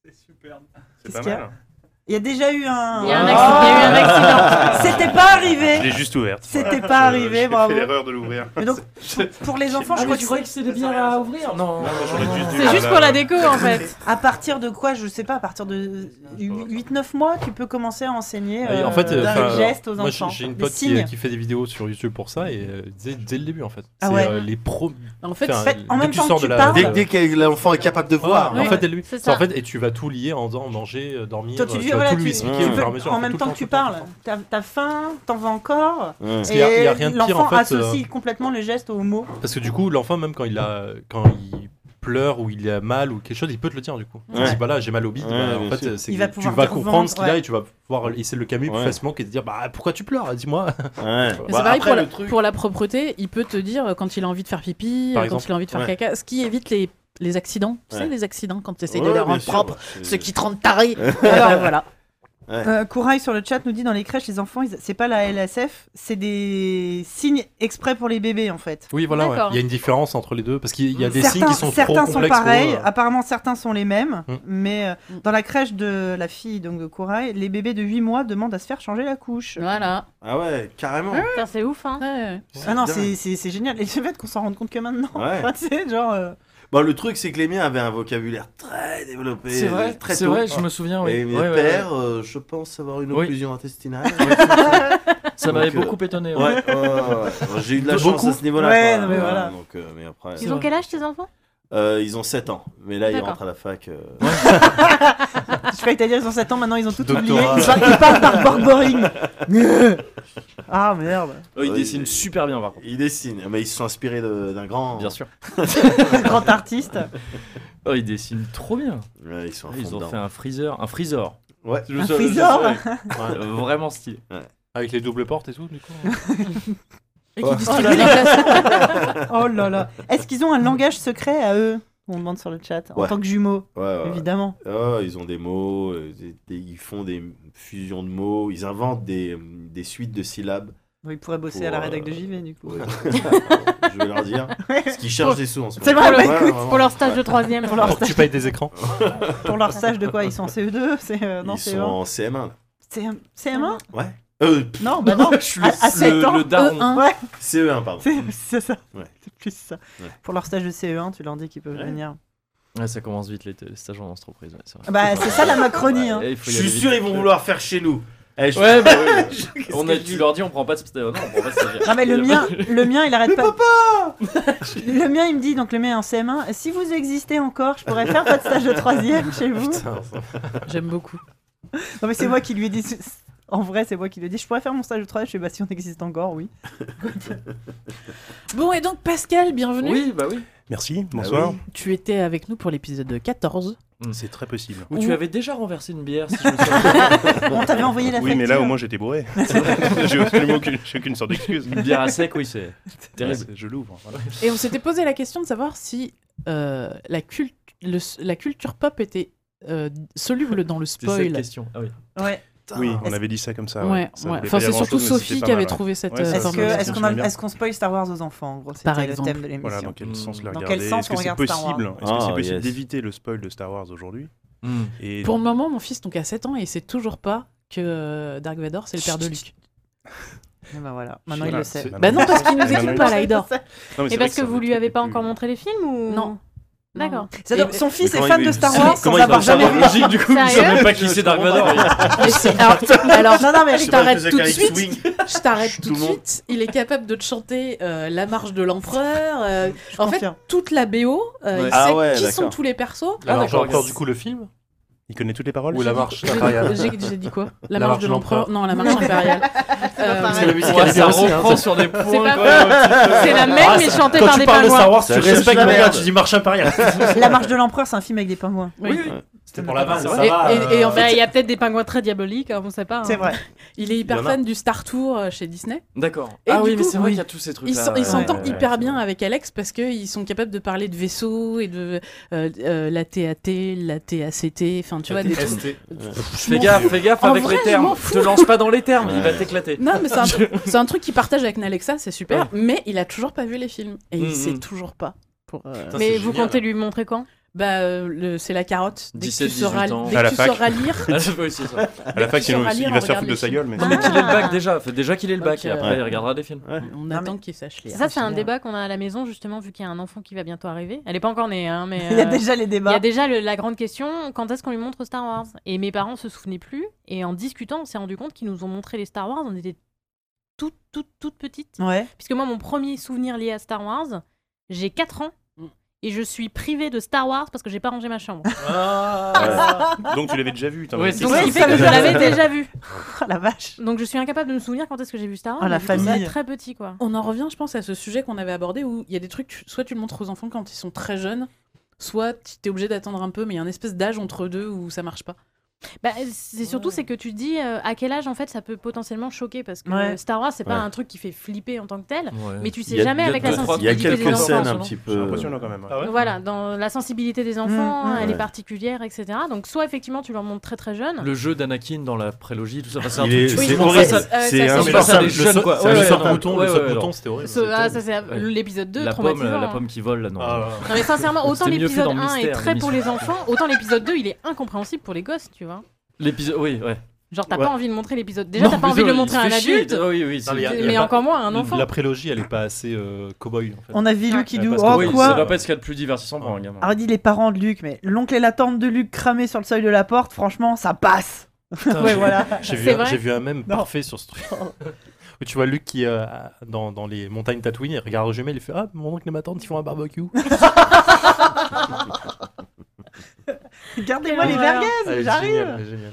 C'est Qu'est-ce pas qu'il y a mal. hein. Il y a déjà eu un. Oh Il y a un accident- il y a eu un *laughs* accident. C'était pas arrivé. Je l'ai juste ouverte, C'était voilà. pas Je- arrivé, j'ai fait bravo. l'erreur de l'ouvrir. *laughs* Mais donc, pour- pour les enfants, je crois que que c'est des bières à ouvrir Non. c'est juste pour la déco en fait. À partir de quoi Je sais pas, à partir de 8-9 mois, tu peux commencer à enseigner Et euh, Bah, en fait, des enfin, gestes aux moi, j'ai- enfants. J'ai une des pote qui, signes. qui fait des vidéos sur YouTube pour ça et euh, dès, dès le début en fait. Ah C'est, ouais. euh, les pros. En fait, enfin, en fait, en dès même que temps sors que de tu la- parles- de la- Dès- dès que l'enfant est capable de voir. Ouais, En Oui. fait, dès le début. C'est C'est En ça. fait, et tu vas tout lier en disant manger, euh, dormir. Toi, tu dis, vas voilà, tout tu- lui tu expliquer au peux- fur et à mesure. en enfin, même tout temps le que tu parles, t'as t'as faim, t'en veux encore, Ouais. Parce qu'il y a- il y a rien et de pire, en l'enfant fait, associe euh, complètement le geste au mot. Parce que du coup, l'enfant, même quand il a, quand il pleure ou il a mal ou quelque chose, il peut te le dire du coup. Il Ouais. dit bah là j'ai mal au bide. Ouais, bah, en bien fait, sûr. c'est Il que va tu pouvoir vas te comprendre revendre, ce qu'il a ouais. et tu vas pouvoir essayer de le calmer plus Ouais. Bah, facilement que de dire bah pourquoi tu pleures Dis-moi. *laughs* Mais c'est Bah, pareil pour, la, pour la propreté, il peut te dire euh, quand il a envie de faire pipi, Par euh, quand exemple. il a envie de faire Ouais. caca, ce qui évite les, les accidents. Tu sais, Ouais. les accidents quand tu essayes Ouais, de les bien rendre sûr, propres, c'est- ceux qui te rendent taré. *laughs* ben, Alors, voilà. Euh, Courail sur le chat nous dit dans les crèches, les enfants, ils- c'est pas la LSF, c'est des signes exprès pour les bébés en fait. Oui, voilà, ouais. D'accord. il y a une différence entre les deux parce qu'il y a des certains, signes qui sont trop certains complexes. sont pour eux. pareils, apparemment certains sont les mêmes, Mm. mais euh, dans la crèche de la fille donc de Courail, les bébés de 8 mois demandent à se faire changer la couche. Voilà. Ah ouais, carrément. Putain, c'est ouf hein. Ah non, dingue. c'est c'est- c'est génial. Et le fait qu'on s'en rende compte que maintenant, Ouais. enfin, *laughs* tu sais, genre. euh, Bon, Bah, le truc, c'est que les miens avaient un vocabulaire très développé. C'est vrai, très c'est tôt. vrai, je me souviens, oui. Et mes Ouais, ouais, ouais. pères, euh, je pense avoir une Oui. *laughs* occlusion intestinale. Ça Donc, m'avait euh, beaucoup étonné. Ouais, ouais, ouais, ouais. J'ai eu de la chance Beaucoup. à ce niveau-là. Ouais, quoi. non, mais Voilà, voilà. donc, euh, mais après, Ils ont quel âge tes enfants Euh, Ils ont 7 ans. Mais là, ils D'accord. rentrent à la fac. euh, Je croyais que t'allais dire ils ont 7 ans, maintenant ils ont tout oublié. Doctorat. Ils, parlent- ils parlent par borboring. *laughs* ah merde. Euh, Oh, il dessine super bien, par contre. Il dessine, mais ils se sont inspirés de- d'un grand. Bien *laughs* sûr. Un grand artiste. Oh, ils dessinent *laughs* trop bien. ils sont à Ah, fond ils ont dedans. fait un freezer, un freezer. Ouais. Je Un sais- je freezer *laughs* sais. Ouais, Vraiment stylé. Avec les doubles portes et tout, du *laughs* coup. Et Oh. *laughs* qui distribuent Oh les là là. glaçons. Oh là *laughs* là. Est-ce qu'ils ont un langage secret à eux On demande sur le chat. En Ouais. tant que jumeaux. Ouais, ouais, ouais. Évidemment. Ah, ils ont des mots, euh, des- des- ils font des fusions de mots, ils inventent des, des suites de syllabes. Bon, ils pourraient bosser pour, à la euh, rédac de JV du coup. *laughs* ouais. *laughs* Je vais leur dire. Parce qu'ils cherchent des sous en ce moment. C'est vrai, bah, Ouais, écoute, vraiment. pour leur stage de Ouais. 3ème. Pour leur Pour que tu payes stage- *laughs* des écrans. Pour leur stage de quoi Ils sont en CE2 c'est, euh, Non, Ils c'est sont en CM1. là. CM1 CM1 Ouais. Euh, pff, Non, bah non. *laughs* je suis le- à, à 7 le- ans. le E daron. E1. Ouais. CE1, E pardon. C'est- *laughs* C'est ça. Ouais. C'est plus ça. Ouais. Pour leur stage de CE1, tu leur dis qu'ils peuvent Ouais. *laughs* venir. Ouais, ça commence vite les, les stages en entreprise. ouais, c'est vrai. Bah, c'est ça, la Macronie, hein. Ouais, il faut y Je suis aller sûr, vite. ils vont vouloir faire chez nous. Eh, je- *laughs* Ouais, bah Je- oui. on a, tu leur dis, on prend pas de euh, non, on prend pas de stagiaire. Non mais le mien, le mien il arrête pas. le mien il me dit donc le mien est en CM1. Si vous existez encore, je pourrais faire votre stage de troisième chez vous. J'aime beaucoup. Non mais c'est moi qui lui ai dit. En vrai, c'est moi qui lui ai dit. Je pourrais faire mon stage de troisième. Je sais pas si on existe *laughs* encore, oui. Bon, et donc Pascal, bienvenue. Oui, bah oui. Merci, bonsoir. Tu étais avec nous pour l'épisode 14. C'est très possible. Ou tu avais déjà renversé une bière, si je me souviens. *laughs* On t'avait envoyé la Oui, mais là au moins j'étais *laughs* bourré. *laughs* J'ai absolument aucune, j'ai aucune sorte d'excuse. Une bière à sec, oui, *laughs* c'est terrible. Ouais, je l'ouvre. voilà. Et on s'était posé la question de savoir si euh, la, cult- le- la culture pop était euh, soluble dans le C'était spoil. cette question, ah oui. Ouais. Oui, on avait dit ça comme ça. Ouais, ouais. Ça ouais. voulait pas Enfin, dire c'est surtout grand-chose, mais Sophie c'était pas qui mal, avait ouais. trouvé cette, Ouais, euh, ça, Est-ce ça, que- ça, est-ce qu'on j'aime a- bien. est-ce qu'on spoil Star Wars aux enfants en gros Par C'était le exemple. thème de l'émission. Voilà, Hmm. dans quel sens le Dans regarder quel sens Est-ce on que c'est regarde Star Wars possible Est-ce que Ah, c'est possible yes. d'éviter le spoil de Star Wars aujourd'hui Mm. Et Pour le moment, mon fils donc a 7 ans et il sait toujours pas que euh, Dark Vador c'est le père de Luke. Et bah voilà. Eh ben Maintenant, Voilà, il le sait. c'est- Bah non, parce qu'il nous Maintenant, écoute il pas, le là, sait. il dort. Non, mais Et c'est Et parce vrai que que Ah, ça vous aurait lui avez pas encore montré les films ou Non. D'accord. C'est-à-dire, Et- son fils Mais est quand fan il- de Star mais Wars comment il sans va avoir le savoir jamais vu. Logique, du coup, il savait Sérieux pas qui c'est Dark Vador, Mais si, alors, alors, non, non, mais *laughs* je sais pas, t'arrête faisait tout de Kali suite. Swing. Je t'arrête Tout tout de le monde. suite. Il est capable de te chanter euh, la marche de l'empereur. euh, en fait, toute la BO. euh, Ouais. Il Ah sait ouais, qui sont d'accord. tous les persos. Ah, Alors, d'accord, encore ok. du coup le film Il connaît toutes les paroles Ou la *laughs* marche J'ai impériale. dit- J'ai j'ai dit quoi La, marche, de l'empereur Non, la marche Non. impériale. *laughs* Euh, C'est pas Parce que la musique, elle est bien aussi, hein, ça. C'est pas vrai. C'est la même, Ah, mais chantée par des pingouins. Ça change la le gars, merde. tu dis marche impériale. *laughs* La marche de l'empereur, c'est un film avec des pingouins. Oui, oui. C'était pour la Ah, base, Et- et- hein. et en Bah, fait- il y a peut-être des pingouins très diaboliques, on sait pas. hein. C'est vrai. Il est Il hyper y en a. fan du Star Tour euh, chez Disney. D'accord. Et Ah du oui, mais coup, c'est vrai qu'il y a tous ces trucs-là, Ils s'en- ouais, ils s'entendent ouais, ouais, hyper bien avec Alex parce qu'ils sont capables de parler de vaisseaux et de euh, euh, la TAT, la TACT, enfin tu vois des ST. trucs. Fais gaffe, fais gaffe En avec vrai, les je termes. m'en fous. Te lance pas dans les termes, il va t'éclater. Non, mais c'est un, *laughs* truc- c'est un truc qu'il partage avec Nalexa, c'est super, mais il a toujours pas vu les films et il Mm-hmm. Mm, sait mm. toujours pas. Pour, euh, Putain, Mais c'est vous génial. comptez lui montrer quand Bah, euh, le- c'est la carotte. Dès que 17, tu sauras, 18 ans. dès À que la tu fac. sauras lire. Ah, je vois aussi ça. À la fac, tu sauras sinon, il lire, va se faire on foutre de sa gueule. regarde Mais... Non, mais qu'il ait le bac déjà. Faut déjà qu'il ait le bac Donc, et euh, après il regardera des films. On attend qu'il sache lire. Ah, Ça, c'est un Génial. débat qu'on a à la maison, justement, vu qu'il y a un enfant qui va bientôt arriver. Elle est pas encore née, hein, mais. *laughs* Il y a déjà les débats. Il y a déjà le- la grande question quand est-ce qu'on lui montre Star Wars Et mes parents se souvenaient plus, et en discutant, on s'est rendu compte qu'ils nous ont montré les Star Wars, on était toutes, toutes, toutes petites. Ouais. Puisque moi, mon premier souvenir lié à Star Wars, j'ai 4 ans, et je suis privée de Star Wars parce que j'ai pas rangé ma chambre. Ouais. Donc tu l'avais déjà vu. t'en Oui, avais donc dit. il fait que je l'avais déjà *laughs* vu. Oh, la vache. Donc je suis incapable de me souvenir quand est-ce que j'ai vu Star Wars. Oh, la mais vu que ça, famille. Très petit quoi. On en revient, je pense, à ce sujet qu'on avait abordé où il y a des trucs, tu- soit tu le montres aux enfants quand ils sont très jeunes, soit tu es obligé d'attendre un peu, mais il y a un espèce d'âge entre deux où ça marche pas. Bah, c'est surtout c'est que tu te dis euh, à quel âge en fait ça peut potentiellement choquer parce que Ouais. euh, Star Wars c'est pas Ouais. un truc qui fait flipper en tant que tel Ouais. mais tu sais Il y a- jamais il y a avec deux, la trois- il y sensibilité a des quelques enfants scènes selon- un petit peu C'est impressionnant quand même. Ah ouais. voilà dans la sensibilité des enfants Mm, mm. elle est Ouais. particulière etc donc soit effectivement tu leur montres très très jeune Le jeu d'Anakin dans la prélogie, tout ça. enfin, c'est un Il est- truc- c'est Oui, horrible. ça, ça- C'est ça, ça se passe insupportable. à des Le jeunes, saut- quoi. c'est un Ouais, saut de ouais, non. mouton, le Ouais, saut de ouais, mouton, non. c'était horrible. Ce- ah, ça c'est l'épisode 2 La pomme, traumatisant, la hein. pomme qui vole, là, non. Non, mais *laughs* sincèrement, autant C'était mieux l'épisode fait dans 1 est Mystère, très pour les l'émission. enfants, autant l'épisode 2 il est incompréhensible pour les gosses, tu vois. L'épisode, oui, ouais. Genre, t'as Ouais. pas envie de montrer l'épisode. Déjà, Non, t'as pas mais envie de le il se montrer à un fait chier, adulte, de- oui, oui, c'est- mais, il y a- il y a pas- encore moins à un enfant. La prélogie, elle est pas assez euh, cow-boy. En fait. On a vu Lucky Euh, Doo. parce que- Oh, oui, quoi Ah. Ça doit pas être ce qu'il y a de plus divertissant pour un gamin. Alors, dit les parents de Luc, mais l'oncle et la tante de Luc cramés sur le seuil de la porte, franchement, ça passe. Putain, ouais, j'ai- *laughs* voilà. J'ai vu, un- j'ai vu un même parfait sur ce truc. Où *laughs* tu vois Luc qui, euh, dans, dans les montagnes Tatooine, il regarde aux jumelles, il fait Ah, mon oncle et ma tante, ils font un *laughs* barbecue. Gardez-moi les merguez, Ah, Elle est j'arrive. géniale, elle est géniale.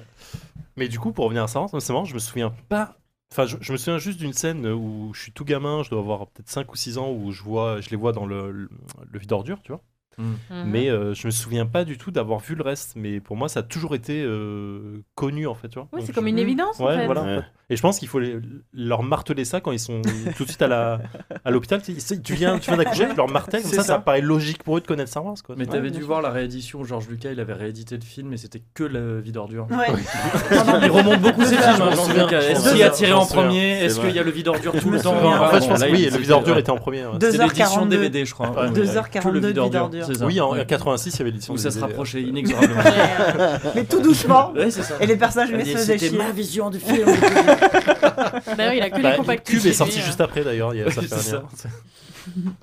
Mais du coup, pour revenir à ça, c'est marrant, je me souviens pas. Enfin, je, je me souviens juste d'une scène où je suis tout gamin, je dois avoir peut-être 5 ou 6 ans, où je, vois, je les vois dans le, le, le vide ordure, tu vois. Mm. Mhm. Mais euh, je me souviens pas du tout d'avoir vu le reste. Mais pour moi, ça a toujours été euh, connu, en fait, tu vois. Oui, Donc, c'est comme je- une évidence, en Ouais, fait. voilà, Ouais. fait. Et je pense qu'il faut les- leur marteler ça quand ils *laughs* sont tout de suite à la à l'hôpital. Tu, sais, tu viens, tu viens d'accoucher, tu leur martèles, comme C'est ça, ça, ça. paraît logique pour eux de connaître Star Wars. Quoi. Mais Ouais, t'avais bien dû sûr. voir la réédition où George Lucas il avait réédité le film et c'était que la vie d'ordure. Ouais. *laughs* il remonte beaucoup ses films. Je m'en George souviens, Lucas. je m'en Est-ce qu'il souviens, a tiré je m'en en premier souviens. Est-ce C'est qu'il y a vrai. le vie d'ordure Je tout me le temps souviens. En fait, je pense que Là, oui, il le dit- vie d'ordure ouais. était en premier, ouais. C'est l'édition 2h42. DVD, je crois. Ouais. Que le 2h42 vie d'ordure, d'ordure. c'est ça. Oui, en 86, il y avait l'édition Où ça se DVD. rapprochait inexorablement. Mais tout doucement. *laughs* Ouais, c'est ça. Et les personnages lui se faisaient Euh, C'était chier. ma vision du film. *laughs* Bah oui, il a que les Bah, compacts Cube CD, est sorti hein. juste après d'ailleurs. il y a- ça Oui, fait *laughs* c'est un lien.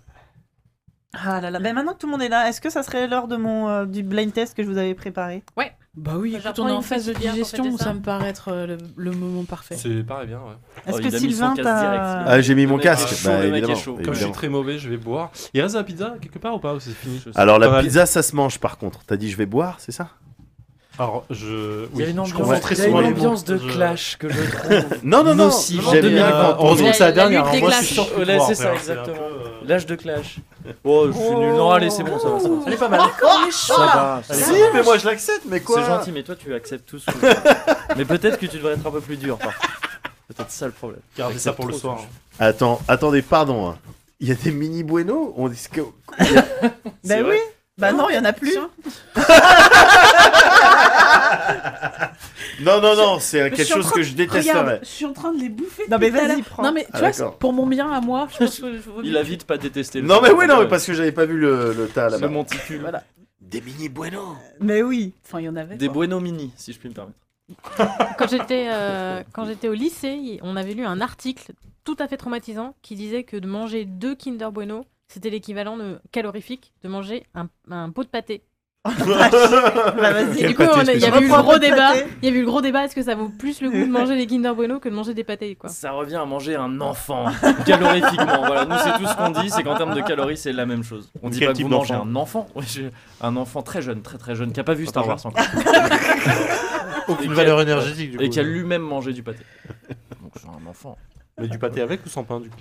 Ah là là, ben maintenant que tout le monde est là, est-ce que ça serait l'heure de mon euh, du blind test que je vous avais préparé Ben Ouais. Bah Enfin, oui, écoute, j'apprends on est une en phase de petite bière pour digestion, fêter ça ça. me paraît être euh, le, le moment parfait. C'est pareil bien, ouais. Est-ce Oh, que il a mis son Sylvain casque t'a... direct. Ah, j'ai mis Le mon mec est casque, chaud, bah, le mec est évidemment, chaud. Comme je suis évidemment. très mauvais, je vais boire. Il reste de la pizza quelque part ou pas ou c'est fini Alors la Pas mal. pizza, ça se mange par contre. T'as dit je vais boire, c'est ça Alors, Oh, je. Il y a une je ambiance- comprends très il y a une souvent les ambiance mots. de clash que je *laughs* trouve Non, non, non, nocive. j'aime bien Euh, quand on heureusement dit- que c'est la La dernière. lutte hein, des Moi, clashs. c'est sûr que voilà, c'est ça, Ouais, c'est un exactement. L'âge de clash. Oh, je suis nul. Non, allez, c'est bon, ça va, ça va. Elle est pas mal. Oh, Ça va. ça Si, va. mais moi je l'accepte, mais quoi C'est gentil, mais toi, tu acceptes tout. sous- mais peut-être que tu devrais être un peu plus dur, par contre. Peut-être ça le problème. Gardez ça pour le soir. hein. Attends, attendez, pardon. hein. Il y a des mini bueno On dit ce que. *laughs* Bah oui. Bah non, il y en a plus. Non, non, non, c'est Je quelque suis en chose train- que je détesterais. Regarde, je suis en train de les bouffer. Non, mais tout à vas-y, l'heure. prends. Non, mais Ah, tu vois, d'accord. c'est pour mon bien à moi, je *laughs* pense que je vaut Il mieux- a vite pas détesté le Non, mais oui, non, mais parce parce que j'avais pas vu le, le Ah, tas là-bas. Le monticule. Des mini bueno. Mais oui. Enfin, il y en avait. Des quoi. bueno mini, si je puis me permettre. Quand j'étais euh, quand j'étais au lycée, y- on avait lu un article tout à fait traumatisant qui disait que de manger deux Kinder Bueno, c'était l'équivalent de calorifique de manger un, un pot de pâté. vas-y. Et du coup, Quel pâté on a- il y spécial avait eu le gros Reprends le débat. pâté. Il y avait eu le gros débat. Est-ce que ça vaut plus le goût de manger les Kinder Bueno que de manger des pâtés, quoi Ça revient à manger un enfant *laughs* calorifiquement. voilà, nous c'est tout ce qu'on dit, c'est qu'en termes de calories c'est la même chose. On dit Quel pas que type vous mangez d'enfant un enfant, Oui, je- un enfant très jeune, très très jeune, qui a pas vu Pas Star très Wars jeune. encore. *laughs* Aucune Et qui a- valeur énergétique, du Et coup. euh. qui a lui-même mangé du pâté. Donc c'est un enfant. Mais du pâté avec ou sans pain, du coup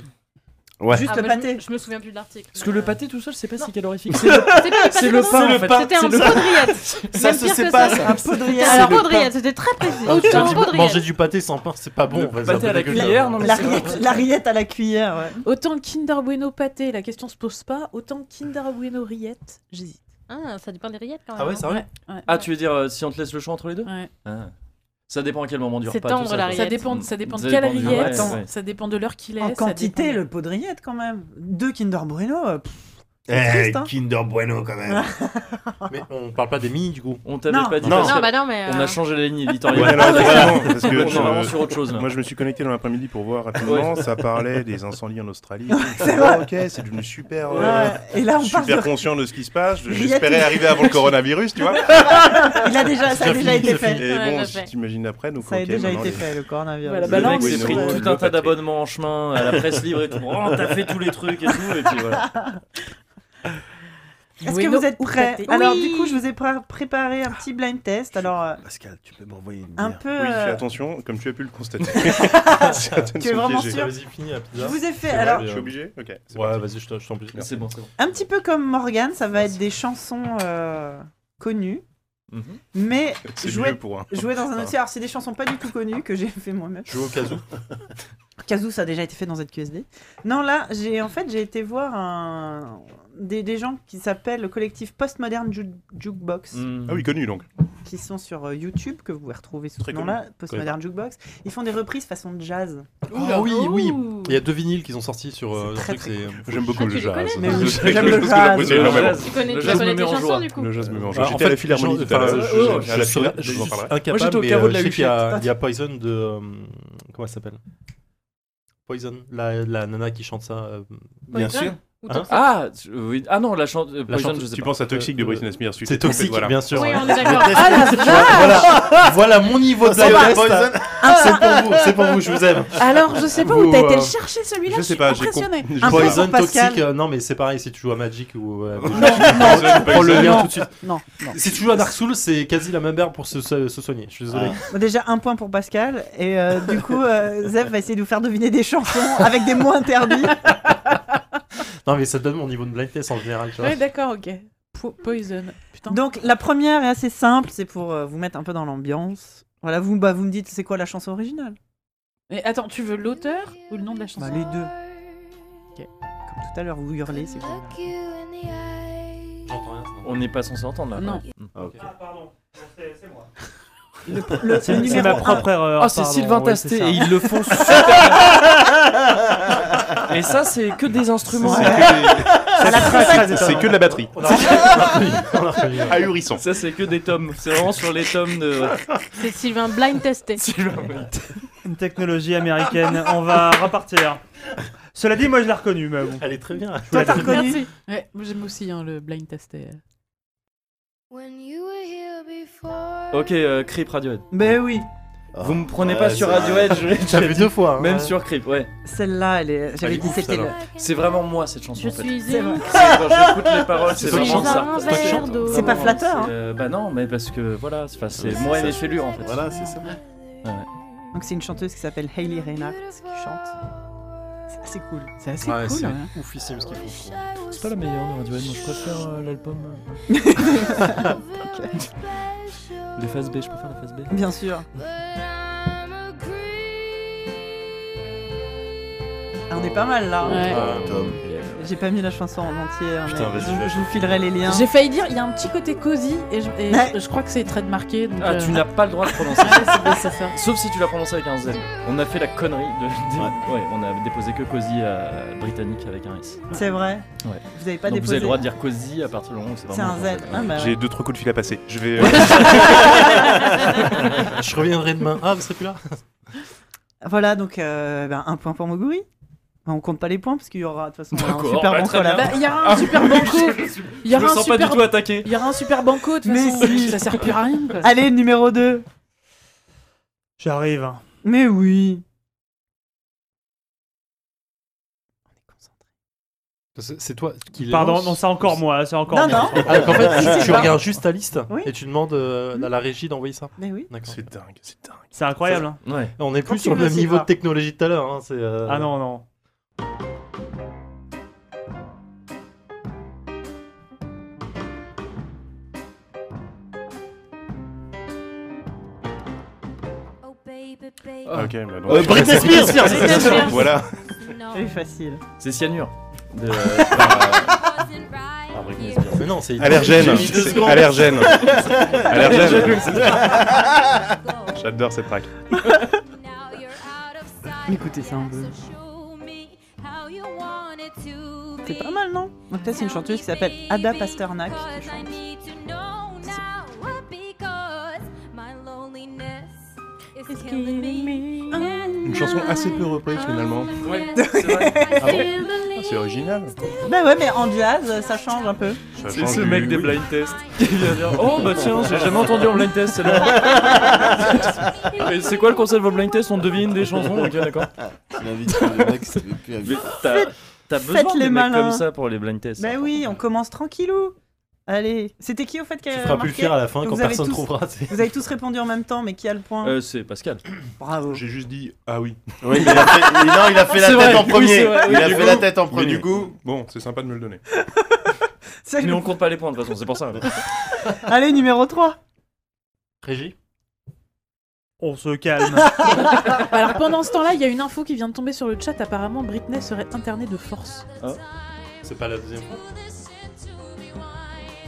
Ouais. Ah, bah, je me- Je me souviens plus de l'article. Parce que le pâté tout seul, c'est pas si calorifique. C'est pas du pâté C'est le non pain, plus. en fait. C'était un C'est le- pot de rillettes. Ça Même se pire que sépare, ça. Un pot de rillettes. Alors, pot de rillettes, c'était très précis. Ah, tu Un as dit pot de manger rillettes. du pâté sans pain, c'est pas bon. Le vas-y, pâté un peu à la dégueulasse. cuillère, non, mais La c'est- rillette, la rillette à la cuillère, ouais. Autant Kinder Bueno pâté, la question se pose pas. Autant Kinder Bueno rillette, j'hésite. Ah, ça dépend des rillettes quand même. hein. Ah ouais, sérieux ouais. Ah, tu veux dire euh, si on te laisse le choix entre les deux Ouais. Ah. Ça dépend à quel moment du C'est repas. tendre, tout ça, la quoi. Ça dépend, ça dépend de Ça quelle dépend du- rillette, ouais, ouais. ça dépend de l'heure qu'il est. En ça quantité, dépend- le pot de rillette quand même. Deux Kinder Bueno. euh, pff, c'est Eh, triste, hein. Kinder Bueno quand même. *laughs* Mais on parle pas des mini, du coup. On t'avait Non. pas dit Non. parce que Non, bah non, mais, On euh, a changé la ligne éditoriale. Ouais, Ah, alors, vraiment, parce que on est je- vraiment sur autre chose là. Moi, je me suis connecté dans l'après-midi pour voir rapidement. Ouais. Ça parlait des incendies en *laughs* Australie. Je me suis dit, vrai. ok, c'est devenu super. Ouais, euh, et là, on super parle de- conscient de ce qui se passe. Je- Il y a J'espérais tout- arriver avant le coronavirus, tu vois. *laughs* Il a déjà, ça a déjà été fait. Et Ouais, bon, je si sais. *laughs* t'imagines après, donc Ça a ok, déjà maintenant, été les- fait, le coronavirus. Voilà, bah Le là, mec on s'est est pris sur, euh, tout un tas d'abonnements en chemin à la presse libre et tout. Oh, t'as fait tous les trucs et tout. Et puis voilà. Est-ce que Bueno vous êtes ou prêts pâté Alors, Oui. du coup, je vous ai pré- préparé un petit blind test. Alors, euh, Pascal, tu peux m'envoyer une Un bière. peu, Oui, fais euh, attention, comme tu as pu le constater. *laughs* *laughs* Tu es vraiment sûr Vas-y, finis la pizza. euh, Je vous ai fait, C'est vrai, alors- Ah, Je suis obligé Ok. c'est Ouais, parti. vas-y, je t'en- je t'en prie. C'est bon, c'est bon. un petit peu comme Morgan, ça va être des chansons euh, connues, mais Mhm. C'est jouées mieux pour un- jouées dans un Pardon. outil. Alors, c'est des chansons pas du tout connues que j'ai fait moi-même. Je joue au *laughs* casou. Kazoo, ça a déjà été fait dans ZQSD. Non, là, j'ai en fait j'ai été voir un- des, des gens qui s'appellent le collectif Postmodern Ju- Jukebox, Mm. Ah oui, connu donc. qui sont sur euh, YouTube, que vous pouvez retrouver sous Très ce nom-là, connu. Postmodern Jukebox. Ils font des reprises façon jazz. Ah oui, oui. Il y a deux vinyles qui sont sortis sur. euh, un truc, c'est- J'aime beaucoup Ah, le tu les jazz. connais, toi Je- J'aime je- le je pense que jazz. j'apprécie Le énormément. jazz. Tu connais- tu connais tes chansons, du coup Le jazz me met en Ah, joie. en J'étais fait, à la Philharmonie les tout gens- à l'heure. enfin, Je- je- je- je- à la je- Phila- je- je je- vous en parlerai. incapable, Moi, j'étais au mais, carreau de euh, la je sais qu'il y a- Huchette. Il y a Poison de. euh, Comment elle s'appelle Poison, la, la nana qui chante ça. euh, Bien Poison sûr. Ou Hein Toxic Ah, je- oui. ah non, la chante. euh, La Poison, chante- je sais Tu pas. Euh, penses à Toxic de Britney Spears. tu C'est t'es trompé, toxique, voilà. bien sûr. Oui, ouais. on est d'accord. Ah la voilà, voilà mon niveau de Ça va, blind test. Poison. C'est pour vous, c'est pour vous, je vous aime. Alors, je sais pas où Vous, t'as été le euh, chercher celui-là, je je sais suis pas, j'ai impressionnée. compris. Un peu Poison, pour Pascal. toxique, euh, non mais c'est pareil si tu joues à Magic ou. euh, non, prends le lien non, tout de suite. Non, non. Si tu joues à Dark Souls, c'est quasi la même herbe pour se, se- se soigner. Je suis désolé. Ah. Ah. Bon, Déjà un point pour Pascal et euh, du coup euh, Zef va essayer de vous faire deviner des chansons avec des mots interdits. Non, mais ça donne mon niveau de blind test en général. Tu vois. Ouais, d'accord, ok. Po- Poison. Putain. Donc la première est assez simple, c'est pour euh, vous mettre un peu dans l'ambiance. Voilà, vous, bah, vous me dites c'est quoi la chanson originale Mais attends, tu veux l'auteur ou le nom de la Bah chanson les deux. Comme tout à l'heure vous hurlez, c'est quoi J'entends rien, sinon. On n'est pas censé entendre là. Non. Mm. Ah, pardon, c'est moi. Le, le- le C'est numéro ma un. Oh, propre erreur. Ah, c'est pardon, Sylvain ouais, Tasté c'est ça. et ils le *laughs* *laughs* font super bien. Et ça, c'est que des instruments. À la trompette. C'est que de la batterie. On a reconnu. On *laughs* a reconnu. Ahurissant. Ça, c'est que des tomes. C'est vraiment sur les tomes de. C'est Sylvain blind *laughs* testé. Une technologie américaine. On va repartir. Cela dit, moi je l'ai reconnu, mais bon. Elle est très bien. Toi t'as reconnu Merci. Ouais, moi, j'aime aussi hein, le blind test. euh. When you were here before Ok, euh, Creep Radiohead. Mais Ben oui. Vous me prenez ouais, pas sur c'est- Radiohead, je l'ai Ça déjà fait dit. deux fois, hein. Même Ouais. sur Creep, ouais. Celle-là, elle euh, est. J'avais dit c'était le. C'est vraiment moi cette chanson. Je en fait. suis C'est une- vrai. C'est Quand j'écoute les paroles, Je c'est suis vraiment un ça. verre qui chante. d'eau. C'est pas Vraiment, flatteur, c'est, euh, hein. Bah non, mais parce que voilà, c'est- enfin, c'est Oui, moi et c'est mes ça. fêlures en fait. Voilà, c'est ça. Ouais. Donc c'est une chanteuse qui s'appelle Hailey Reina qui chante. C'est assez cool. C'est assez Ouais, cool. c'est hein. oufissime ce qu'ils font. C'est pas la meilleure de Radiohead, moi je préfère euh, l'album. *laughs* euh. Les phases B, je préfère les phases B. Bien sûr. Ah, on est pas mal là. Ouais. Ah, Tom. J'ai pas mis la chanson en entier. hein, Putain, mais vas-y, je, vas-y. je vous filerai les liens. *laughs* J'ai failli dire, il y a un petit côté cosy et je, et Ouais. je- je crois que c'est très marqué. donc, Ah, euh, tu n'as pas le droit de *laughs* prononcer Ouais, c'est ça. vrai, c'est ça. Sauf si tu l'as prononcé avec un Z. On a fait la connerie de. de- Ouais, on a déposé que Cozy euh, britannique avec un S. C'est vrai Ouais. Vous avez pas Donc Vous déposé avez le droit de dire Cozy à partir du moment où c'est C'est vraiment. un Z. Ah, bah ouais. J'ai deux trois coups de fil à passer. *laughs* Je vais. euh, Je reviendrai *laughs* demain. Ah, vous serez plus là Voilà, donc euh, ben, un point pour Moguri. Ben, on compte pas les points parce qu'il y aura de toute façon un D'accord, super bah, banco très bien. là. Bah, il y aura un super *laughs* banco. Il y aura un super- Il y aura un super banco de toute Mais façon. si. Ça sert plus à rien. quoi. Allez, numéro 2. J'arrive. Mais oui. C'est c'est toi qui les Pardon, lance non, c'est encore moi, c'est encore Ah, moi. donc en fait, Je sais tu, tu pas. regardes juste ta liste Oui. Hmm. et tu demandes euh, à la régie d'envoyer ça. Mais oui. C'est dingue, c'est dingue. C'est incroyable, hein. Ouais. On est Quand plus tu sur veux, le même c'est niveau pas. de technologie de tout à l'heure. hein, c'est, euh, Ah non, non. Ah. Ok, bah donc- Euh, Britney Spears Britney Spears. *laughs* Voilà. C'est facile. C'est Cyanure. *laughs* De... Mais non, c'est- Ah, Allergène. J'ai mis deux secondes. *laughs* Allergène. Allergène. Allergène, c'est ça. *laughs* J'adore cette *laughs* track. Écoutez ça un peu. C'est pas mal, non Donc là, c'est une chanteuse qui s'appelle Ada Pasternak. qui chante. Ah. Ah. Une chanson assez peu reprise finalement. *laughs* Ouais, c'est vrai. Ah bon Ah, c'est original. Bah ouais, mais en jazz, euh, ça change un peu. Ça C'est change ce du- mec des oui. blind tests *laughs* qui vient dire Oh bah tiens, j'ai jamais entendu en blind test, c'est *laughs* là. Mais c'est quoi le concept de blind test On devine des chansons Ok, d'accord. Mais t'as- T'as besoin Faites de les mecs malins. comme ça pour les blind tests. Bah oui, on commence tranquillou. Allez, c'était qui au fait qui a feras plus le marqué fier à la fin Vous quand avez personne tous- trouvera, c'est- Vous avez tous répondu en même temps, mais qui a le point Euh, c'est Pascal. Bravo. J'ai juste dit ah oui. Oui, mais il a fait- mais non, il a fait la C'est tête vrai. en premier. Oui, c'est vrai. Il a Mais du fait la coup- tête en Mais premier. du coup, bon, c'est sympa de me *laughs* le donner. Mais on compte pas les points de toute façon, c'est pour ça. *laughs* Allez, numéro 3. Régie On se calme. Bah Alors pendant ce temps-là, il y a une info qui vient de tomber sur le chat. Apparemment, Britney serait internée de force. Ah. C'est pas la deuxième fois. *laughs*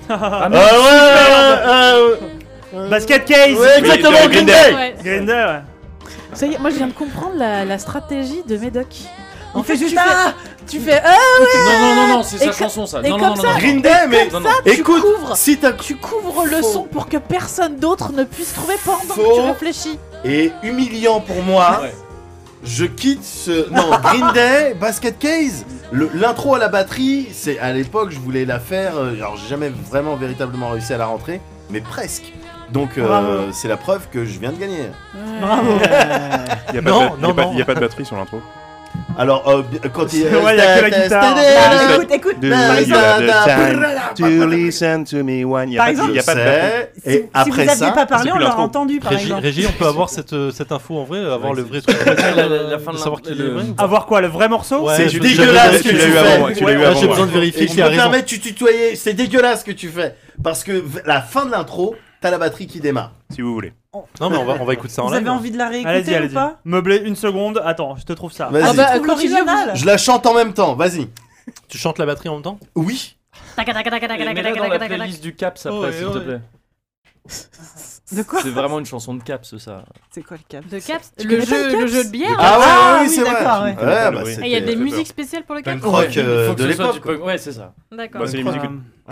Ah, merde, Euh, ouais, ouais, ouais, ouais. Basket case. Ouais, exactement, Green Green Day. Day. Green Day. Green Day, ouais. Ça y est, moi je viens de comprendre la, la stratégie de Médoc. En Il fait juste tu fais, Ah tu fais ah ouais. Non, non, non, non, c'est Et sa co- chanson, ça. Et Non, non, non, comme ça, non, non. et Green Day, comme mais- non, ça, non. tu Écoute, couvres, si tu couvres le son pour que personne d'autre ne puisse trouver pendant que Faux. tu réfléchis. Et humiliant pour moi. Je quitte ce. *laughs* Non, Green Day, Basket Case Le- L'intro à la batterie, c'est à l'époque, je voulais la faire. euh, Alors, j'ai jamais vraiment véritablement réussi à la rentrer, mais presque. Donc, euh, Bravo. c'est la preuve que je viens de gagner. *laughs* Bravo. Il Non, non, non. n'y a pas de batterie sur l'intro Alors, Oh, euh, bi- quand il Ouais, y a que la guitare. Bah, écoute, écoute. Do you Par have exemple- the time to listen to me when- y a Par pas de- exemple, y a pas de si- batterie. si- si vous aviez pas parlé, C'est plus on l'aurait l'intro. entendu, par Régie, exemple. Régie, on peut *laughs* avoir cette, euh, cette info en vrai, avoir le vrai truc. *laughs* fin de de savoir qui est l'intro, le vrai. le- ou pas Avoir quoi, le vrai morceau Ouais, C'est je- dégueulasse je- que tu l'as eu avant moi, tu l'as eu avant j'ai moi. besoin de vérifier. Et Et je je me me permets permets de tu tutoyer. C'est dégueulasse ce que tu fais. Parce que v- la fin de l'intro, t'as la batterie qui démarre. Si vous voulez. Non, mais on va- on va écouter ça en Vous live, avez hein. envie de la réécouter allez-y, ou allez-y. pas Meublé une seconde, attends, je te trouve ça. Vas-y. Ah bah, Trouve corrigez-vous. l'original. Je la chante en même temps, vas-y. Tu chantes la batterie en même temps Oui. Et mets-la dans la playlist du Caps Oh, après, ouais, s'il te ouais. plaît. De quoi C'est vraiment une chanson de Caps, ça. C'est quoi le cap De Caps, Tu le connais pas jeu, Caps le jeu de bière. Ah ouais, Ah oui, oui, c'est vrai. d'accord, ouais. Ouais, bah, Et c'était- il y a des Punk musiques spéciales pour le Caps. rock, Ouais, euh, il faut que de ce soit l'époque. du punk. Ouais, c'est ça. D'accord. Bah, c'est les musiques-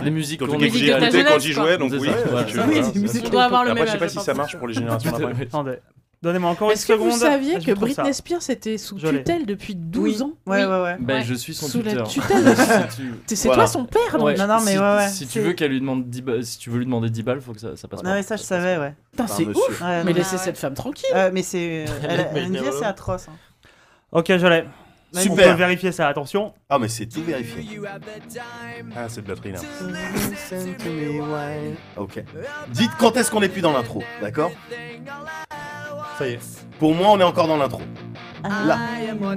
les musiques dont qu'on j'ai écoutait à écouté l'époque. quand j'y jouais, donc C'est oui. ça, Ouais, voilà. je- Oui, voilà. les musiques Après, je de sais pas l'époque. si ça marche pour les générations d'après. Attendez. Donnez-moi encore une Est-ce que seconde. Ah, vous saviez je que trouve ça. Britney Spears était sous Je l'ai. tutelle depuis 12 Oui. ans Ouais, ouais, ouais. Ben, je suis son Sous la tuteur. tutelle de- Si tu- T'es- C'est Voilà. toi son père, donc. Ouais. Non, non, mais si, ouais, ouais. Si C'est- tu veux qu'elle lui demande 10 balles, si tu veux lui demander 10 balles, faut que ça, ça passe. Non, mais ça, je savais, ouais. Putain, c'est monsieur. ouf. Mais laissez cette femme tranquille. Euh, mais c'est. euh, elle- Mais elle- NBA, never. c'est atroce. hein. Ok, je l'ai. Super. On peut vérifier ça, attention. Ah, mais c'est tout vérifié. Ah, cette batterie là. Ah, Ok. Dites quand est-ce qu'on n'est plus dans l'intro, d'accord Ça y est. Pour moi, on est encore dans l'intro. Là. Ah non, là,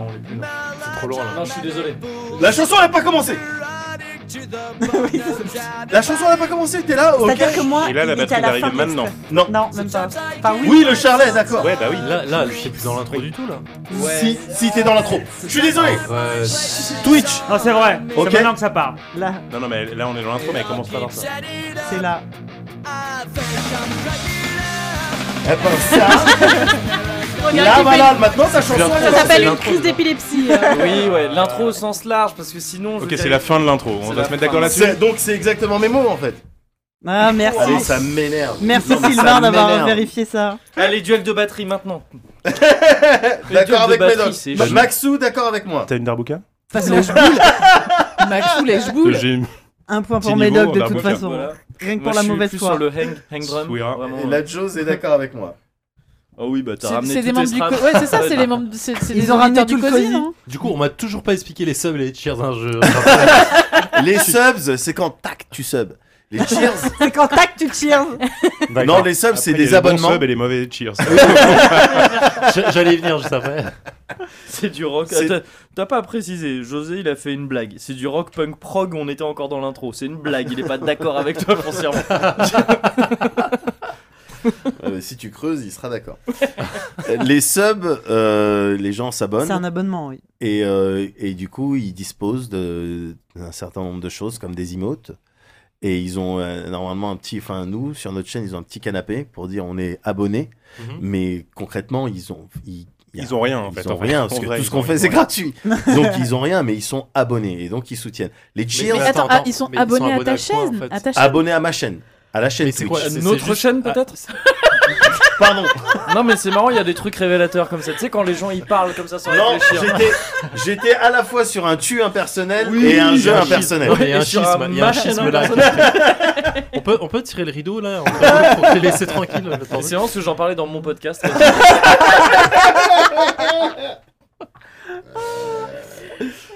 on l'est plus. non. C'est trop loin là. Non, je suis désolé. La chanson n'a pas *laughs* commencé La chanson n'a pas commencé, t'es là ok. C'est-à-dire que moi, Et là, la il était à la fin batterie arrive de l'extrait. maintenant. Non, même pas. Enfin, oui. Oui, le charlet, d'accord. Ouais, bah oui. Ah Là, là, je suis plus dans l'intro du tout là. Si, si t'es dans l'intro. Je suis désolé. Twitch. Non, Ah, c'est vrai. Ok. C'est maintenant que ça part. Là. Non, non, mais là on est dans l'intro, mais elle commence pas par ça. C'est là. Eh ben, ça. Là, voilà, maintenant ça chanson. L'intro, elle- Ça s'appelle c'est une l'intro. crise d'épilepsie. oui, ouais, l'intro au sens large, parce que sinon. je Ok, vais- c'est la fin de l'intro. C'est On la va se mettre fin. d'accord C'est- là-dessus. Donc c'est exactement mes mots en fait. Ah, merci. Allez, ça m'énerve. Merci Non, mais ça Sylvain d'avoir m'énerve. vérifié ça. Allez, duel de batterie maintenant. D'accord avec batterie, Médoc. c'est Ma- chaud. Maxou, d'accord avec moi. T'as une darbuka Parce que je boule. Maxou, lèche boule. J'ai une- Un point pour Petit Médoc niveau, de on a toute beau faire. hein. façon. Voilà. Rien que Moi, pour la je suis mouvaise plus foi. sur le hang, hang drum. vraiment, Et euh. la Jose est d'accord avec moi. Oh oui, bah C'est- c'est des membres du co- *laughs* Ouais, c'est ça, c'est les membres. du- c'est- c'est Ils les ont ramené auditeurs du tout le COSI, COSI. non Du coup, *laughs* on m'a toujours pas expliqué les subs et les cheers d'un jeu. *laughs* Les subs, c'est quand tac, tu subs. Les *laughs* cheers. C'est quand tac, tu cheers. Non, les subs, c'est Après, il y a des les bons abonnements. subs et les mauvais cheers. *laughs* J'allais y venir juste après. C'est du rock. C'est- Attends, T'as pas précisé, José il a fait une blague. C'est du rock punk prog, on était encore dans l'intro. C'est une blague, il est pas d'accord avec toi foncièrement. *laughs* Ah, mais si tu creuses, il *laughs* sera d'accord. *laughs* les subs, euh, les gens s'abonnent. C'est un abonnement, oui. Et, euh, et du coup, ils disposent de- d'un certain nombre de choses, comme des emotes. Et ils ont euh, normalement un petit, enfin nous, sur notre chaîne, ils ont un petit canapé pour dire on est abonné. Mhm. Mais concrètement, ils ont... Ils, y a- Ils ont rien, en ils fait, ont en fait. rien, En parce que vrai, tout ils ce ont qu'on rien. fait, *laughs* c'est gratuit. donc ils ont rien, mais ils sont abonnés. Et donc ils soutiennent. Les cheers, Mais attends, ah, ils sont abonnés à ta chaîne à ta chaîne. abonnés à ma chaîne. À la chaîne Twitch. Notre chaîne peut-être *laughs* Pardon. Non mais c'est marrant, il y a des trucs révélateurs comme ça. Tu sais quand les gens ils parlent comme ça sans Non, réfléchir. j'étais, j'étais à la fois sur un tu impersonnel Oui, et un il y jeu a un impersonnel. schisme. Ouais, il y a un Et sur schisme, il y a un machin schisme là. on, peut, on peut tirer le rideau là on peut- pour les laisser tranquilles. le temps Mais de- C'est vraiment ce que j'en parlais dans mon podcast.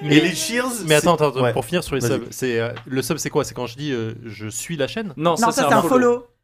Et les cheers Mais attends, attends, Ouais. pour finir sur les Vas-y. subs, c'est euh, le sub c'est quoi C'est quand je dis euh, je suis la chaîne Non, ça, ça, c'est un follow. *laughs*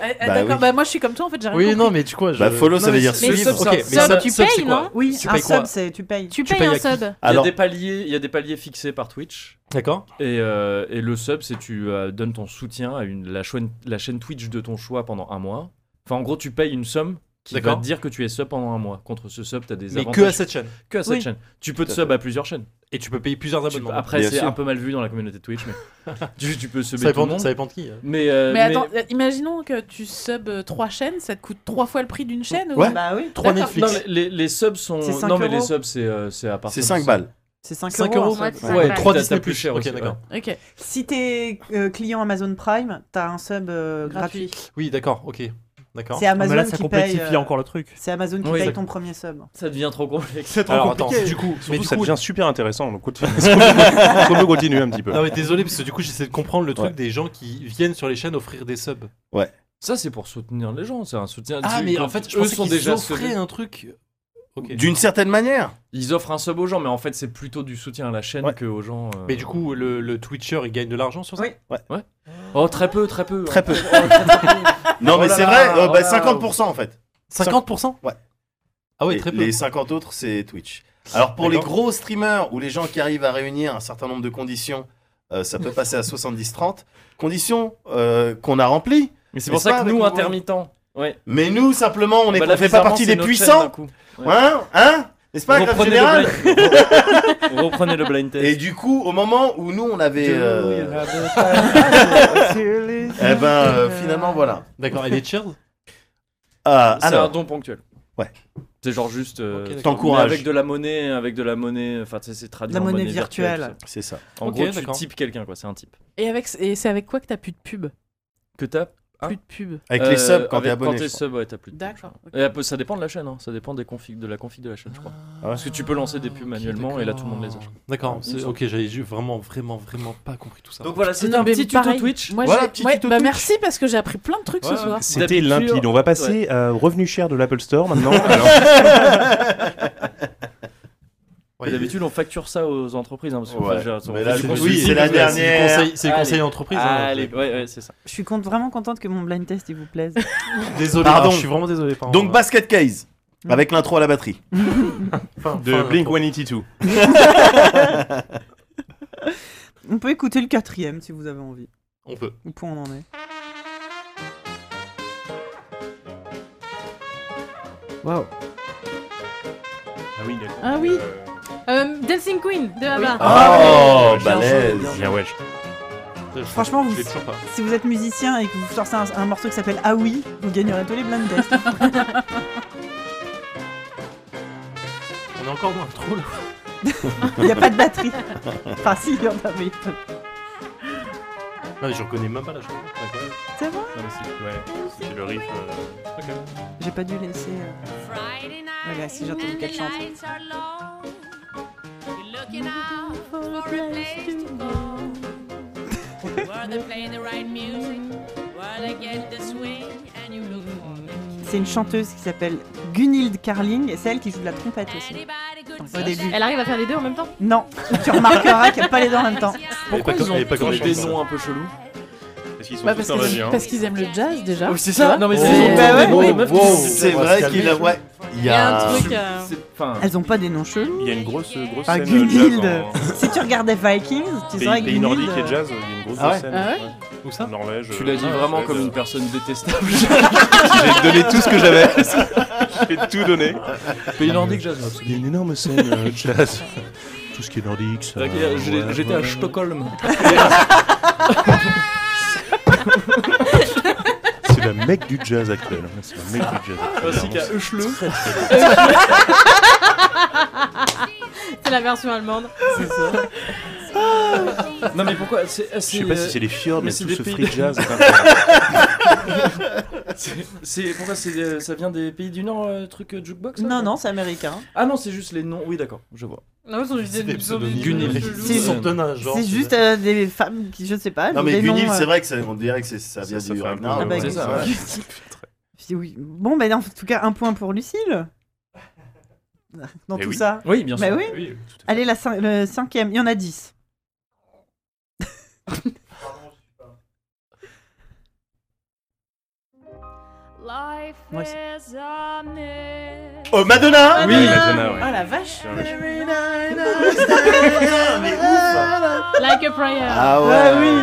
Ah, ah, Bah D'accord, oui. bah moi je suis comme toi en fait, j'ai rien Oui, compris. non, mais tu quoi je... Bah, follow, ça veut dire mais suivre. sub, Ok, sub, mais sub, ça- tu sub, payes, c'est quoi non Oui, Tu un payes quoi sub, c'est tu payes. Tu payes payes un à qui sub. Il y a Alors- des paliers, il y a des paliers fixés par Twitch. D'accord. Et, euh, et le sub, c'est tu euh, donnes ton soutien à une, la, chaîne, la chaîne Twitch de ton choix pendant un mois. Enfin, en gros, tu payes une somme qui va D'accord. te dire que tu es sub pendant un mois. Contre ce sub, t'as des Mais avantages. que à cette chaîne. Que à cette Oui. chaîne. Tu peux te Tout à sub à plusieurs chaînes. Et tu peux payer plusieurs Tu peux- abonnements. Après, Bien c'est sûr. un peu mal vu dans la communauté Twitch, mais *laughs* tu, tu peux subber Ça tout dépend- le monde. ça dépend de qui, euh. Mais, euh, Mais mais- attends, euh, imaginons que tu sub euh, trois chaînes, ça te coûte trois fois le prix d'une chaîne ou... Bah Bah D'accord. Non, mais les, les subs sont. C'est cinq Non, mais euros. les subs, c'est euh, c'est à partir. C'est de cinq ça. balles. C'est 5, Cinq euros. euros, un ouais, sub. c'est Ouais, cinq trois balles. Disney+, plus cher aussi, Ok. Si t'es euh, client Amazon Prime, t'as un sub euh, gratuit. Oui, d'accord, ok. D'accord. C'est Amazon ça qui complexifie paye. euh, encore le truc. C'est Amazon qui Oui. paye ton premier sub. Ça devient trop complexe. C'est trop Alors, attends, compliqué. du coup, mais du ça coup- devient super intéressant. Donc, écoute, est-ce qu'on peut- est-ce *laughs* qu'on peut continuer un petit peu Non, mais désolé, parce que du coup, j'essaie de comprendre le truc Ouais. des gens qui viennent sur les chaînes offrir des subs. Ouais. Ça, c'est pour soutenir les gens. C'est un soutien. Ah, Tu- mais quand en fait, je eux pensais sont qu'ils déjà offraient sauvés. un truc. Ok. D'une certaine manière. Ils offrent un sub aux gens, mais en fait, c'est plutôt du soutien à la chaîne que aux gens. euh, Mais du coup, le, le Twitcher, il gagne de l'argent sur ça Oui. Ouais. Oh, très peu, très peu. Très peu. Oh, très, très peu. *laughs* Non, Oh mais là c'est là, vrai, euh, oh bah, là. 50% en fait. 50% Ouais. Ah ouais, Et très peu. Les 50 autres, c'est Twitch. Alors pour les D'accord. gros streamers ou les gens qui arrivent à réunir un certain nombre de conditions, euh, ça peut passer à 70-30. Conditions euh, qu'on a remplies. Mais c'est N'est-ce pour ça pas, que avec nous, le- intermittents. Ouais. Mais nous, simplement, on ne Bah, là, fait pas bizarrement, partie c'est des notre chaîne, d'un puissants. coup. Hein Hein N'est-ce pas, grave Reprenez le général blind- Reprenez le blind test. Et du coup, au moment où nous, on avait... euh, *laughs* eh ben, euh, finalement, voilà. D'accord, et les cheers Ah, C'est alors. un don ponctuel. Ouais. C'est genre juste. euh, d'accord. T'encourages. mais Avec de la monnaie, avec de la monnaie. Enfin, tu sais, c'est traduit La en monnaie monnaie virtuelle. virtuelle. tout C'est ça. En Ok, gros, tu d'accord. types quelqu'un, quoi. C'est un type. Et avec, et c'est avec quoi que t'as plus de pub Que t'as Plus de pub. Avec les subs, quand t'es Euh, avec- abonné, Quand t'es je crois. sub, ouais, t'as plus de pub. D'accord, je crois. Et après, ça dépend de la chaîne, hein, ça dépend des configs, de la config de la chaîne, je crois. Parce que tu peux lancer des pubs manuellement et là tout le monde les a. je crois. D'accord, Ouais, c'est- il me semble. *laughs* ok, j'avais ju- vraiment, vraiment, vraiment pas compris tout ça. Donc voilà, Non, c'était un mais petit tuto pareil. Twitch. Moi, Voilà, j'ai- petit ouais, tuto bah Twitch. merci parce que j'ai appris plein de trucs ce Ouais, soir. C'était limpide. On va passer euh, revenu cher de l'Apple Store *laughs* maintenant. Alors, Mais Bah, D'habitude, on facture ça aux entreprises. hein, parce que, Ouais. enfin, je veux dire, Mais on fait là, c'est du le- conseil- oui, c'est la dernière. du conseil- hein, Allez. Allez, ouais, ouais, c'est ça. Je suis con- vraiment contente que mon blind test il vous plaise. Désolé, Pardon. hein, je suis vraiment désolé. pardon. Donc Basket Case, Mm. avec l'intro à la batterie. de Blink *laughs* 182. On peut écouter le quatrième si vous avez envie. On peut. Où on en est Waouh. Ah oui, d'accord. Ah oui Euh, Dancing Queen de Abba. Oh, Bien balèze. joué, bien ouais. Franchement, vous- Je l'ai toujours pas. si vous êtes musicien et que vous sortez un, un morceau qui s'appelle Ah oui, vous gagnerez tous les blind tests. On est encore dans le trou là. *laughs* il n'y a pas de batterie. Enfin, si, il y en a, mais il peut- Non, mais je reconnais même pas la chanson. C'est vrai Non, mais c'est- ouais, c'est le riff. euh, J'ai pas dû laisser. euh, Voilà, si j'entends qu'elle chante. Looking out for a place to go. Where they play the right music, where they get the swing, and you look for it. C'est une chanteuse qui s'appelle Gunhild Carling et c'est elle qui joue de la trompette aussi. Au début. Elle arrive à faire les deux en même temps Non, tu remarqueras qu'elle a pas les dents en même temps. Pourquoi ils ont elle est pas tous grand-chose, des ça. noms un peu chelous Parce qu'ils sont Bah, tous parce en qu'ils région. parce qu'ils aiment le jazz déjà. Oui, c'est ça. Non, mais c'est- Ouais. ils ont Bah tous ouais, des noms, oui. mais- c'est vrai qu'il a- ouais, il y a un- euh, euh, C'est- enfin, Elles ont pas des noms chelous. Il y a une grosse, grosse Ah, scène, euh, Gunhild jazz en- *laughs* Si tu regardais Vikings, tu Pays- saurais pays Gunhild. nordique et jazz, il y a une grosse Ah ouais scène. Ah ouais Où ça Norvège. Tu euh, l'as dit vraiment comme une *laughs* personne détestable. J'ai donné tout ce *laughs* que j'avais. J'ai tout donné. Pays nordique, jazz. Il y a une énorme scène *laughs* euh, jazz. Tout ce qui est nordique, ça. T'inquiète, j'ai- ouais, J'étais ouais, à ouais. Stockholm. *laughs* C'est le mec du jazz actuel. hein, C'est le mec du jazz actuel. Ainsi qu'à Vraiment, Euchleu. c'est très, très- *laughs* C'est la version allemande. C'est ça. Non mais pourquoi c'est, euh, Je sais pas si c'est les fjords, mais c'est tout des ce pays free de- *laughs* jazz, enfin. c'est, c'est- pourquoi c'est, euh, ça vient des pays du Nord, euh, truc euh, jukebox là, Non, quoi non, c'est américain. Ah non, c'est juste les noms. Oui, d'accord, je vois. Non, ils sont juste des- ils sont des- Gunhild. C'est euh, Ah, c'est juste euh, des femmes qui, je sais pas. Non, ont mais des noms, Gunil, euh, c'est vrai que ça, on dirait que c'est- ça vient du Ragnar. Ah bah, ouais, *laughs* c'est ça, ouais. Si oui. Bon, ben en tout cas, un point pour Lucille. Dans Eh tout oui. ça. Oui, bien Bah sûr. oui. Oui, Allez, la cin- le cinquième. Il y en a dix. Life Ouais, is a myth. Oh, Madonna Oui, Madonna, ouais. Ah la vache Like a prayer. Ah ouais.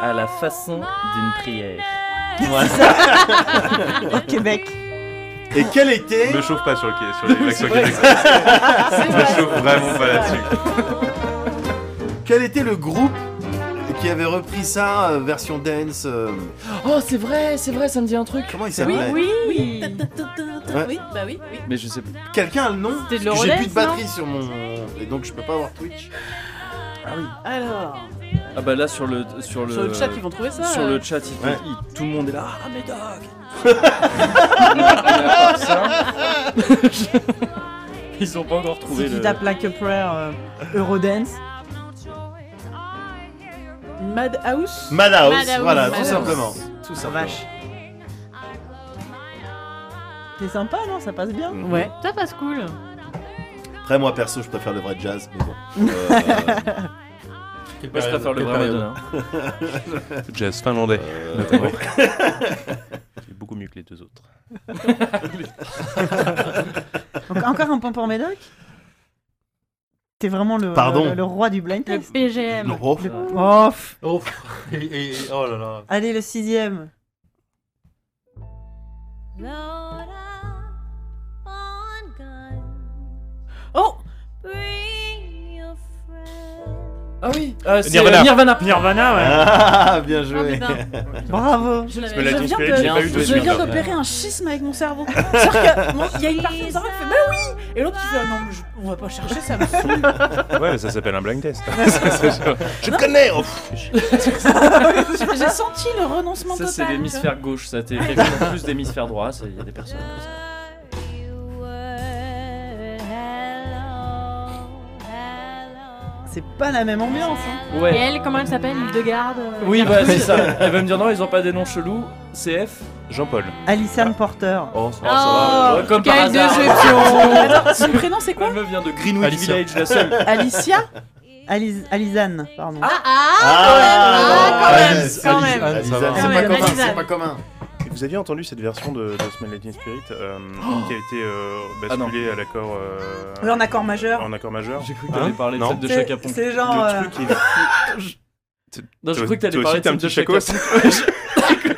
À la façon d'une *laughs* prière. Au Québec. Et quel était Me chauffe pas sur, le, quai- sur *laughs* *laughs* les vagues au Québec. C'est Me vrai. chauffe vraiment pas là-dessus. Quel était le groupe qui avait repris ça, euh, version dance euh, Oh, c'est vrai, c'est vrai, ça me dit un truc. Comment il s'appelle s'appelait Oui, oui. Ouais. Oui, bah oui, oui. Mais je sais pas. Quelqu'un a le nom C'était de Parce que J'ai l'Eurodance, plus de batterie non sur mon. Et donc je peux pas avoir Twitch. Ah oui. Alors. Ah bah là sur le sur le Sur le chat, ils vont trouver ça, Sur euh. le chat, ils- Ouais. ils- tout le monde est là. Ah mais *laughs* *laughs* Ils ont pas encore trouvé Si tu le. tapes Like a Prayer euh, Eurodance. Madhouse. Madhouse, voilà, tout simplement. Tout ça. Oh, Vache. C'est sympa, non Ça passe bien Mhm. Ouais. Ça passe cool. Après, moi perso, je préfère le vrai jazz, mais *laughs* bon. Euh, Quelle Moi, je préfère le vrai Madonna. *laughs* Jazz finlandais. Euh, notamment. ouais. *laughs* C'est beaucoup mieux que les deux autres. *laughs* Donc, encore un point pour Médoc T'es vraiment le, Pardon. le, le roi du blind test. PGM. Le roi. Oh, pff. Oh, et, et- oh là là. Allez, le sixième. Oh Bring your friends. Ah oui, euh, c'est Nirvana. euh, Nirvana. Nirvana, ouais. Ah, bien joué. Ah, putain. Bravo. Oh, Je, Tu me l'as l'avais- je dit, Squelette, j'ai viens, pas de, eu de je viens souvenir. d'opérer un schisme avec mon cerveau. C'est-à-dire que moi, il y a une partie de mon cerveau qui fait bah oui Et l'autre qui fait ah non, mais je- on va pas chercher, ça me saoule. *laughs* Ouais, mais ça s'appelle un blind test. *laughs* Je connais, oh, *laughs* J'ai- *laughs* J'ai senti le renoncement Ça, total. c'est l'hémisphère gauche, ça *laughs* t'es effectivement plus d'hémisphère droit, ça, il y a des personnes comme ça. C'est pas la même ambiance. hein. Ouais. Et elle, comment elle s'appelle L'île de garde euh, Oui, garde- bah c'est ça. Elle va me dire non, ils ont pas des noms chelous. CF Jean-Paul. Alison Porter. Oh, ça va. va. Comme par quelle hasard. *laughs* déception. Attends, son prénom c'est quoi Elle me vient de Greenwich Alicia. Village, la seule. *laughs* Alicia Aliz- Alizane, pardon. Ah, Ah, Alice, Alice, Quand Alice, même. Alice, Alice. c'est pas commun. Et Vous aviez entendu cette version de, de Smell Lightning Spirit euh, qui a été euh, basculée à l'accord. euh, Oui, en accord majeur. En accord majeur. J'ai cru que t'allais parler de celle de C'est- Chaka Ponk. c'est genre, Le euh, truc est. Non, j'ai Toi- cru que t'allais toi parler aussi, de t'es un celle de petit chacos. *laughs* Chaka-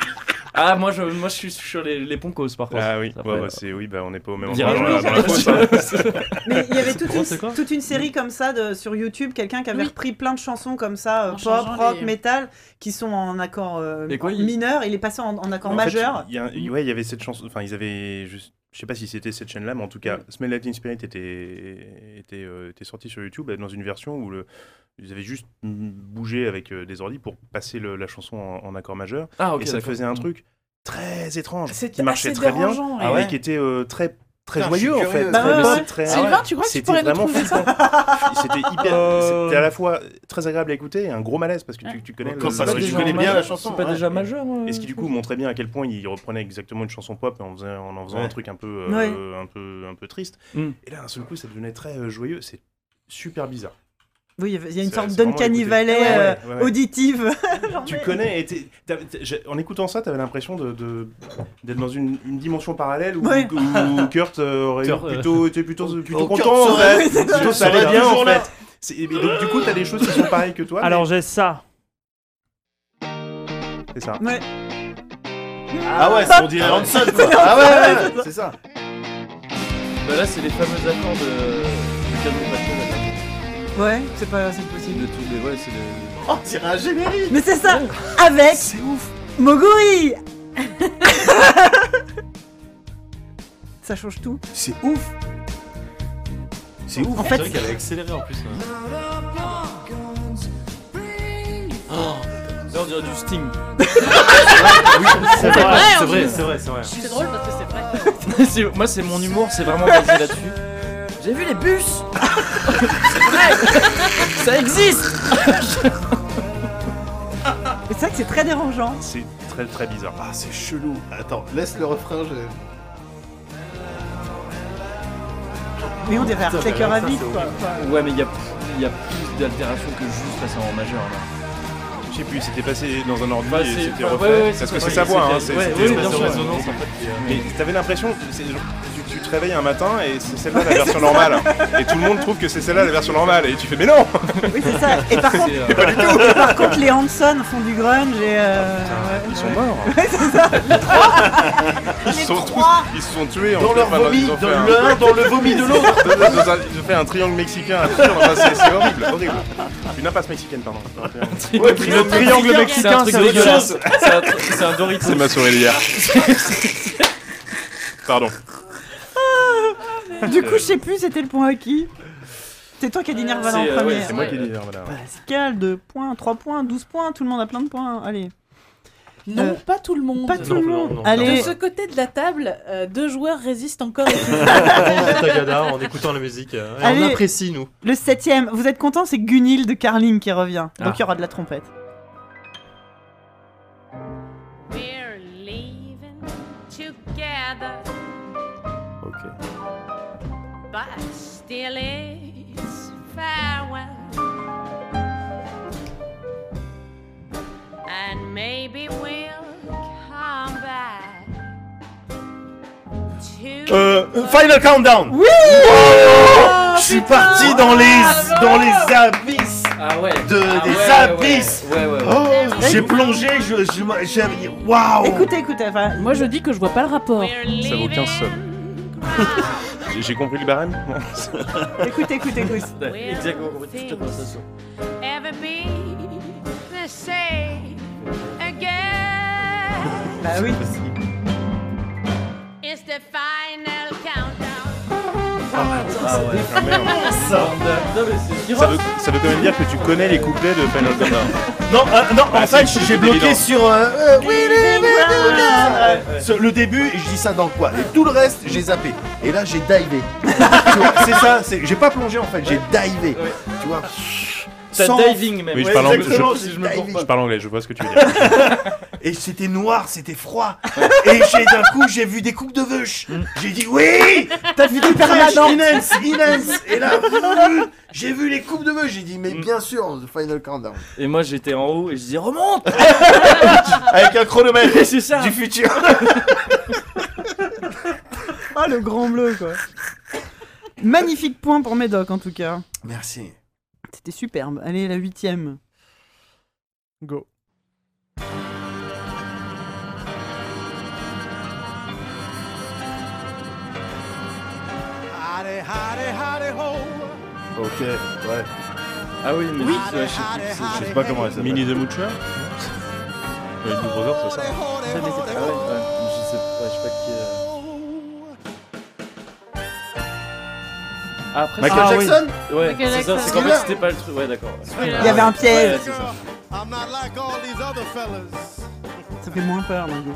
Ah, moi je, moi je suis sur les, les poncos par contre. euh, Ah oui, Ça ouais, fait- bah, c'est- oui, bah, on n'est pas au même On endroit. dirait- dans la- dans la *laughs* fosse, hein. *laughs* Mais il y avait toute une, C'est quoi toute une série comme ça de, sur YouTube, quelqu'un qui avait repris plein de chansons comme ça, euh, pop, changeant rock, les- metal, qui sont en accord euh, Et quoi, il- mineur, il est passé en, en accord En fait, majeur. il y a un- Mm. ouais, il y avait cette chanson. Enfin, ils avaient. Je je sais pas si c'était cette chaîne-là, mais en tout cas, Mm. Smell Lightning Spirit était, était, euh, était sorti sur YouTube euh, dans une version où le, ils avaient juste mm, bougé avec euh, des ordi pour passer le- la chanson en, en accord majeur. Ah, ok, et ça d'accord. faisait un truc très étrange qui C'était marchait assez très bien dérangeant, ouais. et Ah ouais qui était euh, très très Putain, joyeux je suis en fait. Très curieux. Bah ouais, lucide, ouais. très- Sylvain, tu crois que tu C'était pourrais nous vraiment trouver ça flippant. C'était *laughs* hyper. Euh, C'était à la fois très agréable à écouter et un gros malaise parce que tu, tu connais, Quand le- ça le- se tu joue en connais bien majeur, la chanson. c'est pas déjà majeur, euh. Et ce qui du coup montrait bien à quel point il reprenait exactement une chanson pop en, faisait- en en faisant Ouais. un truc un peu, euh, Ouais. un peu, un peu triste. Mm. Et là, d'un seul coup, ça devenait très euh, joyeux. C'est super bizarre. Oui, il y avait- il y a une C'est- sorte c'est vraiment d'uncanny écouté. valley Ouais, euh, ouais, ouais. auditive. *laughs* Genre, Tu mais- connais, et t'es- t'as- t'as- j'ai- en écoutant ça, t'avais l'impression de- de- d'être dans une, une dimension parallèle où, Ouais. *laughs* où Kurt euh, aurait Kurt, eu euh, plutôt, était plutôt, plutôt oh, Kurt content. en serait- fait. oui, *laughs* c'est *laughs* Plutôt, ça. ça allait Serait bien en toujours là. fait. C'est- et donc, du coup, t'as des choses qui sont pareilles que toi. Alors mais- j'ai ça. C'est ça. Ouais. Ah ouais, c'est- on dirait Hanson, quoi. Ah ouais, ouais, ouais, c'est ça. Bah là, c'est les fameux accords de. de Cameron Patton, là. Ouais, c'est pas c'est possible. De tous les. Ouais, c'est les. Oh, c'est un générique Mais c'est ça Avec Moguri Ça change tout. C'est ouf C'est ouf En fait, qu'elle a accéléré en plus. Oh, Là, on dirait du *laughs* Sting. C'est vrai, c'est on vrai, dit. c'est vrai, c'est vrai. C'est drôle parce que c'est *laughs* vrai. C'est- Moi, c'est mon humour, c'est vraiment basé là-dessus. J'ai vu les bus Ça existe C'est vrai que c'est très dérangeant. C'est très très bizarre. Ah, c'est chelou. Attends, laisse le refrain. Je... Mais on dirait Arctaker à vide, quoi. Ouais, mais il y a, y a plus d'altérations que juste passer en majeur là. Je sais plus, c'était passé dans un ordi Bah, et c'est- c'était ouais, refait. ouais, ouais, parce c'est que ça, c'est sa voix, c'est- hein, c'est- c'est ouais, cette oui, espèce bien de sûr, résonance, ouais. en fait, qui, euh, Mais- Mais t'avais l'impression, c'est genre- tu, tu te réveilles un matin et *laughs* c'est celle-là la version normale. Et tout le monde trouve que c'est celle-là la version normale. Et tu fais, mais non Oui, c'est ça. *laughs* Et par contre, pas du tout et par contre, les Hanson font du grunge et. euh, ouais, Ils ouais. sont morts Ouais, c'est ça. Ils se sont, tous- ils se sont tués en Dans fait. leur Enfin, vomi, ils ont fait dans un- l'un, dans le vomi de l'autre. Dans un- Ils ont fait un triangle mexicain absurde. *laughs* Enfin, c'est- c'est horrible, horrible. Une impasse mexicaine, pardon. Ouais, Le triangle mexicain, c'est un c'est truc autre dégueulasse. chose. C'est un, tr- c'est un Doritos. C'est ma souris d'hier. Pardon. *laughs* Du coup, je sais plus c'était le point à qui. C'est toi qui as dit Nirvana en C'est, euh, premier. ouais, c'est moi qui ai dit Nirvana, ouais. Pascal, 2 points, 3 points, 12 points, tout le monde a plein de points. Allez. Non, Euh, pas tout le monde. pas tout le monde. Allez. Allez. De ce côté de la table, euh, deux joueurs résistent encore. *laughs* et toujours. Tagada en écoutant la musique. euh, et Allez. on apprécie, nous. Le septième, vous êtes content, c'est Gunil de Carling qui revient. Donc Ah. il y aura de la trompette. We're leaving together, Ok. but still it's farewell. And maybe we'll come back to Euh, Final Countdown Oui Oh, Je suis parti dans les, dans les Ah, abysses Ah de, Des abysses Oh, J'ai plongé, je... je m'a- j'ai- Waouh Écoutez, écoutez, enfin, Moi je dis que je vois pas le rapport. Ça vaut 15 sommes. J'ai- J'ai compris le barème écoutez, écoutez, écoutez. Exactement, on voit toute la conversation. every Bah oui. *laughs* It's the final countdown. Ah Ah, Ça veut, ça veut quand même dire que tu connais les couplets de Final Countdown. Non, euh, non, en Ah, fait, c'est- j'ai c'est bloqué évident. sur. euh, euh, oui, oui, oui, oui, oui. ouais. Ce- Le début, et je dis ça dans quoi Et tout le reste, j'ai zappé. Et là, j'ai divé. Tu vois, c'est ça, c'est- j'ai pas plongé en fait, j'ai divé. Tu vois T'as Sans- diving même. Oui, je Ouais, parle, anglais, je, exactement, j'ai je me divé. je parle anglais, je vois ce que tu veux *laughs* dire. *laughs* Et c'était noir, c'était froid. Et j'ai- d'un coup, j'ai vu des coupes de vache. J'ai dit oui T'as vu des Vache, permanentes. Inens, Inens. Et là, *laughs* j'ai vu les coupes de vache. J'ai dit mais bien sûr, The Final Countdown. Et moi j'étais en haut et je dis *laughs* remonte Avec un chronomètre *laughs* C'est ça. du futur. Ah, le grand bleu, quoi. Magnifique point pour Médoc, en tout cas. Merci. C'était superbe. Allez, la huitième. Go. oh. Ok, ouais. Ah oui, mais je, je sais pas comment elle s'appelle. Mini de Mucha Oui, Blue Brother, c'est ça. Ah sais pas, je sais pas qui. euh. Après, Michael c'est- Jackson Ah oui. Ouais, Michael c'est ça, Jackson. c'est qu'en fait Celui-là. c'était pas le truc. Ouais, d'accord. ouais. Celui-là. Il y avait un Ouais, piège. c'est ça. Ça fait moins peur, Margot.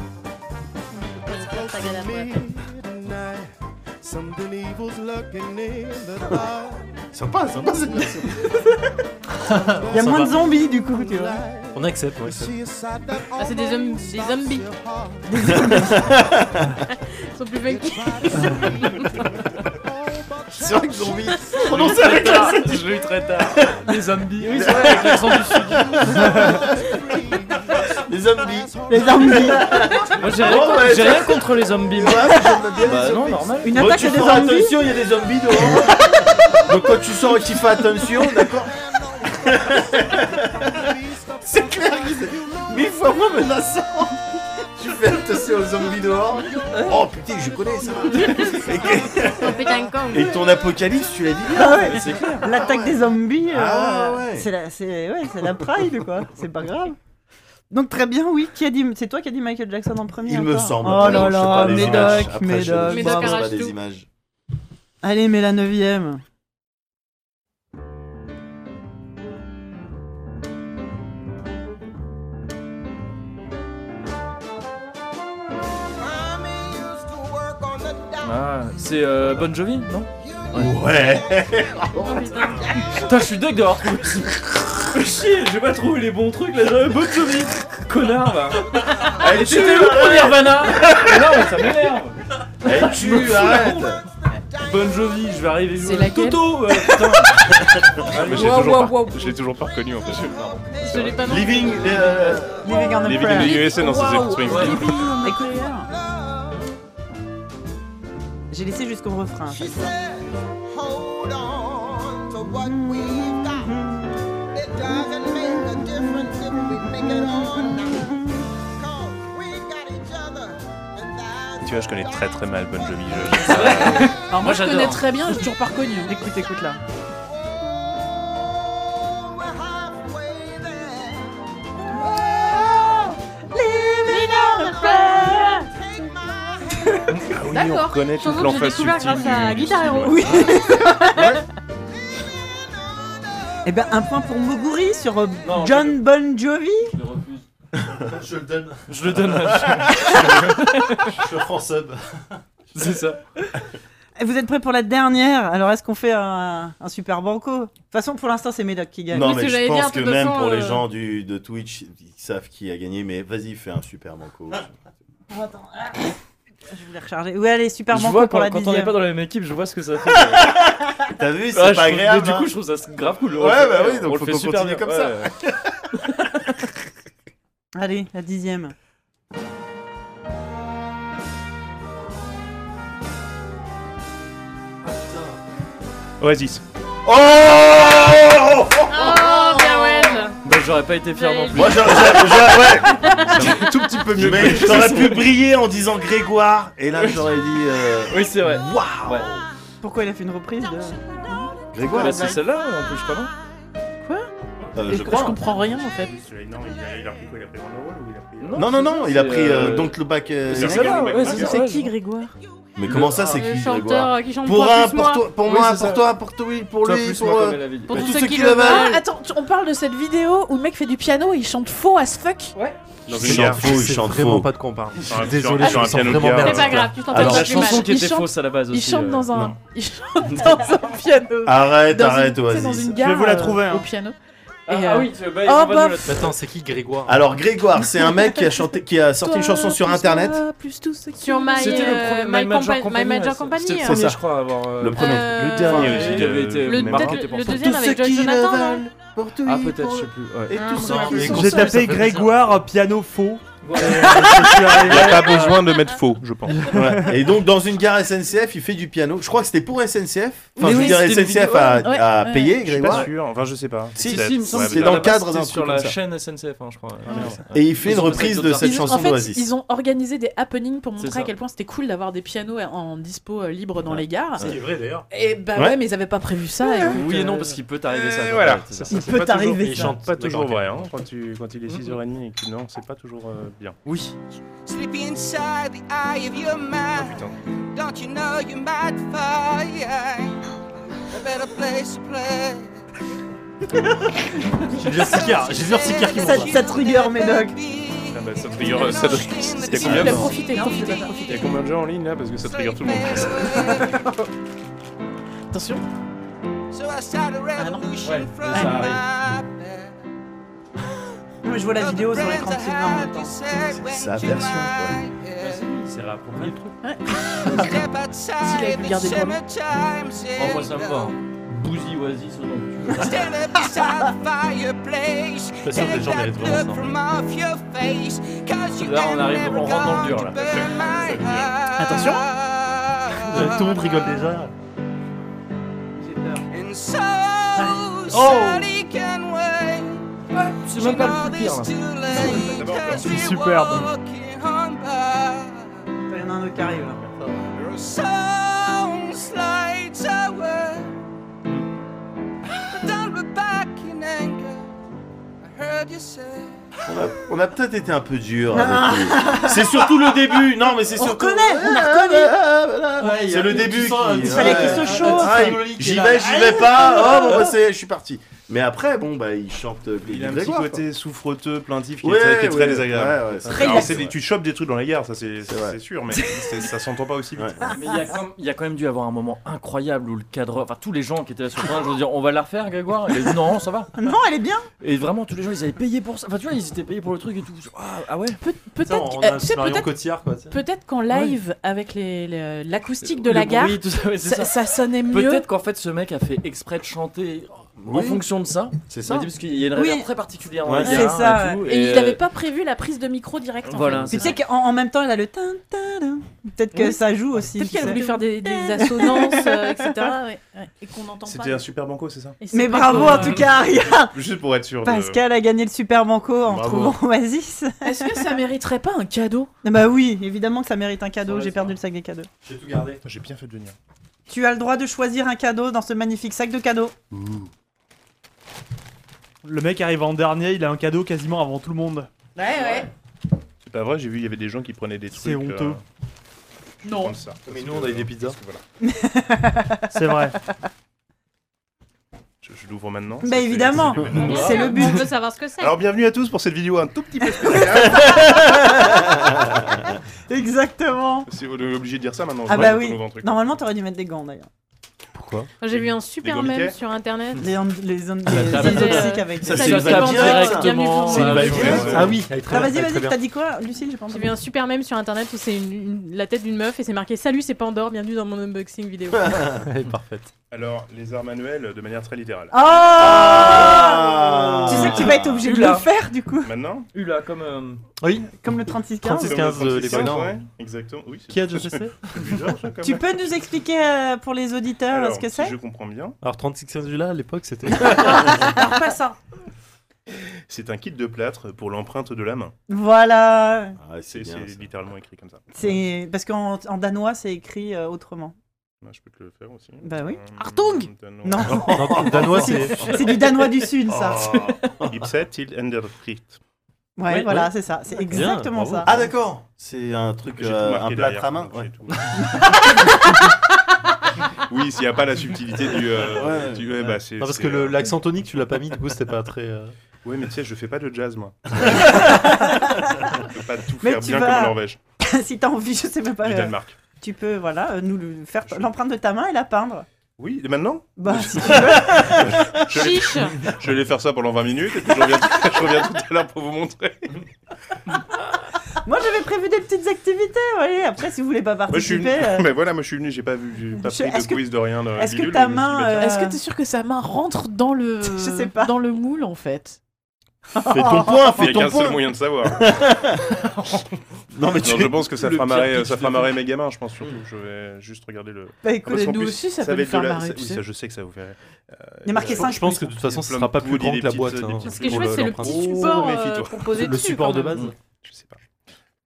Sympa, sympa. Il y a moins de zombies, du coup, tu vois. On accepte, ouais. Ah, c'est des, hommes- des zombies. *laughs* Ils sont plus funky. *laughs* C'est vrai que zombie, prononcé avec l'accent du- Je l'ai eu très tard. Les zombies. Oui, c'est vrai, avec l'accent du sud. *laughs* Les zombies. Les zombies. Moi j'ai rien, Oh, contre- ouais, j'ai ça- rien contre les zombies. Ouais, j'aime bien les Bah non, zombies. normal. Une attaque tu à des feras zombies attention, il y a des zombies dehors. *laughs* Donc quand tu sors et que tu fais attention, d'accord *laughs* C'est clair que c'est mille fois moins menaçant. Tu fais attention aux zombies dehors. Oh putain, je connais ça. Pétain Kong. Et ton apocalypse, tu l'as dit Ah bien, ouais. c'est clair. L'attaque des zombies, euh, Ah ouais. c'est la, c'est ouais, c'est la pride quoi. C'est pas grave. Donc très bien, oui. Qui a dit C'est toi qui as dit Michael Jackson en premier Il me encore semble. Oh Je sais là là, pas, les images. Médoc, Après, je- Médoc. je sais pas, bravo. c'est pas des images. Allez, mets la neuvième. Ah, c'est euh, Bon Jovi, non Ouais. Putain, je suis deg d'avoir trouvé. Fais Chier, j'ai pas trouvé les bons trucs là, j'avais Bon Jovi. Connard *laughs* là. Elle Et tue, C'était le arrête. premier Vanna. Mais Non, mais ça m'énerve. Elle Je me tue, fous la arrête. honte. Bon Jovi, je vais arriver. C'est jouer. laquelle Toto. euh, *laughs* putain. Ah, mais je l'ai Waouh, toujours, waouh, waouh. pas- je l'ai toujours pas reconnu en fait. Je l'ai pas non plus. Living, euh, Living on a Living in Prayer. the USA, non, c'est Wow. Zep Spring. J'ai laissé jusqu'au refrain. Hold on to what we've got. It doesn't make a difference if we make it or not. 'Cause we got each other. Tu vois, je connais très très mal Bon Jovi. *laughs* Alors moi, je j'adore. connais très bien, j'ai toujours pas reconnu. hein. Écoute, écoute là. Ah Ah D'accord. connaît Surtout toute que j'ai l'emphase découvert subtile grâce à du- du Guitar style, Hero. ouais. *laughs* Eh ben un point pour Moguri sur euh, John Bon Jovi. Je le donne. Je le donne. *laughs* je le prends sub. C'est ça. Et Vous êtes prêts pour la dernière Alors est-ce qu'on fait un, un super banco De toute façon, pour l'instant, c'est Médoc qui gagne. Non, mais je pense que même pour euh, euh, les gens du, de Twitch, ils savent qui a gagné, mais vas-y, fais un super banco. Oh, attends. Ah, Je voulais recharger. Ouais, allez, super je banco vois pour quand, la quand dixième. on n'est pas dans la même équipe, je vois ce que ça fait. *laughs* T'as vu, c'est Ouais, je pas trouve- agréable, mais Du hein. coup, je trouve ça grave cool. Ouais, On le fait- bah oui, donc on le faut fait qu'on super continue bien, comme ça. ouais. *laughs* Allez, la dixième. Oasis. Oh Oh, bien ouais. Bah, j'aurais pas été fier non plus. Moi, j'aurais- j'aurais- j'aurais- ouais. Tout petit peu mieux. Mais J'aurais pu briller en disant Grégoire, et là j'aurais dit. euh, Oui, c'est vrai. Waouh Ouais. Pourquoi il a fait une reprise euh de... Grégoire, Bah, c'est celle-là, en plus, je crois, non Quoi Euh, Et je que- crois. comprends rien en fait. Non, il a, il a pris quoi Il a pris Wonderwall ou il a pris. euh, Non, non, non, il a pris euh, Don't Look Back. euh, C'est Don't ça, Look Back. ouais, Ah, c'est ça. C'est qui Grégoire Mais comment ça, c'est Le qui chanteur, Grégoire euh, qui chante Pour Toi un, plus moi. pour toi, pour Oui, moi, c'est ça. pour toi, pour toi, pour Toi lui, plus pour, moi, euh, comme elle a dit. pour tous ceux qui le Ah, veulent. attends, tu- on parle de cette vidéo où le mec fait du piano et il chante faux as fuck. Ouais. Dans une gare. Je sais vraiment pas de quoi on parle. Je suis Ah, désolé, je me sens vraiment merde. C'est pas grave, tu t'en fais Alors, pas la plus chanson mal. qui était Il chante- fausse à la base Il aussi, chante euh, dans non. un il chante dans un piano. Arrête, Dans une- arrête, tu sais, dans Oasis. une Je gare, vais la euh, trouver, hein. Au piano. Ah, Et, ah euh, oui, tu- bah, ils oh, vont pas nous bah, la- Attends, c'est qui Grégoire Alors Grégoire, c'est un mec qui a chanté, qui a sorti une chanson sur Internet. Sur My, C'était le euh, premier My, My Major Compa- My Company, Major ouais, Company, c'était le euh. premier, Ah, je crois, à avoir, euh, Le premier, Euh, le dernier Enfin, aussi. il avait été le- marqué peut-être pour le ça. deuxième avec Joy Jonathan. là. Ah, peut-être, je sais plus. ouais. J'ai tapé Grégoire piano faux. *laughs* Il n'y a pas besoin de mettre faux, je pense. Ouais. Et donc, dans une gare SNCF, il fait du piano. Je crois que c'était pour SNCF. Enfin, Mais je veux oui, dire, c'était SNCF vidéo. a, Ouais, a ouais. payé, Je suis pas Grégoire. sûr, enfin je sais pas. Si, Peut-être. si, il me semble Ouais, que mais c'est dans à le la base, cadre c'était d'un sur truc la comme ça. Ah, chaîne. chaîne SNCF, hein, je crois. Et il fait une reprise de cette Ils ont- chanson en fait, d'Oasis. Ils ont organisé des happenings pour C'est montrer ça. à quel point c'était cool d'avoir des pianos en dispo euh, libre dans Ouais. les gares. Ce qui est vrai, d'ailleurs. Et bah Ouais. ouais, mais ils avaient pas prévu ça. écoute, Oui et non, euh, parce qu'il peut t'arriver ça. Et voilà, Ouais, c'est ça. Ça, c'est pas toujours- Il chante pas toujours vrai hein, quand, tu, quand il est 6h30 et que non, c'est pas toujours euh, bien. Oui. Sleep inside the eye of your mind. putain. Don't you know you might find a better place to play? J'ai plusieurs cigares, j'ai plusieurs cigares qui Ça, m'ont ça trigger Médoc. Ah bah, ça trigger. euh, Ça... Il y a Si, combien tu l'as de- profité, profité, Il y profité. a combien de gens en ligne là Parce que ça trigger tout *laughs* le monde. Attention. So I started a revolution from Ah, ça my bed. Moi, je vois la vidéo sur l'écran de Friends I Sylvain en même had, temps. you said, went sa to version, my head. C'est réapproprié le truc. Step outside the garder le premier. summertime's Oh, moi, ça me in va. the Bouzy Oasis, autant que tu veux. Stand up beside the fireplace. Je suis pas sûr que les Take gens that méritent vraiment look ça. from off your face. Cause you Là, on ain't arrive, never on rentre dans gonna le dur là. burn my Attention. Tout le monde rigole déjà. And so Sally can wait. c'est même pas le plus pire, là. C'est superbe. Il y en a un autre qui arrive là. Sounds slides away. Hmm. But don't look back in anger. I heard you say. On a, on a peut-être été un peu dur. avec Ah. lui. C'est surtout le début. Non, mais c'est surtout. on a reconnu. C'est le début. qui- Il fallait qu'il ouais. se chauffe. Ah, il- J'y vais, j'y vais pas. Oh, bon, bah, c'est- je suis parti. Mais après, bon, bah, il chante. euh, Il a un petit Grégoire, côté souffreteux, plaintif qui est Ouais, très, qui est très ouais, désagréable. ouais, ouais, c'est Alors, Très c'est laid. des- tu chopes des trucs dans la gare, ça c'est c'est sûr, mais c'est- ça s'entend pas aussi vite. Mais il y a quand même- il y, a quand même dû avoir un moment incroyable où le cadre, enfin tous les gens qui étaient là sur le train, ils ont dit on va la refaire Grégoire. Et non, ça va. Non, elle est bien. Et vraiment tous les gens ils avaient payé pour ça. Enfin tu vois ils étaient payés pour le truc et tout. Ah, ah ouais. Ça, Peut-être on euh, a un tu sais, Marion peut-être- Cotillard, quoi. tu sais. peut-être qu'en live, avec les- les- l'acoustique de Le la gare, bruit, tout ça, ouais, c'est ça, ça sonnait mieux. Peut-être qu'en fait ce mec a fait exprès de chanter en Oui. fonction de ça. C'est On a ça. dit, Parce qu'il y a une Oui. réverb très particulière. dans Ouais, la c'est gare ça, Et, tout, ouais. Et et, il avait euh, pas prévu la prise de micro direct. en Voilà, Puis fait. tu sais qu'en en même temps, il a le tin tin, tin. Peut-être que Oui. ça joue aussi. Peut-être qui qu'elle a voulu sait. faire des, *laughs* des assonances, euh, etc. ouais, ouais, et qu'on n'entend pas. C'était un super banco, c'est ça Et c'est Mais pas bravo qu'on, en euh, tout cas, *laughs* regarde. Juste pour être sûr. de- Pascal a gagné le Super Banco en Bravo. trouvant Oasis. Est-ce que ça mériterait pas un cadeau Bah oui, évidemment que ça mérite un cadeau. J'ai perdu le sac des cadeaux. hein. J'ai tout gardé. J'ai bien fait de venir. Tu as le droit de choisir un cadeau dans ce magnifique sac *laughs* de cadeaux. *laughs* Le mec arrive en dernier, il a un cadeau quasiment avant tout le monde. Ouais, ouais. C'est pas vrai, j'ai vu, il y avait des gens qui prenaient des trucs. C'est honteux. je Non. prends ça. Mais nous, on a eu des pizzas. Parce que *laughs* voilà. *laughs* C'est vrai. Ah, Je, je l'ouvre maintenant. Bah Ça, c'est- évidemment, c'est le menu. c'est le but. On veut savoir ce que c'est. Alors bienvenue à tous pour cette vidéo un tout petit *laughs* peu spéciale. *laughs* Exactement. Si on est obligé de dire ça maintenant. Ah sinon bah on oui. trouve un *laughs* truc. Normalement, t'aurais dû mettre des gants d'ailleurs. Pourquoi J'ai vu un super gourmets. meme sur internet. Les ondes- les ondes- Ça, les Ah, ça, ondes ça, toxiques ça, avec. ça, c'est une Salut, vanne Pandore, directement. bienvenue vous. C'est une vanne directe. Ah oui. Ah vas-y, vas-y. T'as dit quoi, Lucille J'ai pas J'ai entendu. vu un super meme sur internet où c'est une- une- la tête d'une meuf et c'est marqué Salut, c'est Pandore, bienvenue dans mon unboxing *laughs* vidéo. Elle est parfaite. Alors, les arts manuels de manière très littérale. Ah Oh Tu sais que tu vas être obligé de Hula. le faire du coup. Maintenant Hula comme. euh, Oui. Comme le 36 36-15 de l'époque. l'époque. Ouais, exactement. Oui, c'est- Qui a déjà fait ça *laughs* C'est bizarre, ça, quand Tu même. peux nous expliquer euh, pour les auditeurs Alors, ce que si c'est Je comprends *laughs* bien. Alors 36 du là à l'époque *laughs* c'était. Alors pas ça. C'est un kit de plâtre pour l'empreinte de la main. Voilà. Ah, c'est c'est littéralement écrit comme Ah, ça. *laughs* C'est parce qu'en en danois c'est écrit euh, autrement. Bah, je peux te le faire aussi. Bah oui. Euh, Hartung danois. *laughs* Non. Non, danois, c'est- C'est du danois du Sud, ça. Oh. Ipset til ender Fricht. Ouais, Ouais, voilà, ouais. c'est ça. C'est Bien, exactement bravo. ça. Ah, d'accord. C'est un truc, J'ai tout euh, marqué un plat derrière, tramin. donc j'ai tout. oui, s'il n'y a pas la subtilité du. euh, du- ouais, bah, c'est- Non, parce c'est, que le- euh, l'accent tonique, tu l'as pas mis, du coup, c'était pas très. euh, Ouais, mais tu sais, je fais pas de jazz, *laughs* moi. je peux pas tout Mais faire tu bien vas- comme en Norvège. *laughs* si t'as envie, je sais même pas. Du euh, Danemark. Tu peux, voilà, euh, nous le- faire l'empreinte de ta main et la peindre. Oui, et *laughs* maintenant Bah, si tu veux. je, vais, Chiche. je vais faire ça pendant 20 minutes et puis je reviens, je reviens tout à l'heure pour vous montrer. Moi, j'avais prévu des petites activités. Allez, après, si vous voulez pas Moi, je suis... participer. euh, Mais voilà, moi je suis venu, j'ai pas, vu, j'ai pas Je- pris est-ce de que- quiz de rien. de est-ce que bidule, ta je me suis dit, bah, tiens, Est-ce que t'es sûr que sa main rentre dans *laughs* le dans le moule en fait Fais *laughs* *laughs* Il n'y a qu'un seul moyen de savoir. Non, non, mais mais tu- je pense que ça le fera pire marrer, pitch ça de fera tout. marrer mes gamins, je pense surtout. Je vais juste regarder le. Bah, écoute, Parce qu'en nous plus, aussi, ça peut va nous être de faire la- marrer, ça- tu Oui, sais. ça, je sais que ça vous fait. rire. Euh, Il y a marqué je- cinq Je pense que de toute façon, ce sera pas plus grand que la boîte. hein, Parce pour le- l'empreinte. euh, Le support de base. Je sais pas.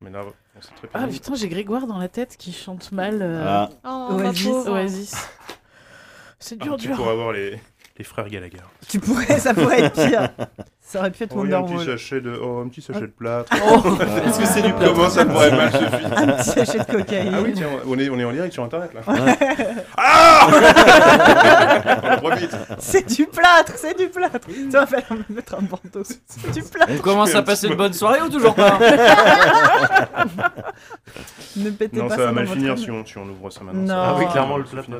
Mais là, on s'est très Ah putain, j'ai Grégoire dans la tête qui chante mal euh, Ah. Oh, ma Oasis. pauvre. Oasis. C'est dur, Ah, Tu dur. pourrais avoir les les frères Gallagher. Tu pourrais, ça pourrait être pire. *laughs* Ça aurait pu être Oh, il y a Un petit Wonderwall. sachet de, oh, un petit sachet de plâtre. *laughs* Oh. Est-ce que c'est du plâtre Comment ça pourrait *laughs* mal se finir Un petit sachet de cocaïne. Ah oui, tiens, on est, on est en direct sur Internet là. *laughs* Ouais. Ah Trop vite. C'est du plâtre, c'est du plâtre. Tu vas falloir me mettre un bandeau. C'est du plâtre. On commence à passer une bonne soirée ou toujours pas Ne pétez non, pas ça va dans mal votre finir âme. si on, si on ouvre ça maintenant. Non. ça va. Ah oui, clairement, le Ça finit.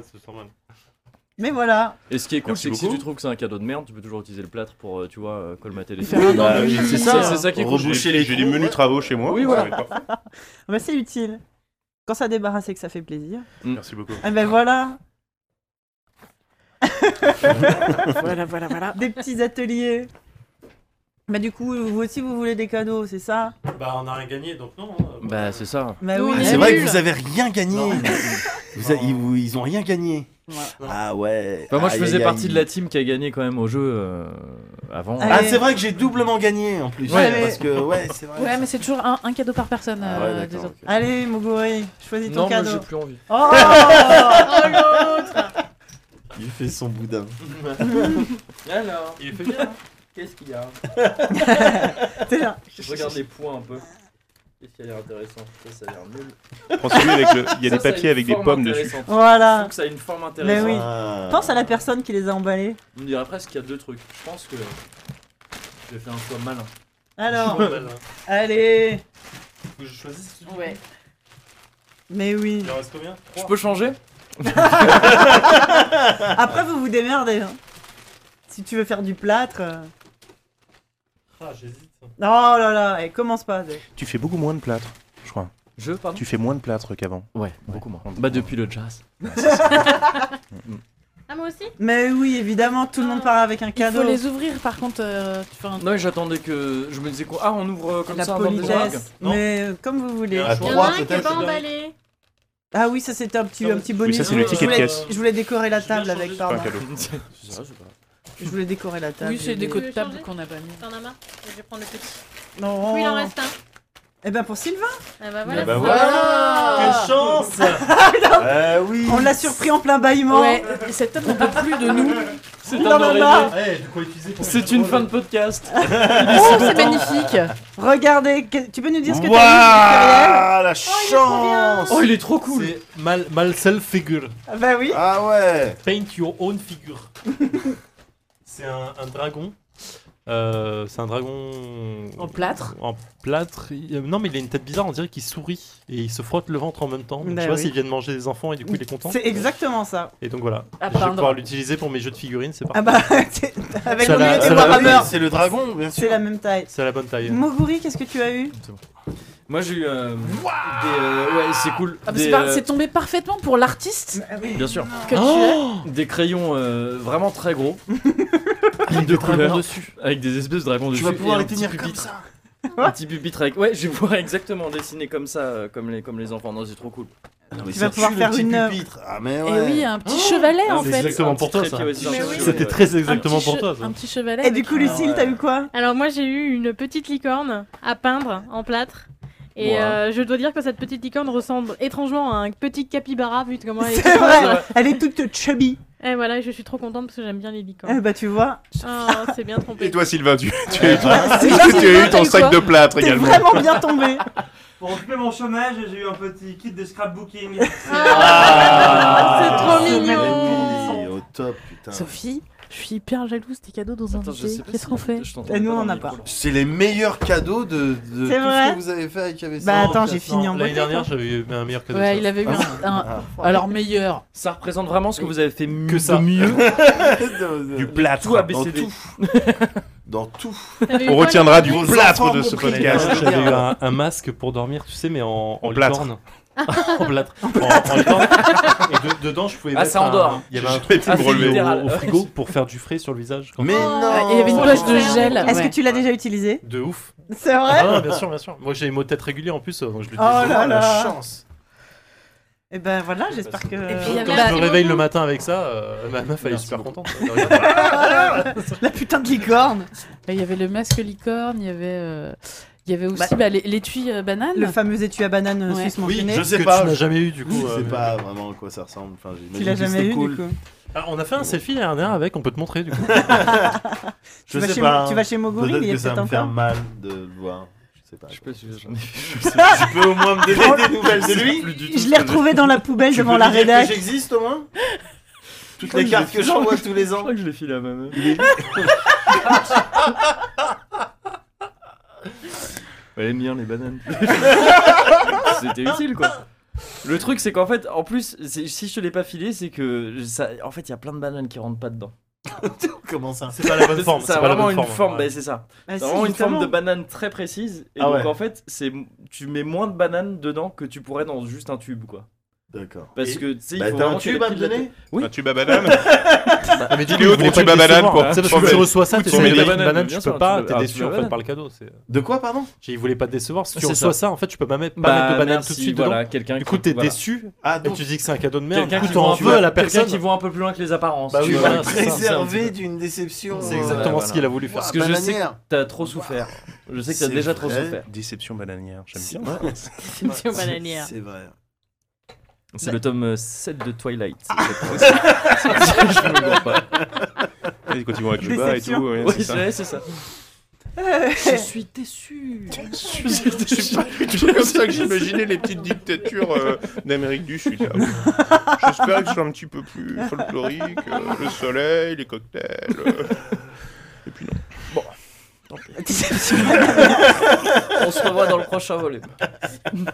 Mais voilà. Et ce qui est cool, Merci c'est que si beaucoup. tu trouves que c'est un cadeau de merde, tu peux toujours utiliser le plâtre pour, euh, tu vois, euh, colmater les Faire un Bah, emballage. C'est ça, c'est ça qui est cool. Reboucher les J'ai des trous, menus ouais. travaux chez moi. Ah, Oui, Ça voilà. va être parfait. *laughs* Bah, c'est utile. Quand ça débarrasse et que ça fait plaisir. Mm. Merci beaucoup. Eh ben voilà. *laughs* Voilà, voilà, voilà. Des petits ateliers. Bah du coup, vous aussi, vous voulez des cadeaux, c'est ça Bah, on a rien gagné, donc non. hein. Bah, c'est ça. Bah oui, Ah, il y a c'est vrai nul. que vous avez rien gagné. Non. Vous a- ils, vous- ils ont rien gagné. Ah ouais. Enfin, moi, je Aïe, faisais aïe, partie aïe. de la team qui a gagné quand même au jeu euh, avant. Ah, c'est vrai que j'ai doublement gagné en plus. Ouais, Ouais, mais- parce que ouais, c'est vrai. Ouais, mais c'est toujours un, un cadeau par personne. Ah ouais, euh, d'accord, des autres. Allez, Moguri, choisis ton Non, moi, cadeau. j'ai plus envie. Oh, oh, l'autre Il fait son boudin. *laughs* Alors, il fait bien. hein. Qu'est-ce qu'il y a T'es là. Je regarde les points un peu. Qu'est-ce qui a l'air intéressant Ça, ça a l'air nul. Prends celui avec le- il y a des ça a papiers une avec des forme pommes dessus. Ah. intéressante. Je Voilà. trouve que ça a une forme Mais intéressante. oui. Pense à la personne qui les a emballés. On dirait presque qu'il y a deux trucs. Je pense que j'ai fait un choix malin. *laughs* Alors, Choix malin. allez. Faut que je choisisse Ouais. Mais oui. Il en reste combien Je peux changer *laughs* Après, vous vous démerdez. hein. Si tu veux faire du plâtre. euh. Ah, j'hésite. Oh là là, et commence pas. Zé. Tu fais beaucoup moins de plâtre, je crois. Je, pardon Tu fais moins de plâtre qu'avant. Ouais, beaucoup moins. Bah, depuis le jazz. Ah, moi aussi Mais oui, évidemment, tout le monde part avec un Il cadeau. faut les ouvrir par contre. euh, tu fais un- Non, j'attendais que. Je me disais qu'on. Ah, on ouvre euh, comme La ça avant de démarrer. politesse. Mais euh, comme vous voulez. À Il y en a Ah, trois, un qui est peut-être. pas emballé. Ah oui, ça c'était un petit, un petit bonus. ça, c'est le Je ticket de voulais- caisse. Je voulais décorer la table avec, C'est pas un pardon. cadeau. *laughs* Je voulais décorer la table. Oui, c'est j'ai des dit- codes de table qu'on n'a pas mis. T'en as marre Je vais prendre le petit. Non. Oui, il en reste un. Eh ben pour Sylvain Ah bah voilà. Eh ben c'est voilà. ça. Quelle chance. *laughs* Ah oui. On l'a surpris en plein bâillement. Ouais, cet homme ne peut plus de nous. C'est Il en a marre. C'est une fin de *laughs* podcast. Oh, c'est magnifique. Regardez, que- tu peux nous dire ce que tu as Waouh, la Oh, chance Oh, il est trop cool. C'est mal, mal self figure. Bah oui. Ah ouais. Paint your own *laughs* figure. c'est un, un dragon. Euh, c'est un dragon. En plâtre En plâtre. Il- euh, Non, mais il a une tête bizarre. On dirait qu'il sourit et il se frotte le ventre en même temps. Donc, je Bah sais pas oui. s'il vient de manger des enfants et du coup il est content. C'est exactement ça. Et donc voilà. À je vais peindre. pouvoir l'utiliser pour mes jeux de figurines. C'est Ah parfait. bah, *laughs* c'est- avec Ça le milieu la- des ça la- Warhammer. oui, c'est le dragon, bien sûr. C'est la même taille. C'est la bonne taille. Moguri, qu'est-ce que tu as eu Moi, j'ai eu. euh, des, euh, ouais, c'est cool. Ah, mais Des, c'est par- euh, c'est tombé parfaitement pour l'artiste. Bien sûr. Que tu Oh Des crayons euh, vraiment très *laughs* gros. avec de dragons dessus. Avec des espèces de dragons dessus. vas pouvoir et un les petit tenir comme pupitre. ça. Un petit pupitre avec. Ouais, *laughs* je vais pouvoir exactement dessiner comme ça, euh, comme les, comme les enfants. Non, c'est trop cool. Ah mais Tu vas ça pouvoir tue le faire petit une œuvre. pupitre. Ah, mais ouais. Et euh, eh oui, un petit chevalet Ah, en c'est fait. exactement pour toi, ça. Mais oui. C'était très exactement Un petit pour che- toi, ça. Un petit chevalet. Et du coup, Lucille, t'as eu quoi Alors moi j'ai eu une petite licorne à peindre en plâtre. Et euh, je dois dire que cette petite licorne ressemble étrangement à un petit capybara vu comment elle est. C'est vrai, elle est toute chubby. Et voilà, je suis trop contente parce que j'aime bien les licornes. Eh bah tu vois. Ah, c'est bien trompé. Et toi, Sylvain, tu, tu, es- Bah, tu Sylvain, as eu Sylvain, ton t'as sac eu de quoi plâtre également. Vraiment bien tombé. *laughs* Pour occuper mon chômage, j'ai eu un petit kit de scrapbooking. Ah, c'est trop mignon. Oui, Au top, putain. Sophie, je suis hyper jalouse des cadeaux dans un Attends, je sais budget. pas Qu'est-ce si qu'on fait je Eh, t'entends Et nous, pas on dans n'a C'est les meilleurs cadeaux de, de tout C'est ce vrai. que vous avez fait avec ABC. Bah, attends, j'ai fini en L'année beauté, dernière, quoi. j'avais eu un meilleur cadeau. que Ouais, il ça. Ah. avait eu un. un- alors meilleur. Ça représente vraiment ce que vous avez fait mieux. ça. de *laughs* mieux. Du plâtre. Tout *laughs* Dans ABCD. Dans tout. T'avais eu On quoi, retiendra du Nicolas plâtre de Vos ce enfants podcast. compris. J'avais eu un, un masque pour dormir, tu sais, mais en, en plâtre. *laughs* licorne. en plâtre. En, en licorne. Et de- dedans, je pouvais Ah, mettre ça un- endort. Il y avait un Je truc vais plus me pour relever. au, au Littéral. frigo pour faire du frais sur le visage. quand- Mais non Oh, Il y avait une poche de gel. Oh, Est-ce Ouais. que tu l'as déjà utilisé De ouf. C'est vrai Ah, bien sûr, bien sûr. Moi, j'ai les maux de tête réguliers en plus, euh, donc je le Oh disais. là là. chance. Et ben voilà, j'espère que. Quand je me réveille le matin avec ça, euh, ma meuf elle est super contente. Elle *laughs* regarde. Ah, La putain de licorne. Bah, Il y avait le masque licorne, il y avait, euh, il y avait aussi bah, les- l'étui euh, banane. Le fameux étui à banane euh, Ouais. suisse Oui, mentionné. je sais Que pas. tu n'as jamais eu, du coup, Je euh, sais mais- pas vraiment à quoi ça ressemble. Enfin, j'imagine l'as que jamais c'était eu, du cool. coup Ah, on a fait un selfie l'année dernière avec, on peut te montrer du coup. Tu vas chez Mo- tu vas chez Mogori, Peut-être il y a que ça va peut-être me faire encore. mal de le voir. Je sais pas. Je peux *laughs* Tu peux au moins me donner des nouvelles de lui Je l'ai retrouvé dans la poubelle devant la rédac. J'existe au moins Toutes crois les que cartes je que l'ai- j'envoie tous les ans. Je crois que je l'ai filé à ma meuf. *laughs* Elle aime bien les bananes. *laughs* C'était utile quoi. Le truc c'est qu'en fait, en plus, c'est- si je te l'ai pas filé, c'est que ça, en fait, il y a plein de bananes qui rentrent pas dedans. Comment ça C'est *laughs* pas la bonne forme, Ça c'est a pas la vraiment bonne une forme, forme, ouais. bah, c'est ça. Bah C'est si, vraiment une forme justement. de banane très précise. Et Ah donc ouais. en fait, c'est tu mets moins de bananes dedans que tu pourrais dans juste un tube quoi. D'accord. Parce Et- que tu sais, il Bah, faut t'as un vraiment qu'il y ait tube à la me pile de- donner Oui. Un tube *laughs* à banane Bah, Mais dis-le où ton tube à banane pour hein. C'est parce que tu reçois ça, tu mets une banane, tu peux pas, t'es Ah, déçu tu en vas fait pas. par le cadeau. c'est- De quoi, pardon J'ai- Il voulait pas te décevoir. Si tu C'est reçois ça. ça, en fait, tu peux pas mettre, pas Bah, mettre de banane merci, tout de suite voilà, dedans. quelqu'un Du qui- coup, t'es voilà. déçu Ah, et donc- tu dis que c'est un cadeau de merde. Du Quelqu'un coup, qui t'en voit un veux à la peu- quelqu'un personne. qui voit un peu plus loin que les apparences. Bah oui, Tu voilà, vas c'est préserver ça, c'est un petit peu. d'une déception. C'est euh, exactement voilà. ce qu'il a voulu faire. Ouah, Parce que je sais bananière. que t'as trop souffert. Je sais que t'as C'est déjà trop vrai. souffert. Déception bananière, j'aime bien. *laughs* Ouais. Déception bananière. C'est vrai. C'est le tome euh, 7 de Twilight. *laughs* je me comprends pas. Et quand ils vont à Cuba et tout, ouais, Oui, c'est ça. c'est ça. Je suis déçu. Je suis je suis pas du tout comme ça que j'imaginais les petites dictatures euh, d'Amérique du Sud. là. J'espère que je suis un petit peu plus folklorique, euh, le soleil, les cocktails. euh, Et puis non. Bon, tant pis. *laughs* On se revoit dans le prochain volume. *laughs*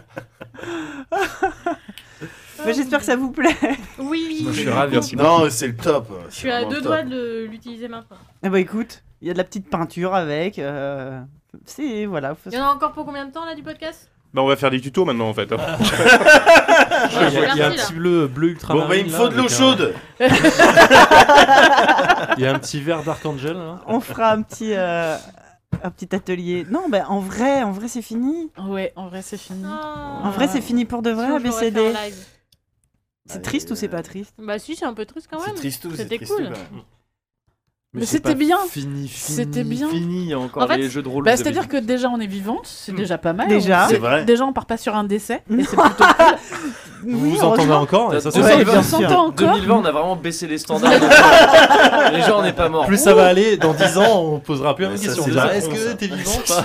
Mais J'espère que ça vous plaît. Oh. Oui. Moi, je suis ravi. hein. Merci beaucoup. Non, c'est le top. Je suis à deux doigts de le- l'utiliser maintenant. Eh bah écoute, il y a de la petite peinture avec. euh, C'est voilà. faut- *laughs* Il y en a encore pour combien de temps là du podcast Bah, on va faire des tutos maintenant en fait. hein. Il y a- il y a Merci, là. un petit bleu, bleu ultra. Bon, bah, il me faut de l'eau chaude. Il y a un petit verre d'archangel. là. *laughs* On fera un petit euh, un petit atelier. Non, bah en vrai, en vrai c'est fini. Ouais, en vrai c'est fini. En vrai c'est fini pour de vrai Euh, Sinon, je l'aurais ABCD. fait en live. C'est triste ou euh, c'est pas triste Bah si, c'est un peu triste quand même. tristou, c'est C'était tristou, cool. bah. Mais, Mais c'est c'était pas bien. fini, fini, C'était bien. fini, il y a encore les jeux de rôle Bah, aux C'est-à-dire que Américains. déjà on est vivante, c'est Hmm. Mm. déjà pas mal. Déjà. On- C'est vrai. Déjà on part pas sur un décès. Et *laughs* c'est plutôt cool. Vous vous entendez encore et ça, c'est ça. Ouais, bien sûr. On s'entend encore. 2020, on a vraiment baissé les standards. des gens. les gens, on n'est pas morts. Plus ça va aller, dans 10 ans, on posera plus la Mais même ça, question. c'est On dira, la Est-ce réponse, *laughs* que ça. t'es vivant ou pas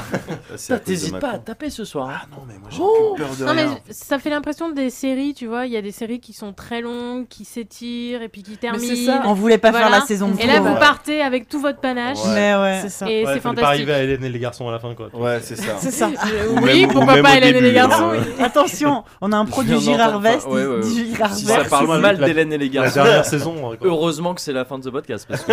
Putain, T'hésites pas à taper ce soir. Ah non, mais moi j'ai Oh peur Non mais ça fait l'impression des séries, tu vois, il y a des séries qui sont très longues, qui s'étirent et puis qui terminent. ça. On voulait pas faire la saison Et trop. là vous Ouais. partez avec tout votre panache. Ouais. Mais ouais. C'est ça. Et c'est Ouais, fallait pas fantastique. arriver à aider les garçons à la fin, quoi. Ouais, c'est ça. C'est ça. Euh, Ou oui, même- pourquoi ou même pas au Hélène et les début, garçons, *laughs* hein. oui. Attention, on a un produit Girard Vest. Ah, Ouais, ouais, ouais. dit Girard Si ça Vest. parle mal La- d'Hélène et les garçons. la dernière hein, saison, quoi. Heureusement que c'est la fin de ce podcast. Parce que...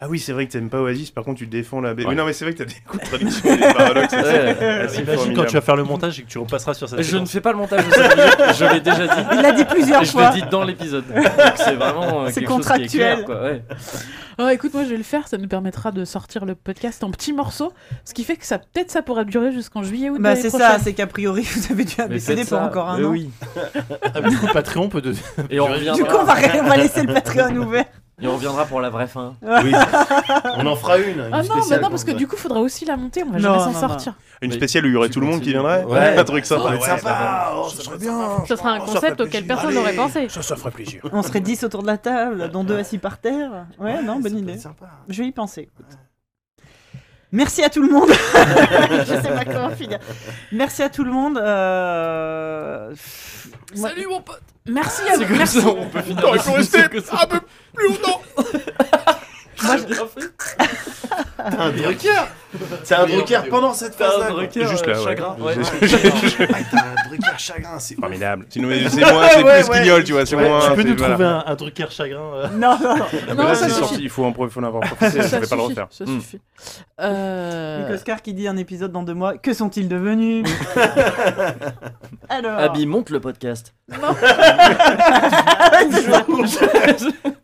Ah oui, c'est vrai que t'aimes pas Oasis, par contre tu défends la. Ouais. Mais non, mais c'est vrai que t'as des contradictions et des paradoxes. Ouais, c'est- ouais, c'est ouais. Imagine quand formidable. tu vas faire le montage et que tu repasseras sur cette Je ne fais pas le montage de cette vidéo, je l'ai déjà dit. Il l'a *laughs* dit plusieurs Et fois. Je l'ai dit dans *laughs* l'épisode. Donc c'est vraiment euh, C'est quelque chose qui est clair, contractuel. quoi, ouais. Oh, écoute, moi je vais le faire, ça nous permettra de sortir le podcast en petits morceaux, ce qui fait que ça peut-être ça pourra durer jusqu'en juillet ou Bah c'est ça, c'est qu'a priori vous avez dû ABCD faites pour ça, encore un mais an. oui. Ah, mais du coup, Patreon peut de. Et on Du coup, on va, on va laisser le Patreon ouvert. Il reviendra pour la vraie fin. *laughs* Oui. *laughs* On en fera une, Ah non, mais non, parce que du coup, faudra aussi la monter, on va jamais s'en sortir. Une spéciale où il y aurait tout le monde qui viendrait Ouais. *laughs* Un truc Ça sympa. va être ouais, sympa. ouais. Oh, ça serait bien. Ce sera un concept auquel personne n'aurait pensé. Ça, ça ferait plaisir. On serait 10 autour de la table, dont deux assis par terre. Ouais, non, bonne idée. Je vais y penser. écoute. Merci à tout le monde. *laughs* Je sais pas comment finir. Merci à tout le monde. euh, pff, moi- Salut, mon pote. Merci à vous. merci. Non, il faut rester un peu plus longtemps. Moi, je- T'as un Drucker C'est un Drucker pendant cette T'as un phase-là. quoi. Drucker, Juste là, ouais. Juste- *laughs* Ah, T'as un Drucker chagrin, c'est Formidable. Sinon, c'est moins, c'est *laughs* Ouais, plus ouais. guignol, tu vois, c'est Ouais. moins. Tu peux c'est- nous voilà. trouver un, un Drucker chagrin. euh. Non, non, non. Ah, mais Non, là, ça c'est suffit. sorti, il faut en, pro- faut en avoir profité, je Ça vais pas le suffit, refaire. ça Hmm. suffit. Euh, Nick Oscar qui dit un épisode dans deux mois. Que *laughs* sont-ils devenus *laughs* Alors. Abby, monte le podcast. *laughs*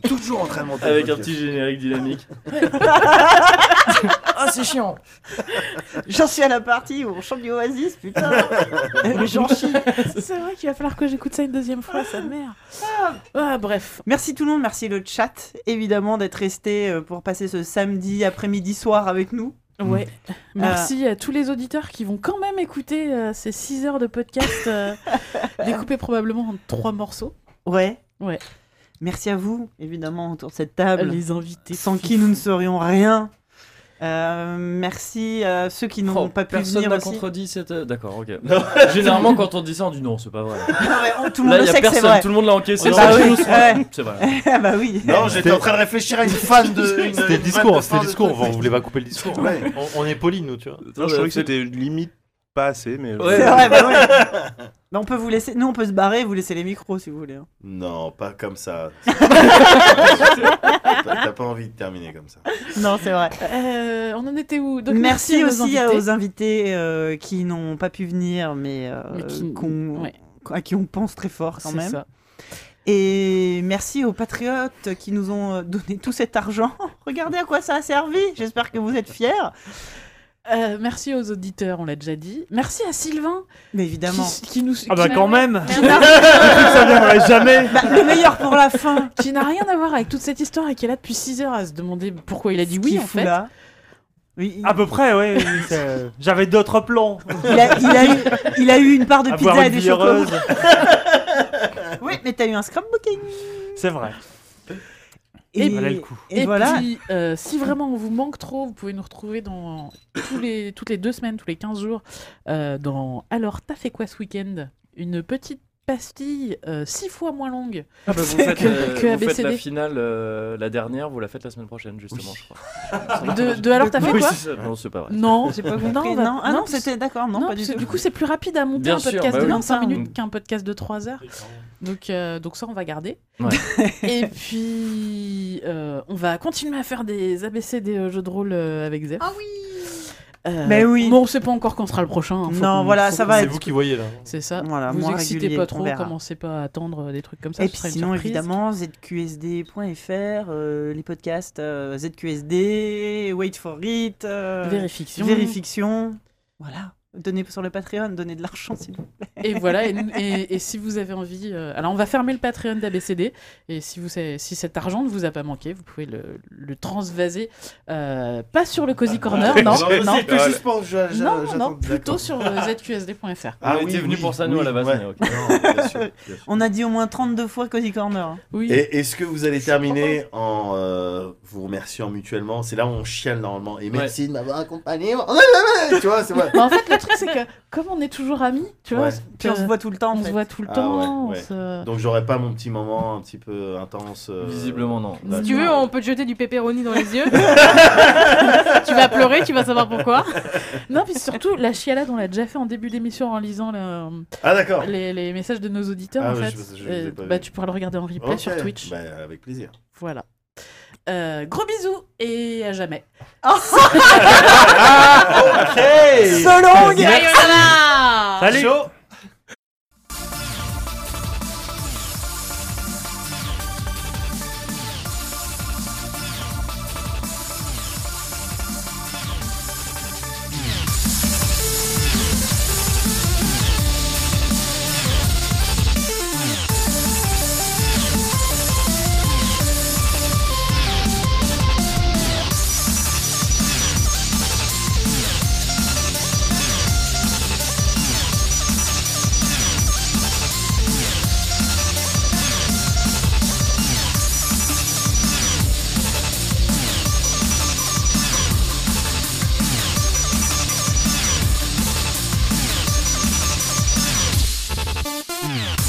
Toujours en train de monter. Avec un petit générique dynamique. Ah, *laughs* c'est chiant. J'en suis à la partie où on chante du Oasis, *laughs* putain. Mais j'en chie. C'est vrai qu'il va falloir que j'écoute ça une *laughs* deuxième fois, sa mère. Ah, bref. Merci tout le monde, merci le chat, évidemment, d'être resté euh, pour passer ce samedi après-midi soir avec nous. Euh, Ouais. Merci à tous les auditeurs qui vont quand même écouter euh, ces 6 heures de podcast *laughs* euh, découpées probablement en trois morceaux. Ouais. Ouais. Merci à vous, évidemment, autour de cette table. Les invités. Sans qui nous ne serions rien. Euh, merci à ceux qui n'ont Oh, pas pu personne venir n'a aussi. contredit cette. euh, D'accord, ok. Non. *laughs* Généralement, quand on dit *laughs* ça, on dit non, c'est pas vrai. on- tout le Là, monde y a sait que c'est personne, vrai. Tout le monde l'a encaissé. Bah non, oui, tous, ouais. C'est vrai. *laughs* Ah bah oui. Non, j'étais en train de réfléchir à une fan *laughs* de. C'était une- une le fan de discours, c'était fin le de discours. truc. On voulait pas couper le discours. Ouais. On, on est poli, nous, tu vois. Non, je trouvais que c'était limite pas assez, mais. C'est vrai, bah *laughs* ouais. Mais on peut vous laisser, nous on peut se barrer, et vous laisser les micros si vous voulez. hein. Non, pas comme *laughs* ça. T'as t'as pas envie de terminer comme ça. Non, c'est vrai. Euh, on en était où Donc, merci, à nos aussi à- invités. aux invités euh, qui n'ont pas pu venir, mais, euh, Mais qui- qu'on- ouais. à qui on pense très fort quand C'est même. ça. Et merci aux patriotes qui nous ont euh, donné tout cet argent. *laughs* Regardez à quoi ça a servi. J'espère que vous êtes fiers. Euh, merci aux auditeurs, on l'a déjà dit. Merci à Sylvain. Mais évidemment. Qui, qui nous, Ah bah qui- quand même. *laughs* Qui- J'ai cru que ça viendrait jamais. Bah, le meilleur pour la fin. Qui n'a rien à voir avec toute cette histoire et qui est là depuis 6 heures à se demander pourquoi il a dit oui qu'il en fout fait. là. À peu près, ouais. oui, c'est- euh, J'avais d'autres plans. Il a, il *laughs* a eu, il a eu une part de Avoir pizza et une des vie chocolats. heureuse. *laughs* oui, mais t'as eu un scrapbooking. *laughs* C'est *laughs* vrai. *laughs* Et, Voilà le coup. et voilà. puis, euh, si vraiment on vous manque trop, vous pouvez nous retrouver dans tous les, toutes les deux semaines, tous les 15 jours, euh, dans Alors, t'as fait quoi ce week-end Une petite pastille euh, six fois moins longue Ah bah, vous faites, que, euh, que vous faites ABCD. la finale, euh, la dernière, vous la faites la semaine prochaine, justement, je crois. *laughs* De, de alors t'as fait Oui, quoi c'est ça. Non, c'est pas vrai. Non, J'ai pas compris. Non, bah- ah non, parce- c'était- d'accord, non, pas du parce que tout. Du coup, c'est plus rapide à monter Bien un sûr, podcast bah de oui. 25 minutes Mm. qu'un podcast de 3 heures. Donc, euh, donc ça, on *laughs* va garder. Ouais. *laughs* Et puis, euh, on va continuer à faire des ABC des euh, jeux de rôle euh, avec Zeph. Ah oui Mais oui. Euh, Bon, on sait pas encore quand sera le prochain. hein, faut Non, qu'on- voilà, faut ça qu'on- va C'est être- vous qui voyez là. C'est ça. Voilà, vous moins excitez régulier, pas on trop, verra. commencez pas à attendre euh, des trucs comme ça. Et ce puis sera une sinon, surprise. évidemment, zqsd.fr, euh, les podcasts euh, ZQSD, Wait for It, euh, Vérifiction. Vérifiction. Voilà. Donnez sur le Patreon, donnez de l'argent s'il vous plaît. Et *laughs* voilà, et, et- et si vous avez envie. euh, alors, on va fermer le Patreon d'ABCD. Et si, vous, savez- si cet argent ne vous a pas manqué, vous pouvez le, le transvaser. euh, pas sur le Cozy Corner, non. Ah, *laughs* Non, non, c'était juste pour- je- je- non, j'attends, non, plutôt d'accord. *laughs* sur euh, zqsd.fr. Ah On oui, était venu oui, pour ça, nous, oui, à la base. ouais. mais ok. On a dit au moins 32 fois Cozy Corner. Oui. Et est-ce que vous allez terminer en euh, vous remerciant mutuellement C'est là où on chiale normalement. Et merci de m'avoir accompagné. tu vois, c'est vrai. Mais en fait, le truc, c'est que comme on est toujours amis, tu vois, Ouais. Puis on se voit tout le temps. On se voit tout le Ah temps. ouais, on ouais. se- Donc j'aurais pas mon petit moment un petit peu intense. euh, Visiblement, non. Si tu veux, on peut te jeter du pepperoni dans les yeux. tu vas pleurer, tu vas savoir pourquoi. Non, puis surtout, la chialade, on l'a déjà fait en début d'émission en lisant le- Ah, d'accord. les, les messages de nos auditeurs. Ah, en ouais, fait. je- je- je Et, l'ai pas bah, vu. tu pourras le regarder en replay Ok. sur Twitch. Bah, avec plaisir. Voilà. Euh, gros bisous et à jamais. Oh. *laughs* *laughs* So long. oh Sayonara. Salut. Thank you. Manox.